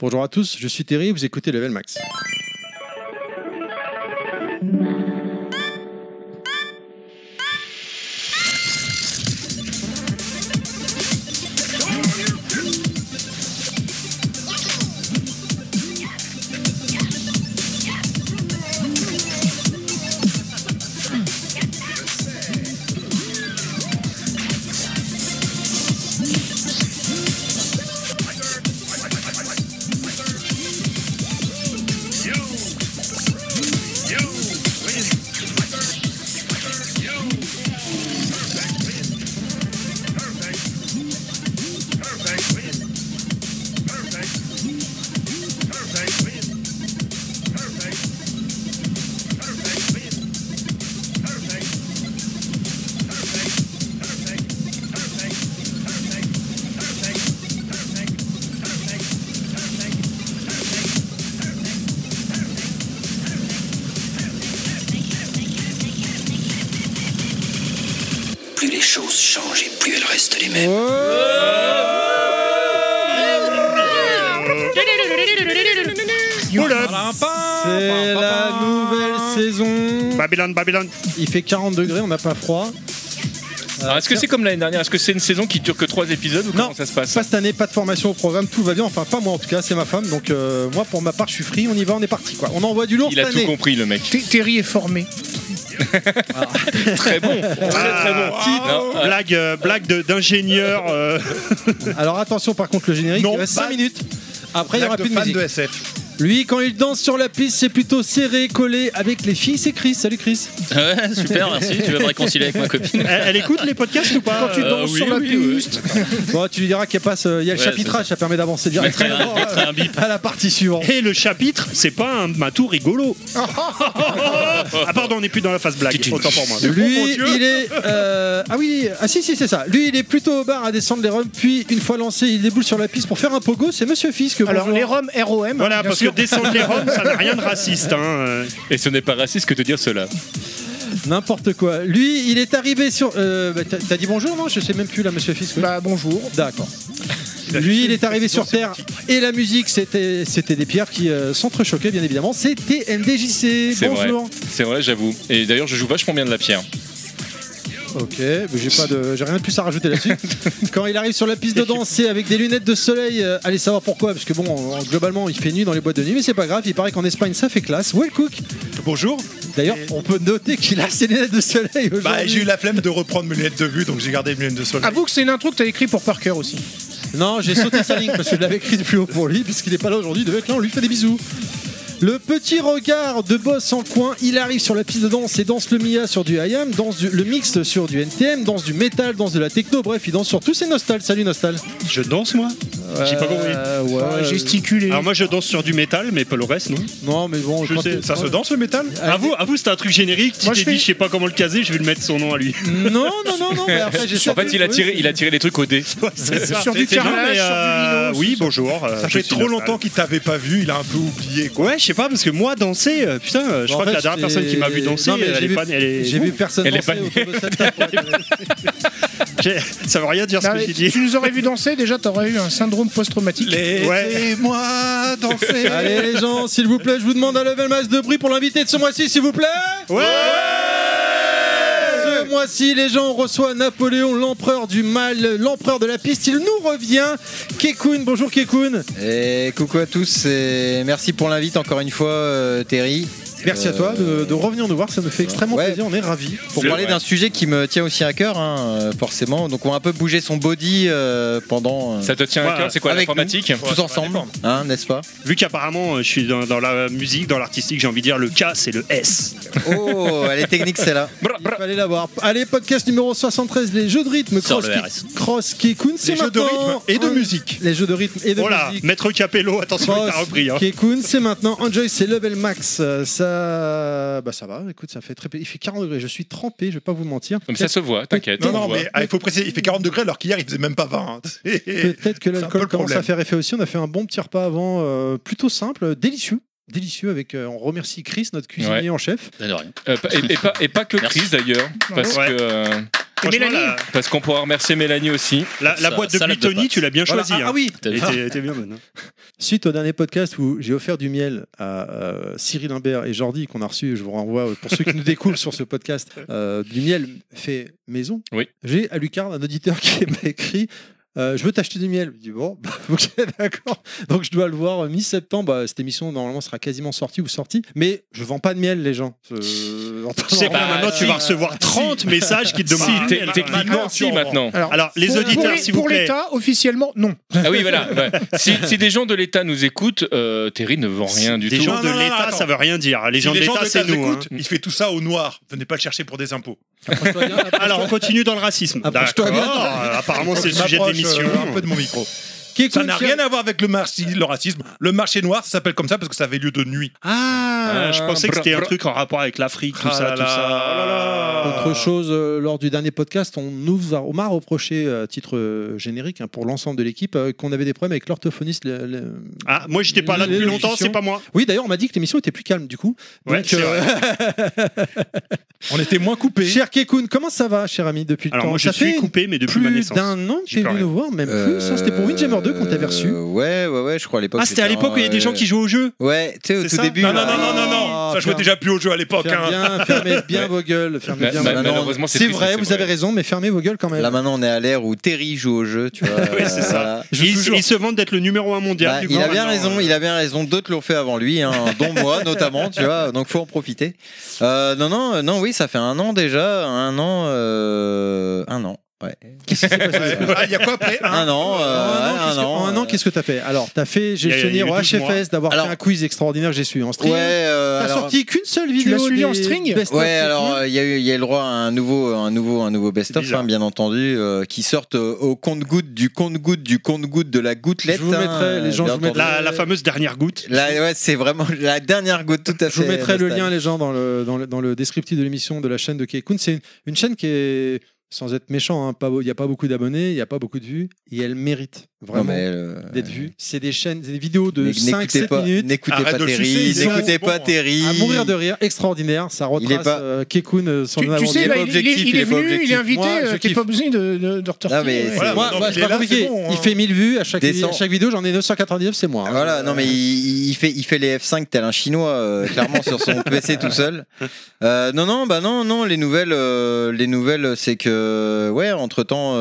Bonjour à tous, je suis Terry, vous écoutez Level Max. Plus les choses changent et plus elles restent les mêmes. C'est la nouvelle saison. Babylone, Babylone. Il fait 40 degrés, on n'a pas froid. Alors, est-ce que c'est comme l'année dernière Est-ce que c'est une saison qui dure que 3 épisodes ou Non. comment ça se passe Pas cette année, pas de formation au programme, tout va bien. Enfin, pas moi en tout cas, c'est ma femme. Donc euh, moi, pour ma part, je suis free. On y va, on est parti quoi. On envoie du lourd Il a cette tout année. compris le mec. T- Terry est formé. Très bon, très très bon. Ah. Non, euh, Ah. Blague, euh, blague de- d'ingénieur. euh, Alors attention, par contre, le générique Non, il reste 5 pas- minutes. Après, il n'y aura Blague plus de fan musique. de SF. Lui, quand il danse sur la piste, c'est plutôt serré, collé avec les filles. C'est Chris. Salut Chris. Ouais, super, merci. Tu veux me réconcilier avec ma copine elle, elle écoute les podcasts ou pas Quand tu euh, danses oui, sur la oui, piste, Bon, tu lui diras qu'il y a pas ce- il y a le Ouais, chapitrage, ça permet d'avancer directement euh, un bip. à la partie suivante. Et le chapitre, c'est pas un matou rigolo. ah pardon, on n'est plus dans la phase blague. Autant pour moi. Oh, Lui, il est. euh, ah oui, ah si, si, c'est ça. Lui, il est plutôt au bar à descendre les roms, puis une fois lancé, il déboule sur la piste pour faire un pogo. C'est Monsieur Fisk. Alors bonjour. les Roms, ROM. Voilà, bien parce sûr. que descendre les Roms, ça n'a rien de raciste. hein, euh. Et ce n'est pas raciste que de dire cela. N'importe quoi. Lui, il est arrivé sur. euh, bah, t'as- T'as dit bonjour, non Je sais même plus là, Monsieur Fisk. oui. Bah bonjour. D'accord. Lui, il est arrivé sur Terre et la musique, c'était c'était des pierres qui euh, s'entrechoquaient, bien évidemment. C'était MDJC. C'est vrai. Bonjour. C'est vrai, j'avoue. Et d'ailleurs, je joue vachement bien de la pierre. Ok, mais j'ai pas de, j'ai rien de plus à rajouter là-dessus. Quand il arrive sur la piste de danse, c'est avec des lunettes de soleil. euh, allez savoir pourquoi, parce que bon, en- globalement, il fait nuit dans les boîtes de nuit, mais c'est pas grave. Il paraît qu'en Espagne, ça fait classe. Well Cook. Bonjour. D'ailleurs, on peut noter qu'il a ses lunettes de soleil aujourd'hui. Bah, j'ai eu la flemme de reprendre mes lunettes de vue, donc j'ai gardé mes lunettes de soleil. Avoue que c'est une intro que t'as écrit pour Parker aussi. Non, j'ai sauté sa ligne parce que je l'avais écrit plus haut pour lui, puisqu'il n'est pas là aujourd'hui. De là, on lui fait des bisous. Le petit regard de boss en coin, il arrive sur la piste de danse et danse le Mia sur du IAM, danse du- le mixte sur du NTM, danse du métal, danse de la techno, bref, il danse sur tous ses nostals. Salut Nostal. Je danse moi J'ai pas compris. Euh, ouais, Ah, gesticulé. Alors moi je danse sur du métal, mais pas le reste, non Non, mais bon, Je quand sais, t'es- Ça se danse le métal Allez. Avoue, avoue c'est un truc générique. Si Moi, t'es je fais- dit, je sais pas comment le caser, je vais le mettre son nom à lui. Non, non, non, non. Mais après, j'ai En fait, il a oui, tiré, c'est- il a tiré les trucs au dé. Ouais, c'est ça. Sur du C'est- c'est- non, carrelage, mais, euh, sur du lino, Oui, sur- bonjour. euh, Ça je fait suis trop nostal. longtemps qu'il t'avait pas vu, il a un peu oublié. quoi. Ouais, je sais pas, parce que moi, danser, euh, putain, euh, je En crois que fait, euh, la dernière personne qui m'a vu danser, Non, mais elle j'ai est vu- pas. Elle est... J'ai vu personne Elle est danser pas- autour de cette table. J'ai- Ça veut rien dire ce Non, que mais j'ai tu dit. tu nous aurais vu danser, déjà t'aurais eu un syndrome post-traumatique. Laissez-moi Ah, danser. Allez, les gens, s'il vous plaît, je vous demande un level max de bruit pour l'invité de ce mois-ci, s'il vous plaît. Ouais Ce mois-ci, les gens, on reçoit Napoléon, l'empereur du mal, l'empereur de la piste. Il nous revient. Kekun, bonjour Kekun. Et coucou à tous et merci pour l'invite encore une fois euh, Terry. Merci à toi de, de revenir nous voir, ça nous fait extrêmement ouais. plaisir, on est ravis. Pour C'est parler vrai. d'un sujet qui me tient aussi à cœur, hein, euh, forcément. Donc on va un peu bouger son body euh, pendant euh, Ça te tient à Ouais, cœur, c'est quoi avec l'informatique tous ensemble, hein, n'est-ce pas Vu qu'apparemment, euh, je suis dans, dans la musique, dans l'artistique, j'ai envie de dire le K, c'est le S. Oh, elle est technique celle-là. Il fallait l'avoir. Allez, podcast numéro 73, les jeux de rythme. Sors Cross, le Ki- cross Kekun, c'est Les jeux de maintenant rythme et de un- musique. Les jeux de rythme et de Voilà, musique. Oh Maître Capello, attention, il t'a Cross, repris. hein. Kekun, c'est maintenant. Enjoy, c'est level max. Euh, Ça, bah ça va. Écoute, ça fait très. Il fait 40 degrés. Je suis trempé. Je vais pas vous mentir. Comme ça se voit, t'inquiète. Non, on non, voit. mais ah, il faut préciser, il fait 40 degrés alors qu'hier il faisait même pas 20. hein. Peut-être que un peu l'alcool le commence problème. à faire effet aussi. On a fait un bon petit repas avant, euh, plutôt simple, euh, délicieux. Délicieux avec. euh, on remercie Chris, notre cuisinier en chef. Ça donne rien. Euh, pas- et, et pas, et pas que Merci. Chris d'ailleurs, parce Ouais. que euh, Franchement, Mélanie la, Parce qu'on pourra remercier Mélanie aussi. la- la Ça- boîte de salade de Butoni, pâtes. tu l'as bien Voilà. choisie. Ah, hein. ah oui, T'as vu Elle était- elle était bien bonne. hein. Suite au dernier podcast où j'ai offert du miel à euh, Cyril Imbert et Jordi, qu'on a reçu, je vous renvoie euh, pour ceux qui nous découvrent sur ce podcast, euh, du miel fait maison. Oui. J'ai à Lucarne un auditeur qui m'a écrit. euh, je veux t'acheter du miel. Je dis bon, bah, ok, d'accord. Donc je dois le voir euh, mi-septembre. Bah, cette émission normalement sera quasiment sortie ou sortie, mais je vends pas de miel, les gens. Euh, en temps Tu sais normal. pas, Bah, maintenant, tu si. vas recevoir 30 messages qui te demandent. Si, Ah, t'es- mais- techniquement, maintenant, si, tu en maintenant. Alors, Alors, les pour- pour auditeurs, les- s'il vous Pour plaît. l'État, officiellement, non. Ah oui, voilà. ouais. Si, si des gens de l'État nous écoutent, euh, Terry ne vend rien du Les tout. gens Non, de non, non, l'État, attends. ça veut rien dire. Les gens de l'État, c'est nous. hein. écoutent, il fait tout ça au noir. Venez pas le chercher pour des impôts. Approche-toi bien, approche-toi Alors, on continue dans le racisme. Approche-toi D'accord. bien. Euh, Apparemment, c'est le Je sujet de m'approche, l'émission. hein. euh, Un peu de mon micro. Qui Ça écoute, n'a qui- rien à voir avec le, marci- le racisme. Le marché noir, ça s'appelle comme ça parce que ça avait lieu de nuit. Ah, je pensais que c'était un truc en rapport avec l'Afrique, tout Ah ça, là tout ça. là. Oh là là. Autre chose, euh, lors du dernier podcast, on nous a, on m'a reproché, à titre euh, générique, hein, pour l'ensemble de l'équipe, euh, qu'on avait des problèmes avec l'orthophoniste. le- le- Ah, moi, j'étais pas là depuis longtemps, L'émission. c'est pas moi. Oui, d'ailleurs, on m'a dit que l'émission était plus calme, du coup. Ouais, Donc, c'est euh, vrai. On était moins coupés. cher Kekun, comment ça va, cher ami, depuis le Alors, temps moi, je Ça fait suis coupé, mais depuis ma plus naissance. d'un an que tu J'ai es plus hein, venu rien. nous voir, même plus. Ça, c'était pour Windjammer 2 qu'on t'avait reçu. Euh, Ouais, ouais, ouais, je crois à l'époque. Ah, c'était à c'était l'époque où il y a un, des gens qui jouent au jeu. Ouais, tu sais, au C'est tout ça début. Non, non, là, non, non, non, Ah, non. Ça jouait ferme- déjà plus au jeu à l'époque. Ferme hein. bien, fermez bien vos gueules. Fermez Ma- bien ma- vos gueules. malheureusement, bah, c'est c'est triste, vrai, c'est vous vrai. avez raison, mais fermez vos gueules quand même. Là maintenant on est à l'ère où Terry joue au jeu, tu vois. Oui, c'est ça. Voilà. Je joue Ils, toujours. ils se vantent d'être le numéro un mondial. Bah, du il coup, a bien maintenant. euh. raison, il a bien raison. D'autres l'ont fait avant lui, hein, dont moi notamment, tu vois. Donc faut en profiter. Euh, non, non, euh, non, oui, ça fait un an déjà, un an, euh, un an. Ouais. Ouais. Ah, Il y a quoi après hein Un an, euh, En un an, ouais, qu'est-ce que- en un an, qu'est-ce que t'as fait Alors, t'as fait, j'ai Il y le a- il y a souvenir eu au 12 mois. HFS d'avoir fait Alors- un quiz extraordinaire que j'ai suivi en Ouais, stream. euh, T'as alors- hein sorti qu'une seule vidéo. l'as suivi en des string best-of Ouais, alors techniques. euh, il y, a eu- il y a le droit à un nouveau, un nouveau, un nouveau best-of, bizarre. hein, bien entendu, euh, qui sortent euh, au compte-goutte du compte-goutte du compte-goutte de la gouttelette. Je vous mettrai, les gens, bien je vous mettrai- entendu. La, la fameuse dernière goutte. Là, ouais, c'est vraiment la dernière goutte tout à Je fait. vous mettrai le nostalgique. lien, les gens, dans le, dans le, dans le descriptif de l'émission de la chaîne de Keikun. C'est une, une chaîne qui est, sans être méchant, hein, pas beau- il n'y a pas beaucoup d'abonnés, il n'y a pas beaucoup de vues, et elle mérite Non, vraiment mais, euh, d'être vue. C'est des chaînes, c'est des vidéos de n'é- 5-7 n'écoutez pas, minutes. n'écoutez Arrête pas de le Terry, sucer, ils n'écoutez sont pas bons. hein. Terry. À mourir de rire, extraordinaire, ça retrace pas- euh, Kekun euh, son Tu, tu sais, avant-dernier. là, est il, il- objectif, il il est est pas venu, il est objectif. invité, Moi, je euh, t'es kiffe. pas obligé de, de, de retortiller, Non, mais ouais. c'est- Voilà, Moi, non, moi, il c'est est pas là, compliqué. c'est bon, Il hein. fait 1000 vues à chaque, Descends. à chaque vidéo, j'en ai 999, c'est moi. hein. Voilà, non mais il, il fait, il fait les F5 tel un chinois, euh, clairement sur son PC tout seul. Euh, non, non, bah non, non, les nouvelles, euh, les nouvelles, c'est que, ouais, entre temps,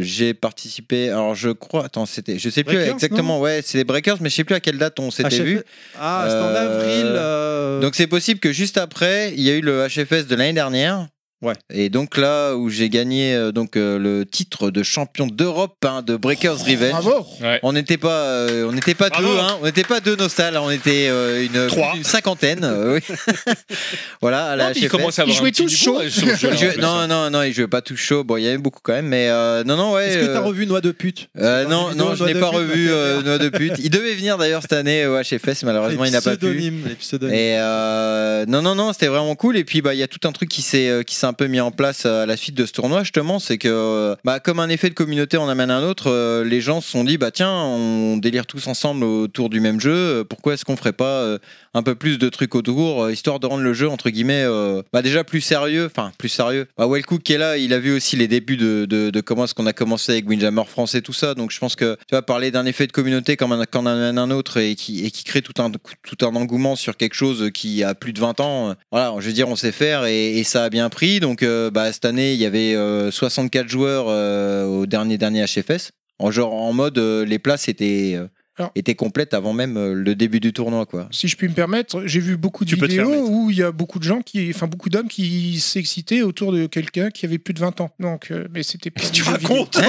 j'ai participé. Alors je crois, attends, c'était, je sais plus Breakers, exactement, ouais, c'est les Breakers, mais je sais plus à quelle date on s'était HF vu. Ah, c'était en Euh, avril. euh, Donc c'est possible que juste après, il y a eu le HFS de l'année dernière. Ouais. Et donc là où j'ai gagné euh, donc euh, le titre de champion d'Europe hein, de Breakers Revenge. Bravo On n'était pas, euh, on n'était pas Bravo. deux, hein. on n'était pas deux nostal, on était euh, une, Trois. une cinquantaine. euh, oui. voilà, à la Ah, mais il HFS. commence à avoir Ils jouaient un petit tous niveau, chaud. euh, sur le jeu, Il jouait- en fait. non, non, non, il jouait pas tout chaud. Bon, il y avait beaucoup quand même, mais euh, non, non, ouais. Est-ce que t'as euh, revu Noix de pute euh, non, Dans les non, je vidéos, n'ai Noix pas de pute, revu m'a fait euh, rire. Noix de pute. Il devait venir d'ailleurs cette année au HFS, malheureusement, il n'a pas pu. Pseudonyme, les pseudonymes. Et euh, non, non, non, c'était vraiment cool. Et puis, bah, il y a tout un truc qui s'est euh, qui s'est un peu mis en place euh, à la suite de ce tournoi, justement. C'est que, euh, bah, comme un effet de communauté en amène un autre, euh, les gens se sont dit, bah, tiens, on délire tous ensemble autour du même jeu. Euh, Pourquoi est-ce qu'on ferait pas euh, un peu plus de trucs autour, euh, histoire de rendre le jeu, entre guillemets, euh, bah, déjà plus sérieux Enfin, plus sérieux. Bah, Well Cook qui est là, il a vu aussi les débuts de, de, de comment est-ce qu'on a commencé avec Windjammer France et tout ça. Donc, je pense que, tu vas parler d'un effet de communauté comme un, qu'en amène un autre et qui, et qui crée tout un, tout un engouement sur quelque chose qui a plus de 20 ans. euh, Voilà, je veux dire, on sait faire et, et ça a bien pris. Donc, euh, bah, cette année, il y avait euh, 64 joueurs euh, au dernier, dernier HFS. En, genre, en mode, euh, les places étaient, euh, Alors- étaient complètes avant même euh, le début du tournoi, quoi. si je puis me permettre, j'ai vu beaucoup de Tu peux te vidéos permettre. où il y a beaucoup de gens qui, enfin beaucoup d'hommes qui s'excitaient autour de quelqu'un qui avait plus de 20 ans. Donc, euh, mais c'était pas. Tu du jeu vidéo. racontes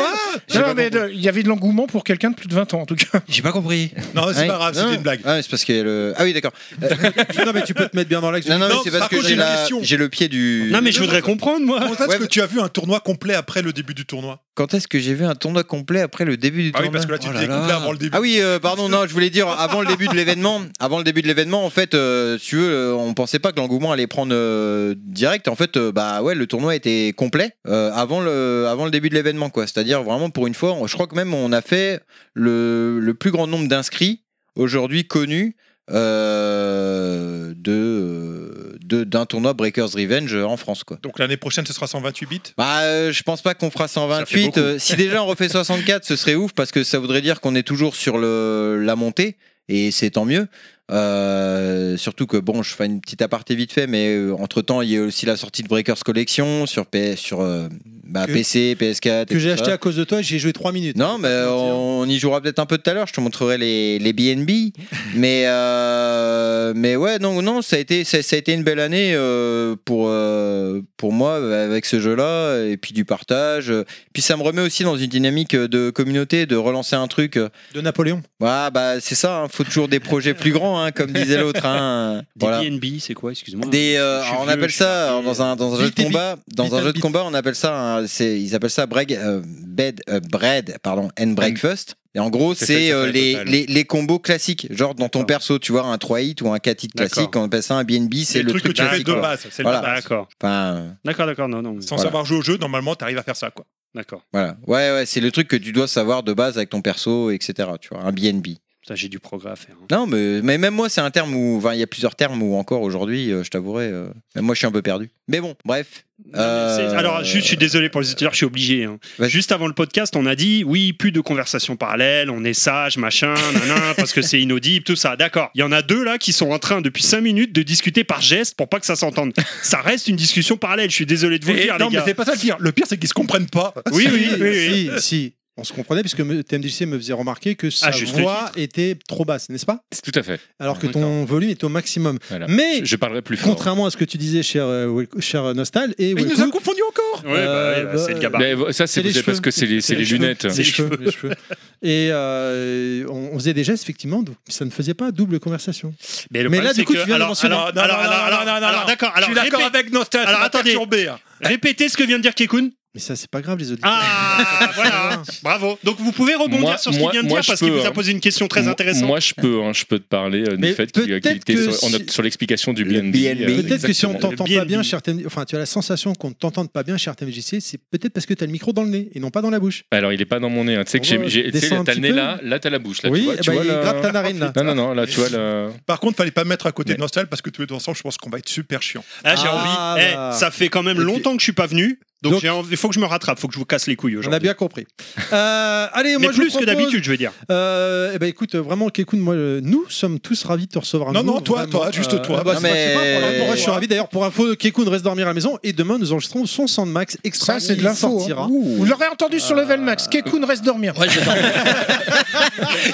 Non, non, mais de- il y avait de l'engouement pour quelqu'un de plus de 20 ans en tout cas. J'ai pas compris. Non, Ah, c'est pas grave, c'était une blague. Ah, mais c'est parce que le... Ah oui, d'accord. non, mais tu peux te mettre bien dans l'axe. Non, non, mais Non, c'est parce par que contre, j'ai j'ai une la- question. j'ai le pied du. Non, mais je voudrais comprendre, moi. Comment ça, est-ce Ouais, que mais- tu as vu un tournoi complet après le début du tournoi Quand est-ce que j'ai vu un tournoi complet après le début du Ah oui, tournoi parce que là, tu Oh disais complet avant le début. Ah oui, euh, pardon, non, je voulais dire avant le début de l'événement. Avant le début de l'événement, en fait, euh, si tu veux, euh, on pensait pas que l'engouement allait prendre euh, direct. En fait, euh, bah ouais, le tournoi était complet euh, avant le avant le début de l'événement, quoi. C'est-à-dire vraiment pour une fois, on- je crois que même on a fait le, le plus grand nombre d'inscrits aujourd'hui connus. euh, de de- d'un tournoi Breakers Revenge en France quoi. Donc l'année prochaine, ce sera 128 bits. Bah, euh, je pense pas qu'on fera Ça fait 128. beaucoup. Euh, si déjà on refait 64, ce serait ouf parce que ça voudrait dire qu'on est toujours sur le, la montée et c'est tant mieux. Euh, surtout que bon, je fais une petite aparté vite fait, mais entre temps, il y a aussi la sortie de Breakers Collection sur, PS, sur euh, bah, Que- PC, PS4. et Que j'ai tout acheté ça. à cause de toi, j'y ai joué 3 minutes. Hein, Non, mais on, on y jouera peut-être un peu tout à l'heure. Je te montrerai les, les BNB. mais, euh, mais ouais, non, non, ça a été, ça, ça a été une belle année euh, pour, euh, pour moi euh, avec ce jeu-là et puis du partage. Puis ça me remet aussi dans une dynamique de communauté, de relancer un truc. De Napoléon. Voilà, bah, c'est ça, il faut toujours des projets plus grands, hein, comme disait l'autre. hein. Des Voilà. BNB, c'est quoi Excuse-moi. Des, euh, Je suis alors, on vieux, appelle je suis ça marqué. alors, dans un dans un jeu de Beat et combat dans Beat un and jeu de beat. combat on appelle ça un- c'est ils appellent ça breg, euh, bed euh, bread pardon and breakfast et en gros C'est c'est fait, ça euh, fait les, total. les, les combos classiques genre dans ton perso tu vois un 3 hit ou un 4 hit D'accord. classique on appelle ça un BNB c'est C'est le le truc que truc tu fais classique de quoi. base. C'est Voilà. la base. Ah, D'accord, Enfin, euh, d'accord, d'accord. Non, non. mais- Sans Voilà. savoir jouer au jeu, normalement, t'arrives à faire ça, quoi. D'accord. voilà ouais ouais c'est le truc que tu dois savoir de base avec ton perso etc tu vois un BNB Ça, j'ai du progrès à faire. hein. non mais, mais même moi c'est un terme où enfin il y a plusieurs termes où encore aujourd'hui euh, je t'avouerai euh, même moi je suis un peu perdu mais bon bref Euh, Non, mais c'est- Alors, juste, je suis désolé pour les auditeurs, je suis obligé. hein. Vas-y. Juste avant le podcast, on a dit oui, plus de conversations parallèles, on est sage, machin, nanan, parce que c'est inaudible, tout ça. D'accord. Il y en a deux là qui sont en train depuis cinq minutes de discuter par geste pour pas que ça s'entende. Ça reste une discussion parallèle. Je suis désolé de vous le Et dire, non, les mais gars. c'est pas ça le pire. Le pire, c'est qu'ils se comprennent pas. Oui, oui, oui, oui. Si, si. On se comprenait puisque me- TMDJC me faisait remarquer que sa Ah, juste voix était trop basse, n'est-ce pas C'est tout à fait. Alors que ton volume est au maximum. Voilà. Mais Je parlerai plus fort. contrairement à ce que tu disais, cher, euh, Wilco- cher euh, Nostal, et Mais il nous Wilco, a confondus encore. Ouais, bah, ouais, Euh, bah, bah, c'est le gabarit. Mais vo- ça, c'est les vous êtes parce cheveux. que c'est les, c'est les cheveux. lunettes. Les cheveux, les cheveux. Et euh, on, on faisait des gestes, effectivement, donc ça ne faisait pas double conversation. le Mais problème, là, du c'est coup, que- tu viens de alors- mentionner- alors- alors- alors- alors- alors, d'accord. Je Alors, suis d'accord répé- avec Nostal. Alors, ça m'a attendez. perturbé, hein. répétez ce que vient de dire Kekun. Mais ça, c'est pas grave, les auditeurs. Ah, voilà. Bravo. Donc, vous pouvez rebondir Moi- sur ce qu'il moi- vient de moi, dire je parce qu'il peux, vous a hein. posé une question très Moi- intéressante. Moi, je peux, hein, je peux te parler euh, Mais du fait qu'il peut-être qu'il était que sur, on a- si- sur l'explication du Le BNB. BNB. euh, Peut-être que si on exactement. t'entend Le pas bien, BNB. cher TMDJC, enfin, tu as la sensation qu'on ne t'entende pas bien, cher TMDJC, c'est peut-être parce que tu as le micro dans le nez et non pas dans la bouche. Alors, il est pas dans mon nez. hein. Tu sais que Ouais, j'ai- j'ai- tu sais, descends un t'as le petit nez peu. là, là t'as la bouche. Là, oui, tu vois, eh tu ben, vois il le- gratte ta narine, là. Non, non, non, là, tu vois le. Par contre, fallait pas me mettre à côté Mais- de Nostal parce que tous les deux ensemble, je pense qu'on va être super chiant. Ah, j'ai Ah, envie. Eh, bah. ça fait quand même Et puis- longtemps que je suis pas venu. Donc- Donc, j'ai envie- il faut que je me rattrape, faut que je vous casse les couilles On a aujourd'hui. bien compris. Euh, allez, Mais moi je plus vous propose- que d'habitude, je veux dire. Euh, eh ben écoute, euh, vraiment, Kekun, moi, euh, nous sommes tous ravis de te recevoir. à Non, nouveau, non, toi, vraiment. toi, juste Euh, toi. ah bah, Non, c'est pas- c'est pas un problème. mais- Pour moi, je suis ravi. D'ailleurs, pour info, Kekun reste dormir à la maison et demain, nous enregistrons son Sandmax extra. Ça, c'est de qui l'info. sortira. hein. Vous l'aurez entendu sur Level Max. Kekun reste dormir. Ouais, j'adore.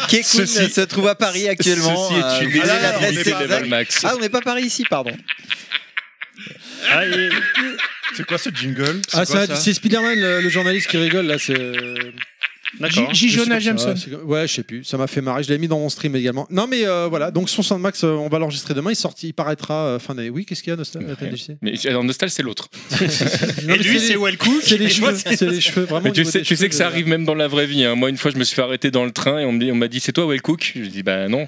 Kekun Ceci- se trouve à Paris actuellement. Ceci euh, est une vous avez Ah, l'adresse on est exclusivité pas- de exacte. Valmax. Ah, on n'est pas à Paris ici, pardon. Ah, et- C'est quoi ce jingle Ah, quoi, ça, c'est Spider-Man, le, le journaliste qui rigole là. C'est. euh, D'accord. J. Jonah je sais pas, Jameson. c'est- Ouais, je sais plus. Ça m'a fait marrer. Je l'ai mis dans mon stream également. Non, mais euh, voilà. Donc son Sandmax, euh, on va l'enregistrer demain. Il sorti, il paraîtra euh, fin d'année. Oui, qu'est-ce qu'il y a, Nostal Rien. Attends, je sais. Mais alors, Nostal, c'est l'autre. Non, Et mais lui, c'est c'est les- Wellcook. c'est les Et moi, cheveux. C'est les cheveux. Vraiment. Mais au tu niveau sais, des tu sais cheveux, que ça euh, arrive même dans la vraie vie. hein. Moi, une fois, je me suis fait arrêter dans le train et on me dit- on m'a dit C'est toi, Wellcook Je dis Bah non.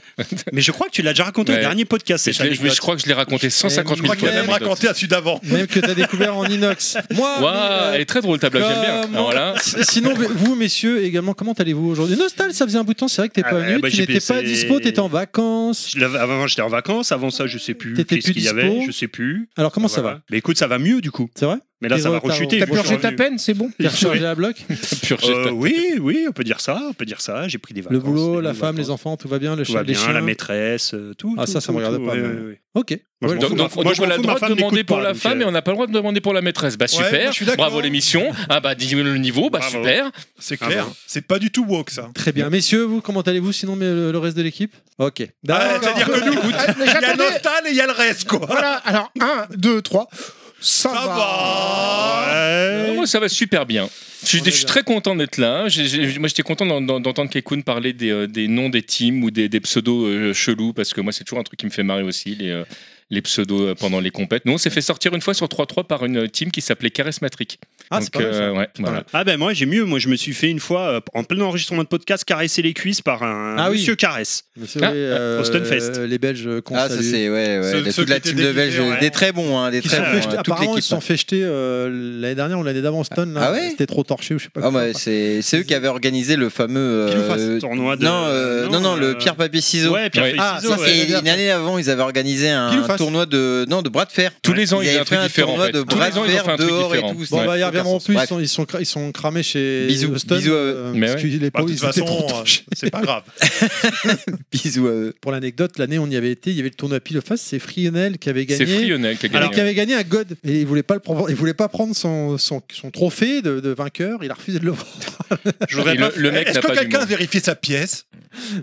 Mais je crois que tu l'as déjà raconté au Ouais. dernier podcast. Mais cette je, l'ai- mais anecdote. je crois que je l'ai raconté Je 150 Je 000 crois qu'il fois. a même l'anecdote. raconté à celui d'avant. Même que t'as découvert en inox. Moi. Waouh, mais, euh, elle est très drôle ta blague, j'aime Euh, bien. comment- Alors là, si- Sinon, vous, messieurs, également, comment allez-vous aujourd'hui Nostal, ça faisait un bout de temps, c'est vrai que t'es Ah pas bah, venu, bah, tu j'ai n'étais pas passé- dispo, t'étais en vacances. Je l'avais- Avant, j'étais en vacances. Avant ça, je sais plus. T'étais Qu'est-ce plus qu'il y dispo avait Je sais plus. Alors, comment ça Voilà. va Mais écoute, ça va mieux du coup. C'est vrai Mais là, T'es ça va re- t'as- rechuter. t'as T'as Moi, je suis purgé ta revenu. peine, c'est bon. T'es rechargé à bloc purgé. Euh, Oui, oui, on peut dire ça. On peut dire ça. J'ai pris des vacances. Le boulot, la des vacances. femme, les enfants, tout va bien, le Tout chien, va les bien, chiens. la maîtresse, euh, tout. Ah, tout, ça, ça tout, me regarde tout, pas, ouais, mais- ouais, ouais. Ok. Moi, je Ouais, m'en Donc, fous, donc- ma- donc moi, je on m'en a fous, le ma droit de femme demander n'écoute pour pas, la donc, femme euh, et on n'a pas le droit de demander pour la maîtresse. Bah Ouais, moi, super, je suis d'accord. bravo l'émission. Ah bah dis-nous le niveau, bah Bravo. super. C'est Ah clair. bon. C'est pas du tout woke, ça. Très bien. Messieurs, vous, comment allez-vous sinon, mais euh, le, le reste de l'équipe Ok. Ah, D'accord. C'est-à-dire que nous, écoute, Ah, mais il y a j'attendais- Nostal et il y a le reste, quoi. Voilà, alors 1, 2, 3. Ça, Ça va. va. Ah, Moi, ça va super bien. Je, je suis très content d'être là. J'ai- j'ai- moi, j'étais content d'en- d'en- d'entendre Kekun parler des, euh, des noms des teams ou des, des pseudos euh, chelous, parce que moi, c'est toujours un truc qui me fait marrer aussi, les, euh, les pseudos euh, pendant les compètes. Nous, on s'est fait sortir une fois sur 3-3 par une euh, team qui s'appelait Charismatric. Ah, c'est Donc, pas mal, ça. euh, ouais, voilà. Ah ben moi j'ai mieux, moi je me suis fait une fois euh, en plein enregistrement de podcast caresser les cuisses par un Ah oui. monsieur caresse. Mais c'est Ah, vrai, euh, au Stunfest. Les Belges euh, qu'on Ah, ça, salue. c'est, ouais, ouais. Ceux- la- ceux toute la qui team étaient de Belges. déguisés, ouais. Des très bons, hein, des Ils très sont fait bons. hein, jeter- toute apparemment, ils l'équipe. se sont fait jeter euh, l'année dernière ou l'année d'avant au Stone. là. Ah ouais C'était trop tard. Porcher ou je sais pas Ah, quoi. bah, c'est c'est eux qui avaient organisé le fameux. Pile ou face, euh, tournoi de- Non, euh, non, non, euh, le pierre papier ciseaux. Ouais, pierre Ouais. feuille, Ah, ciseaux, ça, ouais. Et une année avant, ils avaient organisé Pile ou un face tournoi de non de bras de fer. Tous les ans, ils avaient faisaient un truc fait différent. tournoi en fait. de Tous bras les ans, de ils ont fer fait un truc dehors et différent. tout. Bon, Ouais, bah, ils aucun reviendront sens. plus, ils Bref. sont, ils, sont cra- ils sont cramés chez Bisous, Houston, bisous à eux. euh, Mais parce ouais. que les Bah, pauvres, de ils toute étaient façon, trop euh, torchés. c'est pas grave. Bisous à eux. Pour l'anecdote, l'année où on y avait été, il y avait le tournoi pile ou face, c'est Frionel qui avait C'est gagné. Frionel qui a Alors, gagné. qui avait gagné à God et il voulait pas le prendre, il voulait pas prendre son, son, son trophée de, de vainqueur, il a refusé de le prendre. Je voudrais Et pas- le, le mec Est-ce n'a que pas quelqu'un a d'humour. vérifié sa pièce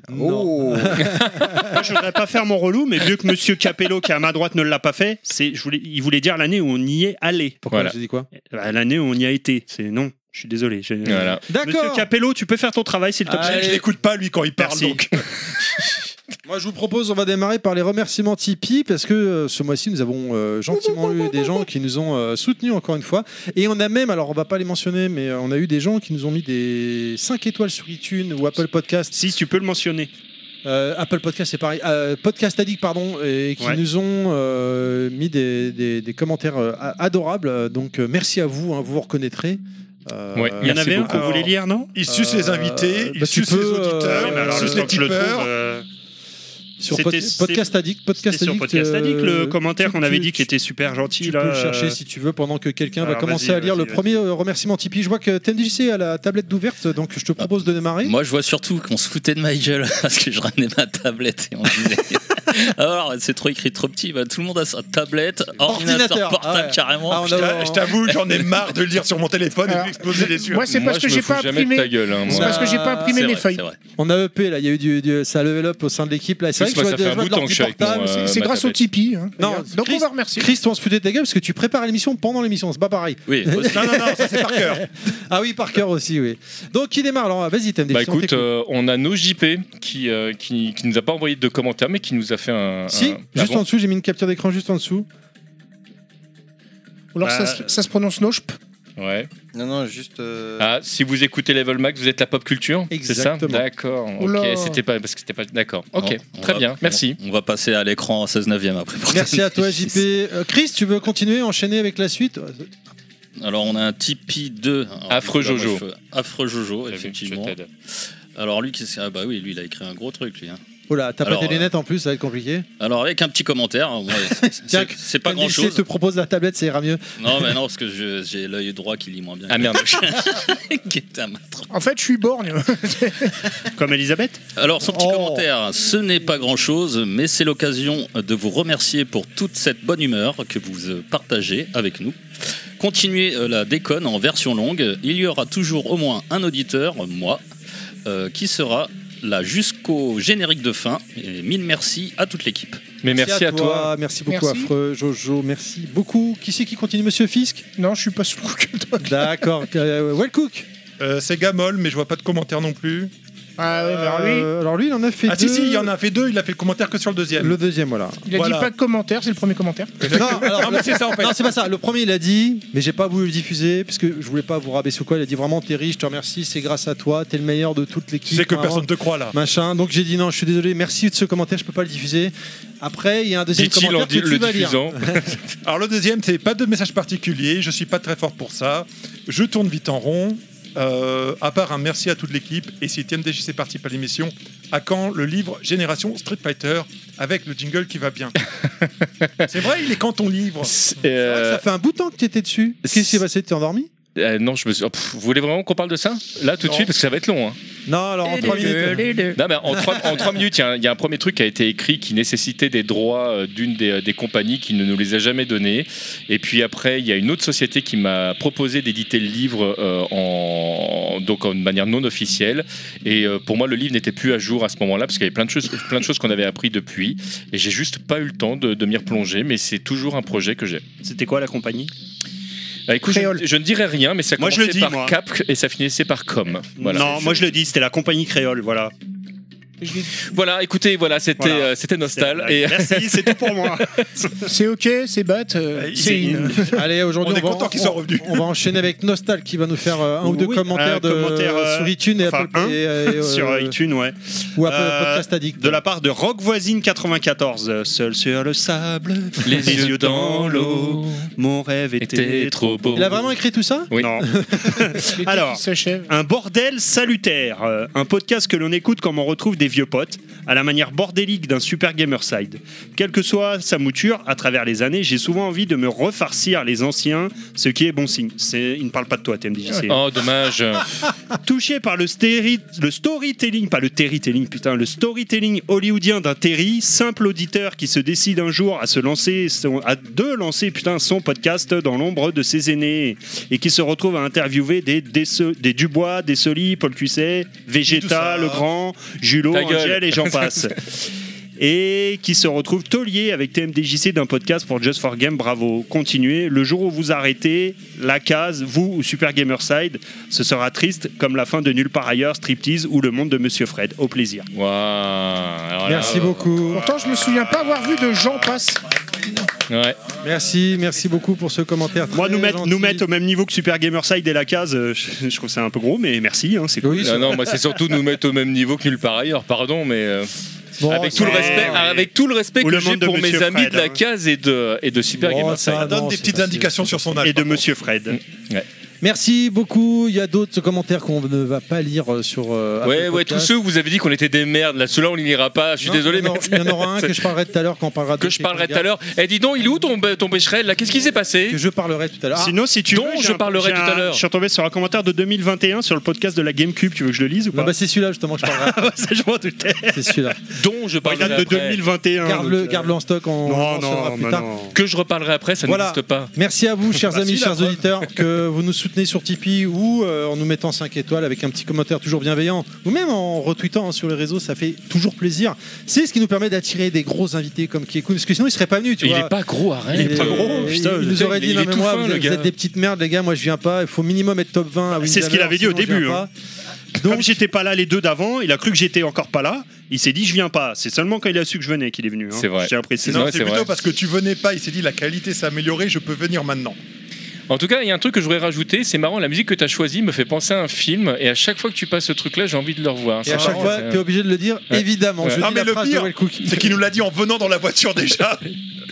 Non. Oh. Moi, je voudrais pas faire mon relou, mais vu que Monsieur Capello qui est à ma droite ne l'a pas fait, c'est, je voulais, il voulait dire l'année où on y est allé. Pourquoi Voilà. j'ai dit quoi Bah, L'année où on y a été. C'est non. Je suis désolé. j'ai- Voilà. Monsieur D'accord. Capello, tu peux faire ton travail s'il te Je plaît. je l'écoute pas lui quand il parle Merci. donc. Moi, je vous propose, on va démarrer par les remerciements Tipeee, parce que euh, ce mois-ci, nous avons euh, gentiment eu des gens qui nous ont euh, soutenus encore une fois. Et on a même, alors on va pas les mentionner, mais euh, on a eu des gens qui nous ont mis des 5 étoiles sur iTunes ou Apple Podcast. Si tu peux le mentionner. Euh, Apple Podcast, c'est pareil. Euh, Podcast Addict, pardon, et qui Ouais. nous ont euh, mis des, des- des commentaires euh, a- adorables. Donc, euh, merci à vous, hein, vous vous reconnaîtrez. Euh, Ouais, Il y en Merci avait un beaucoup. qu'on voulait lire, non Il suce les invités, il bah, tu suce les peux, euh, auditeurs, Ouais, mais il alors, le suce temps les que je le trouve, tipeurs. euh, Sur C'était- Pod- Podcast Addict, Podcast c'est sur Addict, Podcast euh, Addict, le commentaire tu- qu'on avait tu- dit qui était super gentil. Tu là, peux le euh, chercher si tu veux pendant que quelqu'un va alors, commencer vas-y, à lire le vas-y, premier euh, remerciement Tipeee. Je vois que TMDJC a la tablette d'ouverte, donc je te Ah. propose de démarrer. Moi, je vois surtout qu'on se foutait de ma gueule parce que je ramenais ma tablette et on disait. Ah, Alors, c'est trop écrit, trop petit. Bah, tout le monde a sa tablette, ordinateur, Ordinateur, portable ah ouais. carrément. Ah, on a- Je t'avoue, j'en ai marre de lire sur mon téléphone et Alors, de m'exploser les yeux. Moi, c'est Moi, parce que je me j'ai fous pas jamais de ta imprimé. gueule. hein, C'est moi. parce que j'ai pas C'est imprimé mes vrai, feuilles. c'est vrai. On a EP là, il y a eu du, du- ça a level up au sein de l'équipe là. C'est Plus, vrai que moi, je ça fait vois- un je vois bout de de temps l'ordi que je suis avec portable. mon, euh, C'est c'est ma grâce au tablette. Tipeee. hein, Non, d'ailleurs. Donc on Chris- va remercier. Christ, on se foutait de ta gueule parce que tu prépares l'émission pendant l'émission, c'est pas pareil. Oui, aussi. Non, non, non, ça c'est par cœur. Ah oui, par cœur aussi, oui. Donc qui démarre Alors vas-y, TMDJC. Bah on écoute, t'écoute. euh, on a nos JP qui, euh, qui, qui nous a pas envoyé de commentaires, mais qui nous a fait un. si, un- juste Ah bon en dessous, j'ai mis une capture d'écran juste en dessous. Alors Bah, ça se- ça se prononce Noshp. Ouais. Non, non, juste. euh, Ah, si vous écoutez Level Max, vous êtes la pop culture C'est Exactement. ça D'accord. Oula. Ok, c'était pas. Parce que c'était pas. D'accord. Ok, On- on très va- bien. on- Merci. On va passer à l'écran en 16 9 après. pour Merci à toi, terminer. JP. Euh, Chris, tu veux continuer, enchaîner avec la suite Euh, Alors, on a un Tipeee 2. Alors, Affreux du coup, là, Jojo. moi, je fais Affreux Jojo, Très bien, je effectivement. t'aide. Alors, lui, qu'est-ce que- ah bah oui, lui, il a écrit un gros truc, lui. hein. Oh là, t'as pas Alors, tes euh, lunettes en plus, ça va être compliqué. Alors, avec un petit commentaire, hein, moi, c'est- c'est- Tiens, c'est pas TMDJC grand-chose. te propose la tablette, ça ira mieux. Non, mais non, parce que je- j'ai l'œil droit qui lit moins bien. Ah merde. Qui est un matron. En fait, je suis borgne. Comme Elisabeth Alors, son petit Oh. commentaire, ce n'est pas grand-chose, mais c'est l'occasion de vous remercier pour toute cette bonne humeur que vous euh, partagez avec nous. Continuez euh, la déconne en version longue. Il y aura toujours au moins un auditeur, euh, moi, euh, qui sera là jusqu'au générique de fin. Et mille merci à toute l'équipe. Mais merci à toi. Merci beaucoup, Merci. Affreux, Jojo. Merci beaucoup. Qui c'est qui continue, monsieur Fisk Non, je suis pas sous le coup que toi. D'accord. Euh, Wellcook Euh, c'est Gamol, mais je vois pas de commentaire non plus. Ah ouais, mais alors lui, Euh, Alors lui, il en a fait Ah deux. si, si, il y en a fait deux, il a fait le commentaire que sur le deuxième. Le deuxième, voilà. il a Voilà. dit pas de commentaire, c'est le premier commentaire. Non, alors, Non, mais c'est ça en fait. non, c'est pas ça. Le premier, il a dit, mais j'ai pas voulu le diffuser parce que je voulais pas vous rabaisser ou quoi. Il a dit vraiment, Terry, je te remercie, c'est grâce à toi, t'es le meilleur de toute Tu l'équipe. sais que Vraiment, personne te croit là. Machin. Donc j'ai dit non, je suis désolé, merci de ce commentaire, je peux pas le diffuser. Après, il y a un deuxième Dit-il commentaire en di- que tu le vas lire. diffusant. Alors le deuxième, c'est pas de message particulier, je suis pas très fort pour ça, je tourne vite en rond. Euh, à part un merci à toute l'équipe et si TMDJC participe à l'émission, à quand le livre Génération Street Fighter avec le jingle qui va bien C'est vrai, il est quand ton livre C'est vrai que Euh, Ça fait un bout de temps que t'étais dessus. Qu'est-ce qui s'est passé T'es endormi euh, non, je me suis. oh, pff, vous voulez vraiment qu'on parle de ça Là, tout de Non. suite, parce que ça va être long. hein. Non, alors en euh, trois minutes. Non, mais en trois, en trois minutes, il y a un- il y, a un premier truc qui a été écrit qui nécessitait des droits euh, d'une des, des compagnies qui ne nous les a jamais donnés. Et puis après, il y a une autre société qui m'a proposé d'éditer le livre euh, en, donc en manière non officielle. Et euh, pour moi, le livre n'était plus à jour à ce moment-là parce qu'il y avait plein de choses, plein de choses qu'on avait appris depuis. Et j'ai juste pas eu le temps de, de m'y replonger, mais c'est toujours un projet que j'ai. C'était quoi la compagnie Bah, écoute, Créole. je, je ne dirai rien, mais ça Moi, commençait je le dis, par moi. Cap et ça finissait par Com. Voilà. Non, moi je le dis, c'était la compagnie créole, voilà. Je l'ai- Voilà, écoutez, voilà, c'était Voilà. euh, c'était Nostal. Et Merci, c'est tout pour moi. C'est ok, c'est bad, euh, Bah, Il- c'est il- in. Allez, aujourd'hui, On est va- content qu'ils soient on- revenus. On va enchaîner avec Nostal qui va nous faire euh, un ou deux Oui, commentaires, un de, commentaire, euh, sur iTunes et enfin, Apple un et, euh, sur euh, euh, iTunes, ouais. ou Apple Euh, Podcast Addict. De la part de Rock Voisine 94, euh, seul sur le sable, les yeux dans l'eau mon rêve étaient était trop. trop beaux. Il a vraiment écrit tout ça Oui. Non. L'été Alors. qui s'achève. Un bordel salutaire, euh, un podcast que l'on écoute comme on retrouve des vieux potes, à la manière bordélique d'un super gamerside. Quelle que soit sa mouture, à travers les années, j'ai souvent envie de me refarcir les anciens, ce qui est bon signe. C'est, il ne parle pas de toi, TMDJC. Oh, dommage. Touché par le, stéri- le storytelling, pas le terrytelling, putain, le storytelling hollywoodien d'un Terry, simple auditeur qui se décide un jour à se lancer, son- à de lancer, putain, son podcast dans l'ombre de ses aînés et qui se retrouve à interviewer des, des, Se- des Dubois, des Soli, Paul Cusset, Tout ça. Végéta, Legrand, Julot, Ta gueule. Angel et j'en passe. Et qui se retrouve taulier avec TMDJC d'un podcast pour Just for Game, bravo. Continuez, le jour où vous arrêtez, la case, vous ou Super Gamerside, ce sera triste comme la fin de Nulle Part Ailleurs, Striptease ou Le Monde de Monsieur Fred. Au plaisir. Waouh. Alors là, Merci beaucoup. Pourtant, je me souviens pas avoir vu de gens passer. Ouais. Merci, merci beaucoup pour ce commentaire. Moi, très nous mettre, gentil. nous mettre au même niveau que Super Gamerside et la case, euh, je, je trouve ça un peu gros, mais merci, hein, c'est cool. Oui, Non, non, moi c'est surtout nous mettre au même niveau que nulle part ailleurs, pardon, mais euh, bon, avec, tout le ouais, respect, ouais. avec tout le respect Ou que le j'ai monde de pour mes Monsieur amis Fred, de la hein. case et de, et de Super Bon, Gamer ça Side. Ça donne non, des c'est petites facile. indications sur son âge. Et de par contre. Monsieur Fred. Merci beaucoup. Il y a d'autres commentaires qu'on ne va pas lire euh, sur. euh, Ouais, Apple ouais, tous Podcast. ceux où vous avez dit qu'on était des merdes, là, ceux-là on les lira pas, je suis Non, désolé, il y en mais. aura- Il y en aura un que je parlerai tout à l'heure quand on parlera de que je parlerai tout à l'heure. Eh, dis donc, il est où ton, ton Becherel, là Qu'est-ce qui s'est passé Que je parlerai tout à l'heure. Ah, Sinon, si tu dont veux, j'ai je un- parlerai j'ai tout à un- l'heure. Je suis retombé sur un commentaire de 2021 sur le podcast de la GameCube. Tu veux que je le lise ou non, pas bah, c'est celui-là justement que je parlerai. Ah, Ça, je m'en doutais. c'est celui-là. Dont je Bon, il parlerai date de après. 2021. Garde-le donc, euh, garde en stock. On on Non, en saura non, plus mais tard. non. Que je reparlerai après, ça Voilà. n'existe pas. Merci à vous, chers Bah, amis, si, la chers preuve. auditeurs, que vous nous soutenez sur Tipeee ou euh, en nous mettant 5 étoiles avec un petit commentaire toujours bienveillant, ou même en retweetant hein, sur les réseaux, ça fait toujours plaisir. C'est ce qui nous permet d'attirer des gros invités comme Kekun, parce que sinon il serait pas venu, tu Il vois. est pas gros, arrête. Et- putain, il nous aurait il dit est non mais tout moi fin, vous, le êtes- vous gars. êtes des petites merdes les gars moi je viens pas il faut minimum être top 20 à c'est ce Windhammer, qu'il avait dit au sinon, je viens début, pas. hein. Comme j'étais pas là les deux d'avant, il a cru que j'étais encore pas là. Il s'est dit je viens pas. C'est seulement quand il a su que je venais qu'il est venu. hein. C'est vrai. J'ai apprécié. Non, Non, Ouais, c'est c'est plutôt vrai. parce que tu venais pas. Il s'est dit la qualité s'est améliorée, je peux venir maintenant. En tout cas, il y a un truc que je voudrais rajouter, c'est marrant, la musique que tu as choisie me fait penser à un film, et à chaque fois que tu passes ce truc-là, j'ai envie de le revoir. et à C'est chaque marrant, fois ça. t'es obligé de le dire Ouais. évidemment je Ouais. dis Ah, mais la le phrase de pire, Will Cook C'est qu'il nous l'a dit en venant dans la voiture déjà.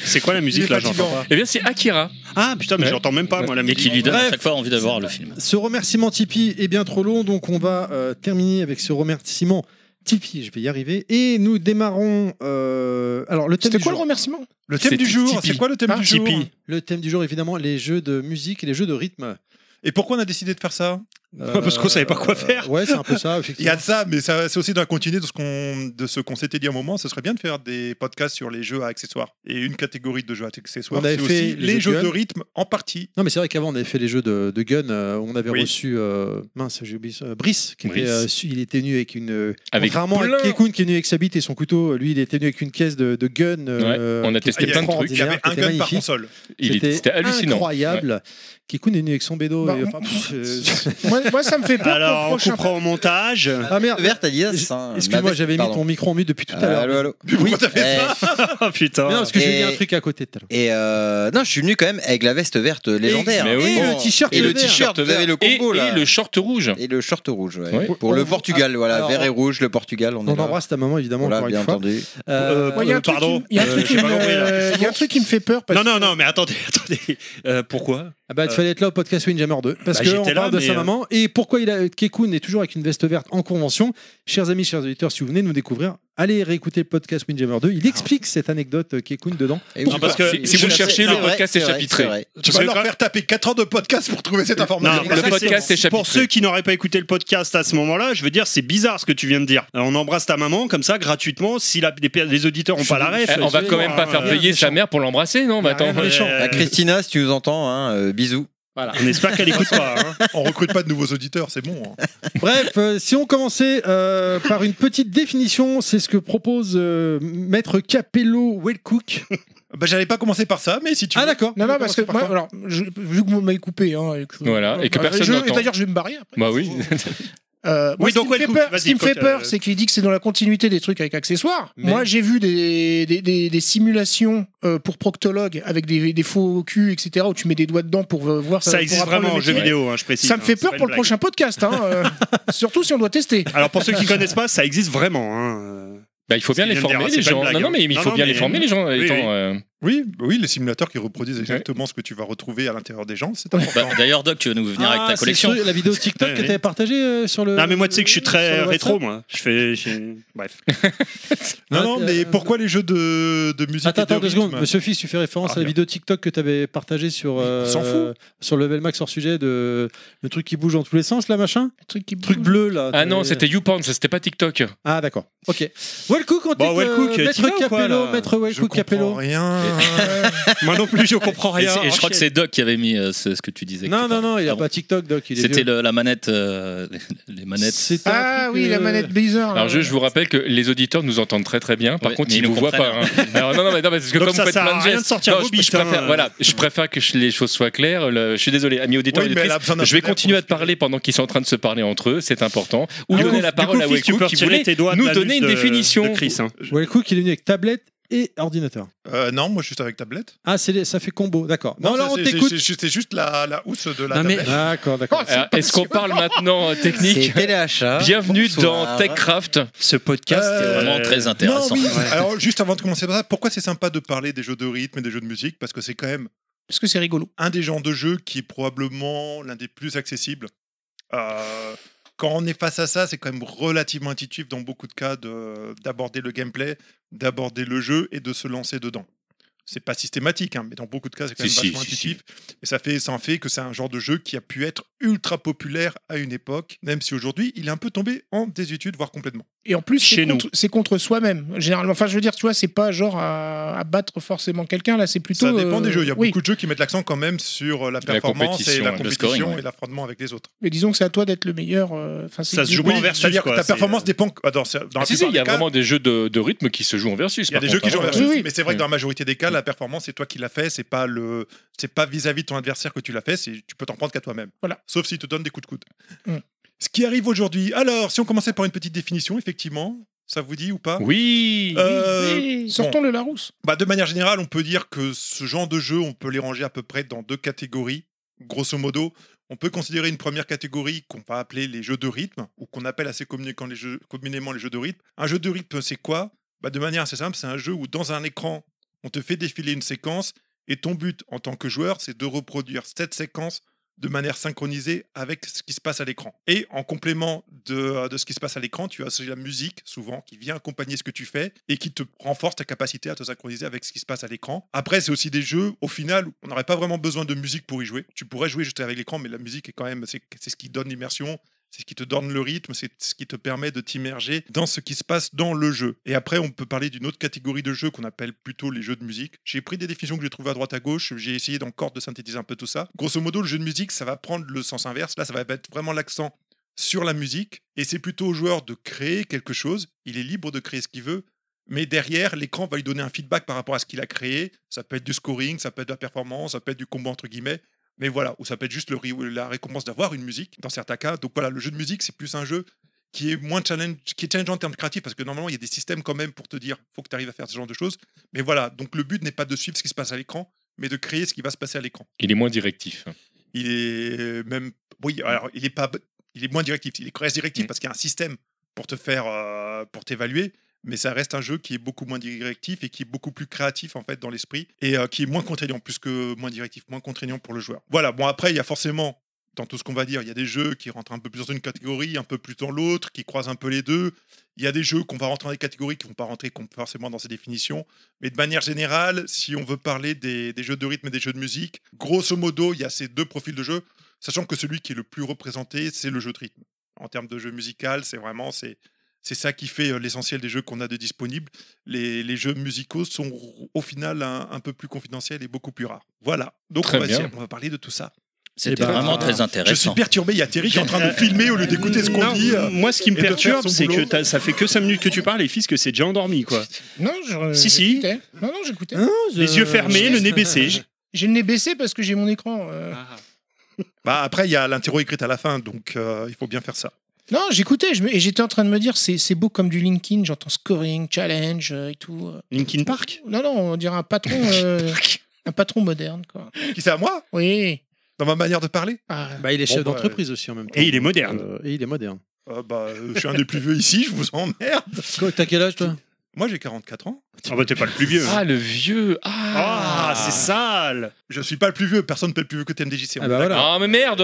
C'est quoi la Il est musique là fatigant. j'entends pas. Eh bien, c'est Akira. Ah putain mais Ouais. j'entends même pas moi la Et musique. qui lui donne Bref. à chaque fois envie d'avoir le film. Ce remerciement Tipeee est bien trop long, donc on va euh, terminer avec ce remerciement Tipeee. Je vais y arriver. Et nous démarrons. euh, alors, le thème, C'était du quoi le jour, remerciement Le thème C'était du jour, Tipeee. c'est quoi le thème Ah, du jour Tipeee. le thème du jour, évidemment, les jeux de musique et les jeux de rythme. Et pourquoi on a décidé de faire ça Euh, parce qu'on savait pas quoi euh, faire. ouais, c'est un peu ça, Il y a effectivement. de ça, mais ça- c'est aussi dans la continuité de ce qu'on de ce qu'on s'était dit à un moment. Ce serait bien de faire des podcasts sur les jeux à accessoires et une catégorie de jeux à accessoires. On avait C'est fait aussi les les jeux jeux de de rythme en partie. Non, mais c'est vrai qu'avant, on avait fait les jeux de, de gun. euh, on avait Oui. reçu. euh, mince, j'ai oublié. ça, euh, Brice, qui Brice. était. euh, su- il était venu avec une. euh, Avec contrairement plein- à Kekun, qui est venu avec sa bite et son couteau, lui, il était venu avec une caisse de, de gun. euh, Ouais, on a qui était testé plein de trucs. Il y avait extraordinaire, qui un était gun par magnifique. console. Il était, c'était hallucinant. incroyable. Kikun est venu avec son bédo. Bah, et enfin, pff, euh, moi, moi, ça me fait peur Alors pour on le prochain. comprend au montage. ah merde, Vert, t'as dit J- ça. hein. excuse-moi, Pardon. Euh, Ah, j'avais mis ton micro en mute depuis tout à l'heure. Allô, allô. Pourquoi t'as fait Eh, Ah putain. Mais non, parce que j'ai mis Et- un truc à côté tout à l'heure. Et euh, non, je suis venu quand même avec la veste verte légendaire. Mais oui. Et le t-shirt Et le vert. t-shirt, vous avez le Et, combo et là. le short rouge. Et le short rouge, ouais. Ouais. Pour On- le Portugal, voilà, alors, vert et rouge, le Portugal, on, On est là. embrasse ta maman évidemment Voilà, encore bien une fois. entendu. Euh, Moi, il y a un truc Pardon. qui- il y a un Euh, truc j'ai qui pas me- compris, là. il y a un truc qui me fait peur. parce Non non non mais attendez attendez. Euh, pourquoi ah bah, il fallait être là au podcast Windjammer 2 parce Bah, que j'étais qu'on là, parle de mais, sa euh, maman et pourquoi il a Kekun est toujours avec une veste verte en convention. Chers amis, chers auditeurs, si vous venez de nous découvrir, allez réécouter le podcast Windjammer 2. Ah. Il explique cette anecdote euh, Kekun dedans. Et Non, oui, parce voilà. que- C'est- si vous c'est- cherchez, c'est le vrai, podcast est c'est vrai, chapitré. c'est vrai. Tu Parce vas que leur quand- faire taper 4 heures de podcast pour trouver cette Non, information. le parce que podcast c'est- est Pour chapitré. ceux qui n'auraient pas écouté le podcast à ce moment-là, je veux dire, c'est bizarre ce que tu viens de dire. Euh, On embrasse ta maman comme ça, gratuitement, si la- les, les auditeurs n'ont pas la ref. Eh, on va quand même pas faire euh, payer sa mère pour l'embrasser, non Mais attends. euh, méchant. Bah, Christina, si tu nous entends, hein, euh, bisous. On espère qu'elle écoute pas. hein. On recrute pas de nouveaux auditeurs, c'est bon. hein. Bref, euh, si on commençait euh, par une petite définition, c'est ce que propose euh, Maître Capello Wellcook. Bah, j'allais pas commencer par ça, mais si tu Ah veux. d'accord. Non, non, veux parce que commencer par moi, alors, je- vu que vous m'avez coupé, hein, et que, Voilà, et que personne je- n'entend. D'ailleurs, je vais me barrer après. Bah oui. Euh, moi, Oui, ce qui donc, me ouais, fait écoute, peur, vas-y, ce qui me toi, fait t'as- peur, c'est qu'il dit que c'est dans la continuité des trucs avec accessoires. Mais- Moi, j'ai vu des, des, des- des simulations euh, pour proctologues avec des, des faux culs, etc., où tu mets des doigts dedans pour euh, voir Ça pour existe apprendre le vraiment en jeu métier. vidéo, hein, je précise. Ça me hein, fait c'est peur pas pour une blague. le prochain podcast, hein, euh, surtout si on doit tester. Alors pour ceux qui connaissent pas, ça existe vraiment. hein. Bah, il faut bien Ce qu'il les vient de former, dire, les c'est pas une gens. blague, Non, non, hein. mais il Non, faut non, bien mais- les former, les gens. Oui, étant, oui. euh, Oui, oui, les simulateurs qui reproduisent exactement ce que tu vas retrouver à l'intérieur des gens, c'est important. Bah, D'ailleurs, Doc, tu vas nous venir avec ta Ah, c'est collection. ceux- la vidéo TikTok Ouais, que oui. t'avais partagée euh, sur le. Non mais moi tu sais que je suis très sur le rétro WhatsApp. moi. Je fais. j'ai- Bref. non, non, euh, mais pourquoi les jeux de, de musique Attends, et de attends deux secondes. rythme Monsieur Fils, tu fais référence Ah, à la bien. vidéo TikTok que t'avais partagée sur. euh, s'en fout. Sur Level Max hors sujet de. Le truc qui bouge dans tous les sens là, machin Le truc qui Truc bleu là. Ah non, t'avais- c'était YouPorn, ça c'était pas TikTok. Ah d'accord. Ok. Wellcook, on Bon, dit que, Wellcook, euh, t'y vas Maître ou quoi, Capello, là Maître Je Wellcook comprends Capello. rien. moi non plus je comprends Et, rien. c'est- et je crois que c'est Doc qui avait mis euh, ce, ce que tu disais. que Non, tu non, parlais. non, il Ah a bon. pas TikTok, Doc. il est C'était vieux. le- la manette. euh, les, les manettes. C'était un Ah truc, oui, la euh, manette bizarre. Alors là. je, je vous rappelle que les auditeurs nous entendent très très bien. Par Ouais, contre, mais ils ils nous nous voient pas. comprennent. hein. Alors, non, non, mais, non, mais parce que Donc, comme ça vous faites sert plein à de rien de gestes- sortir Non, vos je- biches, je, préfère, hein. voilà, je préfère que je- les choses soient claires. Le- je suis désolé, amis auditeurs, Oui, mais auditrices, elle a besoin d'un je vais peu d'air continuer à pour te parler pendant qu'ils sont en train de se parler entre eux. C'est important. Ou Du donner coup, la du parole coup, à Fils, tu peux Wellcook qui retirer voulait tes doigts de nous l'anus donner une de- définition. de Chris, hein. Wellcook, il est venu avec tablette et ordinateur. Euh, non, moi juste avec tablette. Ah, c'est les- ça fait combo, d'accord. Non, là, ça, on c'est- t'écoute. c'est- c'est- C'est juste la, la housse de la Non, mais- euh, tablette. D'accord, Oh, d'accord. Alors, Euh, Est-ce qu'on parle maintenant euh, technique C'est téléachat. Bienvenue dans Bonsoir. TechCraft. Ce podcast Euh, C'est vraiment très Non, intéressant. oui. Alors, juste avant de commencer par ça, pourquoi c'est sympa de parler des jeux de rythme et des jeux de musique Parce que c'est quand même Parce que c'est rigolo. un des genres de jeu qui est probablement l'un des plus accessibles. Euh, quand on est face à ça, c'est quand même relativement intuitif dans beaucoup de cas de- d'aborder le gameplay, d'aborder le jeu et de se lancer dedans. C'est pas systématique, hein, mais dans beaucoup de cas, c'est quand même Si, si, vachement si, intuitif. Et ça fait, ça en fait que c'est un genre de jeu qui a pu être ultra populaire à une époque, même si aujourd'hui, il est un peu tombé en désuétude, voire complètement. Et en plus, Chez c'est nous. contre, c'est contre soi-même. Généralement, enfin, je veux dire, tu vois, c'est pas genre à, à battre forcément quelqu'un. Là, c'est plutôt. ça dépend euh, des jeux. Il y a oui. beaucoup de jeux qui mettent l'accent quand même sur euh, la performance et compétition, la le compétition scoring, ouais. et l'affrontement avec les autres. Mais disons que c'est à toi d'être le meilleur. euh, enfin, c'est- Ça se joue pas en versus, C'est-à-dire que quoi, ta c'est- performance dépend. que- ah, dans, dans la Ah, si, si, plupart il y a des cas, vraiment des jeux de, de rythme qui se jouent en versus. hein. Il y a des jeux qui jouent en versus, Oui, oui. mais c'est vrai Oui. que dans la majorité des cas, la performance, c'est toi qui l'as fait, c'est pas le, c'est pas vis-à-vis de ton adversaire que tu l'as fait, c'est tu peux t'en prendre qu'à toi-même. Voilà. Sauf s'il te donne des coups de coude. Mm. Ce qui arrive aujourd'hui. Alors, si on commençait par une petite définition, effectivement, ça vous dit ou pas Oui. Euh, Sortons le Larousse. bah, de manière générale, on peut dire que ce genre de jeu, on peut les ranger à peu près dans deux catégories. Grosso modo, on peut considérer une première catégorie qu'on va appeler les jeux de rythme, ou qu'on appelle assez communiquement les jeux, communément les jeux de rythme. Un jeu de rythme, c'est quoi bah, De manière assez simple, c'est un jeu où dans un écran, on te fait défiler une séquence, et ton but en tant que joueur, c'est de reproduire cette séquence de manière synchronisée avec ce qui se passe à l'écran. Et en complément de, de ce qui se passe à l'écran, tu as aussi la musique, souvent, qui vient accompagner ce que tu fais et qui te renforce ta capacité à te synchroniser avec ce qui se passe à l'écran. Après, c'est aussi des jeux, au final, où on n'aurait pas vraiment besoin de musique pour y jouer. Tu pourrais jouer juste avec l'écran, mais la musique est quand même, c'est c'est ce qui donne l'immersion. C'est ce qui te donne le rythme, c'est ce qui te permet de t'immerger dans ce qui se passe dans le jeu. Et après, on peut parler d'une autre catégorie de jeux qu'on appelle plutôt les jeux de musique. J'ai pris des définitions que j'ai trouvées à droite à gauche, j'ai essayé d'encore de synthétiser un peu tout ça. Grosso modo, le jeu de musique, ça va prendre le sens inverse. Là, ça va être vraiment l'accent sur la musique. Et c'est plutôt au joueur de créer quelque chose. Il est libre de créer ce qu'il veut. Mais derrière, l'écran va lui donner un feedback par rapport à ce qu'il a créé. Ça peut être du scoring, ça peut être de la performance, ça peut être du combat entre guillemets. Mais voilà, ou ça peut être juste le ri- la récompense d'avoir une musique dans certains cas. Donc voilà, le jeu de musique, c'est plus un jeu qui est moins challenge, qui est challengeant en termes créatifs parce que normalement il y a des systèmes quand même pour te dire faut que tu arrives à faire ce genre de choses. Mais voilà, donc le but n'est pas de suivre ce qui se passe à l'écran, mais de créer ce qui va se passer à l'écran. Il est moins directif. Il est même, oui, alors il est pas, il est moins directif, il est reste directif Mm. parce qu'il y a un système pour te faire, euh, pour t'évaluer. Mais ça reste un jeu qui est beaucoup moins directif et qui est beaucoup plus créatif en fait dans l'esprit et euh, qui est moins contraignant, plus que moins directif, moins contraignant pour le joueur. Voilà. Bon après, il y a forcément dans tout ce qu'on va dire, il y a des jeux qui rentrent un peu plus dans une catégorie, un peu plus dans l'autre, qui croisent un peu les deux. Il y a des jeux qu'on va rentrer dans des catégories qui vont pas rentrer com- forcément dans ces définitions. Mais de manière générale, si on veut parler des, des jeux de rythme et des jeux de musique, grosso modo, il y a ces deux profils de jeux, sachant que celui qui est le plus représenté, c'est le jeu de rythme. En termes de jeu musical, c'est vraiment c'est c'est ça qui fait euh, l'essentiel des jeux qu'on a de disponibles. Les, les jeux musicaux sont r- au final un, un peu plus confidentiels et beaucoup plus rares. Voilà. Donc Très on va, bien. s'y- on va parler de tout ça. C'était Eh ben, vraiment très Je suis intéressant. perturbé, il y a Thierry qui est en Euh, train de filmer au lieu d'écouter ce qu'on Non, dit. euh. moi, ce qui me et de faire perturbe, son c'est que boulot. t'as- ça fait que 5 minutes que tu parles et fils que c'est déjà endormi, quoi. Non, je, Si, si. j'écoutais. Non, non, j'écoutais. Hein Les euh, yeux fermés, le nez baissé. J'ai le nez baissé parce Ah. que j'ai mon écran. euh. Bah, après, il y a l'interro écrite à la fin, donc euh, il faut bien faire ça. Non, j'écoutais, je me- et j'étais en train de me dire, c'est c'est beau comme du Linkin, j'entends scoring, challenge euh, et tout. euh. Linkin Park Non, non, on dirait un patron, euh, un patron moderne, quoi. Qui c'est à moi Oui. Dans ma manière de parler Ah, Bah, il est Bon, chef bah, d'entreprise aussi en même temps. Et il est moderne. Euh, et il est moderne. Euh, bah, euh, Je suis un des plus vieux ici, je vous emmerde. Quoi, T'as quel âge toi Moi, j'ai 44 ans. Ah bah t'es pas le plus vieux. Ah, le vieux. Ah, Ah, c'est sale Je suis pas le plus vieux, personne peut être plus vieux que TMDJC. on Ah est bah d'accord. voilà. Ah, mais merde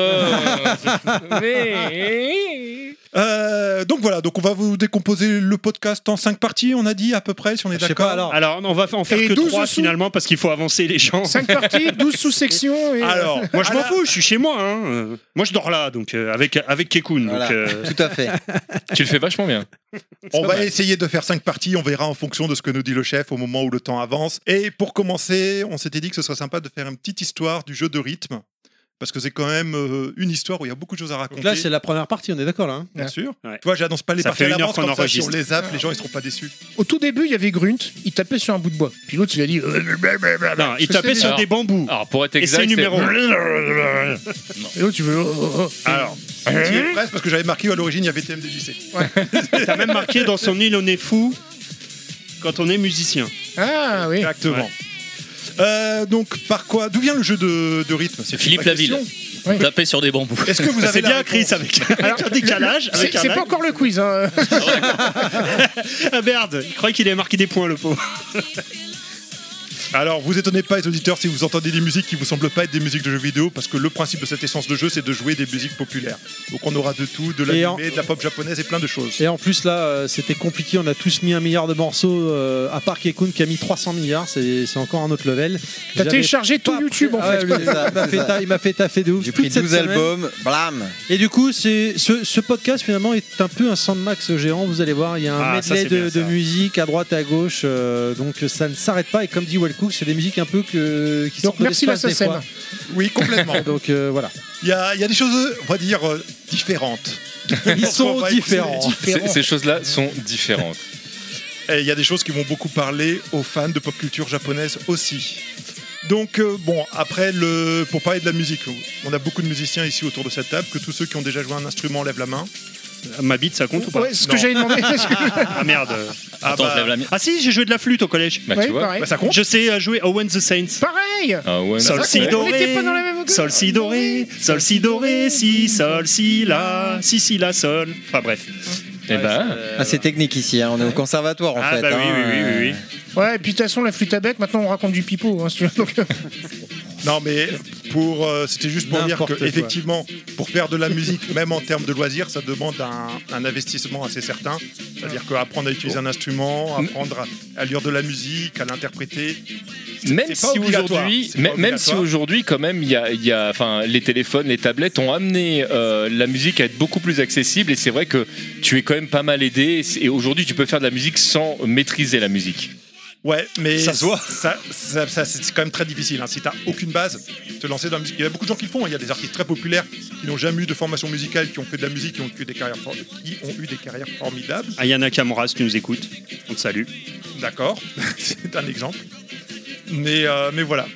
Mais- Euh, donc voilà, donc on va vous décomposer le podcast en 5 parties, on a dit à peu près, si on est Je sais pas d'accord. alors. Alors on va en faire Et que 12 trois sous. finalement parce qu'il faut avancer les gens. 5 parties, 12 sous-sections. Ah, Et... Alors, Moi je à m'en la- fous, je suis chez moi. hein. Euh, Moi je dors là, donc euh, avec, avec Kekun. Voilà. Donc, euh, Tout à fait. Tu le fais vachement bien. On va essayer de faire 5 parties, on verra en fonction de ce que nous dit le chef au moment où le temps avance. Et pour commencer, on s'était dit que ce serait sympa de faire une petite histoire du jeu de rythme, parce que c'est quand même euh, une histoire où il y a beaucoup de choses à raconter. Donc là, c'est la première partie, on est d'accord là. hein Bien sûr. Ouais. Tu vois, j'annonce pas les Ça parties à fait une heure l'avance, qu'on comme ça, si on enregistre. les zappe, les gens ils seront pas déçus. Au tout début, il y avait Grunt, il tapait sur un bout de bois. Puis l'autre, il a dit. euh, non, il que tapait c'est sur des- des bambous. Ah, Alors, pour être Et exact, c'est numéro un. Et l'autre, euh, tu veux. Alors, J'y ai presque, parce que j'avais marqué à l'origine il y avait TMDJC. t'as même marqué dans son île on est fou quand on est musicien. Ah oui. Exactement. Euh, donc par quoi D'où vient le jeu de, de rythme C'est Philippe la Laville. question. Oui. Taper sur des bambous. Est-ce que vous avez C'est la bien réponse Chris avec, avec un décalage. C'est Avec un c'est pas lag. encore le quiz. Hein. Ah merde, il croyait qu'il avait marqué des points le pauvre. Alors, vous étonnez pas, les auditeurs, si vous entendez des musiques qui vous semblent pas être des musiques de jeux vidéo, parce que le principe de cette essence de jeu, c'est de jouer des musiques populaires. Donc, on aura de tout, de Et l'animé, en- de la pop japonaise et plein de choses. Et en plus là, euh, c'était compliqué, on a tous mis un milliard de morceaux, euh, à part Kekun qui a mis 300 milliards, c'est c'est encore un autre level. T'as J'avais téléchargé tout pas YouTube en pris- fait. Ah ouais, il C'est ça, m'a c'est fait ça. ta- il m'a fait taffer de ouf. J'ai pris toute cette 12 semaine. albums, blam Et du coup, c'est ce, ce podcast finalement est un peu un Sandmax géant. Vous allez voir, il y a un Ah, ça, medley c'est bien, de, de ça. musique à droite et à gauche, euh, donc ça ne s'arrête pas. Et comme dit Wellcook, c'est des musiques un peu que, qui Donc sortent de merci la l'espace des SACEM. fois. Oui, complètement. Donc euh, voilà, Il y a, il y a des choses, on va dire, euh, différentes. ils On sont va différents. écouter- Ces, ces choses-là sont différentes. Et il y a des choses qui vont beaucoup parler aux fans de pop culture japonaise aussi. Donc euh, bon, après le pour parler de la musique, on a beaucoup de musiciens ici autour de cette table, que tous ceux qui ont déjà joué un instrument lèvent la main. Ma bite ça compte ou pas Ouais, ce que Non. j'avais demandé. parce que- Ah merde. Ah Attends, bah, je lève la mienne. Ah si, j'ai joué de la flûte au collège. Bah, Ouais, tu vois. pareil. bah, ça compte. Je sais euh, jouer Owen the Saints. Pareil. Ah ouais, non, Sol c'est si vrai. on était doré, pas dans la même- sol si doré, sol si doré, si sol si la, si si la sol. Enfin bref. Eh ben, Ah, c'est technique ici, hein, on est au conservatoire en ah fait. bah oui, hein. oui, oui, oui, oui. Ouais, et puis de toute façon, la flûte à bec, maintenant on raconte du pipeau. Hein, si tu veux. Donc, euh, Non, mais pour euh, c'était juste pour dire N'importe que quoi. effectivement, pour faire de la musique, même en termes de loisirs, ça demande un, un investissement assez certain. C'est-à-dire qu'apprendre à utiliser un instrument, apprendre à, à lire de la musique, à l'interpréter. c'est- même c'est pas si obligatoire. aujourd'hui, C'est pas même même si obligatoire. aujourd'hui, quand même, il y a, il y a- enfin, les téléphones, les tablettes ont amené euh, la musique à être beaucoup plus accessible. Et c'est vrai que tu es quand même pas mal aidé. Et c'est- Et aujourd'hui, tu peux faire de la musique sans maîtriser la musique. Ouais, mais Ça se voit. Ça, ça- ça- c'est quand même très difficile. hein. Si t'as aucune base, te lancer dans la musique. Il y a beaucoup de gens qui le font. hein. Il y a des artistes très populaires qui n'ont jamais eu de formation musicale, qui ont fait de la musique, qui ont eu des carrières, for- qui ont eu des carrières formidables. Ayana Kamura, si tu nous écoutes, on te salue. D'accord, c'est un exemple. Mais euh, mais voilà.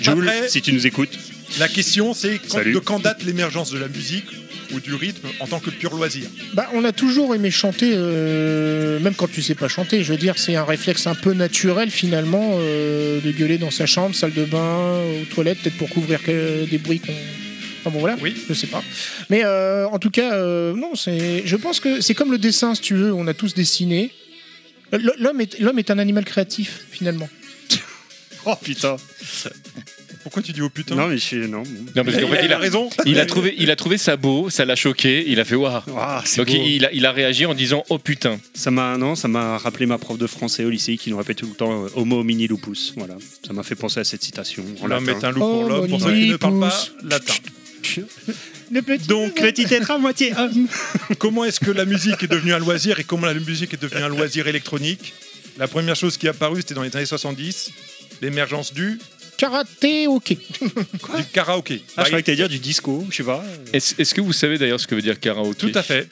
Jules, Après- si tu nous écoutes. La question, c'est quand- Salut. de quand date l'émergence de la musique ou du rythme en tant que pur loisir bah, on a toujours aimé chanter, euh, même quand tu sais pas chanter. Je veux dire, c'est un réflexe un peu naturel finalement euh, de gueuler dans sa chambre, salle de bain, aux toilettes, peut-être pour couvrir que- des bruits qu'on. Enfin bon voilà, Oui. je sais pas. Mais euh, en tout cas, euh, non, c'est. Je pense que c'est comme le dessin, si tu veux. On a tous dessiné. L- L'homme est, l'homme est un animal créatif finalement. Oh putain. Pourquoi tu dis au putain Non mais je suis non. Non, parce qu'en fait, il a, raison. il a trouvé, il a trouvé ça beau, ça l'a choqué, il a fait waouh. Ah, c'est Donc beau. il, il a, il a réagi en disant oh putain. Ça m'a non, ça m'a rappelé ma prof de français au lycée qui nous répète tout le temps euh, homo homini lupus. Voilà, ça m'a fait penser à cette citation en L'homme latin. est un loup pour Oh, l'homme, pour ceux Molly qui ne parlent pas pousse. latin. Le petit. Donc petit être à moitié Ah, homme. Comment est-ce que la musique est devenue un loisir et comment la musique est devenue un loisir électronique La première chose qui est apparue, c'était dans les années 70, l'émergence du, Karaté, ok. Ah, du karaoké. Ah, Bah, je croyais que t'allais dire du disco, je sais pas. Est-ce est-ce que vous savez d'ailleurs ce que veut dire karaoke tout à fait.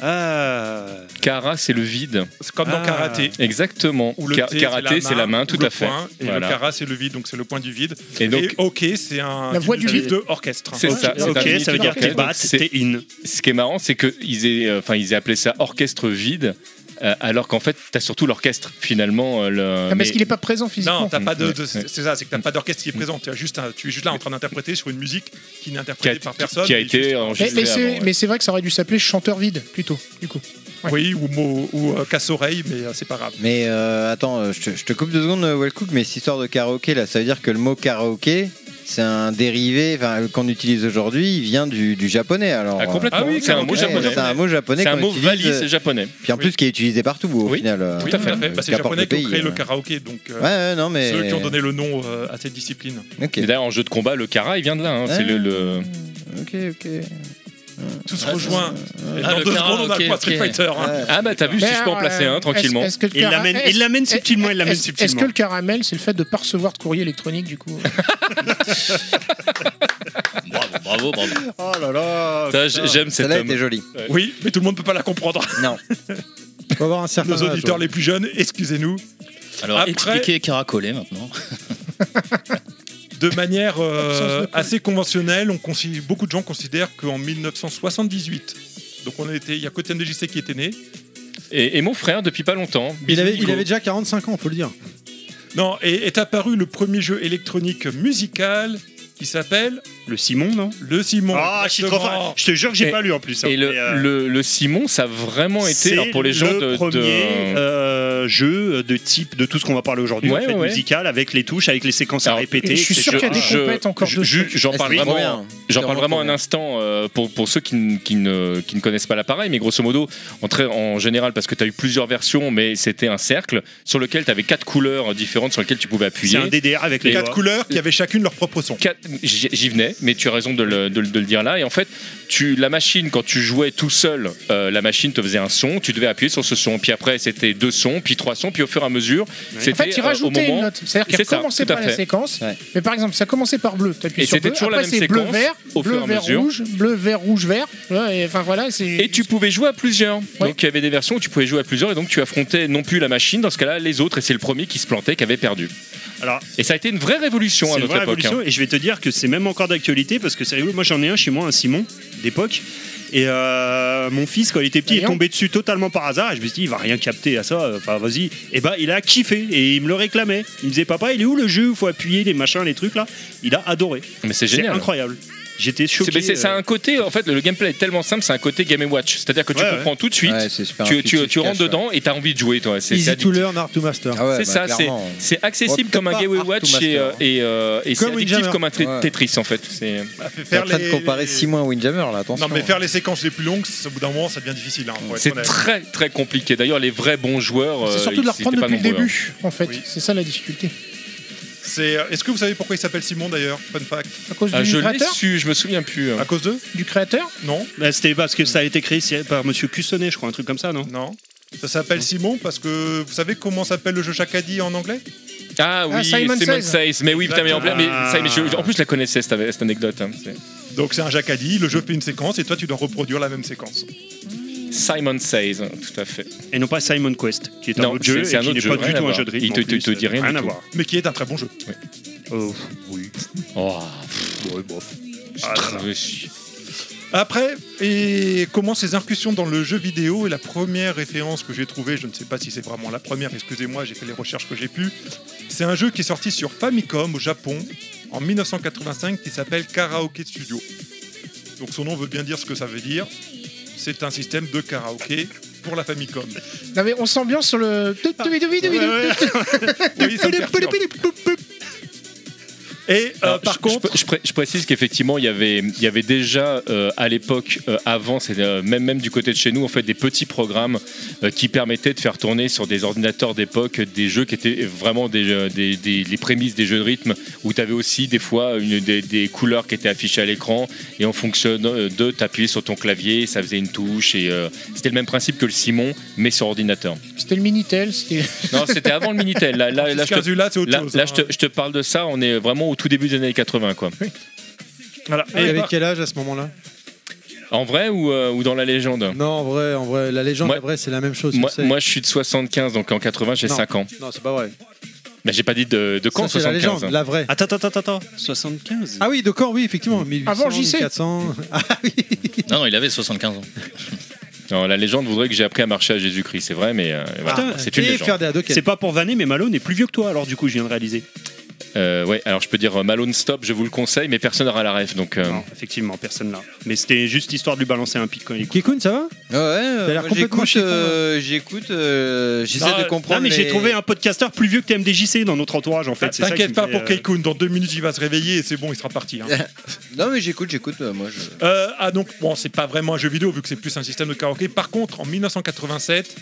Ah. Kara, c'est le vide. C'est comme dans Ah. karaté. Exactement. Où le Ka- T, karaté, c'est la main, tout le à fait. point, et Voilà. le kara, c'est le vide, donc c'est le point du vide. Et donc, et OK, c'est un La voix du type vide. de orchestre. C'est ça. c'est Ok, un ça veut dire que t'es orchestre. bat, C'est- t'es in. ce qui est marrant, c'est qu'ils aient, euh, enfin, ils aient appelé ça orchestre vide, euh, alors qu'en fait, t'as surtout l'orchestre finalement. euh, le- Ah, mais- parce qu'il est pas présent Non, physiquement. t'as pas de, de- Ouais. c'est ça, c'est que t'as pas d'orchestre qui est présent. Tu as juste, un- tu es juste là en train d'interpréter sur une musique qui n'est qui a, interprétée par personne. qui a mais juste- été mais enregistré. mais c'est avant, ouais. mais c'est vrai que ça aurait dû s'appeler chanteur vide plutôt, du coup. ouais. Oui, ou, mot- ou euh, casse-oreille, mais euh, c'est pas grave. Mais euh, attends, euh, je te, je te coupe deux secondes, euh, Wellcook, mais cette histoire de karaoké, là, ça veut dire que le mot karaoké, c'est un dérivé enfin, euh, qu'on utilise aujourd'hui, il vient du, du japonais. Alors, euh, Ah, complètement. Ah oui, c'est un carrément. mot Ouais, japonais. C'est un mot japonais. C'est un qu'on mot utilise, valise euh, japonais. Puis en plus, qui est utilisé partout, au Oui. final. euh, Oui, tout à fait. Bah, c'est les qu'importe japonais le qui ont pays, créé le euh. karaoké, donc euh, Ouais, ouais, non, mais. ceux qui ont donné le nom euh, à cette discipline. Ok, Et D'ailleurs, en jeu de combat, le kara, il vient de là. hein. C'est le, le- ok, ok. Tout se rejoint. Et Ah, dans le deux kara, secondes, on a ok, le point ok. Street Fighter. hein. Ouais. Ah bah t'as vu, si je peux en placer euh, un tranquillement. Est-ce que le Il cara- l'amène, est-ce- il l'amène subtilement, il l'amène est-ce- Est-ce que subtilement. le caramel, c'est le fait de pas recevoir de courrier électronique du coup Bravo, bravo, bravo. Oh là là Ça, j- J'aime cet Celle-là homme. était jolie. Oui, mais tout le monde peut pas la comprendre. hein. Faut avoir un Ah, certain Nos âge, auditeurs ouais. les plus jeunes, excusez-nous. Alors Après- expliquez caracolé maintenant. De manière euh, Absence de assez conventionnelle, on consi- beaucoup de gens considèrent qu'en 1978, donc on était, il y a que TMDJC qui était né. Et, et mon frère, depuis pas longtemps. Il avait, il Nico. avait déjà 45 ans, faut le dire. Non, et est apparu le premier jeu électronique musical qui s'appelle Le Simon, non Le Simon. Ah, je suis trop Exactement. fan. Je te jure que j'ai Et- pas lu en plus. hein. Et le, Mais, euh, le, le Simon, ça a vraiment été c'est alors, pour les gens le de, de- premier euh, jeu de type de tout ce qu'on va parler aujourd'hui, Ouais, en fait, ouais. musical, avec les touches, avec les séquences à Alors, répéter. je suis etc. sûr qu'il y a des Je- compètes encore je- de je- trucs. J'en parle C'est vraiment. bien. J'en C'est parle vraiment vraiment un bien. instant euh, pour, pour ceux qui, ne- qui ne, qui ne connaissent pas l'appareil, mais grosso modo, en, très- en général, parce que tu as eu plusieurs versions, mais c'était un cercle sur lequel tu avais quatre couleurs différentes sur lesquelles tu pouvais C'est appuyer. un DDR avec les Quatre doigts. couleurs qui avaient chacune leur propre son. Quatre- J'y j'y venais, mais tu as raison de le, de le- de le dire là. Et en fait, tu, la machine, quand tu jouais tout seul, euh, la machine te faisait un son, tu devais appuyer sur ce son. Puis après, c'était deux sons, puis trois sons, puis au fur et à mesure, En fait, c'était il euh, au rajoutait moment. une note. C'est-à-dire C'est qu'il ça, commençait tout à par la fait. séquence. Ouais. Mais par exemple, ça commençait par bleu. T'appuies Et sur c'était bleu. toujours la Après, même c'est bleu séquence, vert, au fur et bleu à vert mesure. rouge, bleu vert rouge vert. Ouais, et Enfin voilà. c'est- Et tu pouvais jouer à plusieurs. Ouais. Donc il y avait des versions où tu pouvais jouer à plusieurs et donc tu affrontais non plus la machine, dans ce cas-là les autres, et c'est le premier qui se plantait, qui avait perdu. Alors, Et ça a été une vraie révolution C'est à une notre vraie époque. hein. révolution, et je vais te dire que c'est même encore d'actualité parce que c'est rigolo. Moi, j'en ai un chez moi, un Simon d'époque. Et euh, mon fils, quand il était petit, est Voyons. tombé dessus totalement par hasard. Et je me suis dit, il va rien capter à ça. Enfin, vas-y. Et bah, il a kiffé et il me le réclamait. Il me disait, papa, il est où le jeu où faut appuyer les machins, les trucs là Il a adoré. hein. Mais c'est C'est génial. incroyable. J'étais C'est mais choqué. c'est- euh, c'est un côté, en fait, le gameplay est tellement simple, c'est un côté Game Watch. C'est-à-dire que tu Ouais, comprends tout de suite, Ouais, c'est super tu, tu, intuitif, tu rentres cache, dedans et t'as envie de jouer, toi. C'est c'est Easy to addictif. learn, hard to master. ouais. Ah ouais, C'est bah, ça, c'est- clairement. c'est Ouais, accessible peut-être comme un pas Game Art to Watch et, Master, euh, hein. et, euh, et c'est Comme addictif Windjammer. comme un tri- Ouais. Tetris en fait. C'est- T'es en Faire train de les- comparer Simon à Windjammer, là, attention. hein. Non, mais faire les séquences les plus longues, c'est- au bout d'un moment, ça devient difficile. hein, pour être C'est honnête. très très compliqué. D'ailleurs, les vrais bons joueurs. C'est euh, surtout de la ils- c'était reprendre pas depuis le nombreux, début, en fait. Oui. C'est ça la difficulté. C'est. euh, Est-ce que vous savez pourquoi il s'appelle Simon d'ailleurs Fun fact. À cause hein. Ah, du je l'ai créateur su, je me souviens plus. hein. À cause d'eux Du créateur Non, bah, C'était parce que ça a été créé c'est- par Monsieur Cussonnet, je crois, un truc comme ça, non non. Ça s'appelle Simon parce que vous savez comment s'appelle le jeu Chakadi en anglais Ah oui, Ah, Simon Simon Says. Says. Mais oui, putain, mais en, plein- mais, Ah. ça, mais je- en plus, je la connaissais cette, cette anecdote. hein. C'est Donc c'est un Jacadi, le jeu fait une séquence et toi tu dois reproduire la même séquence. Simon Says, hein, tout à fait. Et non pas Simon Quest, qui est un Non, autre c'est- jeu, c'est et un qui autre n'est jeu, pas du rien tout à un voir. jeu de rythme. Il te- en il te- il te plus, dit rien du à tout. voir. Mais qui est un très bon jeu. Oh, oui. Oh, Ah, ça. Après, et comment ces incursions dans le jeu vidéo et la première référence que j'ai trouvée, je ne sais pas si c'est vraiment la première, excusez-moi, j'ai fait les recherches que j'ai pu. C'est un jeu qui est sorti sur Famicom au Japon en 1985 qui s'appelle Karaoke Studio. Donc son nom veut bien dire ce que ça veut dire. C'est un système de karaoké pour la Famicom. Non mais on s'ambiance sur le. Ah. Oui, ça me perturbe. Et euh, Alors, par je- je, contre, pré- je pré- je précise qu'effectivement, il y avait, il y avait déjà euh, à l'époque, euh, avant, c'est, euh, même, même du côté de chez nous, en fait, des petits programmes euh, qui permettaient de faire tourner sur des ordinateurs d'époque des jeux qui étaient vraiment des, euh, des- des- les prémices des jeux de rythme, où tu avais aussi des fois une, des, des couleurs qui étaient affichées à l'écran, et en fonction euh, de, t'appuyer sur ton clavier, ça faisait une touche, et euh, c'était le même principe que le Simon, mais sur ordinateur. C'était le Minitel. c'était- Non, c'était avant le Minitel. Là, là, là, je te- là, c'est autre là- chose. là, hein. je, te, je te parle de ça, on est vraiment au tout début des années 80, quoi. Voilà. Et il Et bah, avait par- quel âge à ce moment-là En vrai ou, euh, ou dans la légende Non, en vrai, en vrai, la légende, Moi- la vraie, c'est la même chose. tu moi, sais. moi, je suis de 75, donc en 80, j'ai Non. 5 ans. Non, c'est pas vrai. Mais j'ai pas dit de, de quand, hein. Ça, c'est la 75. légende, la vraie. Attends, attends, attends, attends. 75 Ah oui, de quand, oui, effectivement. 1800, Avant JC. 1400. Ah oui. Non, non, il avait 75 ans. hein. Non, la légende voudrait que j'ai appris à marcher à Jésus-Christ, c'est vrai, mais euh, voilà, Putain, c'est une Ah, Et légende. faire des hadokens. C'est pas pour vanner, mais Malone est plus vieux que toi, alors du coup, je viens de réaliser. Euh, ouais, alors je peux dire euh, Malone Stop, je vous le conseille, mais personne n'aura la ref, donc. euh, Non, effectivement, personne là. Mais c'était juste histoire de lui balancer un pic quand il écoute. Kekun, ça va Ouais, euh, T'as l'air moi, complètement j'écoute, chiffon, hein. euh, j'écoute, euh, j'essaie Ah, de comprendre. non, mais j'ai les- trouvé un podcasteur plus vieux que TMDJC dans notre entourage, en fait. C'est ça qui T'inquiète me pas fait, pour euh, Keikun, dans deux minutes il va se réveiller et c'est bon, il sera parti. hein. Non, mais j'écoute, j'écoute. euh, moi, je... Euh, ah donc, bon, c'est pas vraiment un jeu vidéo vu que c'est plus un système de karaoké. Par contre, en 1987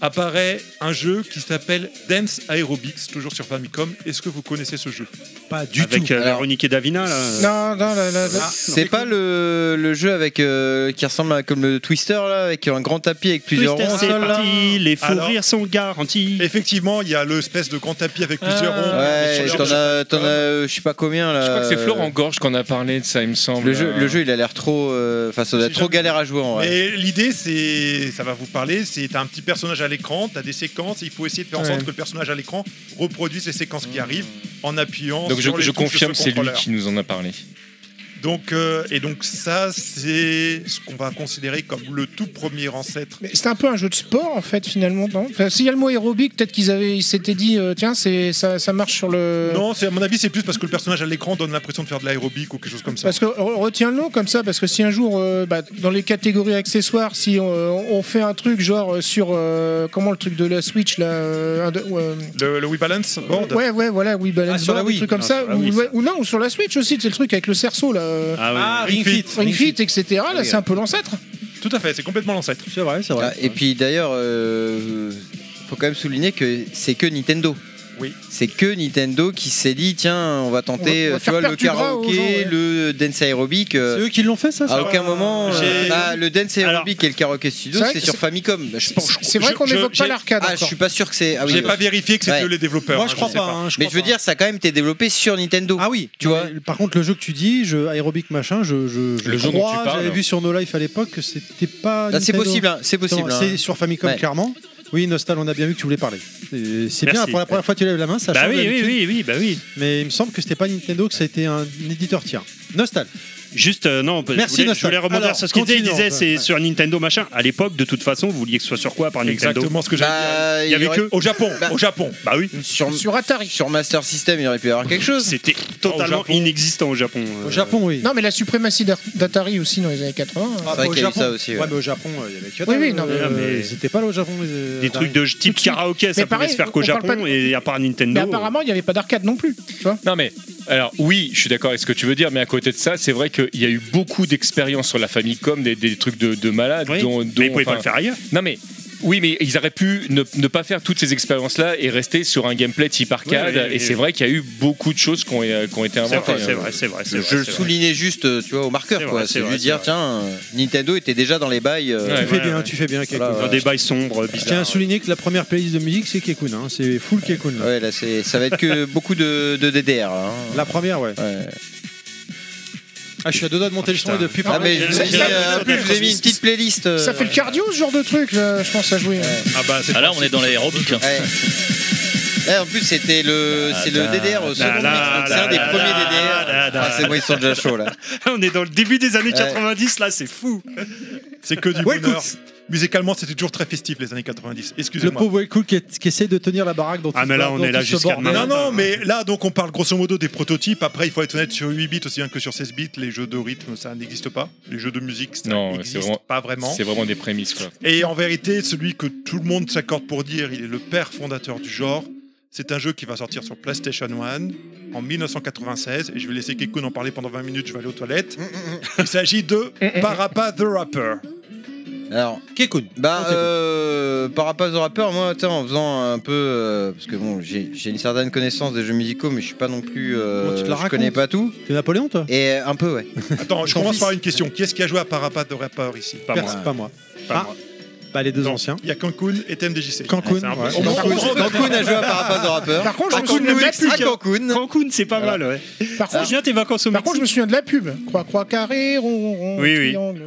apparaît un jeu qui s'appelle Dance Aerobics, toujours sur Famicom. Est-ce que vous connaissez ce jeu Pas du Avec tout. euh, Alors- Véronique et Davina, là. Non, non, la- la- la- C'est pas le, le jeu avec euh, qui ressemble à comme le Twister là, avec un grand tapis avec plusieurs Twister, ronds au c'est sol, là. parti, les fous Alors- rires sont garantis. Effectivement, il y a l'espèce de grand tapis avec plusieurs Ah. ronds. Ouais, Sur- t'en as, t'en as, euh, je sais pas combien là. Je crois que c'est Euh, Florent Gorge qu'on a parlé de ça, il me semble. Le jeu, Euh, le jeu, il a l'air trop, euh, enfin, ça doit J'ai être trop jamais- galère à jouer en vrai. Mais l'idée, c'est, ça va vous parler, c'est t'as un petit personnage à l'écran, t'as des séquences, et il faut essayer de faire en sorte Ouais. que le personnage à l'écran reproduise les séquences qui arrivent en appuyant Donc je, sur les je touches de confirme, ce c'est lui contrôleur. qui nous en a parlé. Donc, euh, et donc ça, c'est ce qu'on va considérer comme le tout premier ancêtre. Mais c'était un peu un jeu de sport en fait finalement, non Enfin, S'il y a le mot aérobic, peut-être qu'ils avaient, ils s'étaient dit, euh, tiens, c'est ça, ça marche sur le. Non, c'est à mon avis, c'est plus parce que le personnage à l'écran donne l'impression de faire de l'aérobic ou quelque chose comme ça. Parce que re- retiens le nom comme ça, parce que si un jour, euh, bah, dans les catégories accessoires, si on, euh, on fait un truc genre euh, sur euh, comment le truc de la Switch là, euh, un de- ou, euh, Le, le Wii Balance Board ouais ouais voilà, oui bah, balance Ah, sur la board, des Wii. trucs comme Ah, ça, sur la ou, Wii, ça. ouais, ou non, ou sur la Switch aussi, c'est le truc avec le cerceau là, euh, Ah ouais. Ah, Ring Fit. Ring Fit, etc. Là, c'est un peu l'ancêtre. Tout à fait, c'est complètement l'ancêtre. C'est vrai, c'est vrai. Ah, et puis d'ailleurs, euh, faut quand même souligner que c'est que Nintendo. Oui. C'est que Nintendo qui s'est dit tiens, on va tenter On va- on va euh, tu faire vois, le perdre du gras aux karaoké, gens, ouais. le dance aérobic. euh, C'est eux qui l'ont fait, ça, à ça aucun moment, euh, J'ai- ah, le dance Alors- aérobic et le karaoké studio, C'est vrai c'est que sur c'est- Famicom. Je pense. je- C'est vrai je- qu'on je- n'évoque j'ai- pas l'arcade. Ah, je encore. suis pas sûr que c'est. Ah oui. J'ai ouais. pas vérifié que c'était Ouais. les développeurs. Moi, hein, je crois sais pas. hein, je Mais crois je veux pas. dire, ça a quand même été développé sur Nintendo. Ah oui, Tu vois. mais Par contre, le jeu que tu dis, jeu aérobic machin, je, je, je Le jeu dont crois, tu parles. j'avais vu sur No Life à l'époque que c'était pas. Ah, c'est Nintendo. possible, hein, c'est possible. hein. C'est sur Famicom, Ouais. clairement. Oui, Nostal, on a bien vu que tu voulais parler. C'est c'est bien, Merci. pour la première fois que tu lèves la main, ça Bah change oui, oui, d'habitude. oui, oui, bah oui. Mais il me semble que c'était pas Nintendo, que ça a été un éditeur tiers. Nostal. Juste, euh, non, Merci, je voulais, je Nostal. voulais rebondir Alors, sur ce qu'il disait. Il continuons. disait, c'est Ouais. sur Nintendo, machin. À l'époque, de toute façon, vous vouliez que ce soit sur quoi par pas. Nintendo Exactement ce que j'avais dit. Bah, Il y avait aurait- que- Au Japon, bah- au Japon. Bah oui, sur, Sur Atari. sur Master System, il aurait pu y avoir quelque chose. c'était totalement Japon. inexistant au Japon. Au euh, Japon, oui. Non, mais la suprématie d'Ar- d'Atari aussi dans les années euh. 80. Ah, vrai au qu'il y a eu Japon. ça aussi, ouais. Ouais, mais au Japon, euh, il y avait que Oui, oui, non, mais- euh, mais- Ils étaient pas là au Japon. les, euh, Des trucs de type de suite. karaoké, ça Mais pouvait pareil, se faire qu'au on parle Japon pas de- et à part Mais Nintendo. apparemment, il n'y avait pas d'arcade non plus. Tu vois Non mais alors oui, je suis d'accord avec ce que tu veux dire, mais à côté de ça, c'est vrai qu'il y a eu beaucoup d'expériences sur la Famicom, des, des trucs de, de malades. Oui, dont- dont, mais ils pouvaient pas enfin, le faire ailleurs. Non mais oui, mais ils auraient pu ne, ne pas faire toutes ces expériences-là et rester sur un gameplay type arcade. Oui, oui, oui, et c'est oui. vrai qu'il y a eu beaucoup de choses qui ont, euh, qui ont été C'est inventées. vrai, c'est vrai, c'est vrai. c'est Je vrai, le c'est vrai. soulignais juste, euh, tu vois, au marqueur, C'est quoi. vrai, c'est C'est vrai, lui dire, c'est tiens, euh, Nintendo était déjà dans les bails. euh, Tu Ouais, fais ouais, bien, ouais. tu fais bien, Kekun. Voilà, Dans des bails sombres, Je bizarres. tiens à souligner que la première playlist de musique, c'est Kekun. hein. C'est full Kekun. là. Ouais, là, c'est, ça va être que beaucoup de, de DDR. hein. La première, ouais. Ouais. Ah, je suis à deux doigts de monter Oh, le son et depuis. Ah, mais je vous ai ça- mis, ça- euh, je vous ai mis une petite playlist. euh, Ça fait le cardio, ce genre de truc, là, je pense, à jouer. euh. Ah bah, c'est Ah là, on est dans l'aérobic. hein. ouais. Là, en plus, c'était le, c'est le DDR au second là, mix, là, donc c'est un des là, premiers là, DDR. là, là, Ah, c'est bon, ils sont déjà chauds là. On est dans le début des années Ouais. 90, là, c'est fou. c'est que du Ouais, bonheur. Musicalement, c'était toujours très festif les années 90. Le Excusez-moi. pauvre cool qui, est- qui essaie de tenir la baraque dans Ah, mais là, on est là jusqu'à demain. Non, non, hein. Attends. mais là, donc, on parle grosso modo des prototypes. Après, il faut être honnête, sur 8 bits aussi bien que sur 16 bits, les jeux de rythme, ça n'existe pas. Les jeux de musique, ça Non, c'est n'existe vraiment- pas vraiment. C'est vraiment des prémices quoi. Et en vérité, celui que tout le monde s'accorde pour dire, il est le père fondateur du genre. C'est un jeu qui va sortir sur PlayStation 1 en 1996. Et je vais laisser Kekun en parler pendant 20 minutes, je vais aller aux toilettes. Il s'agit de Parappa the Rapper. Alors, Kekun. Bah, euh, par rapport au rappeur, moi, attends, en faisant un peu. euh, parce que bon, j'ai j'ai une certaine connaissance des jeux musicaux, mais je suis pas non plus. euh, Bon, tu te la je connais racontes. pas tout. T'es Napoléon, toi Et euh, un peu, ouais. Attends, je commence par une question. Qui est-ce qui a joué à Parappa the Rapper ici Pas moi. Perse, Pas moi. Pas Ah. moi. Ah, Bah, les deux Non. anciens. Il y a Cancun et TMDJC. Cancun. c'est un peu- ouais. Au moins, Cancun, on- Cancun a joué à par rapport au rappeur. Par contre, je À me souviens de la Cancun, pub. à Cancun. Cancun, c'est pas mal, ouais. Par Ah, contre, Julien, tes vacances au par contre, je Mexique me souviens de la pub. Croix, croix, carré, rond, rond, rond, Oui, oui. triangle.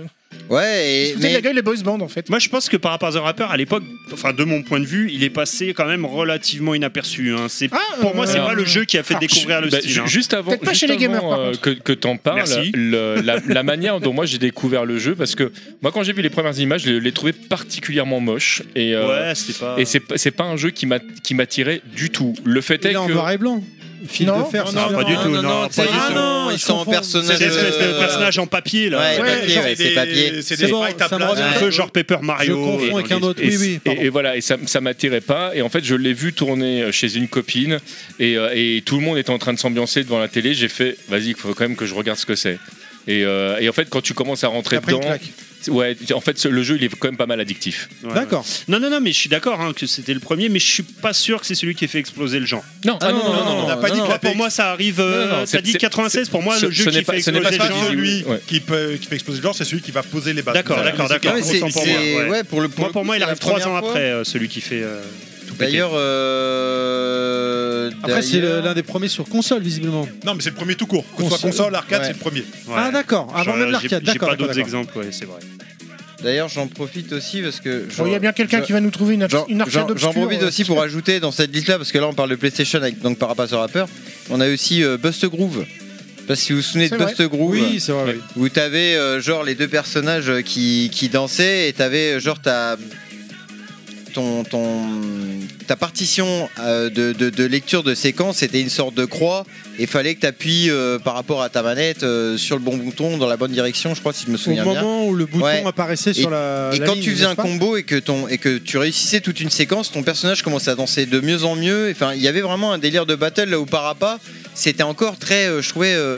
Ouais, et, Écoutez mais la gueule les boys band en fait. Moi, je pense que par rapport à The Rapper, à l'époque, enfin, de mon point de vue, il est passé quand même relativement inaperçu. hein. C'est- Ah, pour moi, euh, c'est pas le jeu qui a fait alors, découvrir le Bah, style. ju- hein. Juste avant, Peut-être pas juste chez les avant, gamers, par euh, contre. que, que t'en parles, Merci. le- la, la manière dont moi j'ai découvert le jeu, parce que moi quand j'ai vu les premières images, je l'ai trouvé particulièrement moche. Et, euh, ouais, c'était pas. et c'est pas- c'est pas un jeu qui m'a- qui m'attirait du tout. Le fait est Il est en que. noir et blanc. Fil Non, de fer, euh, non, c'est non, sûr. pas du Ah, tout, non, non, non, pas c'est- du ah tout. non, Ils ils sont en confondent. personnage. C'est l'espèce de euh, personnage en papier là. Ouais, papier, genre, ouais, des- c'est papier. C'est C'est des bon, sprites à ça me plat, revient. un un peu peu Ouais. genre- genre Paper Je Mario. euh, confonds et- avec un autre. Et, Oui, oui. et- pardon. et voilà, et ça, ça m'attirait pas. Et en fait, je l'ai vu tourner euh, chez une copine et, euh, et tout le monde était en train de s'ambiancer devant la télé. J'ai fait, vas-y, il faut quand même que je regarde ce que c'est. Et, euh, et en fait, quand tu commences à rentrer Après une dedans, claque. ouais, en fait, ce- le jeu il est quand même pas mal addictif. Ouais. D'accord. Non, non, non, mais je suis d'accord hein, que c'était le premier, mais je suis pas sûr que c'est celui qui a fait exploser le genre. Non, Ah non, non, On non, n'a pas non, dit non. que la Pour PX moi, ça arrive. euh, Non, non, T'as c'est- dit c'est- 96, pour moi, ce- le ce jeu n'est qui pas- fait ce n'est pas exploser le pas celui- genre. celui Ouais. qui, peut- qui fait exploser le genre, c'est celui qui va poser les bases. D'accord, d'accord, d'accord. Ouais, mais c'est- Autant pour moi, c'est- ouais. ouais, pour le Moi, pour moi, il arrive 3 ans après après euh, celui qui fait. euh, tout péter. D'ailleurs, euh, Après, c'est le- d'ailleurs- l'un des premiers sur console, visiblement. Non, mais c'est le premier tout court. Que ce soit Console. console, arcade, Ouais. c'est le premier. Ouais. Ah, d'accord. Avant Genre, même j'ai- l'arcade. J'ai D'accord. pas d'accord, d'autres d'accord. exemples, ouais, c'est vrai. D'ailleurs, j'en profite aussi parce que. Bon, Il y a bien quelqu'un qui va nous trouver une, J'en ar- une arcade j'en- j'en obscure. profite euh, aussi pour ajouter dans cette liste là, parce que là on parle de PlayStation avec, donc par rapport à ce rappeur, on a aussi euh, Bust Groove. Je sais pas si vous vous souvenez de C'est Bust Groove, Oui, c'est vrai. oui. où t'avais euh, genre les deux personnages euh, qui, qui dansaient et t'avais euh, genre ta, ton, ton, ta partition euh, de, de- de lecture de séquence, c'était une sorte de croix et fallait que t'appuies euh, par rapport à ta manette euh, sur le bon bouton dans la bonne direction, je crois, si je me Au souviens bien. moment où le bouton Ouais. apparaissait sur la. Et la quand ligne, tu faisais n'est-ce un pas combo et que, ton, et que tu réussissais toute une séquence, ton personnage commençait à danser de mieux en mieux. Enfin, il y avait vraiment un délire de battle là où par à pas, c'était encore très, euh, je trouvais. euh,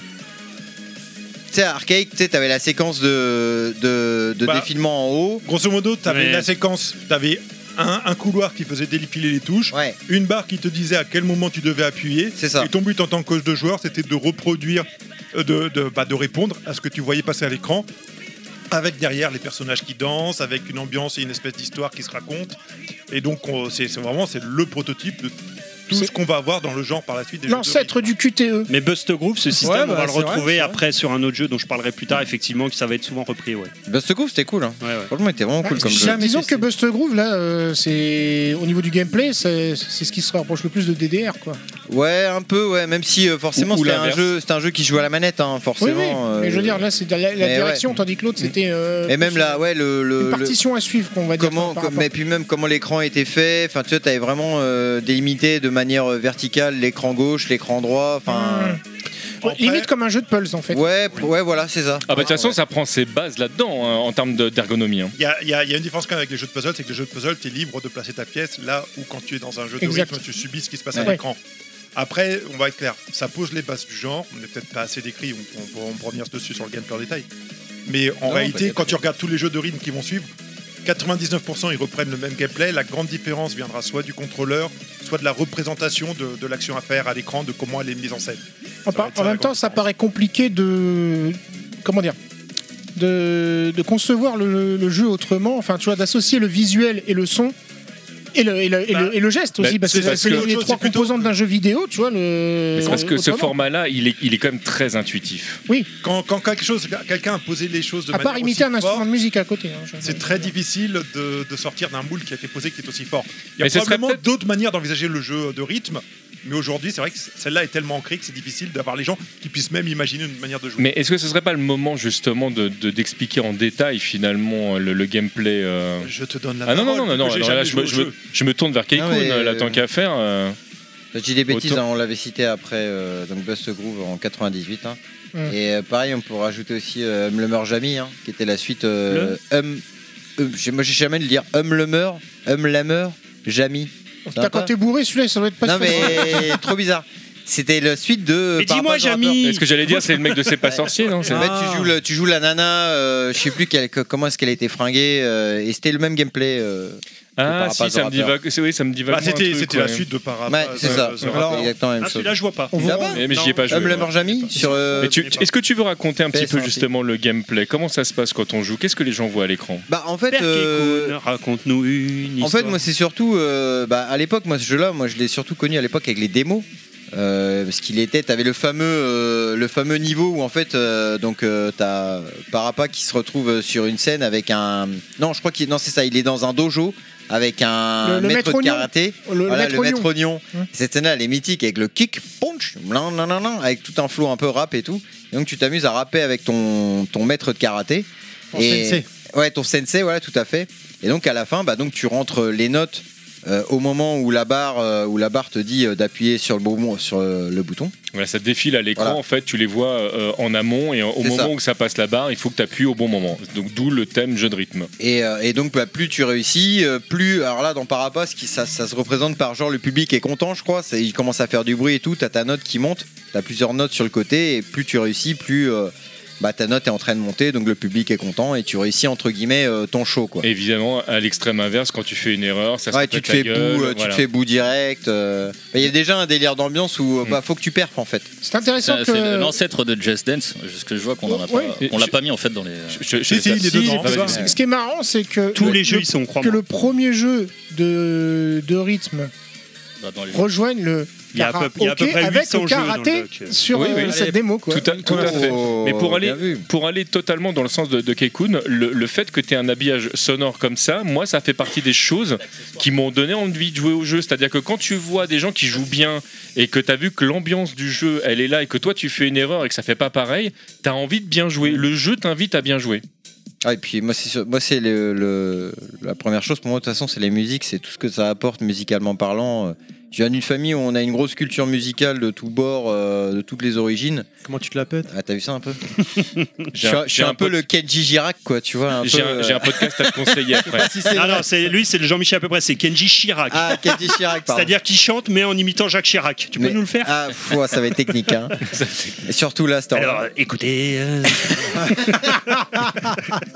tu sais, archaïque, tu sais, t'avais la séquence de, de, de Bah. défilement en haut. Grosso modo, t'avais Mais- la séquence, t'avais un, un couloir qui faisait défiler les touches, Ouais, une barre qui te disait à quel moment tu devais appuyer. c'est ça. Et ton but en tant que coach de joueur, c'était de reproduire, euh, de, de- bah, de répondre à ce que tu voyais passer à l'écran, avec derrière les personnages qui dansent, avec une ambiance et une espèce d'histoire qui se raconte. Et donc, on- c'est c'est vraiment c'est le prototype de tout C'est- ce qu'on va avoir dans le genre par la suite. des jeux de L'ancêtre du E. QTE. Mais Bust Groove, ce système, Ouais, bah, on va le c'est vrai, retrouver c'est vrai. après sur un autre jeu dont je parlerai plus tard, effectivement, que ça va être souvent repris. Ouais. Bah, ce coup, c'était cool. Hein. Ouais, ouais. Franchement, il était vraiment cool Ah, comme jeu. jamais Disons testé. que Buster Groove, là, euh, c'est au niveau du gameplay, c'est c'est ce qui se rapproche le plus de DDR, quoi. Ouais, un peu, ouais, même si euh, forcément Ou- ou c'était un, l'inverse. jeu- c'était un jeu qui jouait à la manette, hein, Oui, oui. forcément. euh, Mais je veux dire, là, c'est la, la mais ouais. direction, tandis que l'autre, c'était. euh, Et même là, ouais, le. le- Une le- partition à suivre, qu'on va dire. comment, par com- rapport- mais puis même comment l'écran était fait. Enfin, tu vois, t'avais vraiment euh, délimité de manière euh, verticale l'écran gauche, l'écran droit. Enfin, Bon, Après- Limite comme un jeu de Pulse, en fait. ouais, pr- ouais, voilà, c'est ça. Ah bah de toute façon, Ouais. ça prend ses bases là-dedans hein, en termes de- d'ergonomie. hein. Il y a, il y a- il y a une différence quand même avec les jeux de puzzle, c'est que les jeux de puzzle, tu es libre de placer ta pièce là où quand tu es dans un jeu de Exact. rythme, tu subis ce qui se passe à Ouais. l'écran. Après, on va être clair, ça pose les bases du genre, on n'est peut-être pas assez décrit, on, on pourra- on pourra revenir dessus sur le gameplay en détail. Mais en Non, réalité, peut-être. quand tu regardes tous les jeux de rythme qui vont suivre, 99% ils reprennent le même gameplay, la grande différence viendra soit du contrôleur, soit de la représentation de, de l'action à faire à l'écran, de comment elle est mise en scène. Ça En, par- va être ça, en même la temps, grande ça différence. paraît compliqué de. Comment dire de, de concevoir le, le jeu autrement, enfin, tu vois, d'associer le visuel et le son. Et le, et le- et le- Bah, et le geste aussi, bah, parce c'est que parce c'est que- les, les trois c'est plutôt- composantes d'un jeu vidéo, tu vois. Le, Mais c'est parce que ce autrement. format-là, il est, il est quand même très intuitif. Quand, quand quelque chose- quelqu'un a posé les choses de À manière part aussi imiter un instrument forte, de musique à côté. hein, je- C'est très difficile de, de sortir d'un moule qui a été posé qui est aussi fort. Il y Mais a ce serait probablement peut-être- d'autres manières d'envisager le jeu de rythme, mais aujourd'hui, c'est vrai que celle-là est tellement ancrée que c'est difficile d'avoir les gens qui puissent même imaginer une manière de jouer. Mais est-ce que ce serait pas le moment justement de- de- d'expliquer en détail finalement le, le gameplay euh, Je te donne la Ah non, parole. non, non, non, non, vu que j'ai non, jamais là, je, joué me, au je, jeu. me- je me tourne vers Keikun, Non, mais, euh, là, euh, tant qu'à faire. euh, Je dis des bêtises, Autant- hein, on l'avait cité après, euh, donc Bust Groove en 98. hein. Mm. Et euh, pareil, on pourrait rajouter aussi euh, Hum Lummer Jammy, hein, qui était la suite. euh, Hum- Hum- je- moi, j'ai jamais de dire Hum Lummer, Hum Lammer, Jammy. Putain, quand t'es bourré, celui-là, ça doit être pas Non, facile. mais trop bizarre. C'était la suite de. Mais par dis-moi, rapport à- Jamy, Est-ce que j'allais dire, c'est le mec de C'est pas sorcier, non c'est- En fait, Ah. tu joues, le- tu joues la nana, euh, je sais plus quelle- que- comment est-ce qu'elle a été fringuée, euh, et c'était le même gameplay. euh. Ah, par si, rapport ça à me Peur. divague. c'est- Oui, ça me divague. Bah, C'était c'était la suite de Para. Ouais, c'est euh, ça. euh, Ça me Para- rappelle exactement la même Ah, chose. celui-là, je vois pas. On vous- Là-bas Mais, mais j'y ai Non. pas joué. Hum moi. Lammer Jamie sur. euh, Mais tu- Je l'ai pas. est-ce que tu veux raconter un petit peu PS1, justement le gameplay Comment ça se passe quand on joue Qu'est-ce que les gens voient à l'écran Bah, en fait. Père euh, Kekun, raconte-nous une En histoire. fait, moi, c'est surtout. euh, bah, à l'époque, moi, ce jeu-là, moi, je l'ai surtout connu à l'époque avec les démos. Euh, parce qu'il était, t'avais le fameux, euh, le fameux niveau où en fait, euh, donc euh, t'as Parappa qui se retrouve sur une scène avec un, non, je crois qu'il, non, c'est ça, il est dans un dojo avec un Le- le maître maître de oignon. karaté, Le- le voilà, maître le maître oignon. oignon. Hum. Cette scène-là, elle est mythique avec le kick punch, nan, nan, nan, nan, avec tout un flow un peu rap et tout. Et donc tu t'amuses à rapper avec ton, ton maître de karaté. Ton et, sensei. Ouais, ton sensei, voilà, tout à fait. Et donc à la fin, bah, donc tu rentres les notes euh, au moment où la barre, euh, où la barre te dit euh, d'appuyer sur le bon sur euh, le bouton. Voilà, ça défile à l'écran, Voilà. en fait, tu les vois euh, en amont et euh, au C'est moment ça. où ça passe la barre, il faut que tu appuies au bon moment. Donc d'où le thème jeu de rythme. Et, euh, et donc bah, plus tu réussis, euh, plus alors là dans Parappa, ce qui- ça, ça se représente par genre le public est content, je crois. C'est- Il commence à faire du bruit et tout. T'as ta note qui monte. T'as plusieurs notes sur le côté et plus tu réussis, plus euh, bah, ta note est en train de monter. Donc le public est content et tu réussis entre guillemets euh, ton show quoi. Évidemment, à l'extrême inverse, quand tu fais une erreur, ça se Ouais, pète tu te la fais gueule, bout, euh, tu voilà. te fais bout direct. euh. Il y a déjà un délire d'ambiance où euh, bah, Mm. faut que tu perfs en fait. C'est intéressant Euh, C'est que. c'est l'ancêtre de Just Dance, ce que je vois qu'on en a pas, Ouais. on l'a pas mis en fait dans les. Je- je- Si, je- si, il est dedans. Ah, c'est bah, ça. Ce qui est marrant, c'est que. Tous le- les jeux, le- ils sont, crois Que le premier jeu de, de rythme bah, dans les- rejoigne le Il y a à peu- il y a à peu karaoké près avec 800 le jeux dans le karaté doc. sur Oui, oui. euh, cette démo. Quoi. Tout à, tout à fait. Oh, Mais pour aller, bien vu. pour aller totalement dans le sens de, de Kekun, le, le fait que tu aies un habillage sonore comme ça, moi, ça fait partie des choses qui m'ont donné envie de jouer au jeu. C'est-à-dire que quand tu vois des gens qui jouent bien et que tu as vu que l'ambiance du jeu, elle est là et que toi, tu fais une erreur et que ça fait pas pareil, tu as envie de bien jouer. Le jeu t'invite à bien jouer. Ah, et puis moi c'est sûr- moi c'est le, le- la première chose pour moi de toute façon c'est les musiques, c'est tout ce que ça apporte musicalement parlant. Euh, Je viens d'une famille où on a une grosse culture musicale de tous bords, euh, de toutes les origines. Comment tu te la pètes Ah t'as vu ça un peu Je J'ai suis un- un, je suis j'ai un un peu pote- le Kenji Girac quoi, tu vois. un J'ai peu, un, euh, j'ai un podcast à te conseiller après. Non, non, c'est- lui, c'est le Jean-Michel à peu près, c'est Kenji Chirac. Ah Kenji Girac pardon. C'est-à-dire qu'il chante, mais en imitant Jacques Chirac. Tu peux Mais- nous le faire Ah pff, ouais, ça va être technique hein. Et surtout là c'était Alors, écoutez, euh,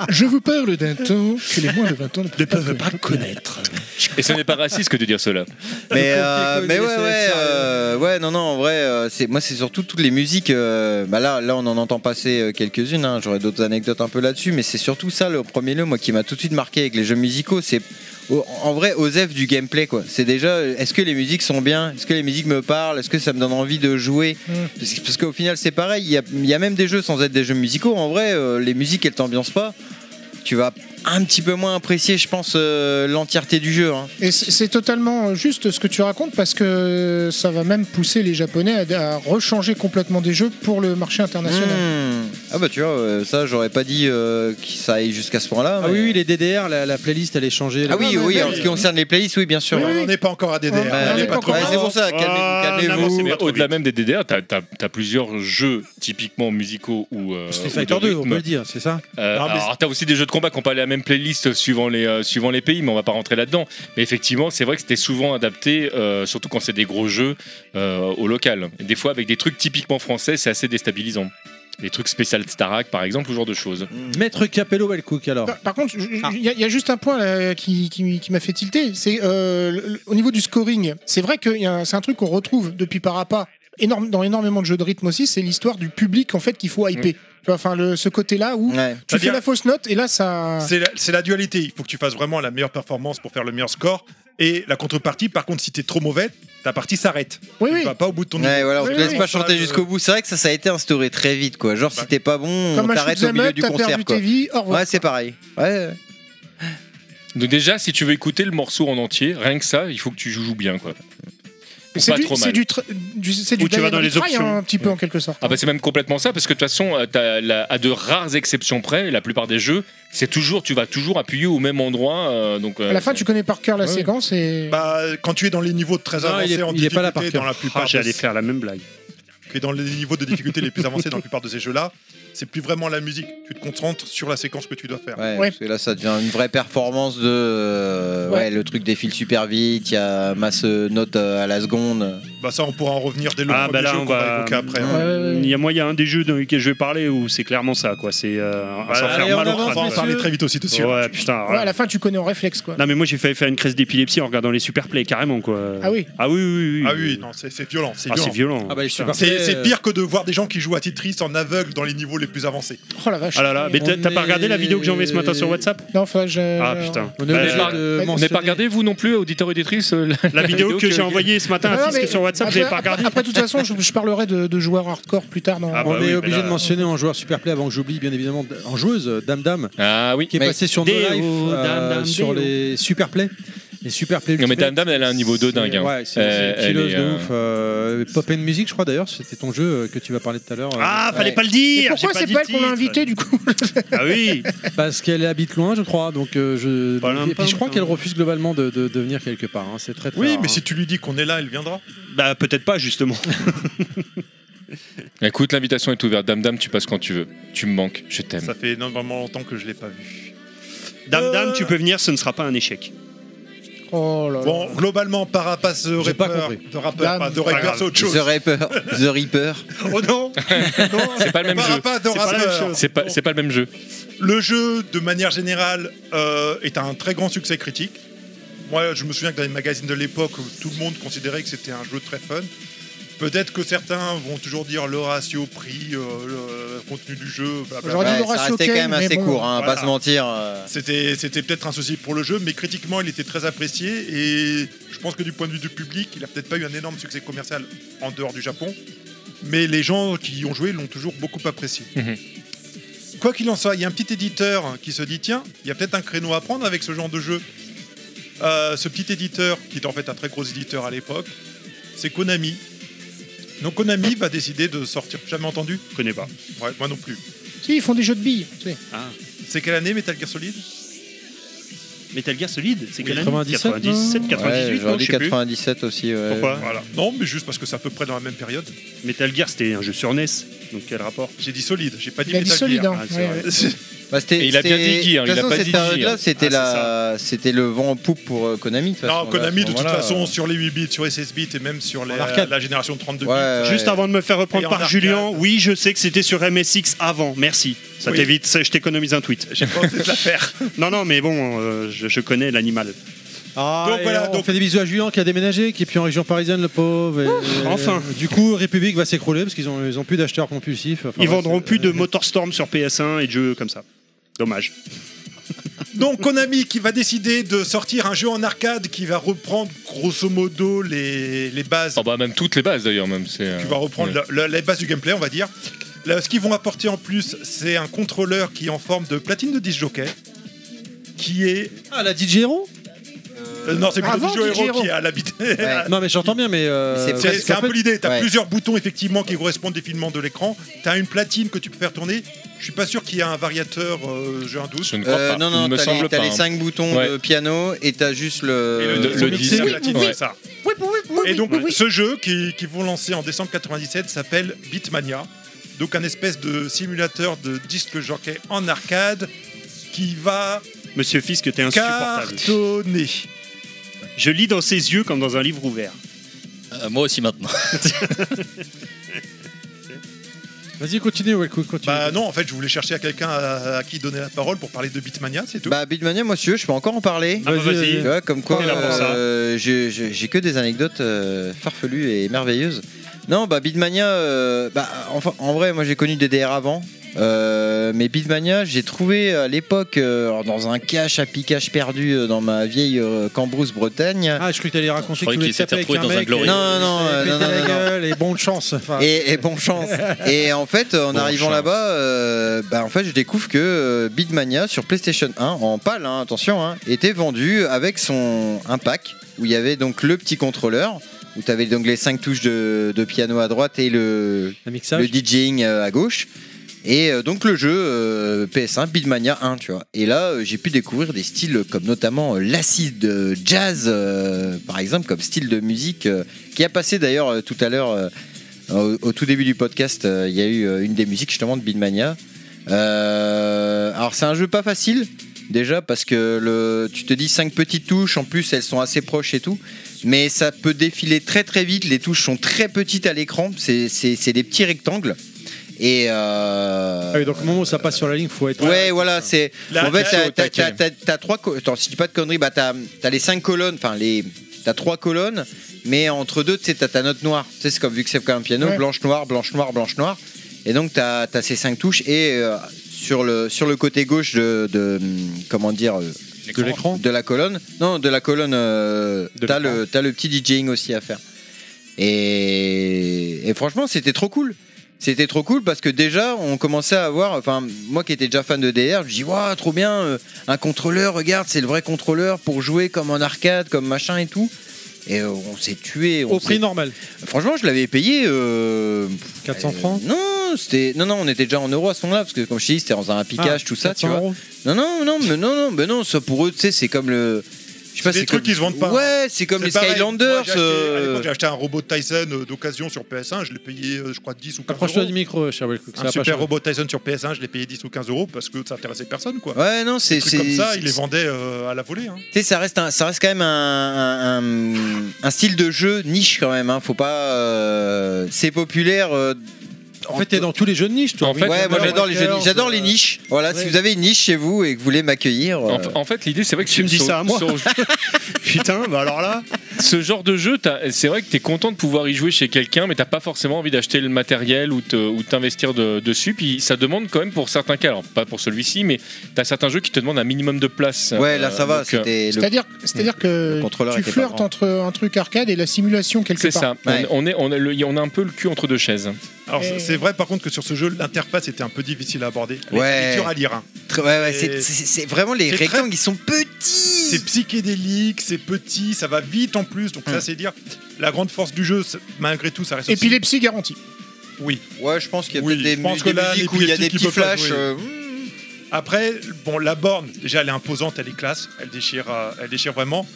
Je vous parle d'un temps que les moins de 20 ans ne peuvent pas connaître. connaître. Et ce n'est pas raciste que de dire cela. mais, Le euh, Coldplay, mais ouais, Coldplay, ouais, c'est euh, ouais, non, non, en vrai, euh, c'est, moi, c'est surtout toutes les musiques. euh, bah là, là, on en entend passer euh, quelques-unes. hein, j'aurais d'autres anecdotes un peu là-dessus, mais c'est surtout ça le premier lieu, moi, qui m'a tout de suite marqué avec les jeux musicaux. C'est au- en vrai, Osef du gameplay, quoi. C'est déjà, euh, est-ce que les musiques sont bien Est-ce que les musiques me parlent Est-ce que ça me donne envie de jouer Mm. Parce, que- parce qu'au final, c'est pareil. Il y a, il y a même des jeux sans être des jeux musicaux. En vrai, euh, les musiques, elles t'ambiancent pas. Tu vas un petit peu moins apprécier, je pense, euh, l'entièreté du jeu. hein. Et c'est c'est totalement juste ce que tu racontes parce que ça va même pousser les Japonais à, à rechanger complètement des jeux pour le marché international. Hmm. Mmh. Ah bah tu vois, euh, ça j'aurais pas dit euh, que ça aille jusqu'à ce point-là. Ah mais- oui, oui, les DDR, la, la playlist elle est changée. Ah là. oui, Ah, oui, mais- en ce qui concerne les playlists, oui, bien sûr. Oui, Ouais. oui. On n'est pas encore à DDR. Ouais, on Ouais, bah, n'est pas Ah, pas encore trop ouais, loin. c'est pour ça, Oh, Ah calmez-vous, non, calmez-vous. mais Mais trop au-delà même des DDR, t'as as, plusieurs jeux typiquement musicaux ou euh, Street ou de Fighter 2, on rythme. peut le dire, c'est ça Euh, Non, mais alors t'as aussi des jeux de combat qui n'ont pas la même playlist suivant les, euh, suivant les pays, mais on va pas rentrer là-dedans. Mais effectivement, c'est vrai que c'était souvent adapté, euh, surtout quand c'est des gros jeux, euh, au local. Et des fois, avec des trucs typiquement français, c'est assez déstabilisant. Des trucs spécial Starak, par exemple, ou ce genre de choses. Mm. Maître Capello Wellcook Ah. alors. Par, par contre, je- je- Ah. il y, a- il y a juste un point là, qui, qui- qui m'a fait tilter, c'est euh, le- le- au niveau du scoring. C'est vrai que c'est un truc qu'on retrouve depuis Parappa énorme, dans énormément de jeux de rythme aussi, c'est l'histoire du public en fait qu'il faut Hmm. hyper. Tu vois, Enfin, le- ce côté-là où Ouais. tu C'est-à-dire- fais la fausse note et là ça. C'est la, c'est la dualité. Il faut que tu fasses vraiment la meilleure performance pour faire le meilleur score. Et la contrepartie, par contre, si t'es trop mauvais, ta partie s'arrête. Oui, oui. Tu vas pas au bout de ton Ouais, voilà, on Oui, te laisse oui, pas on sera chanter le- jusqu'au bout. C'est vrai que ça, ça a été instauré très vite, quoi. Genre, si Bah, t'es pas bon, on Comme un t'arrête au shoot'em milieu up, du t'as concert, perdu quoi. tes vies. Au revoir. Ouais, c'est pareil. Ouais, ouais. Donc déjà, si tu veux écouter le morceau en entier, rien que ça, il faut que tu joues bien, quoi. Pour C'est pas du, trop mal. c'est du, tr- du- c'est Ou du tu vas die and dans les retry, options. hein, un petit peu en quelque sorte. Ah bah c'est même complètement ça parce que de toute façon euh, t'as la- à de rares exceptions près la plupart des jeux c'est toujours tu vas toujours appuyer au même endroit euh, donc euh, à la fin, tu connais par cœur la Ouais. séquence et. Bah, quand tu es dans les niveaux de très Non, avancés il est- en il est pas là par difficulté, cœur. dans la Ah, plupart, j'allais des- faire la même blague. que dans les niveaux de difficulté les plus avancés dans la plupart de ces jeux-là, c'est plus vraiment la musique. Tu te concentres sur la séquence que tu dois faire. Ouais, Ouais. parce que là, ça devient une vraie performance de. euh, ouais. Ouais. le truc défile super vite, il y a masse euh, note euh, à la seconde. Bah ça, on pourra en revenir dès le Ah, premier bah là, jeu on qu'on va... va- évoquer après. hein. Ouais, ouais, ouais. Il y a moi, il y a un des jeux dans lesquels je vais parler où c'est clairement ça, quoi. C'est euh, Bah, ça allez, fait on mal au avance, On va crâne. en parler très vite aussi dessus. Ouais, putain. Ouais, voilà. à la fin, tu connais en réflexe quoi. Non mais moi j'ai failli faire une crise d'épilepsie en regardant les superplays carrément quoi. Ah oui. Ah oui oui. oui. Ah oui, non, c'est c'est violent. C'est Ah, c'est violent. violent. Ah bah les Putain. super C'est- c'est c'est pire que de voir des gens qui jouent à Tetris en aveugle dans les niveaux les plus avancés. Oh la vache. Ah là là, mais t'as On t'as pas regardé la est- vidéo que j'ai envoyée ce matin sur WhatsApp Non, enfin, je. Ah putain. On est Bah, obligé de la- on Vous n'avez mentionner. pas regardé, vous non plus, auditeurs auditrices, euh, la, la vidéo que j'ai envoyée ce matin Non, à non, mais Fisk sur WhatsApp, je l'ai après- pas regardée. Après, de toute façon, je, je parlerai de, de joueurs hardcore plus tard dans. Ah bah On oui, est mais obligé là- de mentionner en joueur Superplay avant que j'oublie, bien évidemment, en joueuse, euh, Dame Dame, Ah oui. qui est Mais- passée sur No Déo, Life, euh, Dame Dame, sur Déo. les Superplay. Les Superplay. Non mais Ultimate. Dame Dame, elle a un niveau de C'est- dingue. hein. Ouais, c'est Euh, c'est une elle killeuse est, de euh, ouf. euh, Pop and Music, je crois d'ailleurs, c'était ton jeu euh, que tu vas parler tout à l'heure. euh, Ah, fallait Ouais. pas le Et dire pourquoi j'ai pas c'est dit pas le elle qu'on a titre. invitée du coup Ah oui Parce qu'elle habite loin, je crois. Donc euh, je. Pas et puis je crois l'impact, qu'elle hein. refuse globalement de, de, de venir quelque part. hein, C'est très, très Oui, rare, mais hein. si tu lui dis qu'on est là, elle viendra. Bah peut-être pas justement. Écoute, l'invitation est ouverte. Dame Dame, tu passes quand tu veux. Tu me manques, je t'aime. Ça fait énormément longtemps que je l'ai pas vu. Dame Euh. dame, tu peux venir, ce ne sera pas un échec. Oh là là. Bon, globalement, Parapace euh, J'ai pas Rapper, compris. de rappeur, Dame. enfin, de Pas Rapper, grave. c'est autre The chose. Reaper, The Reaper. Oh non C'est pas le même jeu. Parapace de C'est pas la même Rapper. chose. C'est pas, c'est pas le même jeu. Le jeu, de manière générale, euh, est un très grand succès critique. Moi, je me souviens que dans les magazines de l'époque, tout le monde considérait que c'était un jeu très fun. Peut-être que certains vont toujours dire le ratio prix, euh, le contenu du jeu, blablabla. J'aurais dit Ouais, Laura ça restait quand Soken, même mais assez bon, court, hein, voilà. pas se mentir. euh. C'était, c'était peut-être un souci pour le jeu, mais critiquement, il était très apprécié. Et je pense que du point de vue du public, il a peut-être pas eu un énorme succès commercial en dehors du Japon. Mais les gens qui y ont joué l'ont toujours beaucoup apprécié. Mhm. Quoi qu'il en soit, il y a un petit éditeur qui se dit tiens, il y a peut-être un créneau à prendre avec ce genre de jeu. Euh, ce petit éditeur, qui est en fait un très gros éditeur à l'époque, c'est Konami. Donc Konami va décider de sortir. Jamais entendu Je connais pas. Ouais, moi non plus. Si, ils font des jeux de billes. tu sais. C'est quelle année Metal Gear Solid Metal Gear Solid, c'est quelle année 97, 97, 98, Ouais, non, j'aurais je dit sais plus. 97 aussi. ouais. Pourquoi Euh, Voilà. Non, mais juste parce que c'est à peu près dans la même période. Metal Gear c'était un jeu sur NES, donc quel rapport J'ai dit solide, j'ai pas dit Il a dit Metal solide. Gear. hein. Ah, c'est Ouais, vrai. ouais. Bah, c'était- Et il a bien c'était- dit Guy, hein, de toute il a façon, pas dit cette période-là, Guy, hein. c'était Ah, la, c'était le vent en poupe pour euh, Konami. de toute Non, façon, là, à Konami, ce de toute moment-là, façon, euh, sur les 8 bits, sur les 16 bits et même sur les- En la, arcade. génération 32 bits. ouais, ouais. Juste avant de me faire Et reprendre en par arcade. Julien, oui, je sais que c'était sur MSX avant, merci. Ça Oui. t'évite, ça- je t'économise un tweet. J'ai pas osé de la faire. Non, non, mais bon, euh, je, je connais l'animal. Ah, Donc et voilà, on donc- fait des bisous à Julien qui a déménagé, qui est plus en région parisienne, le pauvre. et- et- euh, enfin. Du coup, République va s'écrouler parce qu'ils ont, ils ont plus d'acheteurs compulsifs. Enfin, Ils ouais, vendront c'est- plus de Motorstorm sur PS1 et de jeux comme ça. Dommage. Donc Konami qui va décider de sortir un jeu en arcade qui va reprendre grosso modo les, les bases. Oh, bah, même toutes les bases d'ailleurs, même. c'est, euh, Tu vas reprendre ouais. la- la- les bases du gameplay, on va dire. Là, ce qu'ils vont apporter en plus, c'est un contrôleur qui est en forme de platine de disjockey. Qui est. Ah, la DJ Hero euh, non, c'est plutôt Avant Digio Digio Hero qui Hero. a l'habitude. Ouais. Non, mais j'entends bien, mais. euh, Mais c'est parce C'est presque- c'est qu'en un peu fait- l'idée. T'as ouais. plusieurs boutons effectivement qui correspondent des filements de l'écran. T'as une platine que tu peux faire tourner. Je suis pas sûr qu'il y a un variateur. euh, J'ai un doute. Je ne crois Euh, pas. non, Il non, me t'as les, semble t'as pas. les hein. 5 boutons Ouais. de piano et t'as juste Euh, le. Et le- le mixeur disque. platine, Oui. c'est ça. Oui, oui, oui, oui, Et donc oui, oui. ce jeu qui, qui vont lancer en décembre 97 s'appelle Beatmania. Donc un espèce de simulateur de disque jockey en arcade qui va Monsieur Fisk, t'es insupportable. cartonner. Je lis dans ses yeux comme dans un livre ouvert. Euh, moi aussi maintenant. Vas-y, continue, ouais, co- continue. Bah non, en fait, je voulais chercher à quelqu'un à, à qui donner la parole pour parler de Beatmania, c'est tout. Bah, Beatmania, moi, si tu veux, je peux encore en parler. Ah bah Vas-y, euh, vas-y. Tu vois, comme quoi, On est là pour ça. euh, j'ai- j'ai j'ai que des anecdotes euh, farfelues et merveilleuses. Non, bah Beatmania, euh, bah, enfin, en vrai, moi j'ai connu DDR avant. euh, mais Beatmania, j'ai trouvé à l'époque euh, alors, dans un cache à picache perdu euh, dans ma vieille euh, Cambrousse Bretagne. Ah, je croyais que t'allais raconter que Je croyais tu voulais qu'il s'était taper avec retrouvé dans un mec glory. et- Non, non, non, et euh, péter non, non, la non. gueule et bonne chance. Enfin, Et, et bonne chance. Et en fait, en Bonne arrivant chance. là-bas, euh, bah, en fait, je découvre que euh, Beatmania sur PlayStation 1, en pâle, hein, attention, hein, était vendu avec son un pack où il y avait donc le petit contrôleur où tu avais donc les cinq touches de, de piano à droite et le, un mixage. le DJing euh, à gauche. Et euh, donc le jeu euh, PS1 Beatmania 1, tu vois. Et là, euh, j'ai pu découvrir des styles comme notamment euh, l'acide euh, jazz, euh, par exemple, comme style de musique euh, qui a passé d'ailleurs euh, tout à l'heure, euh, au, au tout début du podcast, euh, il y a eu euh, une des musiques justement de Beatmania. Euh, alors c'est un jeu pas facile. Déjà parce que le, tu te dis cinq petites touches, en plus elles sont assez proches et tout, mais ça peut défiler très très vite, les touches sont très petites à l'écran, c'est- c'est c'est des petits rectangles. Et euh, Ah oui, donc au moment où ça passe sur la ligne, faut être. Ouais, voilà, c'est. Là, en fait, là, t'as- au t'as- taquet. t'as t'as- t'as trois. co- Attends, si je dis pas de conneries, bah t'as t'as les cinq colonnes, enfin les t'as trois colonnes, mais entre deux, tu sais, t'as ta note noire. Tu sais, c'est comme vu que c'est comme un piano, Ouais. blanche, noire, blanche, noire, blanche, noire. Et donc, t'as as ces cinq touches et euh, sur, le, sur le côté gauche de, de, hum, comment dire, euh, de l'écran. de la colonne. Non, de la colonne, euh, De t'as l'écran. le, t'as le petit DJing aussi à faire. Et, et franchement, c'était trop cool. C'était trop cool parce que déjà, on commençait à avoir. Enfin, moi qui étais déjà fan de DR, je me dis, waouh, trop bien, euh, un contrôleur, regarde, c'est le vrai contrôleur pour jouer comme en arcade, comme machin et tout. Et euh, on s'est tué. on Au prix s'est- normal. Franchement, je l'avais payé. euh, 400 euh, francs Non, c'était. Non, non, on était déjà en euros à ce moment-là parce que, comme je te dis, c'était dans un Ah, piquage, tout ça, tu vois. Non, non, non, mais non, non, mais non, ça pour eux, tu sais, c'est comme le. Je sais pas, C'est des c'est trucs comme- qui se vendent pas. Ouais, c'est comme C'est les pareil. Moi, Skylanders. j'ai acheté- à euh, l'époque, J'ai acheté un robot Tyson euh, d'occasion sur PS1, je l'ai payé, euh, je crois, 10 ou 15 Approche-toi euros. du micro, cher Wellcook, ça Un va pas super changer. robot Tyson sur PS1, je l'ai payé 10 ou 15 euros parce que ça intéressait personne, quoi. Ouais, non, c'est. Des trucs c'est- comme ça, c'est- il les vendait euh, à la volée. hein. Tu sais, ça reste, un- ça reste quand même un, un- un- un style de jeu niche quand même. Hein. Faut pas. euh, C'est populaire. euh, En fait, t'es dans tous les jeux de niche, toi. En fait, ouais, moi voilà, j'adore les jeux, Rangers, j'adore les euh, niches. Voilà, ouais. si vous avez une niche chez vous et que vous voulez m'accueillir, euh, En, fa- en fait, l'idée, c'est vrai que Tu me dis sur- ça à moi sur- Putain, bah alors là, ce genre de jeu, t'as- c'est vrai que t'es content de pouvoir y jouer chez quelqu'un, mais t'as pas forcément envie d'acheter le matériel ou te- ou t'investir de- dessus. Puis ça demande quand même pour certains cas, alors pas pour celui-ci, mais t'as certains jeux qui te demandent un minimum de place. ouais, là Euh, ça va. donc, euh, C'était le- Hmm. C'est-à-dire, c'est-à-dire que Le contrôleur tu était pas flirtes grand. entre un truc arcade et la simulation quelque C'est part. ça. Ouais. On, on est, on, a le- on a un peu le cul entre deux chaises. Alors, c'est- Et- c'est vrai, par contre, que sur ce jeu, l'interface était un peu difficile à aborder. Elle Ouais. était dure à lire. hein. Ouais, ouais, c'est- Et- c'est c'est vraiment les c'est très- rectangles, ils sont petits. C'est psychédélique, c'est petit, ça va vite en plus, donc Hum. ça, c'est dire la grande force du jeu, c'est- malgré tout, ça reste. aussi- Épilepsie garantie. Oui. Ouais, je pense qu'il y a Oui, peut-être des, je pense mu- que des là, musiques où il y a des l'épileptique, petits il peut pas flashs. jouer. euh, Après, bon, la borne, déjà, elle est imposante, elle est classe, elle déchire, euh, elle déchire vraiment.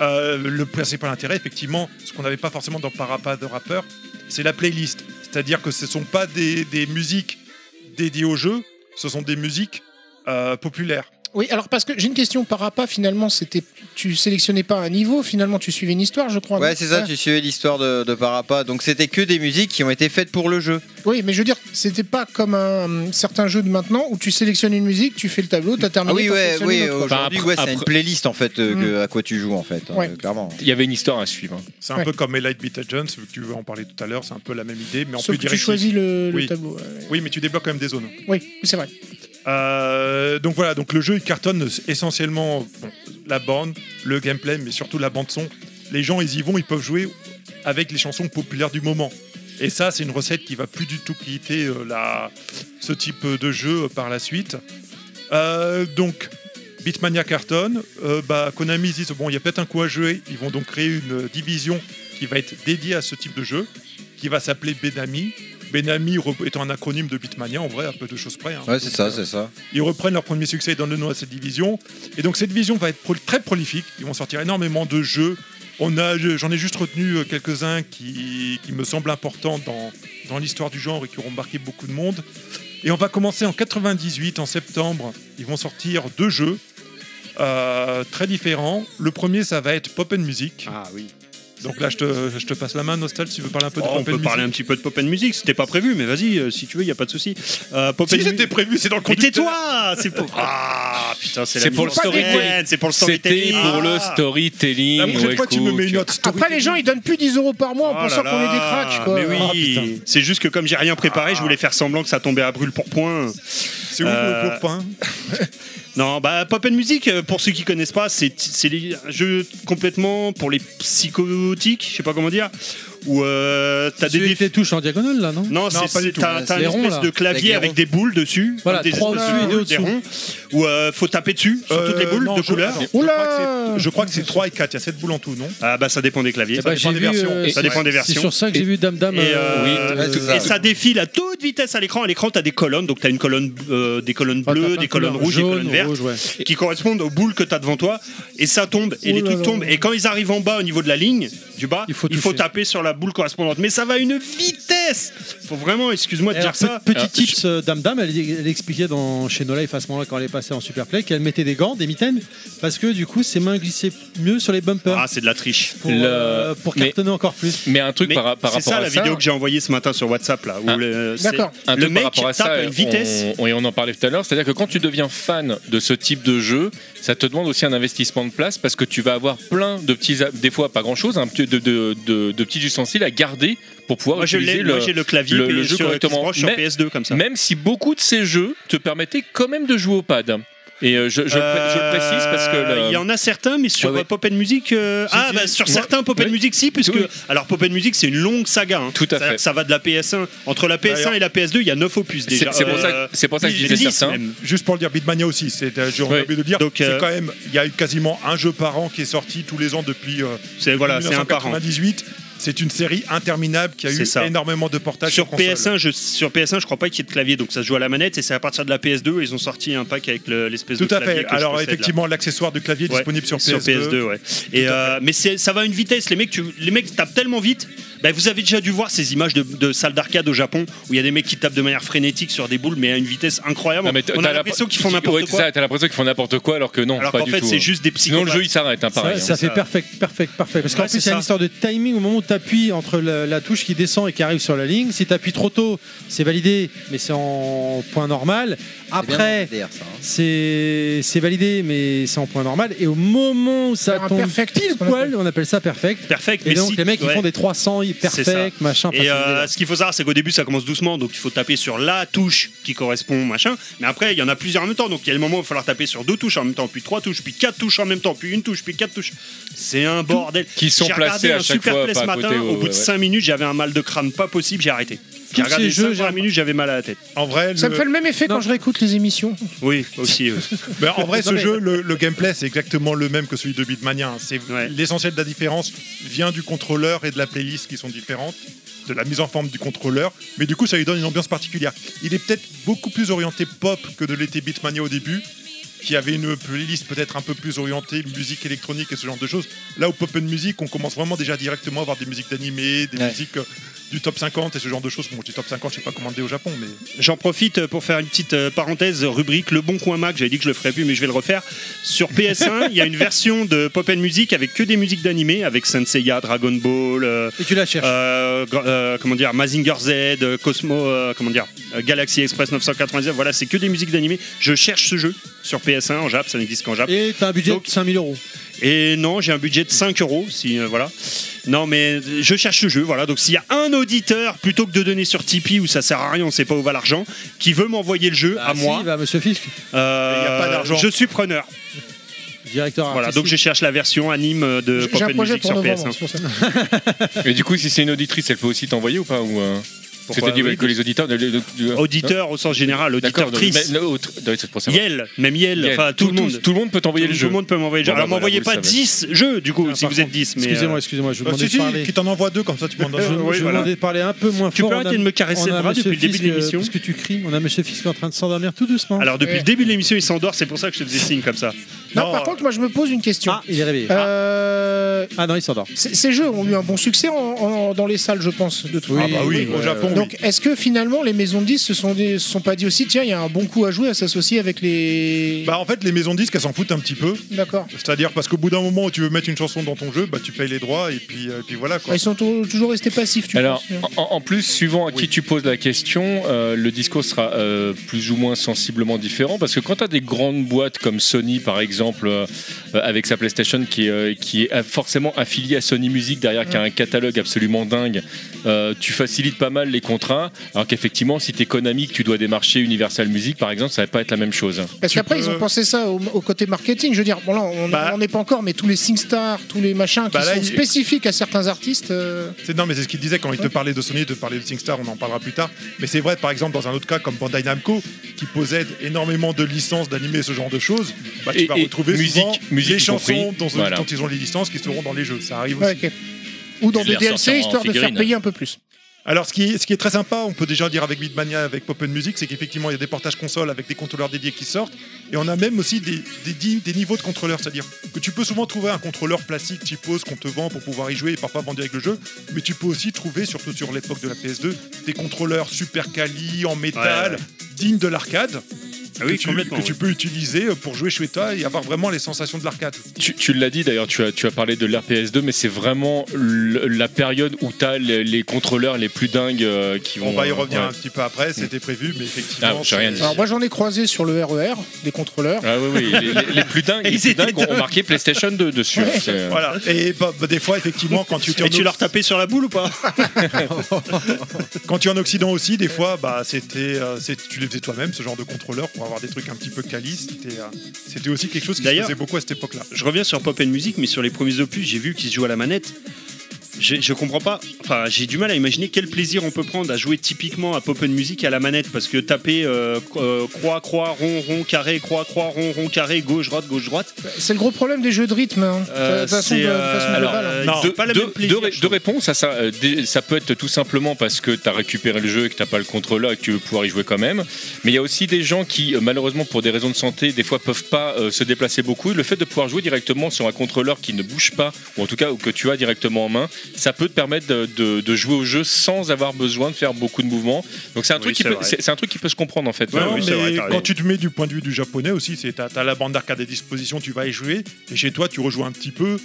Euh, le principal intérêt, effectivement, ce qu'on n'avait pas forcément dans Parapa de Rapper, c'est la playlist. C'est-à-dire que ce ne sont pas des, des musiques dédiées au jeu, ce sont des musiques euh, populaires. Oui, alors parce que j'ai une question par rapport, finalement, c'était tu sélectionnais pas un niveau, finalement tu suivais une histoire, je crois. Ouais, non c'est ça, tu suivais l'histoire de, de Parappa. Donc c'était que des musiques qui ont été faites pour le jeu. Oui, mais je veux dire, c'était pas comme un, certain jeu de maintenant où tu sélectionnes une musique, tu fais le tableau, t'as Ah terminé. oui, t'en ouais, sélectionnes oui, une autre. aujourd'hui, Enfin, ouais, c'est après- une playlist en fait euh, Mm. que- à quoi tu joues en fait, hein, Ouais. euh, clairement. Il y avait une histoire à suivre. hein. C'est un Ouais. peu comme Elite Beat Agents, vu que tu veux en parler tout à l'heure, c'est un peu la même idée, mais en Sauf plus que tu directif. choisis le, le Oui. tableau. ouais. Oui, mais tu débloques quand même des zones. Oui, c'est vrai. Euh, donc voilà, donc le jeu il cartonne essentiellement bon, la bande, le gameplay, mais surtout la bande son. Les gens ils y vont, ils peuvent jouer avec les chansons populaires du moment. Et ça, c'est une recette qui va plus du tout quitter euh, la, ce type de jeu euh, par la suite. Euh, donc Beatmania cartonne. Euh, bah, Konami ils disent bon, il y a peut-être un coup à jouer. Ils vont donc créer une division qui va être dédiée à ce type de jeu, qui va s'appeler Benami. Benami re- étant un acronyme de Beatmania, en vrai, un peu de choses près. hein. Ouais, c'est ça, Donc, euh, c'est ça. ils reprennent leur premier succès et donnent le nom à cette division. Et donc cette division va être pro- très prolifique. Ils vont sortir énormément de jeux. On a, je- j'en ai juste retenu euh, quelques-uns qui, qui me semblent importants dans, dans l'histoire du genre et qui auront marqué beaucoup de monde. Et on va commencer en 98, en septembre. Ils vont sortir deux jeux euh, très différents. Le premier, ça va être Pop and Music. ah oui. Donc là, je te, je te passe la main, Nostal, si tu veux parler un peu de Oh, on Pop and peut Music. parler un petit peu de pop and music. C'était pas prévu, mais vas-y, euh, si tu veux, il y a pas de souci. Euh, pop and Si Mu- c'était prévu, c'est dans le Mais conducteur. tais-toi C'est pour. Ah putain, c'est la C'est pour mise en le scène, storytelling. C'est pour le C'était storytelling. pour le Ah. storytelling. La prochaine ouais, fois, tu me cook. mets une note. Après, les gens ils donnent plus 10 euros par mois en Oh pensant là qu'on est des là. cracks. Quoi. Mais Oh, Ah, oui, c'est juste que comme j'ai rien préparé, je voulais faire semblant que ça tombait à brûle pour point. C'est où Euh, le pourpoint Non, bah Pop and Music, euh, pour ceux qui connaissent pas, c'est c'est les- un jeu complètement pour les psychotiques, je sais pas comment dire, où euh, t'as des Celui qui défis. touches en diagonale là, non Non, c'est- pas du c'est- tout. t'as C'est t'as une les ronds, espèce là. de Avec les clavier avec ronds. des boules dessus, Voilà, des trois espèces au-dessus et de boules, au-dessous. des ronds, où euh, faut taper dessus sur toutes les Euh, boules non, de je- couleur. alors, je Oula crois que c'est- Je crois que c'est 3 et 4, il y a 7 boules en tout, non Ah bah ça dépend des claviers. Eh ben, j'ai dépend des vu, versions. euh, Ça dépend des C'est versions. sur ça que j'ai vu Dame Dame. Et, euh, euh, ouais, euh, tout euh, ça. et ça défile à toute vitesse à l'écran. À l'écran, t'as des colonnes, donc t'as une colonne, euh, des colonnes Ah, t'as bleues, plein de des colonnes couleurs, rouges, des jaune, colonnes vertes. rouge, ouais. qui correspondent aux boules que tu as devant toi et ça tombe et Oh les là trucs là. tombent et quand ils arrivent en bas au niveau de la ligne du bas Il faut toucher. taper sur la boule correspondante mais ça va à une vitesse yes Faut vraiment, excuse-moi de Alors, dire ça. pe- Petit Alors, tips, euh, Dame Dame, elle, elle expliquait dans, chez No Life à ce moment-là, quand elle est passée en Superplay, qu'elle mettait des gants, des mitaines, parce que du coup, ses mains glissaient mieux sur les bumpers Ah, c'est de la triche. pour, le- euh, pour mais- cartonner encore plus. Mais un truc Mais par, par rapport c'est ça à la ça. vidéo que j'ai envoyée ce matin sur WhatsApp là. où Ah, le- c'est- D'accord. un Le truc mec par rapport à tape ça, à une vitesse. on- on- et on en parlait tout à l'heure, c'est-à-dire que quand tu deviens fan de ce type de jeu, ça te demande aussi un investissement de place parce que tu vas avoir plein de petits, a- des fois pas grand-chose, hein, de, de, de, de petits ustensiles à garder pour pouvoir Moi, je utiliser l'ai, le. moi, j'ai le clavier le- PS- le jeu sur, correctement. Xbox, sur Mais- PS2 comme ça. Même si beaucoup de ces jeux te permettaient quand même de jouer au pad. Et euh, je, je, le pré- je le précise parce que Euh, le- il y en a certains, mais sur Ah ouais. euh, Pop and Music. euh, Si, Ah, si. bah sur Ouais. certains Pop and Oui. Music, si, puisque Oui. alors Pop and Music, c'est une longue saga. hein. Tout à C'est-à-dire fait. que Ça va de la PS1 entre la PS1 D'ailleurs- et la PS2, il y a 9 opus c'est déjà. c'est pour, ça Euh, que- c'est pour ça que je dix- disais dix certains. même. Juste pour le dire, Beatmania aussi, c'est euh, j'ai Ouais. envie de dire, Donc, euh, c'est quand même, il y a eu quasiment un jeu par an qui est sorti tous les ans depuis euh, C'est voilà, c'est un parent. 1998. C'est une série interminable qui a C'est eu ça. énormément de portages Sur sur, console. PS1, je, sur PS1, je crois pas qu'il y ait de clavier, donc ça se joue à la manette. Et c'est à partir de la PS2, ils ont sorti un pack avec le- l'espèce de Tout à clavier. fait. que je Alors possède, là. effectivement, l'accessoire de clavier est Ouais, disponible sur PS2. sur PS2, ouais. Et euh, mais c'est- ça va à une vitesse. Les mecs, tu, les mecs tapent tellement vite. Bah, vous avez déjà dû voir ces images de, de salles d'arcade au Japon où il y a des mecs qui tapent de manière frénétique sur des boules, mais à une vitesse incroyable. Non, mais t'as- On t'as a la- l'impression qu'ils font ouais, n'importe c'est quoi. ça, T'as l'impression qu'ils font n'importe quoi alors que non, alors pas qu'en du fait, tout. hein. c'est juste des Sinon le psychopathes. jeu il s'arrête, hein, pareil. ça, ça hein. fait ça. perfect, perfect, parfait. Parce qu'en Ouais, plus, c'est c'est une ça. histoire de timing au moment où tu appuies entre le- la touche qui descend et qui arrive sur la ligne. Si tu appuies trop tôt, c'est validé, mais c'est en point normal. Après, C'est bien dans le DR, ça, hein. c'est c'est validé, mais c'est en point normal. Et au moment où ça Faire un tombe perfect, pile ce qu'on poil, appelle. on appelle ça perfect. Perfect. Et mais donc si- les mecs ouais. ils font des 300 ils- C'est ça. perfect machin. enfin, Et c'est euh, une idée, là. ce qu'il faut savoir, c'est qu'au début, ça commence doucement, donc il faut taper sur la touche qui correspond, machin. Mais après, il y en a plusieurs en même temps, donc il y a le moment où il va falloir taper sur deux touches en même temps, puis trois touches, puis quatre touches en même temps, puis une touche, puis quatre touches. C'est un bordel. Qui sont J'ai placés regardé à un chaque super fois, play pas ce à matin. côté, au ouais, bout de ouais. 5 minutes, j'avais un mal de crâne pas possible, j'ai arrêté. J'ai Tous regardé ces jeux, 5 j'ai- premières minutes, j'avais mal à la tête. En vrai, Ça le- me fait le même effet Non. quand je réécoute les émissions. Oui, aussi. euh. Mais en vrai, ce Non, mais- jeu, le, le gameplay, c'est exactement le même que celui de Beatmania. hein. C'est Ouais. l'essentiel de la différence vient du contrôleur et de la playlist qui sont différentes, de la mise en forme du contrôleur. Mais du coup, ça lui donne une ambiance particulière. Il est peut-être beaucoup plus orienté pop que de l'été Beatmania au début, qui avait une playlist peut-être un peu plus orientée musique électronique et ce genre de choses. Là, au pop and music, on commence vraiment déjà directement à avoir des musiques d'animé, des Ouais. musiques euh, du top 50 et ce genre de choses. Bon, du top 50, je sais pas comment on dit au Japon, mais J'en profite pour faire une petite euh, parenthèse rubrique Le Bon Coin Mac. J'avais dit que je le ferais plus, mais je vais le refaire. Sur PS1, il y a une version de Pop and Music avec que des musiques d'animé, avec Senseiya, Dragon Ball, euh, Et tu la cherches. euh, gra- euh, comment dire, Mazinger Z, euh, Cosmo, euh, comment dire, euh, Galaxy Express 999. Voilà, c'est que des musiques d'animé. Je cherche ce jeu sur PS1 en Jap, ça n'existe qu'en Jap. Et t'as un budget donc- de 5000 euros. Et non, j'ai un budget de 5 euros, si euh, voilà. Non, mais euh, je cherche le jeu, voilà. Donc s'il y a un auditeur, plutôt que de donner sur Tipeee où ça sert à rien, on sait pas où va l'argent, qui veut m'envoyer le jeu à Bah, si, moi, bah, Monsieur Fisk, euh, Il y a pas d'argent. Je suis preneur. directeur. Voilà, artistique. donc je cherche la version anime de J'ai- Pop J'ai un and projet Music pour sur hein. novembre, PS1. c'est pour ça. Et du coup, si c'est une auditrice, elle peut aussi t'envoyer ou pas ou, euh, Pourquoi C'est-à-dire Oui, que les auditeurs. le- le- le- Auditeur au sens général, D'accord, donc, auditeur-trice. mais- le- autre- oui, c'est pour ça. Yel, même Yel, Yel. enfin tout, le monde. Tout le monde peut t'envoyer le Tout jeu. le monde peut m'envoyer le jeu. Bon, Alors bah, voilà, m'envoyez vous pas le 10 jeux du coup, Ah, si par vous êtes contre, 10. mais, Excusez-moi, euh, excusez-moi, je vous Euh, demandais si, de si, parler. qui t'en envoie deux comme ça, tu peux en Je donner. je vous oui, voilà. demandais de parler un peu moins Tu fort. peux On a- arrêter de me caresser on a le bras Monsieur depuis le début Fisk, Eh. de euh, l'émission Parce que tu cries, on a Monsieur Fisk qui est en train de s'endormir tout doucement. Alors depuis Ouais. le début de l'émission, il s'endort, c'est pour ça que je te faisais signe comme ça. Non, Non, par euh, contre, moi je me pose une question. Ah, il est réveillé. Euh, Ah non, il s'endort. c- Ces jeux ont eu un bon succès en- en- dans les salles, je pense, de tout. Oui, Ah bah oui, au Japon. Donc, est-ce que finalement les maisons de 10 se sont, dit- se sont pas dit aussi, tiens, il y a un bon coup à jouer à s'associer avec les. oui. Bah en fait les maisons de disques elles s'en foutent un petit peu, D'accord. c'est-à-dire parce qu'au bout d'un moment où tu veux mettre une chanson dans ton jeu, bah tu payes les droits et puis euh, et puis voilà quoi. Bah, Ils sont tou- toujours restés passifs, tu Alors, penses hein en, en plus, suivant à qui tu poses la question, euh, le discours sera euh, plus ou moins sensiblement différent parce que quand tu as des grandes boîtes comme Sony, par exemple, euh, euh, avec sa PlayStation qui est, euh, qui est forcément affiliée à Sony Music derrière, qui a un catalogue absolument dingue, euh, tu facilites pas mal les contrats. Alors qu'effectivement, si tu es Konami, que tu dois démarcher Universal Music, par exemple, ça va pas être la même chose. Parce tu qu'après, peux- ils ont pensé ça au, au côté marketing. Je veux dire, bon, là, on Bah- n'en est pas encore, mais tous les SingStar, tous les machins qui Bah là, sont il- spécifiques à certains artistes. euh, C'est non mais c'est ce qu'il disait quand il te parlait de Sony, il te parlait de SingStar, on en parlera plus tard. Mais c'est vrai par exemple dans un autre cas comme Bandai Namco qui possède énormément de licences d'animés ce genre de choses, bah tu Et- vas et retrouver musique- souvent musique les y compris, chansons dont, voilà. dont ils ont les licences qui seront dans les jeux, ça arrive ouais, aussi. ok. Ou dans Je des les DLC, ressortirai en histoire de faire figurine. payer un peu plus. Alors, ce qui, ce qui est très sympa, on peut déjà dire avec Beatmania, avec Pop Music, c'est qu'effectivement, il y a des portages consoles avec des contrôleurs dédiés qui sortent. Et on a même aussi des, des, di- des niveaux de contrôleurs. C'est-à-dire que tu peux souvent trouver un contrôleur plastique type pose qu'on te vend pour pouvoir y jouer et parfois vendu avec le jeu. Mais tu peux aussi trouver, surtout sur l'époque de la PS2, des contrôleurs super quali, en métal, Ouais, dignes de l'arcade. Ah oui, que, tu, complètement. que tu peux utiliser pour jouer chez toi et avoir vraiment les sensations de l'arcade. Tu, tu l'as dit d'ailleurs, tu as, tu as parlé de l'RPS2, mais c'est vraiment l- la période où tu as les, les contrôleurs les plus dingues euh, qui vont. On va y revenir ouais. un petit peu Mm. après, c'était prévu, Ah, mais effectivement. j'ai rien dit. Alors moi j'en ai croisé sur le RER des contrôleurs. Ah oui, oui, les, les- les plus dingues, les plus dingues ont marqué PlayStation 2 dessus. hein, c'est- Voilà, et bah, bah, des fois, effectivement, quand tu, t'es en Et tu l'as retapé sur la boule ou pas Quand tu es en Occident aussi, des fois, bah, c'était, euh, c'est- tu les faisais toi-même, ce genre de contrôleur, pour avoir des trucs un petit peu calistes. C'était, euh, c'était aussi quelque chose qui se D'ailleurs- faisait beaucoup à cette époque-là. Je reviens sur Pop and Music, mais sur les premiers opus, j'ai vu qu'ils se jouent à la manette. Je, je comprends pas, enfin j'ai du mal à imaginer quel plaisir on peut prendre à jouer typiquement à Pop and Music à la manette parce que taper euh, euh, croix, croix, rond, rond, carré, croix, croix, rond, rond, carré, gauche, droite, gauche, droite. C'est le gros problème des jeux de rythme. hein. Euh, de façon, c'est, de- de euh, façon alors, globale, hein. euh, deux, pas le deux- même plaisir, deux ré- je deux trouve. réponses à ça. euh, des- ça peut être tout simplement parce que tu as récupéré le jeu et que tu pas le contrôleur et que tu veux pouvoir y jouer quand même. Mais il y a aussi des gens qui, euh, malheureusement, pour des raisons de santé, des fois peuvent pas euh, se déplacer beaucoup. Le fait de pouvoir jouer directement sur un contrôleur qui ne bouge pas, ou en tout cas ou que tu as directement en main, ça peut te permettre de, de- de jouer au jeu sans avoir besoin de faire beaucoup de mouvements. Donc c'est un, Oui, truc qui c'est peut- vrai. c'est- c'est un truc qui peut se comprendre en fait. Ouais, Euh, oui, c'est mais vrai, t'as raison. quand tu te mets du point de vue du japonais aussi, c'est t'as, t'as la bande d'arcade à disposition, tu vas y jouer, et chez toi, tu rejoues un petit peu.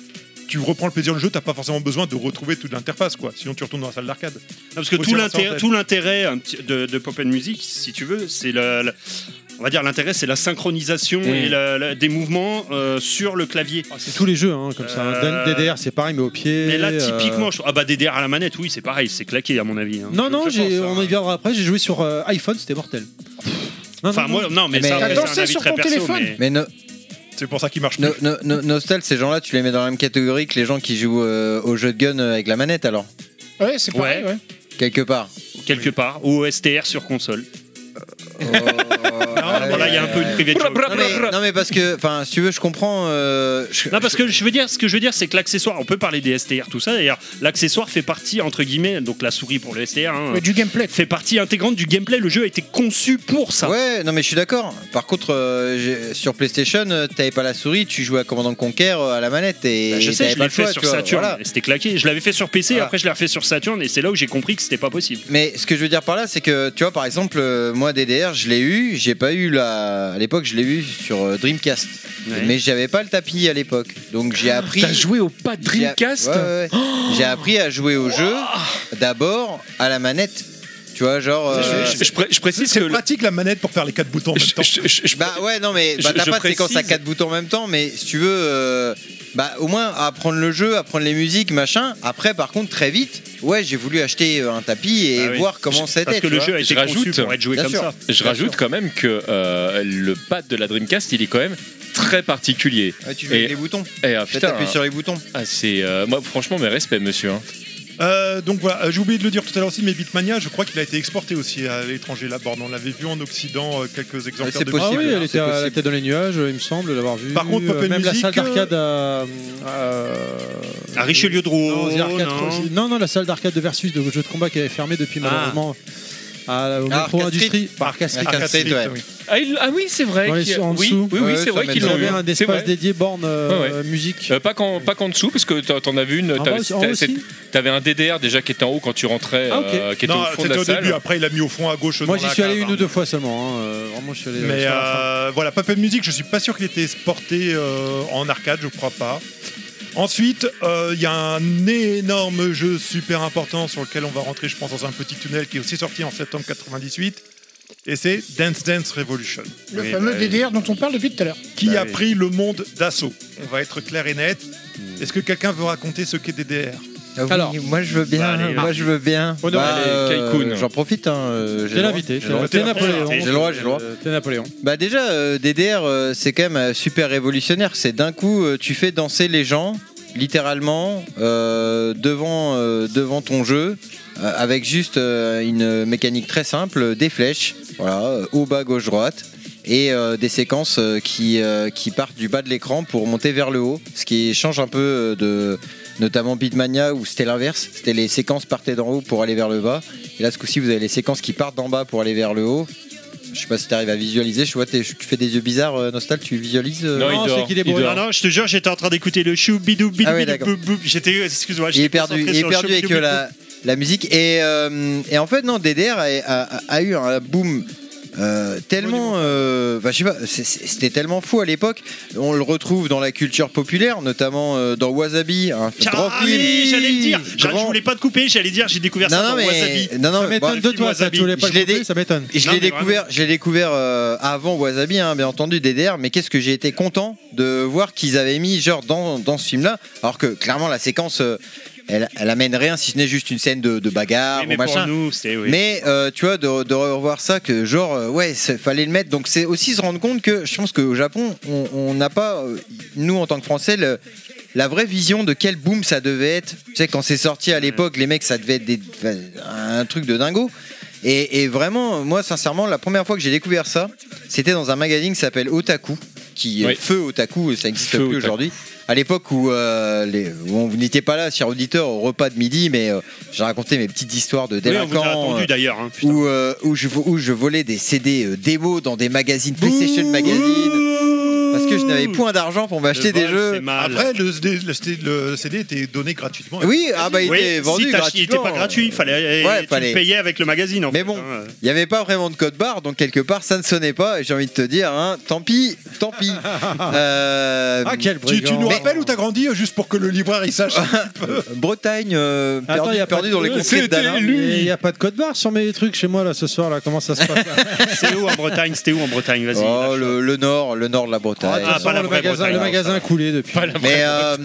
Tu reprends le plaisir du jeu, t'as pas forcément besoin de retrouver toute l'interface, quoi. Sinon, tu retournes dans la salle d'arcade. Non, parce que Faut tout aussi avoir ça en l'intérêt, tête. tout l'intérêt un petit- de, de Pop and Music, si tu veux, c'est la, la- on va dire l'intérêt, c'est la synchronisation Mm. et la- la- des mouvements euh, sur le clavier. Ah, c'est tous les jeux, hein, comme ça. hein. Euh, DDR, c'est pareil, mais au pied. Mais là, euh, typiquement, je- ah bah DDR à la manette, oui, c'est pareil, c'est claqué à mon avis. hein. Non, Je- non, je j'ai- pense, hein. on y viendra après. J'ai joué sur euh, iPhone, c'était mortel. Non, Enfin, non, moi, non, mais, Mais- ça, T'as après, c'est dansé un avis sur très ton perso. téléphone mais- Mais no- C'est pour ça qu'il marche no- mieux. no- no- Nostal, ces gens-là, tu les mets dans la même catégorie que les gens qui jouent euh, au jeu de gun euh, avec la manette, alors Ouais, c'est pareil. Ouais. ouais. Quelque part. quelque part, ou STR sur console. Ah, Bon, là, il y a un peu une privée de joke. Non mais, non, mais parce que, enfin, si tu veux, je comprends. euh, je- Non, parce que je veux dire, ce que je veux dire, c'est que l'accessoire, on peut parler des STR, tout ça d'ailleurs, l'accessoire fait partie, entre guillemets, donc la souris pour le STR, hein, Mais du gameplay. fait partie intégrante du gameplay. Le jeu a été conçu pour ça. Ouais, non mais je suis d'accord. Par contre, euh, j'ai- sur PlayStation, euh, t'avais pas la souris, tu jouais à Command Conquer euh, à la manette et Bah, je sais, t'avais je pas l'ai le choix, fait tu sur vois, Saturn, voilà. et c'était claqué. Je l'avais fait sur PC, Voilà. après je l'ai refait sur Saturn, et c'est là où j'ai compris que c'était pas possible. Mais ce que je veux dire par là, c'est que tu vois, par exemple, euh, moi DDR, je l'ai eu, j'ai pas eu la. À l'époque, je l'ai eu sur euh, Dreamcast, Ouais. Ah, mais j'avais pas le tapis à l'époque, donc j'ai appris. T'as joué au pas j'ai- Ah Dreamcast ouais, ouais, ouais. J'ai appris à jouer au jeu d'abord à la manette. Tu vois, genre. euh, je, je pré- je précise que C'est le- pratique la manette pour faire les quatre boutons en même temps. je- je- je- Bah ouais, non, mais bah, Je- t'as je pas de séquence à précise. quatre boutons en même temps, mais si tu veux, euh, bah au moins apprendre le jeu, apprendre les musiques, machin. Après, par contre, très vite, ouais, j'ai voulu acheter euh, un tapis et Ah oui. voir comment Je- c'était. Parce que tu le vois. jeu a Je été conçu rajoute. pour être joué Bien comme sûr. ça. Je rajoute quand même que euh, le pad de la Dreamcast, il est quand même très particulier. Ouais, tu joues avec Et- les boutons, tu Et ah, putain, t'appuies sur les boutons. ah, c'est euh, moi franchement mes respects monsieur. hein. Euh, donc voilà, euh, j'ai oublié de le dire tout à l'heure aussi, mais Bitmania, je crois qu'il a été exporté aussi à l'étranger là-bas. On l'avait vu en Occident euh, quelques exemplaires. c'est de- Ah possible, oui, elle hein, était c'est à la possible. tête dans les nuages, euh, il me semble l'avoir vu. Par contre, Pop Euh, and même la Music, salle d'arcade euh, euh, à. À Richelieu Non, Drouot, The Arcade non. Cross- non, non, la salle d'arcade de Versus, de jeu de combat qui avait fermé depuis Ah. malheureusement à, au Ah, métro Arcade Street. Industrie. Par Arcade Street, Arcade Arcade Street, Street. ouais. oui. Ah, il- ah oui c'est vrai. Dans les- qu'il- en oui, dessous. oui, oui, Ouais, c'est ça vrai m'a qu'ils Ils dit. l'ont avaient eu. un C'est espace vrai. dédié borne euh, Ouais, musique. Euh, pas qu'en pas qu'en dessous parce que t'en t'en avais une. En t'avais- bas aussi- en t'avais- haut aussi T'avais un DDR déjà qui était en haut quand tu rentrais, Ah, ok. euh, qui était Non, au fond de c'était la au salle. début. hein. Après, il a mis au fond à gauche. Moi dans j'y la suis allé cave, une hein. ou deux fois seulement. hein, euh, Vraiment, je suis allé. euh, Mais sur la fin. euh, voilà, Pop and Music, je suis pas sûr qu'il était exporté euh, en arcade, je crois pas. Ensuite, euh, il y a un énorme jeu super important sur lequel on va rentrer, je pense, dans un petit tunnel qui est aussi sorti en septembre 98. Et c'est Dance Dance Revolution. Le Oui, fameux bah, DDR dont on parle depuis tout à l'heure. qui Bah a oui. pris le monde d'assaut On va être clair et net. Hmm. Est-ce que quelqu'un veut raconter ce qu'est DDR Ah oui, Alors. moi je veux bien, Bah, allez, moi je veux bien. Honoré les euh, Kaikun. J'en profite. Hein, euh, j'ai T'es le droit. l'invité, le droit. t'es- t'es Napoléon. J'ai le droit, j'ai le droit. Euh, T'es Napoléon. Bah déjà, euh, DDR, euh, c'est quand même euh, super révolutionnaire. C'est d'un coup, euh, tu fais danser les gens, littéralement, euh, devant, euh, devant ton jeu, euh, avec juste euh, une mécanique très simple, euh, des flèches, voilà, euh, haut, bas, gauche, droite. Et euh, des séquences euh, qui, euh, qui partent du bas de l'écran pour monter vers le haut, ce qui change un peu euh, de, notamment Beatmania où c'était l'inverse, c'était les séquences partaient d'en haut pour aller vers le bas. Et là, ce coup-ci, vous avez les séquences qui partent d'en bas pour aller vers le haut. Je sais pas si t'arrives à visualiser, je vois, t'es- tu fais des yeux bizarres, euh, Nostal, tu visualises. euh, Non, il c'est dort, qu'il est il bourré. dort. Non, non, je te jure, j'étais en train d'écouter le chou bidou bidou Ah oui, bidou d'accord. boub, boub. J'étais, excuse-moi, il j'étais est perdu, concentré il sur est le perdu chou avec bidou euh, la, la musique. Et, euh, et en fait, non, DDR a, a- a eu un boom. euh, tellement, euh, enfin, je sais pas, c'est- c'est- c'était tellement fou à l'époque. On le retrouve dans la culture populaire, notamment euh, dans Wasabi, un Tiens, grand ah film. oui, j'allais le dire. J'a- Grand- Je voulais pas te couper, j'allais dire, j'ai découvert non, ça non, dans mais, Wasabi. non, non, Ça bah, m'étonne de toi, ça, tu voulais pas Je le l'ai couper, dé- ça m'étonne. je Non, l'ai mais découvert, je l'ai découvert euh, avant Wasabi, hein, bien entendu, DDR, mais qu'est-ce que j'ai été content de voir qu'ils avaient mis genre dans, dans ce film-là, alors que clairement la séquence, euh, elle, elle amène rien si ce n'est juste une scène de, de bagarre Oui, ou mais Ah, machin. pour nous, c'était oui. Mais euh, tu vois, de, de revoir ça, que genre, euh, ouais, c'est- fallait le mettre. Donc c'est aussi se rendre compte que je pense qu'au Japon, on on n'a pas, euh, nous en tant que Français, le- la vraie vision de quel boom ça devait être. Tu sais, quand c'est sorti à l'époque, les mecs, ça devait être des- enfin, un truc de dingo. Et, et vraiment, moi, sincèrement, la première fois que j'ai découvert ça, c'était dans un magazine qui s'appelle Otaku, qui est Oui. Feu Otaku, ça n'existe Feu plus Otaku. aujourd'hui. À l'époque où, euh, les- où on- vous n'étiez pas là, cher auditeur, au repas de midi, mais euh, j'ai raconté mes petites histoires de Oui, on vous a délinquants. euh, attendu d'ailleurs. hein, putain. où, euh, où, je, vo- où je volais des CD euh, démos dans des magazines PlayStation Magazine parce que je n'avais point d'argent pour m'acheter Mmh. Le des vol, c'est jeux. mal. Après, le CD, le CD le CD était donné gratuitement. Oui, ah bah il Oui, était vendu si t'ach- il était gratuitement. pas gratuit, fallait, Ouais, tu fallait. le payais avec le magazine. en Mais fait, bon. hein. Il n'y avait pas vraiment de code barre, donc quelque part ça ne sonnait pas. Et j'ai envie de te dire, hein, tant pis, tant pis. Euh, Ah, quel Tu, tu nous brigand. rappelles où t'as grandi euh, juste pour que le libraire il sache. Bretagne, euh, Attends, perdu, y a pas perdu de- dans les conflits d'Alain. Il n'y a pas de code barre sur mes trucs chez moi là ce soir là. Comment ça se passe là C'est où en Bretagne C'était où en Bretagne Vas-y. Oh, lâche-toi. le, le nord, le nord de la Bretagne. Ah, pas la le vraie magasin, Bretagne, le non, magasin a coulé depuis. Pas la mais, vraie euh,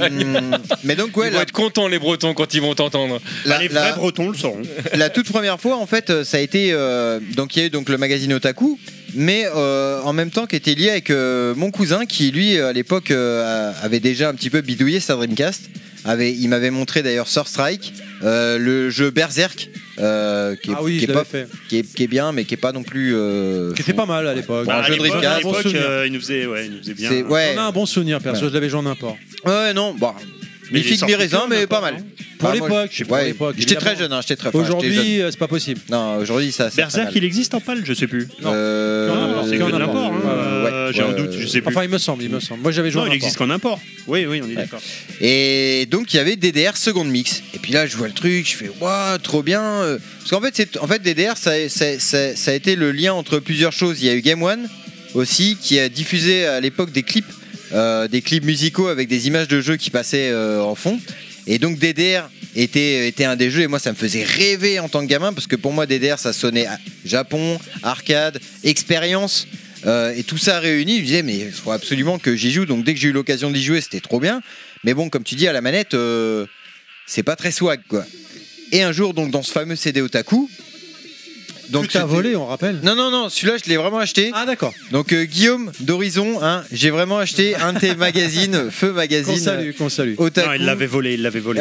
mais donc ouais, Ils vont la, être contents les Bretons quand ils vont t'entendre. la- Bah, les la- vrais Bretons le sauront. la toute première fois, en fait, euh, ça a été. euh, donc, il y a eu donc, le magazine Otaku, mais euh, en même temps qui était lié avec euh, mon cousin qui, lui, euh, à l'époque, euh, a- avait déjà un petit peu bidouillé sa Dreamcast. Avait, il m'avait montré d'ailleurs Sur Strike, euh, le jeu Berserk, euh, qui, est, Ah oui, qui, je est pas, l'avais fait. qui, est, qui est bien, mais qui est pas non plus. euh, Qui était pas mal à l'époque. Bah, à jeu de l'époque, à Dreamcast, bon l'époque, souvenir. euh, il nous faisait, ouais, il nous faisait bien. euh, c'est- ouais, On a un bon souvenir perso, je l'avais joué en import. ouais, non, bah, bon. Mais Mi il est figue, sorti mi raisin, quand, mais n'importe, pas mal. hein Pour Bah, moi, l'époque, je- pour ouais, l'époque, J'étais très évidemment. jeune, hein, j'étais très enfin, j'étais jeune. Aujourd'hui, euh, c'est pas possible. Non, aujourd'hui, ça. ça Berserk, fait mal. il existe en pâle Je sais plus. non. Euh, Non, Non, non, non, c'est euh, que non, de l'import. non, hein, ouais, euh, ouais, J'ai un ouais. doute, je sais plus. Enfin, il me semble, il me semble. Moi, j'avais joué Non, en il import. existe qu'en import. Oui, oui, on est d'accord. Et donc il y avait DDR seconde mix. Et puis là je vois le truc, je fais waouh trop bien. euh. Parce qu'en fait c'est en fait DDR ça, ça- ça- ça a été le lien entre plusieurs choses. Il y a eu Game One aussi qui a diffusé à l'époque des clips, euh, des clips musicaux avec des images de jeux qui passaient euh, en fond. Et donc DDR était, était un des jeux et moi ça me faisait rêver en tant que gamin parce que pour moi DDR ça sonnait à- Japon, arcade, expérience euh, et tout ça réuni. Je me disais mais il faut absolument que j'y joue. Donc dès que j'ai eu l'occasion d'y jouer c'était trop bien. Mais bon, comme tu dis, à la manette, euh, c'est pas très swag, quoi. Et un jour, donc, dans ce fameux CD Otaku. Donc, t'as c'était- volé, on rappelle. Non, non, non, celui-là, je l'ai vraiment acheté. Ah, d'accord. Donc, euh, Guillaume d'Horizon, hein, j'ai vraiment acheté un de tes magazines, euh, Feu Magazine. Qu'on salue, qu'on salue. euh, Otaku. Non, il l'avait volé, il l'avait volé.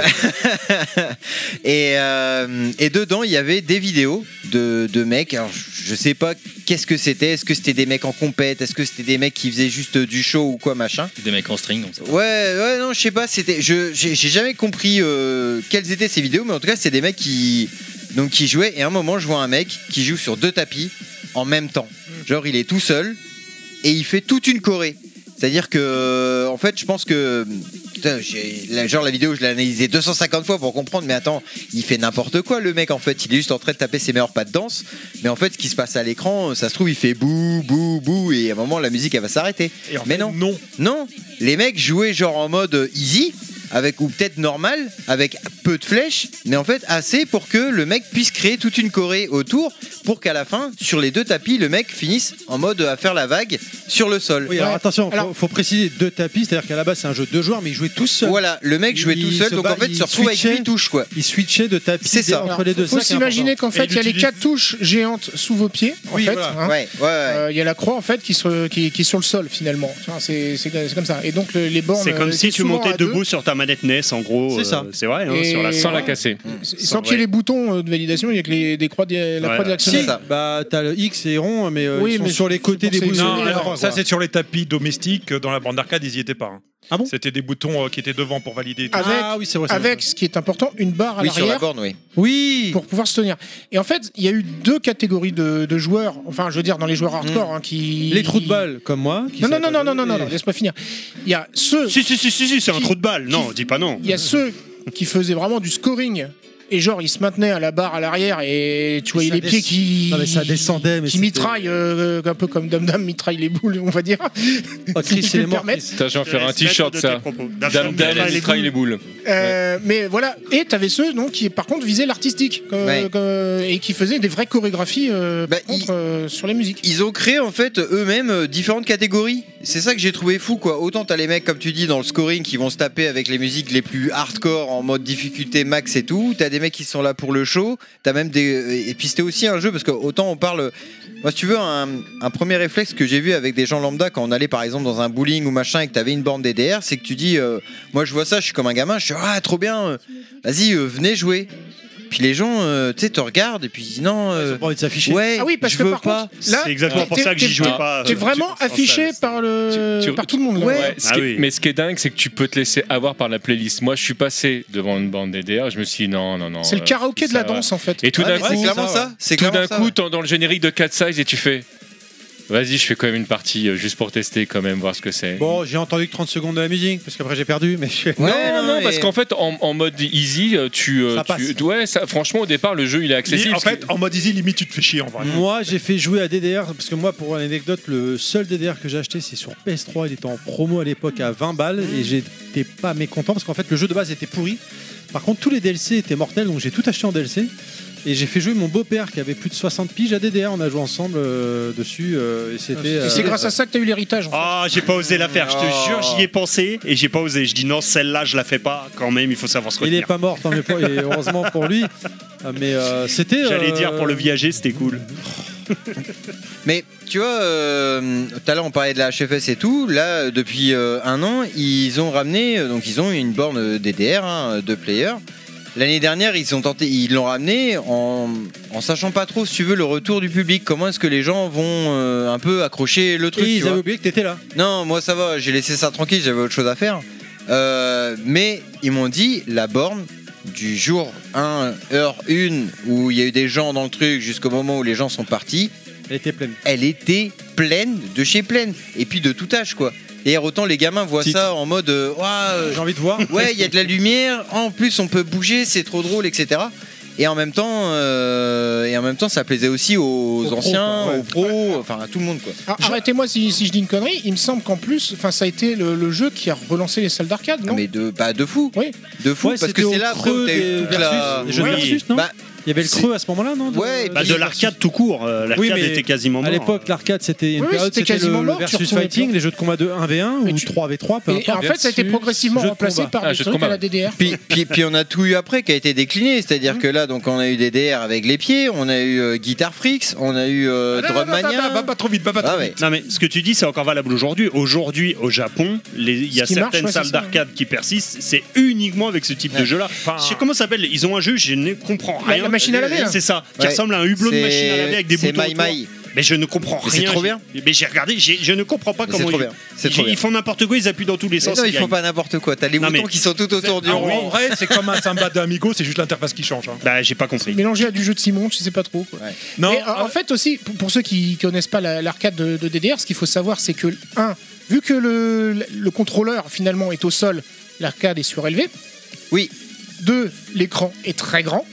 et, euh, et dedans, il y avait des vidéos de, de mecs. Alors, je- je sais pas qu'est-ce que c'était. Est-ce que c'était des mecs en compète Est-ce que c'était des mecs qui faisaient juste du show ou quoi, machin Des mecs en string, comme ça. Ouais, ouais, non, je sais pas. C'était, je, j'ai j'ai jamais compris euh, quelles étaient ces vidéos, mais en tout cas, c'était des mecs qui, donc qui jouaient. Et à un moment, je vois un mec qui joue sur deux tapis en même temps. Genre, il est tout seul et il fait toute une choré. C'est-à-dire que, en fait, je pense que, putain, j'ai- la- genre la vidéo, je l'ai analysée 250 fois pour comprendre. Mais attends, il fait n'importe quoi, le mec. En fait, il est juste en train de taper ses meilleurs pas de danse. Mais en fait, ce qui se passe à l'écran, ça se trouve, il fait bou, bou, bou, et à un moment, la musique, elle va s'arrêter. Et en Mais fait, non. Non, les mecs jouaient genre en mode easy, avec ou peut-être normal, avec peu de flèches, mais en fait assez pour que le mec puisse créer toute une choré autour, pour qu'à la fin, sur les deux tapis, le mec finisse en mode à faire la vague sur le sol. Oui, alors Ouais. attention, faut- faut, Alors- préciser deux tapis, c'est-à-dire qu'à la base c'est un jeu de deux joueurs, mais ils jouaient tous seuls. Voilà, le mec jouait Il tout seul, se donc bat, en fait, il il se retrouve avec switchait. 8 touches quoi. Il switchait de tapis C'est ça. entre Alors, les deux. faut ça qui est s'imaginer qu'en fait, il y a les d'utiliser- quatre touches géantes sous vos pieds. En Oui, fait, voilà. hein. Ouais, ouais, ouais. Euh, Il y a la croix en fait qui, se- qui- qui est sur le sol finalement. Tu vois, C'est c'est- c'est comme ça. Et donc le- les bornes. C'est comme euh, si étaient tu souvent montais à deux, debout sur ta manette NES, en gros. C'est euh, ça. C'est vrai, hein, Et- sur la Sans Sans la la casser. Sans qu'il y ait les boutons euh, de validation, il y a que les des croix, de- la Ouais. croix de l'action. Si, C'est ça. bah t'as le X et rond, mais euh, Oui, ils sont mais sur les c'est côtés pour des ça que bousons. c'est- Non, Oui, alors, alors, ça voilà. c'est sur les tapis domestiques. euh, Dans la bande d'arcade, ils y étaient pas. hein. Ah bon C'était des boutons euh, qui étaient devant pour valider. et tout. Ah, Avec- ah oui, c'est vrai. c'est vrai. Avec, ce qui est important, une barre à Oui, sur la l'arrière borne, oui. Oui. pour pouvoir se tenir. Et en fait, il y a eu deux catégories de, de joueurs, enfin, je veux dire, dans les joueurs hardcore, hein, qui. Les trous de balle, comme moi. qui Non, non, savent non, pas non, non, non, non, jouer. non, laisse-moi finir. Il y a ceux, Si, si, si, si, si, c'est un Qui- trou de balle. Non, dis pas non. il y a ceux qui faisaient vraiment du scoring. Et genre, ils se maintenaient à la barre à l'arrière et tu voyais Ça les desc- pieds qui. Non, mais ça descendait. Mais Qui c'était- mitraillent, euh, un peu comme Dame Dame mitraille les boules, on va dire. Ah, Chris, si je il peux est me mort, permettre. Chris. Putain, je vais en faire un Respecte t-shirt de tes ça. propos. Dame Dame, Dame, elle traille les boules. Euh, mais voilà, et t'avais ceux donc qui par contre visaient l'artistique euh, Ouais. euh, et qui faisaient des vraies chorégraphies euh, Bah, par contre, il- euh, sur les musiques. Ils ont créé en fait eux-mêmes euh, différentes catégories. C'est ça que j'ai trouvé fou quoi. Autant t'as les mecs comme tu dis dans le scoring qui vont se taper avec les musiques les plus hardcore en mode difficulté max et tout. T'as des mecs qui sont là pour le show. T'as même des et puis c'était aussi un jeu parce que autant on parle. Moi si tu veux un, un premier réflexe que j'ai vu avec des gens lambda quand on allait par exemple dans un bowling ou machin et que t'avais une borne DDR, c'est que tu dis euh, moi je vois ça, je suis comme un gamin, je suis ah trop bien, euh, vas-y euh, venez jouer. Puis les gens euh, tu sais te regardent et puis ils disent non. Ils euh, ont pas envie de s'afficher. Ouais, Ah oui, parce je que veux par pas. contre, là, C'est exactement t'es- pour ça que j'y t'es- jouais t'es- pas. T'es euh, vraiment sur- en affiché salle. par le Tu- tu- par tout le monde. là. Ouais, ce Ah qui est- oui. Mais ce qui est dingue, c'est que tu peux te laisser avoir par la playlist. Moi, je suis passé devant une bande DDR, je me suis dit non, non, non. C'est le euh, karaoké de ça la va. danse en fait. Et tout Ouais, d'un mais c'est coup, clairement ça. C'est tout clairement d'un ça, coup, ouais. t'en- dans le générique de Cat Size et tu fais. Vas-y, je fais quand même une partie euh, juste pour tester, quand même, voir ce que c'est. Bon, j'ai entendu que 30 secondes de la musique parce qu'après j'ai perdu. Mais je- Ouais, non, non, non, mais- parce qu'en fait, en, en mode easy, euh, tu. euh, Ça tu- ouais, ça- franchement, au départ, le jeu, il est accessible. en parce fait, Ah, en mode easy, limite, tu te fais chier en vrai. Moi, j'ai fait jouer à DDR parce que moi, pour l'anecdote, le seul DDR que j'ai acheté, c'est sur PS3. Il était en promo à l'époque à 20 balles et j'étais pas mécontent parce qu'en fait, le jeu de base était pourri. Par contre, tous les DLC étaient mortels, donc j'ai tout acheté en DLC. Et j'ai fait jouer mon beau-père qui avait plus de 60 piges à DDR. On a joué ensemble euh, dessus euh, et c'était. Et Ah, c'est euh, grâce à ça que t'as eu l'héritage. en fait. Ah, j'ai pas osé la faire, je te Oh. jure, j'y ai pensé et j'ai pas osé. Je dis non, celle-là, je la fais pas quand même, il faut savoir se Il est retenir. pas mort, tant mieux pour- et heureusement pour lui. Euh, Mais euh, c'était. J'allais euh, dire pour le viager, c'était cool. Mais tu vois, euh, tout à l'heure on parlait de la HFS et tout. Là, depuis euh, un an, ils ont ramené, euh, donc ils ont une borne DDR hein, de player. L'année dernière, ils ont tenté, ils l'ont ramené en, en sachant pas trop, si tu veux, le retour du public. Comment est-ce que les gens vont euh, un peu accrocher le truc Et tu ils vois. avaient oublié que t'étais là. Non, moi ça va, j'ai laissé ça tranquille, j'avais autre chose à faire. Euh, mais ils m'ont dit la borne du jour 1, heure 1, où il y a eu des gens dans le truc jusqu'au moment où les gens sont partis, Elle était pleine. elle était pleine de chez pleine. Et puis de tout âge quoi. Et autant les gamins voient Titre. ça en mode euh, Ouah, euh, J'ai envie de voir. ouais, il y a de la lumière, en plus on peut bouger, c'est trop drôle, etc. Et en même temps, euh, et en même temps, ça plaisait aussi aux, pros, anciens, quoi, ouais. aux pros, enfin à tout le monde quoi. Ah, Arrêtez-moi si, si je dis une connerie. Il me semble qu'en plus, enfin, ça a été le, le jeu qui a relancé les salles d'arcade, Ah, non mais de, bah, de fou. Oui. De fou, Ouais, parce c'était que au c'est là après où creux t'as des eu toute la... versus, des jeux de Oui. versus, non Bah, Il y avait le c'est- creux à ce moment-là, non de- Ouais, et de- Bah, de l'arcade tout court, euh, l'arcade Oui, mais était quasiment À mort. hein. l'époque, l'arcade, c'était une Oui, période, c'était c'était le, quasiment le mort, tu versus retournais fighting, plus. les jeux de combat de 1v1 Mais ou tu- 3v3, peu Et importe. en fait, ça a été Versus progressivement jeu de remplacé combat. par Ah, des jeu de trucs combat. à la DDR. puis, puis, puis on a tout eu après qui a été décliné, c'est-à-dire que là, donc on a eu des DR avec les pieds, on a eu euh, Guitar Freaks, on a eu euh, Ah, non, non, non, non, non, Va Drummania. pas trop vite, va pas Ah trop ouais. vite. Non mais ce que tu dis c'est encore valable aujourd'hui. Aujourd'hui au Japon, les- il y a Ce qui marche, certaines ouais, c'est salles ça. d'arcade qui persistent. C'est uniquement avec ce type de Ouais. jeu-là. Je sais comment ça s'appelle. Ils ont un jeu, je ne comprends La- rien. la machine à laver, hein. là. C'est ça. Qui Ouais. ressemble à un hublot de machine à laver avec des c'est boutons. My autour. My. Mais je ne comprends Mais rien. c'est trop J'ai- bien. Mais j'ai regardé. j'ai- Je ne comprends pas Mais comment C'est trop ils- bien. C'est ils- trop bien. Ils font n'importe quoi. Ils appuient dans tous les Mais sens. non, ils gagnent. font pas n'importe quoi. T'as les Non, boutons mais- ah qui sont tout autour du Alors, rond. en vrai, c'est comme un samba d'amigo, c'est juste l'interface qui change. hein. Bah j'ai pas compris. Mélangé à du jeu de Simon, je sais pas trop. quoi. Non, Mais, euh, ah, en fait aussi, pour, pour ceux qui connaissent pas la- l'arcade de, de DDR, ce qu'il faut savoir, c'est que, un, vu que le, le contrôleur finalement est au sol, l'arcade est surélevée. Oui. Deux, l'écran est très grand.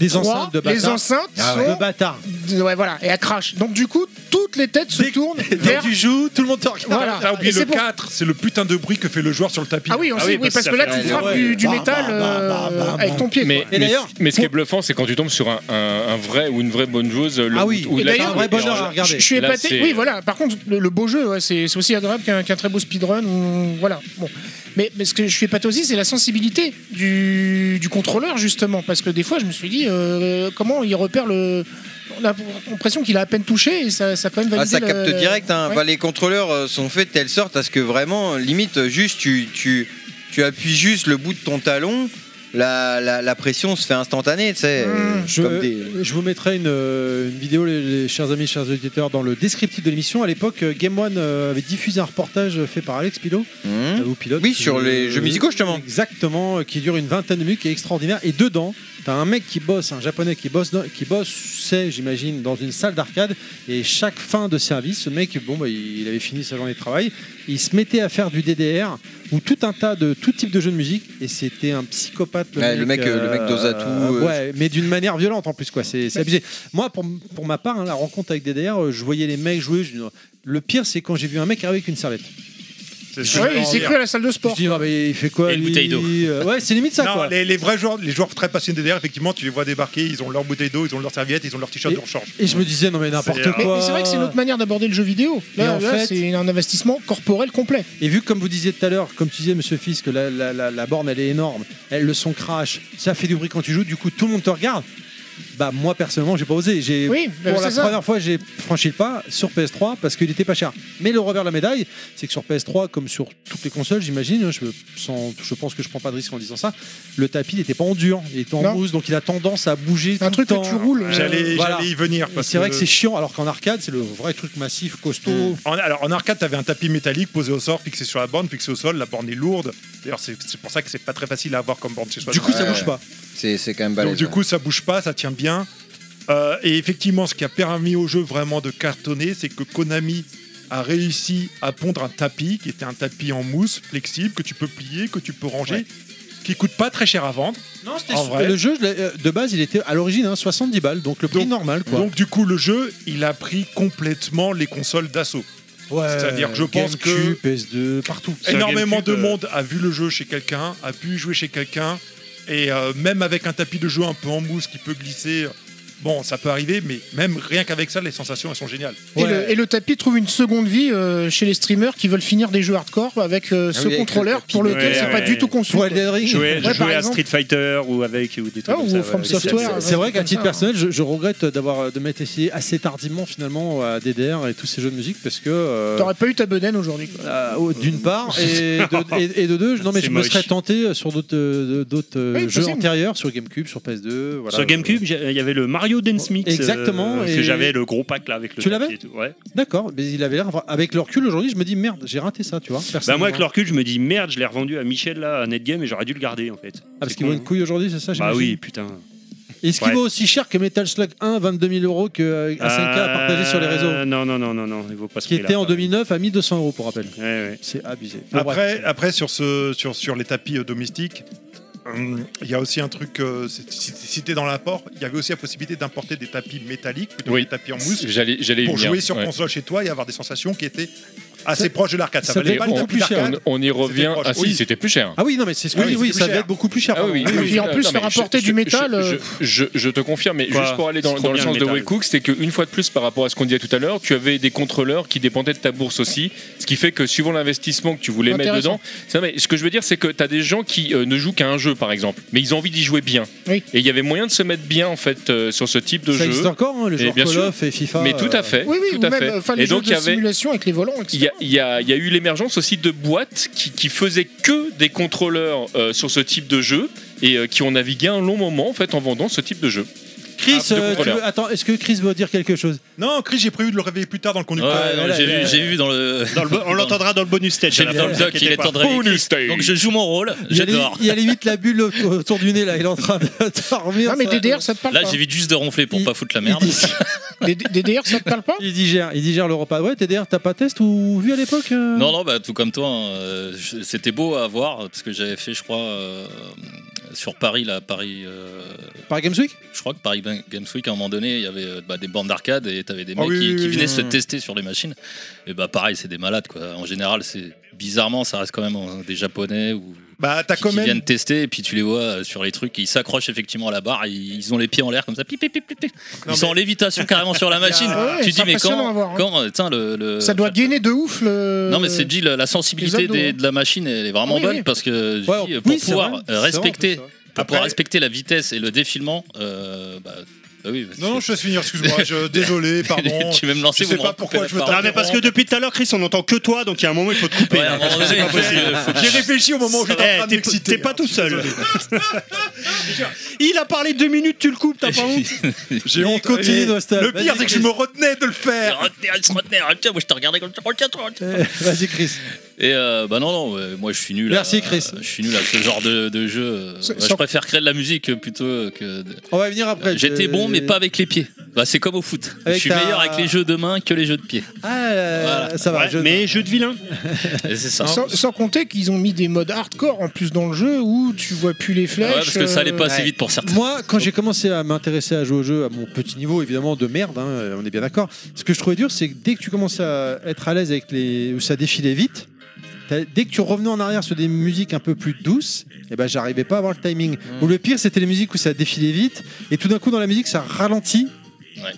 Des Trois, enceintes de les bâtards. enceintes Ah ouais. De bâtards. sont... Ouais, voilà, et à crash. Donc du coup, toutes les têtes se tournent vers... tu joues, tout le monde te regarde. Voilà. T'as oublié Et c'est le pour- 4, c'est le putain de bruit que fait le joueur sur le tapis. Ah oui, on Ah sait, oui, oui, parce parce, que que là, ça tu fait- frappes Ouais, ouais. du, du Bah, métal bah, bah, euh, bah, bah, bah. avec ton pied. Mais, quoi. Et mais, d'ailleurs, mais ce qui est pour- bluffant, c'est quand tu tombes sur un, un- un vrai ou une vraie bonne joueuse. le- Ah oui. ou Et la- d'ailleurs, un vrai bonheur à Je, regarder. je suis Là, épaté. c'est- Oui, voilà. Par contre, le, le beau jeu, ouais, c'est c'est aussi agréable qu'un qu'un très beau speedrun. ou- Voilà. Bon. Mais, mais ce que je suis épaté aussi, c'est la sensibilité du, du contrôleur, justement. Parce que des fois, je me suis dit, euh, comment il repère le. On a l'impression qu'il a à peine touché et ça, ça a quand même Ah, validé. ça le- capte le- direct. hein. euh, Ouais. Bah, les contrôleurs euh, sont faits de telle euh, sorte à ce que vraiment, limite, juste tu, tu, tu appuies juste le bout de ton talon. la, la, la pression se fait instantanée, tu sais. euh, Je, comme des- je vous mettrai une, euh, une vidéo, les, les chers amis, chers auditeurs, dans le descriptif de l'émission. À l'époque, euh, Game One euh, avait diffusé un reportage fait par Alex Pilot. Hmm. euh, ou Pilote, Oui, sur les jeux musicaux, justement. Exactement, euh, qui dure une vingtaine de minutes, qui est extraordinaire. Et dedans, t'as un mec qui bosse, un japonais qui bosse, dans- qui bosse, c'est, j'imagine, dans une salle d'arcade. Et chaque fin de service, ce mec, bon, bah, il avait fini sa journée de travail, il se mettait à faire du DDR ou tout un tas de tout type de jeux de musique. Et c'était un psychopathe. Le Ouais, mec, le mec, euh, le mec dose à tout, euh, ouais, mais d'une manière violente en plus, quoi. C'est c'est abusé. Moi, pour, pour ma part, hein, la rencontre avec DDR, euh, je voyais les mecs jouer. je dis, non. le pire, c'est quand j'ai vu un mec arriver avec une serviette. C'est ce que je Ah Ouais, veux il en s'est dire. cru à la salle de Je sport. dis, non, mais il fait quoi Et une lui bouteille d'eau. Euh, Ouais, c'est limite ça, Non, quoi. les, les vrais joueurs, les joueurs très passionnés derrière, effectivement, tu les vois débarquer, ils ont leur bouteille d'eau, ils ont leur serviette, ils ont leur t-shirt Et- de rechange. Et je me disais, non, mais n'importe C'est- quoi. Mais, mais c'est vrai que c'est une autre manière d'aborder le jeu vidéo. Et Là, en là, fait- c'est un investissement corporel complet. Et vu, comme vous disiez tout à l'heure, comme tu disais, monsieur Fisk, que la, la, la, la borne, elle est énorme, elle, le son crash, ça fait du bruit quand tu joues, du coup, tout le monde te regarde. Bah, moi, personnellement, j'ai pas osé. J'ai Oui, bah, Pour la c'est ça. première fois, j'ai franchi le pas sur PS3 parce qu'il était pas cher. Mais le revers de la médaille, c'est que sur PS3, comme sur toutes les consoles, j'imagine, je, sans- je pense que je prends pas de risque en disant ça, le tapis n'était pas en dur, il était en Non. mousse, donc il a tendance à bouger. Un tout truc le temps. que tu roules. euh, J'allais voilà. j'allais y venir. Et parce C'est vrai que c'est chiant, alors qu'en arcade, c'est le vrai truc massif, costaud. En, alors en arcade, t'avais un tapis métallique posé au sort, fixé sur la borne, fixé au sol. La borne est lourde. D'ailleurs, c'est c'est pour ça que c'est pas très facile à avoir comme borne chez soi. Du coup, ça Ouais, bouge ouais. pas. C'est c'est quand même Donc, balèze. du ouais. coup, ça bouge pas, ça tient bien. Euh, et effectivement, ce qui a permis au jeu vraiment de cartonner, c'est que Konami a réussi à pondre un tapis qui était un tapis en mousse flexible que tu peux plier, que tu peux ranger, qui coûte pas très cher à vendre. Non, c'était En sou- vrai. Le jeu, je l'ai- euh, de base, il était à l'origine hein, 70 balles, donc le prix Donc- normal. Quoi. Donc du coup, le jeu, il a pris complètement les consoles d'assaut. Ouais, c'est-à-dire que je pense que- GameCube, PS2, partout. Sur Énormément GameCube, de euh, monde a vu le jeu chez quelqu'un, a pu y jouer chez quelqu'un, et euh, même avec un tapis de jeu un peu en mousse qui peut glisser, bon, ça peut arriver, mais même rien qu'avec ça, les sensations, elles sont géniales. Et, Ouais. le, et le tapis trouve une seconde vie euh, chez les streamers qui veulent finir des jeux hardcore avec euh, Ah ce oui, avec contrôleur le tapis, pour lequel ouais, c'est pas ouais. du tout conçu. Pour Elden Ring. Jouer, par jouer à exemple. Street Fighter ou avec ou des trucs Ah, comme ou ça, From ouais, Software. c'est- C'est hein. vrai qu'à comme titre ça, personnel, je, je regrette d'avoir de m'être essayé assez tardivement finalement à DDR et tous ces jeux de musique parce que euh, T'aurais pas eu ta bedaine aujourd'hui. quoi. euh, oh, d'une part et de, et- et de deux, je- non mais C'est je me moche. serais tenté sur d'autres euh, d'autres euh, Oui, jeux possible. antérieurs sur GameCube, sur PS2. Voilà. Sur GameCube, j'ai- il y avait le Mario Oh, Dance Mix. euh, Exactement, et- que j'avais le gros pack là avec le. Tu tapis l'avais et tout, Ouais. D'accord, mais il avait l'air avec le recul aujourd'hui, je me dis merde, j'ai raté ça, tu vois. Bah personnellement. moi avec le recul, je me dis merde, je l'ai revendu à Michel là à Netgame et j'aurais dû le garder en fait. Ah, parce C'est qu'il con, vaut une couille aujourd'hui, c'est ça hein. Bah j'imagine oui, putain. Est-ce qu'il Ouais. vaut aussi cher que Metal Slug 1, 22 000 euros que euh, A5K a partagé sur les réseaux Euh, Non, non, non, non, non, il vaut pas ce Qui prix-là, était en quand même. 2009 à 1200 euros pour rappel. Ouais, ouais. C'est abusé. Bon, Après, bref. après sur, ce, sur, sur les tapis euh, domestiques, hum, il y a aussi un truc, euh, c'est- si, si t'es dans l'apport, il y avait aussi la possibilité d'importer des tapis métalliques, plutôt que Oui. des tapis en mousse, J'allais j'allais y pour venir, jouer sur ouais. console chez toi et avoir des sensations qui étaient assez proches de l'arcade. Ça, ça valait fait pas le beaucoup tapis plus cher. hein. d'arcade. On, on y revient. proche. Ah si, Oui. c'était plus cher. Ah oui, non, mais c'est ce que Ah je dis, oui, oui, c'était ça plus devait cher. être beaucoup plus cher. Ah pardon. oui, oui, oui. en plus, Non, faire mais je- apporter je- du je- métal, Je, euh. je- je te confirme, mais Quoi juste pour aller dans, C'est dans le combien, sens le de métal Will Cook, c'était qu'une fois de plus par rapport à ce qu'on disait tout à l'heure, tu avais des contrôleurs qui dépendaient de ta bourse aussi, ce qui fait que suivant l'investissement que tu voulais mettre Intéressant. dedans, ça, mais ce que je veux dire, c'est que tu as des gens qui euh, ne jouent qu'à un jeu par exemple, mais ils ont envie d'y jouer bien. Oui. Et il y avait moyen de se mettre bien en fait euh, sur ce type de Ça jeu. existe encore, hein, les Et jeux bien Call sûr. of et FIFA. Mais tout à euh, fait. Oui, oui, tout ou à même fait. euh, enfin, Et les jeux donc il y de avait simulation avec les volants, il y, etc. a, il y a- il y a eu l'émergence aussi de boîtes qui, qui faisaient que des contrôleurs euh, sur ce type de jeu et euh, qui ont navigué un long moment en fait en vendant ce type de jeu. Chris, Ah, de euh, tu contrôleur. veux- attends, est-ce que Chris veut dire quelque chose Non, Chris, j'ai prévu de le réveiller plus tard dans le Ouais, conducteur. non, j'ai voilà, vu, j'ai vu dans le. Dans le bo- on l'entendra dans le bonus stage. J'ai à la vu dans fin, le vous doc, inquiétez il est pas. en direct. Bonus stage. Donc je joue mon rôle, il y, a les- j'adore. il y a les 8 la bulle au- autour du nez, là, il est en train de dormir. Non, mais ça. DDR, ça te parle Là, pas. j'évite juste de ronfler pour Il- pas foutre la il merde. dit- D- DDR, ça te parle pas Il digère, il digère le repas. Ouais, TDR, t'as pas test ou vu à l'époque euh Non, non, bah, tout comme toi, hein, euh, je- c'était beau à voir parce que j'avais fait, je crois, euh, sur Paris, là, Paris. euh, Par Games Week je crois que Paris Ben- Games Week, à un moment donné, il y avait euh, bah, des bandes d'arcade et t'avais des Ah mecs oui, qui, oui, qui oui, venaient oui, se oui. tester sur les machines. Et bah, pareil, c'est des malades, quoi. En général, c'est bizarrement, ça reste quand même euh, des Japonais ou Bah, t'as qui, quand qui même viennent tester et puis tu les vois euh, sur les trucs ils s'accrochent effectivement à la barre et ils ont les pieds en l'air comme ça pip, pip, pip, pip, pip. ils Non, sont en lévitation carrément sur la machine Ouais, c'est tu dis mais impressionnant quand, à voir, hein. quand euh, tiens, le, le- Ça doit gainer de ouf le. non mais c'est dit la, la sensibilité les abdos, des- hein. de la machine elle est vraiment Oui, bonne oui. parce que je Ouais, dis, euh, oui, pour c'est pouvoir vrai, euh, c'est vrai, en plus, respecter ouais. pour pouvoir Après- respecter la vitesse et le défilement euh, bah, Bah oui, parce Non, non, que- je vais finir, excuse-moi. Je... Désolé, pardon. tu veux me lancer, Je sais vous me pas pourquoi recoupez je la veux parole. Non, mais parce que depuis tout à l'heure, Chris, on n'entend que toi, donc il y a un moment, il faut te couper. Ouais, à un hein, parce moment que c'est donné, pas il faut possible. essayer- faut- J'ai réfléchi au moment où j'étais en Ah. Eh, train de t'es- m'exciter. T'es pas tout seul. Il a parlé deux minutes, tu le coupes, t'as pas honte J'ai honte. Continue, Et Nostal. Le pire, Vas-y, c'est que je me retenais de le Il faire. se retenait, il se retenait. Ah, tiens, moi je te regardais comme Oh, tiens, toi, tiens. Chris. Vas-y, Chris. Et euh, bah non, non, ouais, moi je suis nul. Merci, à, Chris. Je suis nul à ce genre de, de jeu. Euh, C'est- ouais, sur- je préfère créer de la musique euh, plutôt euh, que. de- On va y venir après. J'étais Euh, bon, mais pas avec les pieds. Bah, c'est comme au foot. Avec je suis ta- meilleur avec les jeux de main que les jeux de pied. Ah, euh, Voilà. ça va. Ouais, je- Mais jeu de vilain. Et c'est ça. Sans, sans compter qu'ils ont mis des modes hardcore en plus dans le jeu où tu vois plus les Ouais, flèches. parce que ça allait pas euh, assez vite pour certains. Moi, quand j'ai commencé à m'intéresser à jouer au jeu à mon petit niveau, évidemment de merde, hein, euh, on est bien d'accord. Ce que je trouvais dur, c'est que dès que tu commences à être à l'aise avec les, où ça défilait vite, t'as- dès que tu revenais en arrière sur des musiques un peu plus douces, et ben j'arrivais pas à avoir le timing. Mmh. Ou le pire, c'était les musiques où ça défilait vite, et tout d'un coup dans la musique ça ralentit.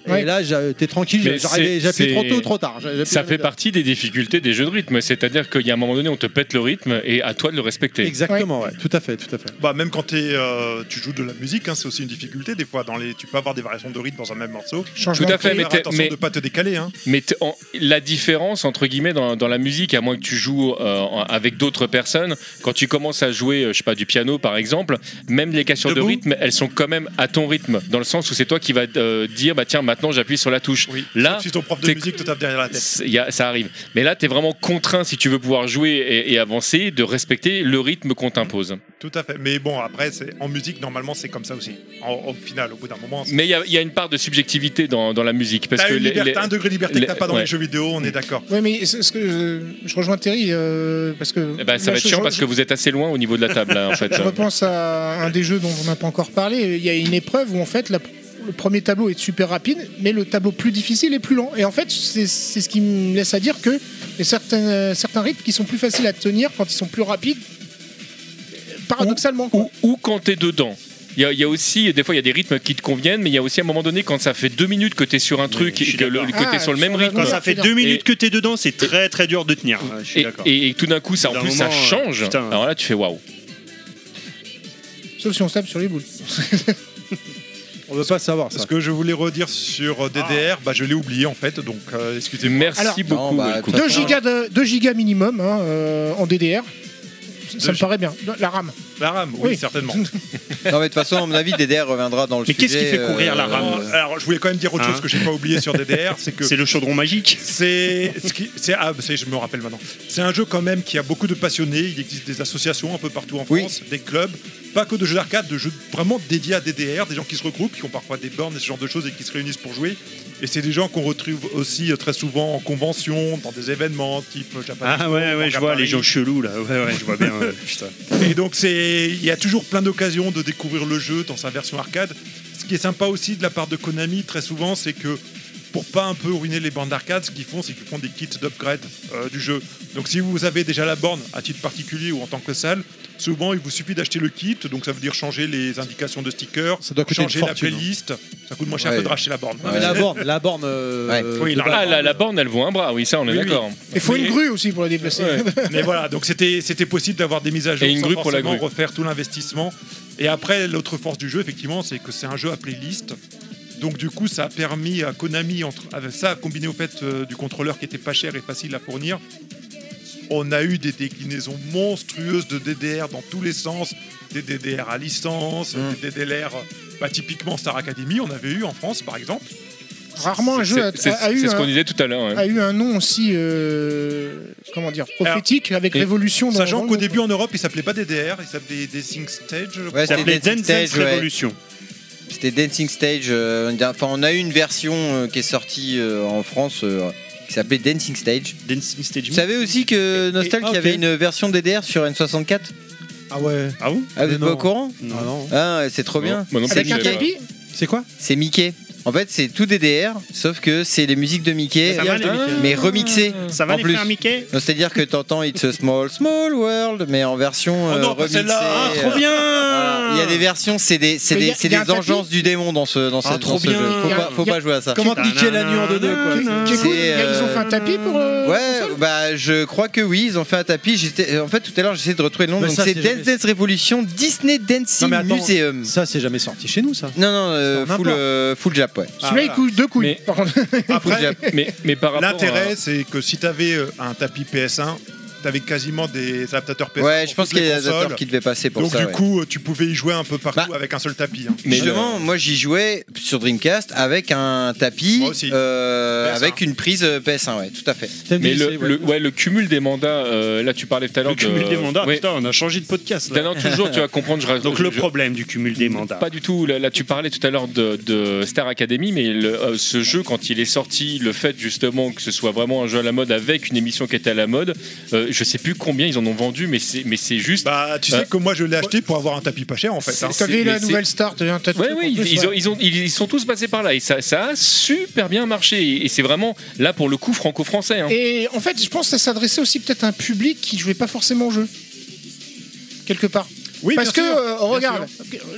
Et Ouais. là, j'a- t'es tranquille, Mais j'arrivais- c'est- j'appuyais trop c'est- tôt ou trop tard. J'a- j'appuyais Ça trop fait tard. partie des difficultés des jeux de rythme, c'est-à-dire qu'il y a un moment donné, on te pète le rythme et à toi de le respecter. Exactement, ouais. Tout à fait, tout à fait. Bah, même quand t'es, euh, tu joues de la musique, hein, c'est aussi une difficulté. Des fois, dans les... tu peux avoir des variations de rythme dans un même morceau. changement Tout à de fait, clé. mais Faire t'es- attention mais- de pas te décaler. Hein. Mais t- en- la différence entre guillemets dans, dans la musique, à moins que tu joues euh, en- avec d'autres personnes, quand tu commences à jouer, euh, je sais pas, du piano par exemple, même les cassures de Debout. rythme, elles sont quand même à ton rythme, dans le sens où c'est toi qui vas euh, dire, bah tiens, maintenant j'appuie sur la touche. Oui. Là, Si ton prof de Ah. t'es- musique te tape derrière la tête. c'est- y a- ça arrive. Mais là, tu es vraiment contraint, si tu veux pouvoir jouer et, et avancer, de respecter le rythme qu'on t'impose. Tout à fait. Mais bon, après, c'est... en musique, normalement, c'est comme ça aussi. En- Au final, au bout d'un moment, c'est- Mais il y a, y a une part de subjectivité dans, dans la musique. Parce T'as que une les- liberté, les- un degré de liberté les- que t'as pas dans ouais. les jeux vidéo, on est d'accord. Ouais, mais c'est ce que je, je rejoins Terry euh, parce que. Eh ben, ça là, va être je- chiant je- parce que vous êtes assez loin au niveau de la table, là, en fait. Je repense à un des jeux dont on n'a pas encore parlé. Il y a une épreuve où en fait la- le premier tableau est super rapide, mais le tableau plus difficile est plus lent. Et en fait, c'est c'est ce qui me laisse à dire que il y a certains, euh, certains rythmes qui sont plus faciles à tenir quand ils sont plus rapides, paradoxalement. quoi. ou, ou quand t'es dedans. Il y, a, il y a aussi, des fois, il y a des rythmes qui te conviennent, mais il y a aussi un moment donné quand ça fait deux minutes que t'es sur un truc je et suis que, le, d'accord. que t'es Ah, sur le même sur la rythme. Quand Ouais. ça fait deux minutes que t'es dedans, c'est très très dur de tenir. Ouais, je suis Et, d'accord. et- et tout d'un coup, ça, en D'un plus, ça moment, euh, change. putain. Alors là, tu fais waouh. Sauf si on se tape sur les boules. On veut pas savoir ça. Ce que je voulais redire sur DDR, bah, je l'ai oublié en fait, donc euh, excusez-moi. Merci Alors, beaucoup. Non, bah, Welcome. 2 gigas, de- 2 gigas minimum hein, euh, en DDR. Ça Deux me gi- paraît bien. La RAM. La RAM, oui, Oui. certainement. hein. Non, mais de toute façon, à mon avis, DDR reviendra dans le Mais sujet. qu'est-ce qui fait courir la euh, rame Alors, alors, je voulais quand même dire autre Hein chose que j'ai pas oublié sur DDR, c'est que C'est le chaudron magique. c'est ce qui- c'est ah, c'est- je me rappelle maintenant. C'est un jeu quand même qui a beaucoup de passionnés. Il existe des associations un peu partout en Oui. France, des clubs, pas que de jeux d'arcade, de jeux vraiment dédiés à DDR, des gens qui se regroupent, qui ont parfois des bornes et ce genre de choses et qui se réunissent pour jouer. Et c'est des gens qu'on retrouve aussi euh, très souvent en convention, dans des événements type euh, Japan. Ah Expo, ouais, ouais, Manga je vois les Paris. gens chelous là. Ouais, ouais, je vois bien. ouais, putain. Et donc c'est, il y a toujours plein d'occasions de découvrir le jeu dans sa version arcade. Ce qui est sympa aussi de la part de Konami très souvent, c'est que pour pas un peu ruiner les bornes d'arcade, ce qu'ils font, c'est qu'ils font des kits d'upgrade euh, du jeu. Donc si vous avez déjà la borne à titre particulier ou en tant que salle, souvent il vous suffit d'acheter le kit. Donc ça veut dire changer les indications de stickers, Ça doit coûter changer une la fortune. hein. playlist. Ça coûte moins cher Ouais. que de racheter la borne. Non, mais la borne, la borne. euh, Ouais. euh, Oui, de la- base. Ah, la, la borne, elle vaut un bras, oui, ça, on est Oui, oui. d'accord. Il faut Mais- une grue aussi pour la déplacer. Ouais. Mais voilà, donc c'était c'était possible d'avoir des mises à jour Et une sans grue pour la forcément grue. refaire tout l'investissement. Et après, l'autre force du jeu, effectivement, c'est que c'est un jeu à playlist. Donc du coup, ça a permis à Konami, entre, avec ça combiné au fait euh, du contrôleur qui était pas cher et facile à fournir, on a eu des déclinaisons monstrueuses de DDR dans tous les sens, des DDR à licence, Mm. des DDR, bah, typiquement Star Academy, on avait eu en France par exemple. Rarement un jeu a, C'est a- a c'est eu ce qu'on un, Ah, disait tout à l'heure. hein. ouais. a eu un nom aussi euh, comment dire prophétique avec et- Mmh. révolution. dans- dans Sachant le qu'au nom, début en Europe, il s'appelait pas DDR, il s'appelait Dancing Stage. je Ouais, Ça c'était s'appelait Dancing Zen Dance Stage. ouais. Revolution. C'était Dancing Stage. euh, Enfin, on a eu une version euh, qui est sortie euh, en France euh, qui s'appelait Dancing Stage. Dancing Stage. Vous savez aussi que Nostal ah, qui ok. avait une version DDR sur N64 Ah ouais. Ah bon Ah, vous Mais êtes pas non. au courant Ah non. Ah, c'est trop Non, bien. moi non plus, C'est Avec je un savais Mickey. pas. tapis C'est quoi C'est Mickey. En fait, c'est tout DDR, sauf que c'est les musiques de Mickey, Ça va, les Mickey. mais remixées. Ça va en les plus. faire Mickey Donc, C'est-à-dire que t'entends It's a Small Small World, mais en version euh, non, pas remixée. euh, celle-là. Ah, trop bien Voilà. Il y a des versions, c'est des, c'est Mais il y des, a- c'est il y a des un tapis. engences du démon dans ce, dans ce, Ah, dans trop ce bien. jeu. Faut, Il y a- pas, faut il y a- pas jouer à ça. Comment niquer la nuit en deux, Nanana, quoi. Qui est cool, C'est, ils ont euh, fait un tapis pour. euh, Ouais, console bah je crois que oui, ils ont fait un tapis. J'étais- En fait, tout à l'heure, j'essayais de retrouver le nom. Mais Donc ça, c'est c'est Dance Dance Revolution Disney Dancing Non, mais attends. Museum. Ça, c'est jamais sorti chez nous, ça. Non, non, euh, C'est en full, import. euh, full Jap, ouais. Celui-là, il voilà. coule deux couilles. Mais- Par contre, Full Après, Jap. Mais, mais par rapport l'intérêt, à- c'est que si t'avais euh, un tapis PS1, t'avais quasiment des adaptateurs PS1. Ouais, pour je pense toutes qu'il y les a des adaptateurs consoles. qui devaient passer pour Donc ça. du ouais. coup, euh, tu pouvais y jouer un peu partout Bah. avec un seul tapis. hein. Mais Justement, le- moi j'y jouais sur Dreamcast avec un tapis, Moi aussi. euh, PS1. avec une prise euh, PS1, ouais, tout à fait. Mais le, le- ouais, le cumul des mandats, euh, là tu parlais tout à l'heure Le de. cumul des mandats, Ouais. putain, on a changé de podcast. là. Non, non, toujours, tu vas comprendre. Je, Donc je- le je- problème du cumul des mandats. Pas du tout. Là, là, tu parlais tout à l'heure de, de Star Academy, mais le- euh, ce jeu, quand il est sorti, le fait justement que ce soit vraiment un jeu à la mode avec une émission qui était à la mode, euh, je sais plus combien ils en ont vendu, mais c'est mais c'est juste. Bah, tu Euh, sais que moi, je l'ai acheté pour avoir un tapis pas cher, en fait. hein. c'est- t'avais mais la c'est- nouvelle star, t'avais un tas de Ouais, trucs en oui, plus, ils, ouais. ont- ils, ont- ils- ils sont tous passés par là et ça, ça a super bien marché. Et, et c'est vraiment là pour le coup franco-français. hein. Et en fait, je pense que ça s'adressait aussi peut-être à un public qui jouait pas forcément au jeu. Quelque part. Oui, Parce que, bien sûr. euh, regarde,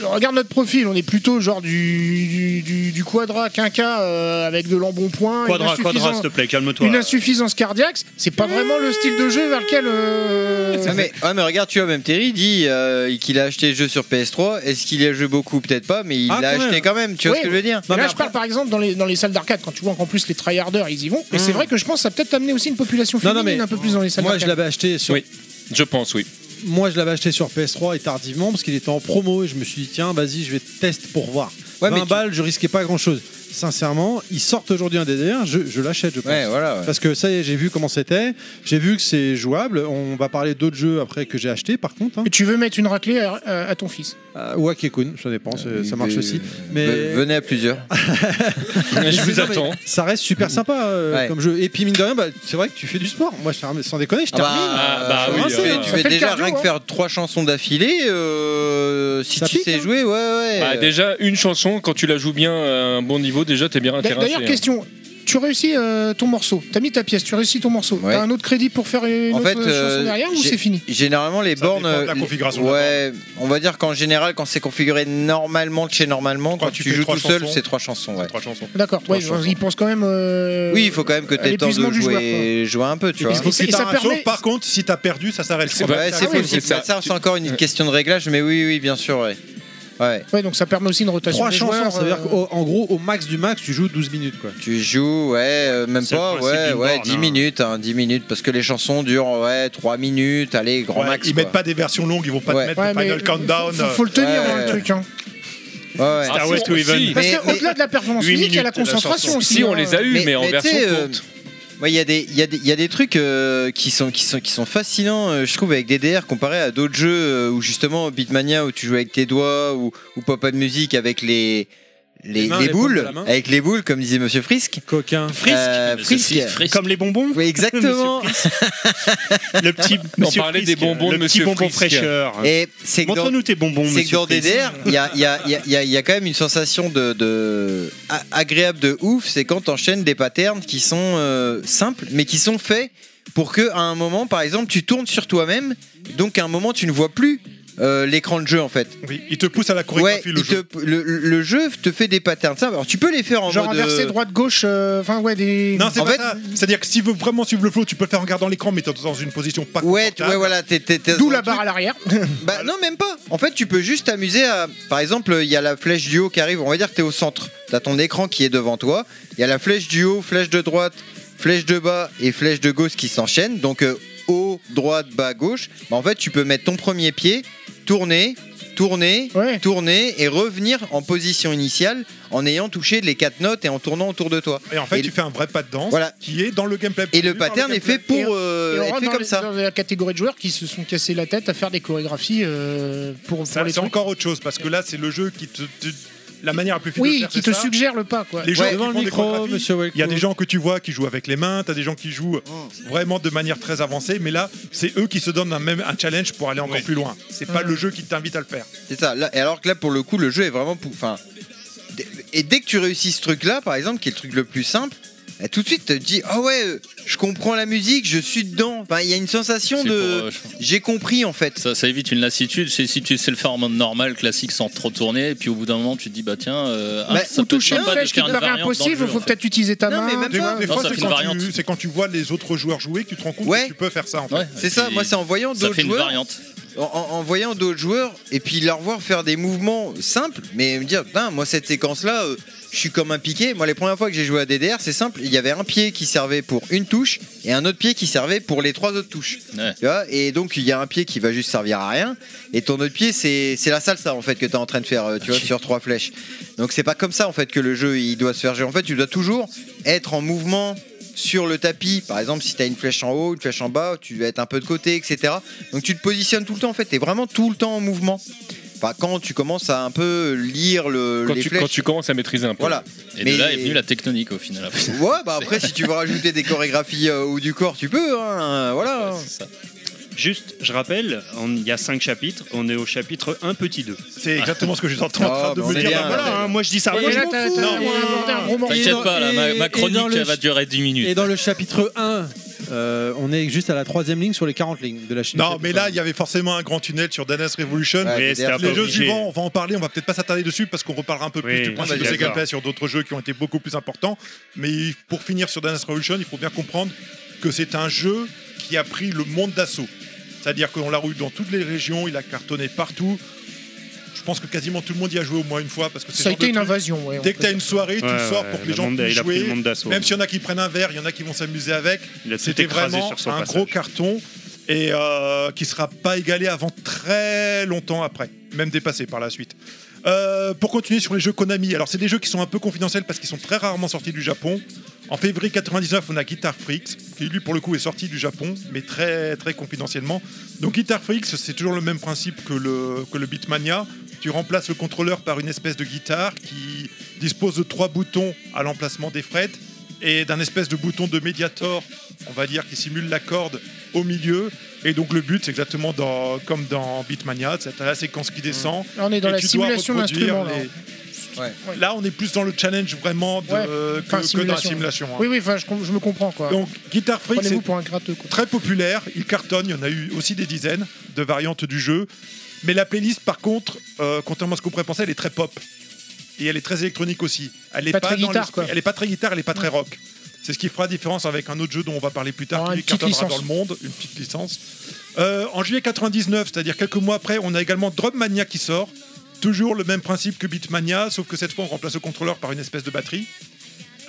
regarde notre profil, on est plutôt genre du, du, du, du quadra quinca euh, avec de l'embonpoint. une Quadra, quadra, insuffisance- s'il te plaît, calme-toi. Une insuffisance cardiaque, c'est pas vraiment le style de jeu vers lequel. euh, Ah, mais, ouais, mais regarde, tu vois, même Terry dit euh, qu'il a acheté le jeu sur PS3. Est-ce qu'il y a joué beaucoup Peut-être pas, mais il Ah, l'a quand acheté même. quand même, tu vois Oui, ce que je veux dire Mais Non, là, mais je parle par exemple dans les, dans les salles d'arcade, quand tu vois qu'en plus les tryharders ils y vont. Et c'est Mm. vrai que je pense que ça a peut-être amené aussi une population Non, féminine non, mais un peu plus dans les salles Moi, je d'arcade. l'avais acheté sur Oui. Je pense, oui. Moi, je l'avais acheté sur PS3 et tardivement parce qu'il était en promo et je me suis dit tiens, vas-y, je vais test pour voir. Ouais, 20 mais tu- balles, je risquais pas grand-chose. Sincèrement, ils sortent aujourd'hui un DDR, je, je l'achète, je pense. Ouais, voilà. ouais. Parce que ça y est, j'ai vu comment c'était, j'ai vu que c'est jouable. On va parler d'autres jeux après que j'ai acheté, par contre. hein. Et tu veux mettre une raclée à, à- à ton fils. Euh, ou à Kekun, ça dépend, c'est- ça marche aussi. Mais Euh, Ve- Venez à plusieurs. mais je c'est- vous non, mais attends. Ça reste super sympa euh, Ouais. comme jeu. Et puis, mine de rien, bah, c'est vrai que tu fais du sport. Moi, je termine- sans déconner, je Ah bah, termine. Ah, bah euh, oui, tu euh, fais- ça tu fait fais le déjà cardio, rien que hein. faire trois chansons d'affilée. euh, si Ça tu pique, sais hein. jouer, ouais, ouais. Bah, déjà, une chanson, quand tu la joues bien à un bon niveau, déjà t'es bien D'a- intéressé. hein. D'ailleurs, question. Tu réussis euh, ton morceau, t'as mis ta pièce, tu réussis ton morceau. Ouais. T'as un autre crédit pour faire une En autre fait, euh, chanson derrière ou j'ai- c'est fini Généralement, les Ça bornes. dépend de la euh, configuration de la Ouais, on va dire qu'en général, quand c'est configuré normalement, de chez normalement, Quand quand, tu tu, fais joues trois tout seul, chansons. c'est trois chansons, ouais. Trois chansons. D'accord, ouais, chansons. ils pensent quand même. euh, Oui, il faut quand même que tu aies le temps de l'épuisement du jouer, jouer un peu, tu vois. puis, Faut que et t'as ça un permet- sauf, par contre, si t'as perdu, ça s'arrête. C'est Faut vrai, Ouais, pas c'est Ah oui, possible. c'est Bah, ça. Ça, c'est encore une question de réglage, mais oui, oui, bien sûr, ouais. Ouais, Ouais, donc ça permet aussi une rotation. Trois des chansons, joueurs, ça veut euh, dire qu'en gros, au max du max, tu joues 12 minutes, quoi. tu joues, ouais, euh, même C'est le pas, principe ouais, d'une ouais, borne, 10 hein. minutes, hein, 10 minutes, parce que les chansons durent, ouais, 3 minutes, allez, grand Ouais, max. ils quoi. mettent pas des versions longues, ils vont pas Ouais. te mettre Ouais, le mais Final Countdown. Faut, faut le tenir dans le Ouais. truc. hein. Ouais, ouais. Ah, Stairway si, to on- Heaven. si. Parce Mais- qu'au-delà de la performance Huit physique, il y a la minutes de la concentration chanson. aussi. Si, on hein. les a eu, mais, en tu version sais, euh, courte. ouais, il y a des, il y a des- il y a des trucs euh, qui sont qui sont qui sont fascinants, euh, je trouve, avec DDR comparé à d'autres jeux euh, où justement Beatmania où tu joues avec tes doigts ou ou Pop Up Music avec les les, Les mains, les les paumes de boules, la main. avec les boules comme disait Monsieur Frisk. Coquin. Euh, Frisk, euh, Frisk. Comme les bonbons Oui, exactement. Le petit On monsieur parlait Frisk, des bonbons le petit de Monsieur bonbon Frisk. fraîcheur. Et c'est que dans- Montre-nous tes bonbons, c'est que monsieur dans Frisk. DDR, il y a, il y, a, il y a- il y a- il y a quand même une sensation de, de- a- agréable de ouf, c'est quand t'enchaînes des patterns qui sont euh, simples, mais qui sont faits pour que à un moment, par exemple, tu tournes sur toi-même, donc à un moment tu ne vois plus euh, l'écran de jeu en fait. Oui, ils te poussent à la Ouais, chorégraphie le il jeu. te- le, le jeu te fait des patterns simples. Alors tu peux les faire en Genre mode inversé euh, droite-gauche, euh, enfin ouais, des. Non, c'est En pas fait- ça. C'est-à-dire que si tu veux vraiment suivre le flow, tu peux le faire en regardant l'écran, mais t'es dans une position pas Ouais, tu- ouais, confortable. voilà. t'es- t'es- t'es- D'où la barre à l'arrière. Bah non, même pas. En fait, tu peux juste t'amuser à. Par exemple, il y a la flèche du haut qui arrive. On va dire que t'es au centre. T'as ton écran qui est devant toi. Il y a la flèche du haut, flèche de droite, flèche de bas et flèche de gauche qui s'enchaînent. Donc euh, haut, droite, bas, gauche. Bah, en fait, tu peux mettre ton premier pied, tourner, tourner, Ouais. tourner et revenir en position initiale en ayant touché les quatre notes et en tournant autour de toi. Et en fait, Et- tu fais un vrai pas de danse Voilà. qui est dans le gameplay. Et le Dans pattern est gameplay. fait pour Et- euh, Et on être rentre fait dans, comme les- ça. dans la catégorie de joueurs qui se sont cassés la tête à faire des chorégraphies euh, pour, Ça, pour les C'est trucs. encore autre chose parce que là, c'est le jeu qui te. te- La manière la plus fine de Oui, faire, qui c'est te ça. suggère le pas quoi. Les gens qui Devant le font des micro, chorégraphies, monsieur Welco. Il y a des gens que tu vois qui jouent avec les mains, t'as des gens qui jouent Oh. vraiment de manière très avancée, mais là, c'est eux qui se donnent un, même, un challenge pour aller encore plus loin. C'est pas le jeu qui t'invite à le faire. C'est ça. Là- et alors que là, pour le coup, le jeu est vraiment. pou- Enfin, Et dès que tu réussis ce truc-là, par exemple, qui est le truc le plus simple, bah, tout de suite, tu te dis Ah ouais, euh, je comprends la musique, je suis dedans. Enfin, Il y a une sensation C'est de. pour, euh, je- J'ai compris en fait. ça, ça évite une lassitude. C'est si tu sais le faire en mode normal, classique, sans trop tourner, et puis au bout d'un moment, tu te dis, bah tiens, euh, ah, Bah, ça Ou peut être toucher une sympa de flèche qui faire te une paraît variante dans le impossible, jeu, il faut en fait. peut-être utiliser ta Non, mais main. même Des, pas. des Non, fois, ça c'est fait une quand, variante. tu- c'est quand tu vois les autres joueurs jouer que tu te rends compte Ouais. que tu peux faire ça en fait. Ouais, C'est et ça, puis, moi c'est en voyant Ça d'autres fait une joueurs, variante. en, en- en voyant d'autres joueurs, et puis leur voir faire des mouvements simples, mais me dire, putain, moi cette séquence-là, euh, je suis comme un piqué. Moi les premières fois que j'ai joué à DDR, c'est simple, il y avait un pied qui servait pour une touche et un autre pied qui servait pour les trois autres touches. Ouais. Tu vois et donc il y a un pied qui va juste servir à rien, et ton autre pied c'est c'est la salsa en fait que tu es en train de faire, euh, tu vois, sur trois flèches. Donc c'est pas comme ça en fait que le jeu il doit se faire jouer. En fait, tu dois toujours être en mouvement sur le tapis. Par exemple, si tu as une flèche en haut, une flèche en bas, tu vas être un peu de côté, etc. Donc tu te positionnes tout le temps en fait, tu es vraiment tout le temps en mouvement. Enfin, quand tu commences à un peu lire le, Quand les tu, flèches. quand tu commences à maîtriser un peu. Voilà. Et Mais- de là est venue la tectonique au final. après. Ouais, bah après, si tu veux rajouter des chorégraphies euh, ou du corps, tu peux. hein, voilà. C'est ça. Juste, je rappelle, on- il y a 5 chapitres, on est au chapitre 1 petit 2. C'est exactement ce que j'étais en train Ah, de bah, me on est dire. bien, là, là. voilà. Voilà, hein, moi je dis ça. Ouais, moi, mais je là, m'en t'as- fous, t'as- moi. t'as un gros morceau. Et dans- T'inquiète pas, là, ma, et- ma et chronique dans le elle va ch- durer 10 minutes. Et dans le chapitre 1, euh, on est juste à la troisième ligne sur les 40 lignes de la chaîne. Non, mais là, il y avait forcément un grand tunnel sur Dance Revolution. Ouais, Mais c'était Les un peu Les jeux obligé. suivants, on va en parler, on va peut-être pas s'attarder dessus parce qu'on reparlera un peu Oui, plus du on principe est de ces d'accord. gameplays sur d'autres jeux qui ont été beaucoup plus importants. Mais pour finir sur Dance Revolution, il faut bien comprendre que c'est un jeu qui a pris le monde d'assaut. C'est-à-dire qu'on l'a eu dans toutes les régions, il a cartonné partout. Je pense que quasiment tout le monde y a joué au moins une fois parce que c'est Ça a le genre été de une truc- invasion. ouais, on Dès que peut- t'as une soirée, tu Ouais, le sors ouais, pour que le les gens monde- puissent il a pris jouer. le monde d'assaut. Même s'il y en a qui prennent un verre, il y en a qui vont s'amuser avec. Il a tout C'était écrasé vraiment sur son un passage. gros carton et euh, qui sera pas égalé avant très longtemps après, même dépassé par la suite. Euh, pour continuer sur les jeux Konami, alors c'est des jeux qui sont un peu confidentiels parce qu'ils sont très rarement sortis du Japon. En février 99, on a Guitar Freaks, qui lui pour le coup est sorti du Japon, mais très très confidentiellement. Donc Guitar Freaks, c'est toujours le même principe que le, que le Beatmania. Tu remplaces le contrôleur par une espèce de guitare qui dispose de trois boutons à l'emplacement des frettes et d'un espèce de bouton de médiator, on va dire, qui simule la corde au milieu. Et donc le but, c'est exactement dans- comme dans Beatmania, c'est t'as la séquence qui descend. Là, on est Mmh. dans et la tu dois simulation de reproduire l'instrument. là. les- Ouais. Ouais. Là, on est plus dans le challenge vraiment de- euh, Ouais. que, Enfin, que dans la simulation. simulation. hein. Oui, oui, enfin, je, com- je me comprends quoi. Donc Guitar Freak, c'est Prenez-vous pour un gratteux quoi. très populaire, il cartonne, il y en a eu aussi des dizaines de variantes du jeu. Mais la playlist, par contre, euh, contrairement à ce qu'on pourrait penser, elle est très pop. Et elle est très électronique aussi. Elle est Pas pas, très dans guitare, l'esprit- quoi. Elle est pas très guitare, elle est pas très rock. C'est ce qui fera la différence avec un autre jeu dont on va parler plus tard, Ouais, qui Oh, une lui petite cartonnera dans licence. le monde, une petite licence. Euh, en juillet 99, c'est-à-dire quelques mois après, on a également Drummania qui sort. Toujours le même principe que Beatmania, sauf que cette fois on remplace le contrôleur par une espèce de batterie.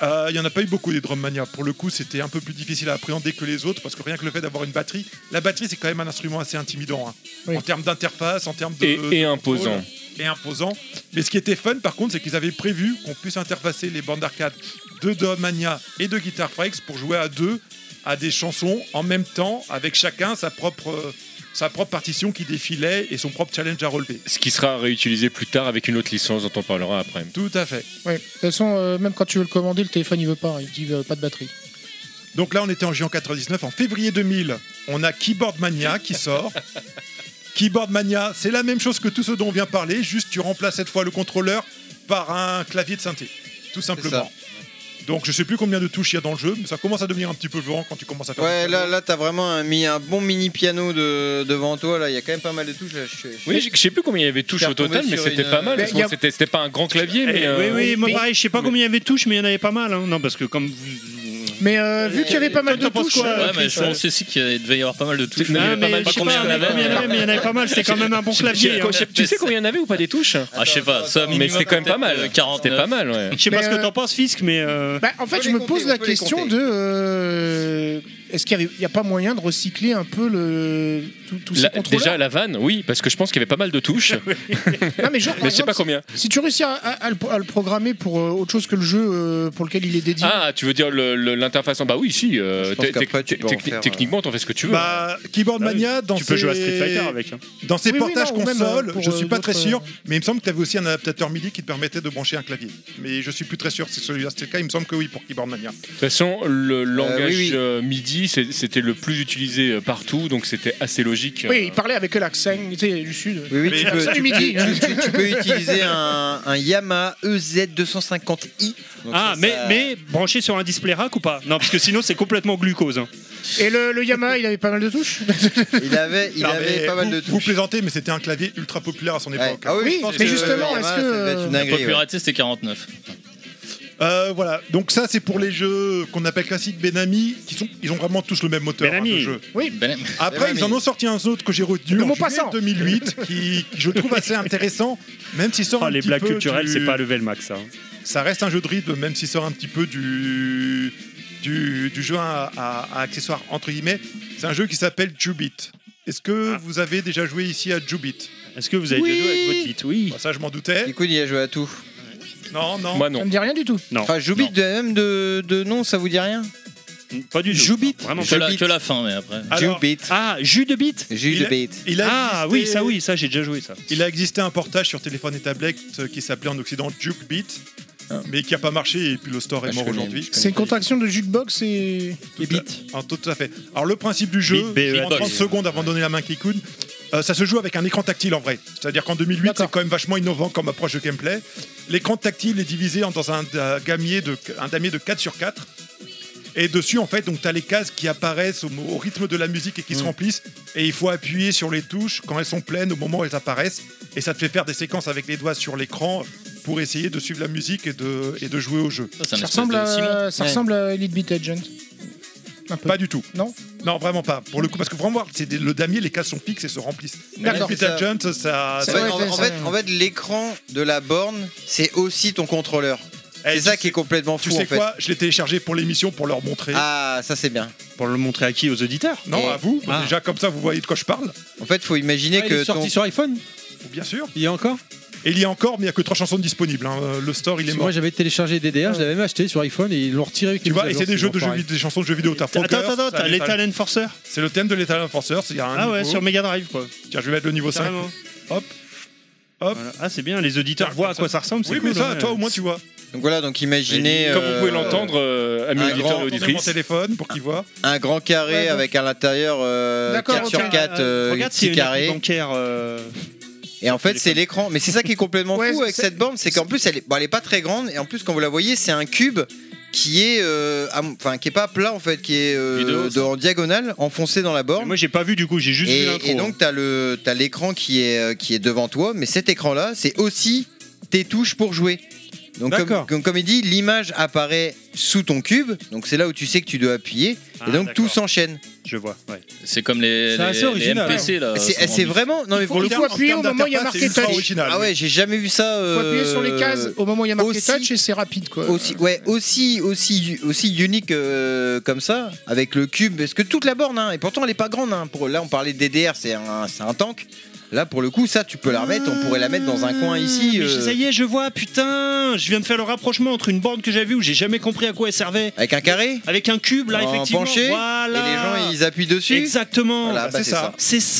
Euh, Il y en a pas eu beaucoup des Drummania. Pour le coup, c'était un peu plus difficile à appréhender que les autres parce que rien que le fait d'avoir une batterie, la batterie c'est quand même un instrument assez intimidant hein. Oui. en termes d'interface, en termes de, Et, et de imposant. et imposant. Mais ce qui était fun par contre, c'est qu'ils avaient prévu qu'on puisse interfacer les bandes d'arcade de Drummania et de Guitar Freaks pour jouer à deux à des chansons en même temps avec chacun sa propre, euh, sa propre partition qui défilait et son propre challenge à relever. Ce qui sera réutilisé plus tard avec une autre licence dont on parlera après. Tout à fait. Ouais. De toute façon, euh, même quand tu veux le commander, le téléphone il veut pas, il dit euh, pas de batterie. Donc là, on était en juin 99. En février 2000, on a Keyboard Mania qui sort. Keyboard Mania, c'est la même chose que tout ce dont on vient parler, juste tu remplaces cette fois le contrôleur par un clavier de synthé, tout simplement. Donc je sais plus combien de touches il y a dans le jeu, mais ça commence à devenir un petit peu violent quand tu commences à faire. Ouais, du là, piano. là t'as vraiment un- mis un bon mini piano de- devant toi. Là, il y a quand même pas mal de touches. Là, je- je- Oui, je je sais plus combien il y avait de touches Faire au total, tomber mais sur c'était une- pas mal. Mais parce y a- que C'était c'était pas un grand clavier, mais. Eh, euh, oui, oui, moi mais- pareil, je sais pas combien il y avait de touches, mais il y en avait pas mal, hein. Non, parce que comme vous. Mais euh, vu qu'il y avait pas mal de Toi, t'en penses touches, quoi, euh, Ouais, Chris, mais je euh, pense aussi qu'il y a- devait y avoir pas mal de touches. Non, Il y Ah, avait pas mais mal- je sais combien pas, il il y en avait, il y en mais- avait, mais il y en avait pas mal, c'était quand même un bon clavier. hein. je sais- Tu sais combien il y en avait ou pas des touches Ah, je sais pas, ça, Attends, Mais c'était quand même pas minimum, mal. peut-être, euh, C'était pas mal, ouais. Je sais Mais, pas ce que euh, t'en penses, Fisk, mais. euh, Bah, en fait, peut je les me compter, pose on la peut les question compter. de euh, est-ce qu'il n'y a pas moyen de recycler un peu le tout- tous ces La- contrôleurs déjà la vanne, oui, parce que je pense qu'il y avait pas mal de touches, Non, mais genre, par mais je sais pas exemple, combien. si tu réussis à, à- à le, à le programmer pour euh, autre chose que le jeu euh, pour lequel il est dédié, Ah, tu veux dire le- le- l'interface en bas Oui, si. euh, Je pense te- qu'après, te- tu peux en techni- faire, euh, Techniquement, t'en fais ce que tu veux. Bah, Keyboard Ah oui, Mania, dans tu peux ses- jouer à Street Fighter avec. hein. Dans ses Oui, oui, portages non, ou même, console, euh, pour, je suis euh, pas très d'autres, sûr, mais il me semble que tu avais aussi un adaptateur MIDI qui te permettait de brancher un clavier. Mais je suis plus très sûr si celui-là c'était le cas, il me semble que oui pour Keyboard Mania. De toute façon, le langage oui, oui. euh, MIDI dit, c'est- c'était le plus utilisé euh, partout, donc c'était assez logique. Oui, Euh, il parlait avec l'accent tu sais, du sud. Oui, oui, Mais tu la peux, salle tu- du midi. tu- tu- tu peux utiliser un, un Yamaha E EZ250i. Donc Ah, ça, mais, ça- mais branché sur un display rack ou pas Non, parce que sinon c'est complètement glucose. hein. Et le, le Yamaha, il avait pas mal de touches. Il avait, il Non, avait mais pas mal vous- de Vous touches. plaisantez, mais c'était un clavier ultra populaire à son Ouais. époque. Ah Oui, je pense mais que justement, le est-ce Yamaha, que- ça devait être une La dinguerie, ouais. popularité, c'était 49. Euh, voilà, donc ça c'est pour les jeux qu'on appelle classiques Benami, qui sont, ils ont vraiment tous le même moteur hein, Benami. de jeu. Ben, Après, Benami. ils en ont sorti un autre que j'ai retenu Le en mot juillet passant. 2008, qui, qui je trouve assez intéressant, même s'il sort Ah, un les petit blagues peu culturelles, du- c'est pas level max. hein. Ça reste un jeu de rythme, même s'il sort un petit peu du, du, du jeu à, à- à accessoires, entre guillemets. C'est un jeu qui s'appelle Jubit. Est-ce que Ah. vous avez déjà joué ici à Jubit Est-ce que vous avez Oui. déjà joué avec votre bite Oui. Bah, Ça, je m'en doutais. Du coup, il y a joué à tout. Non, non. Moi Ça non. me dit rien du tout. Enfin, Joubit, de même de, de nom, ça vous dit rien Pas du tout. Joubit. Vraiment que, pas. la, que la fin, mais après. Alors, Joubit. Ah, jus de bite Jus il de a- bite. il a Ah existé- oui, ça oui, ça j'ai déjà joué ça. Il a existé un portage sur téléphone et tablette euh, qui s'appelait en Occident Jukebit, mais qui a pas marché et puis le store est Ah, je mort connais, aujourd'hui. je connais. C'est une contraction de jukebox et. Et bit. Ah, tout à fait. Alors le principe du jeu, Bit, B, E, en 30 Box. secondes avant de donner la main à Kikun, euh, ça se joue avec un écran tactile en vrai. C'est-à-dire qu'en 2008, D'accord. c'est quand même vachement innovant comme approche de gameplay. L'écran tactile est divisé en- dans un, euh, gamier de, un damier de 4 sur 4. Et dessus, en fait, donc as les cases qui apparaissent au, mo- au rythme de la musique et qui Mm. se remplissent. Et il faut appuyer sur les touches quand elles sont pleines au moment où elles apparaissent. Et ça te fait faire des séquences avec les doigts sur l'écran pour essayer de suivre la musique et de, et de jouer au jeu. Ça, c'est un Ça espèce ressemble, de Simon. à... ça Ouais. ressemble à Elite Beat Agent. Un peu. Pas du tout. Non Non, vraiment pas. Pour le coup, parce que vraiment, c'est des- le damier, les cases sont fixes et se remplissent. D'accord. Elite Ça- Agent, ça. En Ça ça- fait, doit en- être en ça, fait, ouais. en fait, l'écran de la borne, c'est aussi ton contrôleur. Eh, C'est tu ça sais- qui est complètement fou Tu sais en fait. quoi Je l'ai téléchargé pour l'émission pour leur montrer. ah, ça c'est bien. Pour le montrer à qui Aux auditeurs Non, Et- à vous. Ah. Déjà, comme ça, vous voyez de quoi je parle. En fait, faut imaginer Ah, il que est sorti ton. sur iPhone Bien sûr. Il y a encore Et il y a encore, mais il n'y a que trois chansons disponibles. hein. Le store, il est Parce que mort. Moi j'avais téléchargé DDR, je l'avais même acheté sur iPhone et ils l'ont retiré. avec Tu les vois, mises à et jour, c'est des, jeux de jeux pareil. vidéo- des chansons de jeux vidéo. T'as Attends, Poker, attends, attends, t'as t'as les Lethal- Talent Forcer C'est le thème de l'État Enforcer. Il y a un Ah ouais, niveau. sur Mega Drive quoi. Tiens, je vais mettre le niveau 5. Carrément. Hop. Hop. Voilà. Ah, c'est bien, les auditeurs Tiens, voient à comme quoi ça ressemble. c'est Oui, mais cool, ça, ouais. toi, au moins, tu vois. Donc voilà, donc imaginez Comme euh, vous pouvez l'entendre, euh, amis un auditeurs grand- et Sur mon auditrices. téléphone pour qu'ils voient. un grand carré Ouais, donc- avec à l'intérieur euh, D'accord, 4 ok. sur 4 Euh, euh, Regarde s'il petits y a une appli carrés. bancaire. euh, Et en fait, c'est l'écran. Mais c'est ça qui est complètement Ouais, fou avec c'est- cette borne, c'est qu'en plus, elle est, bon, elle est pas très grande. Et en plus, quand vous la voyez, c'est un cube qui est, euh, à- enfin, qui est pas plat en fait, qui est euh, Il est de haut, ça. de- en diagonale, enfoncé dans la Mais borne. Moi j'ai pas vu du coup, j'ai juste vu l'intro. hein. Et, et donc, t'as le, t'as l'écran qui est, euh, qui est devant toi, mais cet écran-là, c'est aussi tes touches pour jouer. Donc, comme, D'accord. comme, comme il dit, l'image apparaît sous ton cube, donc c'est là où tu sais que tu dois appuyer, Ah, et donc tout d'accord. s'enchaîne. Je vois. ouais. C'est comme les, C'est les, assez les original, MPC là. Euh, C'est, eh, sont c'est rendus- vraiment. Non, mais pour faut- le En coup. termes- appuyer en au termes moment où il y a d'interface, marqué c'est ultra touch. original. Ah ouais, j'ai jamais vu ça. Faut appuyer sur les euh, cases au moment où il y a marqué aussi- touch et c'est rapide quoi. Aussi, ouais, aussi, aussi, aussi unique euh, comme ça, avec le cube, parce que toute la borne, hein, et pourtant elle est pas grande. hein, pour, là, on parlait de DDR, c'est un, c'est un tank. Là, pour le coup, ça, tu peux la remettre, on pourrait la mettre dans un coin ici. Ah, Mais euh, Ça y est, je vois, putain Je viens de faire le rapprochement entre une borne que j'avais vue où j'ai jamais compris à quoi elle servait, avec un carré, avec un cube là, en effectivement. penché, voilà. et les gens ils appuient dessus. Exactement Voilà, bah, c'est c'est ça. ça.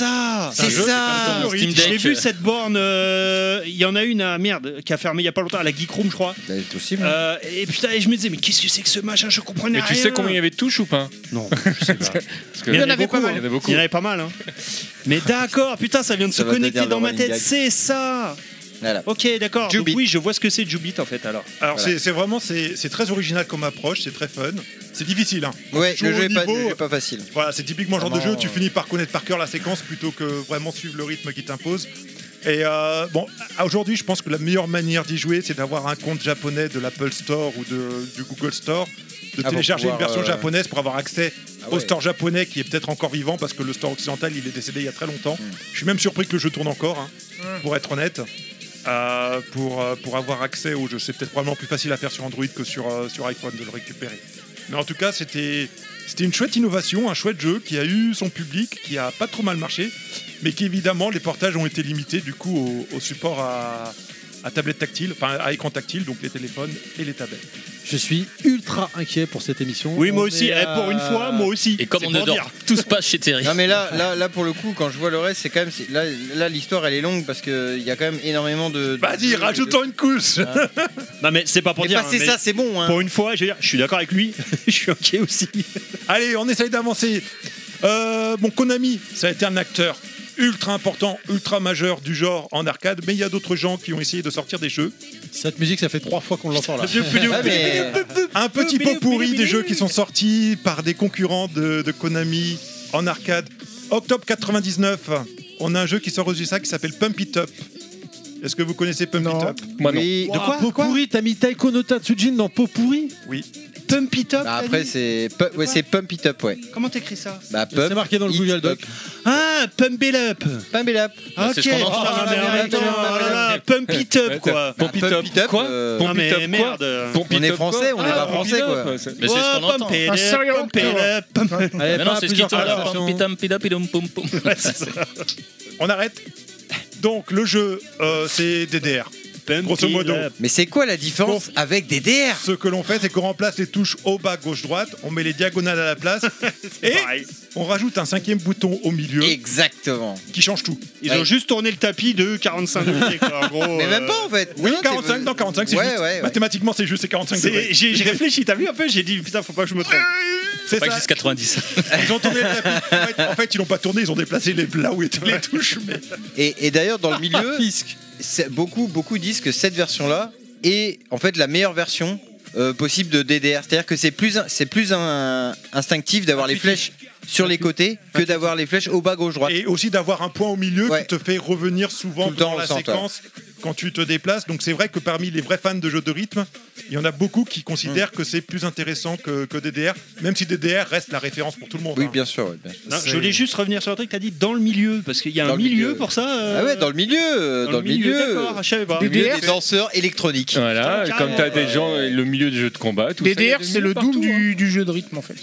Ah, C'est ça C'est ça. Steam Deck. J'ai vu cette borne, euh, il y en a une à merde qui a fermé il y a pas longtemps, à la Geek Room je crois. Bah, c'est possible. Euh, et putain, et je me disais mais qu'est-ce que c'est que ce machin Je comprenais Mais rien. tu sais combien il y avait de touches ou pas Non, je sais pas. Parce que- Il y en avait beaucoup, pas mal. Il y en avait beaucoup. Il y en avait pas mal, hein. Mais d'accord, putain, ça vient de Ça se va connecter devenir dans le ma running tête. gag. C'est ça. Voilà. Ok, d'accord. Donc Jubit. oui, je vois ce que c'est Jubit en fait. Alors, Alors Voilà. c'est- c'est vraiment c'est c'est très original comme approche, c'est très fun, c'est difficile. hein. Euh, Ouais, tu le joues jeu, au est pas, niveau- le jeu est pas facile. Voilà, c'est typiquement le genre de Vraiment, jeu, tu euh, finis par connaître par cœur la séquence plutôt que vraiment suivre le rythme qui t'impose. Et euh, bon, à- aujourd'hui, je pense que la meilleure manière d'y jouer, c'est d'avoir un compte japonais de l'Apple Store ou de, du Google Store, de Ah, pour télécharger pouvoir, une version euh, japonaise pour avoir accès Ah au ouais. store japonais qui est peut-être encore vivant parce que le store occidental, il est décédé il y a très longtemps. Hmm. Je suis même surpris que le jeu tourne encore, hein, pour être honnête. Euh, pour, euh, pour avoir accès au jeu. C'est peut-être probablement plus facile à faire sur Android que sur, euh, sur iPhone de le récupérer. Mais en tout cas, c'était c'était une chouette innovation, un chouette jeu qui a eu son public, qui a pas trop mal marché, mais qui évidemment, les portages ont été limités du coup au, au support à, à tablette tactile, enfin à écran tactile, donc les téléphones et les tablettes. Je suis ultra inquiet pour cette émission. Oui, moi On aussi. est Eh, pour à- une fois, moi aussi. Et comme C'est on ne pour dort dire. tous pas chez Terry. Non mais là, là, là pour le coup, quand je vois le reste, c'est quand même c'est- là, là l'histoire elle est longue parce que il y a quand même énormément de. de- Vas-y, de- rajoute-en une couche Non, mais c'est pas pour Et dire. passer hein, mais ça, c'est bon. Hein. Pour une fois, je veux dire, je suis d'accord avec lui. je suis ok aussi. Allez, on essaye d'avancer. Euh, bon, Konami, ça a été un acteur ultra important, ultra majeur du genre en arcade, mais il y a d'autres gens qui ont essayé de sortir des jeux. Cette musique, ça fait trois fois qu'on l'entend là. Ouais, Ah, mais- Un petit pot pourri des jeux qui sont sortis par des concurrents de, de Konami en arcade. Octobre 99, on a un jeu qui sort aux USA qui s'appelle Pump It Up. Est-ce que vous connaissez Pump Non. It Up Moi, non. Oui. De quoi, Popurri, t'as mis Taiko no Tatsujin dans Popurri Oui. Pump it up Bah, après c'est pu- ouais, c'est pump it up ouais. Comment t'écris ça Bah pump. C'est marqué dans le it Google Doc. up. Ah, pump it up. Pump it up. Bah, c'est ce qu'on entend. Ah, Ah, mais mais attends, attends, oh là là, attends. pump it up Attends. quoi. Pomp it Pump up. it up, Quoi euh, Pomp Non, it mais up quoi merde. Pomp it On est up quoi français, on est Ah, pas pomp it français, up, quoi. c'est- Mais c'est ce qu'on Ouais, entend. pump it Un up, serial pump it killer. up, pump- Allez, Mais non, pas c'est ce qui plusieurs tourne. alors. conversations. Pom, pitam, pidam, pidam, pom, pom. On arrête Donc le jeu, euh, c'est DDR. pump Grosso it modo. up. Mais c'est quoi la différence avec DDR Ce que l'on fait, c'est qu'on remplace les touches haut, bas, gauche, droite, on met les diagonales à la place et Pareil. on rajoute un cinquième bouton au milieu Exactement. qui change tout. Ils Ouais. ont juste tourné le tapis de 45 degrés quoi, en gros. Mais même euh, pas en fait. Hein, Oui, Non, t'es- 45, dans 45, c'est Ouais, juste. ouais, ouais. Mathématiquement, c'est juste, c'est 45 c'est- degrés. J'ai j'ai réfléchi, t'as vu un peu J'ai dit putain, faut pas que je me trompe. C'est Pas ça. jusqu'à 90. Ils ont tourné le tapis. En fait, en fait, ils l'ont pas tourné, ils ont déplacé les, là où étaient les touches. mais- Et, et d'ailleurs, dans le milieu, c'est- beaucoup, beaucoup disent que cette version-là est en fait la meilleure version euh, possible de DDR. C'est-à-dire que c'est plus, un- c'est plus un- instinctif d'avoir les flèches sur les côtés que d'avoir les flèches au bas gauche droite. Et aussi d'avoir un point au milieu Ouais. qui te fait revenir souvent Tout le temps dans au la centre, séquence quand tu te déplaces. Donc c'est vrai que parmi les vrais fans de jeux de rythme, il y en a beaucoup qui Mm. considèrent que c'est plus intéressant que, que DDR, même si DDR reste la référence pour tout le monde. Oui, hein. bien sûr. ouais, bien sûr. Non, je voulais juste revenir sur un truc, t'as dit dans le milieu, parce qu'il y a Dans un le milieu, milieu. pour ça. euh, Ah ouais, dans le milieu, euh, dans, le milieu, D'accord, euh, je savais pas. le milieu DDR, des danseurs électroniques. Voilà, Putain, comme t'as carrément. des gens, et le milieu du jeu de combat, tout ça, il y a DDR, des c'est milieux le partout, hein. Doom du, du jeu de rythme en fait.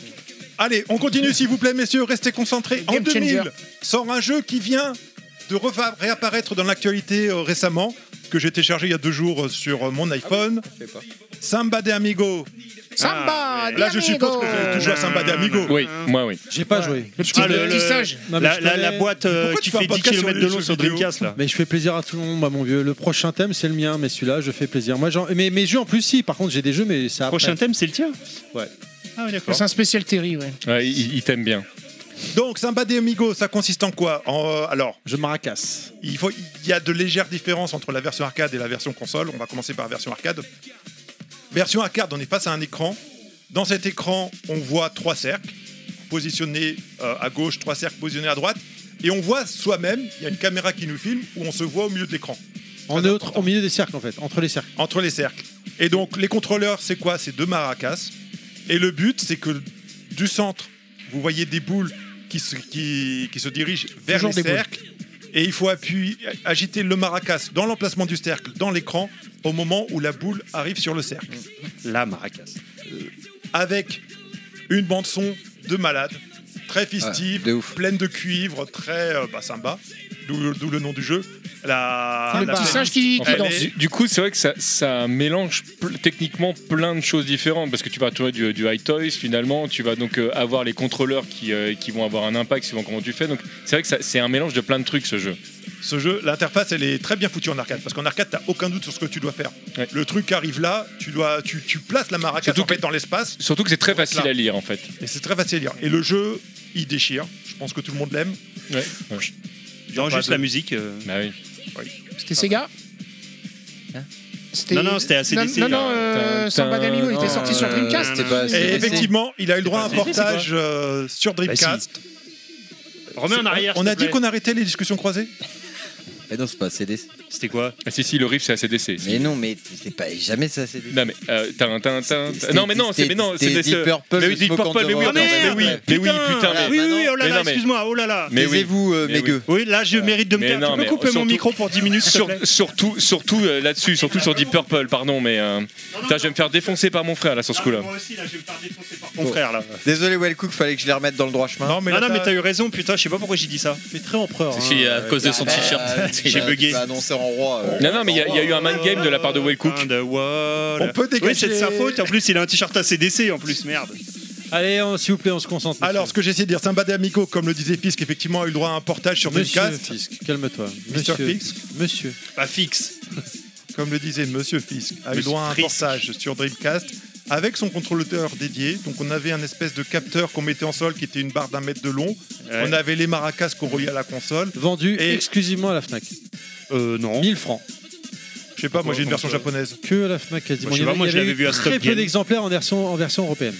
Allez, on continue s'il vous plaît, messieurs, restez concentrés. En Game 2000, changer. sort un jeu qui vient de refa- réapparaître dans l'actualité euh, récemment, que j'ai téléchargé il y a deux jours euh, sur euh, mon iPhone. Samba de Amigo. Samba mais- de Ah, Là, je Amigo. suppose que vous avez Euh, toujours à Samba de Amigo. hein. Oui, moi oui. J'ai pas joué. Le petit, Ah, le le- petit le- sage. Non, mais la, je la- connais. la boîte euh, Pourquoi qui tu fais un fait 10 podcast sur km les de long jeux sur vidéo Dreamcast là. Mais je fais plaisir à tout le monde, moi, mon vieux. Le prochain thème, c'est le mien, mais celui-là, je fais plaisir. Moi, j'en- mais mes jeux en plus, si. Par contre, j'ai des jeux, mais ça. Prochain thème, c'est le tien Ouais. Ah oui, d'accord. C'est un spécial Terry, ouais. Ouais, il, il t'aime bien. Donc, Samba de Amigo, ça consiste en quoi En, euh, Alors, Je maracasse. il, faut, il y a de légères différences entre la version arcade et la version console. On va commencer par la version arcade. Version arcade, on est face à un écran. Dans cet écran, on voit trois cercles positionnés euh, à gauche, trois cercles positionnés à droite. Et on voit soi-même, il y a une caméra qui nous filme, où on se voit au milieu de l'écran, On est autre- au milieu des cercles, en fait. Entre les cercles. entre les cercles. Et donc, les contrôleurs, c'est quoi C'est deux maracas. Et le but, c'est que du centre, vous voyez des boules qui se, qui, qui se dirigent vers Toujours les des boules. cercles. Et il faut appuyer, agiter le maracas dans l'emplacement du cercle, dans l'écran, au moment où la boule arrive sur le cercle. La maracas. Avec une bande-son de malade, très festive, Ouais, de ouf. pleine de cuivre, très euh, bah, sympa, d'où d'où le nom du jeu. La, le la petit singe qui, En qui fait, danse. du, du coup, c'est vrai que ça, ça mélange pl- techniquement plein de choses différentes parce que tu vas retrouver du, du high toys finalement, tu vas donc euh, avoir les contrôleurs qui, euh, qui vont avoir un impact suivant comment tu fais. Donc c'est vrai que ça- c'est un mélange de plein de trucs ce jeu. Ce jeu, l'interface, elle est très bien foutue en arcade, parce qu'en arcade, t'as aucun doute sur ce que tu dois faire. Ouais. Le truc arrive là, tu, dois, tu, tu places la maracas Surtout en fait, que- dans l'espace, Surtout que c'est très Ouais, facile là. à lire en fait. et c'est très facile à lire. Et le jeu, il déchire, je pense que tout le monde l'aime. Ouais. Non, pas juste de- la musique. euh. Bah oui. C'était Ah, Sega bah. C'était- Non, non, c'était assez Non, décès, non, là. hein. non, euh, Tin, Samba de tin, Amigo, il était non, sorti sur euh, Dreamcast. c'était pas- Et c'était Et pas- effectivement, il a eu droit à un C'est quoi portage euh, sur Dreamcast. Remets en arrière. on s'il a te dit plaît. qu'on arrêtait les discussions croisées Mais non, c'est pas CD. C'était quoi Ah, si, si, le riff c'est ACDC. si. Mais non, mais c'est pas jamais ça CD. Non mais euh, tin, tin, tin, tin. C'était- non mais non c'est mais c'était- non c'est c'était des- Deep Purple, mais oui The Deep Smoke Purple on mais the oui Road. attends, mais Ah, oui merde. mais oui putain mais Oui, oui, oui, oh là Mais là, non, mais- excuse-moi, oh là là. mais oui. Taisez-vous, euh, Mais mes oui. gueux. Oui, là, je mérite de me Mais taire. non, Tu peux mais couper mon surtout- micro pour Hein 10 minutes, s'il te Sur- plaît surtout surtout euh, là-dessus, surtout sur Deep Purple, pardon, mais euh, putain, je vais me faire défoncer par mon frère là sur ce coup-là. Moi aussi, là, je vais me faire défoncer par ton frère, là. Désolé, Wellcook, fallait que je les remette dans le droit chemin. mais Ah Non, là, non, mais t'as- t'as eu raison, putain, je sais pas pourquoi j'ai dit ça. hein. C'est très empereur. C'est à cause de son t-shirt. si j'ai Ah, Bah, bugué. tu vas annoncer en roi. euh, Non, non, mais il y, a- il y a eu un mind game de la part de Waycook. Fin de wall. On peut Oui, dégager. c'est de sa faute. En plus, il a un t-shirt ACDC en plus, merde. Allez, on- s'il vous plaît, on se concentre. Alors, ce monsieur. que j'essaie de dire, c'est un bad amico, comme le disait Fisk, effectivement, a eu le droit à un portage sur Monsieur Mulcast. Fisk, calme-toi. Mr. Monsieur Fisk, Monsieur. Pas fixe. comme le disait Monsieur Fisk, a eu Monsieur droit à un Frisk. portage sur Dreamcast avec son contrôleur dédié. Donc, on avait un espèce de capteur qu'on mettait en sol qui était une barre d'un mètre de long. Ouais. On avait les maracas qu'on reliait à la console. Vendu Et- exclusivement à la Fnac. Euh, non. 1000 francs. Je sais pas, moi j'ai une version japonaise. Que à la Fnac quasiment. Moi, je Il sais y pas, moi, avait- je il y avait l'avais vu à Stop Très peu Game. d'exemplaires en version, en version européenne.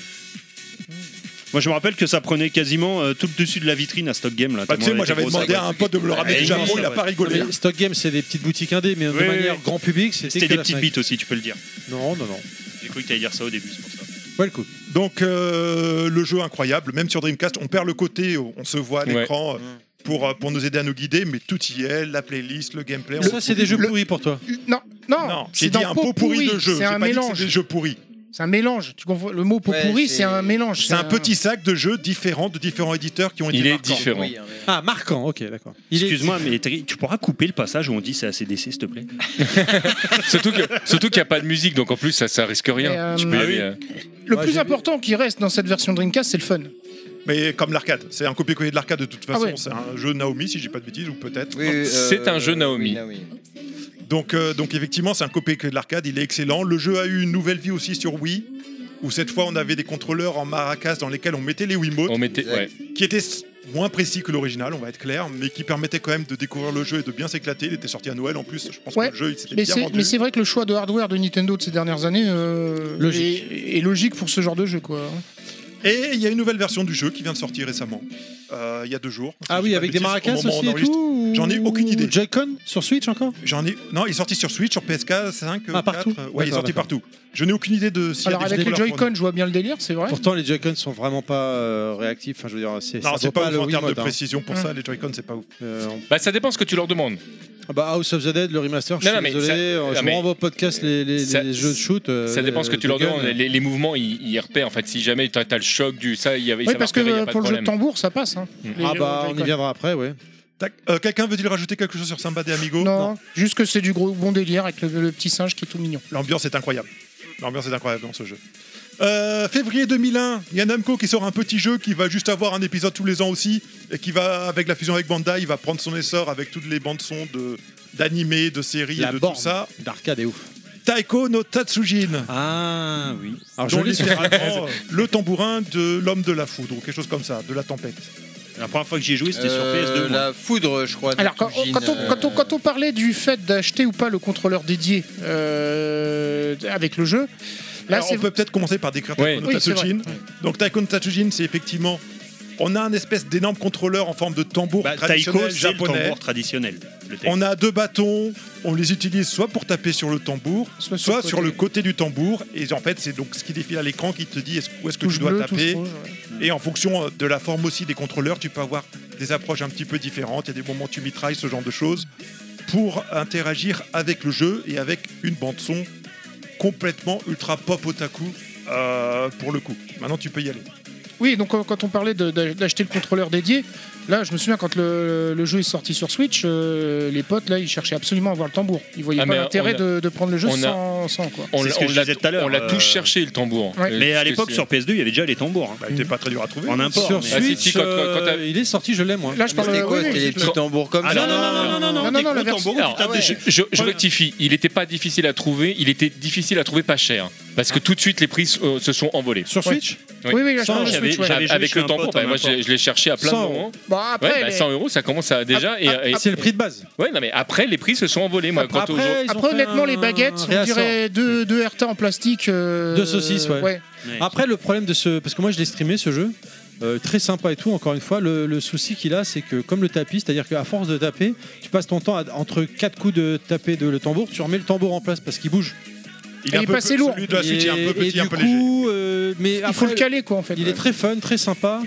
Moi, je me rappelle que ça prenait quasiment euh, tout le dessus de la vitrine à Stop Game. Là, Bah, tu sais, tellement moi elle était j'avais grosse, demandé la à un pote de me le ramener Ouais, du Japon, immense, il a ouais. pas rigolé. Mais Stock Game, c'est des petites boutiques indées, mais de Oui, oui, manière oui. grand public, c'était C'était que des la petites Fnac. bites aussi, tu peux le dire. Non, non, non. J'ai cru que t'allais dire ça au début, c'est pour ça. Ouais, le coup. Donc euh, le jeu incroyable, même sur Dreamcast, on perd le côté, on on se voit à Ouais. l'écran euh, pour, euh, pour nous aider à nous guider, mais tout y est, la playlist, le gameplay. on ça, s'en c'est des jeux fout. pourris pour toi. Non, non, Non, j'ai c'est dit dans un pot pourri de jeu. C'est j'ai un pas dit que mélange. C'est des jeux pourris. C'est un mélange. Tu confonds- Le mot pot Ouais, pourri, c'est- c'est un mélange. C'est un petit sac de jeux différents de différents éditeurs qui ont été Il est marquants. différent. Oui, hein, mais- Ah, marquant, ok, d'accord. Il est- Excuse-moi, mais Terry, tu pourras couper le passage où on dit c'est ACDC, s'il te plaît Surtout que- surtout qu'il n'y a pas de musique, donc en plus, ça, ça risque rien. Mais, euh, Tu peux y Ah aller, oui. euh. Le Ouais, plus j'ai- important qui reste dans cette version Dreamcast, c'est le fun. Mais comme l'arcade, c'est un copier-coller de l'arcade de toute Ah façon. ouais. C'est un jeu Naomi, si j'ai pas de bêtises, ou peut-être. Oui, oui, C'est un jeu Naomi. oui, Naomi. Donc, euh, donc effectivement, c'est un copier-coller de l'arcade, il est excellent. Le jeu a eu une nouvelle vie aussi sur Wii, où cette fois on avait des contrôleurs en maracas dans lesquels on mettait les Wiimotes, On mettait. Exact. Ouais. qui étaient s- moins précis que l'original, on va être clair, mais qui permettaient quand même de découvrir le jeu et de bien s'éclater. Il était sorti à Noël en plus, je pense Ouais, que le jeu il s'était Mais bien c'est, vendu. mais c'est vrai que le choix de hardware de Nintendo de ces dernières années euh, Logique. Est, est logique pour ce genre de jeu. Quoi. Et il y a une nouvelle version du jeu qui vient de sortir récemment, euh, il y a deux jours. Ah oui, avec des maracas maracas aussi et tout ou- J'en ai aucune idée. Joy-Con sur Switch encore J'en ai. Non, il est sorti sur Switch, sur PSK 5, Ah, partout Ouais, il est D'accord, d'accord. sorti partout. Je n'ai aucune idée de si. Alors avec les Joy-Con, je vois bien le délire, c'est vrai. Pourtant, les Joy-Con sont vraiment pas euh, réactifs. Enfin, je veux dire, c'est ça Non, c'est vaut pas ouf le en termes de Wiimote, hein. précision pour Hum. ça. Les Joy-Con, c'est pas ouf. Euh, on- Bah, ça dépend ce que tu leur demandes. Ah bah, House of the Dead, le remaster, je Non, suis non, mais désolé. ça- euh, je non, mais- renvoie au podcast les, les- Ça- les jeux de shoot. euh, Ça dépend ce que de tu leur gun. demandes. Les, les mouvements, ils, ils repèrent. En fait, si jamais tu as, le choc du ça, il y avait. Oui, parce que euh, pour le jeu de tambour, ça passe. hein. Mm. Les Ah jeux bah, on y Joy-Con. viendra après, ouais. Tac. Euh, Quelqu'un veut-il rajouter quelque chose sur Samba des Amigos Non, juste que c'est du gros bon délire avec le, le petit singe qui est tout mignon. L'ambiance est incroyable. L'ambiance est incroyable dans ce jeu. Euh, février 2001, il y a Namco qui sort un petit jeu qui va juste avoir un épisode tous les ans aussi et qui va avec la fusion avec Bandai, il va prendre son essor avec toutes les bandes son de d'animés, de séries, La et de borne. tout ça. D'arcade est ouf. Taiko no Tatsujin. Ah oui. Alors, je dont l'ai sur- littéralement euh, le tambourin de l'homme de la foudre ou quelque chose comme ça, de la tempête. La première fois que j'ai joué, c'était sur PS2. Euh, moi. La foudre, je crois. euh, Alors quand, d'origine, quand on, quand, euh, on, quand on parlait du fait d'acheter ou pas le contrôleur dédié euh, avec le jeu, là Alors, c'est on peut peut-être commencer par décrire Ouais. Taiko no Oui, c'est Tatsujin. Donc Taiko no Tatsujin, c'est effectivement on a un espèce d'énorme contrôleur en forme de tambour Bah, traditionnel Taiko, c'est le japonais. tambour traditionnel. Le taiko. On a deux bâtons, on les utilise soit pour taper sur le tambour, Soit sur soit le sur côté. le côté du tambour. Et en fait, c'est donc ce qui défile à l'écran qui te dit est-ce- où est-ce que touche tu dois bleu, touche taper. rouge. ouais. Et en fonction euh, de la forme aussi des contrôleurs, tu peux avoir des approches un petit peu différentes. Il y a des moments où tu mitrailles, ce genre de choses, pour interagir avec le jeu et avec une bande-son complètement ultra pop otaku euh, pour le coup. Maintenant, tu peux y aller. Oui, donc euh, quand on parlait de- d'a- d'acheter le contrôleur dédié, là, je me souviens quand le, le jeu est sorti sur Switch, euh, les potes là, ils cherchaient absolument à voir le tambour. Ils voyaient Ah, pas mais l'intérêt on a- de, de prendre le jeu on a- sans, sans, quoi. On, C'est l'a- ce que on je l'a- disais tout à l'heure, on l'a tous euh, cherché le tambour. Ouais. Euh, Mais à parce que l'époque, c'est- sur PS2, il y avait déjà les tambours. hein. Bah, il était pas très dur à trouver. En import. Sur mais- Ah, si, Switch, si, quand- quand t'as- euh, il est sorti, je l'ai, moi. Là, je Mais parle C'était quoi oui, C'était oui, les je- petits tambours comme Ah non, ça non, non, non, non, non, Non, non, non, t'es la gros tambour, version- tu tapes Ah ouais. dessus. Je, je rectifie, il n'était pas difficile à trouver, il était difficile à trouver pas cher. Parce Ah. que tout de suite, les prix euh, se sont envolés. Sur Ouais. Switch Oui. Oui, oui, là, je Sans, parle de j'avais- Switch, ouais. j'avais- Avec, avec joué le chez un tambour, pote, bah, en moi même je l'ai- je l'ai cherché à plein Cent de moments. Bon, Ouais, après, bah, les- 100 euros, ça commence à déjà. et- et- C'est le prix de base. ouais, non, mais après, les prix se sont envolés. Moi, quand au- ils ont après, fait honnêtement, un les baguettes, on réassort. dirait deux, deux RTA en plastique. euh, Deux saucisses, ouais. Après, le problème de ce. Parce que moi, je l'ai streamé ce jeu. euh, très sympa et tout, encore une fois. Le, le souci qu'il a, c'est que comme le tapis, c'est-à-dire qu'à force de taper, tu passes ton temps à- entre quatre coups de taper de le tambour, tu remets le tambour en place parce qu'il bouge. Il Il est un peu passé pe- lourd. Celui de la Switch et, est un peu et petit, un du peu léger. coup, euh, mais Il faut après, le caler, quoi, en fait. il est très fun, très sympa.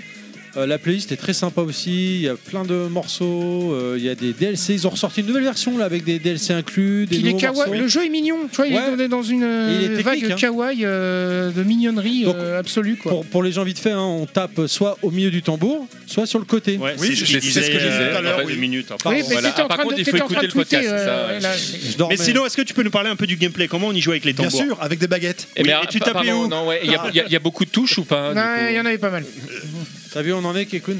Euh, la playlist est très sympa aussi. Il y a plein de morceaux. euh, il y a des DLC. Ils ont ressorti une nouvelle version là avec des DLC inclus. Des Puis il est nouveaux kawaii- morceaux. Le jeu est mignon, tu vois, il Ouais. est dans- dans une euh, Et il est technique, vague hein. kawaii euh, de mignonnerie Donc, euh, absolue. Quoi. Pour, pour les gens vite fait, hein, on tape soit au milieu du tambour, soit sur le côté. Ouais, Oui, c'est ce je- qu'il c'est ce disait que je disais euh, tout à l'heure, après oui. deux minutes. hein. oui, Pardon. mais voilà. t'étais en Ah, par train de contre, il faut t'étais en train de écouter le tweeter, podcast, ça, euh, ouais. Ah, et là, Je dormais. Mais sinon, est-ce que tu peux nous parler un peu du gameplay Comment on y joue avec les Bien tambours sûr, avec des baguettes. Eh Oui, ben, et tu pa- tapais pardon, où Ah. non, ouais, Il y, a- il y a- il y a beaucoup de touches ou pas du Non, coup il y en avait pas mal. T'as vu, on en est, Kekun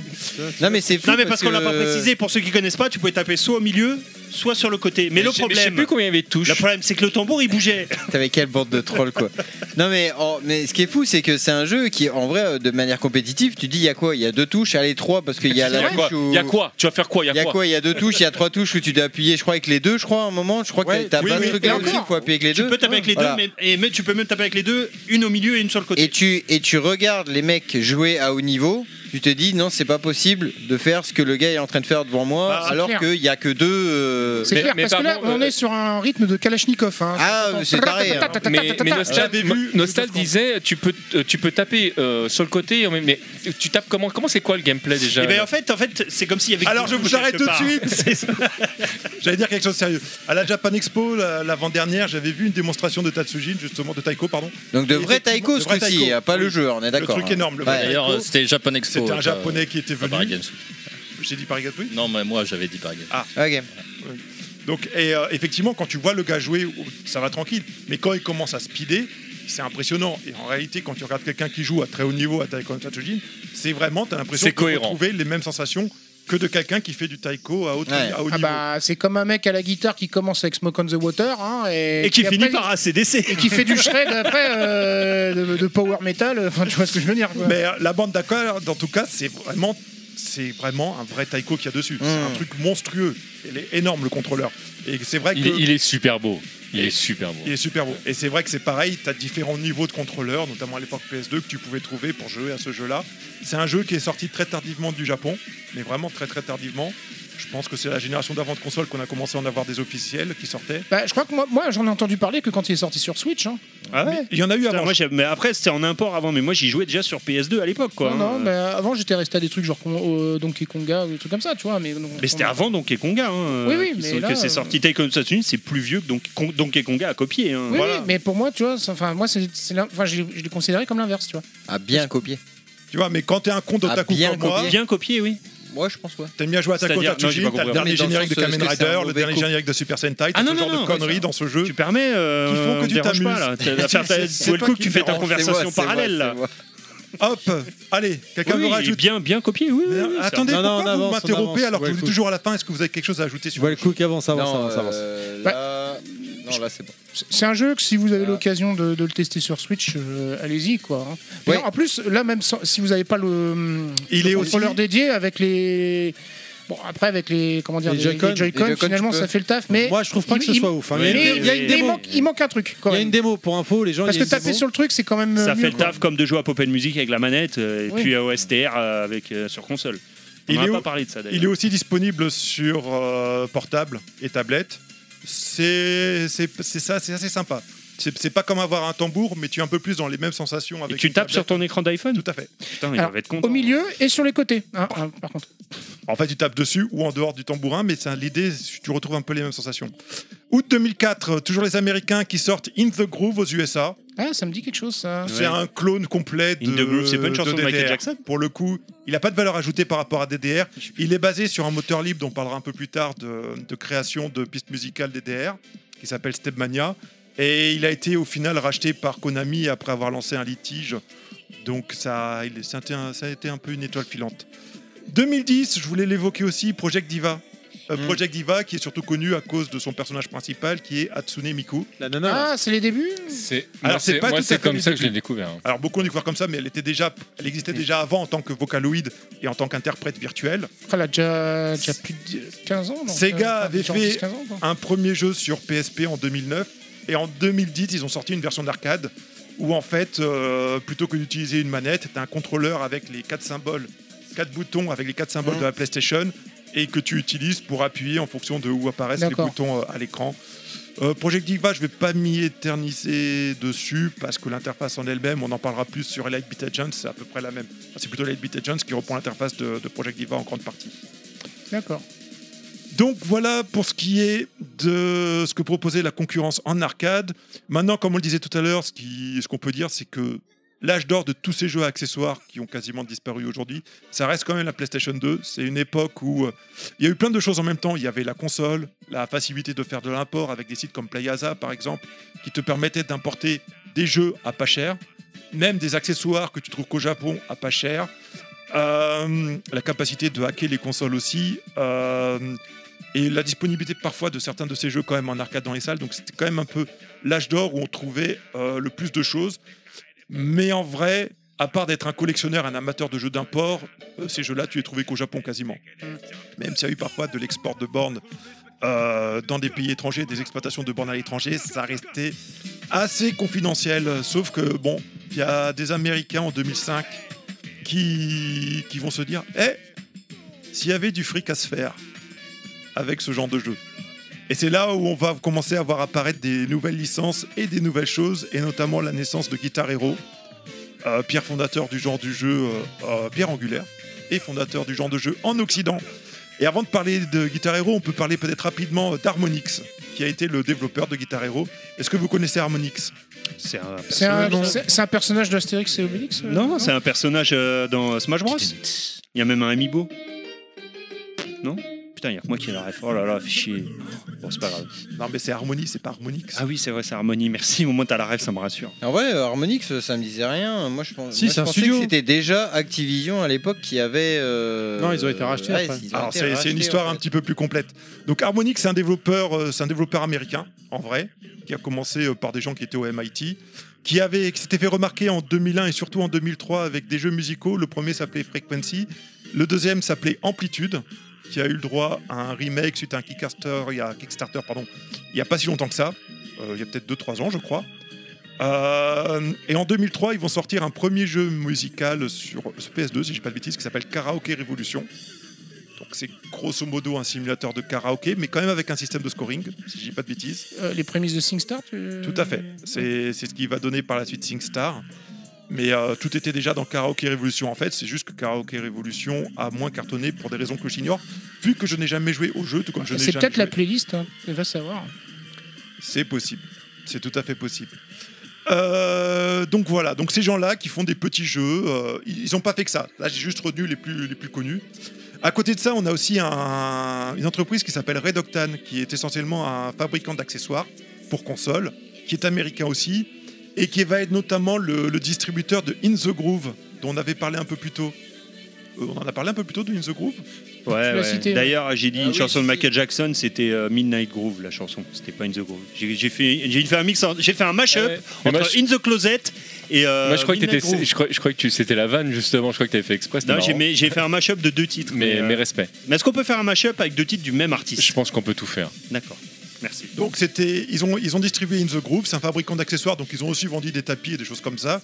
Non, mais c'est fou. Non mais parce qu'on l'a que- pas précisé, pour ceux qui connaissent pas, tu pouvais taper soit au milieu, soit sur le côté. Mais, le je- je sais problème, plus combien il y avait de touches. le problème c'est que le tambour il bougeait. T'avais quelle bande de trolls quoi Non mais oh, mais ce qui est fou c'est que c'est un jeu qui en vrai euh, de manière compétitive tu dis il y a quoi Il y a deux touches allez trois parce qu'il y a Il y la a quoi touche où- Il y a quoi Tu vas faire quoi Il Il y a quoi Il y a deux touches, il y a trois touches où tu dois appuyer, je crois, avec les deux, je crois, à un moment. Je crois Ouais, que t'as oui, pas oui. ce truc Et là encore, il faut appuyer avec les Tu deux. peux taper avec les deux, Voilà. mais, et, mais tu peux même taper avec les deux, une au milieu et une sur le côté. Et tu, et tu regardes les mecs jouer à haut niveau, tu te dis non, c'est pas possible de faire ce que le gars est en train de faire devant moi, Bah, c'est alors clair. qu'il y a que deux. euh, C'est Mais- clair, mais parce que là, pardon, on euh, est sur un rythme de Kalachnikov. Hein. Ah, mais c'est taré, hein. Tatatata, mais, mais tatatata. Nostal, J'avais vu- Nostal disait tu peux, euh, tu peux taper euh, sur le côté, mais, mais tu tapes comment Comment c'est quoi le gameplay déjà Et ben en fait, en fait, c'est comme s'il y avait. Alors, je vous arrête tout de suite. C'est ça. J'allais dire quelque chose de sérieux. À la Japan Expo, la- l'avant-dernière, j'avais vu une démonstration de Tatsujin, justement, de Taiko, pardon. Donc de vrais Effectivement, taïko de ce vrais coup-ci, taïko. hein, pas le Oui. jeu, on est d'accord. truc hein. énorme, le Ouais. vrai. D'ailleurs, euh, c'était Japan Expo. C'était un pas- japonais qui était pas Paris venu. Games. J'ai dit Paris Games, oui. Non, mais moi j'avais dit Paris Games. Ok. Donc, et, euh, effectivement, quand tu vois le gars jouer, ça va tranquille. Mais quand il commence à speeder, c'est impressionnant. Et en réalité, quand tu regardes quelqu'un qui joue à très haut niveau à Taiko Tatsujin, c'est vraiment, t'as l'impression C'est de cohérent. retrouver les mêmes sensations que de quelqu'un qui fait du Taiko à haut, Ouais. à haut Ah niveau. bah, c'est comme un mec à la guitare qui commence avec Smoke on the Water hein, et, Et qui après- finit par ACDC. et qui fait du shred après euh, de, de power metal. Enfin, tu vois ce que je veux dire. quoi. Mais euh, la bande d'accord, en tout cas, c'est vraiment, c'est vraiment un vrai taiko qu'il y a dessus. C'est un truc monstrueux. Il est énorme le contrôleur. Et c'est vrai que il, est- euh, il est super beau. Il est super beau. il est super beau. Et c'est vrai que c'est pareil, tu as différents niveaux de contrôleurs, notamment à l'époque PS2, que tu pouvais trouver pour jouer à ce jeu-là. C'est un jeu qui est sorti très tardivement du Japon, mais vraiment très très tardivement. Je pense que c'est la génération d'avant de console qu'on a commencé à en avoir des officiels qui sortaient. Bah, je crois que moi, moi j'en ai entendu parler que quand il est sorti sur Switch. hein. Ah ouais Mais Il y en a eu Putain, avant. moi, j'ai- mais après, c'était en import avant, mais moi j'y jouais déjà sur PS2 à l'époque quoi. hein. euh, non, non, mais avant j'étais resté à des trucs genre euh, Donkey Konga ou des trucs comme ça, tu vois. Mais, Mais c'était avant Donkey Konga. Hein, Oui, oui, qui mais sont- là, que c'est euh, sorti Taiko Tatsujin, c'est plus vieux que Donkey Kong- Donkey Konga à copier. hein. Oui, Voilà. oui, mais pour moi, tu vois, c'est- enfin, moi, c'est, c'est l'in- enfin, je, l'ai- je l'ai considéré comme l'inverse, tu vois. Ah, bien copié. Tu vois, mais quand t'es un con d'otaku Ah, bien comme moi, copié. Bien copié, oui. Moi, je pense, ouais. T'aimes bien jouer à Attack on C'est-à-dire- non, j'ai pas Tatsujin, t'as compris. le Non, mais dernier dans le générique de sens, Kamen est-ce que c'est un Rider, le mauvais dernier coup générique de Super Sentai, Ah tout non, ce non, genre non, de conneries ouais, dans ce jeu. Tu permets. Euh, Qui font que on tu dérange pas t'amuses. là. C'est- T'as- faire ta- c'est- c'est jouer le toi coup que qui tu fais ta dérange, conversation parallèle là. Hop Allez, quelqu'un Oui, veut oui, rajouter euh, bien, bien copié, oui. oui, oui, c'est- Attendez, Non, non, on pourquoi vous avance, on avance. m'interrompez alors que Ouais, je vous écoute. dis toujours à la fin Est-ce que vous avez quelque chose à Tu ajouter sur vois le le jeu cook, avance, avance, Non, avance, avance. euh, là- Non, là, c'est bon. C'est- C'est un jeu que si vous avez Euh. Ah. l'occasion de, de le tester sur Switch, euh, allez-y, quoi. hein. Mais Ouais. non, en plus, là, même sans- si vous n'avez pas le, Il le est contrôleur aussi- dédié avec les. Bon, après, avec les. Comment dire Les les- Joy-Con. les Joy-Con, Les Joy-Con, finalement, tu peux. ça fait le taf, mais. Moi, je trouve pas il- que ce il- soit ouf. hein. mais Il y a il une y démo- a une il y a démo- il manque un truc, quand Il y a même. une démo pour info, les gens. Parce il y que a une taper démo. sur le truc, c'est quand même. Ça euh, fait mieux, le quoi. taf comme de jouer à Pop Music avec la manette euh, et Oui. puis à OSTR euh, avec, euh, sur console. On Il n'a est pas où parlé de ça d'ailleurs. Il est aussi disponible sur euh, portable et tablette. C'est c'est- c'est ça, c'est assez sympa. C'est c'est pas comme avoir un tambour, mais tu es un peu plus dans les mêmes sensations Et avec. tu une tapes sur tablette. ton écran d'iPhone Tout à fait. Putain, il Alors, va être content. Au milieu et sur les côtés, hein, hein, par contre. En fait, tu tapes dessus ou en dehors du tambourin, mais c'est l'idée, c'est que tu retrouves un peu les mêmes sensations. Août 2004, toujours les Américains qui sortent In the Groove aux USA. Ah, ça me dit quelque chose, ça. C'est un clone complet de In the Groove, c'est pas une chanson de Michael DDR. Jackson Pour le coup, il n'a pas de valeur ajoutée par rapport à DDR. Il est basé sur un moteur libre dont on parlera un peu plus tard de, de création de pistes musicales DDR, qui s'appelle Stepmania. Et il a été au final racheté par Konami après avoir lancé un litige. Donc ça, il, ça a été un- ça a été un peu une étoile filante. 2010, je voulais l'évoquer aussi, Project Diva. Euh, Hmm. Mm. Project Diva qui est surtout connu à cause de son personnage principal qui est Hatsune Miku. La nana. Ah, c'est les débuts C'est- Alors, moi, c'est c'est- pas moi, tout à c'est fait comme les ça que je l'ai débuts. découvert. hein. Alors beaucoup ont découvert comme ça, mais elle était déjà, elle existait déjà avant en tant que vocaloïd et en tant qu'interprète virtuelle. Enfin, là, déjà, déjà plus de 15 ans. non Sega Enfin, avait genre fait 10-15 ans, quoi. Un premier jeu sur PSP en 2009 et en 2010 ils ont sorti une version d'arcade où en fait euh, plutôt que d'utiliser une manette, t'as un contrôleur avec les quatre symboles, quatre boutons avec les quatre symboles Mhm. de la PlayStation et que tu utilises pour appuyer en fonction de où apparaissent les D'accord. boutons euh, à l'écran. Euh, Project Diva, je vais pas m'y éterniser dessus parce que l'interface en elle-même, on en parlera plus sur Elite Beat Agents, c'est à peu près la même. Enfin, C'est plutôt Elite Beat Agents qui reprend l'interface de, de Project Diva en grande partie. D'accord. Donc voilà pour ce qui est de ce que proposait la concurrence en arcade. Maintenant, comme on le disait tout à l'heure, ce qui- ce qu'on peut dire, c'est que l'âge d'or de tous ces jeux à accessoires qui ont quasiment disparu aujourd'hui, ça reste quand même la PlayStation 2. C'est une époque où euh, il y a eu plein de choses en même temps. Il y avait la console, la facilité de faire de l'import avec des sites comme Playaza, par exemple, qui te permettaient d'importer des jeux à pas cher, même des accessoires que tu trouves qu'au Japon à pas cher. Euh, la capacité de hacker les consoles aussi. Euh, et la disponibilité parfois de certains de ces jeux quand même en arcade dans les salles. Donc c'était quand même un peu l'âge d'or où on trouvait euh, le plus de choses. Mais en vrai, à part d'être un collectionneur, un amateur de jeux d'import, euh, ces jeux-là, tu les trouvais qu'au Japon quasiment. Même s'il y a eu parfois de l'export de bornes euh, dans des pays étrangers, des exploitations de bornes à l'étranger, ça restait assez confidentiel. Sauf que, bon, il y a des Américains en 2005 qui, qui vont se dire Eh, s'il y avait du fric à se faire avec ce genre de jeu. Et c'est là où on va commencer à voir apparaître des nouvelles licences et des nouvelles choses, et notamment la naissance de Guitar Hero, euh, pierre fondateur du genre du jeu, euh, euh, pierre angulaire, et fondateur du genre de jeu en Occident. Et avant de parler de Guitar Hero, on peut parler peut-être rapidement d'Harmonix, qui a été le développeur de Guitar Hero. Est-ce que vous connaissez Harmonix C'est un, C'est un, personnage- c'est- c'est un personnage d'Astérix et Obélix euh, Non, c'est un personnage euh, dans Smash Bros. Il y a même un amiibo. Non Putain, il y a que moi qui ai la ref. Oh là là, fichier. Bon, c'est pas grave. Non, mais c'est Harmony, c'est pas Harmonix. Ah oui, c'est vrai, c'est Harmony. Merci, au moins t'as la rêve, ça me rassure. En vrai, euh, Harmonix, ça me disait rien. Moi, je, pense, Si, moi, c'est je un pensais studio. que c'était déjà Activision à l'époque qui avait. euh, Non, ils ont été rachetés ouais, après. ils ont Alors été c'est c'est rachetés, une histoire en un fait. petit peu plus complète. Donc Harmonix, c'est un développeur, euh, c'est un développeur américain en vrai, qui a commencé euh, par des gens qui étaient au MIT, qui avait, qui s'était fait remarquer en 2001 et surtout en 2003 avec des jeux musicaux. Le premier s'appelait Frequency, le deuxième s'appelait Amplitude, qui a eu le droit à un remake suite à un Kickstarter, il y a Kickstarter pardon, il y a pas si longtemps que ça, euh, il y a peut-être 2-3 ans je crois. Euh, et en 2003, ils vont sortir un premier jeu musical sur sur PS2, si je ne pas de bêtises, qui s'appelle Karaoke Revolution. Donc c'est grosso modo un simulateur de karaoké, mais quand même avec un système de scoring, si je dis pas de bêtises. euh, Les prémices de SingStar tu- Tout à fait. C'est c'est ce qui va donner par la suite SingStar. Mais euh, tout était déjà dans Karaoke Révolution en fait, c'est juste que Karaoke Révolution a moins cartonné pour des raisons que j'ignore, vu que je n'ai jamais joué au jeu, tout comme je n'ai Ah, C'est jamais peut-être la joué- playlist, hein. va savoir. c'est possible. C'est tout à fait possible. Euh, donc voilà, donc ces gens-là qui font des petits jeux, euh, ils n'ont pas fait que ça. Là, j'ai juste retenu les plus, les plus connus. À côté de ça, on a aussi un- une entreprise qui s'appelle Red Octane, qui est essentiellement un fabricant d'accessoires pour console, qui est américain aussi, et qui va être notamment le, le distributeur de In the Groove, dont on avait parlé un peu plus tôt. Euh, on en a parlé un peu plus tôt de In the Groove Ouais, l'as ouais. cité, ouais. D'ailleurs, j'ai dit Ah une oui, chanson de si, Michael Jackson, c'était euh, Midnight Groove, la chanson. C'était pas In the Groove. J'ai j'ai fait, j'ai fait un mix, en- j'ai fait un mash-up Ouais. Mais entre moi, je- In the Closet et. euh, Moi, je crois que Midnight t'étais- Groove. je crois- je crois que tu- c'était la vanne justement. Je crois que t'avais fait exprès. c'était Non, j'ai marrant. mais j'ai fait un mash-up de deux titres. Mais, euh, mes respects. mais est-ce qu'on peut faire un mash-up avec deux titres du même artiste Je pense qu'on peut tout faire. D'accord. Merci. Donc c'était, ils ont, ils ont distribué In the Groove, c'est un fabricant d'accessoires, donc ils ont aussi vendu des tapis et des choses comme ça.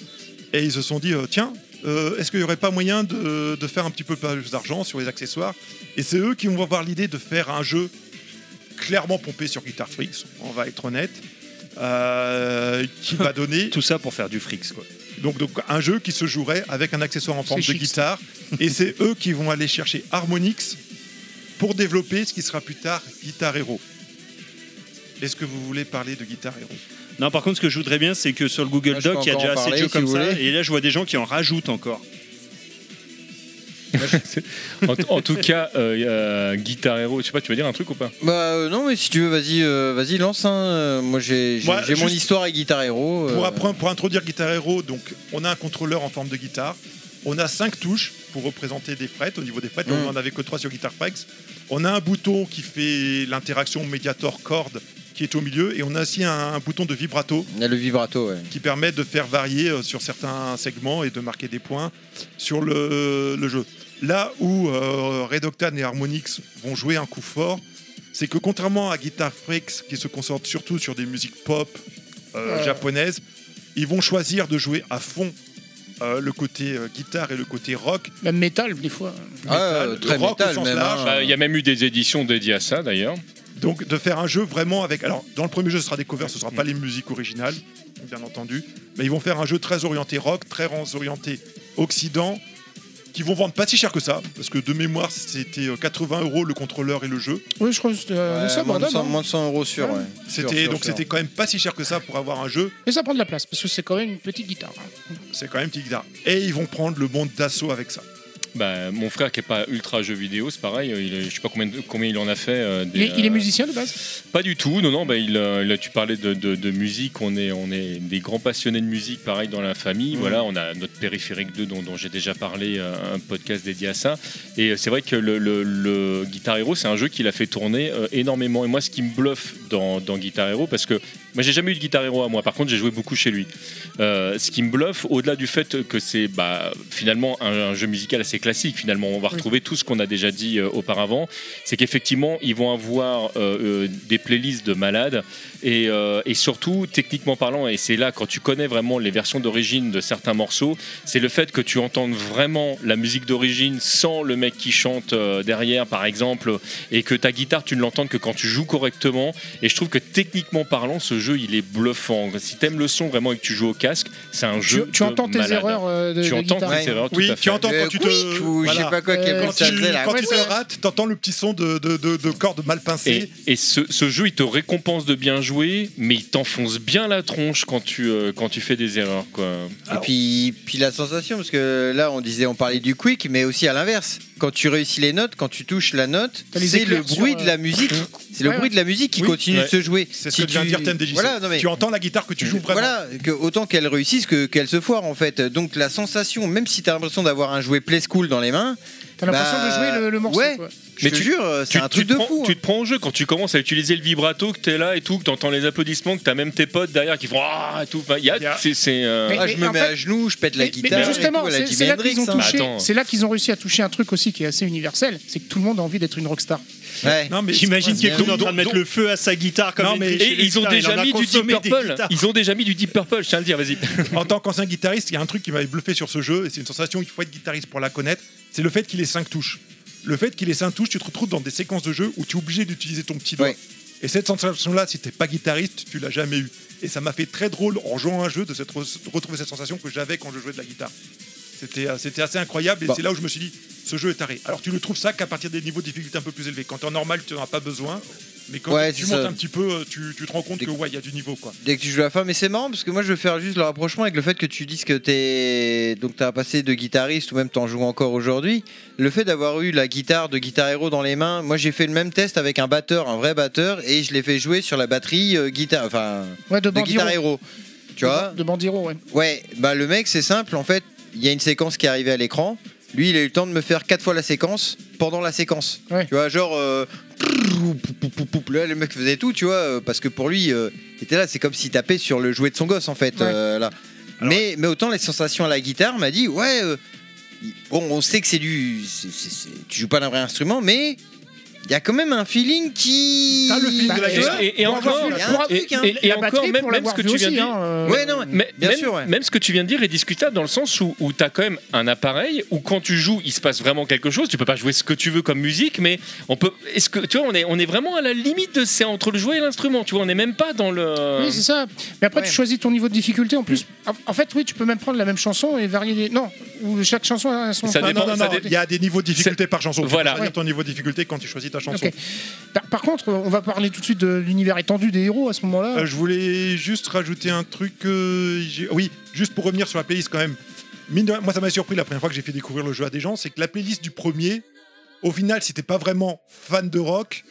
Et ils se sont dit, euh, tiens, euh, est-ce qu'il n'y aurait pas moyen de, de faire un petit peu plus d'argent sur les accessoires Et c'est eux qui vont avoir l'idée de faire un jeu clairement pompé sur Guitar Freaks, on va être honnête, euh, qui va donner Tout ça pour faire du fric, quoi. donc, donc un jeu qui se jouerait avec un accessoire en forme de C'est chic, guitare. Et c'est eux qui vont aller chercher Harmonix pour développer ce qui sera plus tard Guitar Hero. Est-ce que vous voulez parler de Guitar Hero Non, par contre, ce que je voudrais bien, c'est que sur le Google Moi, je Doc, peux il y a encore déjà en assez de parler, jeux si comme vous ça. voulez. Et là, je vois des gens qui en rajoutent encore. En, en tout cas, euh, euh, Guitar Hero, je sais pas, tu veux dire un truc ou pas Bah euh, non, mais si tu veux, vas-y, euh, vas-y, lance. hein. Euh, Moi, j'ai j'ai- Moi, j'ai mon juste- histoire avec Guitar Hero. euh, Pour, appren- pour introduire Guitar Hero, donc, on a un contrôleur en forme de guitare. On a cinq touches pour représenter des frettes. Au niveau des frettes, Mm. on en avait que trois sur Guitar Freaks. On a un bouton qui fait l'interaction médiator corde qui est au milieu. Et on a aussi un, un bouton de vibrato il y a le vibrato, ouais. qui permet de faire varier euh, sur certains segments et de marquer des points sur le, le jeu. Là où euh, Red Octane et Harmonix vont jouer un coup fort, c'est que contrairement à Guitar Freaks, qui se concentre surtout sur des musiques pop euh, Ouais. japonaises, ils vont choisir de jouer à fond euh, le côté euh, guitare et le côté rock. Même métal, des fois. Ah, métal, euh, le très rock au métal sens même. large. Bah, hein. Il y a même eu des éditions dédiées à ça d'ailleurs. Donc de faire un jeu vraiment avec. Alors dans le premier jeu, ce sera des covers, ce sera pas les musiques originales, bien entendu, mais ils vont faire un jeu très orienté rock, très orienté occident, qui vont vendre pas si cher que ça, parce que de mémoire c'était euh, 80 euros le contrôleur et le jeu. Oui, je crois que c'était euh, Ouais, ça, moins, de Brandon, 100, hein. moins de 100 euros sûr, Ouais. ouais. Sûr, C'était sûr, donc sûr. c'était quand même pas si cher que ça pour avoir un jeu. Mais ça prend de la place, parce que c'est quand même une petite guitare. hein. C'est quand même petit guitare. Et ils vont prendre le monde d'assaut avec ça. Bah, mon frère qui est pas ultra jeu vidéo, c'est pareil. euh, Il, je sais pas combien, de- combien il en a fait. euh, des, Il est, il est euh, musicien de base Pas du tout, non, non. Bah, il, euh, là, tu parlais de, de- de musique. On est, on est des grands passionnés de musique, pareil dans la famille. Voilà, on a notre périphérique 2 dont, dont j'ai déjà parlé, euh, un podcast dédié à ça. Et euh, c'est vrai que le, le- le Guitar Hero, c'est un jeu qu'il a fait tourner euh, énormément. Et moi, ce qui me bluffe dans, dans Guitar Hero, parce que moi, j'ai jamais eu de Guitar Hero à moi. Par contre, j'ai joué beaucoup chez lui. Euh, ce qui me bluffe, au-delà du fait que c'est bah, finalement un, un jeu musical assez classique, finalement, on va retrouver tout ce qu'on a déjà dit euh, auparavant c'est qu'effectivement, ils vont avoir euh, euh, des playlists de malades et, euh, et surtout, techniquement parlant, et c'est là quand tu connais vraiment les versions d'origine de certains morceaux, c'est le fait que tu entends vraiment la musique d'origine sans le mec qui chante euh, derrière, par exemple, et que ta guitare, tu ne l'entends que quand tu joues correctement. Et je trouve que techniquement parlant, ce jeu, il est bluffant. Si t'aimes le son vraiment et que tu joues au casque, c'est un tu, jeu. tu de entends tes malade. erreurs euh, de, Tu de entends guitare tes erreurs, tout oui, à fait. tu entends quand Le tu Euh, quick te. ou je sais voilà. pas quoi, qui Euh, appelle Quand tu, ça, tu sais, là. quand tu te rates, t'entends le petit son de, de, de, de cordes mal pincées. Et, et ce, ce jeu, il te récompense de bien jouer, mais il t'enfonce bien la tronche quand tu, euh, quand tu fais des erreurs. Quoi. Et puis, puis la sensation, parce que là, on disait, on parlait du quick, mais aussi à l'inverse. Quand tu réussis les notes, quand tu touches la note, T'as les c'est éclairs le sur, bruit euh, de la musique. C'est le Ouais, bruit de la musique qui Oui, continue ouais. de se jouer. C'est ce Si que vient de tu- dire TMDJC. Voilà, non mais- Mm. Tu entends la guitare que tu joues vraiment. Voilà, que, autant qu'elle réussisse que qu'elle se foire en fait. Donc la sensation, même si t'as l'impression d'avoir un jouet play school dans les mains, T'as l'impression Bah, de jouer le, le morceau. ouais. quoi. je Mais te tu- jure, c'est un truc te de prends, fou. hein. tu te prends au jeu quand tu commences à utiliser le vibrato, que t'es là et tout, que t'entends les applaudissements, que t'as même tes potes derrière qui font Ah et tout. Enfin, il y a- Il y a- c'est- c'est, euh, hein. Ah, Mais- je mais me en mets fait- à genoux, je pète la Mais- mais guitare. et justement, tout, à la c'est Jimi c'est là qu'ils Hendrix, ont hein. touché. Bah, attends. c'est là qu'ils ont réussi à toucher un truc aussi qui est assez universel. C'est que tout le monde a envie d'être une rockstar. Ouais. Non, mais J'imagine c'est- quelqu'un donc- en train de mettre le feu à sa guitare comme Non, une mais- triche, Et ils ont il en déjà a mis du Deep consommé des Purple. guitares. Bah, Ils ont déjà mis du Deep Purple, je tiens à le dire, vas-y. en tant qu'ancien guitariste, il y a un truc qui m'avait bluffé sur ce jeu, et c'est une sensation, il faut être guitariste pour la connaître, c'est le fait qu'il ait 5 touches. Le fait qu'il ait 5 touches, tu te retrouves dans des séquences de jeu où tu es obligé d'utiliser ton petit doigt. Ouais. Et cette sensation-là, si t'es pas guitariste, tu l'as jamais eue. Et ça m'a fait très drôle en jouant à un jeu de, cette re- de retrouver cette sensation que j'avais quand je jouais de la guitare. C'était euh, c'était assez incroyable et Bah. c'est là où je me suis dit, ce jeu est taré. Alors tu ne trouves ça qu'à partir des niveaux de difficulté un peu plus élevés. Quand t'es en normal, tu n'en as pas besoin. Mais quand Ouais, tu c'est montes ça. un petit peu, euh, tu, tu te rends compte Des- que ouais, il y a du niveau quoi. Dès que tu joues à la fin, mais c'est marrant parce que moi je veux faire juste le rapprochement avec le fait que tu dises que t'es donc t'as passé de guitariste ou même t'en joues encore aujourd'hui. Le fait d'avoir eu la guitare de Guitar Hero dans les mains, moi j'ai fait le même test avec un batteur, un vrai batteur, et je l'ai fait jouer sur la batterie euh, guitare, enfin Ouais, de de Bandiro. Guitar Hero. Tu vois De Bandiro, ouais. Ouais, bah le mec c'est simple en fait, il y a une séquence qui est arrivée à l'écran. Lui, il a eu le temps de me faire quatre fois la séquence pendant la séquence. Ouais. Tu vois, genre euh, là, le mec faisait tout, tu vois, euh, parce que pour lui, euh, il était là, c'est comme s'il tapait sur le jouet de son gosse en fait. Ouais. euh, là. Mais, mais autant les sensations à la guitare m'a dit ouais, euh, il- bon, on sait que c'est du, c'est- c'est- c'est- tu joues pas d'un vrai instrument, mais il y a quand même un feeling qui. Bah, T'as le feeling de la Tu Et, vois guitare. et- et Pour avoir encore, vu- et- pour avoir et- vu qu'un- et- et la encore, batterie, même, même pour ce l'avoir que vu tu viens de aussi, dire, hein, euh, Ouais, non, mais- Mm. Mais Bien même, sûr, ouais. même ce que tu viens de dire est discutable dans le sens où, où tu as quand même un appareil où quand tu joues, il se passe vraiment quelque chose. Tu peux pas jouer ce que tu veux comme musique, mais on peut. Est-ce que tu vois, on est, on est vraiment à la limite de c'est entre le jouet et l'instrument. Tu vois, on n'est même pas dans le. Euh, Oui, c'est ça. Mais après, Ouais. tu choisis ton niveau de difficulté. En plus, en- en fait, oui, tu peux même prendre la même chanson et varier les. Non, ou chaque chanson a son. Ça Ah, non, dépend- non, ça non. dépend- Il y a des niveaux de difficulté par chanson. Voilà. Voilà. Tu choisis ton niveau de difficulté quand tu choisis ta chanson. Ok. Par, par contre, on va parler tout de suite de l'univers étendu des héros à ce moment-là. Euh, je voulais juste rajouter un truc. euh, j'ai- oui, juste pour revenir sur la playlist quand même. Mine de rien, moi, ça m'a surpris la première fois que j'ai fait découvrir le jeu à des gens, c'est que la playlist du premier, au final, si t'es pas vraiment fan de rock,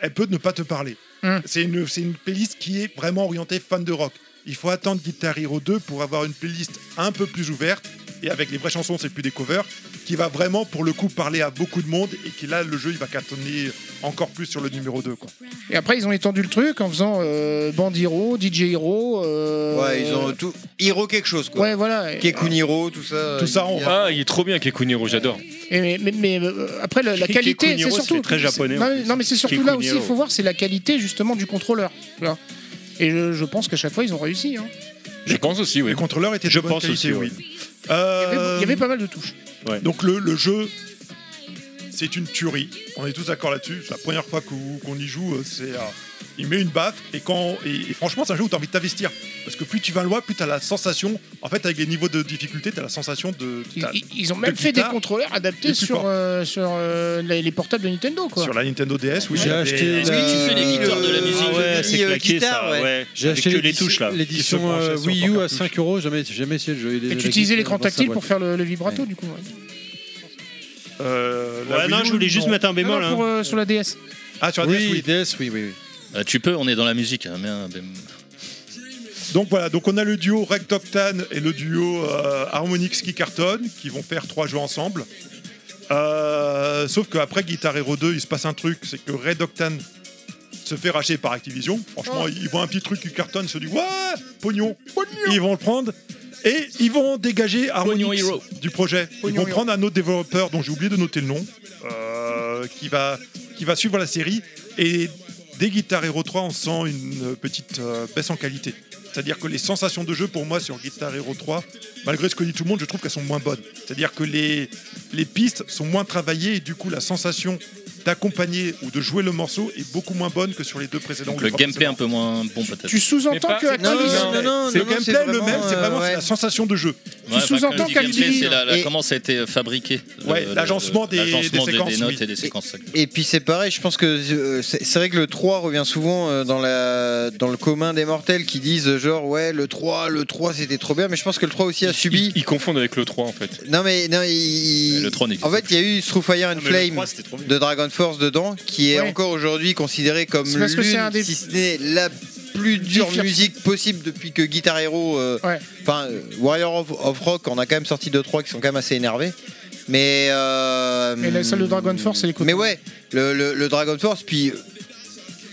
elle peut ne pas te parler. Hmm. C'est une, c'est une playlist qui est vraiment orientée fan de rock. Il faut attendre Guitar Hero 2 pour avoir une playlist un peu plus ouverte et avec les vraies chansons, c'est plus des covers, qui va vraiment pour le coup parler à beaucoup de monde et qui là, le jeu, il va cartonner encore plus sur le numéro 2. Quoi. Et après, ils ont étendu le truc en faisant euh, Band Hero, DJ Hero. euh, Ouais, ils ont tout. Hero quelque chose quoi. Ouais, voilà. Et- Kekun Hero, tout ça. Tout ça, il y on- a- Ah, il est trop bien Kekuniro, j'adore. Et mais, mais- mais, euh, après, la, la Kikun qualité, Hero, c'est ça surtout. fait très japonais, Non, en mais- plus. non, mais c'est surtout Kikun là aussi, Hero. il faut voir, c'est la qualité justement du contrôleur. Voilà. Et je, je pense qu'à chaque fois, ils ont réussi. hein. Je pense aussi, oui. Les contrôleurs étaient de Je bonne pense qualité, aussi, oui. Euh, Il y avait pas mal de touches. Donc le, le jeu c'est une tuerie. On est tous d'accord là-dessus. C'est la première fois qu'on qu'on y joue. euh, C'est, euh, il met une baffe et quand et, et franchement, c'est un jeu où t'as envie de t'investir parce que plus tu vas loin, plus t'as la sensation. En fait, avec les niveaux de difficulté, t'as la sensation de Ils, t'as- ils- ils ont même de fait des guitare, contrôleurs adaptés des supports. sur, euh, sur euh, les, les portables de Nintendo. Quoi. sur la Nintendo DS. Oui, J'ai il y a acheté des- la- Est-ce que tu fais les Euh, victoires de la musique Ah ouais, Johnny, c'est euh, claqué guitare, ça, ouais. ouais. J'ai Avec acheté que l'édi- les touches là. Qui se L'édition branchait euh, sur Wii ton U à cartouche. 5 euros, jamais, j'ai jamais essayé de jouer. Et la tu utilisais guitare l'écran dans sa tactile boîte. pour faire le, le vibrato, du coup. ouais. euh, la Ouais, non, Wii U, je voulais juste mettre un Non, bémol. non, hein. pour, euh, sur la DS. Ah, sur la DS, oui. Oui, DS, oui, oui. oui. Euh, tu peux, on est dans la musique. hein, mais, euh, ben- Donc voilà, donc on a le duo Red Octane et le duo euh, Harmonix qui cartonnent, qui vont faire trois jeux ensemble. Euh, sauf qu'après Guitar Hero 2, il se passe un truc, c'est que Red Octane se fait racheter par Activision. Franchement, ils voient un petit truc qui cartonne, ils se disent Waouh, pognon. Ils vont le prendre et ils vont dégager Pognon Harmonix Hero. du projet. Ils Pognon vont Hero. prendre un autre développeur dont j'ai oublié de noter le nom, euh, qui, va, qui va suivre la série. Et dès Guitar Hero 3, on sent une petite euh, baisse en qualité. C'est-à-dire que les sensations de jeu pour moi sur Guitar Hero 3, malgré ce que dit tout le monde, je trouve qu'elles sont moins bonnes. C'est-à-dire que les, les pistes sont moins travaillées et du coup la sensation d'accompagner ou de jouer le morceau est beaucoup moins bonne que sur les deux précédents. ou le trois gameplay un précédents. peu moins bon peut-être. Tu Mais sous-entends pas- que c'est- Ah, Non, Activision- non, non, non, C'est le non, gameplay c'est le même, vraiment, c'est vraiment euh, c'est ouais. la sensation de jeu. Ouais, enfin, sous-entends quand je dis qu'Activision- gameplay, c'est la- la- Et- comment ça a été euh, fabriqué. le- Ouais, le- le- l'agencement des- l'agencement des séquences, notes oui. et des séquences. Et puis c'est pareil, je pense que euh, c'est c'est vrai que le 3 revient souvent euh, dans, la, dans le commun des mortels qui disent euh, genre ouais le 3, le 3 c'était trop bien, mais je pense que le 3 aussi a subi... Ils, ils confondent avec le 3 en fait. Non mais... Non, il- Le 3 n'existe En fait il y a eu Through Fire and Non, mais le Flame 3, c'était trop bien. de Dragon Force dedans qui est Ouais. encore aujourd'hui considéré comme C'est parce que c'est l'une, un des- si ce n'est la plus dure Difficile. musique possible depuis que Guitar Hero... euh, Ouais. Enfin, euh, Warrior of, of Rock, on a quand même sorti 2-3 qui sont quand même assez énervés. Mais. Euh, Et la salle de Dragon Force, elle est cool. Mais ouais, le, le- le Dragon Force, puis. euh,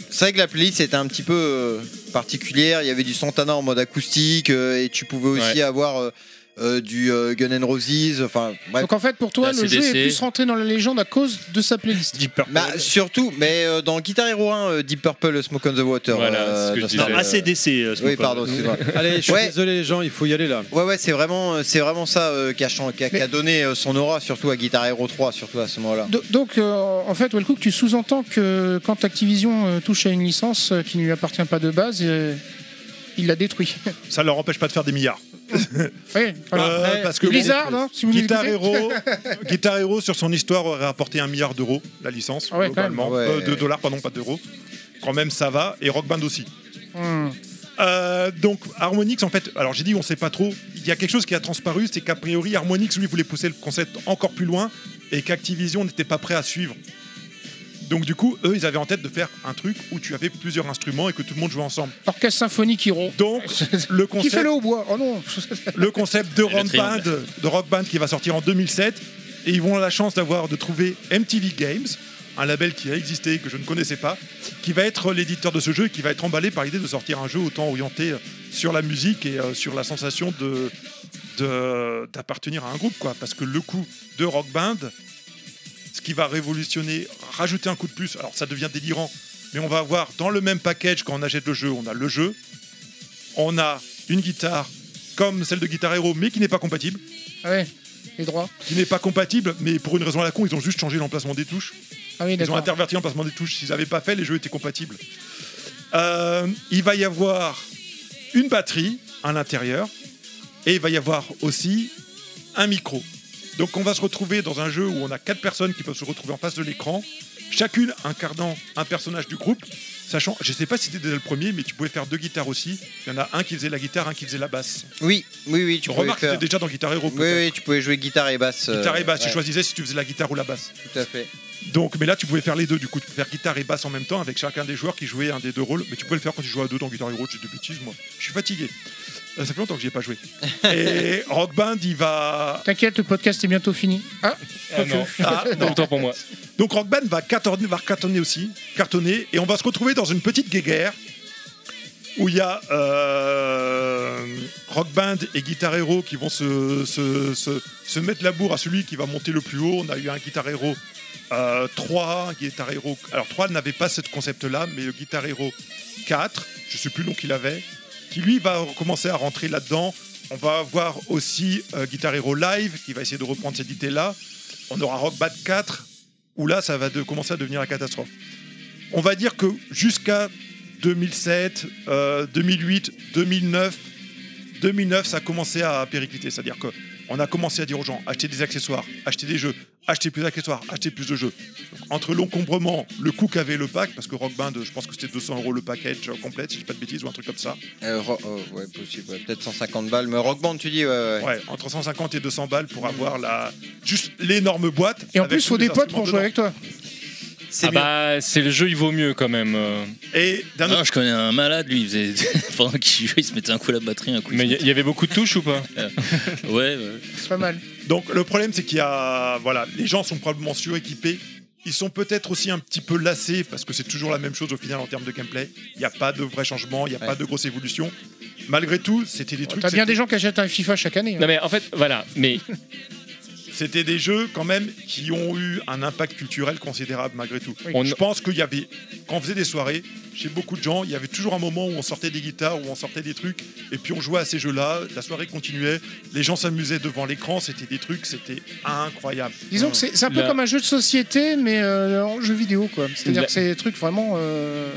C'est vrai que la playlist était un petit peu euh, particulière. Il y avait du Santana en mode acoustique euh, et tu pouvais aussi avoir euh, euh, du euh, Gun N' Roses. Enfin, bref. Donc en fait, pour toi, La le jeu est CDC. plus rentré dans la légende à cause de sa playlist. Bah, surtout, mais euh, dans Guitar Hero 1, euh, Deep Purple, Smoke on the Water. Voilà, c'est ce que je Dustin. disais. Non, ACDC. euh, ce Oui, qu'on peut- pardon, excuse-moi. Allez, je suis Ouais. désolé, les gens, il faut y aller là. Ouais, ouais, c'est vraiment, euh, c'est vraiment ça euh, qui a, chan- qui a- qui a donné euh, son aura, surtout à Guitar Hero 3, surtout à ce moment-là. Do- Donc, euh, en fait, Wellcook, tu sous-entends que quand Activision euh, touche à une licence euh, qui ne lui appartient pas de base, euh, il la détruit. Ça leur empêche pas de faire des milliards. Ouais, voilà. Euh, Après, parce que Blizzard, hein, si vous nous Guitar écoutez. Hero, Guitar Hero sur son histoire aurait rapporté un milliard d'euros la licence Ah ouais, quand même. globalement, Ouais. Euh, de dollars pardon, pas d'euros. Quand même ça va et Rock Band aussi. Hmm. Euh, donc Harmonix en fait, alors j'ai dit on sait pas trop, il y a quelque chose qui a transparu, c'est qu'a priori Harmonix lui voulait pousser le concept encore plus loin et qu'Activision n'était pas prêt à suivre. Donc du coup, eux ils avaient en tête de faire un truc où tu avais plusieurs instruments et que tout le monde jouait ensemble. Orchestre symphonique Hero. Donc le Qui fait concept le hautbois Oh non le concept de Et rock, le band, triangle. de rock band qui va sortir en 2007 et ils vont avoir la chance d'avoir de trouver MTV Games un label qui a existé que je ne connaissais pas qui va être l'éditeur de ce jeu et qui va être emballé par l'idée de sortir un jeu autant orienté euh, sur la musique et euh, sur la sensation de de- d'appartenir à un groupe quoi parce que le coup de rock band ce qui va révolutionner rajouter un coup de plus alors ça devient délirant mais on va avoir dans le même package quand on achète le jeu on a le jeu on a une guitare comme celle de Guitar Hero, mais qui n'est pas compatible. Ah ouais, les droits. Qui n'est pas compatible, mais pour une raison à la con, ils ont juste changé l'emplacement des touches. Ah oui, Ils ont d'accord. interverti l'emplacement des touches. S'ils n'avaient pas fait, les jeux étaient compatibles. Euh, il va y avoir une batterie à l'intérieur, et il va y avoir aussi un micro. Donc on va se retrouver dans un jeu où on a quatre personnes qui peuvent se retrouver en face de l'écran, chacune incarnant un personnage du groupe. Sachant, je sais pas si c'était déjà le premier, mais tu pouvais faire deux guitares aussi. Il y en a un qui faisait la guitare, un qui faisait la basse. Oui, oui, oui, tu Tu pouvais remarques que faire- c'était déjà dans Guitar Hero. Oui, peut-être. oui, tu pouvais jouer guitare et basse. euh, Guitare et basse, tu ouais, choisissais si tu faisais la guitare ou la basse. Tout à fait. Donc, mais là, tu pouvais faire les deux. Du coup, tu pouvais faire guitare et basse en même temps avec chacun des joueurs qui jouait un des deux rôles. Mais tu pouvais le faire quand tu jouais à deux dans Guitar Hero. J'ai des bêtises, moi. Je suis fatigué. Euh, Ça fait longtemps que j'y ai pas joué. Et Rock Band, il va. T'inquiète, le podcast est bientôt fini. Ah, Ah non, Ah, non. autant pour moi. Donc Rock Band va cartonner, va cartonner aussi, cartonner, et on va se retrouver dans une petite guéguerre où il y a euh, Rock Band et Guitar Hero qui vont se, se, se- se mettre la bourre à celui qui va monter le plus haut. On a eu un Guitar Hero euh, 3, un Guitar Hero... Alors 3 n'avait pas ce concept-là, mais le Guitar Hero 4, je sais plus le nom qu'il avait, qui lui va commencer à rentrer là-dedans. On va avoir aussi euh, Guitar Hero Live qui va essayer de reprendre cette idée-là. On aura Rock Band 4 où là, ça va de, commencer à devenir la catastrophe. On va dire que jusqu'à 2007, euh, 2008, 2009, 2009, ça a commencé à péricliter. C'est-à-dire que on a commencé à dire aux gens achetez des accessoires, achetez des jeux, achetez plus d'accessoires, achetez plus de jeux. Donc, entre l'encombrement, le coût qu'avait le pack, parce que Rock Band, je pense que c'était 200 euros le package euh, complet, si je dis pas de bêtises, ou un truc comme ça. Euh, ro- oh, ouais, possible, ouais, peut-être 150 balles. Mais Rock Band, tu dis, ouais, ouais. Ouais, entre 150 et 200 balles pour avoir la juste l'énorme boîte. Et en avec plus, tous faut les des potes pour instruments jouer avec toi. C'est ah mieux. bah, c'est le jeu, il vaut mieux quand même. euh. dedans. Et d'un autre Non, Ah, je connais un malade, lui, il faisait... pendant qu'il jouait, il se mettait un coup à la batterie, un coup. il se Mais il y- il y avait beaucoup de touches ou pas mettait- Ouais, ouais. C'est pas mal. Donc le problème c'est qu'il y a voilà, les gens sont probablement suréquipés. Ils sont peut-être aussi un petit peu lassés parce que c'est toujours la même chose au final en termes de gameplay. Il n'y a pas de vrai changement, il n'y a pas de grosse évolution. Malgré tout, c'était des trucs. T'as bien c'était- des gens qui achètent un FIFA chaque année. hein. Non mais en fait, voilà. Mais C'était des jeux quand même qui ont eu un impact culturel considérable malgré tout. Oui. On- Je pense qu'il y avait, quand on faisait des soirées, chez beaucoup de gens, il y avait toujours un moment où on sortait des guitares, où on sortait des trucs, et puis on jouait à ces jeux-là, la soirée continuait, les gens s'amusaient devant l'écran, c'était des trucs, c'était incroyable. Disons que c'est c'est un peu La- comme un jeu de société, mais euh, en jeu vidéo, quoi. C'est-à-dire La- que c'est des trucs vraiment. euh,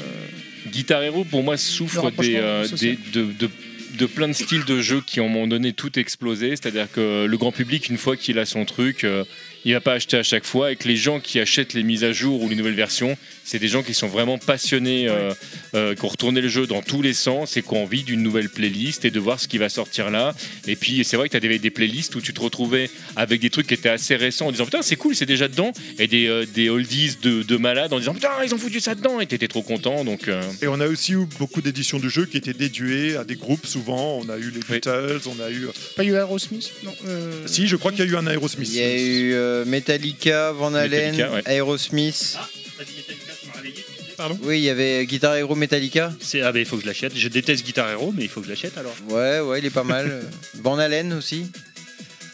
Guitar Hero, pour moi, souffre Le des, euh, rapprochement des- de, de- de plein de styles de jeux qui, à un moment donné, tout explosé. C'est-à-dire que le grand public, une fois qu'il a son truc, euh, il va pas acheter à chaque fois. Et que les gens qui achètent les mises à jour ou les nouvelles versions, c'est des gens qui sont vraiment passionnés, euh, euh, qui ont retourné le jeu dans tous les sens et qui ont envie d'une nouvelle playlist et de voir ce qui va sortir là. Et puis, c'est vrai que tu as des, des playlists où tu te retrouvais avec des trucs qui étaient assez récents en disant putain, c'est cool, c'est déjà dedans. Et des, euh, des oldies de, de malades en disant putain, ils ont foutu ça dedans. Et t'étais trop content. Donc. euh, Et on a aussi eu beaucoup d'éditions de jeux qui étaient dédiées à des groupes souvent. On a eu les Beatles, on a eu. Pas eu Aerosmith Non. euh, Si, je crois qu'il y a eu un Aerosmith. Il y a eu euh, Metallica, Van Halen, Metallica, ouais. Aerosmith. Pardon Oui, il y avait Guitar Hero Metallica. C'est- Ah, ben il faut que je l'achète. Je déteste Guitar Hero, mais il faut que je l'achète alors. Ouais, ouais, il est pas mal. Van Halen aussi.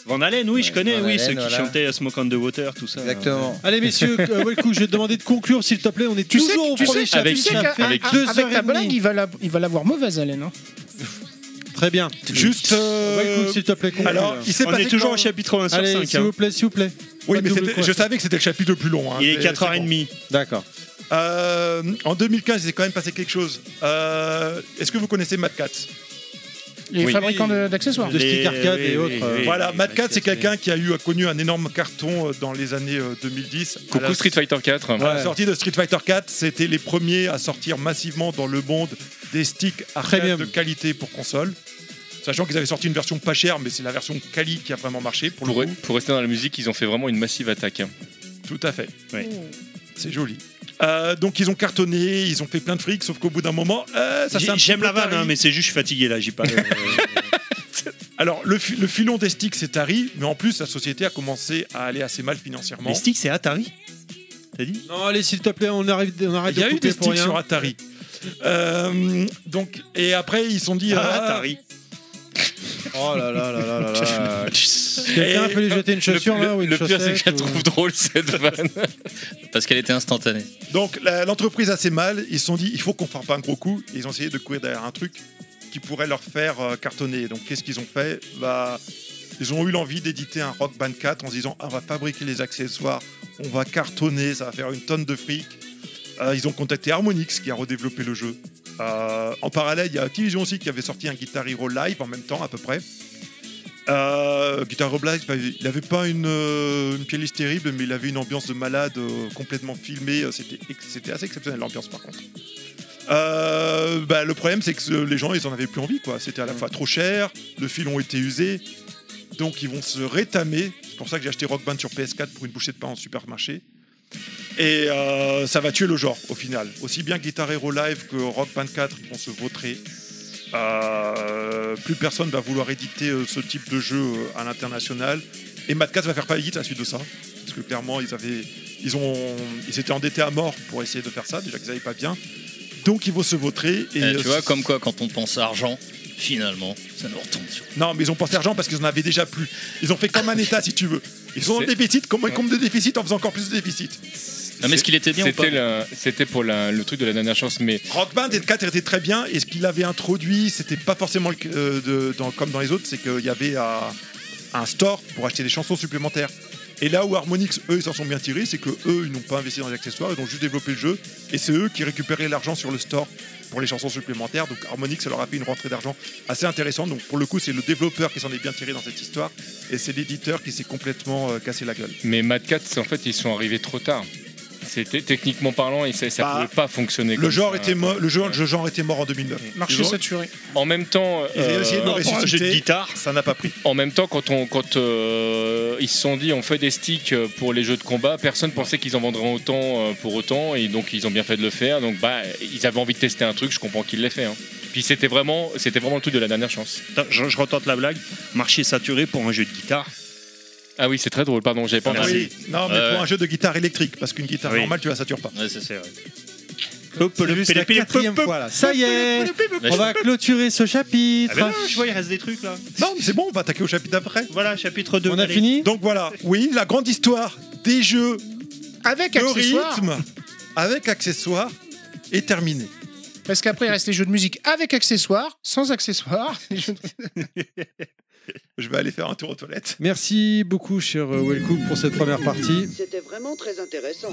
Van Halen, oui, je connais, Van oui, Halen, ceux qui voilà. chantaient Smoke on the Water, tout ça. Exactement. Allez messieurs, euh, ouais, le coup, je vais te demander de conclure s'il te plaît. On est Tu sais, toujours au tu premier sais, chapitre. tu sais ça qu'à- fait avec, deux heures et ta demie. blague, il va la- il va l'avoir mauvaise haleine. hein. Très bien. Juste. euh, Ouais, le coup, s'il te plaît. conclure. Alors, il s'est On passé est toujours quand- au chapitre 1 sur Allez, 5. s'il vous plaît, s'il vous plaît. Oui, Pas de mais double c'était- quoi. je savais que c'était le chapitre le plus long. hein, Il est mais c'est bon. 4h30. D'accord. Euh, en 2015, il s'est quand même passé quelque chose. Euh, Est-ce que vous connaissez Mad Cat Les Oui. fabricants de- d'accessoires. De Les- stick arcade oui, et oui, autres. oui, euh, oui. Voilà, Mad Cat, c'est Cat, quelqu'un qui a eu connu un énorme carton euh, dans les années euh, 2010. À Coucou la- Street Fighter 4. À la sortie de Street Fighter 4, c'était les premiers à sortir massivement dans le monde des sticks Premium. arcade de qualité pour console. Sachant qu'ils avaient sorti une version pas chère, mais c'est la version Kali qui a vraiment marché pour le Pour, coup. pour rester dans la musique, ils ont fait vraiment une massive attaque. hein. Tout à fait. Ouais. C'est joli. Euh, donc ils ont cartonné, ils ont fait plein de fric, sauf qu'au bout d'un moment, euh, ça s'est J'ai- un petit J'aime peu la vanne, tari. hein, mais c'est juste, je suis fatigué là, j'ai pas. euh, Alors le, fi- le filon des sticks s'est tari, mais en plus la société a commencé à aller assez mal financièrement. Les sticks, c'est Atari T'as dit Non, allez, s'il te plaît, on arrive, on arrête Il y de a eu couper des pour Ah, sticks rien. sur Atari. Euh, donc et après ils se sont dit Ah, ah, Atari. Oh là là là là là là. Quelqu'un Et- peut lui jeter une chaussure le là ou une le pire, c'est chaussette que je la ou- trouve drôle cette vanne. Parce qu'elle était instantanée. Donc la- l'entreprise a assez mal, ils se sont dit il faut qu'on fasse un gros coup, et ils ont essayé de courir derrière un truc qui pourrait leur faire euh, cartonner. Donc qu'est-ce qu'ils ont fait bah, Ils ont eu l'envie d'éditer un Rock Band 4 en se disant Ah, on va fabriquer les accessoires, on va cartonner, ça va faire une tonne de fric. Euh, ils ont contacté Harmonix qui a redéveloppé le jeu. Euh, en parallèle, il y a Activision aussi qui avait sorti un Guitar Hero Live en même temps à peu près. Euh, Guitar Hero Live, il n'avait pas une, euh, une playlist terrible, mais il avait une ambiance de malade euh, complètement filmée. Euh, C'était ex- c'était assez exceptionnel l'ambiance par contre. Euh, bah, le problème c'est que ce- les gens ils en avaient plus envie quoi. C'était à la fois trop cher, le filon était usé, donc ils vont se rétamer. C'est pour ça que j'ai acheté Rock Band sur PS4 pour une bouchée de pain en supermarché. Et euh, ça va tuer le genre au final. Aussi bien Guitar Hero Live que Rock Band 4 vont se vautrer. Euh, plus personne va vouloir éditer euh, ce type de jeu euh, à l'international. Et Mad Cat va faire faillite à la suite de ça. Parce que clairement, ils avaient. Ils ont. Ils s'étaient endettés à mort pour essayer de faire ça, déjà qu'ils n'avaient pas bien. Donc ils vont se vautrer. Et, Et euh, Eh, tu vois, comme quoi, quand on pense à argent, finalement, ça nous retombe sur. Non, mais ils ont pensé argent parce qu'ils en avaient déjà plus. Ils ont fait comme un état, si tu veux. Ils sont en C'est- déficit, comment ils comptent de déficit en faisant encore plus de déficit Non, Ah, mais est-ce qu'il était bien ou pas C'était la- C'était pour la- le truc de la dernière chance, mais Rock Band et 4 était très bien et ce qu'il avait introduit c'était pas forcément le- euh, de- dans- comme dans les autres c'est qu'il y avait euh, un store pour acheter des chansons supplémentaires Et là où Harmonix, eux, ils s'en sont bien tirés, c'est que eux, ils n'ont pas investi dans les accessoires, ils ont juste développé le jeu, et c'est eux qui récupéraient l'argent sur le store pour les chansons supplémentaires. Donc Harmonix, ça leur a fait une rentrée d'argent assez intéressante. Donc pour le coup, c'est le développeur qui s'en est bien tiré dans cette histoire, et c'est l'éditeur qui s'est complètement euh, cassé la gueule. Mais Mad Cat, c'est- en fait, ils sont arrivés trop tard. C'était techniquement parlant, et ça, ça Bah, pouvait pas fonctionner. Le comme genre, ça. était mo- le, jeu, le genre était mort en 2009. Marché Ils ont- saturé. En même temps, Ils ont essayé de le euh, Pour un jeu de ressusciter, guitare, ça n'a pas pris. en même temps, quand on, quand euh, ils se sont dit, on fait des sticks euh, pour les jeux de combat, personne pensait qu'ils en vendraient autant euh, pour autant, et donc ils ont bien fait de le faire. Donc, bah, ils avaient envie de tester un truc. Je comprends qu'ils l'aient fait. hein. Puis c'était vraiment, c'était vraiment le truc de la dernière chance. Attends, je, je retente la blague, marché saturé pour un jeu de guitare. Ah oui, c'est très drôle. Pardon, j'avais pas. Merci. Euh, entendu. Ah, Oui, non, mais Ouais. pour un jeu de guitare électrique, parce qu'une guitare Oui. normale, tu la satures pas. Ouais, c'est ça, ouais. C'est juste la quatrième fois là. Ça y est, Mais on je- va clôturer ce Ah ben chapitre. non, je vois, il reste des trucs là. Non, mais c'est bon, on va attaquer au chapitre d'après. Voilà, chapitre 2. On a fini Donc voilà, oui, la grande histoire des jeux Avec de accessoires. rythme avec accessoires est terminée. Parce qu'après, il reste les jeux de musique avec accessoires, sans accessoires. Les jeux de- Je vais aller faire un tour aux toilettes. Merci beaucoup, cher euh, Wellcook, pour cette première partie. C'était vraiment très intéressant.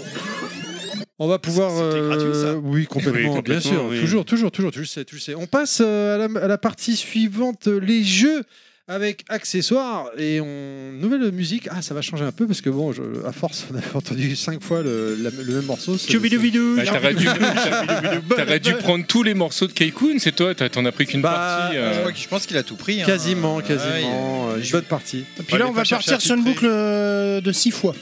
On va pouvoir. euh, C'était gratuit, ça oui, complètement, Oui, complètement, bien sûr. oui. Toujours, toujours, toujours, tu le sais, tu le sais. On passe euh, à la, à la partie suivante, euh, les jeux avec accessoires et on nouvelle musique ah ça va changer un peu parce que bon je- à force on a entendu cinq fois le, la- le même morceau c'est- Bah, T'aurais dû, t'aurais dû prendre tous les morceaux de Keikun, c'est toi, t'as- t'en as pris qu'une Bah, partie. euh. Je, crois que- Ah je pense qu'il a tout pris. hein. quasiment Ouais, quasiment euh, une bonne partie Et Puis là, on aller va pas chercher partir à sur une titrer. boucle euh, de six fois.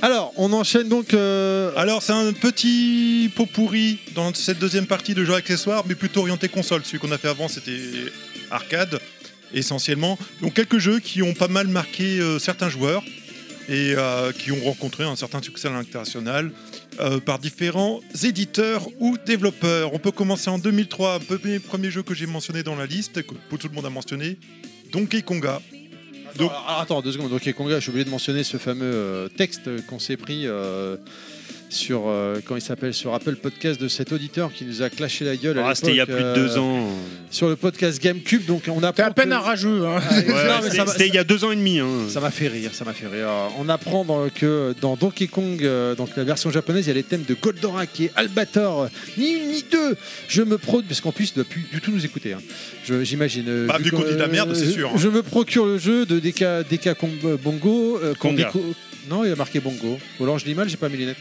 alors on enchaîne donc euh, Ah, Alors c'est un petit pot pourri dans cette deuxième partie de jeux accessoires, mais plutôt orienté console. Celui qu'on a fait avant, c'était arcade essentiellement. Donc quelques jeux qui ont pas mal marqué euh, certains joueurs et euh, qui ont rencontré un certain succès à l'international euh, par différents éditeurs ou développeurs. On peut commencer en 2003, un peu mes premiers jeux que j'ai mentionné dans la liste, que tout le monde a mentionné, Donkey Konga. Donc, alors, attends, deux secondes. Ok, Conga, j'ai oublié de mentionner ce fameux euh, texte qu'on s'est pris euh, sur, euh, quand il s'appelle, sur Apple Podcast de cet auditeur qui nous a clashé la gueule. à Ah, c'était il y a plus l'époque, de euh, deux ans. Sur le podcast GameCube, donc on T'es apprend. à peine que- un rageux. hein. Ah, Ouais, non, mais c'était- ça va- c'était il y a deux ans et demi. Euh, hein. ça m'a fait rire, ça m'a fait rire. Euh, On apprend dans- que dans Donkey Kong, euh, donc la version japonaise, il y a les thèmes de Goldorak et Albator. Ni une ni deux. Je me procure, parce qu'en plus, il ne doit plus du tout nous écouter. hein. Je- J'imagine. euh, Bah, vu qu'on dit de la merde, c'est sûr, hein. Je me procure le jeu de DK, DK Kong- Bongo. euh, qu'on Konga. déco- Non, il a marqué Bongo. Ou alors je lis mal, j'ai pas mes lunettes.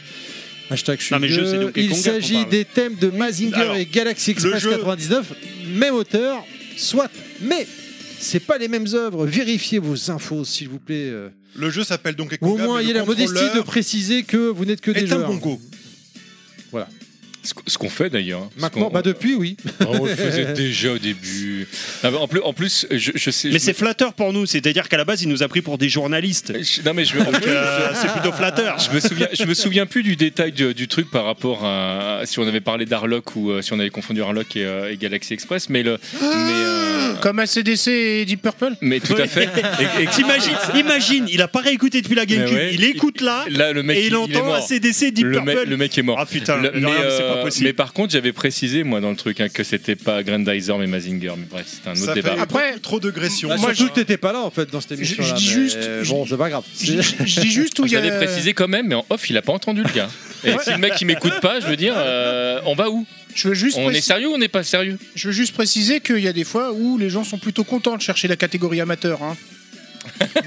Hashtag je suis Non, mais je vieux. sais Donkey Il hein, Konga qu'on s'agit parle. des thèmes de Mazinger Alors, et Galaxy Express jeu- 99, même auteur, soit, mais c'est pas les mêmes œuvres. Vérifiez vos infos, s'il vous plaît. euh. Le jeu s'appelle Donkey Ou au Konga. moins, mais ayez le la modestie de contrôleur préciser que vous n'êtes que des est un joueurs. bongo. Ce qu- Ce qu'on fait d'ailleurs. hein. Ce Maintenant, qu'on- bah depuis, oui. Ah, on le faisait déjà au début. Ah, bah, en plus, en plus, je, je sais. Mais je c'est flatteur pour nous, c'est-à-dire qu'à la base, il nous a pris pour des journalistes. me- je- Non mais je me, Donc, euh, c'est plutôt flatteur. je me souviens, je me souviens plus du détail du, du truc par rapport à si on avait parlé d'Arlock ou euh, si on avait confondu Arlock et, euh, et Galaxy Express, mais le, mais, euh, Comme ACDC et Deep Purple. mais tout à fait. Et, et- T'imagines, imagine, il a pas réécouté depuis la GameCube, Mais ouais. il écoute là là, le mec, et il, est entend mort. ACDC Deep le, mec, Purple. le mec est mort. Ah putain, Le- non, mais, mais c'est euh, pas possible. mais par contre, j'avais précisé moi dans le truc hein, que c'était pas Grandizer mais Mazinger, mais bref, c'était un autre Ça fait débat. Après- beaucoup trop d'agression. Bah, surtout que t'étais pas là en fait dans cette je émission. dis juste- Bon, c'est pas grave. Je je dis juste où il y Je a. l'avais précisé quand même, mais en off, il a pas entendu le gars. Et si le mec il m'écoute pas, je veux dire, euh, on va où Je veux juste On est préciser- sérieux ou on n'est pas sérieux Je veux juste préciser qu'il y a des fois où les gens sont plutôt contents de chercher la catégorie amateur. hein.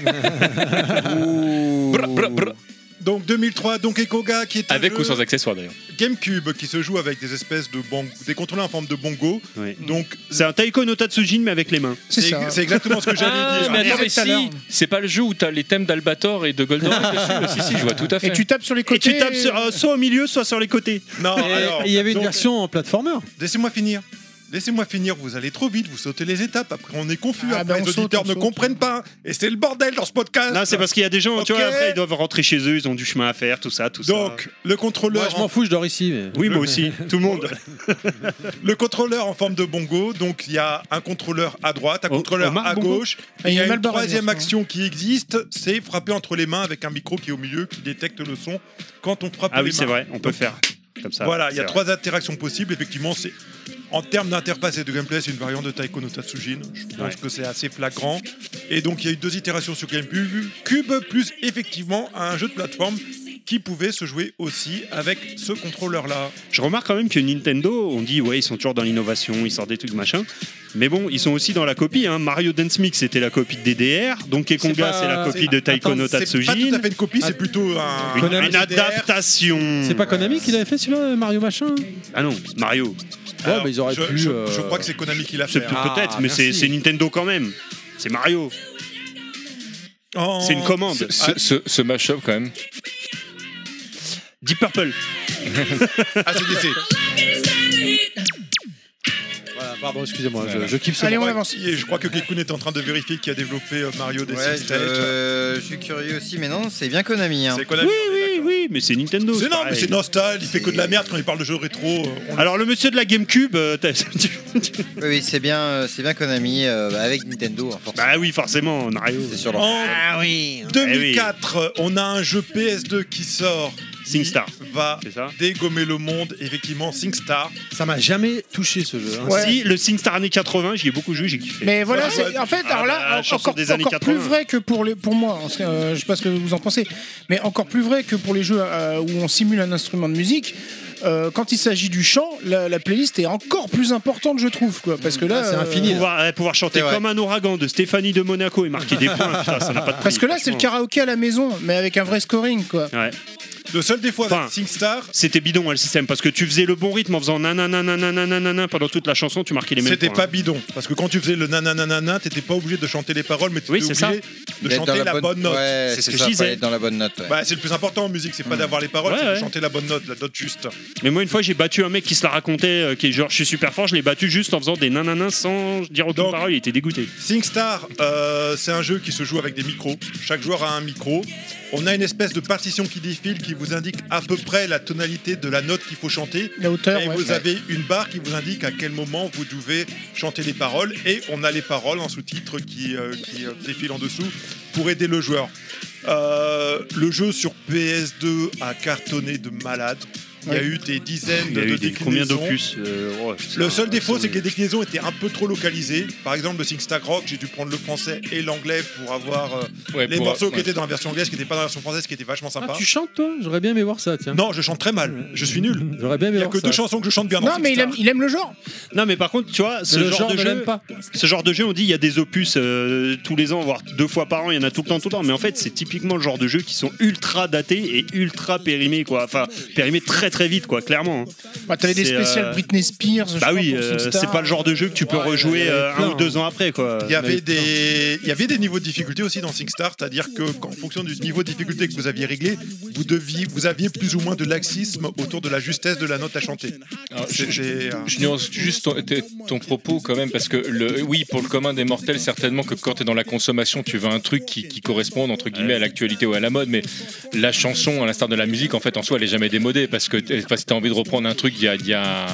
Brr, brr, brr. Donc 2003, Donkey Konga qui est un Avec jeu ou sans accessoires d'ailleurs. GameCube qui se joue avec des espèces de bong- des contrôleurs en forme de bongo. Oui. Donc C'est un Taiko no Tatsujin, mais avec les mains. Mm. C'est c'est ça. hein. c'est exactement ce que j'allais Ah, dire. mais on attends, disait mais tout à l'heure. si, c'est pas le jeu où t'as les thèmes d'Albator et de Goldorak dessus. Si, si, je vois tout à fait. Et tu tapes sur les côtés. Et tu tapes sur- euh, soit au milieu, soit sur les côtés. Non, Et- alors, et il y avait une donc, version en platformer. Laissez-moi finir. Laissez-moi finir, vous allez trop vite, vous sautez les étapes, après on est confus, Ah, après ben, on les saute, auditeurs on ne saute. comprennent pas, et c'est le bordel dans ce podcast Non, c'est parce qu'il y a des gens, tu Ah, Ok. vois, après, ils doivent rentrer chez eux, ils ont du chemin à faire, tout ça, tout ça. Donc, le contrôleur, Moi, je m'en fous, je dors ici. mais- Oui, moi aussi, tout le monde. en, le contrôleur en forme de bongo, donc il y a un contrôleur à droite, un Oh, contrôleur Omar à Bongo gauche, Et il y a une Ah, mal barré, troisième en ce moment. action qui existe, c'est frapper entre les mains avec un micro qui est au milieu, qui détecte le son quand on frappe Ah oui, les c'est mains. vrai, on peut faire. Comme ça. voilà, il y a c'est trois interactions possibles. Effectivement, c'est en termes d'interface et de gameplay, c'est une variante de Taiko no Tatsujin. Je pense Ouais. que c'est assez flagrant. Et donc, il y a eu deux itérations sur GameCube, Cube plus effectivement un jeu de plateforme qui pouvait se jouer aussi avec ce contrôleur-là. Je remarque quand même que Nintendo, on dit ouais, ils sont toujours dans l'innovation, ils sortent des trucs machin. Mais bon, ils sont aussi dans la copie. hein. Mario Dance Mix, c'était la copie de DDR. Donkey C'est Konga, pas- c'est la copie c'est- de Taiko attends, no C'est pas tout Tatsujin. à fait une copie, Ah. c'est plutôt un. Une, Konami, une DDR. adaptation. C'est pas Konami qui l'avait fait celui-là, Mario Machin Ah non, Mario. Alors, mais ils auraient je, pu, je- euh, je crois que c'est Konami qui l'a C'est fait. peut- hein. Ah, Peut-être, mais c'est merci. c'est Nintendo quand même. C'est Mario. En- C'est une commande. Ah. Ce, ce, ce, ce mash-up, quand même. Deep Purple. ACDC. Voilà, pardon, excusez-moi, Voilà. je, je kiffe ce Allez, on moment. avance. Et je crois que Kekun est en train de vérifier qui a développé euh, Mario Dance Ouais, Stage. je, je suis curieux aussi, mais non, c'est bien Konami. hein. C'est Konami. Oui, oui, oui, mais c'est Nintendo. C'est c'est non, mais pareil. c'est nostal, il fait que de la merde quand il parle de jeux rétro. euh, on le- Alors le monsieur de la GameCube, euh, t'as- Oui, oui, c'est bien, euh, c'est bien Konami euh, bah, avec Nintendo. hein, forcément. bah oui, forcément, Mario. C'est sur leur- En Ah Eh 2004, euh, on a un jeu PS2 qui sort. SingStar. Il Va C'est ça. dégommer le monde, effectivement, SingStar. Ça m'a jamais touché ce jeu. hein. Ouais. Si le SingStar années 80, j'y ai beaucoup joué, j'ai kiffé. Mais voilà, Ah, c'est- en fait, ah, alors bah, là, chanson encore, des années encore plus 80. vrai que pour, les, pour moi, en- euh, je sais pas ce que vous en pensez, mais encore plus vrai que pour les jeux euh, où on simule un instrument de musique. euh, quand il s'agit du chant, la, la playlist est encore plus importante, je trouve, quoi, parce que là, Ah, c'est euh, infini, là. pouvoir, ouais, pouvoir chanter C'est vrai. comme un ouragan de Stéphanie de Monaco et marquer des points, putain, ça n'a pas de prix, parce que là, c'est le franchement. karaoké à la maison, mais avec un vrai scoring, quoi. Ouais. Le seul défaut avec Enfin. SingStar, C'était bidon hein, le système parce que tu faisais le bon rythme en faisant nanana nanana nanana pendant toute la chanson, tu marquais les mêmes c'était points. pas bidon. Parce que quand tu faisais le nananana, t'étais pas obligé de chanter les paroles, mais t'étais Oui, c'est obligé ça. de d'être dans chanter la bonne, note. Ouais, C'est ce c'est que je ça, fallait disais. Mm. être dans la bonne note. ouais. Bah, c'est le plus important en musique, c'est pas d'avoir les paroles, Ouais, c'est de ouais. chanter la bonne note, la note juste. hein. Mais moi une fois j'ai battu un mec qui se la racontait, euh, qui est genre je suis super fort, je l'ai battu juste en faisant des nanana sans dire aucune Donc- parole, il était dégoûté. SingStar, euh, c'est un jeu qui se joue avec des micros. Chaque joueur a un micro. On a une espèce de partition qui défile qui vous indique à peu près la tonalité de la note qu'il faut chanter. La hauteur, Et ouais. vous avez une barre qui vous indique à quel moment vous devez chanter les paroles. Et on a les paroles en sous-titres qui, euh, qui, euh, défilent en dessous pour aider le joueur. Euh, le jeu sur PS2 a cartonné de malade. Il y a Ouais. eu des dizaines Il y a de eu des- combien déclinaisons. d'opus euh, oh, putain, Le seul défaut, ça, c'est mais- que les déclinaisons étaient un peu trop localisées. Par exemple, le SingStar Rock, j'ai dû prendre le français et l'anglais pour avoir euh, Ouais, les pour- morceaux qui ouais. étaient dans la version anglaise, qui n'étaient pas dans la version française, qui étaient vachement Ah, sympa. tu chantes toi J'aurais bien aimé voir ça, tiens. Non, je chante très mal. Je suis nul. J'aurais bien aimé Il n'y a voir que ça. deux chansons que je chante bien. dans Non, mais il aime, SingStar. il aime le genre. Non mais par contre, tu vois, Mais ce le genre, genre de ne jeu, l'aime pas. ce genre de jeu, on dit il y a des opus euh, tous les ans, voire deux fois par an, il y en a tout le temps, tout le temps. Mais en fait, c'est typiquement le genre de jeu qui sont ultra datés et ultra périmés, quoi. Enfin, périmés très très vite, quoi, clairement. hein. Bah, t'avais des C'est, spéciales euh, Britney Spears. je Bah crois, oui, pour euh, SingStar. c'est pas le genre de jeu que tu peux il rejouer y en avait euh, un plein, hein. ou deux ans après, quoi. Il y, avait des, il y avait des niveaux de difficulté aussi dans SingStar, c'est-à-dire que qu'en fonction du niveau de difficulté que vous aviez réglé, vous, deviez, vous aviez plus ou moins de laxisme autour de la justesse de la note à chanter. Alors, je- je- C'était, euh, Je nuance juste ton, t- ton propos quand même, parce que le, oui, pour le commun des mortels, certainement que quand tu es dans la consommation, tu veux un truc qui, qui corresponde entre guillemets à l'actualité ou à la mode, mais la chanson, à l'instar de la musique, en fait, en soi, elle est jamais démodée, parce que t'es- enfin, si tu as envie de reprendre un truc d'il y a, d'il y a-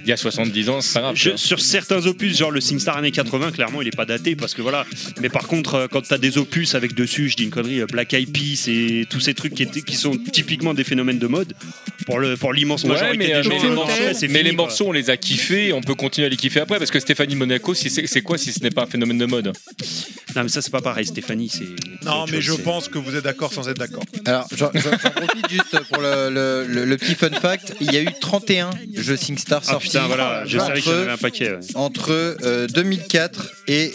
d'il y a 70 ans, c'est pas grave. Je- sur certains opus, genre le SingStar années 80, clairement il est pas daté parce que voilà. Mais par contre, euh, quand t'as des opus avec dessus, je dis une connerie, euh, Black Eyed Peas et tous ces trucs qui, étaient- qui sont typiquement des phénomènes de mode pour le pour l'immense Ouais, majorité mais, euh, des gens. mais les euh, morceaux- ouais, c'est mais fini, les quoi. morceaux, on les a kiffés, on peut continuer à les kiffer après, parce que Stéphanie Monaco, si c'est c'est quoi si ce n'est pas un phénomène de mode Non mais ça c'est pas pareil, Stéphanie, c'est. c'est Non, autre mais chose, je c'est- pense que vous êtes d'accord sans être d'accord. Alors, j'en j'en- j'en profite juste pour le, le- le- le petit fun fact. Il y a eu 31 jeux SingStar Ah sortis putain, voilà, je savais qu'il y en avait entre, un paquet. ouais. entre, euh, 2004 et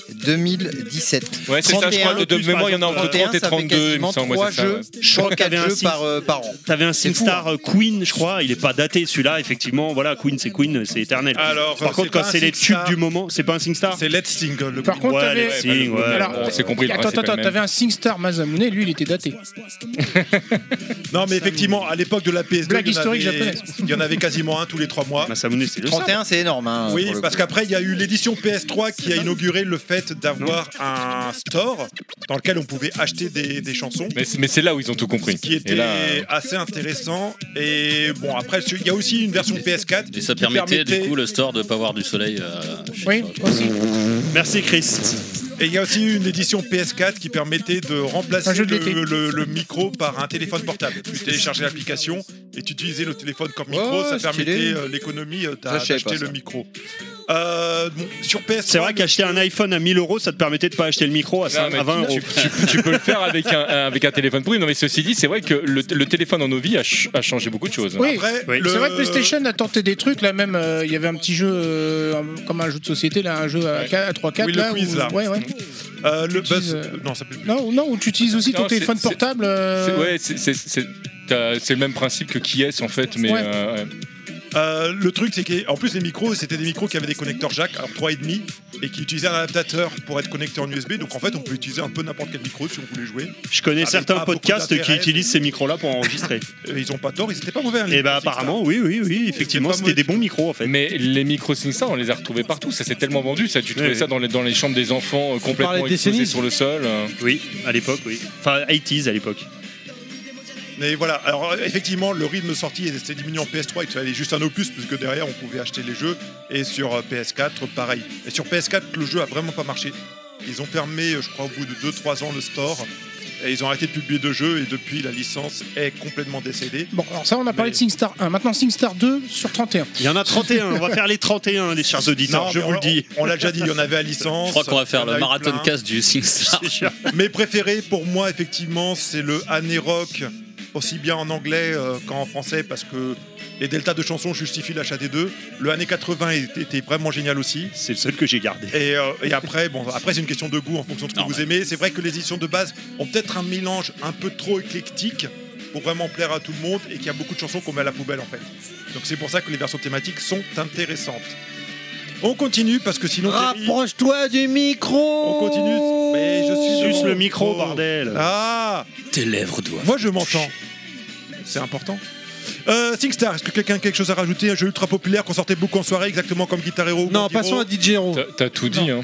2017. Ouais, c'est ça, je 31, crois, de, de l'opus, par mémoire, il y en a exemple, entre 30 et 32, il me semble, ouais, 3 c'est ça, jeux, ouais. Je crois 3, qu'il y avait 4 un jeux six. par, euh, par an. T'avais un C'est fou, SingStar euh, Queen, je crois, il est pas daté celui-là, effectivement. Voilà, Queen c'est Queen, c'est éternel. Alors, Par euh, contre, c'est pas quand un c'est les tubes SingStar. du moment, c'est pas un SingStar Ah. C'est Let's Sing, le Par contre, Ouais, t'avais- les Sting, ouais. Alors, on s'est compris le attends, principe, attends, elle-même. t'avais un SingStar Masamune, lui, il était daté. Non, mais effectivement, à l'époque de la PS2, Blague il y en historique avait- japonaise. il y en avait quasiment un tous les trois mois. Masamune, c'est le 31, c'est énorme. hein, Oui, Ah, pour le parce coup. qu'après, il y a eu l'édition PS3 qui a inauguré le fait d'avoir un store dans lequel on pouvait acheter des, des chansons. Mais c'est- Mais c'est là où ils ont tout compris. Ce qui était Et là, euh, assez intéressant. Et bon, après, il y a aussi une version PS4. Et ça qui permettait, permettait- du coup le store de pas voir du soleil. euh, chez Oui, soi. aussi. Merci Chris. Et il y a aussi une édition PS4 qui permettait de remplacer Un jeu de le, l'été. le- le micro par un téléphone portable. Tu téléchargeais l'application et tu utilisais le téléphone comme micro, Oh, Ouais, ça stylé. permettait euh, l'économie, euh, Ça, t'as je savais acheté pas, le ça. micro. Euh, bon, sur PS, C'est vrai qu'acheter un iPhone à 1000 euros, ça te permettait de pas acheter le micro à, Non, cin- mais à 20 euros. tu, tu- tu- tu peux le faire avec un, un- avec un téléphone pourri. Non, mais ceci dit, c'est vrai que le, le téléphone en nos vies a, ch- a changé beaucoup de choses. Oui, Après, Oui. le- C'est vrai que PlayStation a tenté des trucs là même. euh, Il y avait un petit jeu euh, comme un jeu de société là, un jeu à, Ouais. 3-4 Oui, le là. quiz, où, là. Ouais, ouais. euh, le tu buzz, utilises, euh, non, ça peut plus. Non, non, où tu utilises aussi Non, ton c'est- téléphone c'est- portable. euh, C'est ouais, c'est- c'est- c'est- t'as- c'est le même principe que qui est en fait, mais Ouais. euh, ouais. Euh, le truc, c'est qu'en plus, les micros, c'était des micros qui avaient des connecteurs jack, alors 3,5, et qui utilisaient un adaptateur pour être connecté en USB. Donc en fait, on peut utiliser un peu n'importe quel micro si on voulait jouer. Je connais Avec certains pas beaucoup podcasts qui d'intérêt. utilisent ces micros-là pour enregistrer. Euh, ils ont pas tort, ils étaient pas mauvais. hein, les et bah micros, apparemment, oui, oui, oui, effectivement, pas c'était des bons micros en fait. mais les micros Singstar, on les a retrouvés partout. Ça s'est tellement vendu, ça. Tu trouvais Oui, ça dans les, dans les chambres des enfants euh, parlait complètement de exposés décennies. sur le sol. euh. Oui, à l'époque, oui. Enfin, 80s à l'époque. Mais voilà, alors euh, effectivement, le rythme de sortie était- c'était diminué en PS3, il fallait juste un opus, puisque derrière, on pouvait acheter les jeux. Et sur euh, PS4, pareil. Et sur PS4, le jeu a vraiment pas marché. Ils ont fermé, euh, je crois, au bout de 2-3 ans le store. Et ils ont arrêté de publier de jeux, et depuis, la licence est complètement décédée. Bon, alors ça, on a parlé de SingStar 1. Maintenant, SingStar 2 sur 31. Il y en a 31, on va faire les 31 des chers auditeurs, Non, je mais vous on- le dis. On, on l'a déjà dit, il y en avait à licence. Je crois qu'on va il y faire en a le eu marathon plein. cast du SingStar. Mes préférés pour moi, effectivement, c'est le Année Rock, aussi bien en anglais euh, qu'en français, parce que les deltas de chansons justifient l'achat des deux. Le Année 80 était était vraiment génial aussi. C'est le seul que j'ai gardé. Et, euh, et après, bon, après c'est une question de goût en fonction de ce que Non, vous aimez. C'est vrai que les éditions de base ont peut-être un mélange un peu trop éclectique pour vraiment plaire à tout le monde et qu'il y a beaucoup de chansons qu'on met à la poubelle en fait. Donc c'est pour ça que les versions thématiques sont intéressantes. On continue parce que sinon. Thierry, Rapproche-toi du micro On continue. Mais je suis Suce dans le micro, Oh. bordel. Ah Tes lèvres doivent. Moi, je m'entends. C'est important. Euh, SingStar, est-ce que quelqu'un a quelque chose à rajouter Un jeu ultra populaire qu'on sortait beaucoup en soirée, exactement comme Guitar Hero. ou Non, Guitar passons Hero. à DJ Hero. T'as- T'as tout dit. Hein.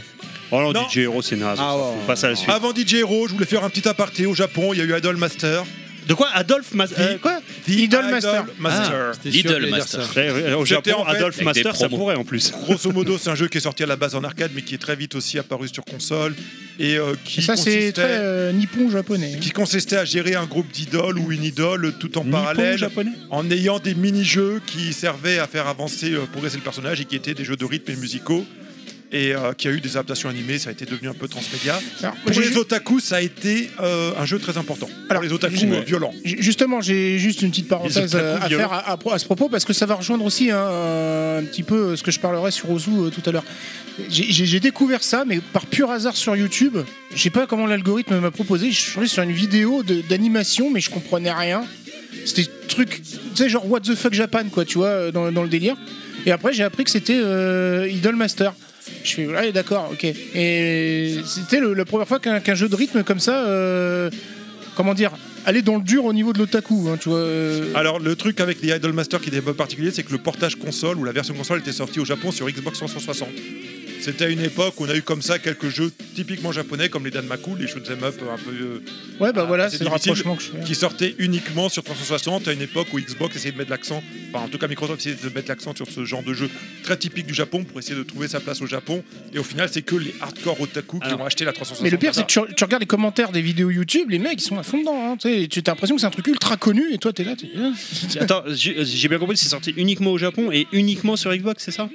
Oh non, Non. DJ Hero, c'est naze. Ah, on s'en ouais, fout. ouais, passe à la suite. Avant DJ Hero, je voulais faire un petit aparté au Japon. Il y a eu Idolmaster. de quoi Adolphe Mas- euh, quoi The Idolmaster. Idolmaster. J'étais sûr que j'allais dire Lidl Master. ça. Ouais, ouais, Eh, Au J'étais Japon, en fait Adolphe avec des Master, ça promos. pourrait en plus. Grosso modo, c'est un jeu qui est sorti à la base en arcade, mais qui est très vite aussi apparu sur console. Et euh, qui, ça, c'est consistait, très euh, nippon japonais. qui consistait à gérer un groupe d'idoles ou une idole tout en Nippon parallèle. japonais en ayant des mini-jeux qui servaient à faire avancer, euh, progresser le personnage et qui étaient des jeux de rythme et musicaux. Et euh, qui a eu des adaptations animées, ça a été devenu un peu transmédia. Alors, Pour j'ai- les otaku, ça a été euh, un jeu très important. Alors, Alors, les otaku j'ai- euh, violents. Ju- Justement, j'ai juste une petite parenthèse Les euh, otaku à faire à, à pro- à ce propos parce que ça va rejoindre aussi un, un petit peu euh, ce que je parlerai sur Ozu euh, tout à l'heure. J'ai- J'ai j'ai découvert ça, mais par pur hasard sur YouTube. Je sais pas comment l'algorithme m'a proposé. Je suis tombé sur une vidéo de- d'animation, mais je comprenais rien. C'était truc, tu sais, genre What the fuck Japan, quoi, tu vois, euh, dans, dans le délire. Et après, j'ai appris que c'était euh, Idol Master. Je fais, ouais, d'accord, ok. Et c'était le- la première fois qu'un qu'un jeu de rythme comme ça. euh, comment dire, aller dans le dur au niveau de l'otaku, hein, tu vois. euh, Alors, le truc avec les Idolmaster qui était un peu particulier, c'est que le portage console ou la version console était sortie au Japon sur Xbox 360. C'était à une époque où on a eu comme ça quelques jeux typiquement japonais, comme les Danmaku, les shoot'em up un peu. euh, ouais, bah ah, voilà, c'est c'est le difficile. rapprochement que je fais. qui sortait uniquement sur 360 à une époque où Xbox essayait de mettre l'accent, enfin en tout cas Microsoft essayait de mettre l'accent sur ce genre de jeu très typique du Japon pour essayer de trouver sa place au Japon et au final c'est que les hardcore otaku qui Alors, ont acheté la 360. Mais le pire, c'est que tu, tu regardes les commentaires des vidéos YouTube, les mecs, ils sont à fond dedans. Hein, tu sais, tu as l'impression que c'est un truc ultra connu, et toi, t'es là. t'es- hein. Attends, j'ai j'ai bien compris, c'est sorti uniquement au Japon et uniquement sur Xbox, c'est ça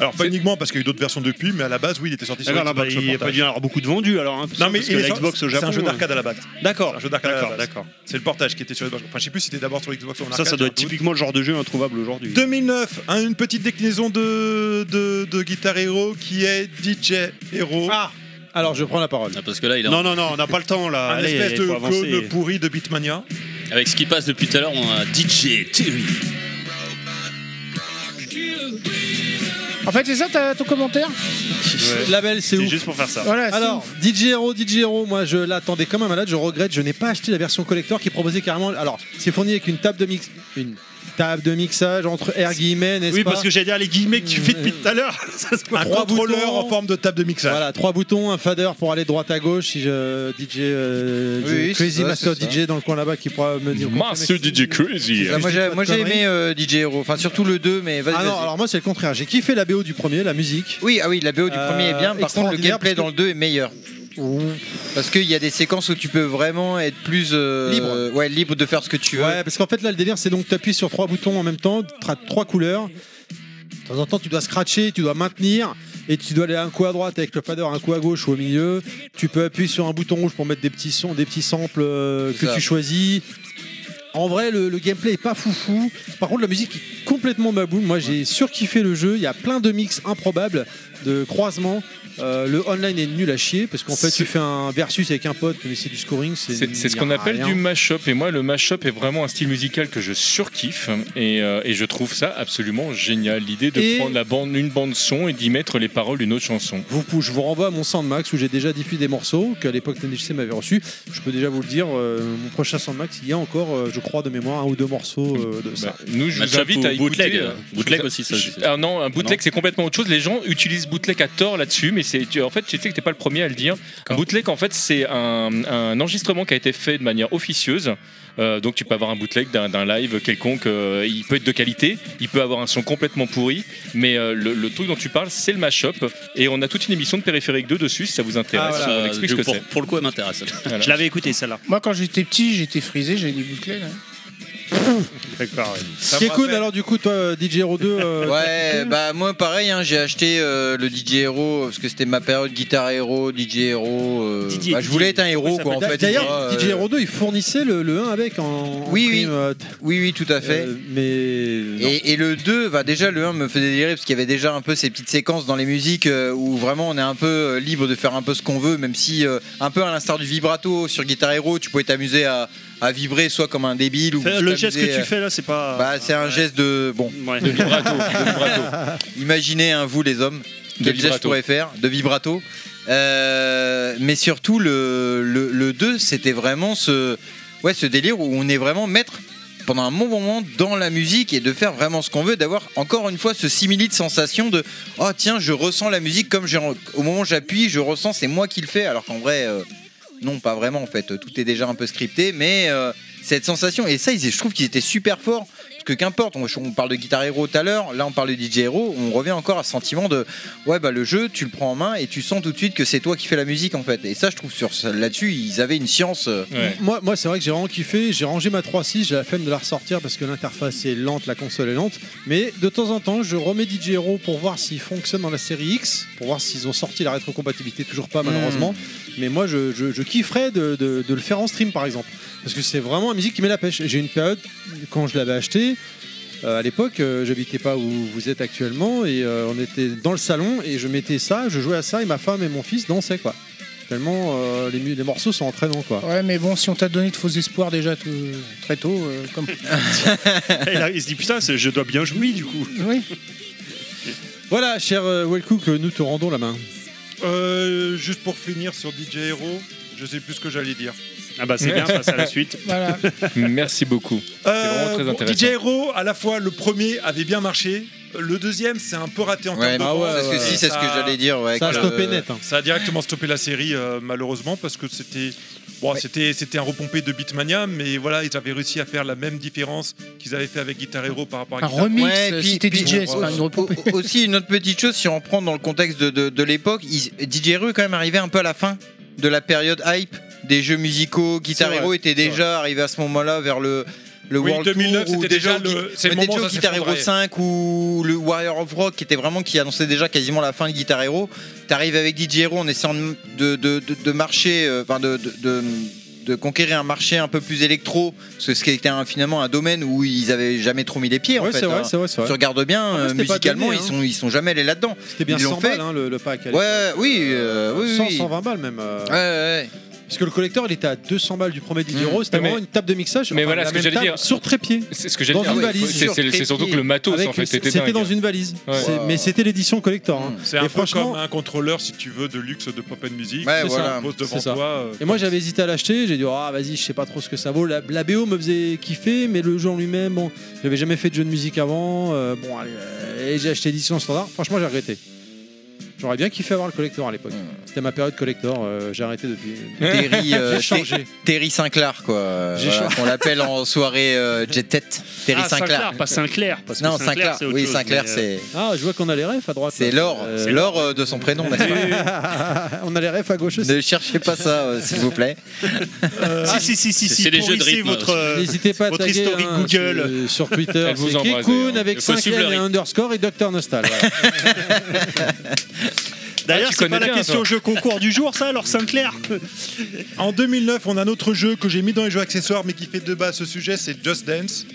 Alors pas uniquement parce qu'il y a eu d'autres versions depuis mais à la base oui il était sorti sur D'accord, Xbox. non, bah, le il n'y a pas portage. dû y en avoir beaucoup de vendus alors. hein, Ah, Non mais parce il que est la sorti- Xbox au c'est Japon. un jeu euh, d'arcade à la base. C'est un D'accord, jeu d'arcade à la d'accord, base. d'accord. C'est le portage qui était sur Xbox. Enfin je sais plus si c'était d'abord sur Xbox ou en Ça, arcade. ça j'ai doit un être doute. typiquement le genre de jeu introuvable aujourd'hui. 2009, hein, une petite déclinaison de, de, de Guitar Hero qui est DJ Hero. Ah Alors, je prends la parole. Ah, Parce que là, il est en- Non, non, non, on n'a pas le temps là. un Allez, espèce de faut avancer. clone pourri de Beatmania. avec ce qui passe depuis tout à l'heure, on a DJ Terry. En fait, c'est ça ta- ton commentaire Label, c'est C'est ouf. juste pour faire ça. Voilà, c'est Alors, ouf. DJ Hero, DJ Hero, moi je l'attendais comme un malade, je regrette, je n'ai pas acheté la version collector qui proposait carrément. Alors, c'est fourni avec une table de mix. Une table de mixage entre air guillemets, n'est-ce Oui, pas parce que j'allais dire les guillemets que tu fais depuis tout à l'heure. Ça se voit. un Trois contrôleur boutons. en forme de table de mixage. Voilà, trois boutons, un fader pour aller droite à gauche. Si je DJ euh, Oui, oui, Crazy c'est ça, Master c'est ça. DJ dans le coin là-bas qui pourra me dire. Master DJ Crazy. Ah, Bah, moi, j'ai, pas de moi, j'ai conneries. aimé euh, DJ Hero, enfin surtout le 2, mais vas-y. Ah non, vas-y. alors moi c'est le contraire. J'ai kiffé la BO du premier, la musique. Oui, ah oui, la BO du Euh, premier est bien, par contre le extraordinaire, gameplay parce que- dans le 2 est meilleur. Parce qu'il y a des séquences où tu peux vraiment être plus euh, Libre. ouais, libre de faire ce que tu veux. Ouais, parce qu'en fait là le délire c'est donc t'appuies sur trois boutons en même temps, t'as trois couleurs. De temps en temps tu dois scratcher, tu dois maintenir et tu dois aller un coup à droite avec le fader, un coup à gauche ou au milieu. Tu peux appuyer sur un bouton rouge pour mettre des petits sons, des petits samples euh, C'est que ça. tu choisis. En vrai, le, le gameplay est pas foufou. Par contre, la musique est complètement baboum. Moi, j'ai surkiffé le jeu. Il y a plein de mix improbables, de croisements. Euh, le online est nul à chier parce qu'en fait, tu C'est- fais un versus avec un pote, mais c'est du scoring. C'est c'est ce y qu'on a appelle rien. du mash-up. Et moi, le mash-up est vraiment un style musical que je surkiffe. Et, euh, et je trouve ça absolument génial. L'idée de Et- prendre la bande, une bande-son et d'y mettre les paroles d'une autre chanson. Vous, pou- je vous renvoie à mon Sandmax où j'ai déjà diffusé des morceaux qu'à l'époque TNDJC m'avait reçu. Je peux déjà vous le dire, euh, mon prochain Sandmax, il y a encore, euh, je crois, de mémoire, un ou deux morceaux euh, de ça. Bah, nous, je vous Match-up invite ou à écouter. bootleg, euh, bootleg je vous- aussi, ça, je sais. Ah non, un bootleg c'est complètement autre chose. Les gens utilisent bootleg à tort là-dessus, mais c'est tu- en fait, tu sais que t'es pas le premier à le dire. Un bootleg, en fait, c'est un, un enregistrement qui a été fait de manière officieuse. Euh, donc tu peux avoir un bootleg d'un d'un live quelconque. euh, il peut être de qualité, il peut avoir un son complètement pourri, mais euh, le, le truc dont tu parles, c'est le mashup. Et on a toute une émission de Périphérique 2 dessus, si ça vous intéresse. Ça, On explique ce Bah, je- que pour, c'est. pour le coup, elle m'intéresse. Voilà. Je l'avais écouté celle-là. Moi, quand j'étais petit, j'étais frisé, j'avais des bouclés. Là. Ce qui est me cool, rappelle- alors du coup, toi, euh, DJ Hero 2, euh, Ouais, bah moi pareil, hein, j'ai acheté euh, le DJ Hero parce que c'était ma période guitare héros, DJ Hero. euh, Didier, bah, je voulais Didier. être un héros Ça quoi en d'a- fait. D'ailleurs, moi, euh, DJ Hero 2, il fournissait le, le 1 avec en, en Oui, oui. prime, euh, t- Oui, oui, tout à fait. euh, mais. non. Et, et le 2, bah déjà le 1 me faisait délirer parce qu'il y avait déjà un peu ces petites séquences dans les musiques euh, où vraiment on est un peu euh, libre de faire un peu ce qu'on veut, même si euh, un peu à l'instar du vibrato sur Guitar Hero, tu pouvais t'amuser à, à vibrer soit comme un débile ou Fais- t'amuser, Le geste que euh, tu fais là, c'est pas. Bah c'est un Ouais. geste de bon. Bah, Ouais. Imaginez hein, vous les hommes quel geste je vibrato. pourrais faire de vibrato. Euh, mais surtout le, le, le 2 c'était vraiment ce ouais ce délire où on est vraiment maître pendant un bon moment dans la musique et de faire vraiment ce qu'on veut, d'avoir encore une fois ce simili de sensation de oh tiens je ressens la musique comme j'ai au moment où j'appuie je ressens c'est moi qui le fais alors qu'en vrai euh, non pas vraiment en fait tout est déjà un peu scripté mais euh, cette sensation et ça ils- je trouve qu'ils étaient super forts parce que qu'importe, on, on parle de Guitar Hero tout à l'heure, là on parle de DJ Hero, on revient encore à ce sentiment de ouais bah le jeu, tu le prends en main et tu sens tout de suite que c'est toi qui fais la musique en fait. Et ça je trouve sur ça- là-dessus ils avaient une science. euh, Ouais. Moi, moi c'est vrai que j'ai vraiment kiffé. J'ai rangé ma 3.6, j'ai la flemme de la ressortir parce que l'interface est lente, la console est lente. Mais de temps en temps, je remets DJ Hero pour voir s'il fonctionne dans la série X, pour voir s'ils ont sorti la rétrocompatibilité. Toujours pas, malheureusement. Mais moi, je, je, je kifferais de, de- de le faire en stream, par exemple. Parce que c'est vraiment la musique qui met la pêche. J'ai une période, quand je l'avais acheté, euh, à l'époque, euh, j'habitais pas où vous êtes actuellement et euh, on était dans le salon et je mettais ça, je jouais à ça et ma femme et mon fils dansaient quoi. Tellement euh, les, mu- les morceaux sont entraînants quoi. Ouais, mais bon, si on t'a donné de faux espoirs déjà tout- très tôt, euh, comme. Et là, il se dit putain, c'est- je dois bien jouer du coup. Oui. Voilà, cher euh, Wellcook, euh, nous te rendons la main. Euh, juste pour finir sur DJ Hero, je sais plus ce que j'allais dire. Ah bah c'est bien, passe à la suite. Voilà. Merci beaucoup. vraiment très Euh, bon, intéressant. DJ Hero, à la fois le premier avait bien marché, le deuxième c'est un peu raté en Ouais, termes de ah vente. ouais, parce que ouais, si ouais. c'est ce que Ça- j'allais dire. ouais, ça a que, stoppé euh, net. hein. Ça a directement stoppé la série euh, malheureusement parce que c'était bon, c'était c'était un repompé de Beatmania, mais voilà ils avaient réussi à faire la même différence qu'ils avaient fait avec Guitar Hero par rapport à Un Guitar remix, Ouais, euh, puis- si t'es puis- DJ, c'est pas une repompée. Au- Aussi une autre petite chose, si on prend dans le contexte de, de- de l'époque, ils- DJ Hero est quand même arrivé un peu à la fin de la période hype des jeux musicaux. Guitar C'est vrai, Hero était c'est déjà arrivé à ce moment-là vers le le Oui, World 2009, Tour ou c'était des déjà jeux- le- c'est le des moment où jeux ça Guitar Hero s'effondrait. 5 ou le Warrior of Rock qui était vraiment qui annonçait déjà quasiment la fin de Guitar Hero. T'arrives avec DJ Hero en essayant de, de, de, de- de marcher, euh, enfin de- de- de de conquérir un marché un peu plus électro, parce que ce qui était un- finalement un domaine où ils avaient jamais trop mis les pieds en Ouais, fait. c'est vrai, hein. c'est vrai, c'est Tu vrai. regardes bien, Après, euh, c'était pas musicalement, donné, hein. ils, sont, ils sont jamais allés là-dedans. C'était bien ils l'ont 100 balles fait. hein, le, le pack. à l'époque. Ouais, oui, Euh, euh, oui, 100, oui. 120 balles même. euh, Ouais, ouais, Parce que le collector il était à 200 balles du premier Mm. Didier Rose, c'était Mais- vraiment une table de mixage. mais enfin, voilà la ce que même j'allais table dire. Sur trépied. C'est ce que j'allais Dans Ah dire. une ouais. valise, C'est- c'est- C'est surtout que le matos, Avec- en fait, était C'était dingue. hein. dans une valise. Ouais. C'est- Mais c'était l'édition collector. hein. Mm. Hero. C'est Et un peu franchement- comme un contrôleur si tu veux de luxe de pop and music. Ouais, qui voilà. se pose devant C'est ça. toi. euh, Et moi j'avais hésité à l'acheter, j'ai dit ah vas-y je sais pas trop ce que ça vaut, la, la BO me faisait kiffer mais le jeu en lui-même, bon, j'avais jamais fait de jeu de musique avant, euh, bon allez, euh, et j'ai acheté l'édition standard, franchement j'ai regretté. J'aurais bien kiffé avoir le collector à l'époque. C'était C'était ma période collector, euh, j'ai arrêté depuis. Terry, Hmm. euh, J'ai changé. Ter- Terry Sinclair, quoi. euh, J'ai voilà, changé. qu'on l'appelle en soirée euh, Jet Set. Terry Ah, Sinclair. pas Sinclair. Parce que Non, Sinclair, c'est autre oui, chose, Sinclair, mais, euh, c'est Ah, je vois qu'on a les refs à droite. c'est l'or. Euh, C'est l'or euh, de son prénom, n'est-ce pas On a les refs à gauche aussi. Ne cherchez pas ça, euh, s'il vous plaît. Si, si, si, si, C'est- si. c'est les jeux de pourrissez rythme, votre. euh, N'hésitez pas à votre taguer historique hein, Google. sur, sur Twitter. Elle vous C'est embrasse, Kikun hein. avec Il faut 5 suivre le et un rythme. underscore et Dr Nostal. voilà. D'ailleurs, Ah, tu c'est pas connais la bien, question toi. jeu concours du jour, ça, alors Sinclair Ah, En 2009, on a un autre jeu que j'ai mis dans les jeux accessoires mais qui fait débat à ce sujet, c'est Just Dance.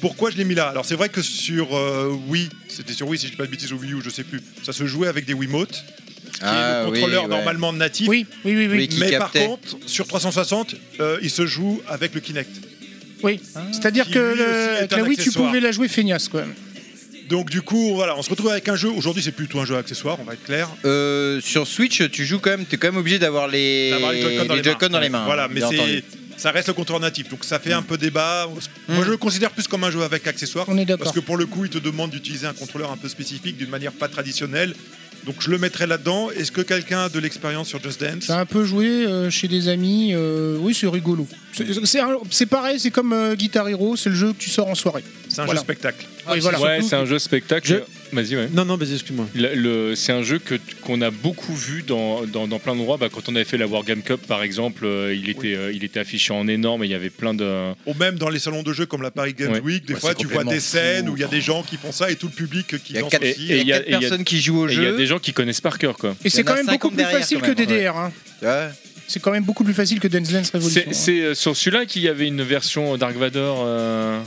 Pourquoi je l'ai mis là Alors c'est vrai que sur euh, Wii, c'était sur Wii si je dis pas de bêtises ou Wii U, je sais plus, ça se jouait avec des Wiimotes, qui est Ah, le oui, contrôleur ouais. normalement natif. Oui, oui, oui, Oui, oui. qui mais captait. par contre, sur 360, euh, il se joue avec le Kinect. oui. C'est-à-dire Qui, que lui le- aussi, est avec un la Wii, tu accessoire. pouvais la jouer feignasse, quoi. Donc du coup, voilà, on se retrouve avec un jeu. Aujourd'hui, c'est plutôt un jeu accessoire, on va être clair. Euh, sur Switch, tu joues quand même, t'es quand même obligé d'avoir les, D'avoir les Joy-Con dans, les Joy-Con mains. dans les mains. Voilà, hein, mais bien c'est entendu. Mm. ça reste le contrôleur natif, donc ça fait un peu débat. Moi, je le considère plus comme un jeu avec accessoires. On est d'accord. Parce que pour le coup, il te demande d'utiliser un contrôleur un peu spécifique, d'une manière pas traditionnelle. Donc je le mettrais là-dedans. Est-ce que quelqu'un a de l'expérience sur Just Dance J'ai un peu joué euh, chez des amis. euh, oui, c'est rigolo. C'est- C'est un- c'est pareil, c'est comme euh, Guitar Hero, c'est le jeu que tu sors en soirée. C'est un voilà. jeu spectacle. Oui, voilà. Ouais, Ah, c'est un jeu spectacle. Je- Vas-y, ouais. Non, non, mais excuse-moi. Le- le- c'est un jeu que qu'on a beaucoup vu dans, dans, dans plein d'endroits. Bah, quand on avait fait la Wargame Cup, par exemple, euh, il était euh, il était affiché en énorme et il y avait plein de Ou même dans les salons de jeux comme la Paris Games Ouais. Week, des Ouais, fois c'est tu vois des complètement scènes où il y a des gens qui font ça et tout le public qui Il y a danse quatre- aussi. et- Il y a et il y a- quatre personnes qui jouent au et il y a jeu. des gens qui connaissent par cœur quoi. Et Il y c'est en quand a même 50 beaucoup plus derrière, facile quand que même, ouais. DDR. hein. Ouais. C'est quand même beaucoup plus facile que Dance Dance Revolution. C'est c'est, euh, sur celui-là qu'il y avait une version Dark Vador. euh,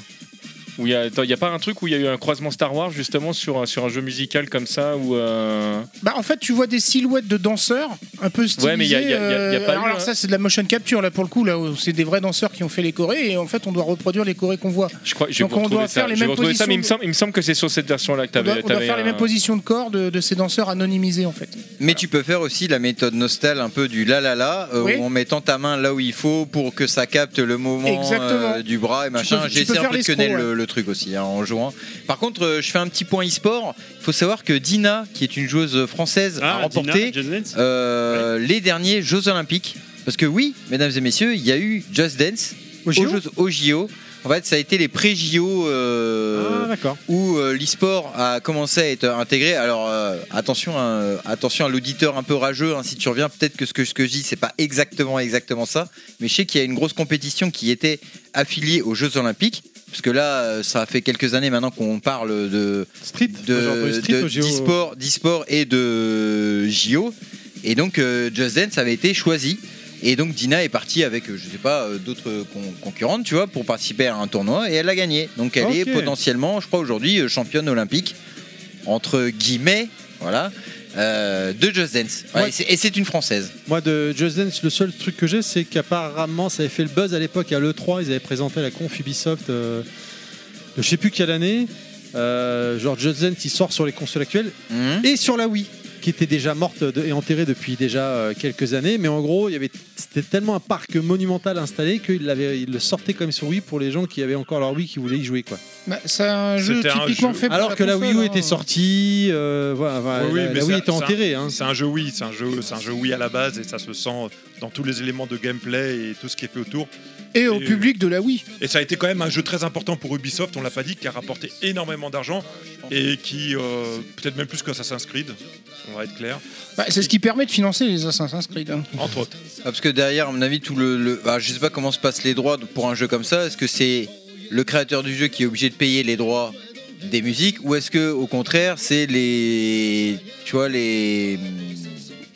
Où il y a, attends, il y a pas un truc où il y a eu un croisement Star Wars justement sur, un- sur un jeu musical comme ça où euh, Bah, en fait, tu vois des silhouettes de danseurs un peu stylisés. Ouais, mais y a- y a- y a- y a euh, pas alors, eu, alors hein. ça, c'est de la motion capture là pour le coup. Là, où c'est des vrais danseurs qui ont fait les chorés et en fait, on doit reproduire les chorés qu'on voit. je crois je vais Donc vous on doit retrouver faire ça, les je vais mêmes vous retrouver ça mais il me positions. semble, il me semble que c'est sur cette version là que tu On doit, avais on doit faire les mêmes positions de corps de, de ces danseurs anonymisés en fait. Mais tu peux faire aussi la méthode nostal un peu du la la la euh, Oui. en mettant ta main là où il faut pour que ça capte le moment euh, Exactement. du bras et peux- machin. tu J'ai peux essayé un faire peu de l'escroc, connaître le, le truc aussi hein, en jouant. Par contre, euh, je fais un petit point e-sport. Il faut savoir que Dina, qui est une joueuse française, a remporté Ah, Dina, Just Dance euh, les derniers Jeux Olympiques. Parce que oui, mesdames et messieurs, il y a eu Just Dance aux JO? Jeux aux JO. En fait, ça a été les pré-JO euh, Ah, d'accord. où euh, l'e-sport a commencé à être intégré. Alors euh, attention, hein, euh, attention à l'auditeur un peu rageux. hein, si tu reviens, peut-être que ce que ce que je dis, c'est pas exactement exactement ça. Mais je sais qu'il y a une grosse compétition qui était affiliée aux Jeux Olympiques. Parce que là, euh, ça fait quelques années maintenant qu'on parle de Street. de Aujourd'hui, street de- au JO. d'e-sport, d'e-sport et de JO. Et donc euh, Just Dance avait été choisi. Et donc Dina est partie avec, euh, je sais pas, euh, d'autres con- concurrentes, tu vois, pour participer à un tournoi et elle a gagné. Donc elle est Ok. potentiellement, je crois aujourd'hui, euh, championne olympique, entre guillemets, voilà, euh, de Just Dance. Ouais, Ouais. et c'est- Et c'est une Française. Moi, de Just Dance, le seul truc que j'ai, c'est qu'apparemment, ça avait fait le buzz à l'époque à l'E3. Ils avaient présenté la conf Ubisoft euh, de je sais plus quelle année. Euh, genre, Just Dance, il sort sur les consoles actuelles Mhm. et sur la Wii, qui était déjà morte de- et enterrée depuis déjà euh, quelques années. Mais en gros, il y avait, c'était tellement un parc monumental installé qu'ils l'avaient- ils le sortaient comme sur Wii pour les gens qui avaient encore leur Wii qui voulaient y jouer. Quoi. Bah, c'est un jeu C'était un typiquement jeu- fait pour Alors que la Wii console, U hein. était sortie, euh, voilà, voilà, Oui, oui, la, mais la Wii ça- était ça- enterrée. hein. C'est un jeu oui, c'est un jeu, c'est un jeu oui à la base et ça se sent dans tous les éléments de gameplay et tout ce qui est fait autour. Et au Et- public de la Wii. Et ça a été quand même un jeu très important pour Ubisoft, on l'a pas dit, qui a rapporté énormément d'argent et qui, euh, peut-être même plus qu'Assassin's Creed, on va être clair, Bah, c'est ce qui permet de financer les Assassin's Creed. hein. entre autres. Ah, parce que derrière, à mon avis, tout le, le- bah, je sais pas comment se passent les droits pour un jeu comme ça. Est-ce que c'est le créateur du jeu qui est obligé de payer les droits des musiques, ou est-ce que, au contraire, c'est les, tu vois, les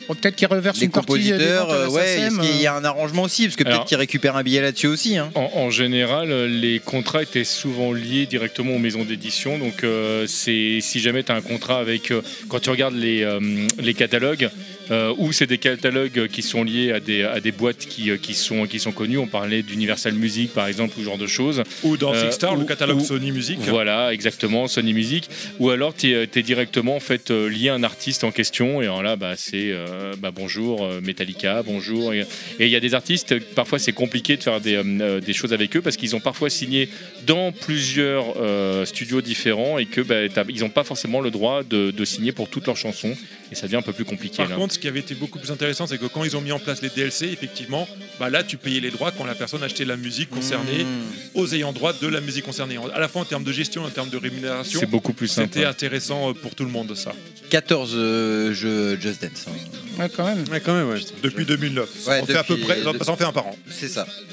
Bon, Peut-être qu'ils reversent les une partie des compositeurs, ventes à la euh, ouais, est-ce SACEM, qu'il y a un arrangement aussi Parce que peut-être Alors- qu'ils récupèrent un billet là-dessus aussi. hein. En, en général, euh, les contrats étaient souvent liés directement aux maisons d'édition. Donc, euh, c'est si jamais tu as un contrat avec. euh, quand tu regardes les, euh, les catalogues, euh, ou c'est des catalogues qui sont liés à des, à des boîtes qui, euh, qui, sont, qui sont connues. On parlait d'Universal Music, par exemple, ou ce genre de choses. Ou dans Euh, Six Star, ou- le catalogue ou- Sony Music. Voilà, exactement, Sony Music. Ou alors, tu es, directement en fait, euh, lié à un artiste en question. Et alors là, bah, c'est euh, bah, bonjour euh, Metallica, bonjour. Et et il y a des artistes, euh, parfois c'est compliqué de faire des, euh, euh, des choses avec eux parce qu'ils ont parfois signé dans plusieurs euh, studios différents et que bah, t'as- ils n'ont pas forcément le droit de, de signer pour toutes leurs chansons. Et ça devient un peu plus compliqué. Par là. contre, ce qui avait été beaucoup plus intéressant, c'est que quand ils ont mis en place les DLC, effectivement, bah là, tu payais les droits quand la personne achetait la musique concernée aux ayants droit de la musique concernée. À la fois en termes de gestion, en termes de rémunération, C'est beaucoup plus simple. c'était intéressant euh, pour tout le monde ça. 14 euh, jeux Just Dance. hein. euh, Ouais, quand même. Ouais, quand même, ouais. Depuis 2009, Ouais, on fait à peu depuis- près, ça en fait un par an. C'est ça. Tous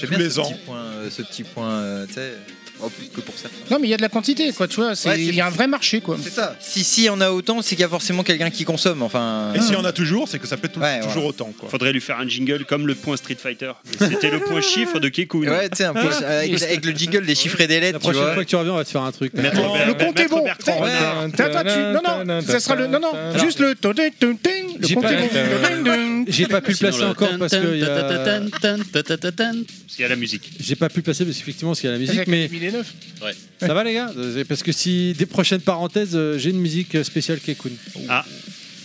J'aime bien les ce ans. petit point, euh, ce petit point euh, tu sais, oh, plus que pour ça. Non, mais il y a de la quantité, quoi, tu vois. c'est- Ouais, c'est- Il y a un vrai marché, quoi. Euh, C'est ça. Si si on a autant, c'est qu'il y a forcément quelqu'un qui consomme. Enfin. Et s'il y en a toujours, c'est que ça pète tout- Ouais, toujours autant. Quoi. Euh, Faudrait lui faire un jingle comme le point Street Fighter. C'était le point chiffre de Kekun. Ouais, tu sais, un peu, avec, avec le jingle des chiffres et des La lettres, tu prochaine vois. fois que tu reviens, on va te faire un truc. hein. Maître Non, Ber- le compte est Maître bon. Bertrand Ouais. Renard. T'as- t'as- tu- Non, non, ça sera le. Non, non, juste le. to- ding, ding, ding, Le J'ai compte pas- est bon. Euh, Ding, ding, ding. J'ai pas pu le Sinon, placer le encore tan, parce tan, que y a- tan, tan, tan, tan, tan, tan. Parce qu'il y a la musique. j'ai pas pu le placer parce qu'effectivement, s'il y a la musique, Avec mais 2009. ça va les gars Parce que si des prochaines parenthèses, euh, j'ai une musique spéciale Kekun.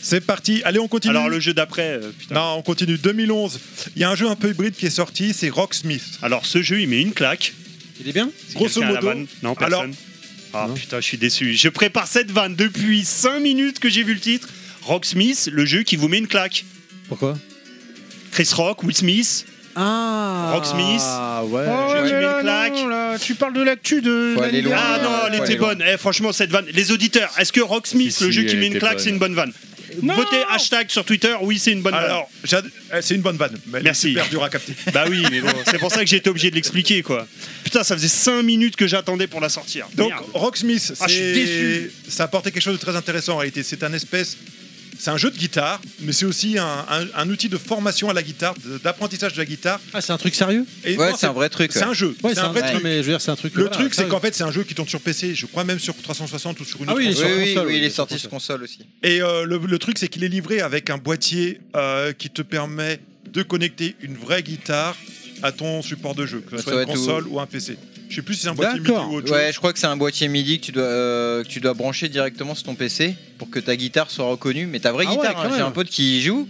C'est parti, allez on continue. Alors le jeu d'après, euh, putain. Non, on continue. 2011, il y a un jeu un peu hybride qui est sorti, c'est Rocksmith. Alors ce jeu, il met une claque. Il est bien C'est Grosso quelqu'un à la modo, vanne Non, personne. alors- Ah Non. putain, je suis déçu. Je prépare cette vanne depuis 5 minutes que j'ai vu le titre. Rocksmith, le jeu qui vous met une claque. Pourquoi Chris Rock, Will Smith. Ah Rocksmith. Ah ouais. Oh, j'ai mais mis là, une claque. non, là, tu parles de l'actu de. Faut aller l'année loin. Ah dernière. non, elle Ouais, était bon. bonne. Eh, franchement, cette vanne. Les auditeurs, est-ce que Rocksmith, Si, le si, jeu qui elle met une était claque, bonne. c'est une bonne vanne Non Votez hashtag sur Twitter, oui, c'est une bonne vanne. Alors, j'ad- eh, c'est une bonne vanne, mais elle est Merci. super dure à capter. Bah oui, mais bon, c'est pour ça que j'ai été obligé de l'expliquer, quoi. Putain, ça faisait 5 minutes que j'attendais pour la sortir. Donc Merde. Rocksmith, Ah, je suis c'est- déçu. ça apportait quelque chose de très intéressant en réalité. C'est un espèce, c'est un jeu de guitare, mais c'est aussi un, un- un outil de formation à la guitare, de- d'apprentissage de la guitare. Ah, c'est un truc sérieux Et Ouais, non, c'est un vrai truc. c'est ouais. un jeu. Ouais, c'est un vrai truc. non, mais je veux dire, c'est un truc. Le voilà, truc, ça- c'est qu'en fait, c'est un jeu qui tourne sur PC, je crois même sur 360 ou sur une Ah autre oui, il est Oui, sur oui, console, oui, oui, il est sur sorti console. sur console aussi. Et euh, le, le truc, c'est qu'il est livré avec un boîtier euh, qui te permet de connecter une vraie guitare à ton support de jeu, que ce Ça soit doit une être console ou un PC. Je sais plus si c'est un boîtier MIDI D'accord. ou autre Ouais, chose. je crois que c'est un boîtier MIDI que tu dois, euh, que tu dois brancher directement sur ton PC pour que ta guitare soit reconnue. Mais ta vraie Ah ouais, guitare, quand hein, j'ai même. un pote qui y joue,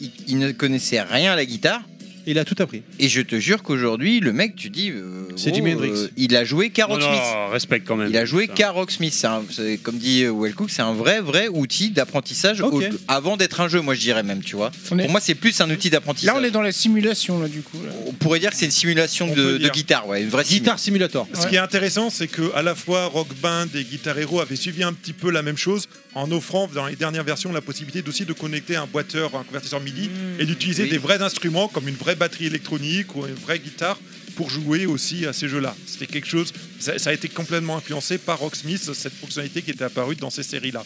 il, il ne connaissait rien à la guitare. Il a tout appris. Et je te jure qu'aujourd'hui, le mec, tu dis. euh, C'est gros, Jimi Hendrix. euh, il a joué qu'à Non, Rocksmith. non, respect quand même. Il a joué Putain. qu'à Rocksmith. C'est un- c'est- Comme dit euh, Wellcook, c'est un vrai, vrai outil d'apprentissage Ok. au- avant d'être un jeu, moi je dirais même, tu vois. On est- Pour moi, c'est plus un outil Là, d'apprentissage. on est dans la simulation, là, du coup. là. On pourrait dire que c'est une simulation On de, peut de dire. guitare, ouais, une vraie simulation. Guitar Simulator. Ah Ce qui est intéressant, c'est que à la fois Rock Band et Guitar Hero avaient suivi un petit peu la même chose en offrant dans les dernières versions la possibilité d'aussi de connecter un boiteur, un convertisseur MIDI et d'utiliser oui. des vrais instruments comme une vraie batterie électronique ou une vraie guitare pour jouer aussi à ces jeux-là. C'était quelque chose, ça, ça a été complètement influencé par Rocksmith, cette fonctionnalité qui était apparue dans ces séries-là.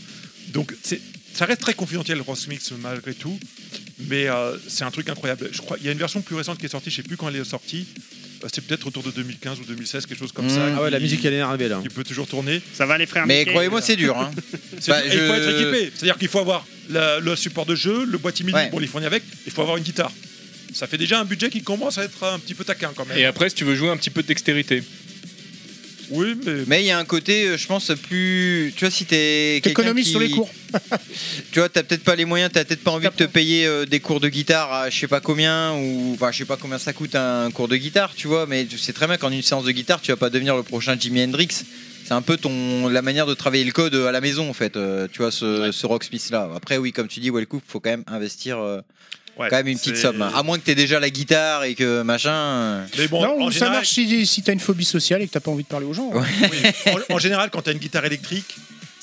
Donc c'est- ça reste très confidentiel Rocksmith malgré tout, mais euh, c'est un truc incroyable. Je crois, il y a une version plus récente qui est sortie, je sais plus quand elle est sortie. Euh, C'est peut-être autour de 2015 ou 2016, quelque chose comme ça. Mmh. Ah ouais, la musique elle est arrivée là. qui peut toujours tourner. Ça va les frères Mais Mickey croyez-moi, c'est dur. hein. C'est- Bah, et Il faut je- être équipé. C'est-à-dire qu'il faut avoir la- le support de jeu, le boîtier midi Ouais. pour les fournir avec, il faut avoir une guitare. Ça fait déjà un budget qui commence à être un petit peu taquin quand même. Et après, si tu veux jouer un petit peu de dextérité. Oui, mais Mais il y a un côté, euh, je pense, plus. Tu vois, si t'es. quelqu'un T'économises qui- sur les cours. Tu vois, t'as peut-être pas les moyens, t'as peut-être pas envie de te payer euh, des cours de guitare à je sais pas combien, ou. Enfin, je sais pas combien ça coûte un cours de guitare, tu vois, mais tu sais très bien qu'en une séance de guitare, tu vas pas devenir le prochain Jimi Hendrix. C'est un peu ton, la manière de travailler le code à la maison, en fait, euh, tu vois, ce, ce Rocksmith-là. Après, oui, comme tu dis, Wellcook, faut quand même investir euh, Ouais, quand même une petite c'est- somme. hein. À moins que t'aies déjà la guitare et que machin. euh, mais bon, non, en, ça général, marche si, si t'as une phobie sociale et que t'as pas envie de parler aux gens. hein. Ouais. oui. En- en général, quand tu as une guitare électrique,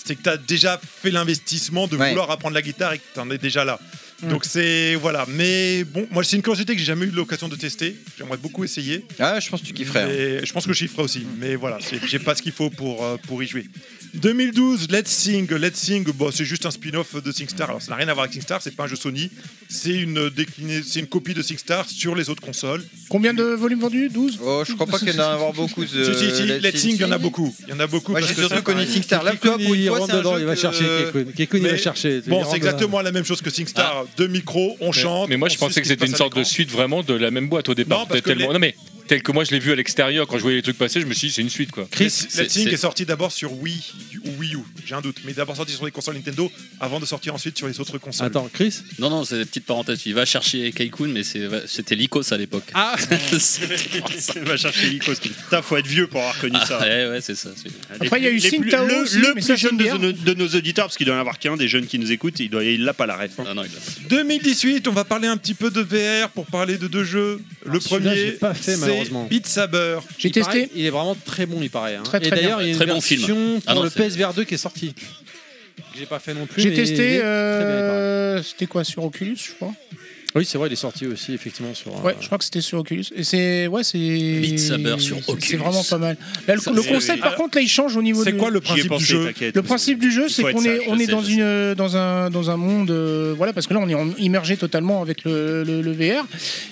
c'est que tu as déjà fait l'investissement de Ouais. Mm. vouloir apprendre la guitare et que tu en es déjà là. Donc c'est voilà, mais bon, moi c'est une curiosité que j'ai jamais eu l'occasion de tester. J'aimerais beaucoup essayer. Ah, je pense que tu kifferais. hein. Mm. Mais Je pense que j'y ferai aussi, mais voilà, c'est- j'ai pas ce qu'il faut pour, euh, pour y jouer. 2012, Let's Sing. Let's Sing, bon, c'est juste un spin-off de SingStar. Alors ça n'a rien à voir avec SingStar, c'est pas un jeu Sony, c'est une, déclina- c'est une copie de SingStar sur les autres consoles. Combien de volumes vendus Bah, 12 Oh, je crois pas qu'il y en a à avoir beaucoup. De... si, si, si, Let's Sing, il y en a beaucoup. Il y en a beaucoup. Moi, parce j'ai que Ah, surtout c'est- connu SingStar. Là, toi, Kekun, pour une bah, il fois, rentre c'est un dedans, jeu il va que- chercher Kekun. Kekun, il va Mais chercher. Il Bon, rentre c'est exactement la même chose que SingStar. Deux micros, on chante. Ah. Mais moi, on je sait ce pensais que qui se c'était passe une à sorte de l'écran. suite vraiment de la même boîte au départ. Non, parce que Tellement- les- Non, mais tel que moi je l'ai vu à l'extérieur quand je voyais les trucs passer, je me suis dit c'est une suite quoi. Chris, c'est- Death Stranding c'est- est sorti d'abord sur Wii ou Wii U, j'ai un doute, mais d'abord sorti sur les consoles Nintendo avant de sortir ensuite sur les autres consoles. Attends, Chris Non, non, c'est des petites parenthèses. Il va chercher Kaikun, mais c'est- c'était Lycos à l'époque. Ah C'est- va chercher Lycos. Putain, faut être vieux pour avoir connu Ah, ça. ouais, ouais, c'est ça. c'est- Les Après, il y a eu plus- les Sin plus- Tao le- aussi, Le mais ça, plus c'est jeune une bière. de, de nos auditeurs, parce qu'il doit y en avoir qu'un, des jeunes qui nous écoutent, il doit, il l'a pas la ref. hein. Ah non, il l'a 2018, on va parler un petit peu de VR pour parler de deux jeux. Le Alors, celui-là, j'ai premier, pas fait, c'est malheureusement. Beat Saber. J'ai Il paraît- testé. il est vraiment très bon, il paraît. hein. Très, très Et d'ailleurs, il y a une Très bon version Ah pour non, le c'est- PSVR 2 qui est sorti. J'ai pas fait non plus. J'ai mais il est testé. très bien, il paraît. euh, C'était quoi sur Oculus, je crois. Oui, c'est vrai, il est sorti aussi, effectivement, sur. euh, Ouais, je crois que c'était sur Oculus. Et c'est ouais, c'est. Beat Saber sur c'est- C'est Oculus. vraiment pas mal. Là, le, Ça, le c'est- concept, par contre, là, il change au niveau. C'est de- quoi J'y le ai principe pensé, du jeu t'inquiète. Le principe du jeu, c'est faut être qu'on sage, est, on je est sais, dans, je une, euh, dans, un, dans un monde. euh, voilà, parce que là, on est en- immergé totalement avec le, le- le VR.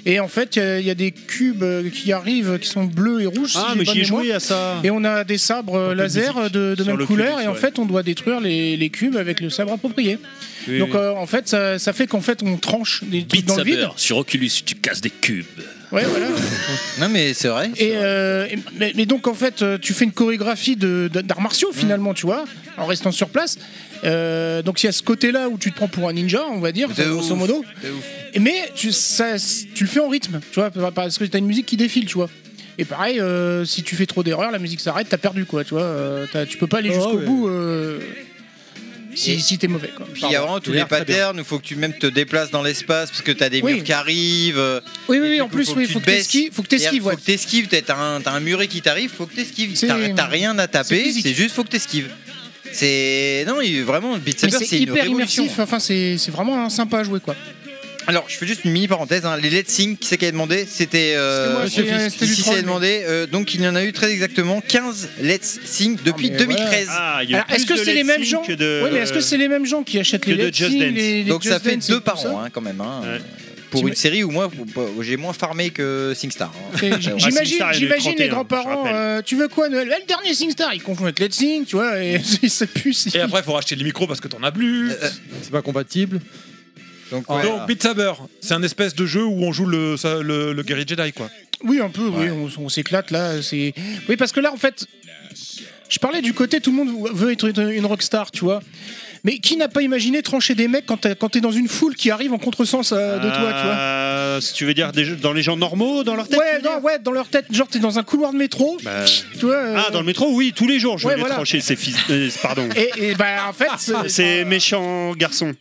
Et en fait, il y a- il y, a des cubes euh, qui arrivent euh, qui sont bleus et rouges. si Ah, j'ai mais pas j'y ai de mémoire. joué à ça. Et on a des sabres euh, laser euh, de, de Sur même le couleur. Oculus, et en ouais. fait, on doit détruire les, les cubes avec le sabre approprié. Donc, euh, en fait, ça, ça fait qu'en fait, on tranche des trucs Beat dans le Saber vide. sur Oculus, tu casses des cubes. Ouais, voilà. Non, mais c'est vrai. Et, euh, et- mais, mais donc en fait, euh, tu fais une chorégraphie de- de- d'arts martiaux Mm. finalement, tu vois, en restant sur place. Euh, donc il y a ce côté-là où tu te prends pour un ninja, on va dire, De grosso ouf. modo. De ouf. Mais tu, ça- tu le fais en rythme, tu vois, parce que t'as une musique qui défile, tu vois. Et pareil, euh, si tu fais trop d'erreurs, la musique s'arrête, t'as perdu quoi, tu vois. euh, t'as- tu peux pas aller Oh, jusqu'au ouais. bout euh, Et- si, si t'es mauvais quoi. Puis il y a vraiment Il a tous les l'air très patterns, il faut que tu même te déplaces dans l'espace parce que t'as des Oui. murs qui arrivent. euh, Oui, oui, et oui, du en coup, plus, oui, tu faut que te baisses. t'esquives, faut que C'est-à-dire, t'esquives, ouais. Faut que t'esquives, t'as- t'as un, t'as un muret qui t'arrive, faut que t'esquives. C'est- T'as t'as rien à c'est taper, physique. c'est juste faut que t'esquives. C'est. Non, il- vraiment, Beat Mais Saber, c'est c'est une hyper révolution. immersif, enfin, c'est c'est vraiment hein, sympa à jouer quoi. Alors, je fais juste une mini parenthèse. hein. Les Let's Sync, qui c'est qui a demandé C'était C'était. moi, Monsieur c'était- Fisk. c'était du Ici, troll, c'est demandé. euh, donc, il y en a eu très exactement 15 Let's Sync depuis mais 2013. Ah, il y a Alors, plus est-ce que de c'est les Let's mêmes Sync gens que de- Oui, mais est-ce que c'est les mêmes gens qui achètent Euh, que les de Let's Just Sing, Dance. les- les Donc, ça Just fait Dance et deux tout par ça an, hein, quand même. hein. Ouais. Pour Tu une série où moi, pour- j'ai moins farmé que SingStar. hein. Et j- Ouais, J'imagine, Ah, SingStar, il y en a eu j'imagine 31, les grands-parents. je rappelle. euh, tu veux quoi, Noël Ah, Le dernier SingStar, ils confondent avec Let's Sing, tu vois, et ils savent plus. si- Et après, il faut racheter les micros parce que t'en as plus. Euh, C'est pas compatible. Donc, Ah, ouais. Donc, Beat Saber, c'est un espèce de jeu où on joue le, ça- le, le guerrier Jedi, quoi. Oui, un peu. Oui, on, on s'éclate là. C'est. Oui, parce que là, en fait, je parlais du côté tout le monde veut être une- une rockstar, tu vois. Mais qui n'a pas imaginé trancher des mecs quand t'as- quand t'es dans une foule qui arrive en contresens euh, de toi, tu vois Euh, si tu veux dire des jeux- dans les gens normaux, dans leur tête Ouais, tu veux non, dire ouais, dans leur tête, genre t'es dans un couloir de métro, Bah, tu vois. euh, Ah, dans le métro, oui, tous les jours, je Ouais, vais voilà. trancher ces fils. euh, pardon. Ah, et, et bah en fait, c'est- Ces méchants garçons.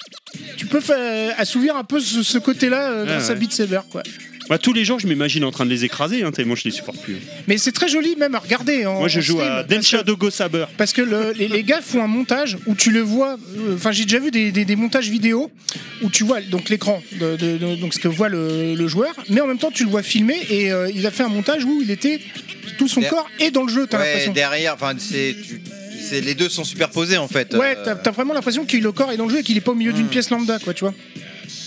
tu peux fa- assouvir un peu ce, ce côté-là euh, grâce Ouais, à ouais. Beat Saber, quoi. Bah, tous les jours, je m'imagine en train de les écraser, hein, tellement je les supporte plus. Mais c'est très joli même à regarder. En, Moi, je en joue stream, à parce que- Densha Dogo Saber. Parce que le- les, les gars font un montage où tu le vois. euh, Enfin, j'ai déjà vu des, des- des montages vidéo où tu vois donc l'écran, de, de- de- donc ce que voit le, le joueur, mais en même temps tu le vois filmé et euh, il a fait un montage où il était tout son Der- corps et dans le jeu. T'as Ouais, l'impression. derrière, enfin, c'est. tu- c'est- Les deux sont superposés en fait. Ouais, Euh, t'as t'as vraiment l'impression que le corps est dans le jeu et qu'il est pas au milieu d'une pièce lambda, quoi, tu vois.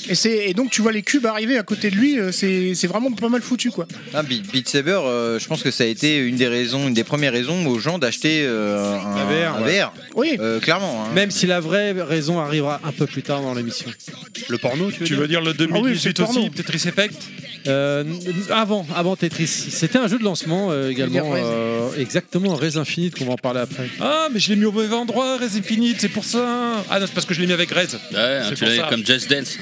Et, c'est- et donc tu vois les cubes arriver à côté de lui, euh, c'est c'est vraiment pas mal foutu, quoi. Ah, Be- Beat Saber, euh, je pense que ça a été une des raisons, une des premières raisons aux gens d'acheter euh, un, La VR, un ouais. VR, Oui, euh, clairement. hein. Même si la vraie raison arrivera un peu plus tard dans l'émission. Le porno, tu veux Tu dire veux Ah dire le c'est 2018 porno. aussi, Tetris Effect Euh, avant, avant Tetris. C'était un jeu de lancement euh, également. Raise. euh, exactement, Raise Infinite, qu'on va en parler après. Ah, mais je l'ai mis au mauvais endroit, Rez Infinite, c'est pour ça. Ah non, c'est parce que je l'ai mis avec Rez. Ouais, hein, C'est tu pour l'avais ça. comme Just Dance.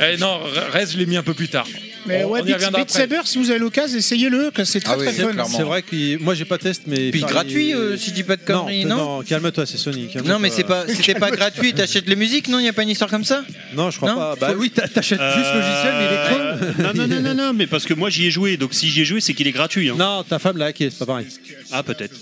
Eh non, Rez, je l'ai mis un peu plus tard. mais on- ouais, on y Beat, reviendra Beat après. Saber, si vous avez l'occasion, essayez-le, que c'est très Ah oui, très c'est fun. clairement. C'est vrai que moi j'ai pas test, mais. Puis Pareil- gratuit, euh, si je dis pas de conneries, non, non non, calme-toi, c'est Sony. calme-toi. Non, mais c'est pas, c'était pas gratuit. T'achètes les musiques, non Il y a pas une histoire comme ça Non, je crois Non, pas. Bah euh, oui, t'a- t'achètes juste le logiciel, mais il est chrome. Euh, non, non, non, non, non, mais parce que moi j'y ai joué, donc si j'y ai joué, c'est qu'il est gratuit. hein. Non, ta femme l'a hacké, c'est pas pareil. Ah, peut-être.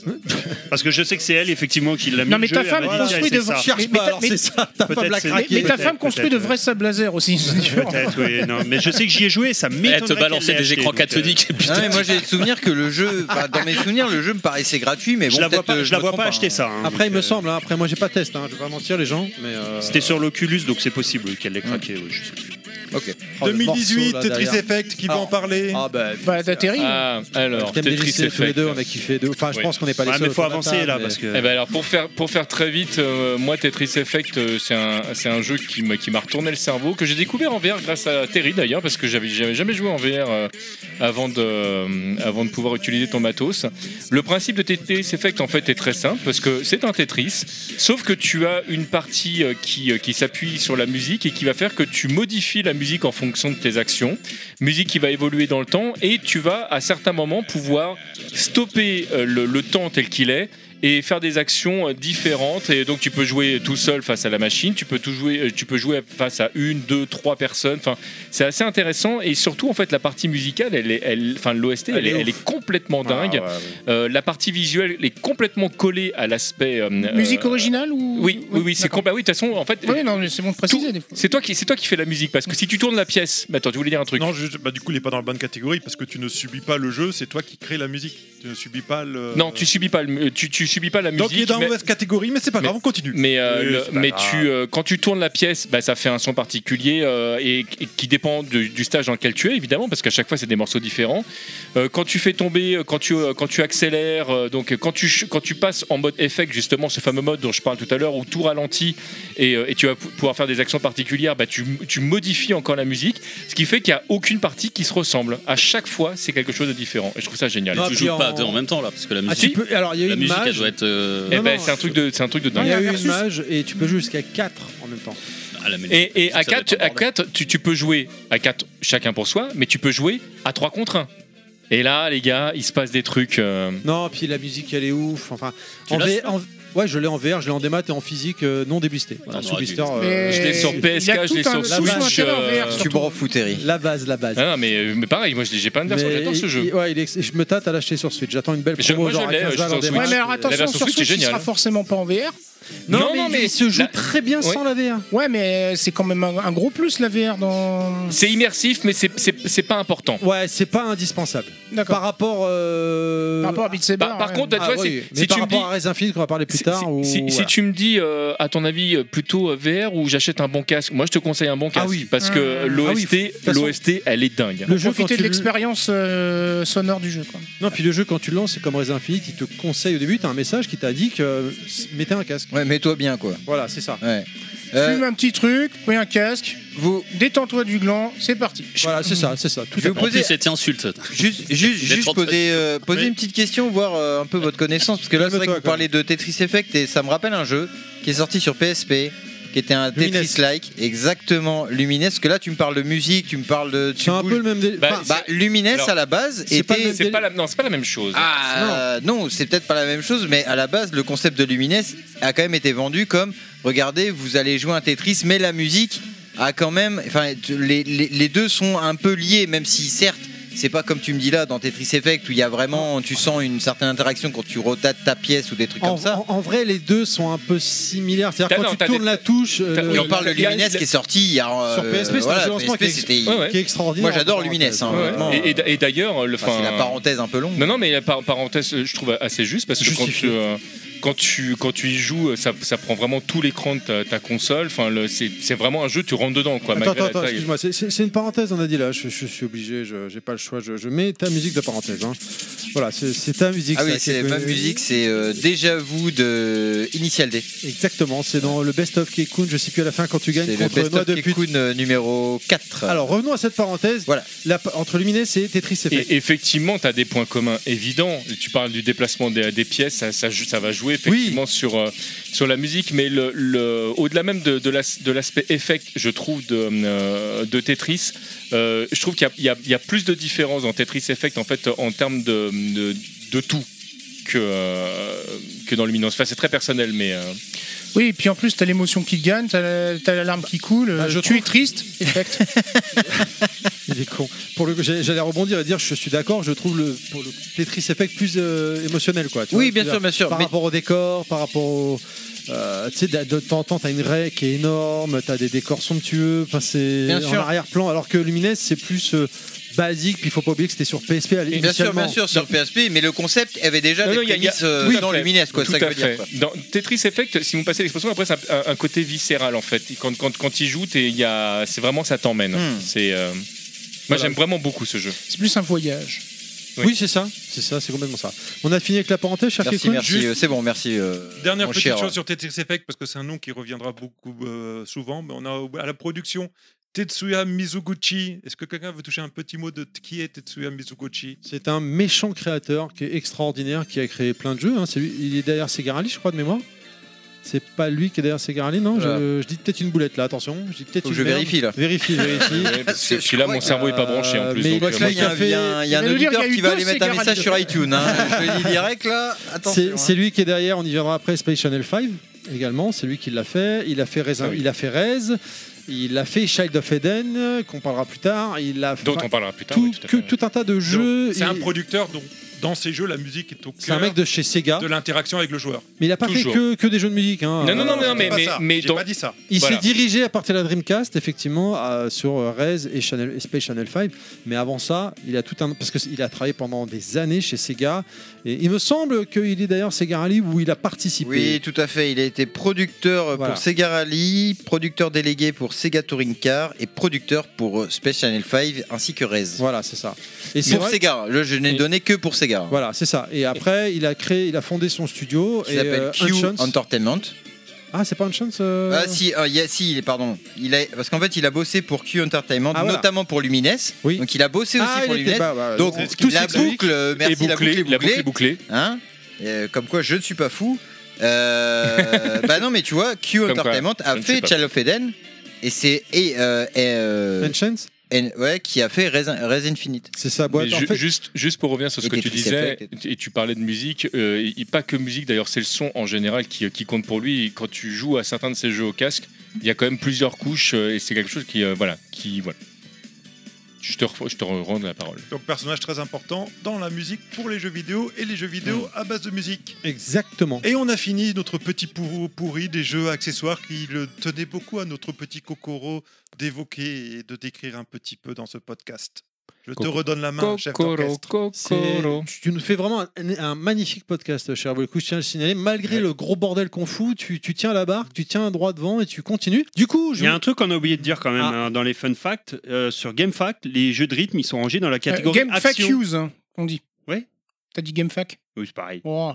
parce que je sais que c'est elle, effectivement, qui l'a mis Non, le mais jeu, ta elle femme m'a dit, construit ah, c'est de ça. vaches. Cherche pas, mais t'as- alors mais- c'est ça, ta femme Peut-être l'a c'est- Mais, mais craqué. ta Ah, Peut-être, femme construit de peut-être, vrais sables laser aussi. Peut-être, oui, non, mais je sais que j'y ai joué, ça m'étonnerait Elle te balançait qu'elle l'ait des écrans acheté, donc, euh, cathodiques. Non, mais moi j'ai le souvenir que le jeu, enfin, dans mes souvenirs, le jeu me paraissait gratuit, mais bon, Je la vois peut-être, pas, euh, je la me vois trompe, pas hein. acheter ça. hein, Après, il donc, me euh, semble, hein, après moi j'ai pas test, hein, je vais pas mentir les gens, mais. euh, C'était sur l'Oculus, donc c'est possible qu'elle l'ait craqué. ouais, je sais plus. Ok. oh, le morceau, 2018, là, Tetris derrière. Effect, qui va Ah. en parler Ah bah. Bah, t'atterris. Ah, alors, Thème Tetris délicé, tous les Effect. deux, on a kiffé. deux. Enfin, je Oui. pense qu'on n'est pas les Ouais, seuls. mais faut autour de la avancer table, là, mais- parce que. Eh ben alors pour faire pour faire très vite, euh, moi Tetris Effect, euh, c'est un c'est un jeu qui m'a qui m'a retourné le cerveau que j'ai découvert en VR grâce à Terry d'ailleurs parce que j'avais j'avais jamais joué en VR euh, avant de, euh, avant de pouvoir utiliser ton matos. Le principe de Tetris Effect en fait est très simple parce que c'est un Tetris, sauf que tu as une partie euh, qui, euh, qui s'appuie sur la musique et qui va faire que tu modifies la musique en fonction de tes actions. Musique qui va évoluer dans le temps et tu vas à certains moments pouvoir stopper euh, le, le temps tel qu'il est et faire des actions euh, différentes et donc tu peux jouer tout seul face à la machine tu peux tout jouer euh, tu peux jouer face à une deux trois personnes enfin c'est assez intéressant et surtout en fait la partie musicale elle est elle enfin l'OST elle, est- Ah, elle est complètement dingue Euh, la partie visuelle est complètement collée à l'aspect euh, Musique euh, originale ou oui oui oui c'est D'accord. complet oui de toute façon en fait Oui, non, mais c'est bon de préciser des fois. c'est toi qui c'est toi qui fais la musique parce que si tu tournes la pièce mais attends tu voulais dire un truc Non, je- bah, du coup, il est pas dans la bonne catégorie parce que tu ne subis pas le jeu, c'est toi qui crée la musique. Tu ne subis pas le. non tu subis pas le, tu, tu subis pas la musique Donc il est dans la mais- mauvaise catégorie, mais c'est pas Mais- grave, on continue. Mais, euh, Oui, le- c'est pas mais grave. tu, euh, quand tu tournes la pièce, bah, ça fait un son particulier euh, et, et qui dépend du, du stage dans lequel tu es, évidemment, parce qu'à chaque fois, c'est des morceaux différents. Euh, quand tu fais tomber, euh, quand tu, euh, quand tu accélères, euh, donc euh, quand tu, ch- quand tu passes en mode effect, justement, ce fameux mode dont je parle tout à l'heure, où tout ralentit et, euh, et tu vas pou- pouvoir faire des actions particulières, bah, tu, tu modifies encore la musique, ce qui fait qu'il n'y a aucune partie qui se ressemble. À chaque fois, c'est quelque chose de différent. Et je trouve ça génial. Ah, tu puis joues pas en- à deux en même temps là, parce que la Ah, tu musique, peux- Alors, il y a eu la une musique elle mage. doit être euh, Eh non, ben, non, c'est un, truc de- c'est un truc de dingue. Il y a Ah, il y a eu un une versus. mage et tu peux jouer jusqu'à 4 en même temps. à la mélodie. Et, et Ça à, va être 4, un à bordel. quatre, tu, tu peux jouer à 4 chacun pour soi, mais tu peux jouer à 3 contre 1. Et là, les gars, il se passe des trucs. euh, Non, puis la musique, elle est ouf. Enfin, Tu en l'as, V- ça en- Ouais, je l'ai en VR, je l'ai en démat et en physique euh, non débusté. Voilà, on sous aurait dû. blister, euh, Mais je l'ai sur il y a PSK, je tout l'ai sur un- tout un Switch. intérêt en euh, VR, Tu surtout. m'en fous, Terry. La base, la base. Ah non, mais, mais pareil, moi je l'ai- j'ai pas une version, Mais j'adore ce il- jeu. il- ouais, il est- je me tâte à l'acheter sur Switch. J'attends une belle Je- promo moi, je genre à l'ai, 15 je balles suis en sur démat. Ouais, mais alors La attention, version sur Switch est Switch, il sera géniale. hein. génial. forcément pas en VR. Non, Non, mais, non, mais il se joue la- très bien sans hein. la VR. Ouais, mais c'est quand même un, un gros plus la VR dans. C'est immersif, mais c'est- c'est c'est pas important. Ouais, c'est pas indispensable. Par D'accord. rapport. euh, Par rapport à Beat Saber. Par, bah, par ouais. contre, Ah tu vois, oui, si- mais si par tu me rapport dis. à Resident Evil qu'on va parler plus si- tard. si- ou- si, si voilà. tu me dis, euh, à ton avis, euh, plutôt euh, VR ou j'achète un bon casque, moi je te conseille un bon casque. oui. Parce que Ah l'OST, façon- l'OST, elle est dingue. Le jeu, quand profiter tu de le- l'expérience euh, sonore du jeu. Quoi. Non, puis le jeu, quand tu le lances, c'est comme Resident Evil, il te conseille au début, t'as un message qui t'a dit que euh, mettez un casque. Ouais, mets-toi bien, quoi. Voilà, c'est ça. Ouais. Euh, Fume un petit truc, prends un casque, vous, détends-toi du gland, c'est parti. Voilà, c'est ça, c'est ça. Tout je vais à vous fait. En poser plus, c'était insulte. Juste, juste, J'ai juste 30 poser, euh, poser Oui. une petite question, voir euh, un peu votre connaissance, parce que là, c'est vrai que Calme-toi, vous parlez de Tetris Effect et ça me rappelle un jeu qui est sorti sur PSP, qui était un Lumines. Tetris-like, exactement, Lumines, parce que là, tu me parles de musique, tu me parles de. C'est Tu un bouges. peu le même dé- Bah, enfin, Bah, Lumines Alors, à la base c'est pas le était. même- C'est pas la- Non, c'est pas la même chose. Ah, non, c'est peut-être pas la même chose, mais à la base, le concept de Lumines a quand même été vendu comme regardez, vous allez jouer un Tetris, mais la musique a quand même. Enfin, tu- les, les- les deux sont un peu liés, même si certes. C'est pas comme tu me dis là dans Tetris Effect où il y a vraiment tu sens une certaine interaction quand tu rotates ta pièce ou des trucs en, comme ça. en- en vrai, les deux sont un peu similaires. C'est-à-dire T'as- quand non, tu t'as tournes des- la touche, euh, t'as- le- Et on parle de il y a- Lumines qui est sorti il y a, euh, sur PSP, c'est voilà, un lancement qui PSP, est- c'était- Ouais, ouais. qui est extraordinaire. Moi j'adore Parenthèse. Lumines. hein, Ouais, ouais. vraiment. Et, et d'a- et d'ailleurs, le Enfin, bah, c'est la fin- parenthèse un peu longue. Non, non, mais la par- parenthèse, euh, je trouve assez juste parce que quand tu, Justifié. euh, quand, tu, quand tu y joues, euh, ça, ça prend vraiment tout l'écran de ta, ta console. Enfin, le- c'est c'est vraiment un jeu, tu rentres dedans. Quoi, Attends, malgré attends, la attends, taille. excuse-moi, c'est- c'est c'est une parenthèse, on a dit là, je, je suis obligé, je j'ai pas le choix, je, je mets ta musique de parenthèse. hein. Voilà, c'est c'est ta musique. Ah oui, ça, c'est qui- ma musique, c'est euh, Déjà vous de Initial D. Exactement, c'est dans le Best of Kekun, je sais plus à la fin quand tu gagnes C'est le contre best Noix of de Pute. Kekun, euh, numéro 4. Alors revenons à cette parenthèse. Voilà. La pa- entre Lumines et Tetris Effect. Et effectivement, tu as des points communs évidents. Tu parles du déplacement des, des pièces, ça, ça, jou- ça va jouer effectivement sur, euh, sur la musique, mais le, le- au-delà même de, de l'as- de l'aspect effect, je trouve, de, euh, de Tetris, euh, je trouve qu'il y a- il y, a- il y a plus de différences dans Tetris Effect en fait en termes de, de, de tout. Que, euh, que dans Luminance. Enfin, c'est très personnel, mais. euh, Oui, et puis en plus, t'as l'émotion qui gagne, t'as la- t'as l'alarme qui coule, euh, je tu es triste. Effect. Il est con. Pour le, j'ai- j'allais rebondir et dire, je suis d'accord, je trouve le, pour le Tetris Effect plus euh, émotionnel, quoi. tu oui, vois, bien c'est-à-dire- sûr, bien sûr. par Mais rapport au décor, par rapport au. euh, tu sais, de de temps en temps, t'as une raie qui est énorme, t'as des décors somptueux, enfin, c'est Bien en sûr. arrière-plan, alors que Lumines, c'est plus euh, basique, puis il faut pas oublier que c'était sur PSP à bien sûr, bien l'initialement. sûr, sur le PSP, mais le concept avait déjà Non, des non, il y a- il y a- prémices euh, tout à dans fait. Lumines, quoi, Tout ça que à je veux dire. fait. quoi. Dans Tetris Effect, si vous passez l'expression, après, c'est un, un côté viscéral en fait. Quand, quand, quand il joue, t'es- il y a- c'est vraiment ça t'emmène. Hmm. C'est. euh, Moi, j'aime vraiment beaucoup ce jeu. C'est plus un voyage. Oui, c'est ça, c'est ça, c'est complètement ça. On a fini avec la parenthèse, cher Merci, Kekun merci, Juste- euh, c'est bon, merci. euh, Dernière mon petite cher. chose sur Tetris Effect, parce que c'est un nom qui reviendra beaucoup euh, souvent, mais on a au- à la production Tetsuya Mizuguchi. Est-ce que quelqu'un veut toucher un petit mot de qui est Tetsuya Mizuguchi C'est un méchant créateur qui est extraordinaire, qui a créé plein de jeux. hein. C'est lui- il est derrière Segarali, je crois, de mémoire. C'est pas lui qui est derrière Segarali, non Euh. je, je dis peut-être une boulette là, attention. Je dis peut-être Faut une que je merde. vérifie, là. Vérifie, vérifie. Ouais, parce que Je celui-là, crois mon que- cerveau est pas branché en Euh, plus. mais donc, il euh, boxe moi, Là, la il y a un, il y a un- il y a un Il va nous dire, auditeur il y a qui eu va deux aller mettre un Sega message sur Radio. iTunes. hein. Je le dis direct là. Attention. C'est hein. c'est lui qui est derrière, on y viendra après, Space Channel 5 également, c'est lui qui l'a fait. Il a fait, Rez, Ah oui. il a fait Rez, il a fait Child of Eden, euh, qu'on parlera plus tard. Il a fait Dont on parlera plus tard. tout, oui, tout à que- fait. tout un tas de jeux. C'est un Il- producteur dont, dans ses jeux, la musique est au c'est un cœur mec de chez Sega, de l'interaction avec le joueur. mais il a pas toujours. fait que, que des jeux de musique. hein. Non, non, non, je mais- dis pas mais- ça. mais J'ai dans- pas dit ça. Il Voilà. s'est dirigé à partir de la Dreamcast, effectivement, à- sur euh, Rez et, Channel, et Space Channel 5. Mais avant ça, il a tout un. Parce qu'il a travaillé pendant des années chez Sega. Et il me semble qu'il est d'ailleurs Sega Rally où il a participé. Oui, tout à fait. Il a été producteur euh, Voilà. pour Sega Rally, producteur délégué pour Sega Touring Car et producteur pour euh, Space Channel 5 ainsi que Rez. Voilà, c'est ça. Et c'est Pour vrai- Sega. Je, je n'ai Et- donné que pour Sega. Voilà, c'est ça. Et après, il a créé, il a fondé son studio. Qui et s'appelle euh, Q Unchance- Entertainment. Ah, c'est pas Unchance euh, Ah si, ah, il y a- si, il est- pardon. Il a, parce qu'en fait, il a bossé pour Q Entertainment, Ah, voilà. notamment pour Lumines. Oui. Donc il a bossé aussi Ah, pour il était Lumines. pas- bah, Donc c'est ce qui la s'explique. boucle, euh, merci, Et bouclé, la boucle est bouclée. est bouclée. Hein Euh, comme quoi, je ne suis pas fou. Euh, bah non, mais tu vois, Q Comme quoi, Entertainment je a ne suis fait pas Child of Eden et c'est et, euh, et, euh, Unchance et- ouais qui a fait Res, Res Infinite. C'est sa Mais boîte. En ju- fait, juste, juste pour revenir sur ce Et que des tu petits disais, effets. et tu parlais de musique, euh, et pas que musique d'ailleurs, c'est le son en général qui, qui compte pour lui. Et Quand tu joues à certains de ces jeux au casque, il y a quand même plusieurs couches euh, et c'est quelque chose qui. euh, voilà, qui voilà. Je te, ref- je te rends la parole. Donc personnage très important dans la musique pour les jeux vidéo et les jeux vidéo Hmm. à base de musique. Exactement. Et on a fini notre petit pour- pourri des jeux accessoires qui le tenait beaucoup à notre petit Kokoro d'évoquer et de décrire un petit peu dans ce podcast. Je te Coco- redonne la main, chef d'orchestre. C'est- Tu, tu nous fais vraiment un, un magnifique podcast, cher Boulkou. Je tiens à le signaler. Malgré Ouais. le gros bordel qu'on fout, tu, tu tiens la barre, tu tiens droit devant et tu continues. Du coup, Il je. y a un truc qu'on a oublié de dire quand même Ah. hein, dans les fun facts. euh, sur Game Fact, les jeux de rythme, ils sont rangés dans la Euh, catégorie Game Fact action. Use, hein, on dit. Ouais. T'as dit Game Fact Oui, c'est pareil. oh.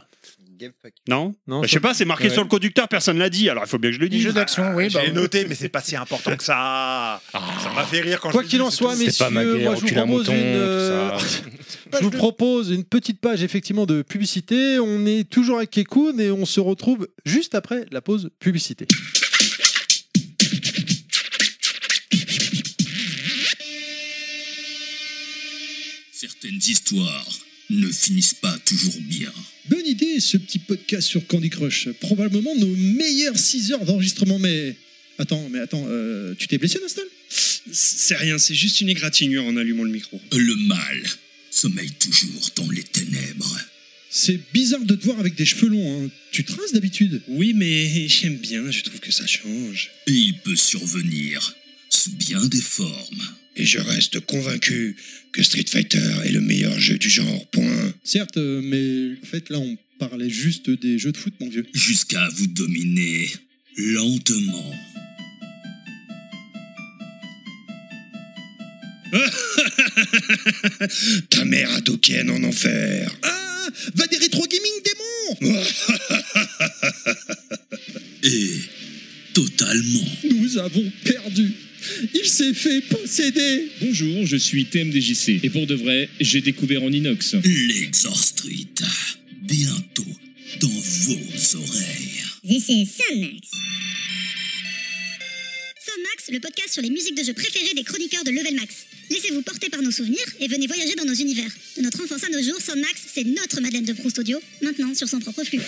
Non Non, Bah, Je ça- sais pas, c'est marqué Ouais. sur le conducteur, personne l'a dit, alors il faut bien que je le Les dise. jeux d'action, Eh ben, oui. bah, Ah, J'ai noté, mais c'est pas si important que ça. Ça m'a fait rire quand Ah. Quoi je l'ai qu'il lu, en c'est soit, tout. messieurs, moi je vous propose une. euh, Je vous propose une petite page effectivement de publicité. On est toujours avec Kekun et on se retrouve juste après la pause publicité. Certaines histoires ne finissent pas toujours Eh bien. Bonne idée ce petit podcast sur Candy Crush. Probablement nos meilleures 6 heures d'enregistrement, mais. Attends, mais attends, euh, tu t'es blessé, Nostal C'est rien, c'est juste une égratignure en allumant le micro. Le mal sommeille toujours dans les ténèbres. C'est bizarre de te voir avec des cheveux longs, hein. Tu traces d'habitude Oui, mais j'aime bien, je trouve que ça change. Et il peut survenir sous bien des formes. Et je reste convaincu que Street Fighter est le meilleur jeu du genre, point. Certes, euh, mais en fait là on parlait juste des jeux de foot, mon vieux. Jusqu'à vous dominer lentement. Ta mère a Dokken en enfer. Ah Va des rétro gaming démon Et totalement. Nous avons perdu Il s'est fait posséder Bonjour, je suis TMDJC. Et pour de vrai, j'ai découvert en inox. L'Exor Street. Bientôt dans vos oreilles. This is Sonmax. Sonmax, le podcast sur les musiques de jeux préférées des chroniqueurs de Level Max. Laissez-vous porter par nos souvenirs et venez voyager dans nos univers. De notre enfance à nos jours, Sonmax, c'est notre Madeleine de Proust audio, maintenant sur son propre flux.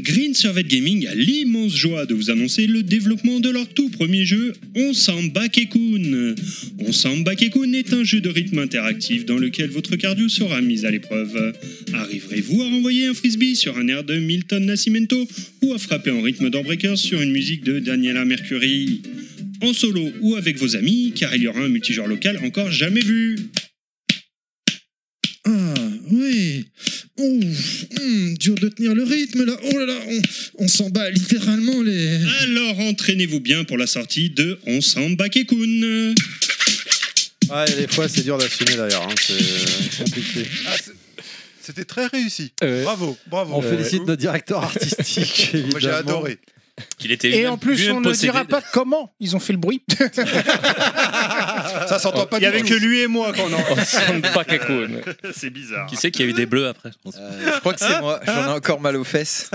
Green Survey Gaming a l'immense joie de vous annoncer le développement de leur tout premier jeu, On Samba Kekun. On Samba Kekun est un jeu de rythme interactif dans lequel votre cardio sera mis à l'épreuve. Arriverez-vous à renvoyer un frisbee sur un air de Milton Nascimento ou à frapper en rythme d'Orbreaker sur une musique de Daniela Mercury En solo ou avec vos amis, car il y aura un multijoueur local encore jamais vu. Ah oui Ouf hum, Dur de tenir le rythme là Oh là là On, on s'en bat littéralement les. Alors entraînez-vous bien pour la sortie de On Samba Kekun. Ouais, des fois c'est dur d'assumer d'ailleurs, hein, c'est compliqué. Ah, c'est- C'était très réussi. Euh, Eh Bravo, bravo. On félicite notre directeur artistique. Euh, Moi j'ai évidemment. adoré. Qu'il était Et lui-même- en plus, lui-même on ne possédé dira de- pas comment ils ont fait le bruit. Ça Oh. s'entend pas Il y du avait tout. que lui et moi quand on On en sonne pas Kakun. Euh, C'est bizarre. Qui c'est qui a eu des bleus après Euh, Je crois que Hein c'est moi, j'en ai encore mal aux fesses.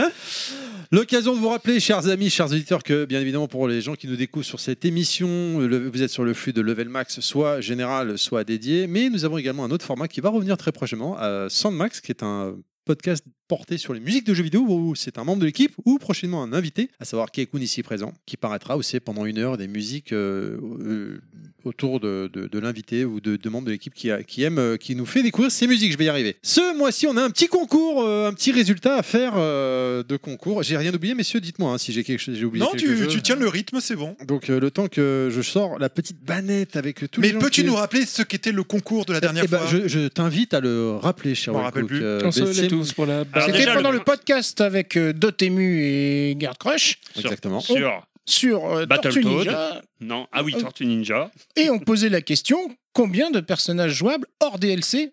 L'occasion de vous rappeler, chers amis, chers auditeurs, que bien évidemment pour les gens qui nous découvrent sur cette émission, le- vous êtes sur le flux de Level Max, soit général, soit dédié. Mais nous avons également un autre format qui va revenir très prochainement, euh, Sandmax, qui est un podcast porté sur les musiques de jeux vidéo où c'est un membre de l'équipe ou prochainement un invité, à savoir Keikun ici présent, qui paraîtra aussi pendant une heure des musiques euh, euh, autour de, de- de l'invité ou de, de membres de l'équipe qui, a- qui aime, euh, qui nous fait découvrir ces musiques. Je vais y arriver. Ce mois-ci, on a un petit concours, euh, un petit résultat à faire euh, de concours. J'ai rien oublié, messieurs. Dites-moi hein, si j'ai quelque chose. J'ai oublié Non, quelque tu, chose. tu tiens le rythme, c'est bon. Donc euh, le temps que je sors la petite bannette avec tous Mais les gens peux-tu qui- nous rappeler ce qu'était le concours de la dernière Eh ben, fois je, je t'invite à le rappeler, cher Je m'en Will rappelle Cook, plus. euh, On se baissez- lève tous pour la Alors, C'était déjà, pendant le- le podcast avec euh, Dotemu et Guard Crush. Exactement. On- Sur Sur euh, Tortue Battletoad. Ninja. Non, ah oui, Tortue Ninja. Et on posait la question combien de personnages jouables hors DLC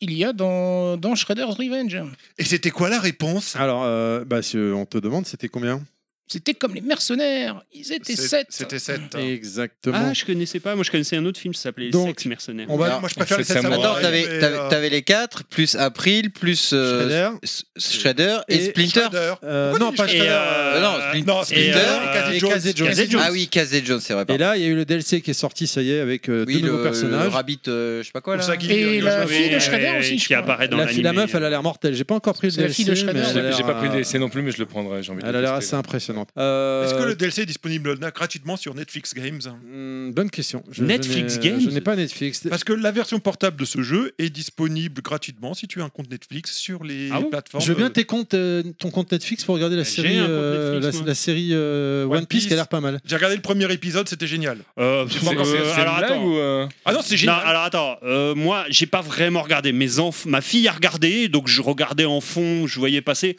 il y a dans, dans Shredder's Revenge Et c'était quoi la réponse Alors, euh, bah, si, euh, on te demande, c'était combien C'était comme les mercenaires, ils étaient C'est- sept. C'était 7. Exactement. Ah, je connaissais pas. Moi, je connaissais un autre film qui s'appelait Donc, Sex Mercenaires. on va- Alors, moi, je préfère les Sept Samouraïs. Attends, t'avais mais, t'avais- euh, t'avais les 4, plus April, plus euh, Shredder. S- Shredder et, Et Splinter. Shredder. Euh, Pourquoi non, tu pas dis Et, Shredder. euh, non, Splin- Non, Splinter Splinter et Casey et Jones. Casey Jones. Casey Jones. Ah oui, Casey Jones, c'est vrai. Et pardon. là, il y a eu le DLC qui est sorti, ça y est, avec euh, deux oui, nouveaux le, le personnages. Rabbit, euh, je sais pas quoi là. Pour ça qu'il- Et il- la il- fille de oui, Shredder oui, aussi, je euh, qui crois. apparaît dans la, fille- la l'animé. meuf, elle a l'air mortelle. J'ai pas encore pris le C'est la DLC. fille de Shredder. mais Je elle a J'ai j'ai pas l'air, pris le euh, DLC non plus, mais je le prendrai. J'ai envie de Elle a l'air le assez tester. impressionnante. Euh, Est-ce que le DLC est disponible là, gratuitement sur Netflix Games hein hmm, Bonne question. Je- je Netflix n'ai- Games Je n'ai pas Netflix. Parce que la version portable de ce jeu est disponible gratuitement si tu as un compte Netflix sur les Ah bon plateformes. Je veux bien euh, tes comptes, euh, ton compte Netflix pour regarder la J'ai série, un compte euh, Netflix, la, moi. la série euh, One One Piece qui a l'air pas mal. J'ai regardé le premier épisode, c'était génial. Euh, C'est pff, euh, c'est- c'est une alors blague attends. ou, euh, Ah non, c'est Non, génial. alors attends, euh, moi j'ai pas vraiment regardé. Mes enfants, ma fille a regardé, donc je regardais en fond, je voyais passer.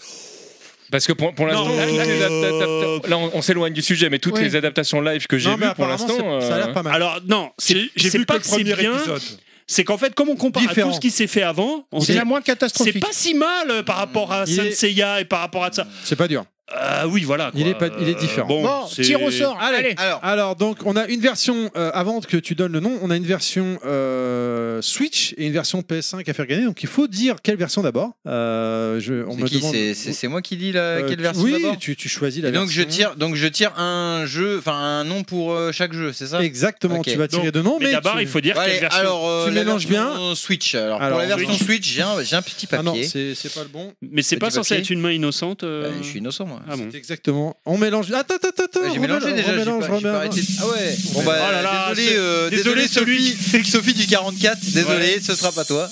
Parce que pour, pour l'instant, Non, toutes euh, les adapta- là, on, on s'éloigne du sujet, mais toutes Oui. les adaptations live que j'ai Non, mais vues pour apparemment, l'instant. c'est- ça a l'air euh, pas mal. Alors non, c'est J'ai c'est vu que pas le que c'est premier bien. épisode. C'est qu'en fait, comme on compare à Différent. tout ce qui s'est fait avant, on C'est s'est- la moins c'est catastrophique. pas si mal euh, par rapport à Il Saint est- Seiya et par rapport à ça. C'est pas dur. Euh, oui, voilà. quoi. Il est pas- il est différent. Euh, Bon, c'est- tire au sort, allez. Alors, Alors donc on a une version euh, avant que tu donnes le nom, on a une version euh, Switch et une version PS5 à faire gagner. Donc il faut dire quelle version d'abord. Euh, je- on c'est me qui demande- C'est- C'est c'est moi qui dis la, Euh, quelle tu- version Oui, d'abord tu, tu choisis la Et donc version. je tire, donc je tire un jeu, enfin un nom pour euh, chaque jeu, c'est ça Exactement, Ok. tu vas tirer deux noms, Mais, mais, d'abord, tu- il faut dire Ouais, quelle allez, version. Alors, euh, Tu la mélanges version Switch. Alors, Alors, pour la version Switch. Switch, j'ai un, j'ai un petit Ah non, papier. c'est c'est pas le bon. Mais c'est du pas censé papier. être une main innocente. euh, Euh, je suis innocent moi. Ah bon. C'est Mm. Exactement. On mélange. Attends, attends, attends. Ouais, Euh, j'ai mélangé remélange- déjà. j'ai remélange, pas- j'ai pas remélange. arrêté. Ah ouais. Bon bah, Oh là là, désolé, ce- euh, désolé, désolé, celui- Sophie, Sophie du 44. Désolé, ce sera pas toi.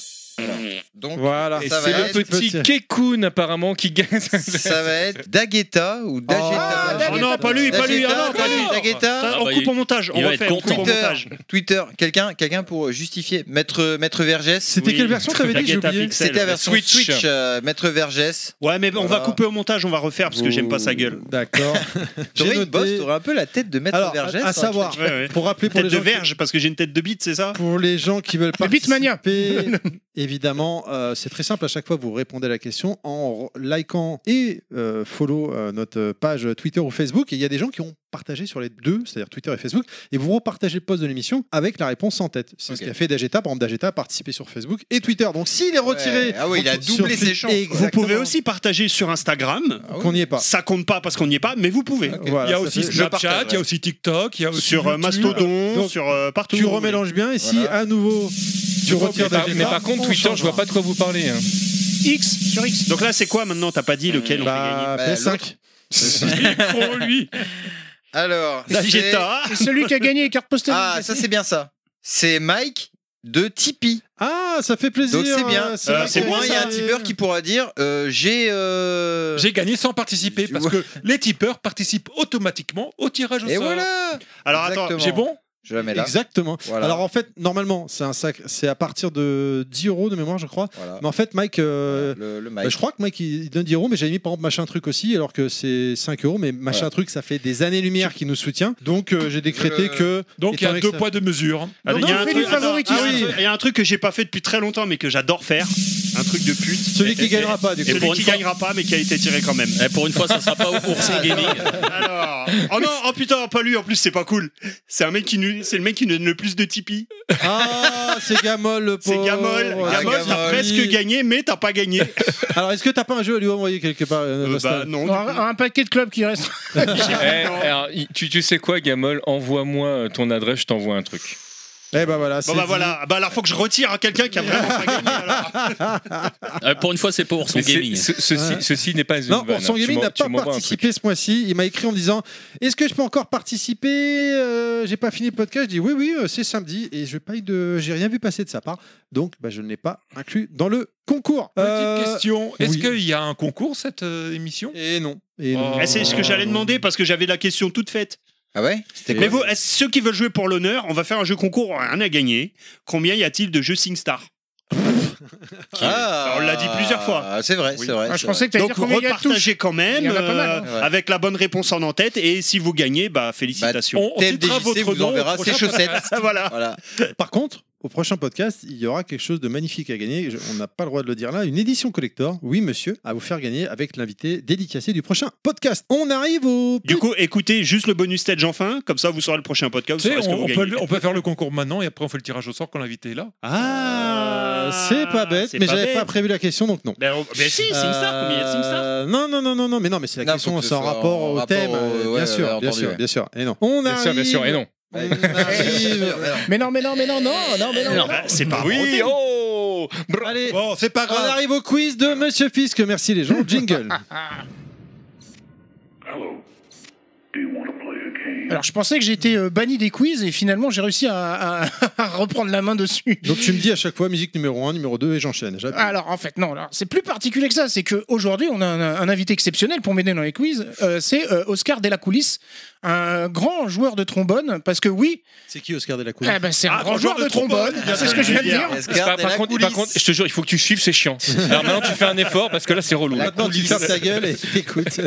Donc Voilà. Et et ça c'est va le être petit petit. Kekun apparemment qui gagne. ça va être Dagueta ou Dageta. Ah, Dagueta. Oh non, pas lui, pas lui. Ah non, pas lui. Dagueta. Ça, Ah on bah, coupe il- au montage. il On va refait. être On coupe au content. montage. Twitter, Twitter, quelqu'un, quelqu'un pour justifier. Maître, Maître Vergès. C'était Oui. quelle version t'avais dit J'ai Agatha oublié. Pixel. C'était la version Switch. Switch. euh, Maître Vergès. Ouais, mais on va Voilà. couper au montage. On va refaire parce que j'aime pas sa gueule. D'accord. J'ai J'aurais une noté. bosse, t'aurais un peu la tête de Maître Alors, Vergès. à, à hein, savoir, Ouais, ouais. pour rappeler pour Tête les de gens qui- verge parce que j'ai une tête de bite, c'est ça Pour les gens qui veulent Le Beatmania. participer, évidemment, euh, c'est très simple. À chaque fois, vous répondez à la question en re- likant et euh, follow euh, notre page Twitter ou Facebook. Et il y a des gens qui ont partagé sur les deux, c'est-à-dire Twitter et Facebook, et vous repartagez le post de l'émission avec la réponse en tête. C'est ce Ok. qu'a fait Dageta. Par exemple, Dageta a participé sur Facebook et Twitter. Donc, s'il est retiré, Ouais. Ah oui, il a sur- doublé sur- ses chances, quoi. Exactement. Vous pouvez aussi partager sur Instagram. Ah oui. qu'on n'y est pas. Ça compte pas parce qu'on n'y est pas, mais vous pouvez. Voilà, il y a ça aussi fait- Snapchat, partage, il y a aussi TikTok, il y a aussi Sur euh, YouTube. Mastodon, Donc, sur euh, partout. Tu remélanges bien et si Voilà. à nouveau tu retires mais, par, Dageta, mais par contre, on Twitter, changera. je vois pas de quoi vous parlez. hein. X sur X. Donc là, c'est quoi maintenant T'as pas dit lequel on fait Bah, gagner Bah, PS5. Con, lui. Alors, c'est- Dageta. C'est celui qui a gagné les cartes postales. Ah, ça c'est bien ça. C'est Mike de Tipeee. Ah, ça fait plaisir. Donc c'est bien. euh, Euh, vrai c'est Au que moins, il y a ça- un tipeur qui pourra dire euh, j'ai. euh, J'ai gagné sans participer parce que les tipeurs participent automatiquement au tirage au Et sort. voilà Alors attends, Exactement. J'ai bon Je la mets là. Exactement. Voilà. Alors en fait, normalement, c'est un sac, c'est à partir de 10 euros de mémoire, je crois. Voilà. Mais en fait, Mike, euh, le, le bah, Mike. je crois que Mike il il donne 10 euros, mais j'avais mis par exemple machin truc aussi, alors que c'est 5 euros, mais machin Voilà. truc, ça fait des années-lumière qui nous soutient. Donc euh, j'ai décrété Euh, que. Donc il y Étant a donné deux que ça- poids, deux mesures. Ah, Non, il y a non, un fais truc- du attends, favoritisme. ah oui, il y a un truc que j'ai pas fait depuis très longtemps mais que j'adore faire. Un truc de pute. Celui qui gagnera pas, du coup. Celui Et pour qui une fois- gagnera pas, mais qui a été tiré quand même. Ah, pour une fois, ça sera pas Ours et Gaming. Alors. Oh non, oh putain, pas lui en plus, c'est pas cool. C'est un mec qui nous- c'est le mec qui nous donne le plus de Tipeee. Ah, c'est Gamol le C'est pauvre. Gamol. Ah, Gamol, t'as Gamol. presque gagné, mais t'as pas gagné. Bah, Alors, est-ce que t'as pas un jeu à lui envoyer quelque part euh, Boston non. Un, un paquet de clubs qui reste. Eh, bah, alors, il- tu, tu sais quoi, Gamol Envoie-moi euh, ton adresse, je t'envoie un truc. Eh ben voilà. Bon bah voilà, bah alors faut que je retire à quelqu'un qui a vraiment pas gagné alors. Euh, pour une fois, c'est pas Ourson Mais c'est- Gaming. ce- ceci- Ouais. ceci n'est pas une Non, vanne, Orson hein. Tu Gaming m'en- n'a tu pas m'envoies un participé ce mois-ci. Il m'a écrit en me disant Est-ce que je peux encore participer Euh, J'ai pas fini le podcast. Je dis Oui, oui, euh, c'est samedi. Et je paye de. J'ai rien vu passer de sa part. Donc, bah, je ne l'ai pas inclus dans le concours. Petite Euh, question. Est-ce oui. qu'il y a un concours cette euh, émission Et non. Et non. Eh, c'est ce que j'allais demander parce que j'avais la question toute faite. Ah ouais C'était Mais vous, est-ce- ceux qui veulent jouer pour l'honneur, on va faire un jeu concours, rien à gagner. Combien y a-t-il de jeux SingStar Ah, On l'a dit plusieurs fois. C'est vrai, c'est vrai. Ah, je c'est pensais vrai. que t'allais Donc dire combien il y a de touches. repartagez quand même Il y en a pas mal, hein. euh, avec la bonne réponse en en-tête et si vous gagnez, bah félicitations. On citera TMDJC votre vous nom au enverra ses prochain- chaussettes. voilà. voilà. Euh, Par contre, au prochain podcast, il y aura quelque chose de magnifique à gagner. Je- on n'a pas le droit de le dire là. Une édition collector, oui monsieur, à vous faire gagner avec l'invité dédicacé du prochain podcast. On arrive au. Du coup, écoutez juste le bonus stage enfin, comme ça vous saurez le prochain podcast, vous Tu sais, saurez ce que on, vous on gagnez. peut, le- on peut faire le concours maintenant et après on fait le tirage au sort quand l'invité est là. Ah, c'est pas bête, c'est mais pas j'avais bête. pas prévu la question donc non. Ben, on- ben Euh, si, SingStar, combien y a de SingStar Euh, Non, non, non, non, non, mais non, mais c'est la Non, question, faut que ce c'est en soit rapport en au rapport thème, au- euh, ouais, bien sûr, ouais, bien entendu, sûr, ouais. bien sûr, et non. On Bien arrive, sûr, bien sûr, et non. on arrive. Mais non, mais non, mais non, non, non, mais non. Ben, C'est pas Oui, oh Allez, Bon, c'est pas on grave. arrive au quiz de Monsieur Fisk, merci les gens, jingle. Ah. Alors je pensais que j'étais euh, banni des quiz et finalement j'ai réussi à, à- à reprendre la main dessus. Donc tu me dis à chaque fois musique numéro 1, numéro 2 et j'enchaîne. J'appuie. Alors en fait non, alors, c'est plus particulier que ça, c'est qu'aujourd'hui on a un, un invité exceptionnel pour m'aider dans les quiz, euh, c'est euh, Oscar Delacoulis, un grand joueur de trombone, parce que oui, C'est qui Oscar de la eh ben, c'est un grand joueur de trombone, c'est ce que je viens de dire. par, par contre, par contre, je te jure, il faut que tu suives, c'est chiant. Alors maintenant, tu fais un effort parce que là, c'est relou. Maintenant tu fermes ta gueule et t'écoutes.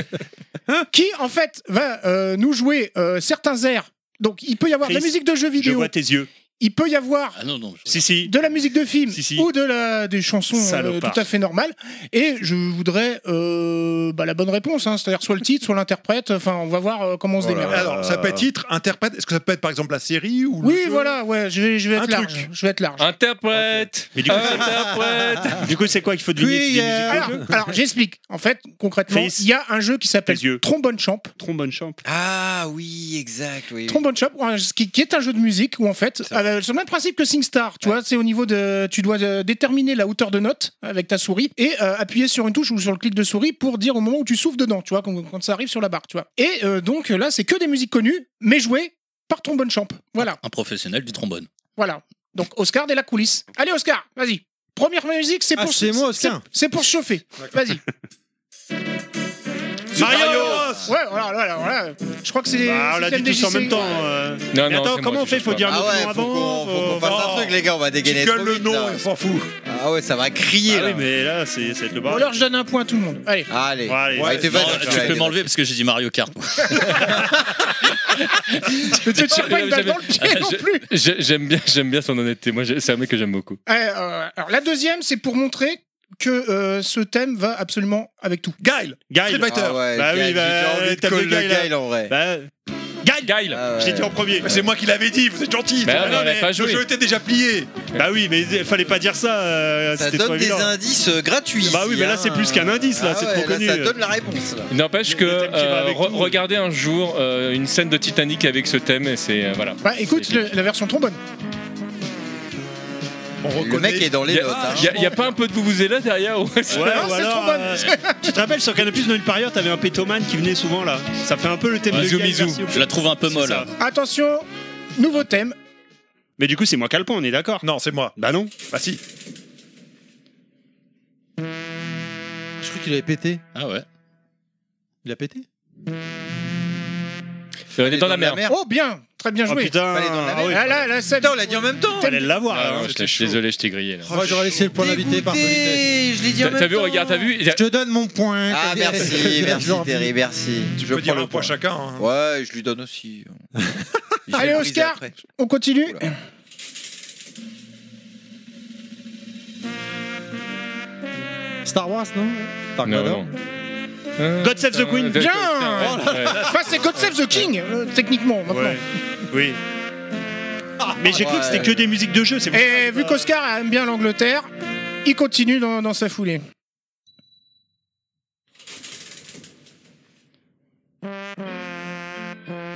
Qui en fait va euh, nous jouer euh, certains airs, donc il peut y avoir de la Chris, musique de jeux Je vidéo, vois tes yeux. il peut y avoir Ah non, non. je- Si si. de la musique de film Si, si. ou de la, des chansons euh, Salopard. tout à fait normales. Et je voudrais euh, bah, la bonne réponse, hein, c'est-à-dire soit le titre, soit l'interprète. Enfin, on va voir euh, comment on se démerde. Alors, ça peut être titre, interprète. Est-ce que ça peut être par exemple la série ou le Oui, jeu voilà, ouais, je vais, je vais Un être large. truc. Je vais être large. Interprète Mais du coup, Interprète Du coup, c'est quoi qu'il faut deviner C'est des musiques Euh, Alors, alors, j'explique. En fait, concrètement, Chris. il y a un jeu qui s'appelle Tes yeux. Trombone Champ. Trombone champ. Ah oui, exact. Oui, oui. Trombone Champ, ouais, ce qui, qui est un jeu de musique où en fait, euh, sur le même principe que SingStar, tu vois, c'est au niveau de, tu dois euh, déterminer la hauteur de note avec ta souris et euh, appuyer sur une touche ou sur le clic de souris pour dire au moment où tu souffles dedans, tu vois, quand, quand ça arrive sur la barre, tu vois. Et euh, donc là, c'est que des musiques connues, mais jouées par Trombone Champ. Ah, Voilà, Un professionnel du trombone. voilà. Donc Oscar dès la coulisse. Allez Oscar, vas-y. Première musique, c'est Ah, pour c'est moi, Oscar. c'est- C'est pour se chauffer. Vas-y. Mario Ouais, voilà, voilà, voilà. Je crois que c'est. Bah, on c'est l'a dit tous TMDJC. en même temps. euh. Non, Mais non, attends, c'est moi comment qui on fait cherche Faut pas. dire Ah le ouais, nom faut avant. qu'on faut faut- qu'on fasse un Oh. truc, les gars, on va Tu dégainer. gueules trop le vite, nom, là. on s'en fout. Ah ouais, ça va crier. Ah oui, là. mais là, c'est ça va être le Bon, bar. alors je donne un point à tout le monde. Allez. Allez, Ouais, allez. Ouais, il était Non, facile, tu celui-là, tu il peux était m'enlever parce que j'ai dit Mario Kart. Mais tu te tires pas une balle J'avais- dans le pied non Je- plus. j'ai- J'aime bien, j'aime bien son honnêteté. Moi, j'ai- c'est un mec que j'aime beaucoup. Euh, euh, alors la deuxième, c'est pour montrer que euh, ce thème va absolument avec tout. Guile Guile. Street Fighter. Ah ouais, Bah Gaël, oui, bah, j'ai envie de t'as call le le Gaël, là. Gaël, en vrai. Bah, Guile Guile Ah ouais. J'ai dit en premier. Bah, C'est moi qui l'avais dit, vous êtes gentil. Bah, Ah on l'a pas le joué. jeu était déjà plié. Bah oui, mais il fallait pas dire ça. euh, Ça C'était donne trop des évident. indices euh, gratuits. Bah oui, ici, mais là, hein. c'est plus qu'un indice, là, Ah c'est ouais, trop connu. Ça donne la réponse. là. Il N'empêche que Le thème qui va euh, avec re- tout. regardez un jour euh, une scène de Titanic avec ce thème et c'est euh, voilà. Bah écoute, le- la version trombone. On Le mec est dans Il les y, notes. hein. a- y a- y a pas un peu de vous vous là derrière ou- Ouais, Non, ou c'est alors, trop bon. euh, tu te rappelles sur Canal Plus, dans une période, t'avais un pétoman qui venait souvent là. Ça fait un peu le thème de Bisous, Gaël, bisous. merci beaucoup. Je la trouve un peu C'est molle. ça. Attention, nouveau thème. Mais du coup, c'est moi qui a le point, on est d'accord Non, c'est moi. Bah non. Bah si. Je crois qu'il avait pété. Ah ouais. Il a pété On est dans Ah, la merde Ah, merde. Oh bien, très bien Oh joué. putain. Fallait dans la Ah oui, Ah, là, là, celle- Putain, on l'a dit en même temps. fallait l'avoir. Ah, hein. non, je suis désolé, je t'ai grillé là. Moi j'aurais laissé le point d'invité par politesse. Dégoûté, Je l'ai dit en T'as même t'as vu, temps. regarde, t'as vu il y a- Je te donne mon point. Ah merci, merci Terry, merci. Tu Je peux dire prends un point chacun. hein. Ouais, je lui donne aussi. Je l'ai Allez, brisé Oscar. après. On continue. Oula. Star Wars, non Dark Non, Vador non. God Save the Queen. Bien Enfin, c'est God Save the King, euh, techniquement, maintenant. Ouais. Oui. Mais j'ai cru que c'était que des musiques de jeu, c'est Eh. pour Et ça. vu qu'Oscar aime bien l'Angleterre, il continue dans, dans sa foulée.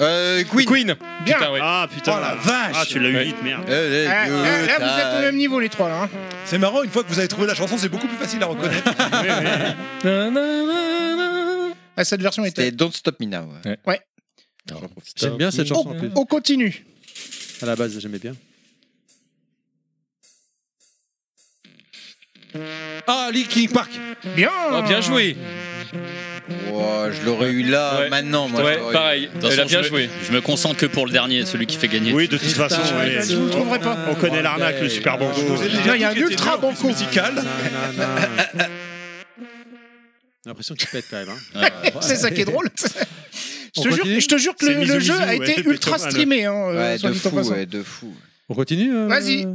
Euh, Queen. Queen. Bien. Putain, ouais. Ah putain. Oh, la vache. Ah, tu l'as eu Ouais. vite, merde. Euh, Eh, Ah, Là, là, vous êtes au même niveau, les trois, là. hein. C'est marrant, une fois que vous avez trouvé la chanson, c'est beaucoup plus facile à reconnaître. Na, na, na, na. Ah, cette version était. C'était Don't Stop Me Now. ouais. Ouais. J'aime bien cette chanson en plus. On continue. À la base, j'aimais bien. Ah, Linkin Park Bien. Oh, bien joué. Ouah, je l'aurais eu là, Ouais. maintenant, moi. Ouais, je l'aurais eu. pareil. De toute Elle façon, a bien je, me- joué. je me concentre que pour le dernier, celui qui fait gagner. Oui, de toute façon, oui. Je vous le trouverai pas. on connaît l'arnaque, le Super Banco. Non, il y a un ultra bon coup. musical. J'ai l'impression qu'il pète quand même. hein. C'est ça qui est drôle. Je On te, jure, continue je te jure que C'est le, Mizu le jeu Mizu, a ouais, été de ultra Beethoven. streamé, hein, euh, Ouais, soit de dit en fou, passant. ouais, de fou. On continue euh, Vas-y.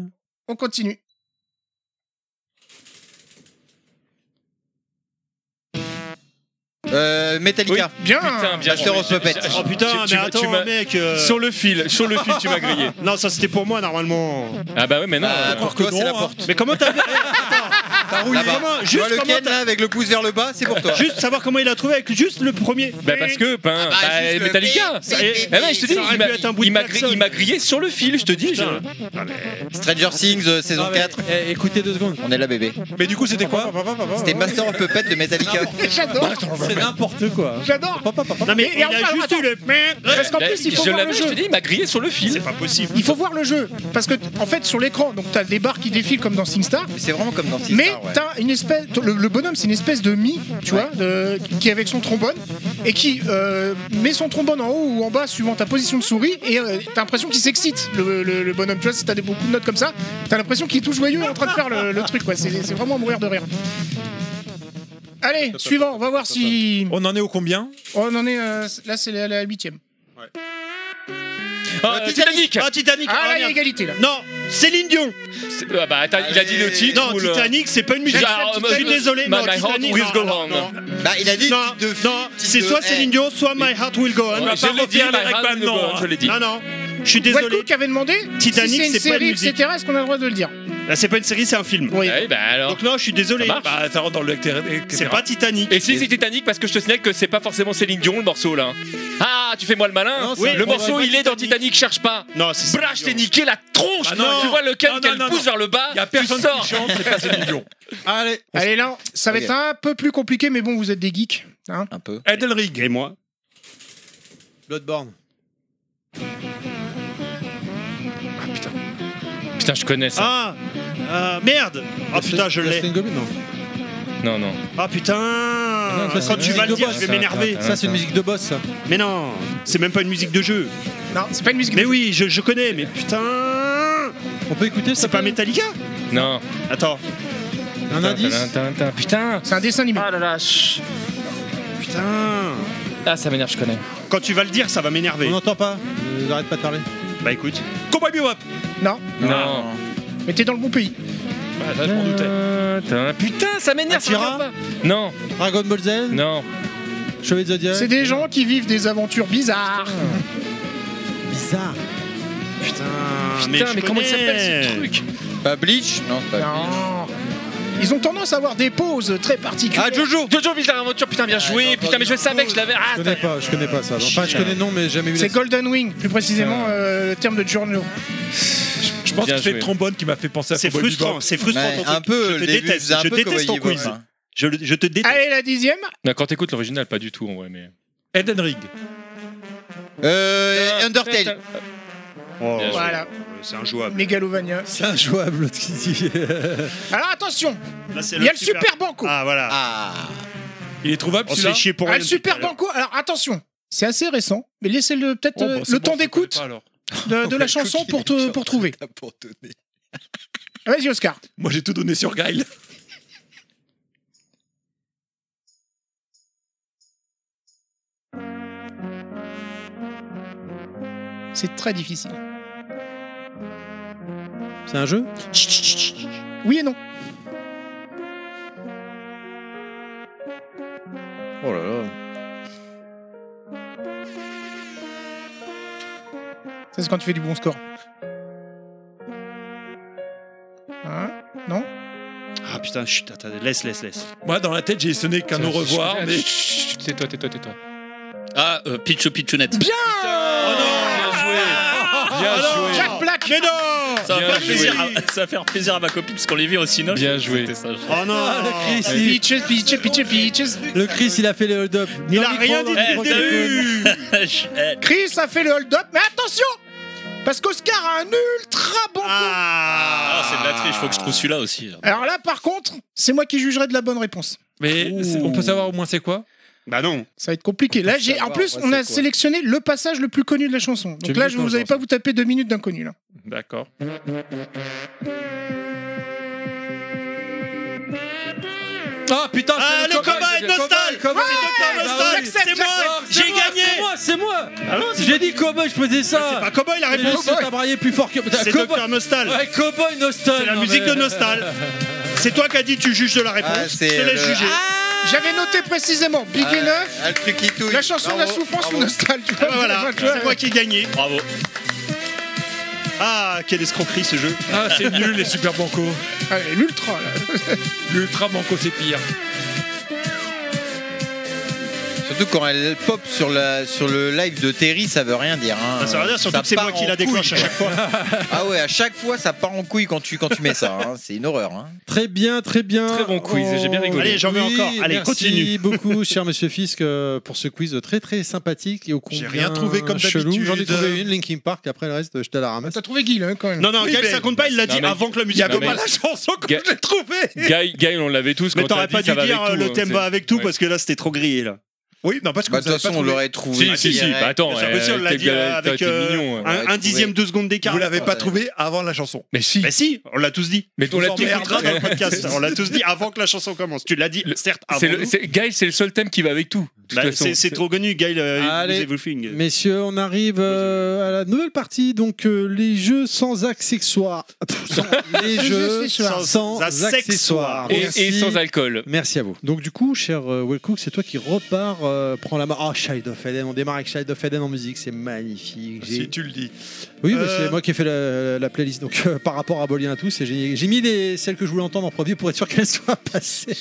On continue. Euh, Metallica. Bien. Putain, bien Master joué. of Puppets. Je- je- Oh putain, tu- tu mais m'as- tu attends, m'as- mec. euh, Sur le fil, sur le fil, tu m'as grillé. Non, ça c'était pour moi normalement. Ah bah ouais, mais non. Ah, euh, pour toi, c'est la hein. porte. Mais comment t'as T'as roulé. comment- Tu vois juste le comment Ken, t'as- là, avec le pouce vers le bas, c'est pour toi. Juste savoir comment il a trouvé avec juste le premier. Bah parce que ben, Ah, bah, juste le Metallica. bip, Ça- bip, eh ben, je te dis, ça aurait il pu être un m'a- bout de il m'a grillé, klaxon. il m'a grillé sur le fil, je te dis. je- Putain. Stranger Things, euh, Non, saison mais, 4. Ah, eh, écoutez deux secondes. On est là, bébé. Mais du coup, c'était quoi C'était Master of Puppets de Ah Metallica. J'adore. C'est n'importe quoi. J'adore. Non mais Et- et il enfin, a juste attends. eu le. Parce qu'en Bah, plus, il faut je voir le l'avais, je te jeu. dis, il m'a grillé sur le fil. C'est pas possible. Il faut voir le jeu. Parce que, en fait, sur l'écran, donc t'as des barres qui défilent comme dans SingStar. C'est vraiment comme dans Sister, Mais ouais. t'as une espèce, le, le bonhomme c'est une espèce de mi, tu vois, de- qui est avec son trombone et qui euh, met son trombone en haut ou en bas suivant ta position de souris et euh, t'as l'impression qu'il s'excite le, le- le bonhomme. Tu vois, si t'as des, beaucoup de notes comme ça, t'as l'impression qu'il est tout joyeux en train de faire le, le truc. quoi. C'est c'est vraiment à mourir de rire. Allez, suivant, on va voir si On en est au combien on en est. euh, là, c'est la la huitième. Ah, Titanic. Ah Titanic. Ah ah, là, il y a merde. égalité là. Non, Céline Dion. C'est- ah, bah, attends, il a dit le titre. Non, ou le- Titanic, c'est pas une musique. J'accepte Je suis Titanic. désolé, My- non, my heart Titanic. will non, go non, on. non. Bah, il a dit Non, de fille, non, type c'est de- soit Eh, Céline Dion, soit My Heart Will Go On. Ouais, On va je pas l'ai dit, refaire les My règles Heart Will maintenant, Go On, hein. je l'ai dit. Non, non, je suis désolé. Walcook avait demandé Titanic, si c'est une c'est pas série, une musique. etc. Est-ce qu'on a le droit de le dire Là, c'est pas une série, c'est un film. Oui. Ouais, bah alors. Donc non, je suis désolé. Ça marche. Bah, ça rentre dans le lecteur. C'est pas Titanic. Et si c'est Titanic parce que je te signale que c'est pas forcément Céline Dion le morceau là. Ah, tu fais moi le malin. Non, c'est Oui, un le problème. morceau il est dans Titanic, cherche pas. Non, c'est Céline Blah, je t'ai Dion. niqué la tronche. Ah non. tu vois le can Non, qu'elle non, non, pousse non. vers le bas. Il y a tu personne sors. qui chante, c'est pas Céline Dion. Allez, Allez là, ça va Ok. être un peu plus compliqué, mais bon, vous êtes des geeks. hein. Un peu. Edelrig. Et moi Bloodborne. Putain, je connais ça. Ah euh, Merde Ah putain, je l'ai. Dustin Goblin, non. Non, non. Ah putain ça, c'est Quand tu vas le dire, Goldboss. je vais m'énerver. Ça, c'est une musique de boss, ça. Mais non C'est même pas une musique de jeu. Non, c'est pas une musique. Mais oui, je, je connais, mais putain On peut écouter, ça C'est pas peut- Metallica Non. Attends. Un indice Putain. C'est un dessin animé. Ah là là. chut. Putain Ah, ça m'énerve, je connais. Quand tu vas le dire, ça va m'énerver. On n'entend pas. Euh, Arrête pas de parler. Bah écoute. Cowboy Bebop. Non, Non. mais t'es dans le bon pays. Ah, Bah, ça, je m'en doutais. Putain, Putain, ça m'énerve. ça Akira m'énerve pas. Non, Dragon Ball Z, non. Chevalier de Zodiac. C'est des gens qui vivent des aventures bizarres. bizarre. Putain, Putain, mais, mais, je comment il connais. s'appelle ce truc Pas Bleach Non, c'est pas. Non. Ils ont tendance à avoir des pauses très particulières. Ah, Jojo Jojo Bizarre Aventure, putain, bien joué. putain, mais je savais que je l'avais. Ah, Je connais pas, je connais pas ça. Enfin, je connais non, mais j'ai jamais vu. C'est la- Golden Wing, plus précisément euh, le terme de Giorno. Je pense Bien que c'est joué. le trombone qui m'a fait penser à C'est Cowboy frustrant, Bebop. c'est frustrant Ouais, ton truc. un peu, je le te début, déteste, c'est un je peu déteste ton Cowboy quiz. Bebop, hein. Je, le- je te déteste. Allez, la dixième. Ah, Non, quand t'écoutes l'original, pas du tout en vrai, mais. Edenrig. Euh, Undertale. Oh, Bien joué. Voilà, C'est injouable. Mégalovania. C'est injouable, l'autre qui dit. Alors attention, Là, c'est il y a le Super Banco. Ah voilà. Ah. Il est trouvable On se fait celui-là chier pour Ah, rien le depuis Super tout à l'heure. Oh, Banco. Alors attention, c'est assez récent, mais laissez-le peut-être bah, euh, le temps d'écoute de, de la chanson pour, te, pour trouver. Vas-y, Oscar. Moi j'ai tout donné sur Guile. C'est très difficile. C'est un jeu Oui et non. Oh Ça, c'est quand tu fais du bon score. Hein Non Ah putain, chut, attends, laisse, laisse, laisse. Moi, dans la tête, j'ai sonné qu'un au revoir, mais. Tais-toi, tais-toi, tais-toi. Ah, euh, Pichu Pichunette. Bien Oh Bien joué. Jack Black Ah Mais non Ça Bien va, faire joué. plaisir à, ça va faire plaisir à ma copine parce qu'on les vit au Cinoche. Bien joué. C'était ça, je- Oh non le Chris, il, Peaches, peaches, peaches, peaches. le Chris, il a fait les hold-up. Il Non, a micro, rien dit non, Eh, micro, t'as téléphone. vu Eh, Chris a fait le hold-up, mais attention Parce qu'Oscar a un ultra bon coup. Ah, Ah, c'est de la triche, faut que je trouve celui-là aussi. Alors là, hein. par contre, c'est moi qui jugerai de la bonne réponse. Mais c'est- on peut savoir au moins c'est quoi Bah non. Ça va être compliqué. Là, j'ai en savoir, plus, ouais, on a c'est quoi. sélectionné le passage le plus connu de la chanson. Tu Donc là, me je dis vous non, avez pas chanson. vous taper deux minutes d'inconnu là. D'accord. Ah putain, c'est Ah, le combat cobaye, est le nostal cobaye, cobaye. C'est Bah nostal oui. C'est moi j'accepte. J'ai gagné C'est moi, c'est moi Ah non, c'est J'ai dit cowboy, je faisais ça pas Cowboy la Mais réponse si t'as braillé plus fort que. Putain, C'est cowboy- Docteur Nostal Ouais, cowboy Nostal C'est la non, musique mais- de Nostal C'est toi qui as dit tu juges de la Ah, réponse Je c'est te laisse le- juger J'avais noté précisément Big Ah, et Neuf, ah, le truc qui touille. la chanson de la Bravo, souffrance ou bravo. Nostal. tu Ah, vois. bah, Voilà, Tu vois, c'est moi qui ai gagné Bravo. Ah, quelle escroquerie ce jeu Ah, c'est nul les super banco. Allez, l'ultra là. L'ultra banco, c'est pire. Surtout quand elle pop sur, la, sur le live de Terry, ça veut rien dire. hein. Ça veut dire surtout que c'est part moi qui en la déclenche à couille. chaque fois Ah ouais, à chaque fois, ça part en couille quand tu, quand tu mets ça. hein. C'est une horreur. hein. Très bien, très bien. Très bon quiz, j'ai bien rigolé. Allez, j'en veux Oui, encore. Allez, merci continue. beaucoup, cher monsieur Fisk, euh, pour ce quiz très très sympathique et au J'ai combien rien trouvé comme chelou. d'habitude. J'en ai trouvé une, Linkin Park, après le reste, je te la ramasse. T'as trouvé Guy là hein, quand même. Non, non, Oui, Gaël, mais- ça compte pas, il l'a Non, dit mais- avant que la Il y musique Non, avait mais- pas la chanson quand Ga- je l'ai trouvée Gaël, Gaël, on l'avait tous. Mais quand t'as t'aurais pas ça dû va dire avec euh, tout, le hein, thème c'est- va avec tout Ouais. parce que là c'était trop grillé là. Oui, non, parce que Bah, de vous toute avez pas façon, on trouvé. l'aurait trouvé. Si, si, si. direct. Bah attends, Mais ça aussi, on euh, l'a t'es- dit euh, t'es- avec t'es euh, mignon. ouais. ouais, un, un trouvé. dixième de seconde d'écart. Vous l'avez Ouais. pas trouvé avant la chanson. Mais si. Bah si, on l'a tous dit. Mais on l'a vous tous On emmerde. écouté. écoutera dans le podcast. On l'a tous dit avant que la chanson commence. Tu l'as dit, Le- certes, avant. C'est le- nous. c'est- Gaël, c'est le seul thème qui va avec tout. de toute Bah, façon. C'est c'est trop connu, Gaël. euh, Allez. Who's Everything. Messieurs, on arrive euh, à la nouvelle partie, donc euh, les jeux sans accessoires. Pff, sans- les jeux accessoires. sans, sans Sans accessoires. accessoires. Et, Merci. et sans alcool. Merci à vous. Donc du coup, cher euh, Wellcook, c'est toi qui repars, euh, prends la main. Oh, Child of Eden, on démarre avec Child of Eden en musique, c'est magnifique. J'ai- Si tu le dis. Oui, mais Euh, c'est moi qui ai fait la, la playlist. Donc, euh, par rapport à Bolien à tous, et j'ai j'ai mis les, celles que je voulais entendre en premier pour être sûr qu'elles soient passées.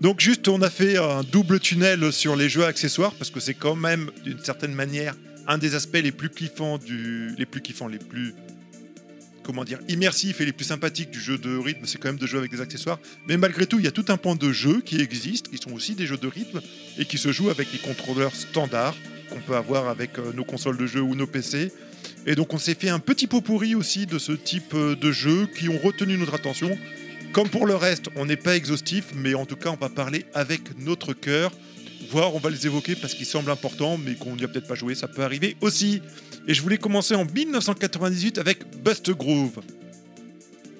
Donc juste, on a fait un double tunnel sur les jeux accessoires parce que c'est quand même d'une certaine manière un des aspects les plus kiffants du, les plus kiffants, les plus comment dire, immersifs et les plus sympathiques du jeu de rythme. C'est quand même de jouer avec des accessoires. Mais malgré tout, il y a tout un pan de jeux qui existent, qui sont aussi des jeux de rythme et qui se jouent avec les contrôleurs standards qu'on peut avoir avec euh, nos consoles de jeu ou nos PC. Et donc on s'est fait un petit pot pourri aussi de ce type euh, de jeux qui ont retenu notre attention comme pour le reste, on n'est pas exhaustif, mais en tout cas, on va parler avec notre cœur, voire on va les évoquer parce qu'ils semblent importants, mais qu'on n'y a peut-être pas joué, ça peut arriver aussi. Et je voulais commencer en 1998 avec Bust Groove.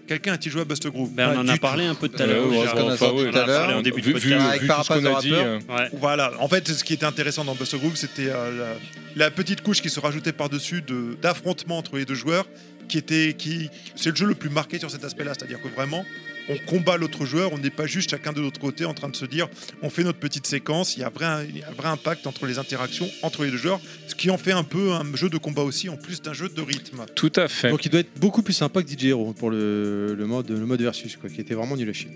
Quelqu'un a-t-il joué à Bust Groove Ben, on Pas en du a tout. parlé un peu tout à Ouais, l'heure. ouais, déjà. qu'on a enfin, sorti ouais. tout à l'heure. En début de Vu- podcast, vu- avec vu par tout ce rapport qu'on à a dit, Peur. euh, Ouais. Voilà, en fait, ce qui était intéressant dans Buster Groove, c'était euh, la, la petite couche qui se rajoutait par-dessus de- d'affrontement entre les deux joueurs, qui était, qui, c'est le jeu le plus marqué sur cet aspect-là, c'est-à-dire que vraiment, on combat l'autre joueur, on n'est pas juste chacun de notre côté en train de se dire, on fait notre petite séquence, il y a un vrai, il y a un vrai impact entre les interactions entre les deux joueurs, ce qui en fait un peu un jeu de combat aussi, en plus d'un jeu de rythme. Tout à fait. Donc, il doit être beaucoup plus sympa que DJ Hero pour le, le mode, le mode versus, quoi, qui était vraiment nul à chier.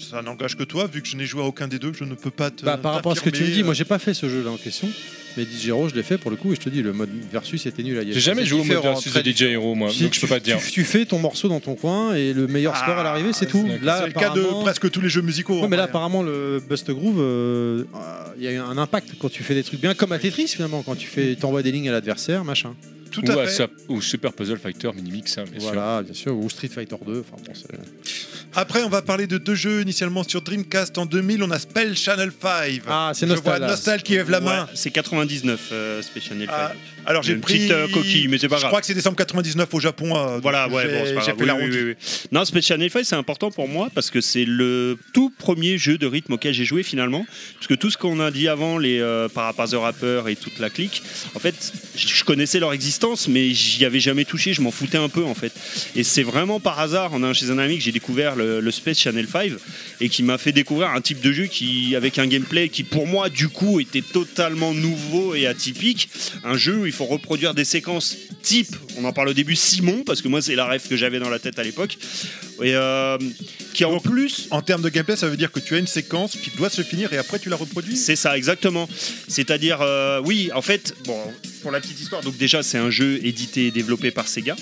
Ça n'engage que toi, vu que je n'ai joué à aucun des deux, je ne peux pas te. Bah, par rapport à ce que tu me t'affirmer, dis, moi, euh, j'ai pas fait ce jeu-là en question, mais DJ Hero, je l'ai fait pour le coup, et je te dis, le mode versus était nul à chier. J'ai jamais c'est joué au mode différent, versus très de DJ Hero, moi. Si Donc je peux tu- pas te dire. Tu, tu fais ton morceau dans ton coin et le meilleur Ah, score à l'arrivée, c'est c'est tout. d'accord. Là, euh, c'est le cas de apparemment- presque tous les jeux musicaux. hein, Ouais, en mais là, vrai. apparemment, le Bust Groove, euh, euh, il y a eu un impact quand tu fais des trucs bien, comme à Tetris finalement, quand tu fais, t'envoies des lignes à l'adversaire, machin. tout Ou, à à fait. ça- ou Super Puzzle Fighter Minimix, hein, bien sûr. voilà, bien sûr, ou Street Fighter 2. Enfin, bon, c'est- Après, on va parler de deux jeux initialement sur Dreamcast en 2000. On a Spell Channel 5. ah, c'est Je vois nostalgique. Nostal qui lève la main. Ouais, C'est 99, euh, Special Channel Ah, Five. Alors j'ai Une pris petite, euh, coquille, mais c'est pas Je grave. crois que c'est décembre 99 au Japon. euh, donc Voilà, ouais, j'ai- bon, c'est pas j'ai grave. fait la Oui, ronde. oui, oui, oui. Non, Special Channel Five, c'est important pour moi parce que c'est le tout premier jeu de rythme auquel j'ai joué finalement. Parce que tout ce qu'on a dit avant, les euh, Parapaz the Rapper et toute la clique, en fait, je je connaissais leur existence, mais j'y avais jamais touché, je m'en foutais un peu en fait. Et c'est vraiment par hasard, en allant chez un ami, que j'ai découvert le le, le Space Channel 5 et qui m'a fait découvrir un type de jeu qui, avec un gameplay qui pour moi du coup était totalement nouveau et atypique. Un jeu où il faut reproduire des séquences type, on en parle au début Simon, parce que moi c'est la rêve que j'avais dans la tête à l'époque, et euh, qui en plus... En termes de gameplay, ça veut dire que tu as une séquence qui doit se finir et après tu la reproduis C'est ça, exactement. C'est-à-dire, euh, oui, en fait, bon, pour la petite histoire, donc déjà c'est un jeu édité et développé par Sega.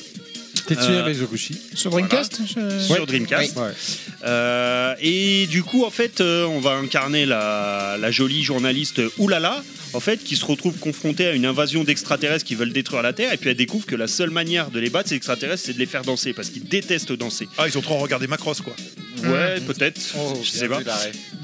Tetsuya Euh, Mizuguchi. Sur Voilà. Dreamcast je- Sur Dreamcast. Euh, et du coup, en fait, euh, on va incarner la, la jolie journaliste Oulala, en fait, qui se retrouve confrontée à une invasion d'extraterrestres qui veulent détruire la Terre. Et puis elle découvre que la seule manière de les battre, ces extraterrestres, c'est de les faire danser, parce qu'ils détestent danser. Ah, ils ont trop regardé Macross, quoi. Mmh. Ouais, peut-être. Oh, je sais pas.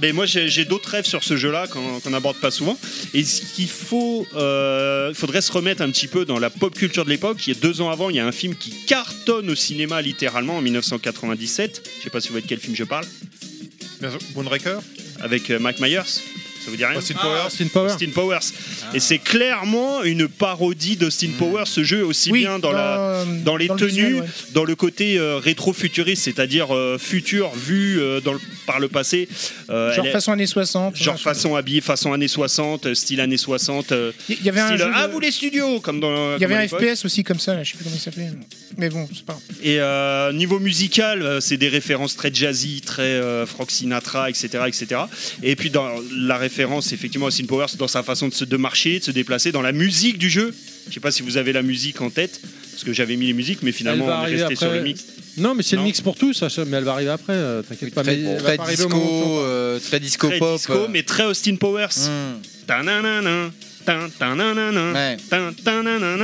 Mais moi, j'ai j'ai d'autres rêves sur ce jeu-là qu'on qu'on n'aborde pas souvent. Et ce qu'il faut, euh, il faudrait se remettre un petit peu dans la pop culture de l'époque. Il y a deux ans avant, il y a un film qui cartonne au cinéma littéralement en 1997. Je sais pas si vous voyez de quel film je parle. Moonraker Avec euh, Mike Myers. Ça vous dit rien Ah, Austin Ah, Powers. Ah. Austin Powers. Austin Powers. Et c'est clairement une parodie d'Austin Mmh. Powers, ce jeu aussi Oui, bien dans, la, dans, euh, dans les dans le tenues, visuel, ouais. dans le côté euh, rétro-futuriste, c'est-à-dire euh, futur vu euh, dans le- par le passé. Euh, Genre elle est- façon années 60. Genre façon habillée, façon années 60, euh, style années 60. euh, Il y avait un style, jeu de- Ah, vous les studios Comme dans. Il y comme avait à un l'époque. FPS aussi comme ça, là, je sais plus comment il s'appelait. Mais bon, c'est pas grave. Et euh, niveau musical, euh, c'est des références très jazzy, très euh, Frank Sinatra, etc., etc. Et puis dans la référence, effectivement, à Austin Powers, dans sa façon de, se, de marcher, de se déplacer, dans la musique du jeu. Je sais pas si vous avez la musique en tête, parce que j'avais mis les musiques, mais finalement, Elle va on est arriver resté sur après. le mix. Non, mais c'est le mix pour tous, Sacha, mais elle va arriver après, euh, t'inquiète pas. Très, mais elle va très pas arriver au moment où tu en disco, parles. euh, très disco très pop. euh. Hum, disco, mais très Austin Powers. Tananana, tan, tananana, Ouais. tan, tananana,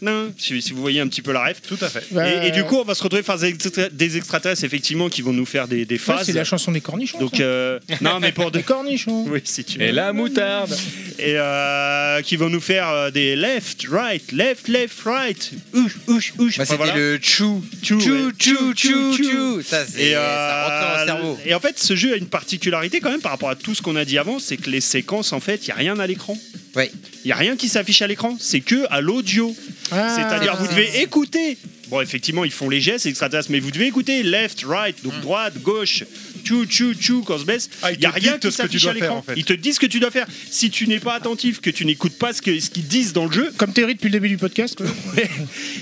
nan. Si, si vous voyez un petit peu la ref. Tout à fait. Ouais. Et, et du coup, on va se retrouver face à des extra- des extraterrestres, effectivement, qui vont nous faire des, des Ouais, phases. c'est la chanson des cornichons. Donc, ça. euh, non, mais pour de. Des cornichons. Oui, si tu veux. Et la moutarde Et euh, qui vont nous faire euh, des left, right, left, left, right. Ouch, ouch, ouch. Enfin, Bah, c'était voilà. le tchou. Tchou, Tchou, ouais. tchou, tchou, tchou. Ça, c'est. Et, Ça rentre euh, dans le cerveau. et en fait, ce jeu a une particularité quand même par rapport à tout ce qu'on a dit avant, c'est que les séquences, en fait, il n'y a rien à l'écran. Ouais. Il n'y a rien qui s'affiche à l'écran, c'est que à l'audio. Ah, C'est-à-dire, vous devez écouter. Bon, effectivement, ils font les gestes, les extraterrestres, mais vous devez écouter left, right, Mm. donc droite, gauche, tchou, tchou, tchou, quand on se baisse. Ah, ils il n'y a te rien dictent qui ce que tu s'affiche dois à l'écran. faire, en fait. Ils te disent ce que tu dois faire. Si tu n'es pas attentif, que tu n'écoutes pas ce que- ce qu'ils disent dans le jeu, Comme théorie depuis le début du podcast. quoi.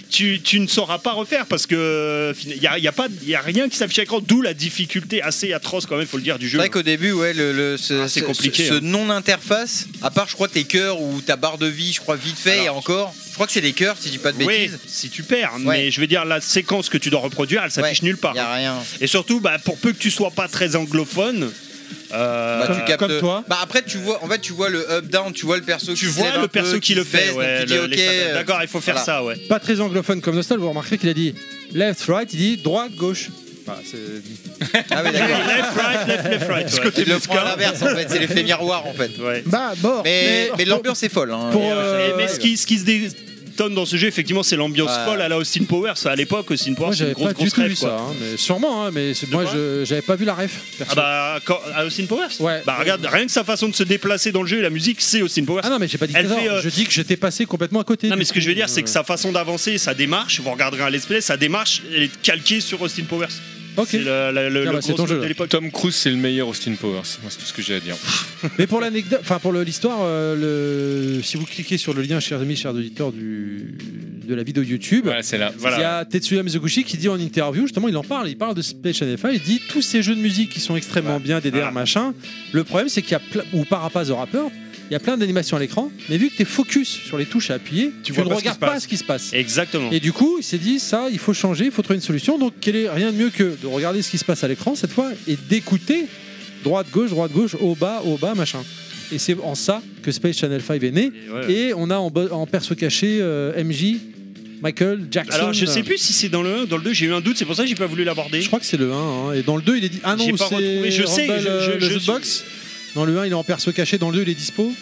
tu, tu ne sauras pas refaire parce que il n'y a, y a pas- y a rien qui s'affiche à l'écran, d'où la difficulté assez atroce quand même, faut le dire, du C'est jeu. vrai qu'au début, ouais, le, le- ce, Ah, c'est ce- compliqué, ce hein. non-interface, à part, je crois, tes cœurs ou ta barre de vie, je crois, vite fait, et encore. Je crois que c'est les cœurs, si je dis pas de Oui, bêtises. si tu perds, Ouais. mais je veux dire, la séquence que tu dois reproduire, elle s'affiche Ouais. nulle part. Il a rien. Et surtout, bah, pour peu que tu sois pas très anglophone, euh, Bah, tu captes- comme toi. Bah, après, tu vois, en fait, tu vois le up-down, tu vois le perso qui tu se lève vois un le peu, perso qui le se fait. baisse, donc ouais, tu dis, le- ok, l'extraterrestre. euh, D'accord, il faut faire voilà. ça, ouais. Pas très anglophone comme Nostal, vous remarquerez qu'il a dit left, right, il dit droite, gauche. Voilà, c'est- Ah, oui, d'accord. left, right, left, left, right. ouais. Il le prend à l'inverse, en fait, c'est l'effet miroir, en fait. Ouais. Bah, bord. Mais, mais l'ambiance est folle. hein. Pour, Et, euh, Mais ce qui, ce qui se détonne dans ce jeu, effectivement, c'est l'ambiance Ouais. folle à la Austin Powers. À l'époque, Austin Powers, Moi, c'est une j'avais grosse, pas du grosse tout vu rêve. quoi. ça, hein, mais sûrement, hein, mais c'est- moi, quoi je- j'avais pas vu la ref. perso. Ah bah, quand, à Austin Powers Ouais. Bah regarde, rien que sa façon de se déplacer dans le jeu et la musique, c'est Austin Powers. Ah non, mais j'ai pas dit que Elle ça. fait, euh, Je dis que j'étais passé complètement à côté. non du mais ce que coup, je veux dire c'est euh, que sa façon d'avancer, sa démarche, vous regarderez un let's play, sa démarche elle est calquée sur Austin Powers. Ok. C'est le, le, le- Ah le bah, c'est gros ton truc jeu, de là. l'époque. Tom Cruise, c'est le meilleur Austin Powers. Moi, c'est tout ce que j'ai à dire. Mais pour l'anecdote, enfin pour le- l'histoire, euh, le- si vous cliquez sur le lien, chers amis, chers auditeurs du, de la vidéo YouTube, Voilà, c'est là. il y Voilà. a Tetsuya Mizoguchi qui dit en interview, justement, il en parle, il parle de Space Channel 5, il dit tous ces jeux de musique qui sont extrêmement bien, DDR, Ah. machin, le problème c'est qu'il y a plein, ou Parapaz the Rapper, il y a plein d'animations à l'écran, mais vu que tu es focus sur les touches à appuyer, tu, vois ne pas ce qui regardes se pas passe. ce qui se passe. Exactement. Et du coup, il s'est dit ça, il faut changer, il faut trouver une solution. Donc, quel est rien de mieux que de regarder ce qui se passe à l'écran cette fois et d'écouter droite gauche droite gauche au bas au bas machin. Et c'est en ça que Space Channel 5 est né. Et ouais. Et on a en, bo- en perso caché euh, MJ, Michael, Jackson. Alors je sais plus si c'est dans le 1 dans le 2, j'ai eu un doute, c'est pour ça que j'ai pas voulu l'aborder. Je crois que c'est le 1. hein. Et dans le 2, il est dit ah non J'ai pas c'est retrouvé, je sais, Rumble, je- je- euh, le je jeu de suis- boxe. Dans le 1, il est en perso caché. Dans le 2, il est dispo.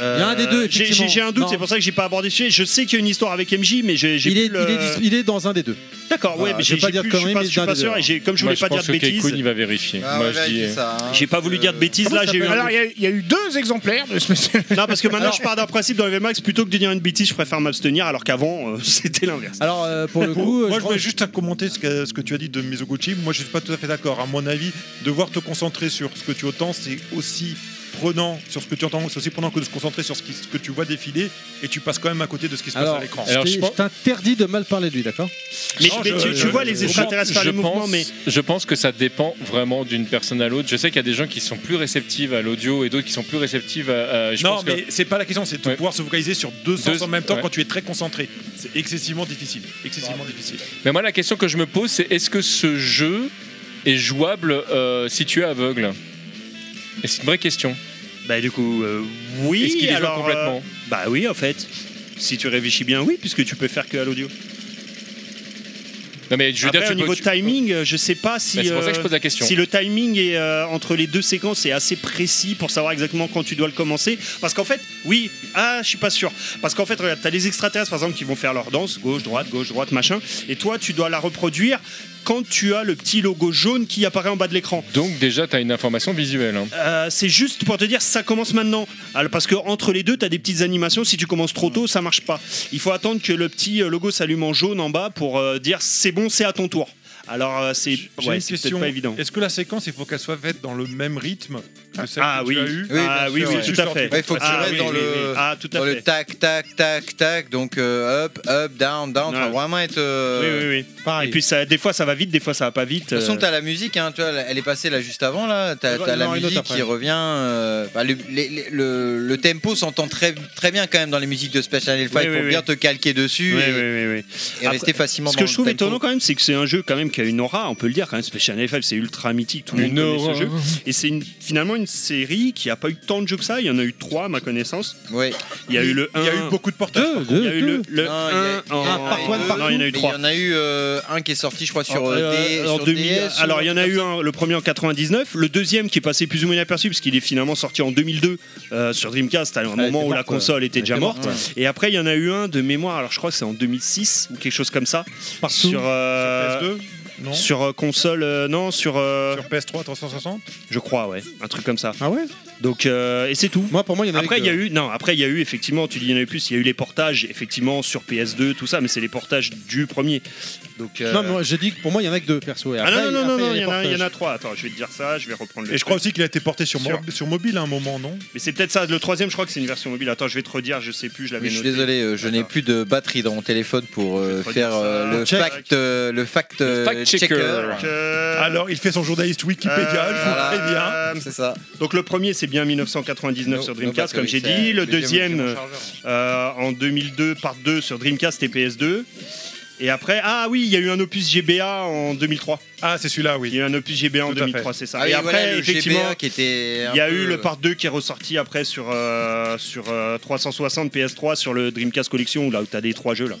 Euh, Il y a un des deux, J'ai effectivement. j'ai- j'ai un doute, Non. c'est pour ça que j'ai pas abordé le sujet. Je sais qu'il y a une histoire avec MJ, mais j'ai j'ai Il est, plus le- il est dis- il est dans un des deux. D'accord, ouais, Ah, mais je vais j'ai pas j'ai dire plus- quand je suis même, pas, mais je suis dans pas les sûr deux. et j'ai- comme je Moi, voulais je pas pense dire de que bêtises. Keikun, il va vérifier. Ah, Moi, ouais, je ouais, dis, c'est euh, ça, hein. J'ai pas voulu dire de bêtises Comment là, ça j'ai eu. s'appelle un- Alors, il y a- il y, a eu deux exemplaires de ce monsieur. Non, parce que maintenant Alors- je pars d'un principe dans les VMAX, plutôt que de dire une bêtise, je préfère m'abstenir, alors qu'avant euh, c'était l'inverse. Alors, euh, pour le coup, euh, Moi, je je voulais pense- juste commenter ce que, ce que tu as dit de Mizoguchi. Moi, je suis pas tout à fait d'accord. À mon avis, devoir te concentrer sur ce que tu entends, c'est aussi prenant sur ce que tu entends, c'est aussi prenant que de se concentrer sur ce, qui- ce que tu vois défiler et tu passes quand même à côté de ce qui se passe alors, euh, à l'écran. je t'ai- je je pense- t'interdis de mal parler de lui, d'accord Mais, Non, mais je- tu, tu je- vois les je- extraterrestres faire je les mouvements, pense- mais Je pense que ça dépend vraiment d'une personne à l'autre. Je sais qu'il y a des gens qui sont plus réceptifs à l'audio et d'autres qui sont plus réceptifs à. à- je non, pense que- mais c'est pas la question, c'est de Ouais. pouvoir se focaliser sur deux sens Deux- en même temps ouais. quand tu es très concentré. C'est excessivement difficile. Excessivement difficile. Mais moi, la question que je me pose, c'est est-ce que ce jeu est jouable euh, si tu es aveugle Et c'est une vraie question. bah, du coup, euh, oui. est-ce qu'il est jouable alors, complètement euh, Bah oui, en fait. Si tu réfléchis bien, oui, puisque tu peux faire que à l'audio. Non, mais je veux Après, dire, tu au peux- niveau tu- timing, euh, je sais pas si. Mais c'est pour ça que je euh, pose la question. Si le timing est euh, entre les deux séquences est assez précis pour savoir exactement quand tu dois le commencer. Parce qu'en fait, oui, ah, je suis pas sûr. Parce qu'en fait, regarde, t'as les extraterrestres par exemple qui vont faire leur danse, gauche, droite, gauche, droite, machin. Et toi, tu dois la reproduire quand tu as le petit logo jaune qui apparaît en bas de l'écran. Donc, déjà, tu as une information visuelle. hein. Euh, c'est juste pour te dire ça commence maintenant Alors, parce que entre les deux t'as des petites animations si tu commences trop tôt ça marche pas il faut attendre que le petit euh, logo s'allume en jaune en bas pour euh, dire c'est bon c'est à ton tour alors euh, c'est J'ai ouais, une c'est question. peut-être pas évident Est-ce que la séquence, il faut qu'elle soit faite dans le même rythme que celle ah que oui tu as eue Oui, ah bien oui sûr, oui ouais. tout à fait Ouais, il faut que tu ah, restes oui, dans oui, le- oui. ah tout à Dans fait le tac, tac, tac, tac, donc euh, up, up, down, down, enfin Ouais. vraiment être. oui, euh, oui, oui. Ah, Pareil. et puis ça, des fois ça va vite des fois ça va pas vite De toute façon, euh. t'as la musique, hein, tu vois, elle est passée là juste avant, là. T'as Il va t'as y en la avoir une musique autre après. qui revient. euh, bah, le, les- les- le- le tempo s'entend très, très bien quand même dans les musiques de Special Alpha Oui, pour oui, oui. bien te calquer dessus Oui, et, oui, oui, oui. et rester facilement Ce dans que je le trouve tempo. étonnant quand même, c'est que c'est un jeu quand même qui a une aura, on peut le dire quand même. Special F c'est ultra mythique, tout le monde Une connaît aura. ce jeu. Et c'est une- finalement une série qui a pas eu tant de jeux que ça. Il y en a eu trois, à ma connaissance. Ouais. Il y a eu le 1 Il y a eu beaucoup de portages. Deux, Il y deux, a eu deux. le, le Non, il y a- 1 en... non, par il y toi, a eu par deux, Non, il y en a eu mais 3. Il y en a eu euh, un qui est sorti, je crois, sur, euh, Euh, D- en sur 2000, DS. alors il y en a eu un, le premier en 99, le deuxième qui est passé plus ou moins inaperçu parce qu'il est finalement sorti en 2002 euh, sur Dreamcast, à un Ah, était moment où la morte, quoi. console était Elle déjà était morte. morte, Et après il y en a eu un de mémoire, alors je crois que c'est en 2006 ou quelque chose comme ça Partout. sur euh, PS2 Non Sur sur euh, console, euh, non sur, euh, PS3 360 je crois ouais, un truc comme ça. Ah ouais Donc euh, et c'est tout. Moi, pour moi, il y en a Après, que- il y a euh, eu, non, après, il y a eu effectivement, tu dis, il y en a eu plus, il y a eu les portages, effectivement, sur PS2, tout ça, mais c'est les portages du premier. Donc, euh, Non, mais moi, j'ai dit que pour moi, il y en a que deux, perso. et ah après, non, non, non, après, non, les il y, en a- il y en a portages. trois. Attends, je vais te dire ça, je vais reprendre le. Et je crois aussi qu'il a été porté sur, Sur- mo- sur mobile à un moment, non Mais c'est peut-être ça, le troisième, je crois que c'est une version mobile. Attends, je vais te redire, je sais plus, je l'avais Oui, je suis noté. désolé, euh, je n'ai plus de batterie dans mon téléphone pour euh, Je vais te faire redire ça. euh, le, Check. fact, euh, le fact, euh, fact checker. checker. Euh, Alors, il fait son journaliste Wikipédia, je vous voilà. préviens. euh, C'est ça. donc le premier c'est bien 1999 sur No- Dreamcast no comme j'ai battery, dit, c'est le un deuxième deuxième euh, en 2002 par 2 sur Dreamcast et PS2 et après ah oui il y a eu un opus GBA en 2003, Ah, c'est celui-là, il y oui. a eu un opus GBA en Tout à fait. 2003 c'est ça Ah oui, et après voilà, le effectivement GBA qui était. un Il y a peu, eu euh, le part 2 qui est ressorti après sur, euh, sur euh, 360 PS3 sur le Dreamcast Collection, là où t'as des trois jeux là.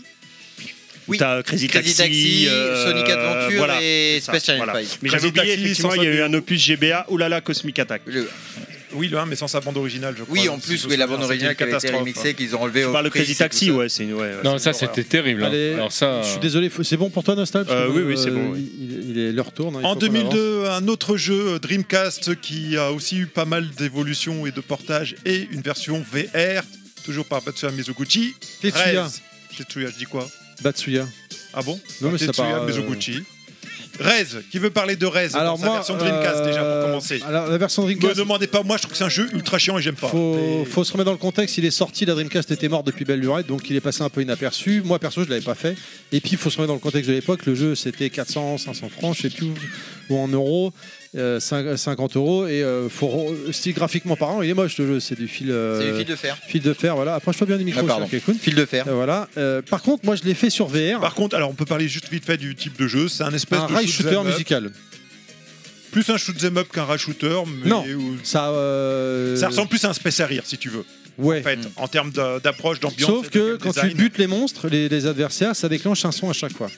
Oui. T'as euh, Crazy, Crazy Taxi, euh, Sonic Adventure voilà. et c'est ça, Space Channel voilà. 5. Mais Crazy j'avais oublié, Taxi, effectivement, sans il y a eu audio. un opus GBA, oulala Cosmic Attack. le- Oui, le 1, mais sans sa bande originale, je crois. Oui, en Donc, plus, si oui, je la me bande souviens, originale c'était qui avait une été catastrophe. remixée, qu'ils ont enlevé. Je au parle de prix, Crazy c'est Taxi, tout ça. ouais, c'est ouais, ouais, Non, c'est ça, une horreur. c'était terrible. hein. Allez. Alors, ça. Je suis euh, désolé, faut- c'est bon pour toi, Nostal parce Ah. Euh, que, oui, oui, c'est bon, oui. Il, il est leur tourne. hein, il En faut qu'on avance. 2002, un autre jeu euh, Dreamcast qui a aussi eu pas mal d'évolutions et de portages et une version VR, toujours par Batsuya Mizoguchi. Tetsuya. 13. Tetsuya, je dis quoi Batsuya. Ah bon Non, mais c'est Tetsuya pas, euh, Mizoguchi. Rez, qui veut parler de Rez Alors, dans sa moi. version Dreamcast euh, déjà pour commencer Alors, la version Ne me Dreamcast. demandez pas, moi je trouve que c'est un jeu ultra chiant et j'aime pas. Faut, Mais- faut se remettre dans le contexte, il est sorti, la Dreamcast était morte depuis belle lurette, donc il est passé un peu inaperçu. Moi perso, je l'avais pas fait. Et puis, il faut se remettre dans le contexte de l'époque, le jeu c'était 400, 500 francs, je sais plus, où, ou en euros, euh, cinq- 50 euros. Et euh, faut re- style graphiquement parlant, il est moche le jeu, c'est du fil, euh, C'est du fil de fer. fil de fer. Voilà, approche-toi bien du micro, Ah, pardon. cher Kekun. Fil de fer. Euh, Voilà. Euh, par contre, moi je l'ai fait sur VR, Par contre, alors on peut parler juste vite fait du type de jeu, c'est un espèce un de rail shoot shooter 'em up. musical. plus un shoot 'em up qu'un rail shooter, mais Non. où- Ça, euh, ça ressemble plus à un space à rire si tu veux. Ouais. En fait, en termes d'a- d'approche, d'ambiance. Sauf et de que game quand tu design. butes les monstres, les, les adversaires, ça déclenche un son à chaque fois.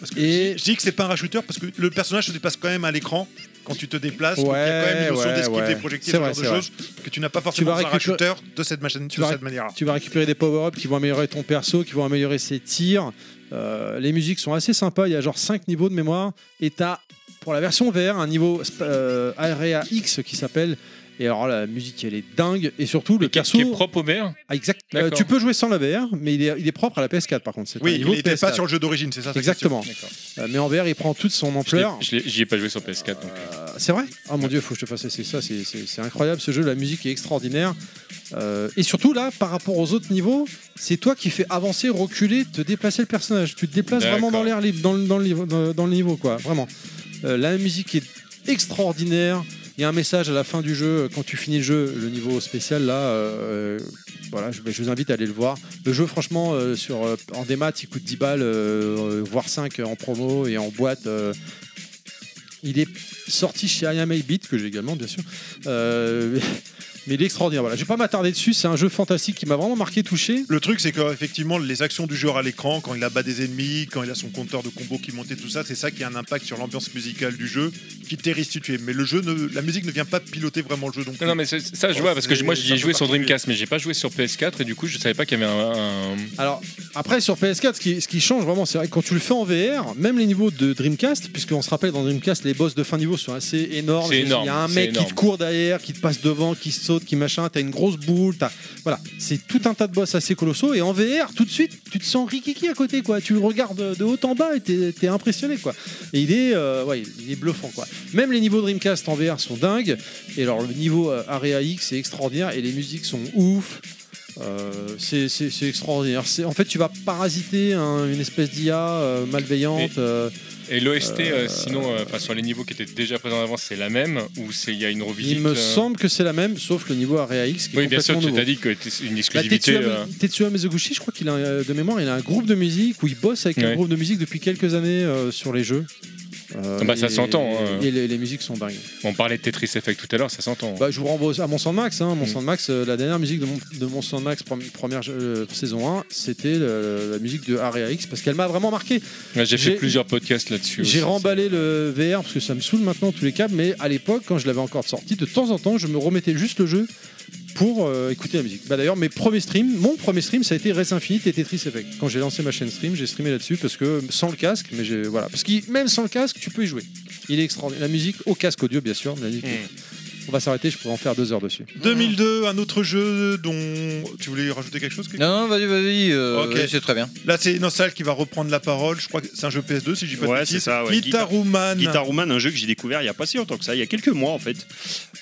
Parce que je, je dis que c'est pas un rashooter parce que le personnage se déplace quand même à l'écran quand tu te déplaces. donc il y a quand même une notion Ouais, d'esquive ouais. des projectiles, C'est ce vrai, genre de c'est choses que tu n'as pas forcément vas dans un récupérer- rashooter de cette, machine, tu de vas cette réc- manière. Tu vas récupérer des power-ups qui vont améliorer ton perso, qui vont améliorer ses tirs. Euh, les musiques sont assez sympas. Il y a genre 5 niveaux de mémoire. Et t'as, pour la version VR, un niveau sp- euh, Area X qui s'appelle. Et alors la musique elle est dingue et surtout le perso Qui est propre au VR Ah, exact. Euh, D'accord. tu peux jouer sans la VR, mais il est, il est propre à la PS4 par contre. C'est un Oui, il niveau n'était PS4. pas sur le jeu d'origine, c'est ça c'est Exactement. sûr. Euh, mais en VR, il prend toute son Je l'ai- ampleur. je l'ai- J'y ai pas joué sur PS4. donc. Euh, C'est vrai Ah mon dieu, faut que je te fasse essayer ça, c'est- c'est c'est incroyable ce jeu, la musique est extraordinaire. Euh, et surtout là, par rapport aux autres niveaux, c'est toi qui fais avancer, reculer, te déplacer le personnage. Tu te déplaces D'accord. vraiment dans l'air libre, dans, le- dans le niveau- dans- dans le niveau, quoi, vraiment. Euh, la musique est extraordinaire. Il y a un message à la fin du jeu, euh, quand tu finis le jeu, le niveau spécial là, euh, euh, voilà, je, je vous invite à aller le voir. Le jeu, franchement, euh, sur, euh, en démat, il coûte 10 balles, euh, euh, voire 5 en promo et en boîte. euh, il est sorti chez I Am 8-Bit, que j'ai également, bien sûr. Euh, mais il est extraordinaire. Voilà, je vais pas m'attarder dessus. C'est un jeu fantastique qui m'a vraiment marqué, touché. Le truc, c'est qu'effectivement, les actions du joueur à l'écran, quand il abat des ennemis, quand il a son compteur de combos qui monte et tout ça, c'est ça qui a un impact sur l'ambiance musicale du jeu, qui t'est restitué. Mais le jeu, ne- la musique ne vient pas piloter vraiment le jeu. Donc Non, non, mais c'est- ça, je vois, parce que moi, j'y ai joué sur Dreamcast, mais j'ai pas joué sur PS4, et du coup, je savais pas qu'il y avait un. un- Alors, après, sur PS4, ce qui, ce qui change vraiment, c'est vrai que quand tu le fais en VR, même les niveaux de Dreamcast, puisqu'on se rappelle dans Dreamcast, les boss de fin de niveau sont assez énormes. C'est énorme, Il y a un c'est mec qui énorme. te court derrière, qui te passe devant, qui saute, qui machin. T'as une grosse boule. t'as- Voilà, c'est tout un tas de boss assez colossaux. Et en VR, tout de suite, tu te sens rikiki à côté, quoi. Tu le regardes de haut en bas et t'es t'es impressionné, quoi. Et il est, euh, ouais, il est bluffant, quoi. Même les niveaux Dreamcast en VR sont dingues. Et alors, le niveau euh, Area X est extraordinaire et les musiques sont ouf. Euh, c'est c'est- c'est extraordinaire. C'est- En fait, tu vas parasiter un- une espèce d'IA euh, malveillante. euh, Et l'OST, Euh, euh, sinon, euh, enfin, sur les niveaux qui étaient déjà présents avant, c'est la même, ou c'est- il y a une revisite il me euh, semble que c'est la même, sauf le niveau Area X qui est Oui, bien sûr, complètement tu nouveau. t'as dit que c'est une Bah, exclusivité. Tetsuya, euh, Tetsuya Mizoguchi, je crois qu'il a euh, de mémoire, il a un groupe de musique où il bosse avec un Ouais. groupe de musique depuis quelques années euh, sur les jeux. Euh, Ah bah, ça et- s'entend, hein. Et les, les musiques sont dingues. On parlait de Tetris Effect tout à l'heure, ça s'entend. hein. Bah, je vous renvoie à mon Sandmax. Hein. Mon Mm. Sandmax, euh, la dernière musique de mon, de mon Sandmax, premi- première euh, saison 1, c'était le- la musique de Area X parce qu'elle m'a vraiment marqué. Ouais, J'ai fait j'ai- plusieurs podcasts là-dessus. J'ai aussi. remballé le VR parce que ça me saoule maintenant tous les câbles, mais à l'époque, quand je l'avais encore sorti, de temps en temps, je me remettais juste le jeu pour euh, écouter la musique. Bah d'ailleurs, mes premiers streams, mon premier stream, ça a été Res Infinite et Tetris Effect. Quand j'ai lancé ma chaîne stream, j'ai streamé là-dessus parce que sans le casque, mais j'ai voilà, parce que même sans le casque, tu peux y jouer. Il est extraordinaire. La musique au casque audio, bien sûr. mais la musique- On va s'arrêter, je pourrais en faire deux heures dessus. 2002, un autre jeu dont tu voulais rajouter quelque chose Kiko Non, non, vas-y, vas-y, euh, Ok. oui, c'est très bien. Là, c'est Nostal qui va reprendre la parole. Je crois que c'est un jeu PS2, si j'ai pas de Ouais, bêtises. c'est ça. Ouais. Guitar Woman. Guitar Woman, un jeu que j'ai découvert il n'y a pas si longtemps que ça, il y a quelques mois en fait,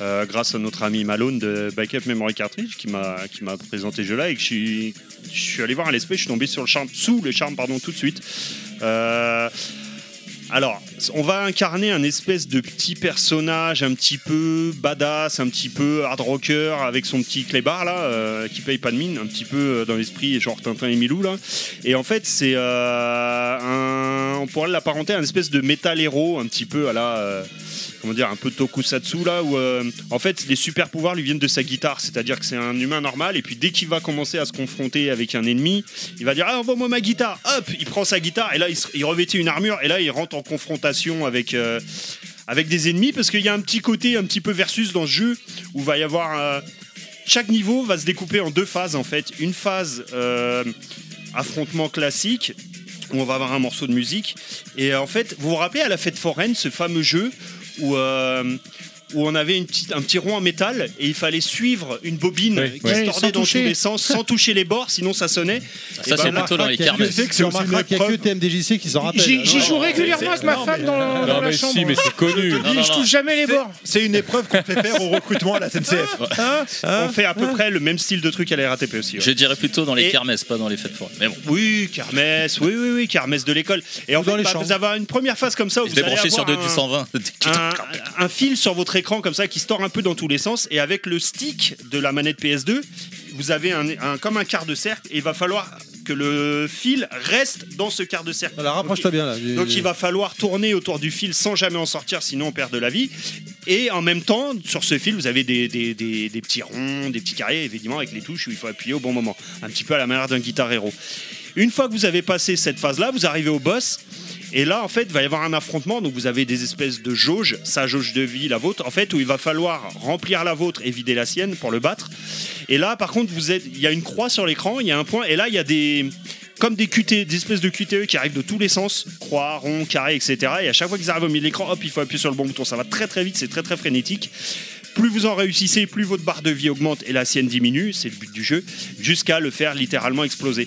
euh, grâce à notre ami Malone de Backup Memory Cartridge qui m'a qui m'a présenté ce jeu-là et que je suis je suis allé voir à l'espèce, je suis tombé sur le charme, sous le charme pardon tout de suite. Euh, alors, on va incarner un espèce de petit personnage un petit peu badass, un petit peu hard rocker avec son petit clébard là, euh, qui paye pas de mine, un petit peu euh, dans l'esprit genre Tintin et Milou là. Et en fait, c'est euh, un, on pourrait l'apparenter à un espèce de métal héros un petit peu à la euh, comment dire, un peu tokusatsu là où euh, en fait les super pouvoirs lui viennent de sa guitare, c'est-à-dire que c'est un humain normal et puis dès qu'il va commencer à se confronter avec un ennemi, il va dire ah envoie-moi ma guitare, hop, il prend sa guitare et là il, se- il revêtit une armure et là il rentre en confrontation avec euh, avec des ennemis parce qu'il y a un petit côté un petit peu versus dans ce jeu où va y avoir euh, chaque niveau va se découper en deux phases en fait, une phase euh, affrontement classique où on va avoir un morceau de musique. Et euh, en fait, vous vous rappelez à la fête foraine, ce fameux jeu où, euh, où on avait une petite, un petit rond en métal et il fallait suivre une bobine qui ouais. se tordait Ouais, sans dans toucher. tous les sens sans toucher les bords, sinon ça sonnait. ben Ça, c'est plutôt dans les kermesses. Tu remarqueras qu'il n'y a que TMDJC qui s'en rappelle. J'y j'y joue régulièrement avec ma non, femme mais- dans Non, la- dans la mais chambre. si, mais c'est connu. Je dis, Je touche jamais les bords. C'est une épreuve qu'on fait faire au recrutement à la SNCF. Hein on fait à peu Ah. près le même style de truc à la RATP aussi. ouais. Je dirais plutôt dans les Et- kermesses, pas dans les fêtes foraines. Mais bon, Oui, kermesse, oui, oui, oui, kermesse de l'école. Et en fait, bah, vous avez une première phase comme ça où je vous vais allez brancher sur avoir de, un- du 120. un, un fil sur votre écran comme ça qui se tord un peu dans tous les sens et avec le stick de la manette PS2 vous avez un, un- comme un quart de cercle et il va falloir que le fil reste dans ce quart de cercle Voilà, rapproche-toi bien là. J'ai- donc il va falloir tourner autour du fil sans jamais en sortir, sinon on perd de la vie. Et en même temps, sur ce fil, vous avez des, des- des- des petits ronds, des petits carrés, évidemment, avec les touches où il faut appuyer au bon moment. Un petit peu à la manière d'un guitar héros. Une fois que vous avez passé cette phase-là, vous arrivez au boss. Et là, en fait, va y avoir un affrontement. Donc, vous avez des espèces de jauges, sa jauge de vie, la vôtre, en fait, où il va falloir remplir la vôtre et vider la sienne pour le battre. Et là, par contre, vous êtes, il y a une croix sur l'écran, il y a un point, et là, il y a des. Comme des QTE, des espèces de QTE qui arrivent de tous les sens, croix, rond, carré, etc. Et à chaque fois qu'ils arrivent au milieu de l'écran, hop, il faut appuyer sur le bon bouton. Ça va très très vite, c'est très très frénétique. Plus vous en réussissez, plus votre barre de vie augmente et la sienne diminue, c'est le but du jeu, jusqu'à le faire littéralement exploser.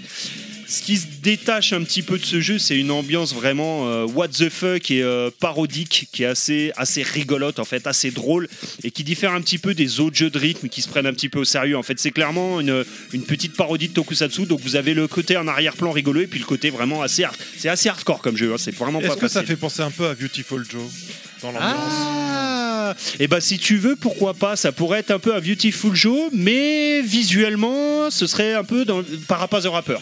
Ce qui se détache un petit peu de ce jeu, c'est une ambiance vraiment euh, what the fuck et euh, parodique, qui est assez, assez rigolote en fait, assez drôle, et qui diffère un petit peu des autres jeux de rythme qui se prennent un petit peu au sérieux. En fait, c'est clairement une, une petite parodie de Tokusatsu, donc vous avez le côté en arrière-plan rigolo et puis le côté vraiment assez hard. C'est assez hardcore comme jeu, hein, c'est vraiment pas Est-ce que ça facile. fait penser un peu à Beautiful Joe dans l'ambiance Ah Et bah si tu veux, pourquoi pas Ça pourrait être un peu un Beautiful Joe, mais visuellement, ce serait un peu dans, par rapport au rappeur.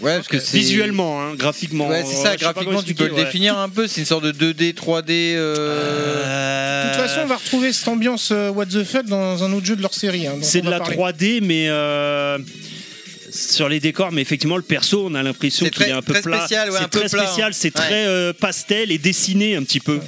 Ouais, parce que c'est- Visuellement, hein, graphiquement. Ouais, c'est ça, euh, je sais pas comment graphiquement, tu peux le expliquer, ouais. définir un peu. C'est une sorte de 2D, 3D. euh, De toute façon, on va retrouver cette ambiance euh, what the fuck dans un autre jeu de leur série. hein, dont C'est on de va la parler. 3D, mais euh, sur les décors, mais effectivement, le perso, on a l'impression C'est qu'il très- est un peu très plat. spécial, ouais, c'est un peu très plat, spécial, hein. c'est Ouais. très euh, pastel et dessiné un petit peu.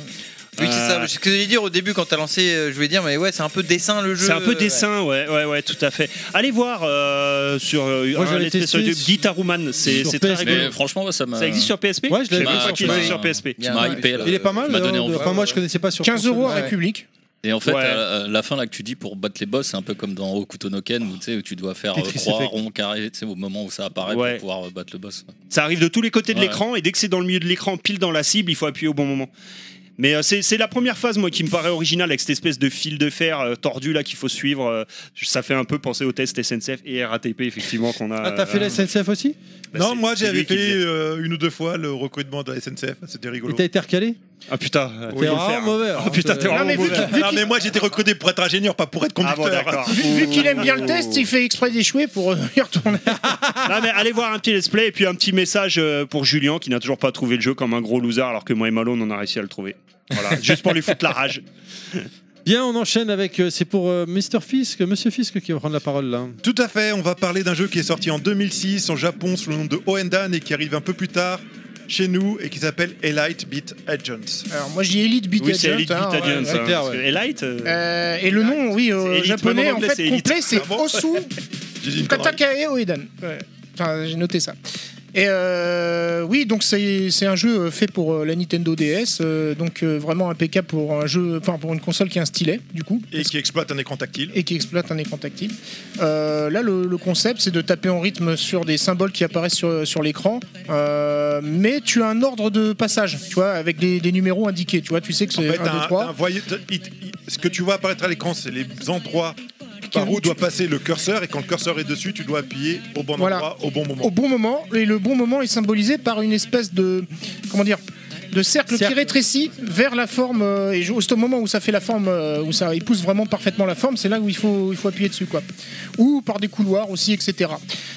Oui, c'est Euh, ça. Ce que j'allais dire au début quand t'as lancé, euh, je voulais dire, mais ouais, c'est un peu dessin le jeu. C'est un peu euh, dessin, ouais, ouais, ouais, tout à fait. Allez voir euh, sur euh, Moi, un j'avais let's play sur testé YouTube, Guitar Woman, c'est sur c'est très PSP. rigolo. Mais franchement, ouais, ça m'a- existe sur PSP Euh, Ouais, je l'avais savais vu pas sur qu'il était PSP. sur PSP. Tu m'as hypé, là. Il est pas mal. Tu m'as donné euh, envie. Enfin, moi, je connaissais pas sur 15 euros à console. Ouais. République. Et en fait, Ouais. à la fin, là, que tu dis pour battre les boss, c'est un peu comme dans Hokuto no Ken, où, tu sais, où tu dois faire euh, Tetris croix, Effect. rond, carré, tu sais, au moment où ça apparaît pour pouvoir euh, battre le boss. Ça arrive de tous les côtés de Ouais. l'écran et dès que c'est dans le milieu de l'écran, pile dans la cible, il faut appuyer au bon moment. Mais euh, c'est c'est la première phase, moi, qui me paraît originale avec cette espèce de fil de fer euh, tordu là qu'il faut suivre. euh, ça fait un peu penser aux tests SNCF et RATP, effectivement, qu'on a. Ah, t'as fait euh, la SNCF aussi bah, Non, c'est- moi c'est j'avais lui qui fait faisait. euh, une ou deux fois le recrutement de la SNCF, Ah, c'était rigolo. Et t'as été recalé Ah putain, t'es vraiment mauvais, hein, Ah putain, t'es- t'es vraiment Non, mais vu mauvais. qu'il- vu Ah, non, mais moi j'étais recruté pour être ingénieur, pas pour être conducteur. Vu qu'il aime bien le test, il fait exprès d'échouer pour euh, y retourner. Non, mais allez voir un petit let's play et puis un petit message euh, pour Julien qui n'a toujours pas trouvé le jeu comme un gros loser alors que moi et Malone on a réussi à le trouver. Voilà, juste pour lui foutre la rage. Bien, on enchaîne avec. euh, c'est pour euh, Mr. Fisk, Monsieur Fisk qui va prendre la parole là. Tout à fait, on va parler d'un jeu qui est sorti en 2006 au Japon sous le nom de Oendan et qui arrive un peu plus tard chez nous et qui s'appelle Elite Beat Agents. Alors, moi, je dis Elite Beat Oui, Agent. c'est Elite hein, Beat Agent, ouais, ça, ouais. parce que Elite Euh, et le nom, oui, au Elite, japonais, même en en anglais, c'est fait, Elite. complet, c'est Ah bon Osu J'ai dit une connerie. Katakae Oedan. Ouais. Enfin, j'ai noté ça. Et euh, oui, donc c'est c'est un jeu euh, fait pour euh, la Nintendo DS, euh, donc euh, vraiment impeccable pour un jeu, enfin pour une console qui a un stylet, du coup. Et qui exploite un écran tactile. et qui exploite un écran tactile. Euh, là, le, le concept, c'est de taper en rythme sur des symboles qui apparaissent sur, sur l'écran, Euh, mais tu as un ordre de passage, tu vois, avec des, des numéros indiqués, tu vois, tu sais que En c'est fait, 1, 2, un- 3. un voyeur- il- il- ce que tu vois apparaître à l'écran, c'est les endroits par où doit passer le curseur et quand le curseur est dessus, tu dois appuyer au bon Voilà. endroit, au bon moment. Au bon moment, et le bon moment est symbolisé par une espèce de. Comment dire de cercle, qui rétrécit vers la forme euh, et juste au moment où ça fait la forme euh, où ça épouse vraiment parfaitement la forme c'est là où il faut, il faut appuyer dessus quoi ou par des couloirs aussi etc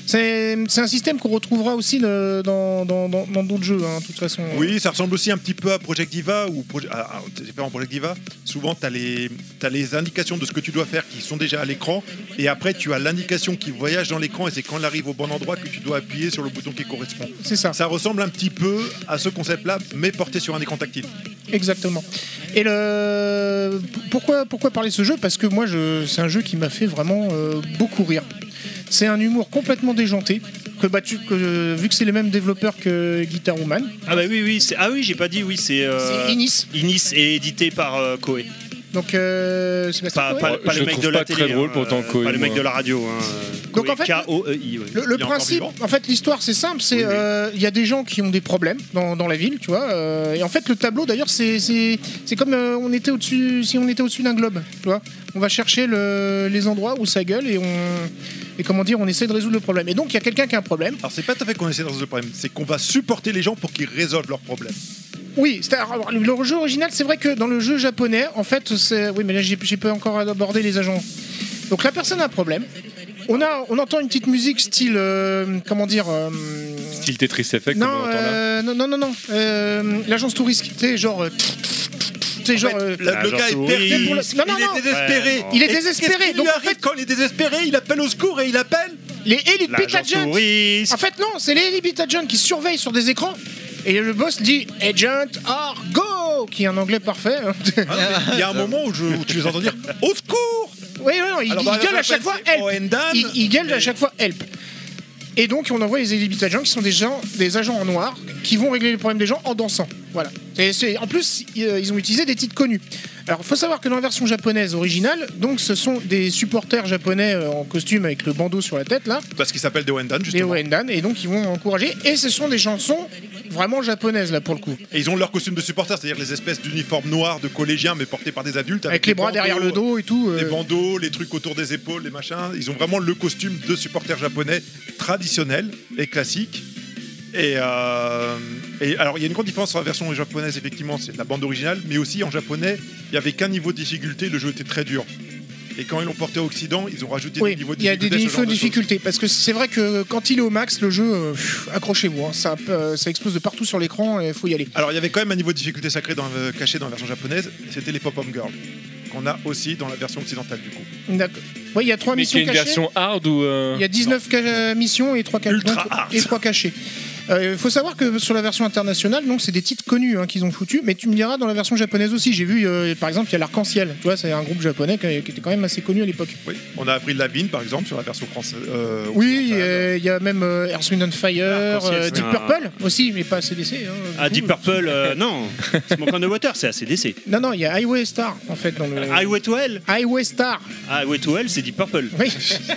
c'est c'est un système qu'on retrouvera aussi euh, dans dans- dans- dans d'autres jeux hein, de toute façon Oui, ça ressemble aussi un petit peu à Project Diva ou Proje- à- à- aux différents Project Diva. Souvent, tu as, les indications de ce que tu dois faire qui sont déjà à l'écran et après, tu as l'indication qui voyage dans l'écran et c'est quand elle arrive au bon endroit que tu dois appuyer sur le bouton qui correspond. C'est ça. Ça ressemble un petit peu à ce concept-là, mais porté sur un écran tactile. Exactement. Et le pourquoi pourquoi parler de ce jeu Parce que moi, je... c'est un jeu qui m'a fait vraiment euh, beaucoup rire. C'est un humour complètement déjanté que battu que vu que c'est les mêmes développeurs que Guitar Woman. Ah bah oui oui, c'est- ah oui, j'ai pas dit oui, c'est euh, C'est Inis. Inis et édité par euh, Koei. Donc euh, Sébastien Pas, Coé. pas- pas Je le le mec trouve de la pas télé. très drôle hein, pourtant, euh, Koei, Pas le mec moi. de la radio. hein, Donc, Koei, en fait, E K-O-E-I, ouais. Le, le Il est encore principe, vivant. en fait, l'histoire, c'est simple. C'est euh, il y a des gens qui ont des problèmes dans, dans la ville, tu vois. euh, et en fait, le tableau, d'ailleurs, c'est c'est c'est comme euh, on était au-dessus, si on était au-dessus d'un globe, tu vois. On va chercher le- les endroits où ça gueule et on et comment dire, on essaie de résoudre le problème. Et donc, il y a quelqu'un qui a un problème. Alors, c'est pas tout à fait qu'on essaie de résoudre le problème, c'est qu'on va supporter les gens pour qu'ils résolvent leurs problèmes. Oui, c'est- alors, le jeu original, c'est vrai que dans le jeu japonais, en fait, c'est. Oui, mais là, j'ai j'ai pas encore abordé les agents. Donc la personne a un problème. On, a, on entend une petite musique style. euh, comment dire euh, Style Tetris Effect, comme on non, entend là. euh, non, non, non, non. Euh, L'agence touriste, tu sais, genre. euh, tu sais, genre. euh, Le, le gars est perdu, Pour le- non, non, il non. est désespéré. Ouais, non. Il est Et désespéré, Qu'est-ce qui donc lui en arrive quand il est désespéré Il appelle au secours et il appelle Les Elite Beat L'agence Agents. touriste. En fait, non, c'est les Elite Beat Agents qui surveillent sur des écrans. Et le boss dit Agent or go qui est un anglais parfait. hein. Il y a un moment où, je- où tu les entends dire Au secours Oui, oui, non, il, Alors, il dans la gueule à version chaque fois française, help. Il, il gueule à chaque fois help. Et donc, on envoie les Elite agents qui sont des, gens, des agents en noir qui vont régler les problèmes des gens en dansant. Voilà. Et c'est- en plus, i- euh, ils ont utilisé des titres connus. Alors, faut savoir que dans la version japonaise originale, donc, ce sont des supporters japonais euh, en costume avec le bandeau sur la tête, là. Parce qu'ils s'appellent des Wendan, Des justement. Wendan, et donc ils vont encourager. Et ce sont des chansons vraiment japonaises, là, pour le coup. Et ils ont leur costume de supporters, c'est-à-dire les espèces d'uniformes noirs de collégiens, mais portés par des adultes. Avec les bras bandeaux, derrière le dos et tout. euh, Les bandeaux, les trucs autour des épaules, les machins. Ils ont vraiment le costume de supporters japonais traditionnel et classique. Et, euh, et alors, il y a une grande différence sur la version japonaise, effectivement, c'est la bande originale, mais aussi en japonais, il n'y avait qu'un niveau de difficulté, le jeu était très dur. Et quand ils l'ont porté à Occident, ils ont rajouté Oui, des niveaux de il y a des difficulté. ce niveaux genre de de choses. difficulté parce que c'est vrai que quand il est au max, le jeu, euh, pff, accrochez-vous, hein, ça, euh, ça explose de partout sur l'écran et faut y aller. Alors il y avait quand même un niveau de difficulté sacré dans, euh, caché dans la version japonaise, c'était les pop-up girls, qu'on a aussi dans la version occidentale du coup. D'accord. Ouais, il y a trois Mais missions qu'il y a une cachées. version hard ou. hein. euh, Il y a 19 ca- euh, missions et 3, et trois cachés. Il faut savoir que sur la version internationale, donc c'est des titres connus hein, qu'ils ont foutus, mais tu me diras dans la version japonaise aussi. J'ai vu, euh, par exemple, il y a l'Arc-en-Ciel. Tu vois, c'est un groupe japonais qui, qui était quand même assez connu à l'époque. Oui. On a Avril Lavigne par exemple sur la version française. euh, Oui, euh, il y a même euh, Earth, Wind and Fire, Arc-en-Ciel, euh, c'est Deep un- Purple aussi, mais pas CDC. hein, du Ah, coup. Deep Purple, euh, non. Smoke on the Water, c'est ACDC. Non, non, il y a Highway Star en fait dans le. Highway to Hell Highway Star Highway to Hell, c'est Deep Purple. Oui.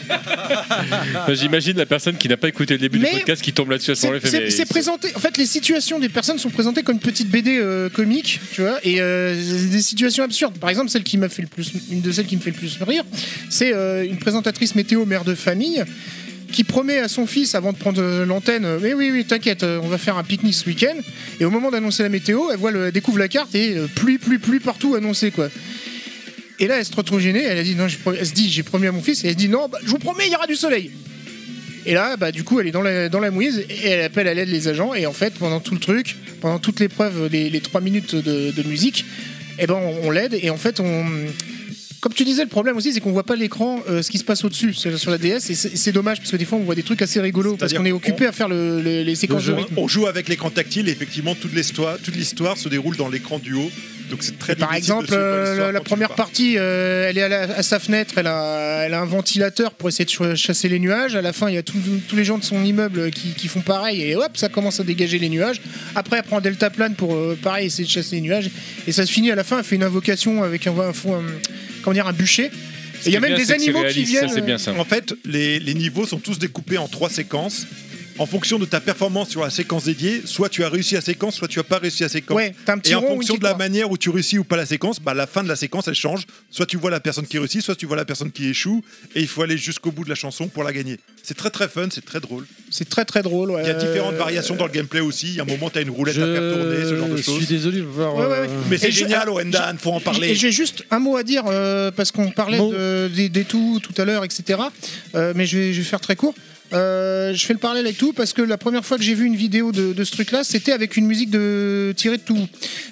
Bah, J'imagine la personne qui n'a pas écouté le début Mais du podcast qui tombe là-dessus à son C'est- live, mais- C'est c'est présenté. En fait, les situations des personnes sont présentées comme une petite BD euh, comique, tu vois, et euh, c'est des situations absurdes. Par exemple, celle qui m'a fait le plus, une de celles qui me fait le plus rire, c'est euh, une présentatrice météo mère de famille qui promet à son fils avant de prendre euh, l'antenne euh, mais oui oui t'inquiète euh, on va faire un pique-nique ce week-end et au moment d'annoncer la météo elle voit le, elle découvre la carte et euh, pluie pluie pluie partout annoncée quoi et là elle se retrouve gênée elle a dit non j'ai promis- elle se dit j'ai promis à mon fils et elle se dit non bah, je vous promets il y aura du soleil et là, bah, du coup, elle est dans la, dans la mouise et elle appelle à l'aide les agents. Et en fait, pendant tout le truc, pendant toute l'épreuve, les, les 3 minutes de, de musique, eh ben, on, on l'aide. Et en fait, on. Comme tu disais, le problème aussi, c'est qu'on voit pas l'écran, euh, ce qui se passe au-dessus sur sur la DS. Et c'est c'est dommage parce que des fois, on voit des trucs assez rigolos parce qu'on est occupé à faire le- le- les séquences de Le jeu, rythme. on joue avec l'écran tactile et effectivement toute l'histoire, toute l'histoire se déroule dans l'écran du haut. Donc c'est très Par difficile de exemple, suivre euh, l'histoire la, la quand tu première pars. partie, euh, elle est à, la- à sa fenêtre, elle a, elle a un ventilateur pour essayer de ch- chasser les nuages. À la fin, il y a tout- tous les gens de son immeuble qui, qui font pareil et hop, ça commence à dégager les nuages. Après, elle prend un delta plane pour euh, pareil essayer de chasser les nuages. Et ça se finit à la fin, elle fait une invocation avec un, un fond, un- comment dire, un bûcher. Et il y a qui est même bien, des c'est que c'est animaux qui réaliste, ça, viennent. euh, c'est bien ça. En fait, les, les niveaux sont tous découpés en trois séquences. En fonction de ta performance sur la séquence dédiée, soit tu as réussi la séquence, soit tu n'as pas réussi la séquence. Ouais, t'as un petit et en rond ou une fonction petite de la croix. manière où tu réussis ou pas la séquence, bah, la fin de la séquence, elle change. Soit tu vois la personne qui réussit, soit tu vois la personne qui échoue. Et il faut aller jusqu'au bout de la chanson pour la gagner. C'est très très fun, c'est très drôle. C'est très très drôle. ouais. Il y a différentes Euh, variations dans le gameplay aussi. Il y a un moment, tu as une roulette à faire tourner, ce genre de Je choses. suis désolé de voir. euh, Ouais, ouais, ouais. Mais c'est Et je- génial, alors, Oendan, faut en parler. Et j'ai juste un mot à dire euh, parce qu'on parlait Mot. de- des, des tout tout à l'heure, etc. Euh, mais je vais, je vais faire très court. Euh, je fais le parallèle avec tout parce que la première fois que j'ai vu une vidéo de, de ce truc-là, c'était avec une musique de tirée de tout.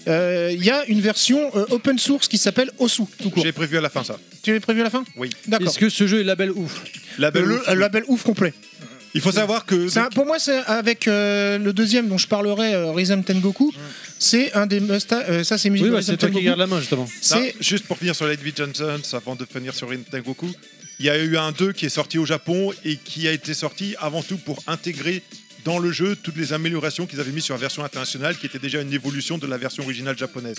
Euh, Il y a une version euh, open source qui s'appelle Osu, tout court. J'ai prévu à la fin ça. Tu l'avais prévu à la fin Oui. D'accord. Est-ce que ce jeu est label ouf La belle Euh, Le- ouf. le label ouf complet. Il faut savoir que C'est un- pour moi, c'est avec euh, le deuxième dont je parlerai, euh, Rhythm Tengoku. C'est un des must euh, Ça, c'est musique Oui, de bah, Rhythm c'est toi qui Tengoku. garde la main justement. Non, C'est juste pour finir sur Lightweight Johnson, avant de finir sur Goku, il y a eu un 2 qui est sorti au Japon et qui a été sorti avant tout pour intégrer dans le jeu toutes les améliorations qu'ils avaient mis sur la version internationale qui était déjà une évolution de la version originale japonaise.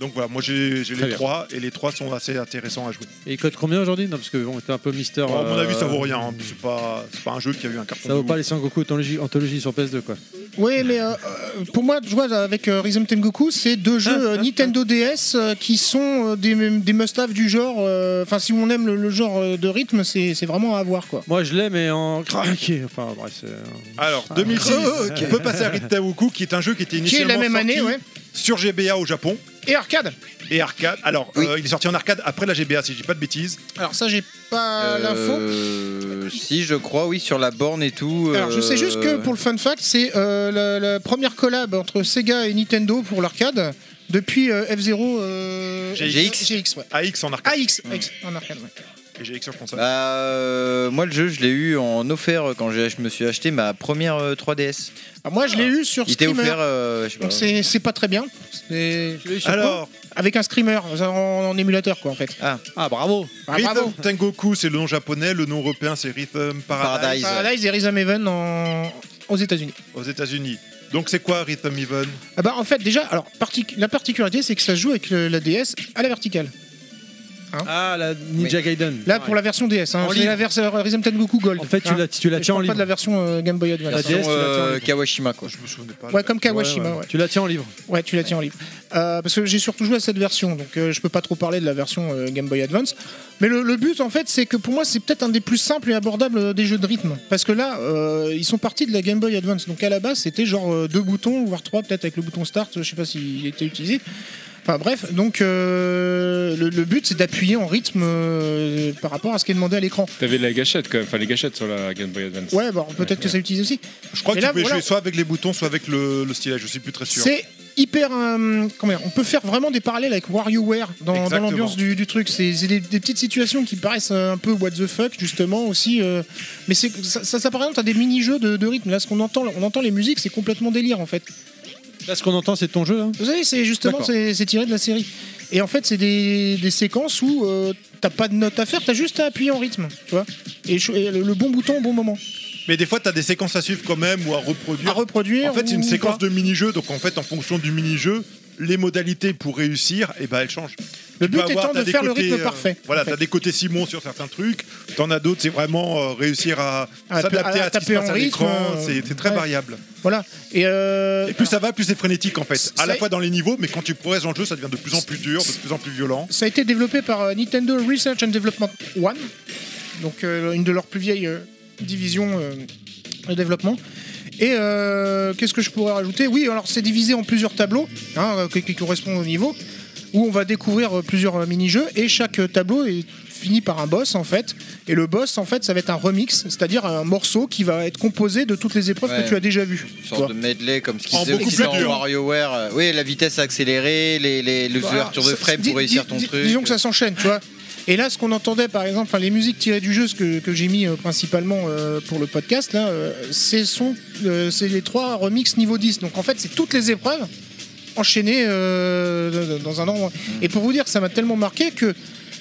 Donc voilà, moi j'ai j'ai Très les bien. Euh, trois et les trois sont assez intéressants à jouer. Et il code combien aujourd'hui Non, parce que bon, t'es un peu mystère. Bon, Oh, à mon euh, avis, ça vaut rien, hein. c'est pas, c'est pas un jeu qui a eu un carton. Ça vaut de pas ouf. les Sangoku Anthology, Anthology sur PS2 quoi. Oui, mais euh, euh, pour moi, je vois avec euh, Rhythm Tengoku, c'est deux jeux euh, Nintendo DS euh, qui sont euh, des, des must-have du genre. euh, Enfin, si on aime le, le genre euh, de rythme, c'est c'est vraiment à avoir quoi. Moi je l'ai mais en craqué. Enfin bref, c'est. euh, Alors, 2006, on peut passer à Rintagoku qui est un jeu qui était Qui est initialement la même sorti année, ouais. sur GBA au Japon Et arcade. et arcade. Alors, euh, il est sorti en arcade après la GBA, si je dis pas de bêtises. Alors ça, j'ai Euh, pas l'info. Euh, si, je crois, oui, sur la borne et tout. Alors je sais juste que euh, pour le fun fact, c'est euh, la, la première collab entre Sega et Nintendo pour l'arcade depuis euh, F0 GX. GX ouais. AX en arcade. AX, AX, en arcade. ouais. Et j'ai l'excellente console. Bah, euh, moi, le jeu, je l'ai eu en offert quand j'ai- je me suis acheté ma première euh, 3DS. moi, Ah. je l'ai eu sur Il était streamer. offert, euh, je sais pas. Donc c'est c'est pas très bien. C'est- sur Alors Avec un screamer, en, en émulateur quoi en fait. Ah, bravo. Rhythm bravo. Tengoku, c'est le nom japonais, le nom européen c'est Rhythm Paradise. Paradise et Rhythm Heaven en- aux États-Unis. Aux États-Unis. Donc c'est quoi Rhythm Even Ah bah en fait déjà, alors partic- la particularité c'est que ça se joue avec le- la DS à la verticale. Ah, la Ninja Gaiden. Là pour la version DS, hein, En c'est ligne. la version Rhythm Tengoku Gold. Hein. En fait, tu la- tu la tiens en pas ligne. de la version euh, Game Boy Advance. La DS, tu la tiens en ligne. euh, Kawashima, quoi. Je me souvenais pas. Ouais, comme Kawashima, ouais. Tu la tiens en livre. Ouais, tu la tiens en libre. Euh, parce que j'ai surtout joué à cette version, donc euh, je peux pas trop parler de la version euh, Game Boy Advance. Mais le, le but, en fait, c'est que pour moi, c'est peut-être un des plus simples et abordables euh, des jeux de rythme. Parce que là, euh, ils sont partis de la Game Boy Advance. Donc à la base, c'était genre euh, deux boutons, voire trois, peut-être avec le bouton Start, je sais pas s'il était utilisé. Enfin bref, donc euh, le, le but c'est d'appuyer en rythme euh, par rapport à ce qui est demandé à l'écran. T'avais la gâchette quand même, enfin les gâchettes sur la Game Boy Advance. Ouais, bon, peut-être que ça utilise aussi. Je crois que Et tu là, pouvais voilà. jouer soit avec les boutons, soit avec le, le stylet, je suis plus très sûr. C'est hyper. euh, comment dire, on peut faire vraiment des parallèles avec WarioWare dans, dans Exactement. l'ambiance du, du truc. C'est c'est des, des petites situations qui paraissent euh, un peu what the fuck, justement, aussi. euh, mais c'est- ça, ça s'apparente à des mini-jeux de, de rythme. Là, ce qu'on entend, on entend les musiques, c'est complètement délire, en fait. Là, ce qu'on entend, c'est de ton jeu. Hein Vous savez, c'est justement, D'accord. c'est c'est tiré de la série. Et en fait, c'est des, des séquences où euh, t'as pas de notes à faire, t'as juste à appuyer en rythme, tu vois. Et, cho- et le, le bon bouton au bon moment. Mais des fois, tu as des séquences à suivre quand même ou à reproduire. À reproduire En fait, c'est ou une séquence pas. de mini-jeu, donc en fait, en fonction du mini-jeu, les modalités pour réussir, eh ben, elles changent. Le Tu but peux avoir- étant de t'as des faire le côtés, rythme euh, parfait, Voilà, en fait. t'as des côtés Simon sur certains trucs, t'en as d'autres, c'est vraiment euh, réussir à À- s'adapter à- à, à ce qui se taper passe en à l'écran. rythme, euh, C'est c'est très ouais. variable. Voilà. Et, euh, Et plus ça va, plus c'est frénétique en fait. À la c'est- fois dans les niveaux, mais quand tu progresses dans le jeu, ça devient de plus en plus dur, de plus en plus violent. Ça a été développé par euh, Nintendo Research and Development One, donc euh, une de leurs plus vieilles euh, divisions euh, de développement. Et euh, qu'est-ce que je pourrais rajouter Oui, alors c'est divisé en plusieurs tableaux hein, euh, qui, qui correspondent au niveau, où on va découvrir euh, plusieurs euh, mini-jeux et chaque euh, tableau est fini par un boss en fait. Et le boss en fait, ça va être un remix, c'est-à-dire un morceau qui va être composé de toutes les épreuves Ouais. que tu as déjà vues. Une tu vois. sorte de medley comme ce qui En se beaucoup faisait plus en dur. WarioWare. euh, Oui, la vitesse accélérée, les, les, les Voilà, ouvertures de Bah, ça- frame dis- pour réussir dis- ton dis- truc. euh. Disons que ça s'enchaîne, tu vois. Et là, ce qu'on entendait, par exemple, enfin, les musiques tirées du jeu, ce que, que j'ai mis euh, principalement euh, pour le podcast, là, euh, c'est son- euh, c'est les trois remix niveau 10. Donc en fait, c'est toutes les épreuves enchaînées euh, dans un ordre. Et pour vous dire, ça m'a tellement marqué que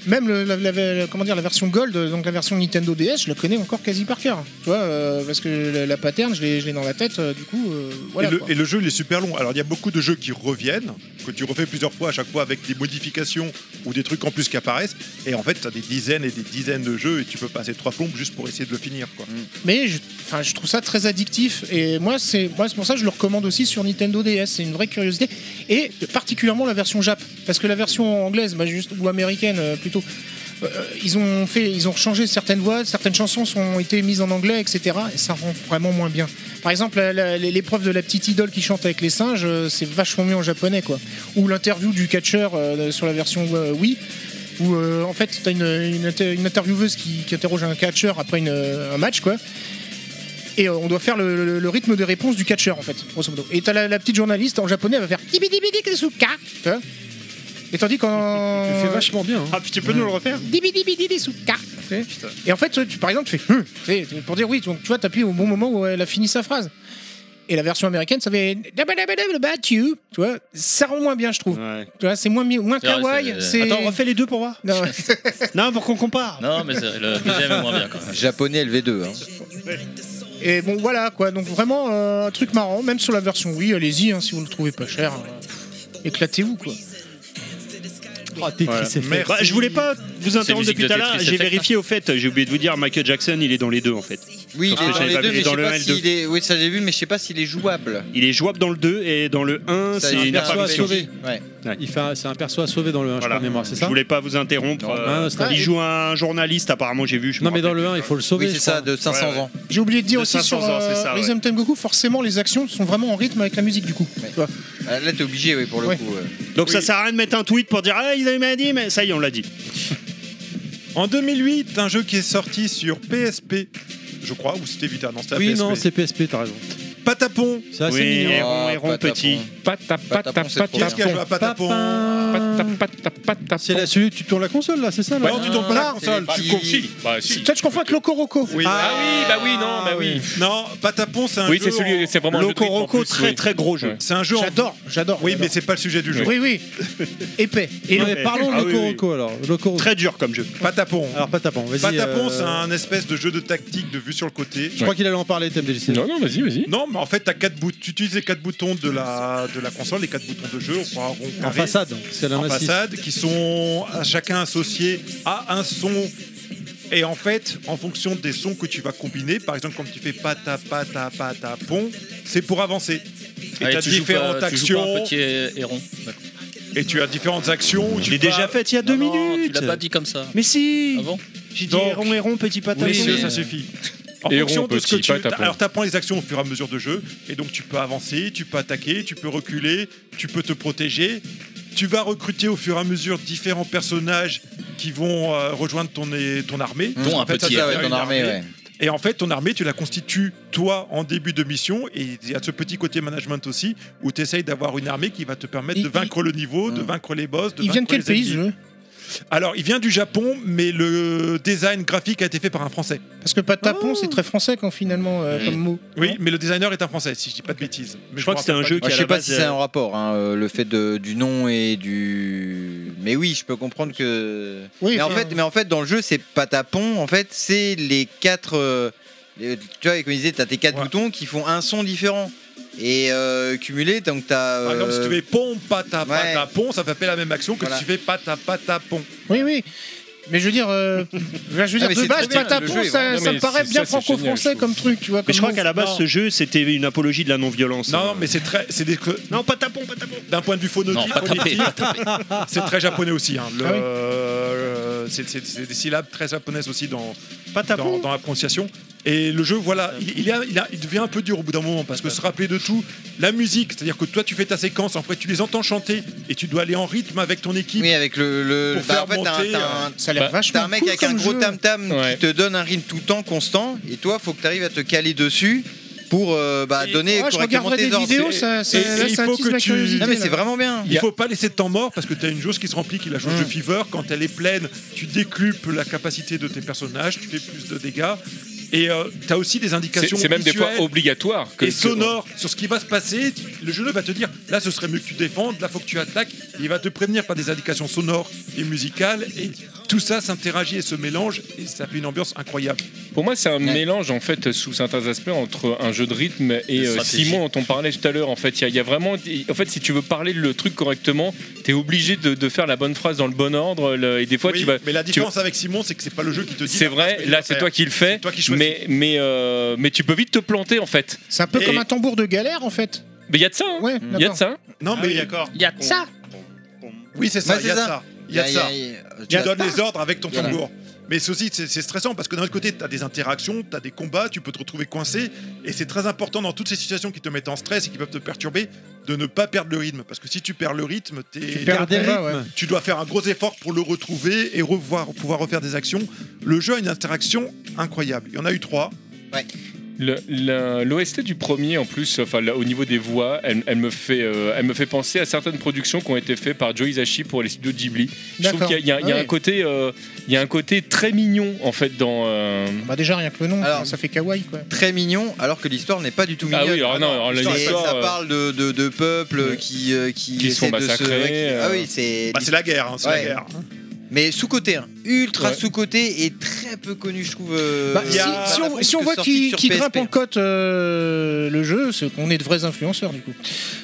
même le- la, la- la- comment dire, la version Gold, euh, donc la version Nintendo DS, je la connais encore quasi par cœur. Tu vois, euh, parce que la, la pattern, je l'ai je l'ai dans la tête, euh, du coup, euh, voilà. et, le, quoi. et le jeu il est super long. Alors il y a beaucoup de jeux qui reviennent, que tu refais plusieurs fois à chaque fois avec des modifications ou des trucs en plus qui apparaissent. Et en fait, tu as des dizaines et des dizaines de jeux et tu peux passer trois plombes juste pour essayer de le finir. Quoi. mais je, enfin, je trouve ça très addictif et moi c'est moi c'est pour ça que je le recommande aussi sur Nintendo DS c'est une vraie curiosité et particulièrement la version Jap parce que la version anglaise bah, juste ou américaine euh, plutôt euh, ils ont fait ils ont changé certaines voix certaines chansons ont été mises en anglais etc et ça rend vraiment moins bien par exemple la- la- l'épreuve de la petite idole qui chante avec les singes euh, c'est vachement mieux en japonais quoi ou l'interview du catcheur euh, sur la version euh, Wii où euh, en fait t'as une, une, inter- une intervieweuse qui, qui interroge un catcheur après une, euh, un match quoi et euh, on doit faire le, le- le rythme de réponse du catcheur en fait grosso modo et t'as la, la petite journaliste en japonais elle va faire Dibidibidikisuka tu vois et tandis qu'en Tu fais vachement bien. ah puis tu peux nous le refaire Dibidibidikisuka Tu sais. et en fait tu, tu- par exemple tu fais Hum Tu sais, pour dire oui donc tu vois t'appuies au bon moment où elle a fini sa phrase et la version américaine ça fait you tu vois ça rend moins bien je trouve tu vois c'est moins mi- moins C'est vrai, kawaii c'est- Attends, refais les deux pour voir non, non pour qu'on Ah, compare Non, mais c'est- le deuxième est moins bien quand même. Japonais LV2. hein. Et bon voilà quoi, donc vraiment euh, un truc marrant, même sur la version Wii, allez-y hein, si vous le trouvez pas cher. euh, Éclatez-vous quoi. Ah, Voilà. Bah, je voulais pas vous interrompre musique depuis de tout à l'heure. Tetris J'ai Effect, vérifié au fait. J'ai oublié de vous dire, Michael Jackson, il est dans les deux en fait. Oui, Parce il est que dans j'avais les pas deux, vu, mais je dans sais le pas 1 et le 2. s'il est. Oui, ça j'ai vu, mais je sais pas s'il est jouable. Il est jouable dans le 2 et dans le 1, Ça, c'est il une est perso à apparition. sauver. Ouais. Ouais. Il fait un- c'est un perso à sauver dans le 1, je crois, de mémoire, c'est ça Je voulais pas vous interrompre. Non, euh, non, c'est pas- il joue un journaliste, apparemment, j'ai vu. je me Non, mais dans rappelle le 1, plus. il faut le sauver. Oui, c'est je ça, crois. de 500 Ouais, ouais. ans. J'ai oublié de dire De aussi 500 sur ans, c'est euh, ça, ouais. Rhythm Tengoku, forcément les actions sont vraiment en rythme avec la musique du coup. tu vois. Ah, Là, t'es obligé, oui, pour le Ouais. coup. euh. Donc ça sert à rien de mettre un tweet pour dire Ah, ils avaient dit, mais ça y est, on l'a dit. En 2008, un jeu qui est sorti sur PSP, je crois, ou c'était Vita, non, c'était la Oui, PSP. non, c'est PSP, t'as raison. Patapon C'est assez Oui, mignon. Héron, Héron petit. Patapon, Ah, Qui est-ce qui a joué à Patapon C'est la celui que tu tournes la console là, c'est ça là Bah Non, tu tournes pas la console, tu confies. bah, Toi, je confonds avec Locoroco. Ah oui, bah oui, non, bah oui. Non, Patapon, c'est un Oui, jeu. c'est celui- c'est vraiment un jeu de rythme, en Locoroco, plus, très oui. très gros jeu. Ouais. C'est un jeu. J'adore, j'adore. Oui, mais c'est pas le sujet du jeu. Oui, oui. Épais. Et Non, long. mais parlons Ah de oui, oui, Locoroco alors. Locoroco. Très dur comme jeu. Patapon. Ah, Alors Patapon, vas-y. Patapon, euh, c'est un espèce de jeu de tactique de vue sur le côté. Je crois qu'il allait en parler, thème DGC. non, vas-y, vas-y. Non, mais en fait, t'as quatre bout- tu utilises les quatre boutons de la, de la console, les quatre boutons de jeu, on prend un rond En carré, façade, c'est la en massif. façade, qui sont à chacun associés à un son. Et en fait, en fonction des sons que tu vas combiner, par exemple, quand tu fais pata pata pata pon, c'est pour avancer. Et Allez, t'as tu joues différentes pas- tu joues pas actions. un petit hé- héron. D'accord. Et tu as différentes actions. où tu l'ai vas- déjà faite il y a deux Non, non, minutes. Tu l'as pas dit comme ça. Bah, Mais si Avant J'ai dit Donc, héron, héron, petit patin. Messieurs, mais- ça suffit. En Héron, fonction de ce que petit, hein. tu pas tapon. alors t'apprends les actions au fur et à mesure de jeu et donc tu peux avancer, tu peux attaquer, tu peux reculer, tu peux te protéger. Tu vas recruter au fur et à mesure différents personnages qui vont euh, rejoindre ton, é- ton armée. Dont En un fait, ça petit devient héron. une ton armée, ouais. Et en fait, ton armée, tu la constitues toi en début de mission et il y a ce petit côté management aussi où tu essayes d'avoir une armée qui va te permettre Il- de vaincre le niveau, Mm. de vaincre les boss, de Il vient de vaincre quel les pays ce ennemis. jeu Alors, il vient du Japon, mais le design graphique a été fait par un Français. Parce que patapon, c'est très français quand finalement, euh, Oui. comme mot. Oui, mais le designer est un Français, si je dis pas de bêtises. Je Mais crois me que c'était un rappelle jeu pas qui Moi, à la je sais pas base. si c'est un rapport, hein, euh, le fait de- du nom et du. Mais oui, je peux comprendre que. Oui, mais, en enfin- fait, mais en fait, dans le jeu, c'est patapon. En fait, c'est les quatre. euh, les- tu vois, comme je disais, t'as tes quatre Ouais. boutons qui font un son différent. Et euh, cumulé, donc t'as. du- Par exemple, si euh, tu fais pom, pata, ouais. pata, pom, ça fait la même action que Voilà. si tu fais pata, pata, pom. Oui, oui. Mais je veux dire, euh, je veux Ah, dire mais de c'est base, très bien, patapon, le jeu est ça, vraiment- ça Non, me mais paraît c'est- bien ça, c'est génial, je franco-français trouve. comme truc, tu vois. Mais je comme crois qu'à la nom. base, ce jeu, c'était une apologie de la non-violence. Euh, Non, non, mais c'est très. C'est des. que- Non, pas tapon, pas tapon. D'un point de vue Non, phonétique, pas tapé, phonétique, pas tapé. c'est très japonais aussi. hein. Le- Ah oui. euh, c'est- C'est c'est des syllabes très japonaises aussi dans, Pas dans, tapon. dans la prononciation. Et le jeu, voilà, il, il a- il a- il devient un peu dur au bout d'un moment parce que se rappeler de tout, la musique, c'est-à-dire que toi tu fais ta séquence, en fait tu les entends chanter et tu dois aller en rythme avec ton équipe. Oui, avec le. le- Pour bah, faire en fait, t'as un- monter, t'as euh, un- Ça a l'air Bah, vachement T'as un mec cool avec comme un gros jeu. tam-tam Ouais. qui te donne un rythme tout le temps constant, et toi, faut que tu arrives à te caler dessus pour euh, bah, donner Ouais, Ah, je correctement regarderai tes des ordres. vidéos, ça, ça, et- là, et il ça faut attise que ma tu- curiosité. Non, mais là. c'est vraiment bien. Il Mm. faut pas laisser de temps mort parce que tu as une jauge qui se remplit, qui est la jauge de fever. Quand elle est pleine, tu décupes la capacité de tes personnages, tu fais plus de dégâts. Et tu as aussi des C'est indications c'est même des fois visuelles obligatoire. que- et que- sonores sur ce qui va se passer. Le jeu va te dire là, ce serait mieux que tu défendes, là, faut que tu attaques. Il va te prévenir par des indications sonores et musicales. Et tout ça s'interagit et se mélange. Et ça fait une ambiance incroyable. Pour moi, c'est un mélange en fait sous certains aspects entre un jeu de rythme et De euh, stratégie. Simon dont on parlait tout à l'heure. En fait, il y a- il y, a vraiment, en fait, si tu veux parler le truc correctement, t'es obligé de, de faire la bonne phrase dans le bon ordre. le- et des fois, Oui, tu vas. mais la tu- différence avec Simon, c'est que c'est pas le jeu qui te dit. c'est vrai. Là, c'est toi qui le fais. toi qui choisis. mais mais euh, mais tu peux vite te planter en fait. C'est un peu Et- comme un tambour de galère en fait. Mais il y a de ça. hein. Ouais, Il y a de d'accord. ça. Non, mais d'accord. Ah Il y a Ça, oui, c'est ça. Ouais, Il c'est y a de ça. ça. Il y a de ça. Tu y a- donnes les ordres avec ton Voilà. tambour. Mais c'est aussi, c'est c'est stressant parce que d'un autre côté, tu as des interactions, tu as des combats, tu peux te retrouver coincé. Et c'est très important dans toutes ces situations qui te mettent en stress et qui peuvent te perturber de ne pas perdre le rythme. Parce que si tu perds le rythme, t'es- tu, Perds des Perds- rythmes. dois faire un gros effort pour le retrouver et revoir, pouvoir refaire des actions. Le jeu a une interaction incroyable. Il y en a eu trois. Le- la- L'OST du premier, en plus, enfin, là, au niveau des voix, elle, elle me fait, euh, elle me fait penser à certaines productions qui ont été faites par Joe Hisaishi pour les studios Ghibli. Je trouve D'accord. qu'il y a, il y a- il y a Ah un oui. côté, euh, il y a un côté très mignon en fait dans. euh, bah déjà rien que le nom, Alors- ça fait kawaii quoi. Très mignon, alors que l'histoire n'est pas du tout Ah mignonne. oui, alors non, alors, Et l'histoire, ça euh, parle de, de, de peuples Ouais. qui, euh, qui, Qui se font essaient de se- massacrer, ouais, qui- euh. Ah oui, c'est. Bah, c'est la guerre, hein, c'est Ouais. la guerre. Mais sous-côté, hein. ultra Ouais. sous-côté et très peu connu, je trouve. euh, Bah, il si, y a- si on, Patapon, si on que voit sorti qu'il sur qu'il PSP. grimpe hein. en cote euh, le jeu, c'est qu'on est de vrais influenceurs du coup.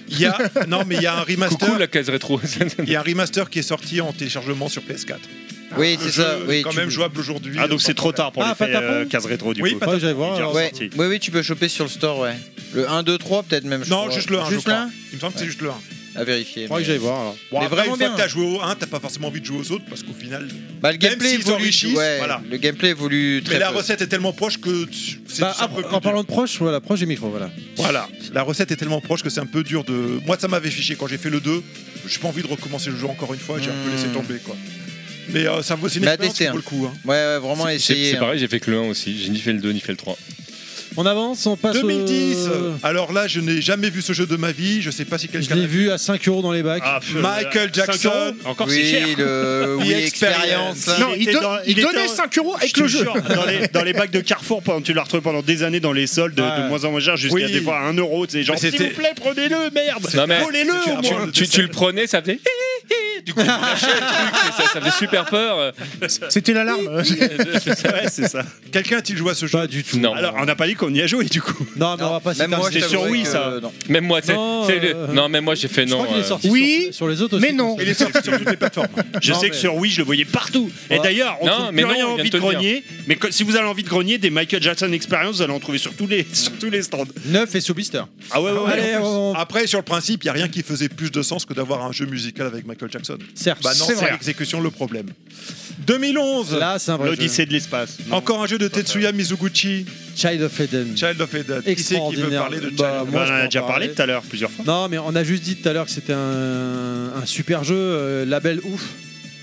Il y a, non, mais il y a un Coucou remaster. la case rétro. Il y a un remaster qui est sorti en téléchargement sur PS4. Oui, Le c'est jeu ça. est Oui, quand tu- même jouable aujourd'hui. Ah, donc c'est trop tard pour Ah, les faire pas tapon euh, case rétro du Oui, coup. pas Ouais, Ah, j'allais voir. Il est déjà alors. Ouais. sorti. Oui, oui, tu peux choper sur le store, ouais. Le 1, 2, 3, peut-être même. je Non, crois. juste le 1. Juste là Il me semble que c'est juste le 1. À vérifier. Je crois mais- que j'allais voir alors. Bon, Mais après, vraiment une fois bien. que t'as joué au 1, t'as pas forcément envie de jouer aux autres parce qu'au final. Bah, le gameplay s'ils évolue. enrichissent, ouais, voilà. Le gameplay évolue très mais la peu. recette est tellement proche que tu- c'est Bah, c'est un peu après, plus en dur. parlant de proche, voilà, proche du micro, voilà. Voilà, la recette est tellement proche que c'est un peu dur de. Moi, ça m'avait fiché quand j'ai fait le 2. J'ai pas envie de recommencer le jeu encore une fois, j'ai un peu Hmm. laissé tomber quoi. Mais euh, ça Bah, vaut, c'est une Mais à expérience qui tester, vaut hein. le coup. hein. Ouais, ouais, vraiment C'est essayer. c'est pareil, j'ai fait que le 1 aussi. J'ai ni fait le 2 ni fait le 3. On avance, on passe au- 2010 Alors là, je n'ai jamais vu ce jeu de ma vie. Je sais pas si Je quelqu'un. l'ai l'a vu à 5 euros dans les Ah. bacs. Ah, euh, Michael Jackson. hein. oui Non, il, don- il donnait 5 euros avec le jeu. dans, les, dans les bacs de Carrefour, pendant, tu l'as retrouvé pendant des années dans les soldes, de- de moins en moins cher, jusqu'à Oui. des fois à 1 euro. Tu sais, genre, Mais s'il c'était- vous plaît, prenez-le, merde Non, mais- Volez-le au tu- moins tu, tu le prenais, ça faisait. Du coup, tu lâchais le truc, ça, ça faisait super peur. C'était l'alarme. ouais, c'est ça. Quelqu'un a-t-il joué à ce jeu Pas du tout. Non. Alors, on n'a pas dit qu'on y a joué du coup. Non, mais on va pas Même moi, s'éterniser. j'étais sur Wii, ça. Même moi, tu sais, Non, tu sais, le- euh, non, même moi, j'ai fait non. crois qu'il est euh. sorti Oui, sur, sur les autres aussi. Mais non. Il est sorti sur toutes les plateformes. Je Non, sais mais- que sur Wii, je le voyais partout. Et Ouais. d'ailleurs, on Non, trouve mais plus non, rien on vient envie de de te le dire. grogner. Mais que- si vous avez envie de grogner, des Michael Jackson Experience, vous allez en trouver sur tous les, sur tous les stands. 9 et sous blister. Ah ouais, ouais, ouais. Allez, En plus, on- Après, sur le principe, il n'y a rien qui faisait plus de sens que d'avoir un jeu musical avec Michael Jackson. Certes. Bah non, C'est c'est vrai. l'exécution le problème. 2011 Là, c'est un vrai jeu. L'Odyssée de l'espace. Non. Mm. Encore un jeu de Tetsuya Mizuguchi, Child of Eden. Child of Eden. Qui c'est qui veut Extraordinaire. parler de Child Bah, of moi, on je en peux a en déjà parlé parler. tout à l'heure plusieurs fois. Non, mais on a juste dit tout à l'ure que c'était un, un super jeu, euh, label ouf.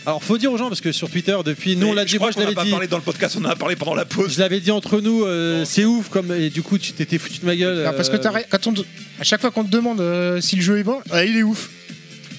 Alors, faut dire aux gens, parce que sur Twitter, depuis, nous, on Mais l'a je dit, crois moi, je qu'on n'a l'avais pas dit. parlé dans le podcast, on en a parlé pendant la pause. Je l'avais dit entre nous, euh, c'est ouf, comme, et du coup, tu t'étais foutu de ma gueule. Non, parce que euh, t'arrêtes- quand on te- à chaque fois qu'on te demande euh, si le jeu est bon, ah, il est ouf.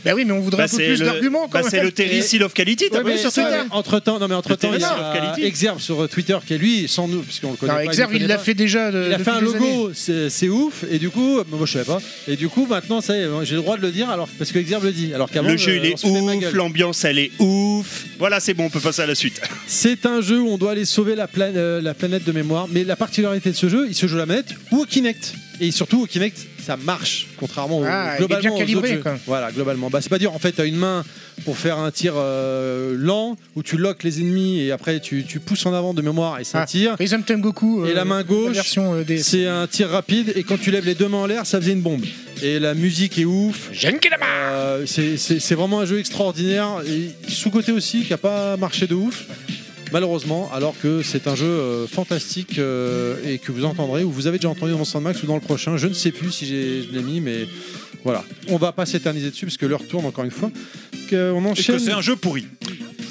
Bah oui, mais on Bah, voudrait un peu c'est plus le- d'arguments quand bah, c'est même. le Terry Seal of Quality, t'as Ouais, pas vu mais sur ça, Twitter ouais. Entre temps, non mais entre temps, Le il y Terry Seal of a Quality. Exerbe sur euh, Twitter qui est lui sans nous, puisqu'on le connaît Non, pas. Exerve, nous il connaît l'a pas. fait déjà. de- Il a depuis fait un des années. logo, c'est c'est ouf, et du coup, bah, moi je savais pas. Et du coup, maintenant, ça y est, j'ai le droit de le dire, alors parce que Exerbe le dit. Alors qu'avant, Le jeu euh, il on est se foutait de ma ouf, gueule. l'ambiance elle est ouf. Voilà, c'est bon, on peut passer à la suite. C'est un jeu où on doit aller sauver la, plane- euh, la planète de mémoire, mais la particularité de ce jeu, il se joue à la manette ou au Kinect. Et surtout au Kinect, ça marche, contrairement au, Ah, il est globalement bien aux calibré, autres jeux. quoi. Voilà, globalement. Bah, c'est pas dur, en fait, t'as une main pour faire un tir euh, lent où tu loques les ennemis et après tu, tu pousses en avant de mémoire et ça Ah. tire. Rhythm Time Goku. Et euh, la main gauche, version euh, des. C'est un tir rapide et quand tu lèves les deux mains en l'air, ça faisait une bombe. Et la musique est ouf. Euh, c'est- C'est c'est vraiment un jeu extraordinaire et sous-côté aussi qui a pas marché de ouf. Malheureusement, alors que c'est un jeu euh, fantastique euh, et que vous entendrez ou vous avez déjà entendu dans mon Max ou dans le prochain, je ne sais plus si j'ai- je l'ai mis, mais voilà. On va pas s'éterniser dessus parce que l'heure tourne encore une fois. Donc, euh, on Et que enchaîne. c'est un jeu pourri.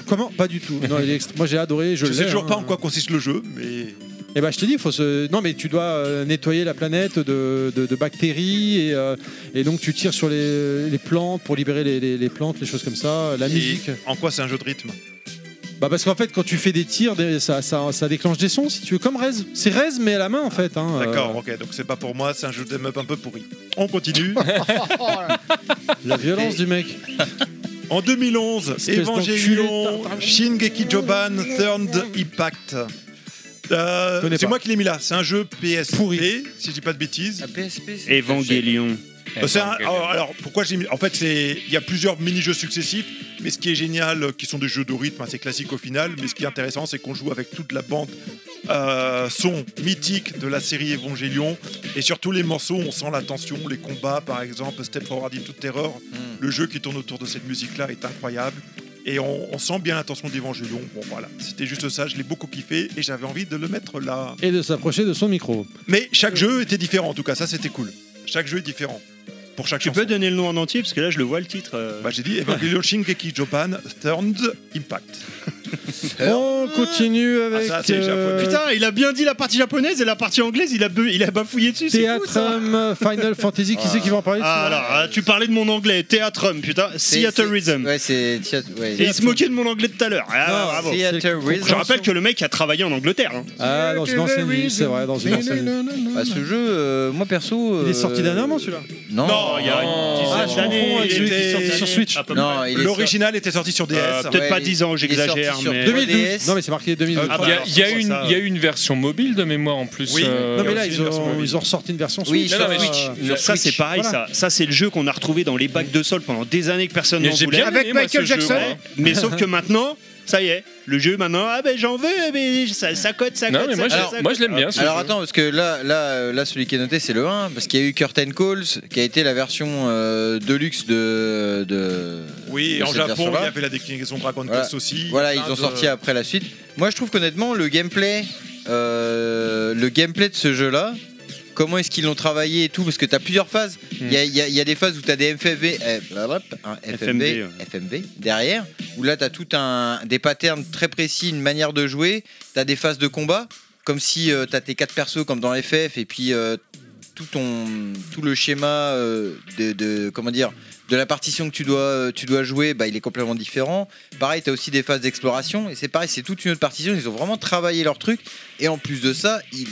Comment Pas du tout. Non, il est extra- Moi j'ai adoré. Je, Je l'ai, sais toujours hein. pas en quoi consiste le jeu, mais Eh ben, je te dis, faut se... non, mais tu dois euh, nettoyer la planète de, de- de bactéries et, euh, et donc tu tires sur les, les plantes pour libérer les, les- les plantes, les choses comme ça, la Et musique. en quoi c'est un jeu de rythme Bah parce qu'en fait, quand tu fais des tirs, des- ça, ça- ça déclenche des sons, si tu veux, comme Rez. C'est Rez, mais à la main en fait. hein, euh, D'accord, ok, donc c'est pas pour moi, c'est un jeu d'em up un peu pourri. On continue. la violence du mec. en 2011, Espèce d'enculé, Evangelion, Shingeki Joban, Third Impact. Euh, Connais c'est pas. moi qui l'ai mis là, c'est un jeu PSP, si je dis pas de Ah, bêtises. Evangelion. Euh, c'est un- alors, alors, pourquoi j'ai mis En fait, c'est il y a plusieurs mini-jeux successifs, mais ce qui est génial, euh, qui sont des jeux de rythme assez classiques au final, mais ce qui est intéressant, c'est qu'on joue avec toute la bande euh, son mythique de la série Evangelion, et sur tous les morceaux, on sent la tension, les combats, par exemple, Step Forward into Terror, Hmm. le jeu qui tourne autour de cette musique-là est incroyable. Et on, on sent bien la tension d'Evangelion. Bon voilà, c'était juste ça, je l'ai beaucoup kiffé et j'avais envie de le mettre là. Et de s'approcher de son micro. Mais chaque jeu était différent, en tout cas, ça c'était cool. Chaque jeu est différent. Pour chaque Tu chanson. peux donner le nom en entier parce que là je le vois le titre. euh. Bah, j'ai dit Evangelion Shingeki Joban Turned Impact. On continue Ah, Ah, avec euh, ça, c'est japonais. Putain, il a bien dit la partie japonaise et la partie anglaise, il a, be- il a bafouillé dessus. c'est fou, ça. Théâtrum Final Fantasy. Qui c'est qui va en parler de Ah, celui-là alors, ah, tu parlais de mon anglais, Théâtrum, putain, Theaterism. Ouais, c'est. Theat- ouais. Et il se moquait de mon anglais de tout à l'heure. Ah, Non, bravo. Theaterism. Je rappelle que le mec a travaillé en Angleterre. hein. Ah, dans une ancienne vie, c'est vrai, dans une ancienne vie. Bah, ce jeu, euh, moi perso. Il est euh, sorti dernièrement celui-là Non. Non, il y a une dizaine Ah, je d'années, confonds avec il celui qui était- est sorti sur Switch. à peu près. Non, il est L'original était sorti sur DS. Euh, Peut-être Ouais, pas il- 10 ans, il est j'exagère, sorti sur mais. 2012. 3DS. Non mais c'est marqué 2012. Ah, Il y a- il y, a alors, une- ça, il y a une version mobile de mémoire en plus. Oui. euh, Non mais là aussi ils une version ont, mobile. ils ont ressorti une version Oui, Switch. non, non, mais euh, Switch. Sur ça c'est pareil Voilà. ça. Ça c'est le jeu qu'on a retrouvé dans les bacs de sol pendant des années que personne Mais n'en j'ai voulait. bien aimé, Avec moi, ce Michael jeu, Jackson. moi. Mais sauf que maintenant, ça y est, le jeu maintenant, ah ben j'en veux, mais ça, ça cote, ça Non, cote. mais moi, ça j'ai- cote, ça cote. moi, Ah, je l'aime bien. ce Alors jeu. attends, parce que là, là, euh, là, celui qui est noté, c'est le 1, parce qu'il y a eu Curtain Calls, qui a été la version euh, deluxe de. de Oui, de en cette Japon, version-là. il y avait la déclinaison Dragon Voilà. Quest aussi. Voilà, ils Plein ont de- Ah, sorti après la suite. Moi, je trouve qu'honnêtement, le gameplay, euh, le gameplay de ce jeu-là, comment est-ce qu'ils l'ont travaillé et tout, parce que t'as plusieurs phases. Hmm. Il y, a, il y a- il y a des phases où t'as des FMV, euh, blablabla, hein, FMV, FMV, ouais. FMV, derrière, où là t'as tout un des patterns très précis, une manière de jouer. T'as des phases de combat. comme si euh, t'as tes quatre persos comme dans FF et puis euh, tout ton tout le schéma euh, de, de- comment dire de la partition que tu dois euh, tu dois jouer bah il est complètement différent pareil t'as aussi des phases d'exploration et c'est pareil c'est toute une autre partition ils ont vraiment travaillé leur truc et en plus de ça il,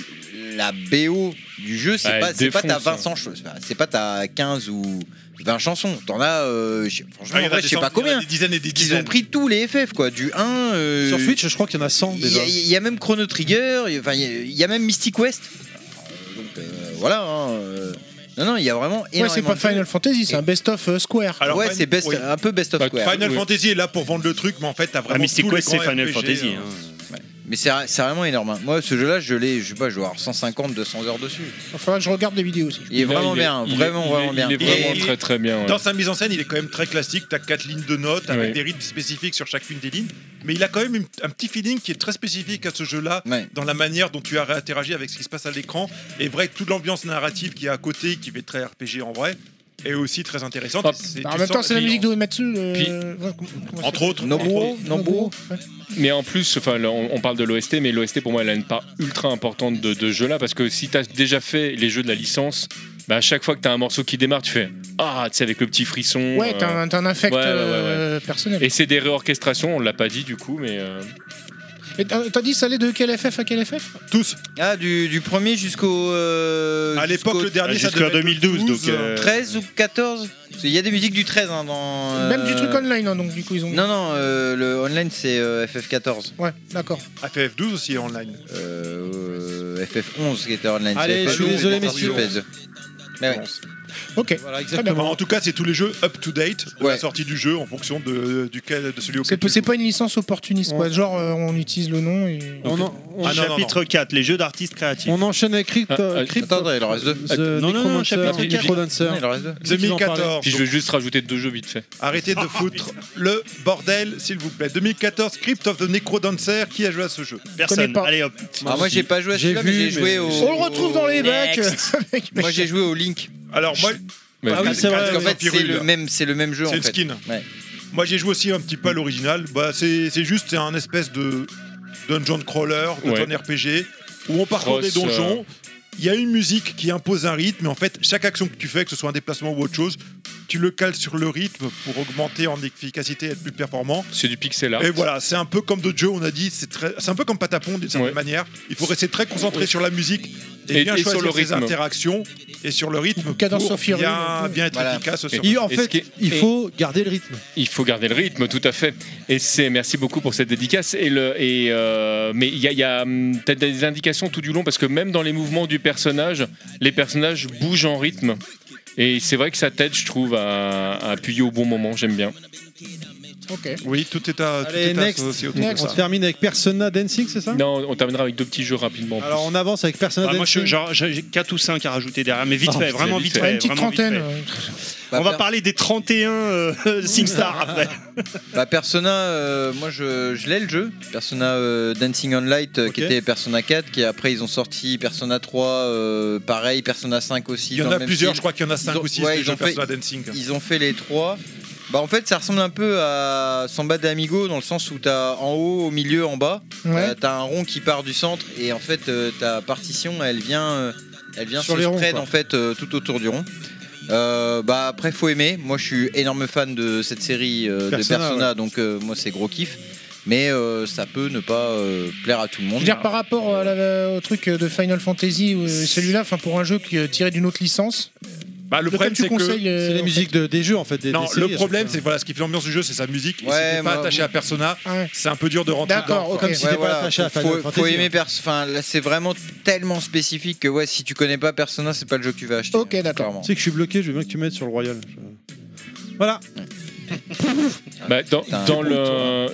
la BO du jeu c'est Ah, pas elle c'est pas ta défonce, hein. 20 chansons c'est pas ta 15 ou 20 chansons t'en as euh, je- franchement Ah, il y en a en vrai, des je sais centaines, il y en pas a combien des dizaines et des ils ont dizaines. pris tous les FF quoi du 1 euh, Sur Switch, je crois qu'il y en a 100 il y, déjà. a- il y a même Chrono Trigger, il y a- enfin, il y a- il y a même Mystic West. Donc euh, voilà. hein, euh, non, non, il y a vraiment Ouais, énormément c'est pas de jeux. Final Fantasy, c'est un best-of euh, Square. Alors, ouais, Fin- c'est best- oui. Bah, un peu best of square. Final Fantasy est là pour vendre le truc, mais en fait, t'as vraiment. Ah, Mystic tous les Quest, c'est grands Final RPG, Fantasy, hein. Mais c'est c'est vraiment énorme. hein. Moi, ce jeu-là, je l'ai, je sais pas, je dois avoir 150, 200 heures dessus. Il faudra que je regarde des vidéos aussi. Il est vraiment bien, vraiment, vraiment bien. Et- Dans sa mise en scène, il est quand même très classique. T'as quatre lignes de notes avec Ouais. des rythmes spécifiques sur chacune des lignes. Mais il a quand même une- un petit feeling qui est très spécifique à ce jeu-là, dans la manière dont tu as réinteragi avec ce qui se passe à l'écran. Et vrai, toute l'ambiance narrative qui est à côté, qui fait très RPG en vrai, est aussi très intéressante. Et c'est- Bah, en tu même temps, sens- c'est la puis- musique de Uematsu. le- Puis- ouais, comment- comment Entre ça- autres, Nobuo, entre autres. Nobuo, ouais. Mais en plus, enfin, là, on, on parle de l'OST, mais l'OST pour moi, elle a une part ultra importante de, de jeu là, parce que si t'as déjà fait les jeux de la licence, bah, à chaque fois que t'as un morceau qui démarre, tu fais ah, tu sais avec le petit frisson. Ouais, t'as euh, un, t'as un affect ouais, ouais, ouais, ouais. euh, personnel. Et c'est des réorchestrations, on l'a pas dit du coup, mais euh, Et t'as t'as dit ça allait de quel FF à quel FF Tous. Ah, du, du premier jusqu'au. euh, à l'époque, le dernier, ça devait être 2012, 12, donc. euh, 13 ou 14 Parce qu'il y a des musiques du 13 hein, dans. euh, Même du truc online, hein, donc du coup, ils ont. Non, non, euh, le online, c'est euh, FF14. Ouais, d'accord. FF12 aussi est online. Euh, FF11 qui était online. Allez, c'est je suis FF12, désolé, c'est messieurs. FF12. Mais ouais. Ok. Enfin, en tout cas, c'est tous les jeux up to date de la sortie du jeu en fonction de, euh, duquel, de celui auquel. C'est c'est pas une licence opportuniste, quoi. Genre, euh, on utilise le nom et. On en- on- Ah, chapitre 4, les jeux d'artistes créatifs. On enchaîne avec Crypt. Crypt Attends, il en reste deux. The non, non, non, Necromancer, chapitre 4. Necrodancer. Non, il en reste deux. Qui veut en parler Puis je veux juste rajouter deux jeux vite fait. Arrêtez de foutre le bordel, s'il vous plaît. 2014, Crypt of the Necrodancer. Qui a joué à ce jeu Personne. Allez hop. Bah, Ah, moi, j'ai pas joué à celui-là, mais j'ai joué au. On le retrouve dans les bacs. Oh. Next. Moi, j'ai joué au Link. Alors, moi. Ah oui, c'est vrai, Parce qu'en oui. fait, C'est le même- c'est le même jeu, en C'est une fait. skin. Ouais. Moi, j'ai joué aussi un petit peu à l'original. Bah, c'est c'est juste, c'est un espèce de dungeon crawler, dungeon Ouais. RPG, où on parcourt Cross, euh, des donjons. Il y a une musique qui impose un rythme, mais en fait, chaque action que tu fais, que ce soit un déplacement ou autre chose, tu le cales sur le rythme pour augmenter en efficacité et être plus performant. C'est du pixel art. Et voilà, c'est un peu comme d'autres jeux, on a dit, c'est très- c'est un peu comme Patapon d'une certaine manière. Il faut rester très concentré sur la musique et, Et- bien et sur choisir le ses rythme. interactions et sur le rythme Cadence pour of Fury, bien, ouais. bien être Voilà. efficace. Sur Et en Est-ce fait, que- il et- faut garder le rythme. Il faut garder le rythme, tout à fait. Et c'est merci beaucoup pour cette dédicace. Et le et euh, mais il y a, il y a, hum, t'as des indications tout du long parce que même dans les mouvements du personnage, les personnages bougent en rythme. Et c'est vrai que ça t'aide, je trouve, à, à appuyer au bon moment. J'aime bien. Ok. Oui, tout est à, tout Allez, est à next. associé autour de On ça. termine avec Persona Dancing, c'est ça Non, on terminera avec deux petits jeux rapidement. en Alors, on avance avec Persona Ah, moi, je- Dancing. genre, j'ai 4 ou 5 à rajouter derrière, mais vite Ah, fait, putain, vraiment vite vite fait. fait. Une petite vraiment vite trentaine, fait. ouais. On va parler des 31 euh, SingStar après. Bah Persona, euh, moi je, je l'ai le jeu. Persona euh, Dancing on Light euh, qui Ok. était Persona 4, qui après ils ont sorti Persona 3, euh, pareil, Persona 5 aussi. Il y en dans le a même plusieurs, style. je crois qu'il y en a Ils 5 ont- ou 6 ouais, des ils jeux ont fait, Persona Dancing. ils ont fait les trois. Bah en fait ça ressemble un peu à Samba d'Amigo dans le sens où t'as en haut, au milieu, en bas. Ouais. Euh, t'as un rond qui part du centre et en fait euh, ta partition elle vient, euh, elle vient Sur se les ronds, spread quoi. en fait euh, tout autour du rond. Euh, bah après faut aimer. Moi je suis énorme fan de cette série euh, de Persona, Persona, ouais. donc euh, moi c'est gros kiff. Mais euh, ça peut ne pas euh, plaire à tout le Je monde. veux dire, par rapport à la- au truc de Final Fantasy, euh, celui-là, enfin pour un jeu qui est tiré d'une autre licence. Bah, le problème, tu c'est que conseilles, euh, C'est les en musiques de- des jeux en fait. Des, Non, des séries, le à chaque problème, fois. c'est voilà, ce qui fait l'ambiance du jeu, c'est sa musique. Et si Ouais, t'es pas moi, attaché oui. à Persona, Ah Ouais. c'est un peu dur de rentrer D'accord, dedans, ok. quoi. Comme si t'es pas attaché à faut, Final faut Fantasy, aimer hein. Persona. Enfin, là, c'est vraiment tellement spécifique que ouais, si tu connais pas Persona, c'est pas le jeu que tu vas acheter. Ok, hein, d'accord. clairement. Tu sais que je suis bloqué, je veux bien que tu m'aides sur le Royal. Je- Voilà. Bah, dans, Putain, dans c'est bon, le, toi.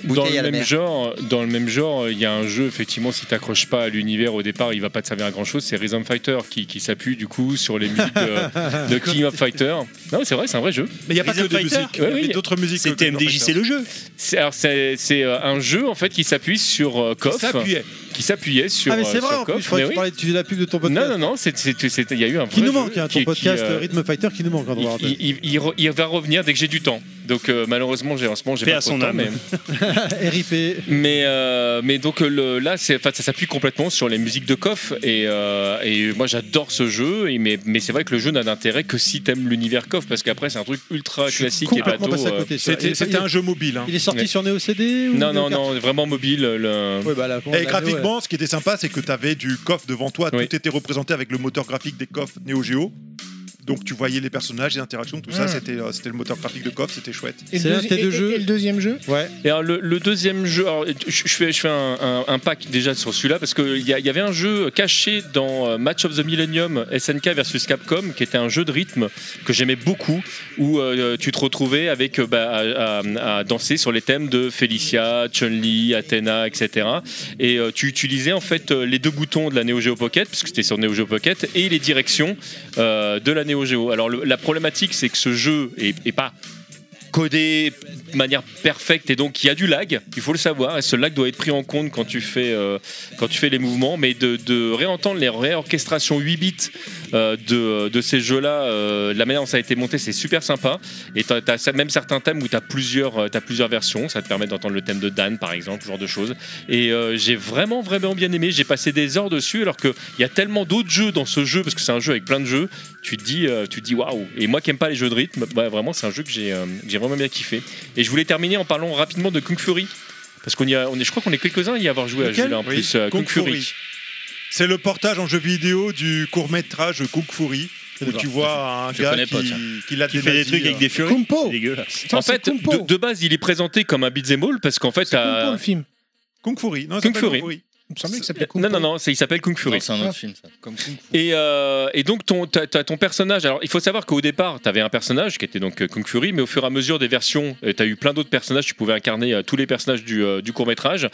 dans Bouteille à le la même mer. genre, dans le même genre, il y a un jeu effectivement si t'accroches pas à l'univers au départ, il va pas te servir à grand chose. C'est Rhythm Fighter qui, qui s'appuie du coup sur les musiques de, de King of Fighter. Non, c'est vrai, c'est un vrai jeu. Mais il n'y a pas que Rhythm des Fighter. musiques. Il Ouais, y avait oui. d'autres musiques. que C'était King of MDJ, c'est Fighters. le jeu. C'est alors, c'est- c'est, euh, un jeu en fait qui s'appuie sur euh, KOF, s'appuyait. qui s'appuyait sur. ah, mais euh, c'est vrai sur en KOF, plus, je croyais que mais tu oui. parlais de tu faisais la pub de ton podcast. Non, non, non, c'est- c'est- c'est- il y a eu un vrai Qui nous jeu manque, hein, ton qui- qui, podcast euh, Rhythm Fighter qui nous manque en il, droit. il- il- il re- il va revenir dès que j'ai du temps. Donc euh, malheureusement, j'ai en ce moment, j'ai Paix pas à trop son de temps, âme. mais RIP. mais euh, mais donc euh, le, là c'est enfin, ça s'appuie complètement sur les musiques de Koff et, euh, et moi j'adore ce jeu et, mais mais c'est vrai que le jeu n'a d'intérêt que si t'aimes l'univers Koff parce qu'après c'est un truc ultra classique et complètement bateau passé à euh, côté, ça. C'était- Il est- c'était il est- un jeu mobile hein. Il est sorti Ouais. sur Neo CD ou non Neo non non vraiment mobile le Ouais, bah, la- Et graphiquement, euh, ce qui était sympa, c'est que tu avais du coffre devant toi, tout était représenté avec le moteur graphique des coffres Neo Geo. Donc tu voyais les personnages, les interactions, tout ça, Mm. Hmm. c'était euh, c'était le moteur graphique de coffre, c'était chouette. Et le, deuxi- et- et- et le deuxième jeu Ouais. Et alors, le, le deuxième jeu, alors, je, je fais, je fais un, un- un pack déjà sur celui-là parce qu'il y, a- il y avait un jeu caché dans euh, Match of the Millennium SNK versus Capcom qui était un jeu de rythme que j'aimais beaucoup où euh, tu te retrouvais avec euh, bah, à, à- à danser sur les thèmes de Felicia, Chun-Li, Athena, etc. Et euh, tu utilisais en fait euh, les deux boutons de la Neo Geo Pocket puisque c'était sur Neo Geo Pocket et les directions euh, de la Neo Geo. Alors le- la problématique c'est que ce jeu est- est pas codé de manière perfecte et donc il y a du lag il faut le savoir et ce lag doit être pris en compte quand tu fais euh, quand tu fais les mouvements mais de, de réentendre les réorchestrations 8 bits euh, de, de ces jeux là la manière dont ça a été monté c'est super sympa et t'as, t'as ça- même certains thèmes où t'as plusieurs euh, t'as plusieurs versions ça te permet d'entendre le thème de Dan par exemple ce genre de choses et euh, j'ai vraiment vraiment bien aimé j'ai passé des heures dessus alors que il y a tellement d'autres jeux dans ce jeu parce que c'est un jeu avec plein de jeux tu te dis euh, tu te dis waouh et moi qui aime pas les jeux de rythme bah, vraiment c'est un jeu que j'ai euh, que j'ai vraiment bien kiffé et je voulais terminer en parlant rapidement de Kung Fury parce qu'on y a, on est, je crois qu'on est quelques-uns à y avoir joué à ce Lequel jeu-là en Oui, plus euh, Kung, Kung Fury. Fury. C'est le portage en jeu vidéo du court-métrage Kung Fury, où tu vois un Je gars connais pas, qui, tiens. qui l'a euh, Qui fait des trucs avec des furies. Kumpo dégueulasse. Putain, en c'est fait, Kumpo. de, de base, il est présenté comme un beat'em all parce qu'en fait, t'as- Kumpo, le film. Kung Fury. Non, il Kung s'appelle Fury. Il me semblait qu'il s'appelait non, non, non, c'est- il s'appelle Kung Fury. C'est un autre film, ça. Et, euh, et donc, ton, t'as- t'as ton personnage. Alors, il faut savoir qu'au départ, t'avais un personnage qui était donc euh, Kung Fury, mais au fur et à mesure des versions, euh, t'as eu plein d'autres personnages. Tu pouvais incarner euh, tous les personnages du, euh, du court-métrage,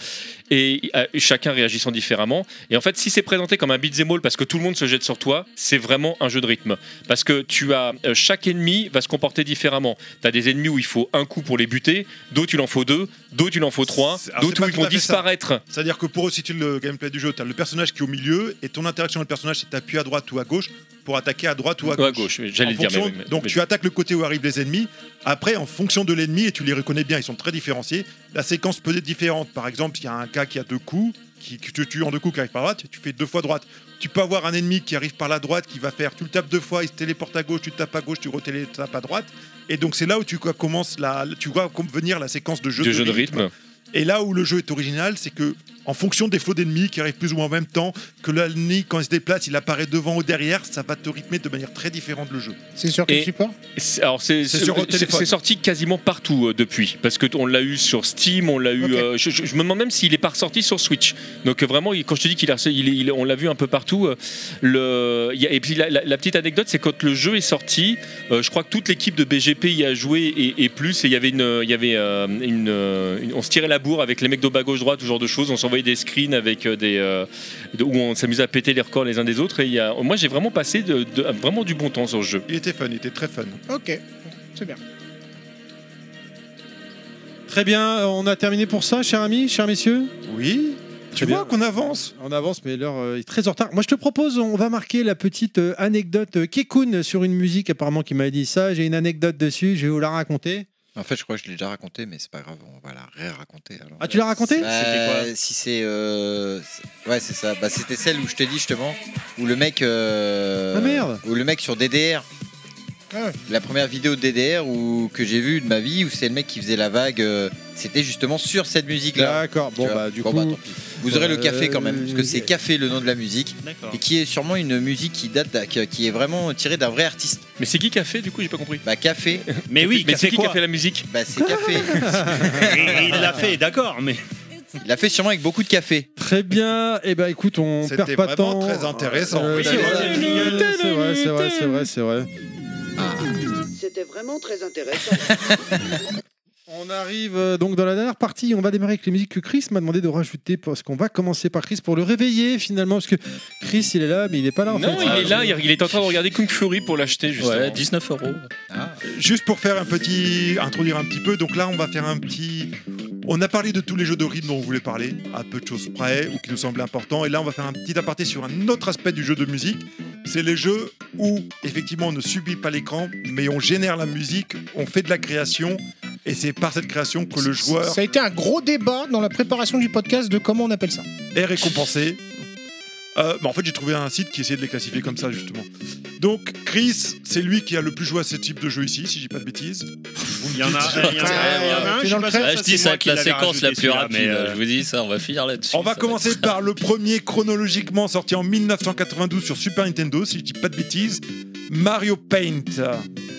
et euh, chacun réagissant différemment. Et en fait, si c'est présenté comme un beat'em all parce que tout le monde se jette sur toi, c'est vraiment un jeu de rythme. Parce que tu as. euh, chaque ennemi va se comporter différemment. T'as des ennemis où il faut un coup pour les buter, d'autres il en faut deux, d'autres il en faut trois, Alors, c'est d'autres où pas ils tout à vont fait ça. disparaître. C'est-à-dire que pour eux, si tu le gameplay du jeu, tu as le personnage qui est au milieu et ton interaction avec le personnage, c'est t'appuies à droite ou à gauche pour attaquer à droite ou à Ou gauche. à gauche, oui, j'allais En le dire, mais fonction- oui, mais- donc mais- tu attaques le côté où arrivent les ennemis. Après, en fonction de l'ennemi, et tu les reconnais bien, ils sont très différenciés. La séquence peut être différente. Par exemple, il y a un gars qui a deux coups, qui, qui te tue en deux coups, qui arrive par la droite, tu fais deux fois droite. Tu peux avoir un ennemi qui arrive par la droite, qui va faire, tu le tapes deux fois, il se téléporte à gauche, tu le tapes à gauche, tu re-télétapes à droite. Et donc c'est là où tu commences la, tu vois comme venir la séquence de jeu Du jeu de rythme. et là où le jeu est original, c'est que en fonction des flots d'ennemis qui arrivent plus ou moins en même temps, que l'ennemi, quand il se déplace, il apparaît devant ou derrière, ça va te rythmer de manière très différente le jeu. C'est sur quel Et- support C'est- Alors c'est C'est c'est- sur votre c'est- téléphone. c'est sorti quasiment partout euh, depuis parce que t- on l'a eu sur Steam, on l'a eu. euh, je, je- je me demande même s'il est pas ressorti sur Switch. Donc euh, vraiment, il- quand je te dis qu'il a, il, est- il est- on l'a vu un peu partout. euh, le, il y a- et puis la, la- la petite anecdote, c'est quand le jeu est sorti, euh, je crois que toute l'équipe de BGP y a joué et, et plus. Et il y avait une, il y avait euh, une, euh, une- on se tirait la bourre avec les mecs de bas gauche droite, ce genre de choses. On s'envoyait des screens avec euh, des euh, de- où on s'amusait à péter les records les uns des autres. Et il y a- moi, j'ai vraiment passé de- de- vraiment du bon temps sur ce jeu. Il était fun, il était très fun. Ok, c'est bien. Très bien, on a terminé pour ça, chers amis, chers messieurs. Oui. Tu vois qu'on avance On avance, mais l'heure euh, est très en retard. Moi, je te propose, on va marquer la petite euh, anecdote euh, Kekun sur une musique, apparemment, qui m'a dit ça. J'ai une anecdote dessus, je vais vous la raconter. En fait, je crois que je l'ai déjà raconté, mais c'est pas grave, on va la ré-raconter. alors. Ah, tu l'as raconté Bah, C'était quoi Si c'est. euh, c'est- Ouais, c'est ça. Bah, c'était celle où je t'ai dit justement, où le mec. euh, Ah, merde. Ah, Où le mec sur DDR. La première vidéo de DDR où, que j'ai vue de ma vie, où c'est le mec qui faisait la vague, euh, c'était justement sur cette musique-là. D'accord, bon, Tu vois bah, du Bon, coup- bah, tant pis. Vous aurez le Euh, café quand même, parce que c'est Café le nom de la musique, D'accord. et qui est sûrement une musique qui date, d'un- qui qui est vraiment tirée d'un vrai artiste. Mais c'est qui qui a fait du coup J'ai pas compris. Bah Café. Mais oui, Mais Café c'est qui qui a quoi fait la musique Bah c'est Café. Et il l'a fait, d'accord, mais. Il l'a fait sûrement avec beaucoup de café. Très bien, et bah écoute, on C'était perd pas de temps. vraiment très intéressant. Euh, Oui, c'est c'est vrai, c'est vrai, c'est vrai, c'est vrai, c'est vrai. C'était vraiment très intéressant. On arrive euh, donc dans la dernière partie. On va démarrer avec les musiques que Chris m'a demandé de rajouter parce qu'on va commencer par Chris pour le réveiller finalement parce que Chris il est là mais il est pas là en Non, fait. il est là, il il est en train de regarder Kung Fury pour l'acheter justement. Ouais, 19 euros. Juste pour faire un petit, introduire un petit peu, donc là on va faire un petit, on a parlé de tous les jeux de rythme dont on voulait parler, à peu de choses près ou qui nous semblaient importants, et là on va faire un petit aparté sur un autre aspect du jeu de musique, c'est les jeux où effectivement on ne subit pas l'écran, mais on génère la musique, on fait de la création, Et c'est par cette création que le joueur Ça a été un gros débat dans la préparation du podcast de comment on appelle ça. est récompensé. Euh, bah, en fait, j'ai trouvé un site qui essayait de les classifier comme ça, justement. Donc, Chris, c'est lui qui a le plus joué à ce type de jeu ici, si j'ai pas de bêtises. Il y en a un, il y en a un, il y en a un, je suis pas sûr que Ah, je ça, dis c'est ça moi avec qui la l'avais séquence rajouté la plus celui-là, rapide. mais, euh, Je vous dis ça, on va finir là-dessus. On va commencer par le premier chronologiquement sorti en 1992 sur Super Nintendo, si je dis pas de bêtises, Mario Paint.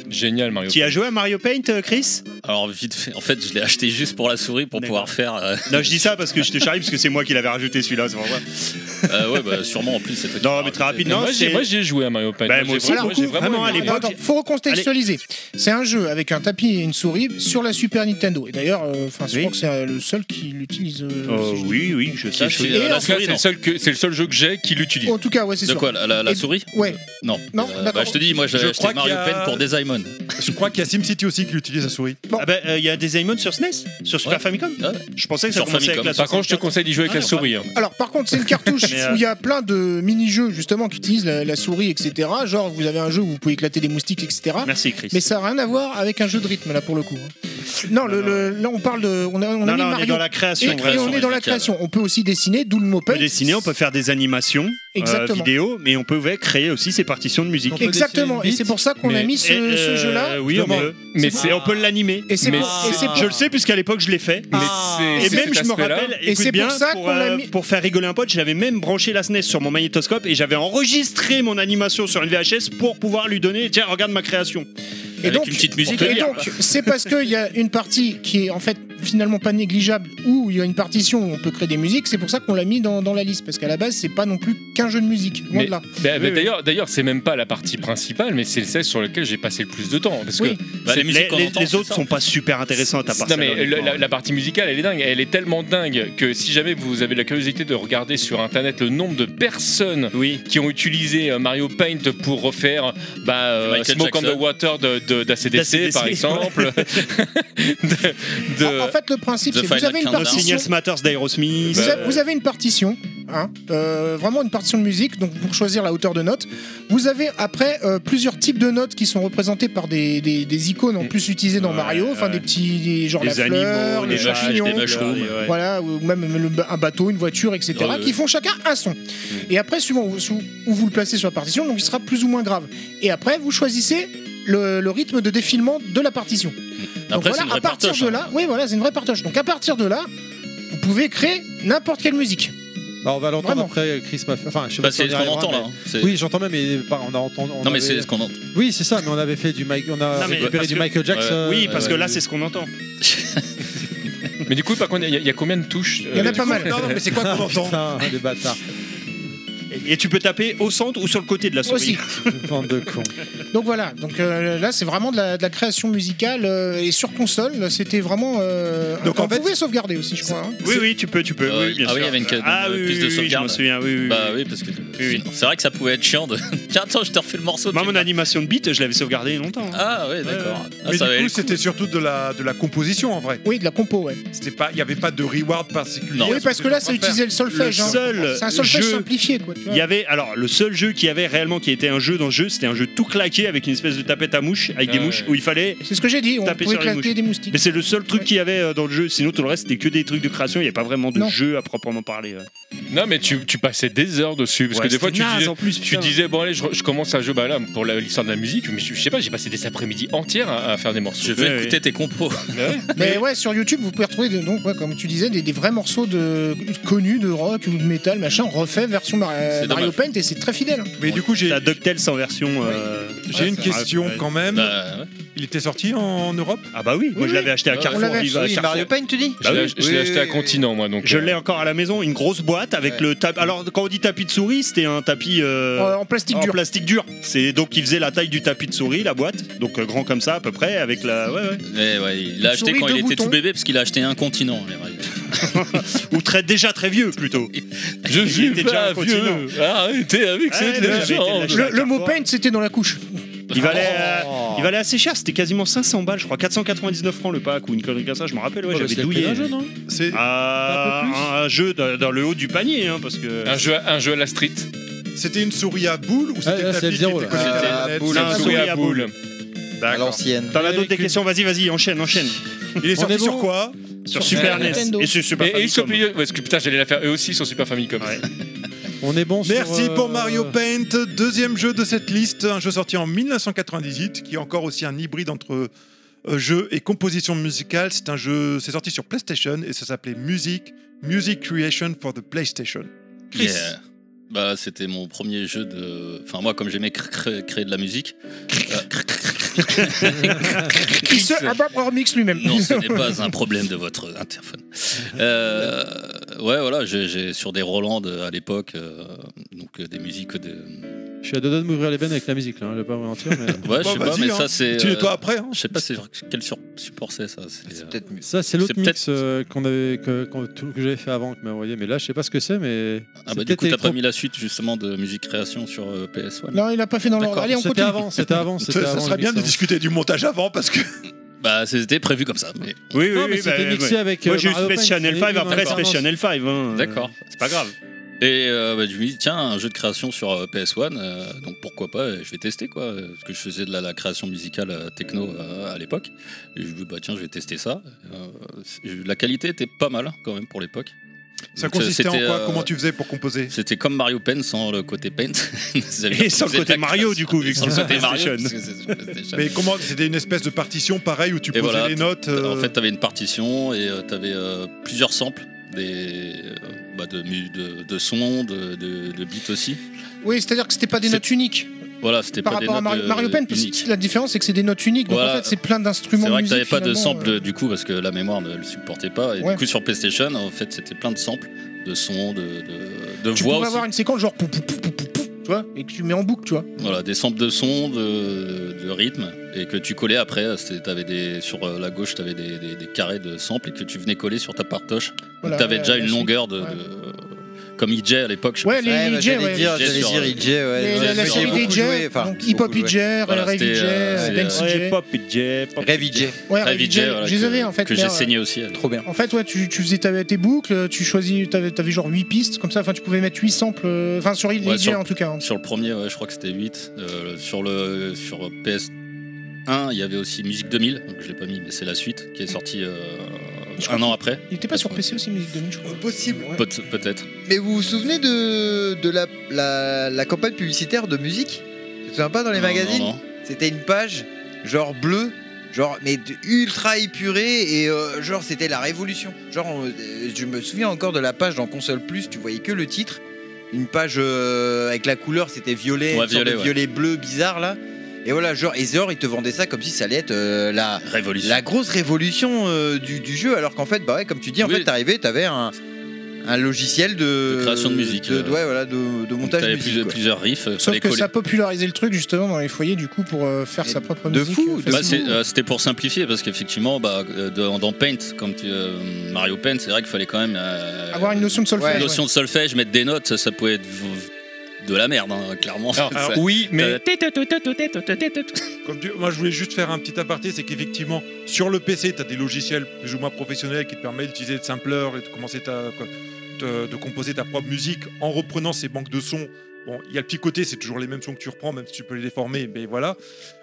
Génial, Mario. Tu as joué à Mario Paint, euh, Chris Alors, vite fait, en fait, je l'ai acheté juste pour la souris pour pouvoir faire. euh, Non, je dis ça parce que je te charrie, parce que c'est moi qui l'avais rajouté celui-là, c'est pour ça. euh, ouais, bah, sûrement en plus, c'est Non, mais très rapide, non Moi, j'ai- c'est- moi, j'ai joué à Mario Paint. Bah, J'ai moi aussi, vraiment- beaucoup. j'ai vraiment Vraiment, à aimé. l'époque, Attends, faut recontextualiser. C'est un jeu avec un tapis et une souris sur la Super Nintendo. Et d'ailleurs, euh, enfin, je crois que c'est euh, le seul qui l'utilise. euh, Euh, si je- oui, oui, je sais. Qui- je- euh, la En tout cas, souris, c'est le non. seul que- c'est le seul jeu que j'ai qui l'utilise. En tout cas, ouais, c'est De sûr. quoi La, la- la Et- souris Ouais. Non. Non, Euh, bah, d'accord. je te dis, moi, Je j'avais acheté crois qu'il y Mario a- Paint pour Desaimon. Je crois qu'il y a SimCity aussi qui utilise la souris. Ah bah, euh, il y a des Aimon sur SNES Sur Super Ouais. Famicom Ah ouais. Je pensais que ça Sur commençait avec Famicom. la Par contre, je te 64. conseille d'y jouer avec Ah, la non, souris. hein. Alors par contre c'est une cartouche Mais, euh, où il y a plein de mini-jeux justement qui utilisent la, la souris etc. Genre vous avez un jeu où vous pouvez éclater des moustiques etc. Merci, Chris. Mais ça n'a rien à voir avec un jeu de rythme là pour le coup. Non, le, non. le- là on parle de... On a, on a Non, mis non, on Mario est dans la création. et, vraiment. et on est dans la musicale. création. On peut aussi dessiner, d'où le mot On paint. peut dessiner, on peut faire des animations euh, Exactement. vidéo, mais on peut créer aussi ses partitions de musique. On peut Exactement. dessiner Et une c'est pour ça qu'on a mais- mis ce, Et, euh, ce jeu-là. Oui, on justement. peut. Mais Et on peut l'animer. Et c'est Mais pour, et c'est pour- Je le sais puisqu'à l'époque je l'ai fait. Ah. Mais Et c'est- c'est même cet je me aspect-là. rappelle, Et écoute c'est pour bien, ça qu'on l'a euh, mis- pour faire rigoler un pote, j'avais même branché la SNES sur mon magnétoscope et j'avais enregistré mon animation sur une VHS pour pouvoir lui donner, tiens, regarde ma création. et donc, Avec une petite musique. et donc, c'est parce qu'il y a une partie qui est en fait finalement pas négligeable où il y a une partition où on peut créer des musiques. C'est pour ça qu'on l'a mis dans, dans la liste parce qu'à la base c'est pas non plus qu'un jeu de musique. Loin Mais- de là. Bah, bah, D'ailleurs, d'ailleurs, c'est même pas la partie principale, mais c'est celle sur laquelle j'ai passé le plus de temps. Parce Oui. que Bah, les Les, musiques qu'on les- entend, les c'est autres ça. sont pas super intéressantes à part Non celle-là, mais le- honnêtement. la, la partie musicale elle est dingue, elle est tellement dingue que si jamais vous avez la curiosité de regarder sur internet le nombre de personnes Oui. qui ont utilisé euh, Mario Paint pour refaire bah, euh, Michael Smoke on Jackson. the Water d'ACDC de, d'ACDC, par ouais. exemple. de, de- Ah, En- En fait le principe The c'est vous Final avez une Countdown. No partition. Signals Matters d'Aerosmith. Vous, Bah, a- euh, vous avez une partition, hein, euh, vraiment une partition de musique, donc pour choisir la hauteur de note. Vous avez après euh, plusieurs types de notes qui sont représentées par des, des- des icônes en Mm. plus utilisées dans Ouais, Mario, enfin ouais. des petits, des- genre les la animaux, fleur, les le vaches, champignon, des mushrooms. ouais. voilà, ou même le ba- un bateau, une voiture, etc., Ouais, ouais. qui font chacun un Mm. son. Et après, suivant où, sous- où vous le placez sur la partition, donc il sera plus ou moins grave. Et après, vous choisissez le, le rythme de défilement de la partition. Donc Après, c'est voilà, une à vraie partir partoche, de hein. là, oui, voilà, c'est une vraie partage. Donc à partir de là, vous pouvez créer n'importe quelle musique. Alors, Bah, on va l'entendre Vraiment. après Chris m'a fait. Enfin, je sais Bah, pas si c'est on ce y qu'on arrivera, entend là. mais- hein. C'est- Oui, j'entends même, mais par- on a entendu. on Non, mais avait- c'est ce qu'on entend. Oui, c'est ça, mais on avait fait du Mike. On a Non, mais récupéré parce du que- Michael Jackson. Oui, parce euh, que là, c'est ce qu'on entend. Mais du coup par contre il y, a- il y a combien de touches euh, Il y en a du pas coup mal. Non, non, mais c'est quoi qu'on entend Putain, des bâtards. Et, et tu peux taper au centre ou sur le côté de la souris. Aussi. Bande de cons. Donc voilà, donc euh, là c'est vraiment de la, de la création musicale euh, et sur console, là, c'était vraiment. euh, Donc, on en fait, pouvait sauvegarder aussi, je crois. hein. Oui, oui, tu peux, tu peux. Euh, oui, bien ah oui, sûr. avec, euh, ah, dans le oui, piste de oui, oui, je sauvegarde. me souviens. Oui, oui, Bah oui. oui, parce que oui. c'est vrai que ça pouvait être chiant de. Tiens, attends, je te refais le morceau. Moi, tu mon me- animation de beat, je l'avais sauvegardé longtemps. hein. Ah ouais, d'accord. Ah, Mais ça valait du le coup, coup. c'était surtout de la, de la composition en vrai. Oui, de la compo, ouais. C'était pas, il n'y avait pas de reward particulier. Non. oui, parce que là ça utilisait le solfège. Le hein. seul euh, C'est un solfège jeu- simplifié, quoi. tu vois. Il y avait alors le seul jeu qu'il y avait réellement qui était un jeu dans le jeu, c'était un jeu tout claqué avec une espèce de tapette à mouches avec des Ah mouches ouais. où il fallait. C'est ce que j'ai dit, on Taper pouvait sur les claquer mouches. des moustiques. Mais c'est le seul truc Ouais. qu'il y avait euh, dans le jeu. Sinon tout le reste c'était que des trucs de création. Il n'y a pas vraiment de Non. jeu à proprement parler. ouais. Non mais tu, tu passais des heures dessus parce Ouais, que des fois c'était tu naze, disais, en plus, tu putain. disais bon allez je, re- je commence à jouer bah là pour la- l'histoire de la musique mais je, je sais pas j'ai passé des après-midi entières à, à faire des morceaux. Je vais Ouais, écouter tes compos. Mais ouais, sur YouTube vous pouvez retrouver des- donc, ouais, comme tu disais, des, des vrais morceaux de connus de rock ou de métal, machin, refait version Mar- euh, C'est Mario Paint et c'est très fidèle. hein. Mais du coup, j'ai T'as DuckTales en version. euh, j'ai une ouais, question ouais. quand même. Bah, ouais. Il était sorti en Europe Ah bah oui, moi Oui, je l'avais acheté à On Carrefour. l'avait Vive à Oui, Carrefour. Mario Paint, tu dis Je l'ai je l'ai Oui, acheté à oui, Continent moi donc. Je euh, l'ai encore à la maison, une grosse boîte avec Ouais. le tapis. Alors quand on dit tapis de souris, c'était un tapis euh, Euh, en plastique en dur. plastique dur. C'est donc il faisait la taille du tapis de souris, la boîte, donc euh, grand comme ça à peu près, avec la ouais, ouais. Mais Eh ouais, il l'a acheté souris, quand deux il était boutons. tout bébé parce qu'il a acheté un continent. les mecs. ou très déjà très vieux plutôt. Je Il suis était pas déjà au continent. vieux. Arrêtez avec Ouais, cette mais j'avais été légende. lâché. Le, le mot Carrefour. paint c'était dans la couche. Il valait, euh, Oh. il valait assez cher, c'était quasiment 500 balles, je crois 499 francs le pack ou une connerie comme ça, je me rappelle, ouais, Oh, bah, j'avais c'est le prix douillé. d'un jeu, non C'est Ah, Un peu plus un, jeu dans, dans le haut du panier, hein, parce que. Un jeu, à- un jeu à la street. C'était une souris à boule ou Ah, c'était là, une c'est tapis qui était F-Zero, là. connecté à la Ah, manette boule. Un souris à boule. À D'accord. l'ancienne. T'en as d'autres Avec des une- questions Vas-y, vas-y, enchaîne, enchaîne. Il est On sorti est bon sur quoi Sur Super E NES. Nintendo. Et sur Super Et- et sur Famicom. Ouais, parce que putain, j'allais la faire eux aussi sur Super Famicom. On est bon sur, Merci euh, pour Mario Paint, deuxième jeu de cette liste, un jeu sorti en 1998 qui est encore aussi un hybride entre euh, jeu et composition musicale. C'est un jeu, c'est sorti sur PlayStation et ça s'appelait Music, Music Creation for the PlayStation. Chris. Yeah. Bah, c'était mon premier jeu de. Enfin, moi, comme j'aimais cr- cr- créer de la musique. euh, Qui se abat remix lui-même. Non, ce n'est pas un problème de votre interphone. Euh, ouais, voilà, j'ai j'ai- sur des Roland euh, à l'époque, euh, donc euh, des musiques de. Je suis à deux doigts de m'ouvrir les veines avec la musique, là, hein, je vais pas vous mentir. Mais... Ouais, je sais pas, hein. mais ça c'est. Tu euh, es toi Je sais pas c'est- quel sur- support c'est euh, ça. C'est peut-être mieux. Ça, c'est l'autre mix euh, qu'on avait, que, qu'on- tout- que j'avais fait avant, que vous m'envoyé. Mais là, je sais pas ce que c'est, mais. Ah, c'est bah, du peut-être coup, t'as électro- pas mis la suite justement de musique création sur euh, PS1 Non, il a pas fait dans l'ordre. D'accord. Allez, on C'était continue. avant, c'était avant, c'était Ça avant serait le bien mix de hein. avant. discuter du montage avant parce que. Bah, c'était prévu comme ça. Mais... Oui, oui, oui, bah, ouais. euh, Moi, j'ai eu Space Channel 5, après Space Channel 5. hein. D'accord. C'est pas grave. Et euh, bah, je me dis, tiens, un jeu de création sur euh, PS1, euh, donc pourquoi pas, euh, je vais tester quoi. euh, Parce que je faisais de la, la création musicale euh, techno euh, à l'époque. Et je me dis, bah tiens, je vais tester ça. Euh, c'est- la qualité était pas mal quand même pour l'époque. Ça Donc, euh, consistait en quoi c'était, euh, Comment tu faisais pour composer C'était comme Mario Paint sans le côté Paint. Et sans le côté Mario, du coup, vu que sans le c'est côté Mario. PlayStation. parce que c'est sur PlayStation. Mais comment C'était une espèce de partition pareille où tu Et posais voilà, les notes. t'as- En euh, fait, t'avais une partition et euh, t'avais euh, plusieurs samples des, euh, bah, de, mu- de, de sons, de, de, de beats aussi. Oui, c'est-à-dire que c'était pas des notes uniques. Voilà, c'était Par pas des rapport à notes Mario, euh, Mario Paint, parce que uniques. la différence c'est que c'est des notes uniques, donc Voilà. en fait c'est plein d'instruments. C'est vrai que de t'avais musique, pas de finalement, sample euh. du coup parce que la mémoire ne le supportait pas. Et Ouais. du coup sur PlayStation, en fait, c'était plein de samples, de sons, de, de, de Tu voix pouvais aussi. avoir une séquence genre pou, pou, pou, pou, pou, pou, tu vois, et que tu mets en boucle, tu vois. Voilà, des samples de sons, de, de rythme, et que tu collais après. c'était- T'avais des sur euh, la gauche, t'avais des, des, des carrés de samples et que tu venais coller sur ta partoche. Voilà, Donc t'avais ouais, déjà la une suite, longueur de, ouais. de- comme EJ à l'époque. je sais Ouais, pas si- les Ouais, bah, EJ, j'allais ouais. dire- EJ j'allais sur, dire euh, EJ, ouais, Mais la- la sur- série sur- EJ, donc Hip Hop EJ, Voilà, Rave c'était, EJ, euh, Dance c'est, EJ. euh, Rêve EJ. Ouais, Rave Rave EJ, je les que- avais, en fait, Que mais, j'ai euh, saigné aussi. à l'époque. Trop bien. En fait, ouais, tu, tu faisais ta- tes boucles, euh, tu choisis, t'avais avais genre 8 pistes, comme ça, enfin tu pouvais mettre 8 samples, euh, enfin sur Hill Ouais, EJ sur- en tout cas. hein. Sur le premier, ouais, je crois que c'était 8. Euh, sur le sur PS1, il y avait aussi Musique 2000, donc je l'ai pas mis, mais c'est la suite qui est sortie euh, un an après. Il était pas sur PC aussi, Music 2000, je crois. Possible. Peut- Peut-être. Mais vous vous souvenez de, de la, la, la campagne publicitaire de musique Tu te souviens pas dans les Non, magazines non, non. C'était une page, genre bleue, genre, mais de- ultra épurée, et euh, genre, c'était la révolution. Genre, on- euh, je me souviens encore de la page dans Console Plus, tu voyais que le titre. Une page euh, avec la couleur, c'était violet, Ouais, une sorte de violet, ouais. violet bleu bizarre là. Et voilà, genre, et Zor, ils te vendaient ça comme si ça allait être euh, la, la grosse révolution euh, du, du jeu, alors qu'en fait, bah ouais, comme tu dis, en fait, t'arrivais, t'avais un, un logiciel de, De création de musique, de, euh. ouais, voilà, de, de montage T'avais de musique. plus- quoi. plusieurs riffs. euh, Sauf fallait que coller. ça popularisait le truc justement dans les foyers du coup pour euh, faire sa propre musique. euh, Bah, c'est- facilement. euh, C'était pour simplifier parce qu'effectivement, bah, euh, dans, dans Paint, comme tu, euh, Mario Paint, c'est vrai qu'il fallait quand même euh, Avoir une notion de solfège. une notion de solfège, mettre des notes, ça, ça pouvait être v- de la merde, hein, clairement. Ça- oui, mais Comme tu- Moi, je voulais juste faire un petit aparté, c'est qu'effectivement, sur le PC, tu as des logiciels plus ou moins professionnels qui te permettent d'utiliser de sampleurs et de commencer ta, quoi, de, de composer ta propre musique en reprenant ces banques de sons. Bon, il y a le petit côté, c'est toujours les mêmes sons que tu reprends, même si tu peux les déformer, mais voilà.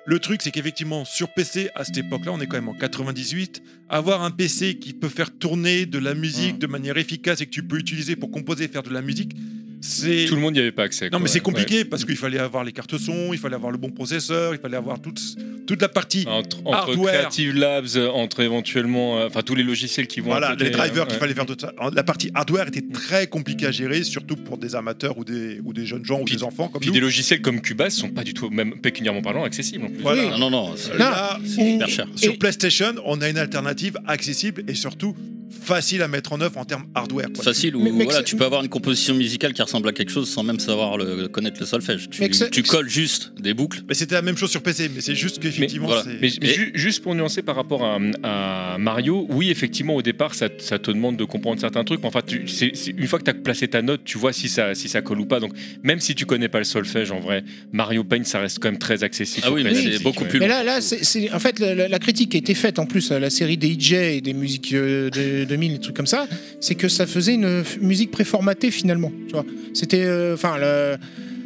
Le truc, c'est qu'effectivement, sur PC, à cette époque-là, on est quand même en 98, avoir un PC qui peut faire tourner de la musique de manière efficace et que tu peux utiliser pour composer et faire de la musique, c'est... Tout le monde n'y avait pas accès. Non, quoi, mais c'est ouais. compliqué parce qu'il fallait avoir les cartes son, il fallait avoir le bon processeur, il fallait avoir toute, toute la partie Entre, entre hardware. Creative Labs, euh, entre éventuellement, euh, enfin tous les logiciels qui vont. Voilà, à côté, les drivers euh, qu'il ouais. fallait faire de ça. La partie hardware était très compliquée à gérer, surtout pour des amateurs ou des, ou des jeunes gens ou des enfants comme Puis nous. des logiciels comme Cubase sont pas du tout, même pécuniairement parlant, accessibles. En plus. Voilà. Non, non, non. c'est- Là, c'est hyper cher. Sur PlayStation, on a une alternative accessible et surtout facile à mettre en œuvre en termes hardware. quoi. facile où voilà, tu peux avoir une composition musicale qui ressemble à quelque chose sans même savoir le, connaître le solfège. Tu, Mais que c'est- tu colles juste des boucles. Mais c'était la même chose sur PC, mais c'est juste qu'effectivement. voilà. c'est- Mais, mais ju- juste pour nuancer par rapport à, à Mario, oui, effectivement, au départ, ça, ça te demande de comprendre certains trucs. Mais enfin, tu- c'est- c'est- une fois que tu as placé ta note, tu vois si ça, si ça colle ou pas. Donc, même si tu connais pas le solfège, en vrai, Mario Paint, ça reste quand même très accessible. Ah oui, pour mais la c'est musique, beaucoup ouais. Mais là, là c'est- c'est- en fait, la, la- la critique qui a été faite en plus à la série des DJ et des musiques euh, de 2000 et trucs comme ça, c'est que ça faisait une f- musique préformatée finalement. Tu vois, c'était, euh, enfin, le-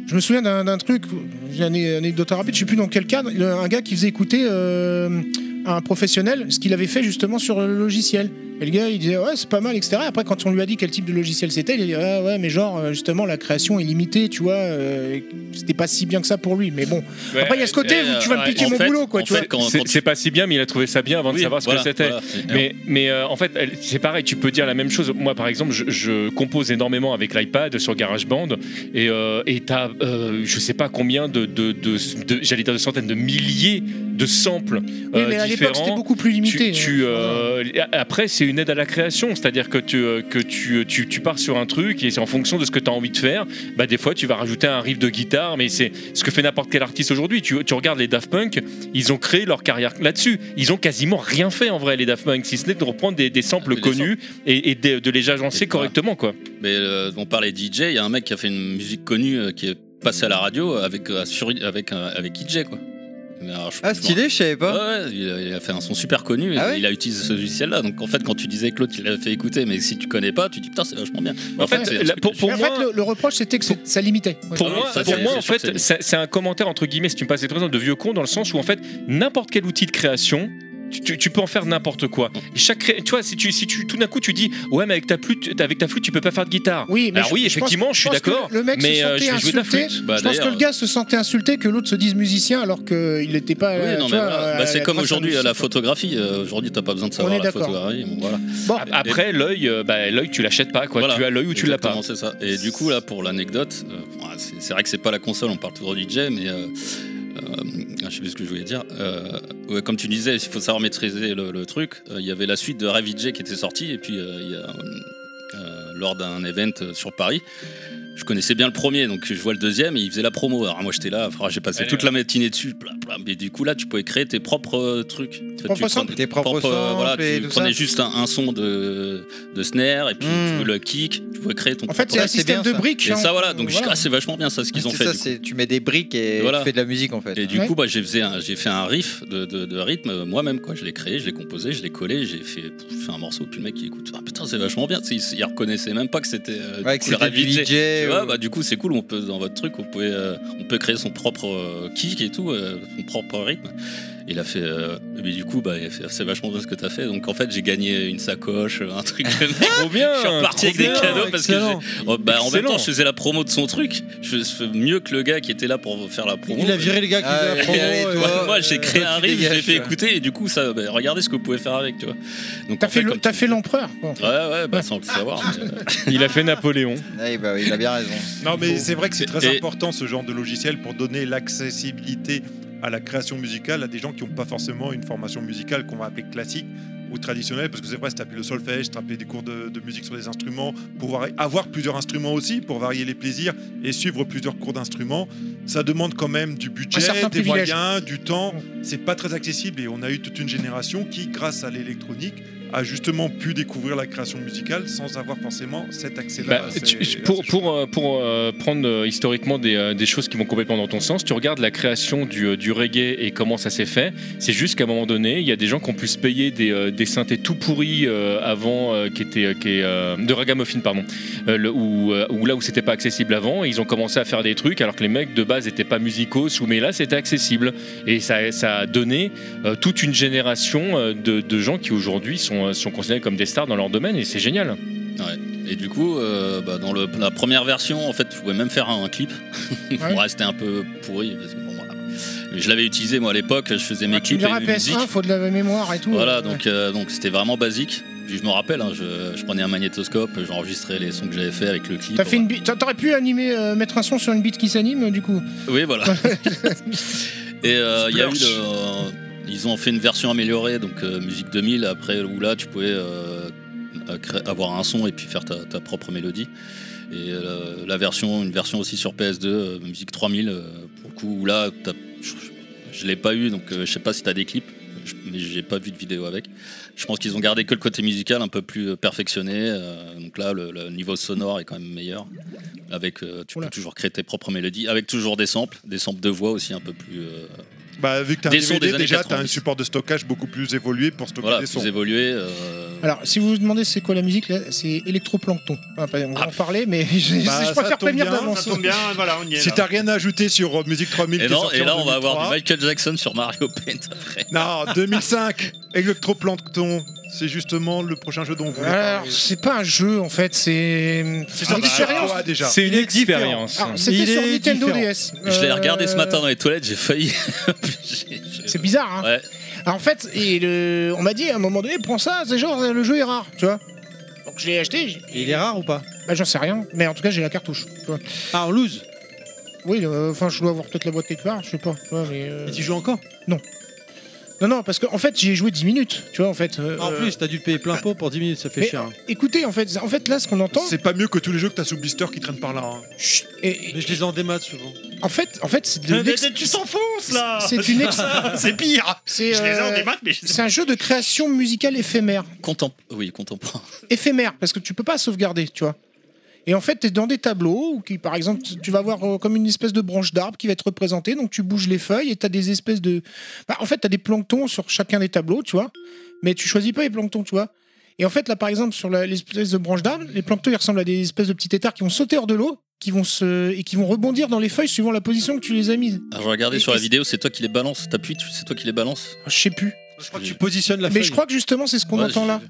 je me souviens d'un d'un truc, une ané- anecdote rapide, je sais plus dans quel cadre, le- un gars qui faisait écouter. euh, à un professionnel ce qu'il avait fait justement sur le logiciel. Et le gars, il disait ouais, c'est pas mal, etc. Après, quand on lui a dit quel type de logiciel c'était, il a dit ah ouais, mais genre, euh, justement, la création est limitée, tu vois. euh, c'était pas si bien que ça pour lui, mais bon. Ouais, Après, il y a ce côté euh, où tu vas me ouais, piquer en mon fait- boulot, quoi, en tu fait, vois. quand- C'est c'est pas si bien, mais il a trouvé ça bien avant de Oui, savoir ce voilà, que c'était. voilà. Mais, mais euh, en fait, elle- c'est pareil, tu peux dire la même chose. Moi, par exemple, je, je compose énormément avec l'iPad sur GarageBand et euh, et t'as, euh, je sais pas combien de, de, de- de- j'allais dire de centaines de milliers de samples Oui, euh, mais à l'époque, différents. c'était beaucoup plus limité. hein. Tu, euh, après, c'est une aide à la création, c'est-à-dire que, tu, euh, que tu, tu, tu pars sur un truc et c'est en fonction de ce que tu as envie de faire. Bah, des fois, tu vas rajouter un riff de guitare, mais c'est ce que fait n'importe quel artiste aujourd'hui. Tu, tu regardes les Daft Punk, ils ont créé leur carrière là-dessus. Ils ont quasiment rien fait en vrai, les Daft Punk, si ce n'est de reprendre des, des samples connus et, et de, de les agencer correctement. Quoi. Mais euh, on parlait DJ, il y a un mec qui a fait une musique connue euh, qui est passée à la radio avec euh, sur- avec euh, avec IJ quoi. Mais alors, je- Ah, stylé, je savais pas. Ouais, ouais, il, a, il a fait un son super connu et Ah ouais il a utilisé ce logiciel-là. Donc en fait, quand tu disais que l'autre il l'avait fait écouter, mais si tu connais pas, tu dis putain, c'est vachement bien. Mais En fait, c'est un la- truc pour- que pour tu- En fait, le, le reproche, c'était que c'est- ça limitait. Pour Ah oui, moi, ça, pour c'est- moi c'est en sûr que fait, c'est c'est un commentaire entre guillemets, si tu me passes les présents, de vieux con dans le sens où en fait, n'importe quel outil de création. Tu, tu- tu peux en faire n'importe quoi. Et chaque cré- tu vois, si tu, si tu tout d'un coup tu dis ouais mais avec ta flûte, avec ta flûte tu peux pas faire de guitare. Oui, mais Alors bah je- oui je effectivement pense- je suis pense que d'accord. Le mec mais se euh, je sentait vais jouer de la insulté. flûte. bah, Bah, je pense que le gars se sentait insulté que l'autre se dise musicien alors qu'il n'était pas. Oui, euh, non, tu mais vois, voilà. euh, Bah, c'est la comme trace aujourd'hui d'un euh, la photographie. Euh, Aujourd'hui, t'as pas besoin de On savoir est la d'accord. photographie. bon, voilà. Ap- Après l'œil, euh, bah, l'œil tu l'achètes pas quoi. Voilà, Tu as l'œil ou tu l'as pas. exactement, c'est ça. Et du coup, là, pour l'anecdote, euh, bon, c'est c'est vrai que c'est pas la console, on parle toujours du DJ, mais euh, euh, je sais plus ce que je voulais dire. Euh, ouais, comme tu disais, il faut savoir maîtriser le, le truc. Euh, Il y avait la suite de Rave DJ qui était sortie, et puis euh, il y a, euh, lors d'un event euh, sur Paris. Je connaissais bien le premier, donc je vois le deuxième et il faisait la promo. Alors moi j'étais là, enfin, j'ai passé Allez, toute ouais. la matinée dessus. bla, bla. Mais du coup là, tu pouvais créer tes propres euh, trucs. Tu propres prenais- samples. Tes propres euh, voilà, samples et tu tout prenais ça. Hmm. juste un, un son de, de snare et puis tu- le kick, tu pouvais créer ton En fait, propre- c'est un Ouais, c'est système bien, de ça. briques, Et hein. ça, voilà, donc je dis, Voilà. ah, c'est vachement bien ça ce qu'ils ont C'est fait. ça, du coup. c'est- tu mets des briques et Voilà. tu fais de la musique en fait. Et du Ouais. coup, bah, j'ai faisais un- j'ai fait un riff de, de- de rythme euh, moi-même. quoi. Je l'ai créé, je l'ai composé, je l'ai collé, j'ai fait, pff, fait un morceau. Puis le mec, il écoute, ah, putain, c'est vachement bien. Tu sais, Il, il reconnaissait même pas que c'était euh, Ouais, du que coup, le c'était rap du DJ. DJ, Tu vois, ou- bah, du coup, c'est cool. On peut, dans votre truc, on, pouvait, euh, on peut créer son propre euh, kick et tout, euh, son propre rythme. Il a fait, euh, mais du coup, bah, il a fait, c'est vachement bien ce que t'as fait. Donc en fait, j'ai gagné une sacoche, un truc. trop bien. Je suis trop reparti avec des bien, cadeaux parce que excellent. j'ai- oh, bah, en même Excellent. temps, je faisais la promo de son truc. Je fais mieux que le gars qui était là pour faire la promo. Il a viré le gars qui Ah, faisait la promo, allez, et toi, voilà. moi, j'ai créé Toi, un tu riff, je l'ai dégages, fait ouais. écouter et du coup, ça, bah, regardez ce que vous pouvez faire avec, tu vois. Donc t'as fait, comme- T'as fait l'empereur. quoi. Ouais, ouais, bah, sans le savoir. Il a fait Napoléon. Ah, il a bien raison. Non, mais c'est vrai que c'est très Et- important ce genre de logiciel pour donner l'accessibilité à la création musicale à des gens qui n'ont pas forcément une formation musicale qu'on va appeler classique ou traditionnelle, parce que c'est vrai, se taper le solfège, se taper des cours de, de musique sur les instruments, pouvoir avoir plusieurs instruments aussi pour varier les plaisirs et suivre plusieurs cours d'instruments, ça demande quand même du budget, Un certain des privilège. Mm. moyens, du temps. C'est pas très accessible et on a eu toute une génération qui, grâce à l'électronique, a justement pu découvrir la création musicale sans avoir forcément cet accès-là. Bah, C'est- tu- je- pour pour, euh, pour, euh, prendre euh, historiquement des, euh, des choses qui vont complètement dans ton sens, tu regardes la création du, euh, du reggae et comment ça s'est fait. C'est juste qu'à un moment donné, il y a des gens qui ont pu se payer des, euh, des synthés tout pourris euh, avant, euh, qui étaient, euh, qui, euh, de ragamuffin, pardon, euh, le- où, euh, où là où c'était pas accessible avant, et ils ont commencé à faire des trucs alors que les mecs de base n'étaient pas musicaux, sous- mais là c'était accessible. Et ça, ça a donné euh, toute une génération euh, de, de gens qui aujourd'hui sont, euh, sont considérés comme des stars dans leur domaine, et c'est génial. Ouais. Et du coup, euh, bah, dans le- la première version, en fait, je pouvais même faire un, un clip. Bon, ouais, c'était un peu pourri. Parce que, bon, voilà. Mais Je l'avais utilisé, moi, à l'époque, je faisais Tu mes me clips et diras mes musiques. PS1, faut de la mémoire et tout. Voilà, euh, donc euh, donc c'était vraiment basique. Puis je me rappelle, hein, je, je prenais un magnétoscope, j'enregistrais les sons que j'avais fait avec le clip. T'as fait une bi- t'a- T'aurais pu animer, euh, mettre un son sur une beat qui s'anime, euh, du coup. Oui, voilà. Et euh, il y a eu le- ils ont fait une version améliorée, donc euh, musique 2000, après où là tu pouvais euh, cré- avoir un son et puis faire ta, ta propre mélodie. Et euh, la version, une version aussi sur PS2, euh, musique 3000, euh, pour le coup où là t'as- je, je- je l'ai pas eu, donc euh, je sais pas si t'as des clips. je- Mais j'ai pas vu de vidéo avec. Je pense qu'ils ont gardé que le côté musical un peu plus euh, perfectionné. euh, donc là, le, le niveau sonore est quand même meilleur. Avec, euh, tu peux toujours créer tes propres mélodies, avec toujours des samples, des samples de voix aussi un peu plus. euh, Bah, vu que t'as un Des sons des DVD, années déjà, t'as un 90. support de stockage beaucoup plus évolué pour stocker voilà, des plus sons. évolué. euh, Alors, si vous vous demandez c'est quoi la musique, là, c'est électroplancton. Ah, bah, on va en parler, mais je, Bah, je ça préfère tombe prévenir bien, d'avance. ça tombe bien, voilà, on y est, Si là. t'as rien à ajouter sur euh, Musique 3000 Et, qui est non, sorti et là, en on va avoir du 2003. Michael Jackson sur Mario Paint après. Non, 2005, Electroplankton, c'est justement le prochain jeu dont on voulait Alors, parler. c'est pas un jeu en fait, c'est euh, sur une expérience. quoi, déjà C'est une Il est expérience. différent. Alors, C'était Il sur est Nintendo différent. DS. Je l'ai Euh, regardé ce matin dans les toilettes, j'ai failli. C'est bizarre, hein Ouais. Alors, En fait, et le- on m'a dit à un moment donné, prends ça, c'est genre le jeu est rare, tu vois. Donc je l'ai acheté. j'ai- euh, Il est rare ou pas Bah, j'en sais rien, mais en tout cas, j'ai la cartouche. tu vois. Ah, en loose Oui, euh, enfin, je dois avoir peut-être la boîte quelque part, je sais pas. tu vois, mais, euh, Et tu joues encore Non. Non, non, parce qu'en en fait, j'y ai joué 10 minutes, tu vois, en fait. euh, Ah, Ah, En plus, t'as dû le payer plein pot pour 10 minutes, ça fait mais cher. hein. Écoutez, en fait, en fait, là, ce qu'on entend. C'est pas mieux que tous les jeux que t'as sous blister qui traînent par là. hein. Mais je les ai en démat souvent. En fait, en fait, c'est de Mais- mais- l'ex- mais tu t'enfonces, là C'est une ex- C'est pire. C'est, Je les ai en euh, démat, mais je- C'est un jeu de création musicale éphémère. Contem- Oui, contemporain. éphémère parce que tu peux pas sauvegarder, tu vois. Et en fait, tu es dans des tableaux où, qui, par exemple, tu- tu vas voir euh, comme une espèce de branche d'arbre qui va être représentée. Donc, tu bouges les feuilles et tu as des espèces de. Bah, en fait, tu as des planctons sur chacun des tableaux, tu vois. Mais tu choisis pas les planctons, tu vois. Et en fait, là, par exemple, sur la- l'espèce de branche d'arbre, les planctons, ils ressemblent à des espèces de petits têtards qui vont sauter hors de l'eau qui vont se... et qui vont rebondir dans les feuilles suivant la position que tu les as mises. Alors, Ah, je regardais sur la vidéo, c'est toi qui les balance. T'appuies, tu- c'est toi qui les balance. Je sais plus. Je crois que Tu positionnes la Mais feuille. je crois que justement, c'est ce qu'on Ouais, entend j'ai là.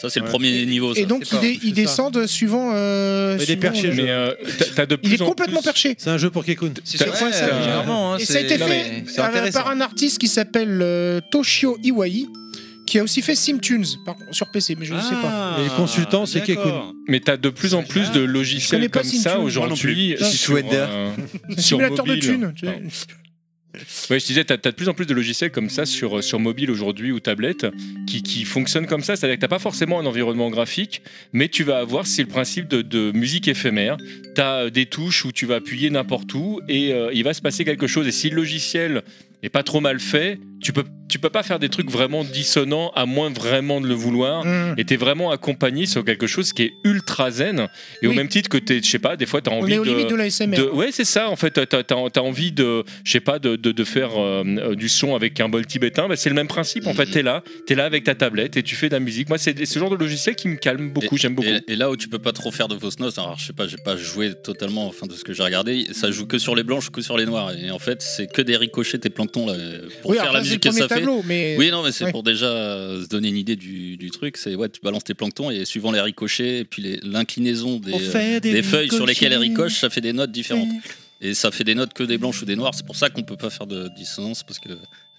Ça, c'est le Ouais. premier niveau. Et ça. donc, C'est ils, pas- dé- ils descendent suivant. euh, suivant le- Mais euh, t'as- t'as de plus Il est en complètement plus- euh, perché. C'est un jeu pour Kekun. C'est sur sur quoi, ça, généralement, hein, Et c'est- ça a été non, fait mais c'est euh, intéressant. par un artiste qui s'appelle euh, Toshio Iwai, qui a aussi fait Simtunes par- sur PC, mais je ne sais Ah, pas. Les consultants, c'est D'accord. Kekun. Mais t'as de plus en plus de logiciels connais pas comme Simtune. ça Moi non aujourd'hui. plus. sur, Shredder. euh, C'est sur un simulateur de mobile. thunes. tu vois. Ouais, je disais, t'as as de plus en plus de logiciels comme ça sur, euh, sur mobile aujourd'hui ou tablette qui, qui fonctionnent comme ça. C'est-à-dire que t'as pas forcément un environnement graphique, mais tu vas avoir, c'est le principe de, de musique éphémère. T'as euh, des touches où tu vas appuyer n'importe où et euh, il va se passer quelque chose. Et si le logiciel est pas trop mal fait, tu peux, tu peux pas faire des trucs vraiment dissonants à moins vraiment de le vouloir. Mm. Et t'es vraiment accompagné sur quelque chose qui est ultra zen. Et au Oui. même titre que t'es, je sais pas, des fois t'as On envie est aux de. limites de la SMR. De- ouais, c'est ça. En fait, t'as as, envie de, je sais pas, de, de, de faire euh, euh, du son avec un bol tibétain. Bah, c'est le même principe. En fait, t'es là, t'es là avec ta tablette et tu fais de la musique. Moi, c'est ce genre de logiciel qui me calme beaucoup. J'aime beaucoup. Et, et là où tu peux pas trop faire de fausses notes, alors je sais pas, j'ai pas joué totalement enfin de ce que j'ai regardé, ça joue que sur les blanches, que sur les noires. Et en fait, c'est que des ricochets, des planctons là, pour Oui, faire alors la ça, c'est musique le que ça premier tableau, fait. mais- Oui, non, mais c'est Ouais. pour déjà euh, se donner une idée du, du truc. C'est ouais, tu balances tes planctons et suivant les ricochets et puis les- l'inclinaison des, On fait euh, des des feuilles sur lesquelles elles ricochets. ricochent, ça fait des notes différentes. Et ça fait des notes que des blanches ou des noires. C'est pour ça qu'on peut pas faire de dissonance parce que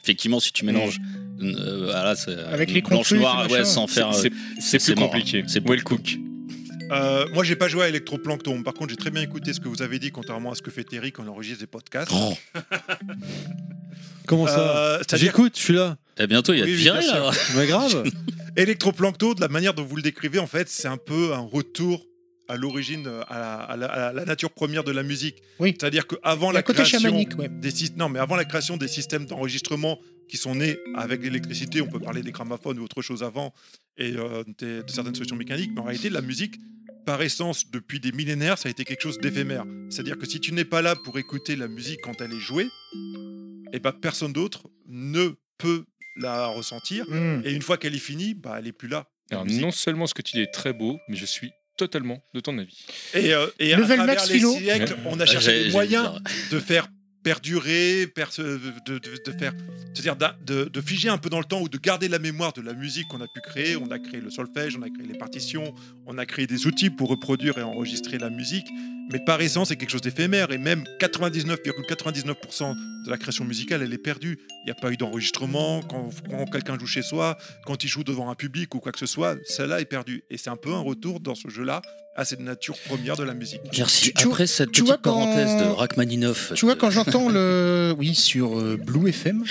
effectivement, si tu mélanges euh, voilà, c'est- Avec les blanche confus, noire, tout ouais, machin. sans faire, C'est- euh, c'est plus mort, hein. compliqué. C'est Well Cook. Euh, moi, j'ai pas joué à Electroplankton. Par contre, j'ai très bien écouté ce que vous avez dit, contrairement à ce que fait Terry quand on enregistre des podcasts. Comment ça Euh, c'est-à-dire- J'écoute, je suis là. Et Eh, bientôt, il y a Oui, du oui, viré, bien là. sûr. Mais grave. Electroplankton, de la manière dont vous le décrivez, en fait, c'est un peu un retour à l'origine, euh, à la, à la- à la nature première de la musique. Oui. C'est-à-dire qu'avant Il y a la un côté création chamanique, ouais. des sy- non, mais avant la création des systèmes d'enregistrement qui sont nés avec l'électricité, on peut parler des gramophones ou autre chose avant, et euh, des- de certaines solutions mécaniques, mais en réalité, la musique, par essence, depuis des millénaires, ça a été quelque chose d'éphémère. C'est-à-dire que si tu n'es pas là pour écouter la musique quand elle est jouée, et ben personne d'autre ne peut la ressentir. Mm. Et une fois qu'elle est finie, bah, elle est plus là. la Alors, musique. non seulement ce que tu dis est très beau, mais je suis totalement de ton avis. Et, euh, et à Level travers max les philo. siècles, on a J'ai- cherché j'ai des eu moyens ça. de faire perdurer, perse- de, de- de faire, c'est-à-dire d'a- de, de figer un peu dans le temps ou de garder la mémoire de la musique qu'on a pu créer. On a créé le solfège, on a créé les partitions, on a créé des outils pour reproduire et enregistrer la musique. Mais par essence, c'est quelque chose d'éphémère et même 99,99% de la création musicale, elle est perdue. Il n'y a pas eu d'enregistrement. Quand, quand quelqu'un joue chez soi, quand il joue devant un public ou quoi que ce soit, celle-là est perdue. Et c'est un peu un retour dans ce jeu-là à cette nature première de la musique. Merci. Tu- tu- Après cette tu petite vois quand- parenthèse de Rachmaninoff. euh, Tu vois, quand j'entends le. Oui, sur euh, Blue FM.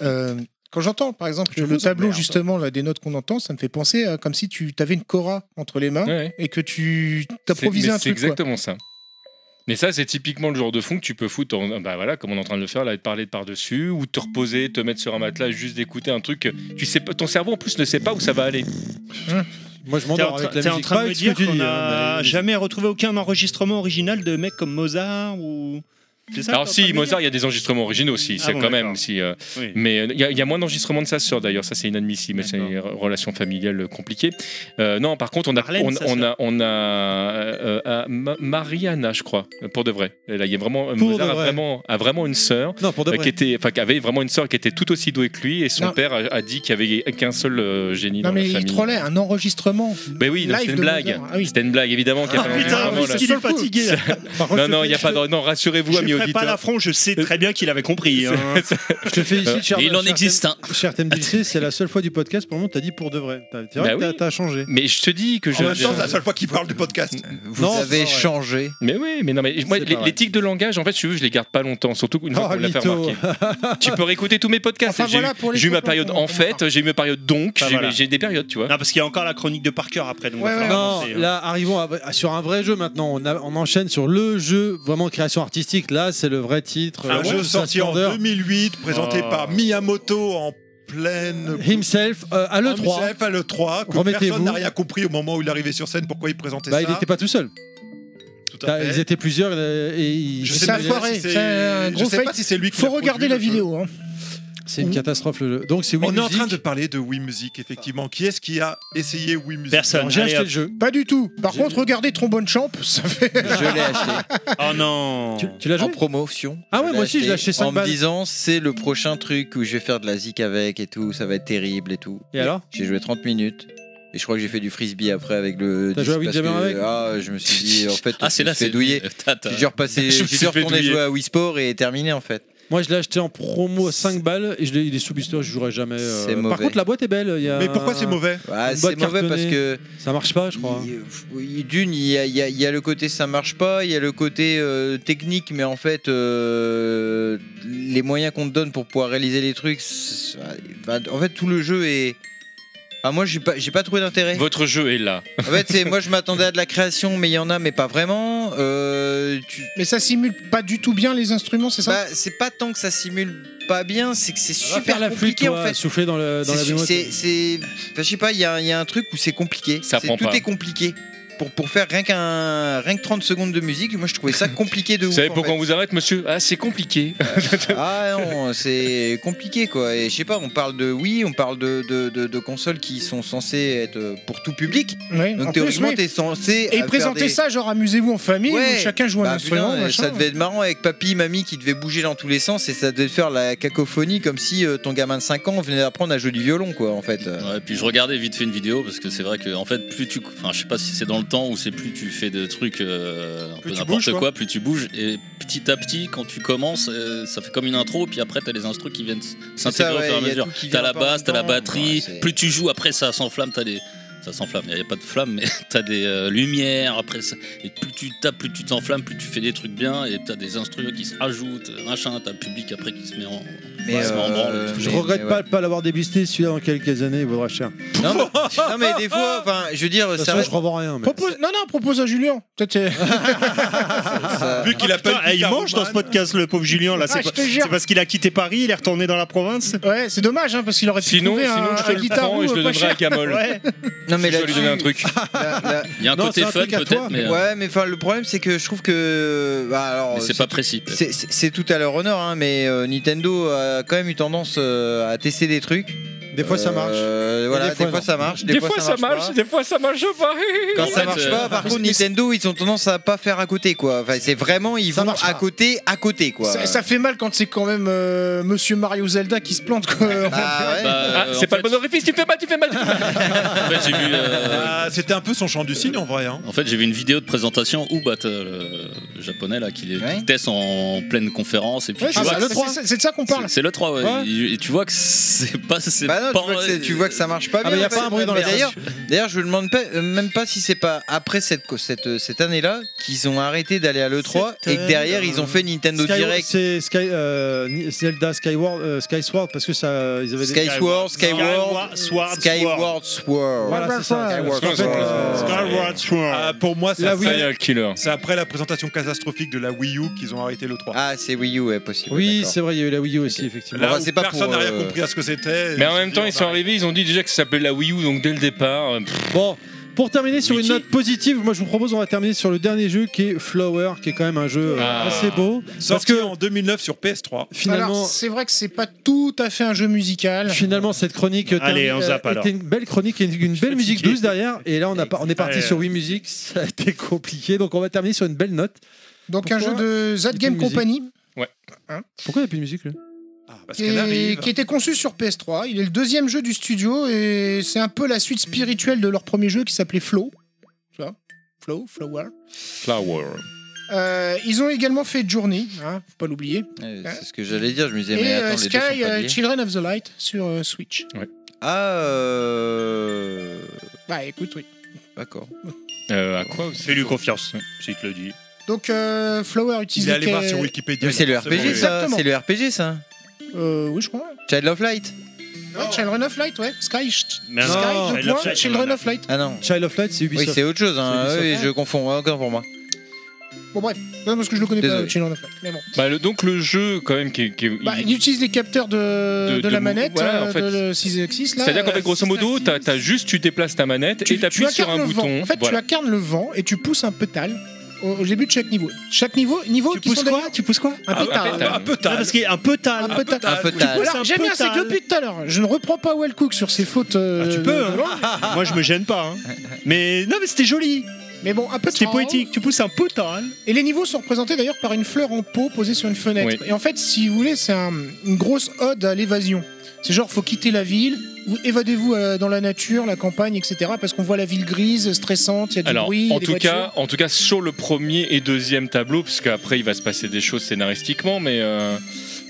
euh, Quand j'entends, par exemple, le tableau justement là, des notes qu'on entend, ça me fait penser à comme si tu avais une cora entre les mains Ouais, ouais. et que tu C'est- mais t'improvisais un C'est truc. quoi. exactement ça. Mais ça, c'est typiquement le genre de fond que tu peux foutre, en- bah voilà, comme on est en train de le faire, là, de parler de par-dessus, ou te reposer, te mettre sur un matelas, juste d'écouter un truc. que Tu sais pas, ton cerveau en plus ne sait pas où ça va aller. Moi, je T'es m'endors en, tra- avec la t'es en musique. train Pas de me avec ce dire que tu qu'on dis, n'a hein, mais- jamais retrouvé aucun enregistrement original de mecs comme Mozart ou C'est ça Alors que t'es en si, train de me Mozart, dire il y a des enregistrements originaux aussi, Ah c'est bon, quand même. d'accord. Si, euh, Oui. Mais euh, il y, a- il y a moins d'enregistrements de sa sœur d'ailleurs, ça c'est inadmissible, c'est une relation familiale compliquée. Euh, non, par contre, on a, Marlène, on, sa on a, sœur. on a euh, euh, Ma- Mariana, je crois, euh, pour de vrai. Là, il y a vraiment, Pour Mozart de a vrai. vraiment, a vraiment une sœur Non, pour de euh, vrai. qui était, enfin, qui avait vraiment une sœur qui était tout aussi douée que lui, et son Non. père a, a dit qu'il n'y avait qu'un seul euh, génie Non, dans la mais famille. il trollait un enregistrement. Ben oui, non, Live c'était une de blague. Mozart. Ah oui. C'était une blague, évidemment. qu'il y Ah, avait un putain, enregistrement, oui, là. c'est le fatigué, là. Par contre, Non, je non, fais- il n'y a je pas te- de. Non, rassurez-vous, Je amis ferai pas auditeurs. l'affront, je sais très bien qu'il avait compris. hein. Je te félicite, cher. Et il en cher existe Thème- un. Cher TMDC, c'est la seule fois du podcast pour le moment tu as dit pour de vrai. T'as- C'est vrai Bah que t'as- oui. t'as changé. Mais je te dis que je. En même temps, c'est la seule fois qu'il parle du podcast. Vous Non, avez c'est pas vrai. changé. Mais oui, mais non, mais moi, C'est les, pas vrai. les tics de langage, en fait, je, je les garde pas longtemps, surtout une fois Oh, qu'on me l'a fait mytho. remarquer. tu peux réécouter tous mes podcasts. Enfin, j'ai voilà eu- pour les j'ai eu ma copains période qu'on en fait, j'ai eu ma période donc, Ah, j'ai voilà. j'ai des périodes, tu vois. Non, parce qu'il y a encore la chronique de Parker après. Donc on va Ouais, ouais, falloir non, avancer, hein. là arrivons à- à- sur un vrai jeu maintenant. On, a- on enchaîne sur le jeu vraiment création artistique. Là, c'est le vrai titre. Un euh, jeu Sa sorti en splendeur. 2008, présenté Oh. par Miyamoto en pleine. Himself euh, à l'E3. Himself à l'E3, que Remettez-vous. personne n'a rien compris au moment où il arrivait sur scène, pourquoi il présentait Bah, ça. il n'était pas tout seul. Bah, Tout à fait. Ils étaient plusieurs euh, et ils- Je C'est un foiré. C'est un je gros sais fake. pas si c'est lui qui Faut a produit regarder le la jeu. vidéo. hein. c'est une catastrophe le jeu. Donc c'est Wii On est en Music. train de parler de Wii Music, effectivement. Qui est-ce qui a essayé Wii Music Personne. Alors, J'ai Allez, acheté hop. le jeu. Pas du tout. Par contre, regardez Trombone Champ, ça fait. Je l'ai acheté. Oh non Tu, tu l'as en joué promotion. Ah ouais, Je l'ai moi aussi, je l'ai acheté 5 En balles. me disant, c'est le prochain truc où je vais faire de la zik avec et tout, ça va être terrible et tout. Et alors J'ai joué 30 minutes. Et je crois que j'ai fait du frisbee après avec le. T'as joué à disque parce Windjammer que- avec Ah, je me suis dit, en fait, Ah, je c'est me là, suis fait c'est douiller. T'as- t'as- J'ai dû repasser, Je me j'ai suis dû fait retourner douiller. jouer à Wii Sport et terminé en fait. Moi, je l'ai acheté en promo à 5 balles et je l'ai- il est sous blister, je jouerai jamais. euh. C'est Par mauvais. contre, la boîte est belle. il y a Mais pourquoi un- c'est mauvais Bah, Une c'est boîte mauvais parce cartonnée. que. Ça marche pas, je crois. Il- euh, il- D'une, il y, a- il y a- il y a le côté ça marche pas, il y a le côté euh, technique, mais en fait, euh, les moyens qu'on te donne pour pouvoir réaliser les trucs, c'est- bah, en fait, tout le jeu est. Ah, moi, j'ai pas, j'ai pas trouvé d'intérêt. Votre jeu est là. En fait, c'est moi, je m'attendais à de la création, mais il y en a, mais pas vraiment. Euh, tu- Mais ça simule pas du tout bien les instruments, c'est ça bah, c'est pas tant que ça simule pas bien, c'est que c'est Va faire super la flûte, compliqué toi, en fait. souffler dans, le, dans la C'est- bouillotte. C'est, c'est- enfin, je sais pas, il y, a un- il y a un truc où c'est compliqué. Ça C'est- prend tout pas. est compliqué. Pour, pour faire rien qu'un rien que 30 secondes de musique, moi je trouvais ça compliqué de Vous ouf. savez en pourquoi fait. on vous arrête, monsieur Ah, c'est compliqué. Ah non, c'est compliqué quoi. Et je sais pas, on parle de oui, on parle de, de, de- de consoles qui sont censées être euh, pour tout public. Ouais, en Donc plus, théoriquement, oui. t'es censé. Et euh, présenter faire des- ça, genre amusez-vous en famille, Ouais. où chacun joue un Bah, instrument. putain, machin. ça devait être marrant avec papy, mamie qui devait bouger dans tous les sens et ça devait faire la cacophonie comme si euh, ton gamin de 5 ans venait d'apprendre à jouer du violon quoi en fait. Ouais, puis je regardais vite fait une vidéo parce que c'est vrai que en fait plus tu enfin je sais pas si c'est dans le temps ou c'est plus tu fais de trucs euh, un tu peu n'importe bouges, quoi, quoi. plus tu bouges et petit à petit quand tu commences euh, ça fait comme une intro puis après t'as les instrus qui viennent s- s'intégrer ça, au fur et à ouais, y a mesure tout qui t'as vient la pas en basse t'as la même temps. batterie Ouais, c'est- plus tu joues après ça s'enflamme t'as des ça s'enflamme il y a pas de flamme mais t'as des euh, lumières après ça et plus tu tapes plus tu t'enflammes plus tu fais des trucs bien et t'as des instrus qui se rajoutent machin t'as le public après qui se met en Mais, se met en branle. euh, Je Mais- regrette mais pas de pas l'avoir dégusté, celui-là dans quelques années, il vaudra cher. De Non, mais, non, mais des fois, enfin, je veux dire, toute ça façon, je reste- revends rien. mais- Propose... Non, non, propose à Julien. Peut-être, euh, ça- Vu qu'il a Putain, pas eh, eu il de mange dans ce Caroman, podcast, le pauvre Julien. Là, Ah, c'est je pas- te jure. c'est parce qu'il a quitté Paris, il est retourné dans la province. ouais, c'est dommage, hein, parce qu'il aurait pu Sinon, trouver sinon un, je te un le guitare prends et je roux, le euh, pas donnerai à cher. Gamol. Ouais. Non, mais je vais lui là-dessus, donner un truc. la- la- il y a un Non, côté c'est un fun truc à toi. peut-être mais, euh, Ouais, mais enfin, le problème, c'est que je trouve que. bah, alors, mais Euh, c'est pas précis peut-être. C'est- C'est c'est tout à leur honneur, hein, mais euh, Nintendo a quand même eu tendance euh, à tester des trucs. Des fois, ça marche. Euh, voilà, Et des des fois, fois, ça marche. Des, fois, ça marche. pas. des fois ça marche pas. Quand ça fait, marche euh, pas, par parce contre, que- Nintendo, ils ont tendance à pas faire à côté, quoi. Enfin, c'est vraiment, ils Ça vont marche pas. à côté, à côté, quoi. Ça, ça fait mal quand c'est quand même euh, Monsieur Mario Zelda qui se plante. Quoi. Ah, ouais. Bah, Ah, euh, c'est en pas fait- le bon orifice, tu me fais mal, tu me fais mal. tu me fais mal. En fait, j'ai vu, euh, Ah, C'était un peu son chant du signe en vrai. hein. en fait, j'ai vu une vidéo de présentation où bah, t'as le japonais là qui, les- qui Ouais. teste en pleine conférence et puis Ouais, tu c'est vois ça, que c'est- c'est- c'est de ça qu'on parle. c'est- c'est le 3 ouais. Ouais. Et, et tu vois que c'est pas c'est Bah non, pas tu, vois que c'est- tu vois que ça marche pas Ah, bien. mais y a en fait. pas un bruit dans Mais l'air. D'ailleurs, d'ailleurs, je me demande pas- euh, même pas si c'est pas après cette, co- cette, euh, cette année-là qu'ils ont arrêté d'aller à l'E3 Cette et que derrière année-là. ils ont fait Nintendo Sky- Direct. C'est Sky, euh, Ni- Zelda Skyward, euh, Skyward parce que ça, ils avaient des- Skyward, Skyward, Skyward, Sword, Skyward Sword. Voilà, c'est ça. Parce Skyward qu'en fait, euh, Sword. Skyward Sword. Ah, pour moi, ça La Wii- fait- Ça y est, le killer. c'est après la présentation catastrophique de la Wii U qu'ils ont arrêté le 3. Ah, c'est Wii U, ouais, possible. Oui, d'accord. c'est vrai, il y a eu la Wii U aussi, effectivement. Là bah, où c'est pas personne pour, n'a euh, rien compris à ce que c'était. Mais Ils en se même disent, temps, on ils sont arrête. arrivés, ils ont dit déjà que ça s'appelait la Wii U, donc dès le départ. euh, pff, Bon, Pour terminer sur une note positive, moi je vous propose on va terminer sur le dernier jeu qui est Flower, qui est quand même un jeu euh, Ah. assez beau. Sorti en 2009 sur PS3. Finalement, Alors, c'est vrai que c'est pas tout à fait un jeu musical. finalement cette chronique euh, Allez, termine- on euh, zappe, alors. était une belle chronique et une, une belle musique douce derrière. Et là on, a, pas- on est parti Allez. sur 8 musiques, ça a été compliqué. Donc on va terminer sur une belle note. Donc un jeu Pourquoi de il y a Zad plus Game de musique Company. Ouais. Pourquoi il n'y a plus de musique là Ah, Parce qui, qu'elle est- arrive. qui était conçu sur PS3. Il est le deuxième jeu du studio et c'est un peu la suite spirituelle de leur premier jeu qui s'appelait Flow. Tu vois Flow, Flower. Flower. Euh, ils ont également fait Journey, hein, faut pas l'oublier. Euh, C'est ce que j'allais dire, je me disais, Et mais Eh ben, euh, attends, les deux sont Sky pas euh, liés. Children of the Light sur euh, Switch. Ah, euh... Bah écoute, oui. D'accord. Euh, à quoi aussi Fais-lui confiance, si tu le dis. Donc euh, Flower utilise. les ca- Mais C'est le RPG ça, Exactement. c'est le RPG ça. Euh, oui, je crois. Child of Light. Ouais, Children of Light, ouais. Sky, ch- Mais Sky, non, deux Child of points, Light, Children non. of Light. Ah non. Child of Light, c'est Oui, c'est autre chose. hein. C'est Oui, Ubisoft. je confonds ouais, encore pour moi. Bon bref, non, parce que je le connais Désolé. pas, Children of Light. Mais bon. Bah, le- donc le jeu quand même qui, est- qui est- Bah, il- il utilise les capteurs de, De- de, de la mou- manette, voilà, en euh, fait. de le 6 là. C'est-à-dire qu'en euh, fait, grosso modo, t'as t'as juste, tu déplaces ta manette et t'appuies sur incarnes un le vent. bouton. En fait, tu Voilà. incarnes le vent et tu pousses un pétale au, au début de chaque niveau. Chaque niveau, niveau qui pousses sont quoi d'ailleurs- Tu pousses quoi Un Ah, pétale. un pétale. Un pétale. Non, parce qu'il y a un pétale. Un Un pétale. pétale. Un pétale. Tu pousses- Un Alors, J'ai mis un pétale. cycle depuis tout à l'heure. Je ne reprends pas Well Cook sur ses fautes. Ah, euh, tu peux, de- hein. de langue. Moi, je me gêne pas. hein. Mais non, mais c'était joli. Mais bon, un peu hein. C'était poétique. Tu pousses un pétale. Et les niveaux sont représentés d'ailleurs par une fleur en pot posée sur une fenêtre. Oui. Et en fait, si vous voulez, c'est un- une grosse ode à l'évasion. C'est genre, faut quitter la ville, ou évadez-vous euh, dans la nature, la campagne, etc. Parce qu'on voit la ville grise, stressante, il y a du Alors, bruit, il y a en des tout voitures. cas, en tout cas, sur le premier et deuxième tableau, parce qu'après il va se passer des choses scénaristiquement, mais euh,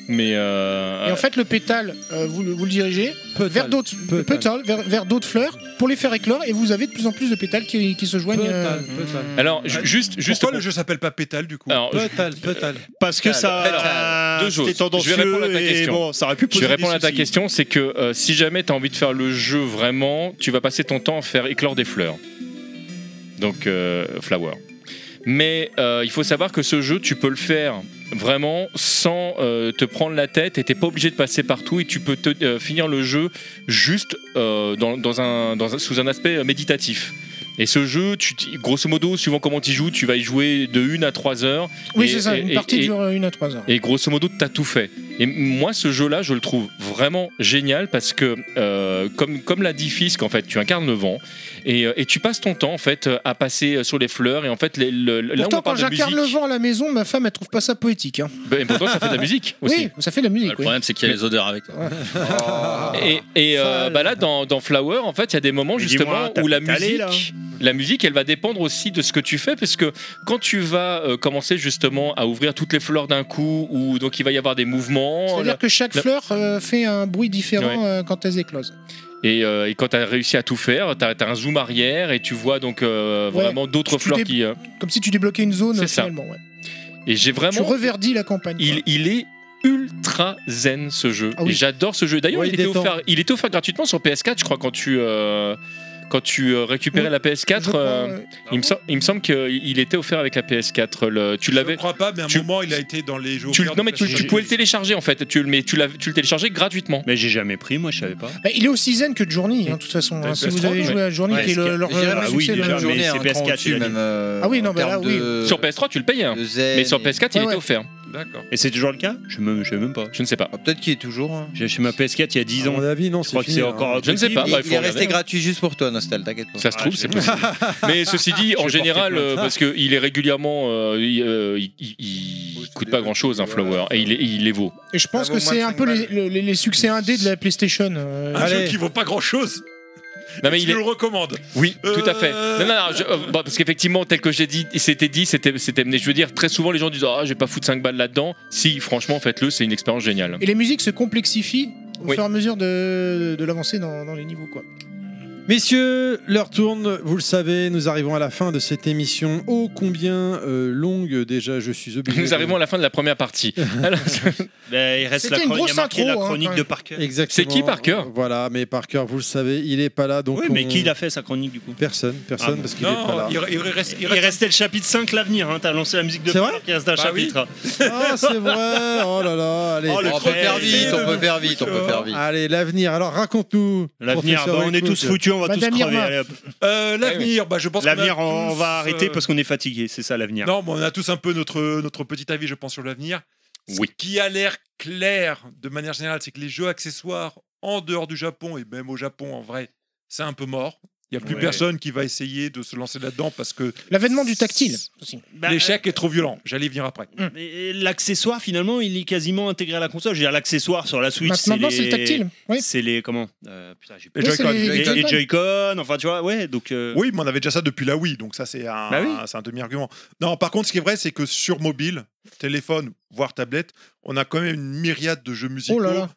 mais euh, Et en fait, le pétale, euh, vous, le- vous le dirigez vers d'autres le pétale, vers, vers d'autres fleurs pour les faire éclore, et vous avez de plus en plus de pétales qui, qui se joignent. euh, alors ju- juste juste Pourquoi le jeu s'appelle pas Pétale du coup Alors, je- Parce que ça. Alors, deux choses. c'était Je tendancieux vais répondre à ta et question. bon, ça aurait pu je poser vais répondre des à ta soucis. question, c'est que euh, si jamais tu as envie de faire le jeu vraiment, tu vas passer ton temps à faire éclore des fleurs. Donc, euh, flower. Mais euh, il faut savoir que ce jeu, tu peux le faire vraiment sans euh, te prendre la tête et t'es pas obligé de passer partout et tu peux te, euh, finir le jeu juste euh, dans, dans un, dans un- sous un aspect euh, méditatif. Et ce jeu, tu, t'y- grosso modo, suivant comment tu joues, tu vas y jouer de 1 à 3 heures. oui, Et- c'est ça. et- Une et- partie et- dure euh, une à trois heures. et grosso modo, t'as tout fait. Et moi, ce jeu-là, je le trouve vraiment génial parce que, euh, comme, comme l'a dit Fisk, en fait, tu incarnes le vent et, euh, et tu passes ton temps, en fait, euh, à passer euh, sur les fleurs et en fait, les, le- le- là où Pourtant, on quand parle de j'incarne musique. le vent à la maison, ma femme, elle trouve pas ça poétique. hein. Ben, et pourtant, ça fait de la musique aussi. Oui, ça fait de la musique. Le problème, c'est qu'il y a les odeurs avec. Ah. Et, et, euh, bah là, dans, dans Flower, en fait, il y a des moments Mais justement dis-moi, t'as où la pétalé, musique, là la musique, elle va dépendre aussi de ce que tu fais, parce que quand tu vas euh, commencer justement à ouvrir toutes les fleurs d'un coup, ou donc il va y avoir des mouvements. la- C'est-à-dire que chaque la- fleur euh, fait un bruit différent Oh Ouais. euh, quand elles éclosent. Et, euh, et quand tu as réussi à tout faire, tu as, un zoom arrière et tu vois donc euh, Ouais. vraiment d'autres Tu- tu fleurs dé- qui. euh, Comme si tu débloquais une zone C'est euh, ça. finalement. ouais. et j'ai Tu vraiment. reverdis la campagne. Il, il est ultra zen ce jeu. Ah oui. Et j'adore ce jeu. D'ailleurs, Ouais, il, il était détend. offert, il était offert gratuitement sur PS4, je crois, quand tu. euh, Quand tu euh, récupérais Oui, la PS4, euh, il, me sem- il me semble qu'il était offert avec la PS4. Le, tu l'avais. Je crois pas, mais à un moment il a été dans les jeux. tu- offerts non de mais tu, tu PlayStation. pouvais le télécharger en fait. Tu, le- mais tu, l'as- tu le téléchargeais gratuitement. Mais j'ai jamais pris, moi, je savais pas. Bah, il est aussi zen que de Journey, hein, de toute façon. bah, hein. si vous avez joué à Journey, qui est le- leur, euh, leur Ah oui, succès, déjà, là. mais c'est un cran PS4 au-dessus, tu l'as dit. même, euh, Ah oui, non, en mais là, termes oui. de- Sur PS3, tu le payais. hein. de zen Mais sur et- PS4, il Ouais, était ouais. offert. D'accord. Et c'est toujours le cas Je ne sais même pas. Je ne sais pas. Ah, Peut-être qu'il est toujours. hein. J'ai chez ma PS4 il y a 10 À ans. mon avis, non, Je crois Ah, c'est que fini, c'est hein. encore. Je ne sais pas, possible. bah, il est regarder, resté hein. gratuit juste pour toi, Nostal, t'inquiète pas. Ça se trouve, Ah, c'est possible. Mais ceci dit, en général, euh, parce qu'il est régulièrement. euh, il, euh, il- il- il coûte pas grand chose, un flower. Et il est, il les vaut. Et je pense que c'est un peu les, les- les succès indés de la PlayStation. euh, Un jeu qui vaut pas grand chose. Non, mais je il est. le recommande. Oui, tout à fait. Euh, Non, non, non, je- euh, bah, parce qu'effectivement, tel que j'ai dit, c'était dit, c'était c'était mené. Je veux dire, très souvent, les gens disent Ah, je vais pas foutre 5 balles là-dedans. Si, franchement, faites-le, c'est une expérience géniale. Et les musiques se complexifient au Oui. fur et à mesure de, de l'avancée dans, dans les niveaux. Quoi. Messieurs, l'heure tourne, vous le savez, nous arrivons à la fin de cette émission. ô combien euh, longue déjà, je suis obligé. Nous de- arrivons à la fin de la première partie. Alors, Bah, il reste C'était la une chronique, il y a grosse marqué intro, la hein, chronique quand de même. Parker. Exactement. C'est qui, Parker Voilà, mais Parker, vous le savez, il est pas là, donc. Oui, mais on- qui l'a fait sa chronique du coup Personne, personne, parce qu'il est pas là. Non, il, il reste, Il restait le chapitre 5, l'avenir. Hein. T'as lancé la musique de C'est Parker, il reste un Bah oui. chapitre. Ah, c'est vrai. Oh là là, allez. Oh, le On peut crazy, faire vite, le on peut faire vite, on peut faire vite. Allez, l'avenir. Alors raconte-nous. L'avenir, professeur bah, on est Ecoute. tous foutus on va tous crever. allez, hop. Ah Euh, L'avenir, bah, je pense qu'on a L'avenir, on, on tous, va arrêter euh, parce qu'on est fatigué, c'est ça l'avenir. Non, mais on a tous un peu notre, notre petit avis, je pense, sur l'avenir. Oui. Ce qui a l'air clair de manière générale, c'est que les jeux accessoires en dehors du Japon et même au Japon en vrai, c'est un peu mort. Il n'y a plus Ouais. personne qui va essayer de se lancer là-dedans parce que L'avènement du tactile aussi. l'échec euh, est trop violent. J'allais y venir après. Et euh, L'accessoire, finalement, il est quasiment intégré à la console. Je veux dire, l'accessoire sur la Switch, Maintenant, c'est les... Bah, maintenant, c'est le tactile, oui. C'est les... Comment Euh, Putain, j'ai Les Joy-Con. Les- Les Les Joy-Con. Joy-Con, enfin, tu vois, ouais, donc... euh, Oui, mais on avait déjà ça depuis la Wii, donc ça c'est un, Bah oui. c'est un demi-argument. Non, par contre, ce qui est vrai, c'est que sur mobile, téléphone, voire tablette, on a quand même une myriade de jeux musicaux. Oh là là.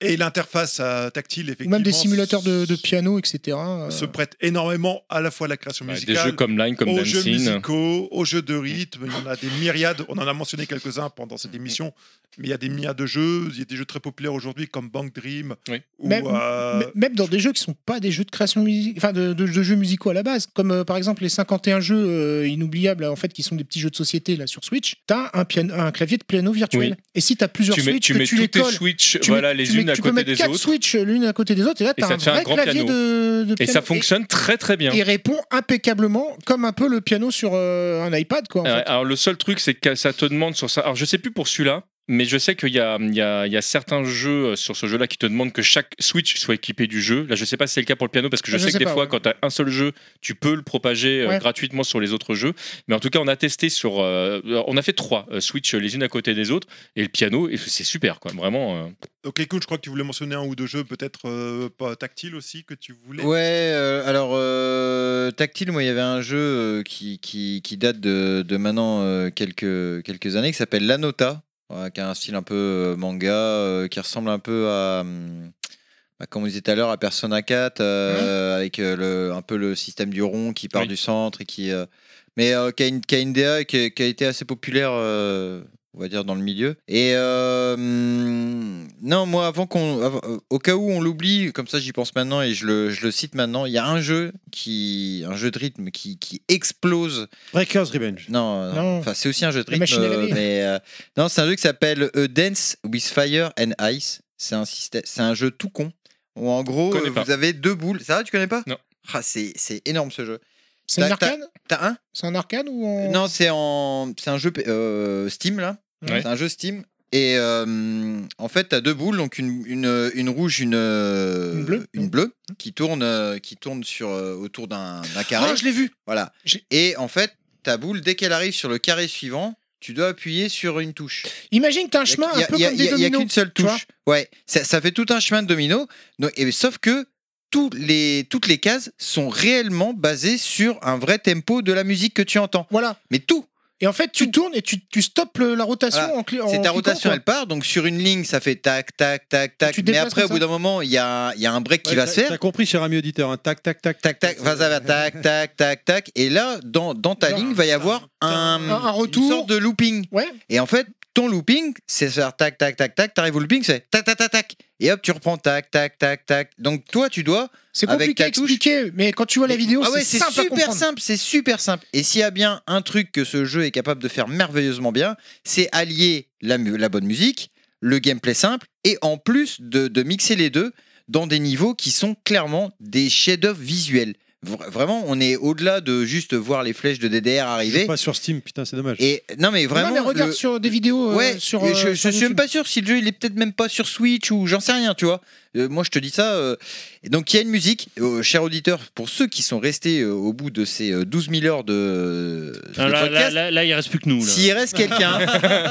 Et l'interface euh, tactile, Ou effectivement, même des simulateurs de, de piano, etc. euh, se prête énormément à la fois à la création Ouais, bah, des musicale, jeux comme Line, comme aux Oh, Dancing. jeux musicaux, aux jeux de rythme. Il y en a des myriades. On en a mentionné quelques-uns pendant cette émission, mais il y a des myriades de jeux. Il y a des jeux très populaires aujourd'hui comme Bank Dream ou Même, euh, m- même dans des jeux qui sont pas des jeux de création musique, enfin de, de- de jeux musicaux à la base, comme euh, par exemple les 51 jeux euh, inoubliables en fait qui sont des petits jeux de société là sur Switch, t'as un piano, un clavier de piano virtuel. Oui. Et si t'as plusieurs Tu mets- Switch, tu que mets tu les toutes tes colles, Switch, tu voilà, mets- les tu mets- unes à tu peux côté mettre des quatre autres. Switch euh, l'une à côté des autres, et là Et t'as ça un te fait un vrai grand clavier piano. de, de Et piano. ça fonctionne très très bien. Et répond impeccablement comme un peu le piano sur euh, un iPad quoi. en Ouais, fait. Alors le seul truc, c'est que ça te demande sur ça. Alors je sais plus pour celui-là. Mais je sais qu'il y a, il y a- il y a certains jeux euh, sur ce jeu-là qui te demandent que chaque Switch soit équipé du jeu. Là, je sais pas si c'est le cas pour le piano, parce que je, Je sais, sais que des pas, fois, ouais. quand tu as un seul jeu, tu peux le propager euh, Ouais. gratuitement sur les autres jeux. Mais en tout cas, on a testé sur. euh, on a fait trois euh, Switch euh, les unes à côté des autres, et le piano, et c'est super, quoi. Vraiment. euh. Ok, écoute, je crois que tu voulais mentionner un ou deux jeux peut-être euh, pas tactiles aussi que tu voulais. Ouais, euh, alors euh, tactile, moi il y avait un jeu euh, qui, qui, qui date de, de maintenant euh, quelques, quelques années qui s'appelle Lanota, ouais, qui a un style un peu euh, manga, euh, qui ressemble un peu à, hum, bah, comme on disait tout à l'heure, à Persona 4, euh, avec euh, le, un peu le système du rond qui part du centre et qui. euh, mais euh, qui, a une, qui a une DA qui, a- qui a été assez populaire. euh, on va dire dans le milieu. Et euh, hum, non, moi, avant qu'on, avant- euh, au cas où on l'oublie, comme ça, j'y pense maintenant et je le, je le cite maintenant. Il y a un jeu qui, un jeu de rythme qui, qui explose. Breakers Revenge. Non, euh, Non. enfin, c'est aussi un jeu de La machine rythme, à laver. euh, mais euh, non, c'est un jeu qui s'appelle A Dance with Fire and Ice. C'est un système, c'est un jeu tout con. Où en gros, Connais euh, pas. vous avez deux boules. Ça, va, tu connais pas Non. Ah, c'est, c'est énorme ce jeu. C'est un T'as- t'as- arcade T'as un C'est un arcade ou en... non, c'est en c'est un jeu euh, Steam là. Ouais. C'est un jeu Steam. Et euh, en fait, tu as deux boules, donc une, une, une rouge, une, euh, Une bleue. Mmh. une bleue, qui tourne, euh, qui tourne sur, euh, autour d'un d'un carré. Ah, je l'ai vu. Voilà. Et en fait, ta boule, dès qu'elle arrive sur le carré suivant, tu dois appuyer sur une touche. Imagine que t'as un Il y a- chemin il y un a- peu il y a- comme des il y a- dominos. Il n'y a qu'une seule tu vois. touche. Ouais, ça, ça fait tout un chemin de domino. Donc, et- sauf que tous les, toutes les cases sont réellement basées sur un vrai tempo de la musique que tu entends. Voilà. Mais tout. Et en fait, tu tournes et tu, tu stoppes le- la rotation Voilà. en clé. C'est ta rotation, elle part. Donc sur une ligne, ça fait tac, tac, tac, tac. tu te Mais déplaces après, au comme bout ça. d'un moment, il y a, il y a un break qui Ouais, va t'as- se faire. T'as compris, cher ami auditeur, hein, tac, tac, tac, tac, Tac, vas-y, va, tac, tac, tac, tac. Et là, dans, dans ta ligne, va y avoir un, un retour. une sorte de looping. Ouais. Et en fait, ton looping, c'est faire tac, tac, tac, tac. T'arrives au looping, c'est tac, tac, tac, tac. Et hop, tu reprends tac, tac, tac, tac. Donc toi, tu dois. C'est avec compliqué ta à touche, expliquer, mais quand tu vois la vidéo, ah ouais, c'est c'est simple à super comprendre. simple, c'est super simple. Et s'il y a bien un truc que ce jeu est capable de faire merveilleusement bien, c'est allier la, mu- la bonne musique, le gameplay simple, et en plus de, de mixer les deux dans des niveaux qui sont clairement des chefs-d'œuvre visuels. Vra- Vraiment, on est au-delà de juste voir les flèches de DDR arriver. Pas sur Steam, putain, c'est dommage. Et non, mais vraiment. non, mais regarde le- sur des vidéos euh, Ouais, sur. et euh, je, je sur suis YouTube. même pas sûr si le jeu il est peut-être même pas sur Switch ou j'en sais rien, tu vois. Euh, moi je te dis ça. euh, et Donc il y a une musique, euh, cher auditeur, pour ceux qui sont restés euh, au bout de ces euh, 12 000 heures de, de Ah, là, là, podcast, là, là, il reste plus que nous. là. s'il reste quelqu'un,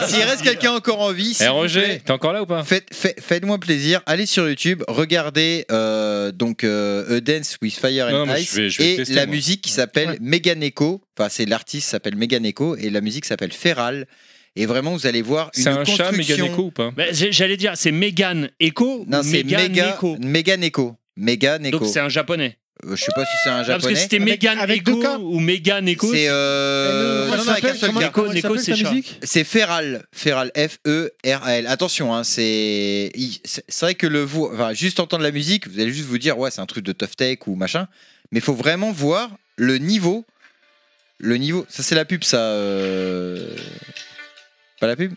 s'il reste quelqu'un encore en vie, Eh s'il vous Roger, plaît, t'es encore là ou pas Faites, fait- faites-moi plaisir, allez sur YouTube, regardez euh, donc euh, A Dance with Fire and Non, mais je Ice vais- je vais et tester, la moi. musique qui s'appelle Meganeco. Enfin, c'est l'artiste s'appelle Meganeco et la musique s'appelle Feral. Et vraiment, vous allez voir une C'est un chat, construction. Meganeco ou pas Bah, j'ai- J'allais dire, c'est Megan Echo. non, c'est Megan Mega Echo. Meganeco. Meganeco. Donc c'est un japonais. Euh, je sais pas si c'est un Ah, parce que japonais. c'était Megan Echo ou Megan Echo. C'est Elle euh... ne- elle non, non, avec un s'appelle- seul comment- K. comment elle Neko, s'appelle, c'est ta chat. musique C'est Feral, Feral, E F-E-R-A-L. Attention, hein, c'est il- c'est c'est vrai que le vo- enfin, juste entendre la musique, vous allez juste vous dire ouais, c'est un truc de Tough Tech ou machin, mais il faut vraiment voir le niveau, le niveau. Ça c'est la pub, ça. euh, Pas la pub.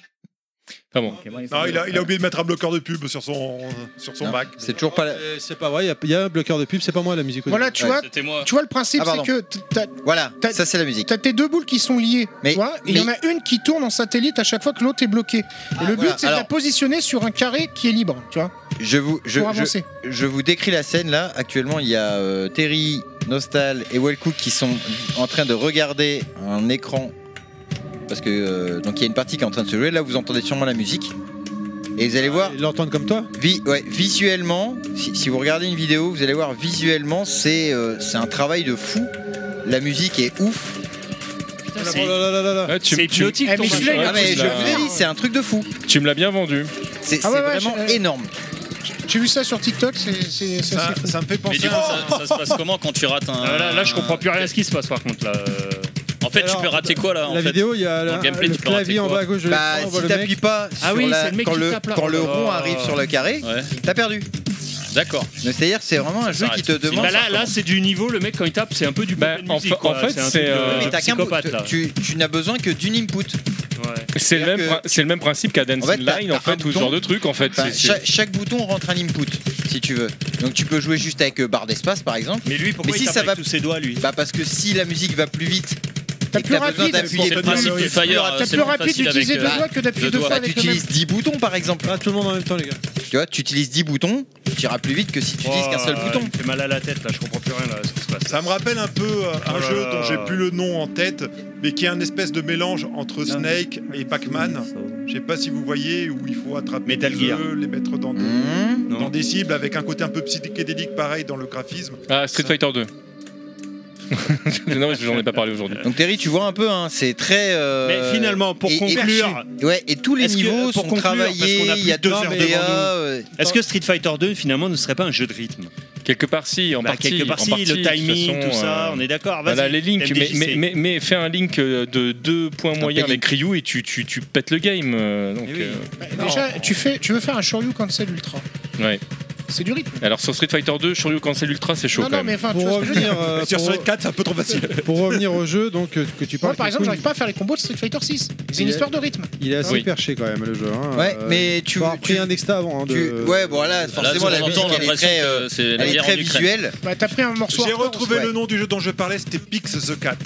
Ah bon. Non, il a, il a oublié de mettre un bloqueur de pub sur son, sur son bac. C'est toujours pas. Euh, C'est pas vrai, il y, a un bloqueur de pub, c'est pas moi la musique. Voilà, tu vois, tu vois le principe, Ah, pardon. c'est que t- t'as- Voilà, ça c'est la musique. t'as tes deux boules qui sont liées. Mais- Ah, tu vois, et il y en a une qui tourne en satellite à chaque fois que l'autre est bloquée. Et le but, voilà. c'est de la Alors- positionner sur un carré qui est libre, tu vois. Je vous, je, Pour je- avancer. je vous décris la scène là. Actuellement, il y a euh, Terry, Nostal et Wellcook qui sont en train de regarder un écran. Parce que euh, donc il y a une partie qui est en train de se jouer. Là, vous entendez sûrement la musique. Et vous allez voir. L'entendre comme toi Vi- ouais, visuellement, si, si vous regardez une vidéo, vous allez voir visuellement, c'est euh, c'est un travail de fou. La musique est Ah, ouf. Oh là là là là là. Ouais, tu- C'est tu- hypnotique, Ah, ton mais machin. je l'ai, Ah, mais tu je l'as- vous l'ai dit, c'est un truc de fou. Tu me l'as bien vendu. C'est Ah ouais, c'est ouais, vraiment je- énorme. J'ai vu ça sur TikTok, c'est c'est- c'est Ça, Ah, assez fou. ça me fait penser Mais du coup, à- ça, ça se passe comment quand tu rates un. Ah, là, là, je comprends plus rien à ce qui se passe par contre. Là. Euh, En fait, Alors, tu peux rater quoi là en La fait vidéo, il y a Dans la- le gameplay, le tu peux rater clavier en quoi bas à gauche de Bah, l'écran, on voit si le t'appuies mec. pas Ah sur oui, la- c'est le mec quand, qui le, tape là. quand le Oh. rond arrive sur le carré, Ouais. t'as perdu. D'accord. Mais C'est-à-dire que c'est vraiment un jeu qui te demande. bah là, là c'est du niveau, le mec quand il tape, c'est un peu du bah, en fa- en fait, c'est, euh, Mais t'as qu'un bout- psychopathe là. tu, tu n'as besoin que d'une input. C'est le, même prin- c'est le même principe qu'à Dancing En fait, t'as- Line, en t'as un fait, ou ce bouton. genre de truc, en fait. Enfin, C'est- c'est- cha- chaque bouton rentre un input, si tu veux. Donc tu peux jouer juste avec euh, barre d'espace, par exemple. Mais lui, pourquoi Mais il si tape ça avec va- tous ses doigts lui Bah parce que si la musique va plus vite, T'as et que plus t'as besoin rapide, d'appuyer c'est le plus principe vite, du fire. euh, t'as c'est plus plus rapide facile d'utiliser avec, deux euh, doigts que d'appuyer deux deux doigts. fois bah, avec tu le même. utilises 10 boutons, par exemple. Ah, tout le monde en même temps, les gars. Tu vois, tu utilises 10 boutons, tu iras plus vite que si tu utilises qu'un seul Oh, bouton. Il me fait mal à la tête là, je comprends plus rien là, ce qui se passe. Ça me rappelle un peu euh, un Oh là jeu là. dont j'ai plus le nom en tête, mais qui est un espèce de mélange entre Snake et Pac-Man. Je sais pas si vous voyez où il faut attraper Metal des Gear. œufs, les mettre dans des, Mmh. dans des cibles avec un côté un peu psychédélique pareil dans le graphisme. Ah, Street Fighter 2. non, j'en ai pas parlé aujourd'hui. Donc Terry, tu vois un peu, hein, c'est très. euh, Mais finalement, pour et- et- conclure, ouais, et tous les est-ce que, niveaux pour sont conclure, parce qu'on travaillés. a plus Il y a euh, de deux deux heures heures devant nous. de Est-ce que Street Fighter 2 finalement ne serait pas un jeu de rythme Quelque part, si, en Bah, partie. Quelque part en si, partie, le de toute timing, façon, tout ça, euh, on est d'accord. vas-y, Voilà les links, mais, MDJC. mais, mais, mais fais un link euh, de deux points moyens avec Ryu et tu, tu, tu pètes le game. euh, donc, euh, Déjà, tu, fais, tu veux faire un Shoryu Cancel Ultra. ouais. C'est du rythme. Alors sur Street Fighter 2, Shoryu Cancel Ultra, c'est chaud non, quand non, mais même. enfin, tu Pour vois ce que je veux dire. revenir, euh, Sur pour, Solid 4, c'est un peu trop facile. pour revenir au jeu, donc euh, que tu Moi, parles. par exemple, Kekun, j'arrive pas à faire les combos de Street Fighter 6. C'est Il une est- histoire de rythme. Il est assez Oui. perché quand même le jeu. hein. Ouais, mais tu- faut avoir pris tu- un extra avant. hein, de- Tu- Euh, Ouais, bon là, forcément, on la entend musique, elle est l'impression très, que euh, c'est la elle est guerre très en Ukraine. visuelle. Bah, t'as pris un morceau. J'ai hardcore, retrouvé ouais. le nom du jeu dont je parlais, c'était Pix the Cat,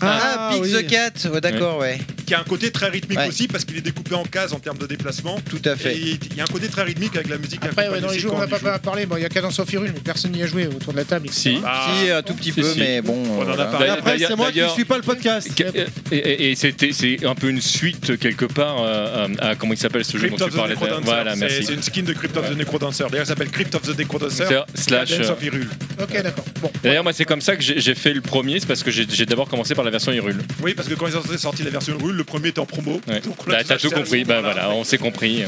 Ah, Pix oui. the Cat, ouais, d'accord, ouais. qui a un côté très rythmique Ouais. aussi parce qu'il est découpé en cases en termes de déplacement. Tout à fait. Et il y a un côté très rythmique avec la musique. qui Après, ouais, accompagne dans les jeux, on séquences n'a du pas, jeu. pas parlé. Bon, il y a Cadence of Hyrule, mais personne n'y a joué autour de la table. etc. Si. Ah, Si, un tout petit Si, peu, si. mais bon. On en a voilà. parlé. Mais Après, D'ailleurs- c'est moi qui d'ailleurs- suis pas le podcast. euh, Et, et- et c'était- c'est un peu une suite quelque part euh, à, à- comment il s'appelle ce jeu Crypt dont of tu the parlais. Necrodancer. Voilà, C'est- merci. C'est une skin de Crypt of the Necrodancer. D'ailleurs, ça s'appelle Crypt of the Necrodancer. C'est- Slash. Cadence euh, of Hyrule. Ok, d'accord. Bon. D'ailleurs, moi, c'est comme ça que j'ai j'ai fait le premier, c'est parce que j'ai j'ai d'abord commencé par la version Hyrule. Oui, parce que quand ils ont sorti la version Hyrule, le premier était en promo. Ouais. Donc on l'a Bah, tous T'as acheté tout à ce compris, bah moment-là. voilà, on s'est compris.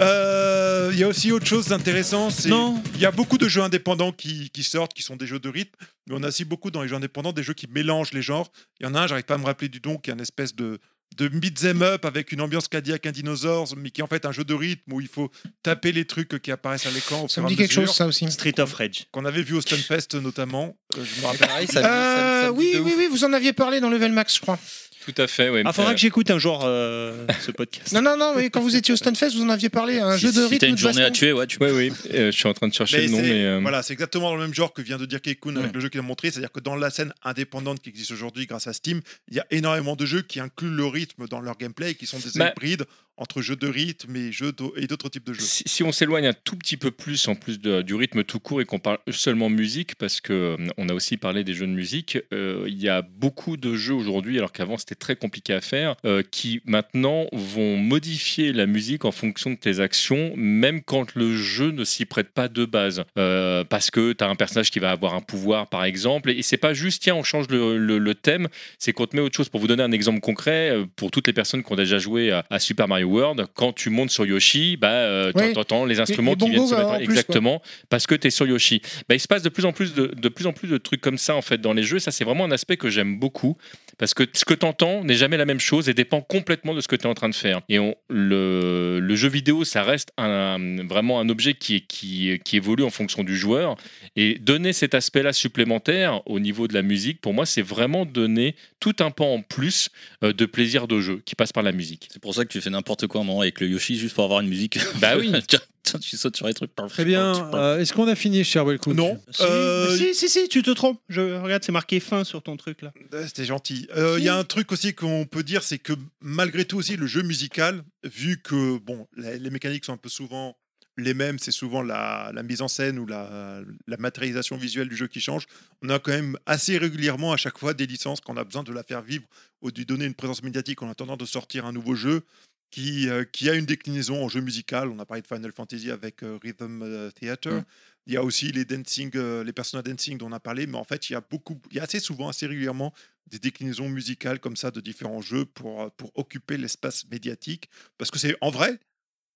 Euh, Il y a aussi autre chose d'intéressant, c'est Non. il y a beaucoup de jeux indépendants qui, qui sortent, qui sont des jeux de rythme, mais on a aussi beaucoup dans les jeux indépendants des jeux qui mélangent les genres. Il y en a un, j'arrive pas à me rappeler du don, qui est un espèce de de beat'em up avec une ambiance cadillac un dinosaure, mais qui est en fait un jeu de rythme où il faut taper les trucs qui apparaissent à l'écran au Ça fur me et à dit quelque mesure, chose, ça aussi. Street of Rage. qu'on avait vu au Stunfest notamment. Euh, je me rappelle. Pareil, ça- ça- Euh, ça me dit oui, de oui, ouf. oui, vous en aviez parlé dans Level Max, je crois. Tout à fait, oui. Ah, faudra Euh, que j'écoute un jour euh, ce podcast. Non, non, non, mais quand vous étiez au Stunfest, vous en aviez parlé. Un Si jeu de si rythme. t'as ou une de journée à baston. tuer, ouais, tu Oui, oui, euh, je suis en train de chercher Mais le nom, c'est- mais. euh, Voilà, c'est exactement dans le même genre que vient de dire Keikun avec le jeu qu'il a montré, c'est-à-dire que dans la scène indépendante qui existe aujourd'hui grâce à Steam, il y a énormément de jeux qui incluent le rythme dans leur gameplay et qui sont des Bah- hybrides entre jeux de rythme et jeux d'au- et d'autres types de jeux. Si, si on s'éloigne un tout petit peu plus en plus de- du rythme tout court et qu'on parle seulement musique, parce que euh, on a aussi parlé des jeux de musique, euh, il y a beaucoup de jeux aujourd'hui, alors qu'avant c'était très compliqué à faire, euh, qui maintenant vont modifier la musique en fonction de tes actions, même quand le jeu ne s'y prête pas de base. Euh, parce que tu as un personnage qui va avoir un pouvoir, par exemple, et, et c'est pas juste, tiens, on change le- le- le thème, c'est qu'on te met autre chose. Pour vous donner un exemple concret, euh, pour toutes les personnes qui ont déjà joué à, à Super Mario World, quand tu montes sur Yoshi, bah, euh, t'en- Oui. t'entends les instruments les qui viennent bongos, se mettre en plus, exactement parce que tu es sur Yoshi. Bah, il se passe de plus en plus de, de plus en plus de trucs comme ça en fait dans les jeux. Ça c'est vraiment un aspect que j'aime beaucoup Parce que ce que tu entends n'est jamais la même chose et dépend complètement de ce que tu es en train de faire. Et on- le, le jeu vidéo, ça reste un- vraiment un objet qui, est- qui, qui évolue en fonction du joueur. Et donner cet aspect-là supplémentaire au niveau de la musique, pour moi, c'est vraiment donner tout un pan en plus euh, de plaisir de jeu qui passe par la musique. C'est pour ça que tu fais n'importe quoi un moment avec le Yoshi juste pour avoir une musique. Bah oui. Tiens, tiens, tu sautes sur les trucs. Très bien. euh, Est-ce qu'on a fini, cher Ah, Wellcook Non. euh, Euh, Si, si, si, tu te trompes. Je regarde, c'est marqué fin sur ton truc là. Euh, C'était gentil. Euh, Il y a un truc aussi qu'on peut dire, c'est que malgré tout aussi, le jeu musical, vu que bon, la- les mécaniques sont un peu souvent les mêmes, c'est souvent la, la mise en scène ou la, la matérialisation visuelle du jeu qui change, on a quand même assez régulièrement à chaque fois des licences qu'on a besoin de la faire vivre ou de lui donner une présence médiatique en attendant de sortir un nouveau jeu qui, euh, qui a une déclinaison en jeu musical. On a parlé de Final Fantasy avec euh, Rhythm euh, Theater. Mm. Il y a aussi les dancing, euh, les personnages dancing dont on a parlé, mais en fait, il y a beaucoup, il y a assez souvent, assez régulièrement, des déclinaisons musicales comme ça de différents jeux pour, euh, pour occuper l'espace médiatique. Parce que c'est en vrai,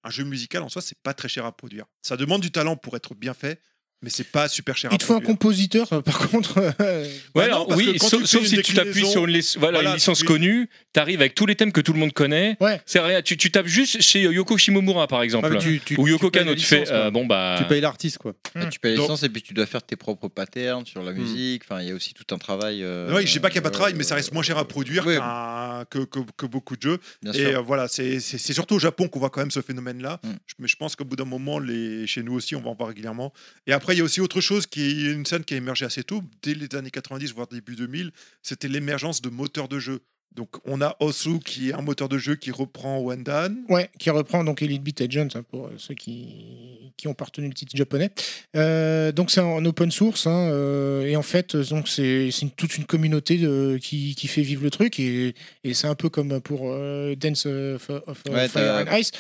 un jeu musical en soi, c'est pas très cher à produire. Ça demande du talent pour être bien fait, mais c'est pas super cher à Il te faut un produire. compositeur, euh, par contre. euh, Ouais, Bah non, alors, parce oui, que quand sauf, tu sauf fais si une tu t'appuies déclinaison, sur une, lic- voilà, voilà, une licence tu- connue, t'arrives avec tous les thèmes que tout le monde connaît. C'est rien, tu, tu tapes juste chez Yoko Shimomura par exemple, Ouais, mais tu- tu- ou Yoko tu payes la Kano, tu licence, fais quoi. euh, bon bah. Tu payes l'artiste, quoi. Hmm. Ah, tu payes la Donc- licence et puis tu dois faire tes propres patterns sur la musique. Enfin, il y a aussi tout un travail. euh, Ah Oui, je sais pas qu'il n'y a pas de travail, mais ça euh, reste moins cher à produire qu'un- que, que- que beaucoup de jeux. Bien et sûr. Mm. euh, voilà, c'est c'est- c'est surtout au Japon qu'on voit quand même ce phénomène-là. Je- Mais je pense qu'au bout d'un moment, les, chez nous aussi, on va en voir régulièrement. Et après, il y a aussi autre chose qui est une scène qui a émergé assez tôt, dès les années 90, voire début 2000, c'était l'émergence de moteurs de jeu. Donc, on a Osu qui est un moteur de jeu qui reprend Wandan. Ouais, qui reprend donc Elite Beat Agents hein, pour euh, ceux qui, qui ont partenu le titre japonais. Euh, donc c'est en open source hein, euh, et en fait euh, donc c'est c'est une- toute une communauté de- qui, qui fait vivre le truc et, et c'est un peu comme pour euh, Dance of, of- of Ouais, Fire t'as- and Ice.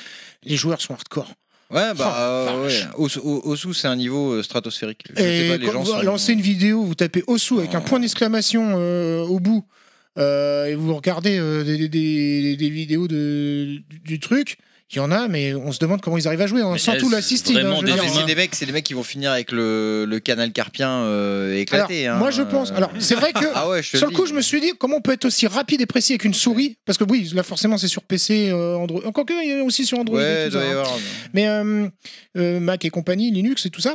Les joueurs sont hardcore. Ouais, Oh, bah, euh, ouais. Osu, Osu, c'est un niveau euh, stratosphérique. Je sais Et pas, les quand gens vous sont- Ah. lancez une vidéo, vous tapez Osu avec un point d'exclamation euh, au bout, euh, et vous regardez euh, des, des- des- des vidéos de, du, du truc. Il y en a, mais on se demande comment ils arrivent à jouer, hein, sans tout l'assister. Non, mais hein. c'est des mecs, c'est des mecs qui vont finir avec le, le canal carpien euh, Alors, éclaté. hein. moi je pense. Euh, Alors c'est vrai que Ah ouais, je te sur le le dis. coup je me suis dit comment on peut être aussi rapide et précis avec une souris parce que oui là forcément c'est sur PC euh, Android. Encore que il y a aussi sur Android. et Ouais, tout doit ça, y hein. avoir, Mais euh, euh, Mac et compagnie, Linux et tout ça.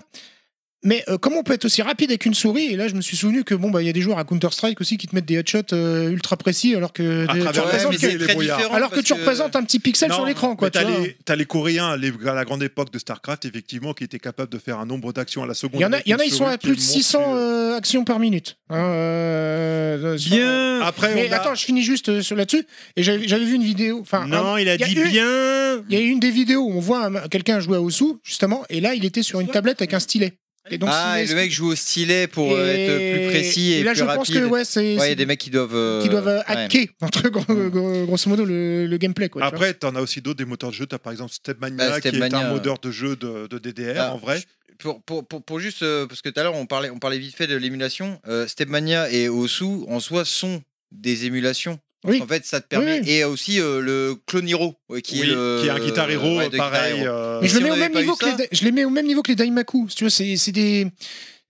Mais euh, comment on peut être aussi rapide avec une souris Et là, je me suis souvenu que bon, bah, il y a des joueurs à Counter Strike aussi qui te mettent des headshots euh, ultra précis, alors que À tu travers- représentes ouais, mais c'est que- très différent alors que parce tu que- représentes un petit pixel Non, sur l'écran, quoi. mais T'as tu vois. les, t'as les Coréens, les, à la grande époque de StarCraft, effectivement, qui étaient capables de faire un nombre d'actions à la seconde. Il y en a, avec il y en a, une ils sont souris à qui plus de monte- 600 euh, actions par minute. hein, euh, sur- Bien. Après, Mais on a- attends, je finis juste euh, sur là-dessus. Et j'avais j'avais vu une vidéo. Enfin, Non, il a Ah, dit y une- bien. Il y a eu une des vidéos où on voit un- quelqu'un jouer à Osu justement, et là, il était sur une tablette avec un stylet. Et donc, ah, il et est- le mec joue au stylet pour euh, Et- être plus précis et, et là, plus je rapide. pense que, ouais, c'est- il y a c'est- des mecs qui doivent. euh, qui doivent euh, ouais. Mm. hacker, entre gros- gros- grosso modo, le, le gameplay. Quoi, tu vois. Après, t'en as aussi d'autres des moteurs de jeu. T'as par exemple Stepmania, Bah, qui est Stepmania, un ouais. moteur de jeu de, de DDR, Ah, en vrai. Pour, pour, pour, pour juste, euh, parce que tout à l'heure on parlait, on parlait vite fait de l'émulation, euh, Stepmania et Osu en soi sont des émulations. Oui. En fait, ça te permet. Oui, Et aussi euh, le Clone Hero, ouais, qui, est Oui, le- qui est un Guitar Hero, ouais, de pareil, Guitar Hero. euh, Mais je, le Si on mets au n'avait même pas niveau eu que les, ça- Dai- je les mets au même niveau que les Daimaku. Si tu vois, c'est c'est des,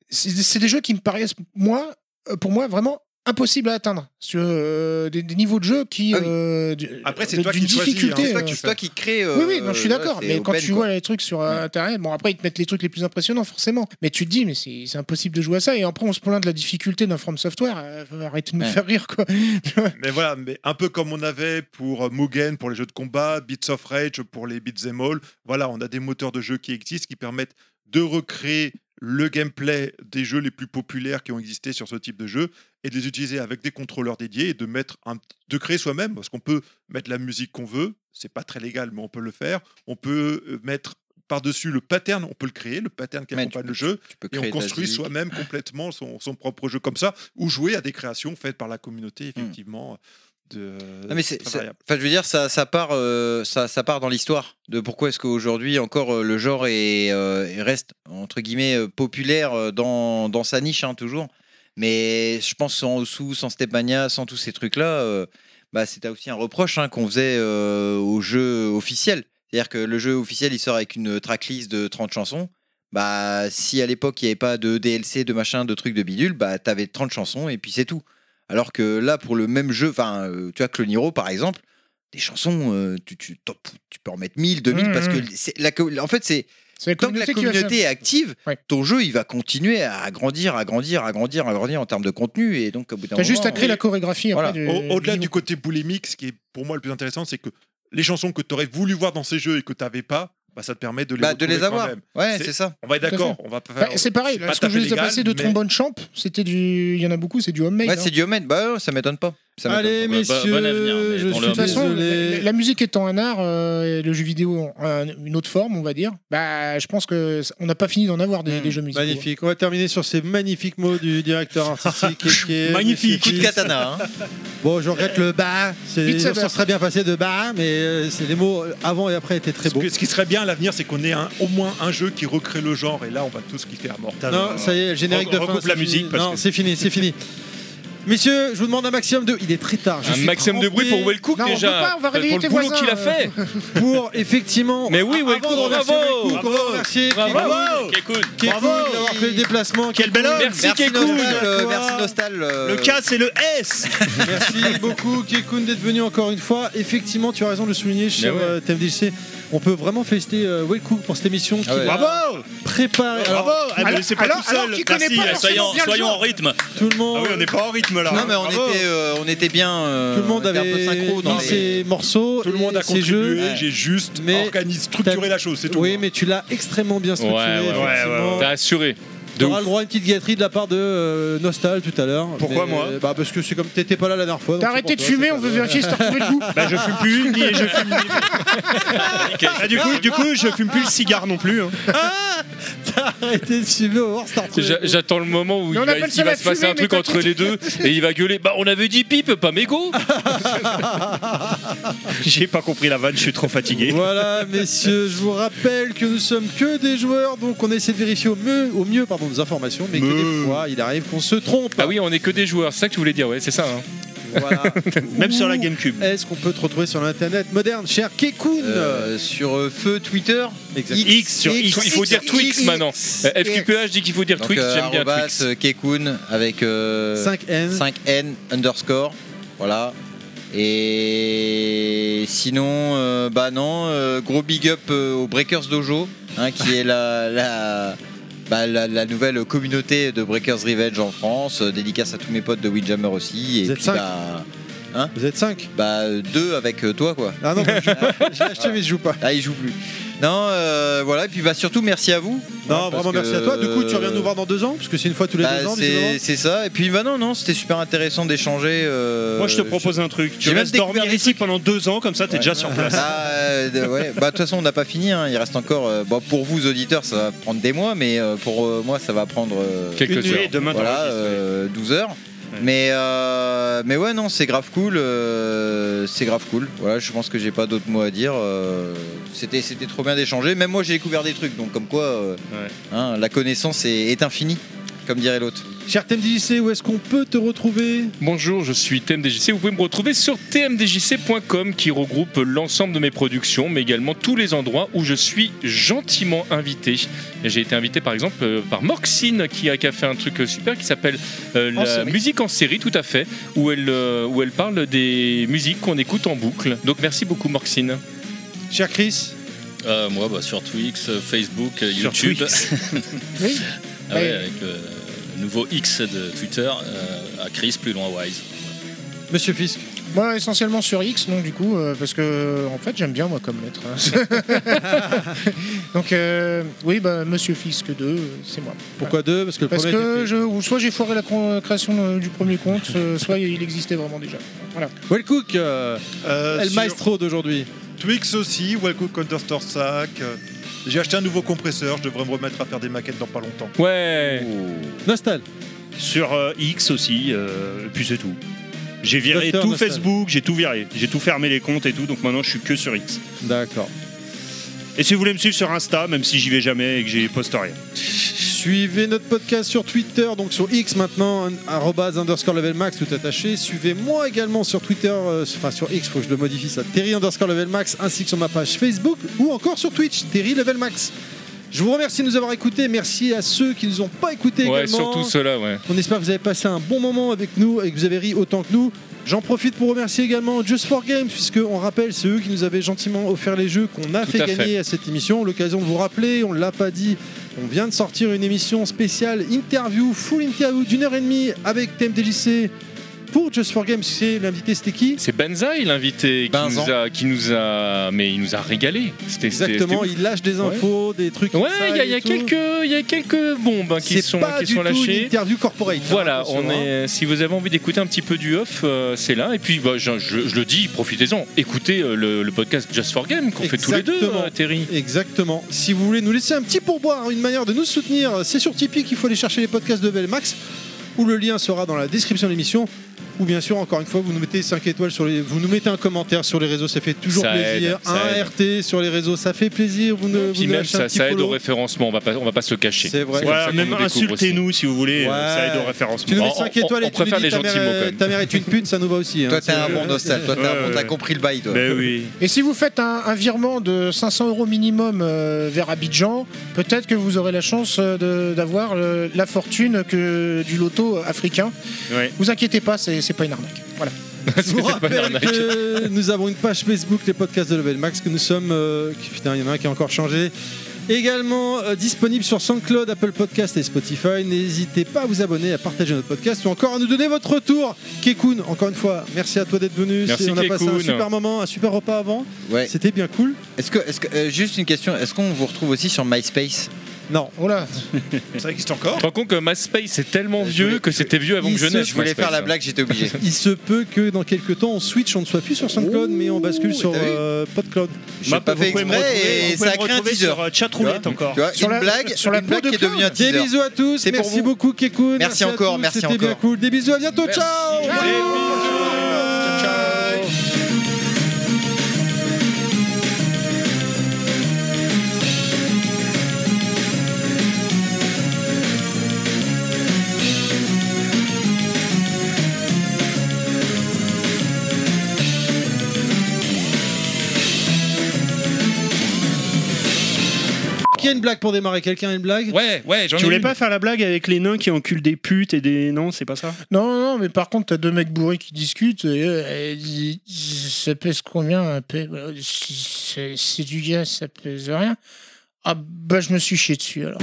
c'est des- c'est des jeux qui me paraissent, moi, euh, pour moi, vraiment impossibles à atteindre. Si tu veux, euh, des, des niveaux de jeu Ah qui. euh, du- Après, c'est de- toi qui d'une choisis, hein. difficulté, C'est toi euh, qui- c'est toi qui crée, oui, oui, euh, non, je suis ouais, d'accord. c'est mais quand open, Mm. tu vois les trucs sur euh, Internet, bon, après, ils te mettent les trucs les plus impressionnants, forcément. Mais tu te dis, mais c'est c'est impossible de jouer à ça. Et après, on se plaint de la difficulté d'un From Software. Euh, faut arrêter de me Ouais. faire rire, quoi. mais voilà, mais un peu comme on avait pour euh, Mugen pour les jeux de combat, Beats of Rage pour les beats and all. Voilà, on a des moteurs de jeu qui existent qui permettent de recréer le gameplay des jeux les plus populaires qui ont existé sur ce type de jeu et de les utiliser avec des contrôleurs dédiés et de mettre un, de créer soi-même parce qu'on peut mettre la musique qu'on veut, c'est pas très légal mais on peut le faire. On peut euh, mettre par-dessus le pattern, on peut le créer, le pattern qui Ouais, tu accompagne peux- le jeu, peux et créer on ta construit musique. soi-même même complètement son, son propre jeu comme ça, ou jouer à des créations faites par la communauté, effectivement. De, Ah, mais c'est, très c'est- variable. enfin, je veux dire, ça, ça part, euh, ça, ça part dans l'histoire de pourquoi est-ce qu'aujourd'hui encore euh, le genre est, euh, reste entre guillemets euh, populaire euh, dans, dans sa niche hein, toujours. Mais je pense sans Osu, sans Stepmania, sans tous ces trucs-là, euh, bah, c'était aussi un reproche hein, qu'on faisait euh, au jeu officiel. C'est-à-dire que le jeu officiel, il sort avec une tracklist de 30 chansons. Bah, si à l'époque il n'y avait pas de DLC, de machin, de trucs de bidule, bah t'avais 30 chansons et puis c'est tout. Alors que là, pour le même jeu, enfin, euh, tu vois, Clone Hero, par exemple, des chansons, euh, tu, tu, t'en- tu peux en mettre 1000, 2000, Mmh, parce que mmh. c'est la, co- en fait, c'est. la Tant que la communauté qui va communauté est faire. active, ton jeu il va continuer à grandir, à grandir, à grandir, à grandir en termes de contenu et donc au bout d'un T'as juste moment, à créer euh, la chorégraphie. Voilà. après, du- Au- Au-delà du côté polémique, ce qui est pour moi le plus intéressant, c'est que les chansons que tu aurais voulu voir dans ces jeux et que tu n'avais pas, bah, ça te permet de les, Bah, de les retrouver quand avoir. même. Ouais, c'est ça. On va être Tout à d'accord. fait. On va pas Enfin, faire- Bah, c'est pareil, là, euh, pas ce que tout à je vous fait ai légal, passé de mais- Trombone Champ, c'était du. Il y en a beaucoup, c'est du homemade. Ouais, c'est hein. du homemade. Bah, ouais, ça m'étonne pas. Ça m'étonne Allez, pas. Bah, bon messieurs, avenir, mais je dans suis le- De toute façon, Désolé. la, la musique étant un art, euh, et le jeu vidéo en- un- une autre forme, on va dire. Bah, je pense que c- on n'a pas fini d'en avoir des, des jeux musicaux. Magnifique. On va terminer sur ces magnifiques mots du directeur artistique. Keke, Magnifique. Monsieur Coup de Fils. katana, hein. Bon, je regrette le bas. C'est Beat Saber. ça serait bien passé de bas, mais euh, c'est les mots euh, avant et après étaient très Ce, beaux. que- ce qui serait bien à l'avenir, c'est qu'on ait un- au moins un jeu qui recrée le genre, et là, on va tous kiffer à mort. Non, ça y est, le générique de Ah Re- fin. recoupe c'est la fini. musique. parce Non, que- c'est fini, c'est fini. Messieurs, je vous demande un maximum de. Il est très tard. je Un suis maximum de trempé. bruit pour Will Cook Non, on déjà. peut pas, on va Pour réveiller le tes boulot voisins. qu'il a fait. pour effectivement. Mais oui, Will Avant Cook, de remercier bravo. Will Cook, on va remercier Bravo. Kekou. Kekou. Kekou Bravo. d'avoir fait le déplacement. Quel bel homme. Ah, Merci, Merci, Kekou. Nostal, Merci à euh, toi. merci, Nostal, euh. Le K, c'est le S Merci beaucoup Kekun d'être venu encore une fois. Effectivement, tu as raison de le souligner, cher ouais. euh, TMDJC. On peut vraiment féliciter euh, Will Cook pour cette émission. Qui Ah ouais. l'a Bravo Préparé. Bravo Elle me laissait pas alors- tout seul alors qu'il connaît euh, Merci. pas Eh, forcément Soyons bien le soyons jeu. en rythme Tout le monde. Ah oui, on n'est pas en rythme là Non, mais on Bravo. était, euh, on était bien. euh, Tout le monde on était avait un peu synchro dans mis les- ses morceaux. Tout le monde a et ses jeux. contribué, j'ai juste Mais organisé, structuré la chose, c'est tout. hein. Oui, mais tu l'as extrêmement bien Ouais, ouais, structuré. ouais, effectivement. ouais. euh, T'as assuré. Tu De auras ouf. le droit à une petite gâterie de la part de euh, Nostal tout à l'heure. Pourquoi Mais, moi bah, Parce que c'est comme t'étais pas là la dernière fois. donc T'as c'est arrêté de pour toi, fumer, c'est on pas veut grave. vérifier si t'as retrouvé le goût. Bah, je fume plus, ni je fume ni- Ah, du, coup, du coup, je fume plus le cigare non plus. hein. T'as arrêté de fumer, on va voir si t'as retrouvé le J'a- goût. J'attends le moment où Mais il on va, appelle ça il va la se passer fumée, un truc mais entre les deux et il va gueuler. Bah, on avait dit pipe, pas mégot. J'ai pas compris la vanne, je suis trop fatigué. Voilà, messieurs, je vous rappelle que nous sommes que des joueurs, donc on essaie de vérifier au mieux, au mieux pardon, nos informations, mais que des fois, il arrive qu'on se trompe. Ah oui, on est que des joueurs. C'est ça que tu voulais dire, ouais, c'est ça. hein. Voilà. Même sur la GameCube. Est-ce qu'on peut te retrouver sur l'internet moderne, cher Kekun Euh, sur euh, feu Twitter Exactement. X sur X. Il faut dire Twix maintenant. X. Euh, FQPH dit qu'il faut dire Donc, Twix. euh, J'aime bien arrobas, Twix. euh, Kekun avec euh, 5N. 5N underscore. Voilà. Et sinon, euh, bah non, euh, gros big up euh, au Breakers Dojo, hein, qui est la, la, bah, la, la nouvelle communauté de Breakers Revenge en France. Euh, dédicace à tous mes potes de Windjammer aussi. Et Vous êtes puis, cinq bah, hein Vous êtes 5 bah, euh, deux avec euh, toi, quoi. Ah non, moi, je joue pas. je l'ai acheté, mais je joue pas. Ah, il joue plus. Non, euh, voilà, et puis bah, surtout merci à vous. Non, Voilà, parce vraiment que, merci à toi. Du coup, tu reviens nous voir dans deux ans, parce que c'est une fois tous les Bah, deux ans. c'est visiblement. c'est ça. Et puis, bah non, non, c'était super intéressant d'échanger. euh, Moi, je te propose un truc. Tu J'ai restes même dormir ici pendant deux ans, comme ça, t'es déjà sur place. Ah, euh, de- ouais. Bah, de toute façon, on n'a pas fini. hein. Il reste encore. euh, bon, pour vous, auditeurs, ça va prendre des mois, mais euh, pour euh, moi, ça va prendre. euh, Quelques Une nuit heures. et demain, voilà, t'enregistres. euh, 12 heures. Mais, euh, mais ouais, non, c'est grave cool. euh, c'est grave cool. Voilà, je pense que j'ai pas d'autres mots à dire. euh, c'était, c'était trop bien d'échanger. Même moi, j'ai découvert des trucs. Donc, comme quoi, euh, hein, la connaissance est, est infinie, comme dirait l'autre. Cher TMDJC, où est-ce qu'on peut te retrouver Bonjour, je suis TMDJC. Vous pouvez me retrouver sur tmdjc.com qui regroupe l'ensemble de mes productions, mais également tous les endroits où je suis gentiment invité. J'ai été invité par exemple euh, par Morxine qui a, qui a fait un truc euh, super qui s'appelle euh, En La série. musique en série, tout à fait, où elle, euh, où elle parle des musiques qu'on écoute en boucle. Donc merci beaucoup Morxine. Cher Chris Euh, moi, bah, sur Twix, euh, Facebook, euh, Sur YouTube. Oui. Bah, Ah ouais, Ouais. avec le nouveau X de Twitter, euh, à Chris, plus loin Wise. Monsieur Fisk Moi, essentiellement sur X, donc du coup, euh, parce que en fait, j'aime bien moi comme lettre. hein. donc, euh, oui, bah, Monsieur Fisk 2, euh, c'est moi. Pourquoi deux Parce que le Parce premier. que était- je, ou soit j'ai foiré la con- création euh, du premier compte, euh, soit il existait vraiment déjà. Voilà. Well Cook, euh, Euh, El sur Maestro d'aujourd'hui. Twix aussi, Wellcook Counter-Store Sack. euh, J'ai acheté un nouveau compresseur, je devrais me remettre à faire des maquettes dans pas longtemps. Ouais. Nostal. Sur euh, X aussi, euh, et puis c'est tout. J'ai viré Docteur tout Nostal. Facebook, j'ai tout viré. J'ai tout fermé les comptes et tout, donc maintenant je suis que sur X. D'accord. Et si vous voulez me suivre sur Insta, même si j'y vais jamais et que j'y poste rien. Suivez notre podcast sur Twitter, donc sur X maintenant, un- arrobase underscore level max tout attaché. Suivez-moi également sur Twitter, euh, enfin sur X, faut que je le modifie ça, Terry underscore level max, ainsi que sur ma page Facebook ou encore sur Twitch, Terry level max. Je vous remercie de nous avoir écoutés. Merci à ceux qui nous ont pas écoutés Ouais, également. surtout ceux-là, ouais. On espère que vous avez passé un bon moment avec nous et que vous avez ri autant que nous. J'en profite pour remercier également Just for Games, puisque on rappelle, c'est eux qui nous avaient gentiment offert les jeux qu'on a Tout fait à gagner fait. à cette émission. L'occasion de vous rappeler, on l'a pas dit, on vient de sortir une émission spéciale interview, full interview d'une heure et demie avec TMDJC pour Just for Games. C'est l'invité, c'était qui C'est Benzaï l'invité qui, Benzan. nous a- qui nous a, mais il nous a régalé. C'était c'était- Exactement, c'était ouf. il lâche des Ouais. infos, des trucs. Ouais, il y a- il y a quelques- il y a quelques bombes hein, qui C'est sont- pas qui du sont tout lâchées. Une interview corporate. hein, Voilà, attention, on hein. est. Si vous avez envie d'écouter un petit peu du off, euh, c'est là. Et puis, bah, je, je- je le dis, profitez-en. Écoutez euh, le, le podcast Just for Game qu'on fait tous les deux, Exactement. euh, Terry. Exactement. Si vous voulez nous laisser un petit pourboire, une manière de nous soutenir, c'est sur Tipeee qu'il faut aller chercher les podcasts de Belmax, où le lien sera dans la description de l'émission. Ou bien sûr, encore une fois, vous nous mettez 5 étoiles sur les. Vous nous mettez un commentaire sur les réseaux, ça fait toujours Ça aide, plaisir. ça un RT sur les réseaux, ça fait plaisir. Vous ne, vous Puis nous même, lâchez un ça, petit ça aide follow. au référencement, on va pas, on va pas se le cacher. C'est vrai. comme Voilà, ça qu'on même nous découvre insultez-nous aussi. si vous voulez, euh, ça aide au Ouais. référencement. Tu nous mets On- 5 on- étoiles on et tu nous préfère dis les ta gentils mère, mots, quand est- même. ta mère est une pute, ça nous va aussi. hein. Toi, t'es C'est- un bon nostal, toi, t'es un bon, t'as compris le bail, toi. Mais oui. Et si vous faites un, un virement de 500 euros minimum euh, vers Abidjan, peut-être que vous aurez la chance euh, de- d'avoir euh, la fortune que du loto africain. Vous inquiétez pas, c'est c'est pas une arnaque. Voilà. Je vous rappelle que nous avons une page Facebook, les podcasts de Level Max, que nous sommes. euh, qui- putain, il y en a un qui a encore changé. Également euh, disponible sur SoundCloud, Apple Podcast et Spotify. N'hésitez pas à vous abonner, à partager notre podcast ou encore à nous donner votre retour. Kekun, encore une fois, merci à toi d'être venu. Merci, C'est- On a passé un Kekun. super moment, un super repas avant. Ouais. C'était bien cool. Est-ce que, est-ce que, euh, juste une question, est-ce qu'on vous retrouve aussi sur MySpace Non. Oh là Ça existe encore Par contre, que MySpace est Euh, tellement vieux que c'était vieux avant il que je se- naisse. hein. je voulais faire la blague, j'étais obligé. Il se peut que dans quelques temps on switch, on ne soit plus sur SoundCloud, mais on bascule sur t'as vu euh, PodCloud. J'ai pas fait exprès et ça a créé un teaser. euh, Tu vois Tu vois, une blague, une blague qui est devenue un teaser. Des bisous à tous. C'est pour Merci vous. beaucoup, Kekun. Merci à encore, tous, merci C'était bien encore. cool. Des bisous, à bientôt. Ciao. Qui a une blague pour démarrer Quelqu'un a une blague Ouais, ouais, Tu voulais pas faire la blague avec les nains qui enculent des putes et des. Non, c'est pas ça Non, non, non, mais par contre, t'as deux mecs bourrés qui discutent. Et, euh, euh, ils- ils- ça pèse combien un P Euh, C'est c'est du gaz, ça pèse rien. Ah bah je me suis chié dessus alors.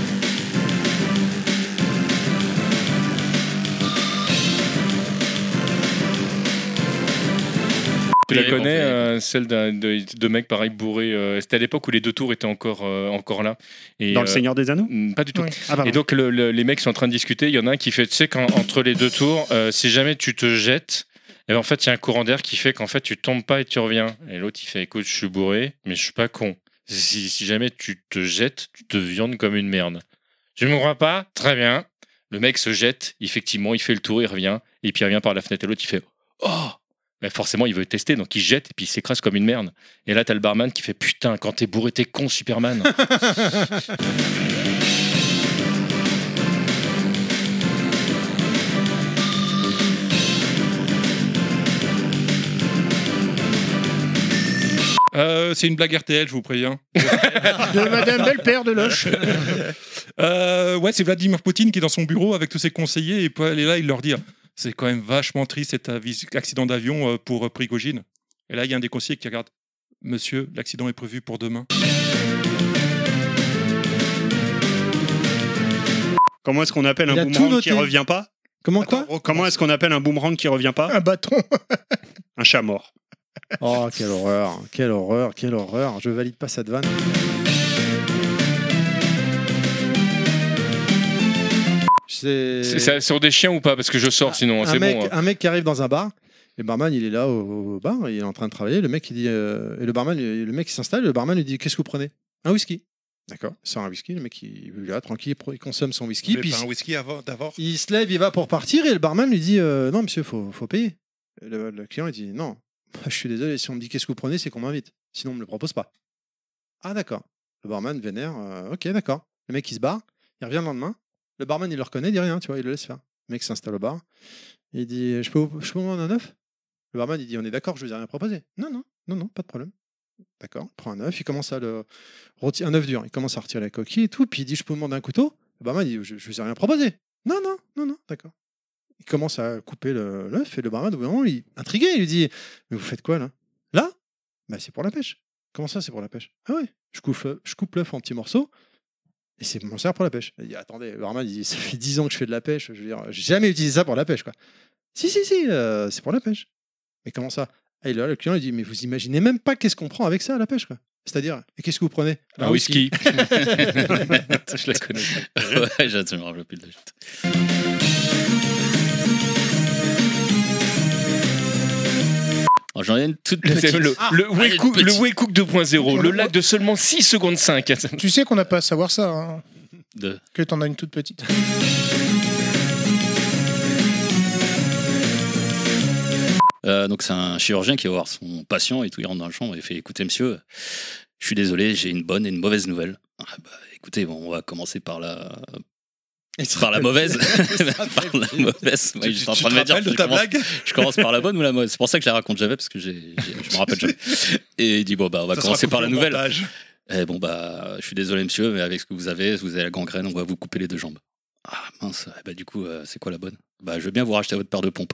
Tu la Oui, bon, connais, oui. euh, celle d'un- de, de mecs pareil bourrés. euh, C'était à l'époque où les deux tours étaient encore, euh, encore là. Et, Dans le euh, Seigneur des Anneaux Mm, Pas du tout. Ah, pardon. et donc le- le- les mecs sont en train de discuter. Il y en a un qui fait, tu sais, quand, entre les deux tours, euh, si jamais tu te jettes, eh ben, en fait, il y a un courant d'air qui fait qu'en fait, tu tombes pas et tu reviens. Et l'autre, il fait, écoute, je suis bourré, mais je suis pas con. Si, si jamais tu te jettes, tu te viandes comme une merde. Tu me crois pas Très bien. Le mec se jette, effectivement, il fait le tour, il revient, et puis il revient par la fenêtre. Et l'autre, il fait, oh mais forcément, il veut tester, donc il jette et puis il s'écrase comme une merde. Et là, t'as le barman qui fait Putain, quand t'es bourré, t'es con, Superman. Euh, c'est une blague RTL, je vous préviens. De Madame Belpère de Loche. Euh, ouais, c'est Vladimir Poutine qui est dans son bureau avec tous ses conseillers et puis elle est là, il leur dit C'est quand même vachement triste cet avis- accident d'avion euh, pour euh, Prigogine. Et là, il y a un des conseillers qui regarde Monsieur, l'accident est prévu pour demain. Comment est-ce qu'on appelle Il a un tout boomerang noté. qui revient pas Comment quoi Comment est-ce qu'on appelle un boomerang qui revient pas Un bâton. un chat mort. Oh, quelle horreur, quelle horreur, quelle horreur. Je valide pas cette vanne. C'est C'est- c'est sur des chiens ou pas Parce que je sors sinon, hein, un, c'est mec, bon. hein. un mec qui arrive dans un bar. Et le barman, il est là au, au bar, il est en train de travailler. Le mec, il dit, euh, et le barman, il- le mec, il s'installe. Le barman lui dit, qu'est-ce que vous prenez Un whisky. D'accord. Il sort un whisky. Le mec, il il est là, tranquille, il consomme son whisky. Puis il- whisky avant d'abord il se lève, il va pour partir et le barman lui dit euh, Non, monsieur, faut, faut payer. Et Le, le client il dit Non, Bah, je suis désolé, si on me dit qu'est-ce que vous prenez, c'est qu'on m'invite. Sinon, on me le propose pas. Ah, d'accord. Le barman vénère euh, Ok, d'accord. Le mec il se barre, il revient le lendemain. Le barman il le reconnaît, il dit rien, tu vois, il le laisse faire. Le mec s'installe au bar. Il dit Je peux vous je peux vous prendre un œuf Le barman il dit On est d'accord, je vous ai rien proposé. Non, non, non, non, pas de problème. D'accord Il prend un œuf, il commence à le. reti- Un œuf dur, il commence à retirer la coquille et tout, puis il dit Je peux vous demander un couteau Le barman dit Je ne vous ai rien proposé. Non, non, non, non, d'accord. Il commence à couper le- l'œuf et le barman, au bout d'un moment, il, intrigué, il lui dit Mais vous faites quoi là Là Bah, c'est pour la pêche. Comment ça, c'est pour la pêche Ah ouais, je coupe, le- je coupe l'œuf en petits morceaux et c'est mon sert pour la pêche. Il dit Attendez, le barman, il dit Ça fait 10 ans que je fais de la pêche, je veux dire, j'ai jamais utilisé ça pour la pêche, quoi. Si, si, si, euh, c'est pour la pêche. Mais comment ça Et là, le client, il dit Mais vous imaginez même pas qu'est-ce qu'on prend avec ça à la pêche, quoi. C'est-à-dire, et qu'est-ce que vous prenez Un whisky. Je Ah, la connais. ouais, je je me rappelle plus de la chute. Alors, J'en ai une toute C'est petite. Le, le, Ah, Way une Cook- le petite. Way Cook 2.0, le lac de seulement 6 secondes 5. Tu sais qu'on n'a pas à savoir ça, hein, De- que t'en as une toute petite. Euh, donc c'est un chirurgien qui va voir son patient et tout, il rentre dans la chambre et il fait écoutez monsieur, je suis désolé, j'ai une bonne et une mauvaise nouvelle. Ah, bah, écoutez, bon, on va commencer par la par la mauvaise. par la mauvaise. Ouais, Tu- je suis tu- en tu train de te me dire, rappelles de je ta commence- blague Je commence par la bonne ou la mauvaise. C'est pour ça que je la raconte jamais parce que j'ai- j'ai- je me rappelle jamais. Et il dit bon bah on va Ça sera commencer par la coupé au nouvelle. montage. Eh, bon bah je suis désolé monsieur, mais avec ce que vous avez, vous avez la gangrène, on va vous couper les deux jambes. Ah mince, Eh bah, du coup euh, c'est quoi la bonne Bah je veux bien vous racheter votre paire de pompes.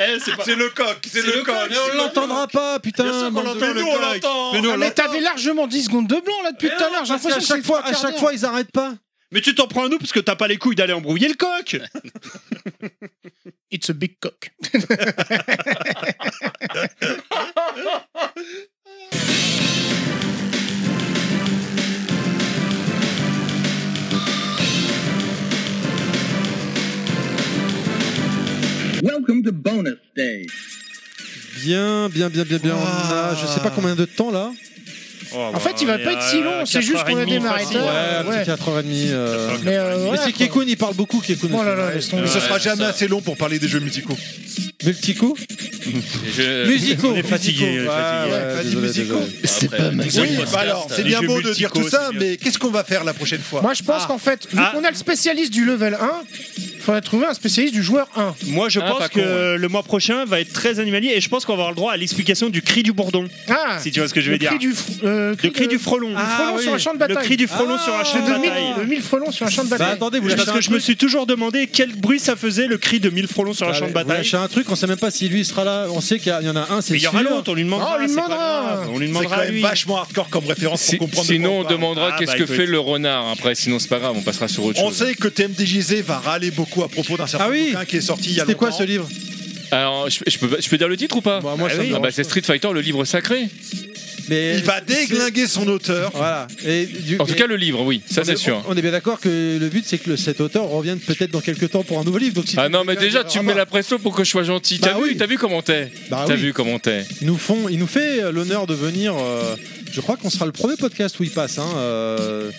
Eh, c'est pas- C'est le coq, c'est le coq. Mais on l'entendra pas, Ah, putain Bien sûr qu'on bande de- l'entend, Mais le nous, on coq. l'entend. Mais nous, on Ah, mais l'entend. t'avais largement 10 secondes de blanc là depuis tout à l'heure, j'ai Parce l'impression qu'à que chaque c'est fois, trois à quarts chaque d'heure. fois, ils arrêtent pas. Mais tu t'en prends à nous parce que t'as pas les couilles d'aller embrouiller le coq It's a big cock. Welcome to bonus day. Bien, bien, bien, bien, bien. On a, je sais pas combien de temps là. Oh, En bah fait, il va pas être si long, c'est juste qu'on a démarré Ouais, tard. un petit 4h30. euh. Mais, euh, Mais voilà, c'est quoi. Kekun, il parle beaucoup, Kekun. Oh là là, laisse tomber. Mais ce sera jamais assez long pour parler des jeux musicaux. Multico Musicaux. Musicaux. On est fatigué, on est fatigué. Ouais, ouais, Vas-y, désolé, musicaux. désolé. C'est Après, Oui, bah alors, c'est bien Les beau jeux de dire musicaux, tout ça, c'est bien. mais qu'est-ce qu'on va faire la prochaine fois Moi je pense Ah. qu'en fait, vu qu'on a le spécialiste du level 1, faudrait trouver un spécialiste du joueur 1. Moi, je Ah, pense pas que con, ouais. le mois prochain va être très animalier et je pense qu'on va avoir le droit à l'explication du cri du bourdon. Ah, si tu vois ce que je le veux dire. cri du fr- euh, le cri du frelon. Le frelon sur un champ de bataille. Le cri du frelon sur un champ de Ah, mille- bataille. De 1000 frelons sur un champ de bataille. Parce que je me suis toujours demandé quel bruit ça faisait le cri de mille frelons sur un Ah, champ de vous bataille. lâchez un truc, on sait même pas si lui il sera là. On sait qu'il y en a un, c'est Mais il y sûr. aura l'autre, on lui demandera, on lui c'est pas demandera. grave. On lui demandera à lui. hardcore comme référence Si- sinon, on demandera Ah, qu'est-ce bah, que écoute. fait le renard après. Sinon, c'est pas grave, on passera sur autre On chose. sait que TMDJZ va râler beaucoup à propos d'un certain bouquin qui est sorti il y a longtemps. C'était quoi ce livre Alors, je, je peux, je peux dire le titre ou pas moi, Ah ça me oui. dérange Ah bah, c'est pas. Street Fighter, le livre sacré. Mais Il va déglinguer son auteur. Voilà. Et du- En tout mais- cas, le livre, oui, ça on c'est est- sûr. On, on est bien d'accord que le but c'est que le- cet auteur revienne peut-être dans quelques temps pour un nouveau livre. Donc si Ah tu- non, mais déjà, tu me mets la pression pour que je sois gentil. T'as Bah vu, oui. t'as vu comment t'es Bah T'as oui. vu comment t'es Ils nous font, il nous fait euh, l'honneur de venir. euh, je crois qu'on sera le premier podcast où il passe. hein, euh,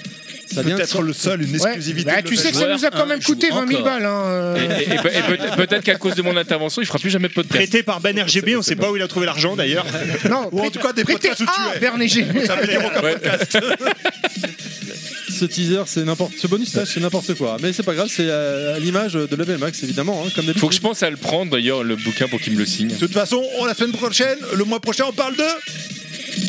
ça vient de Peut-être sor- le seul, une exclusivité. Bah, de tu sais que ça Level. nous a quand même coûté 20 000 balles. hein, Et, Eh euh. ben, et- et peut- Bah, et peut- peut-être qu'à cause de mon intervention, il fera plus jamais de podcast. Prêté par Ben RGB, on sait pas où il a trouvé l'argent d'ailleurs. Non, Ou en tout cas des prêtez podcasts où à tu es. Berné G. ce teaser, c'est n'importe, ce bonus stage, c'est n'importe quoi. Mais c'est pas grave, c'est euh, à l'image de Level Max évidemment, hein, comme d'habitude. Faut que je pense à le prendre d'ailleurs, le bouquin, pour qu'il me le signe. De toute façon, on- la semaine prochaine, le mois prochain, on parle de.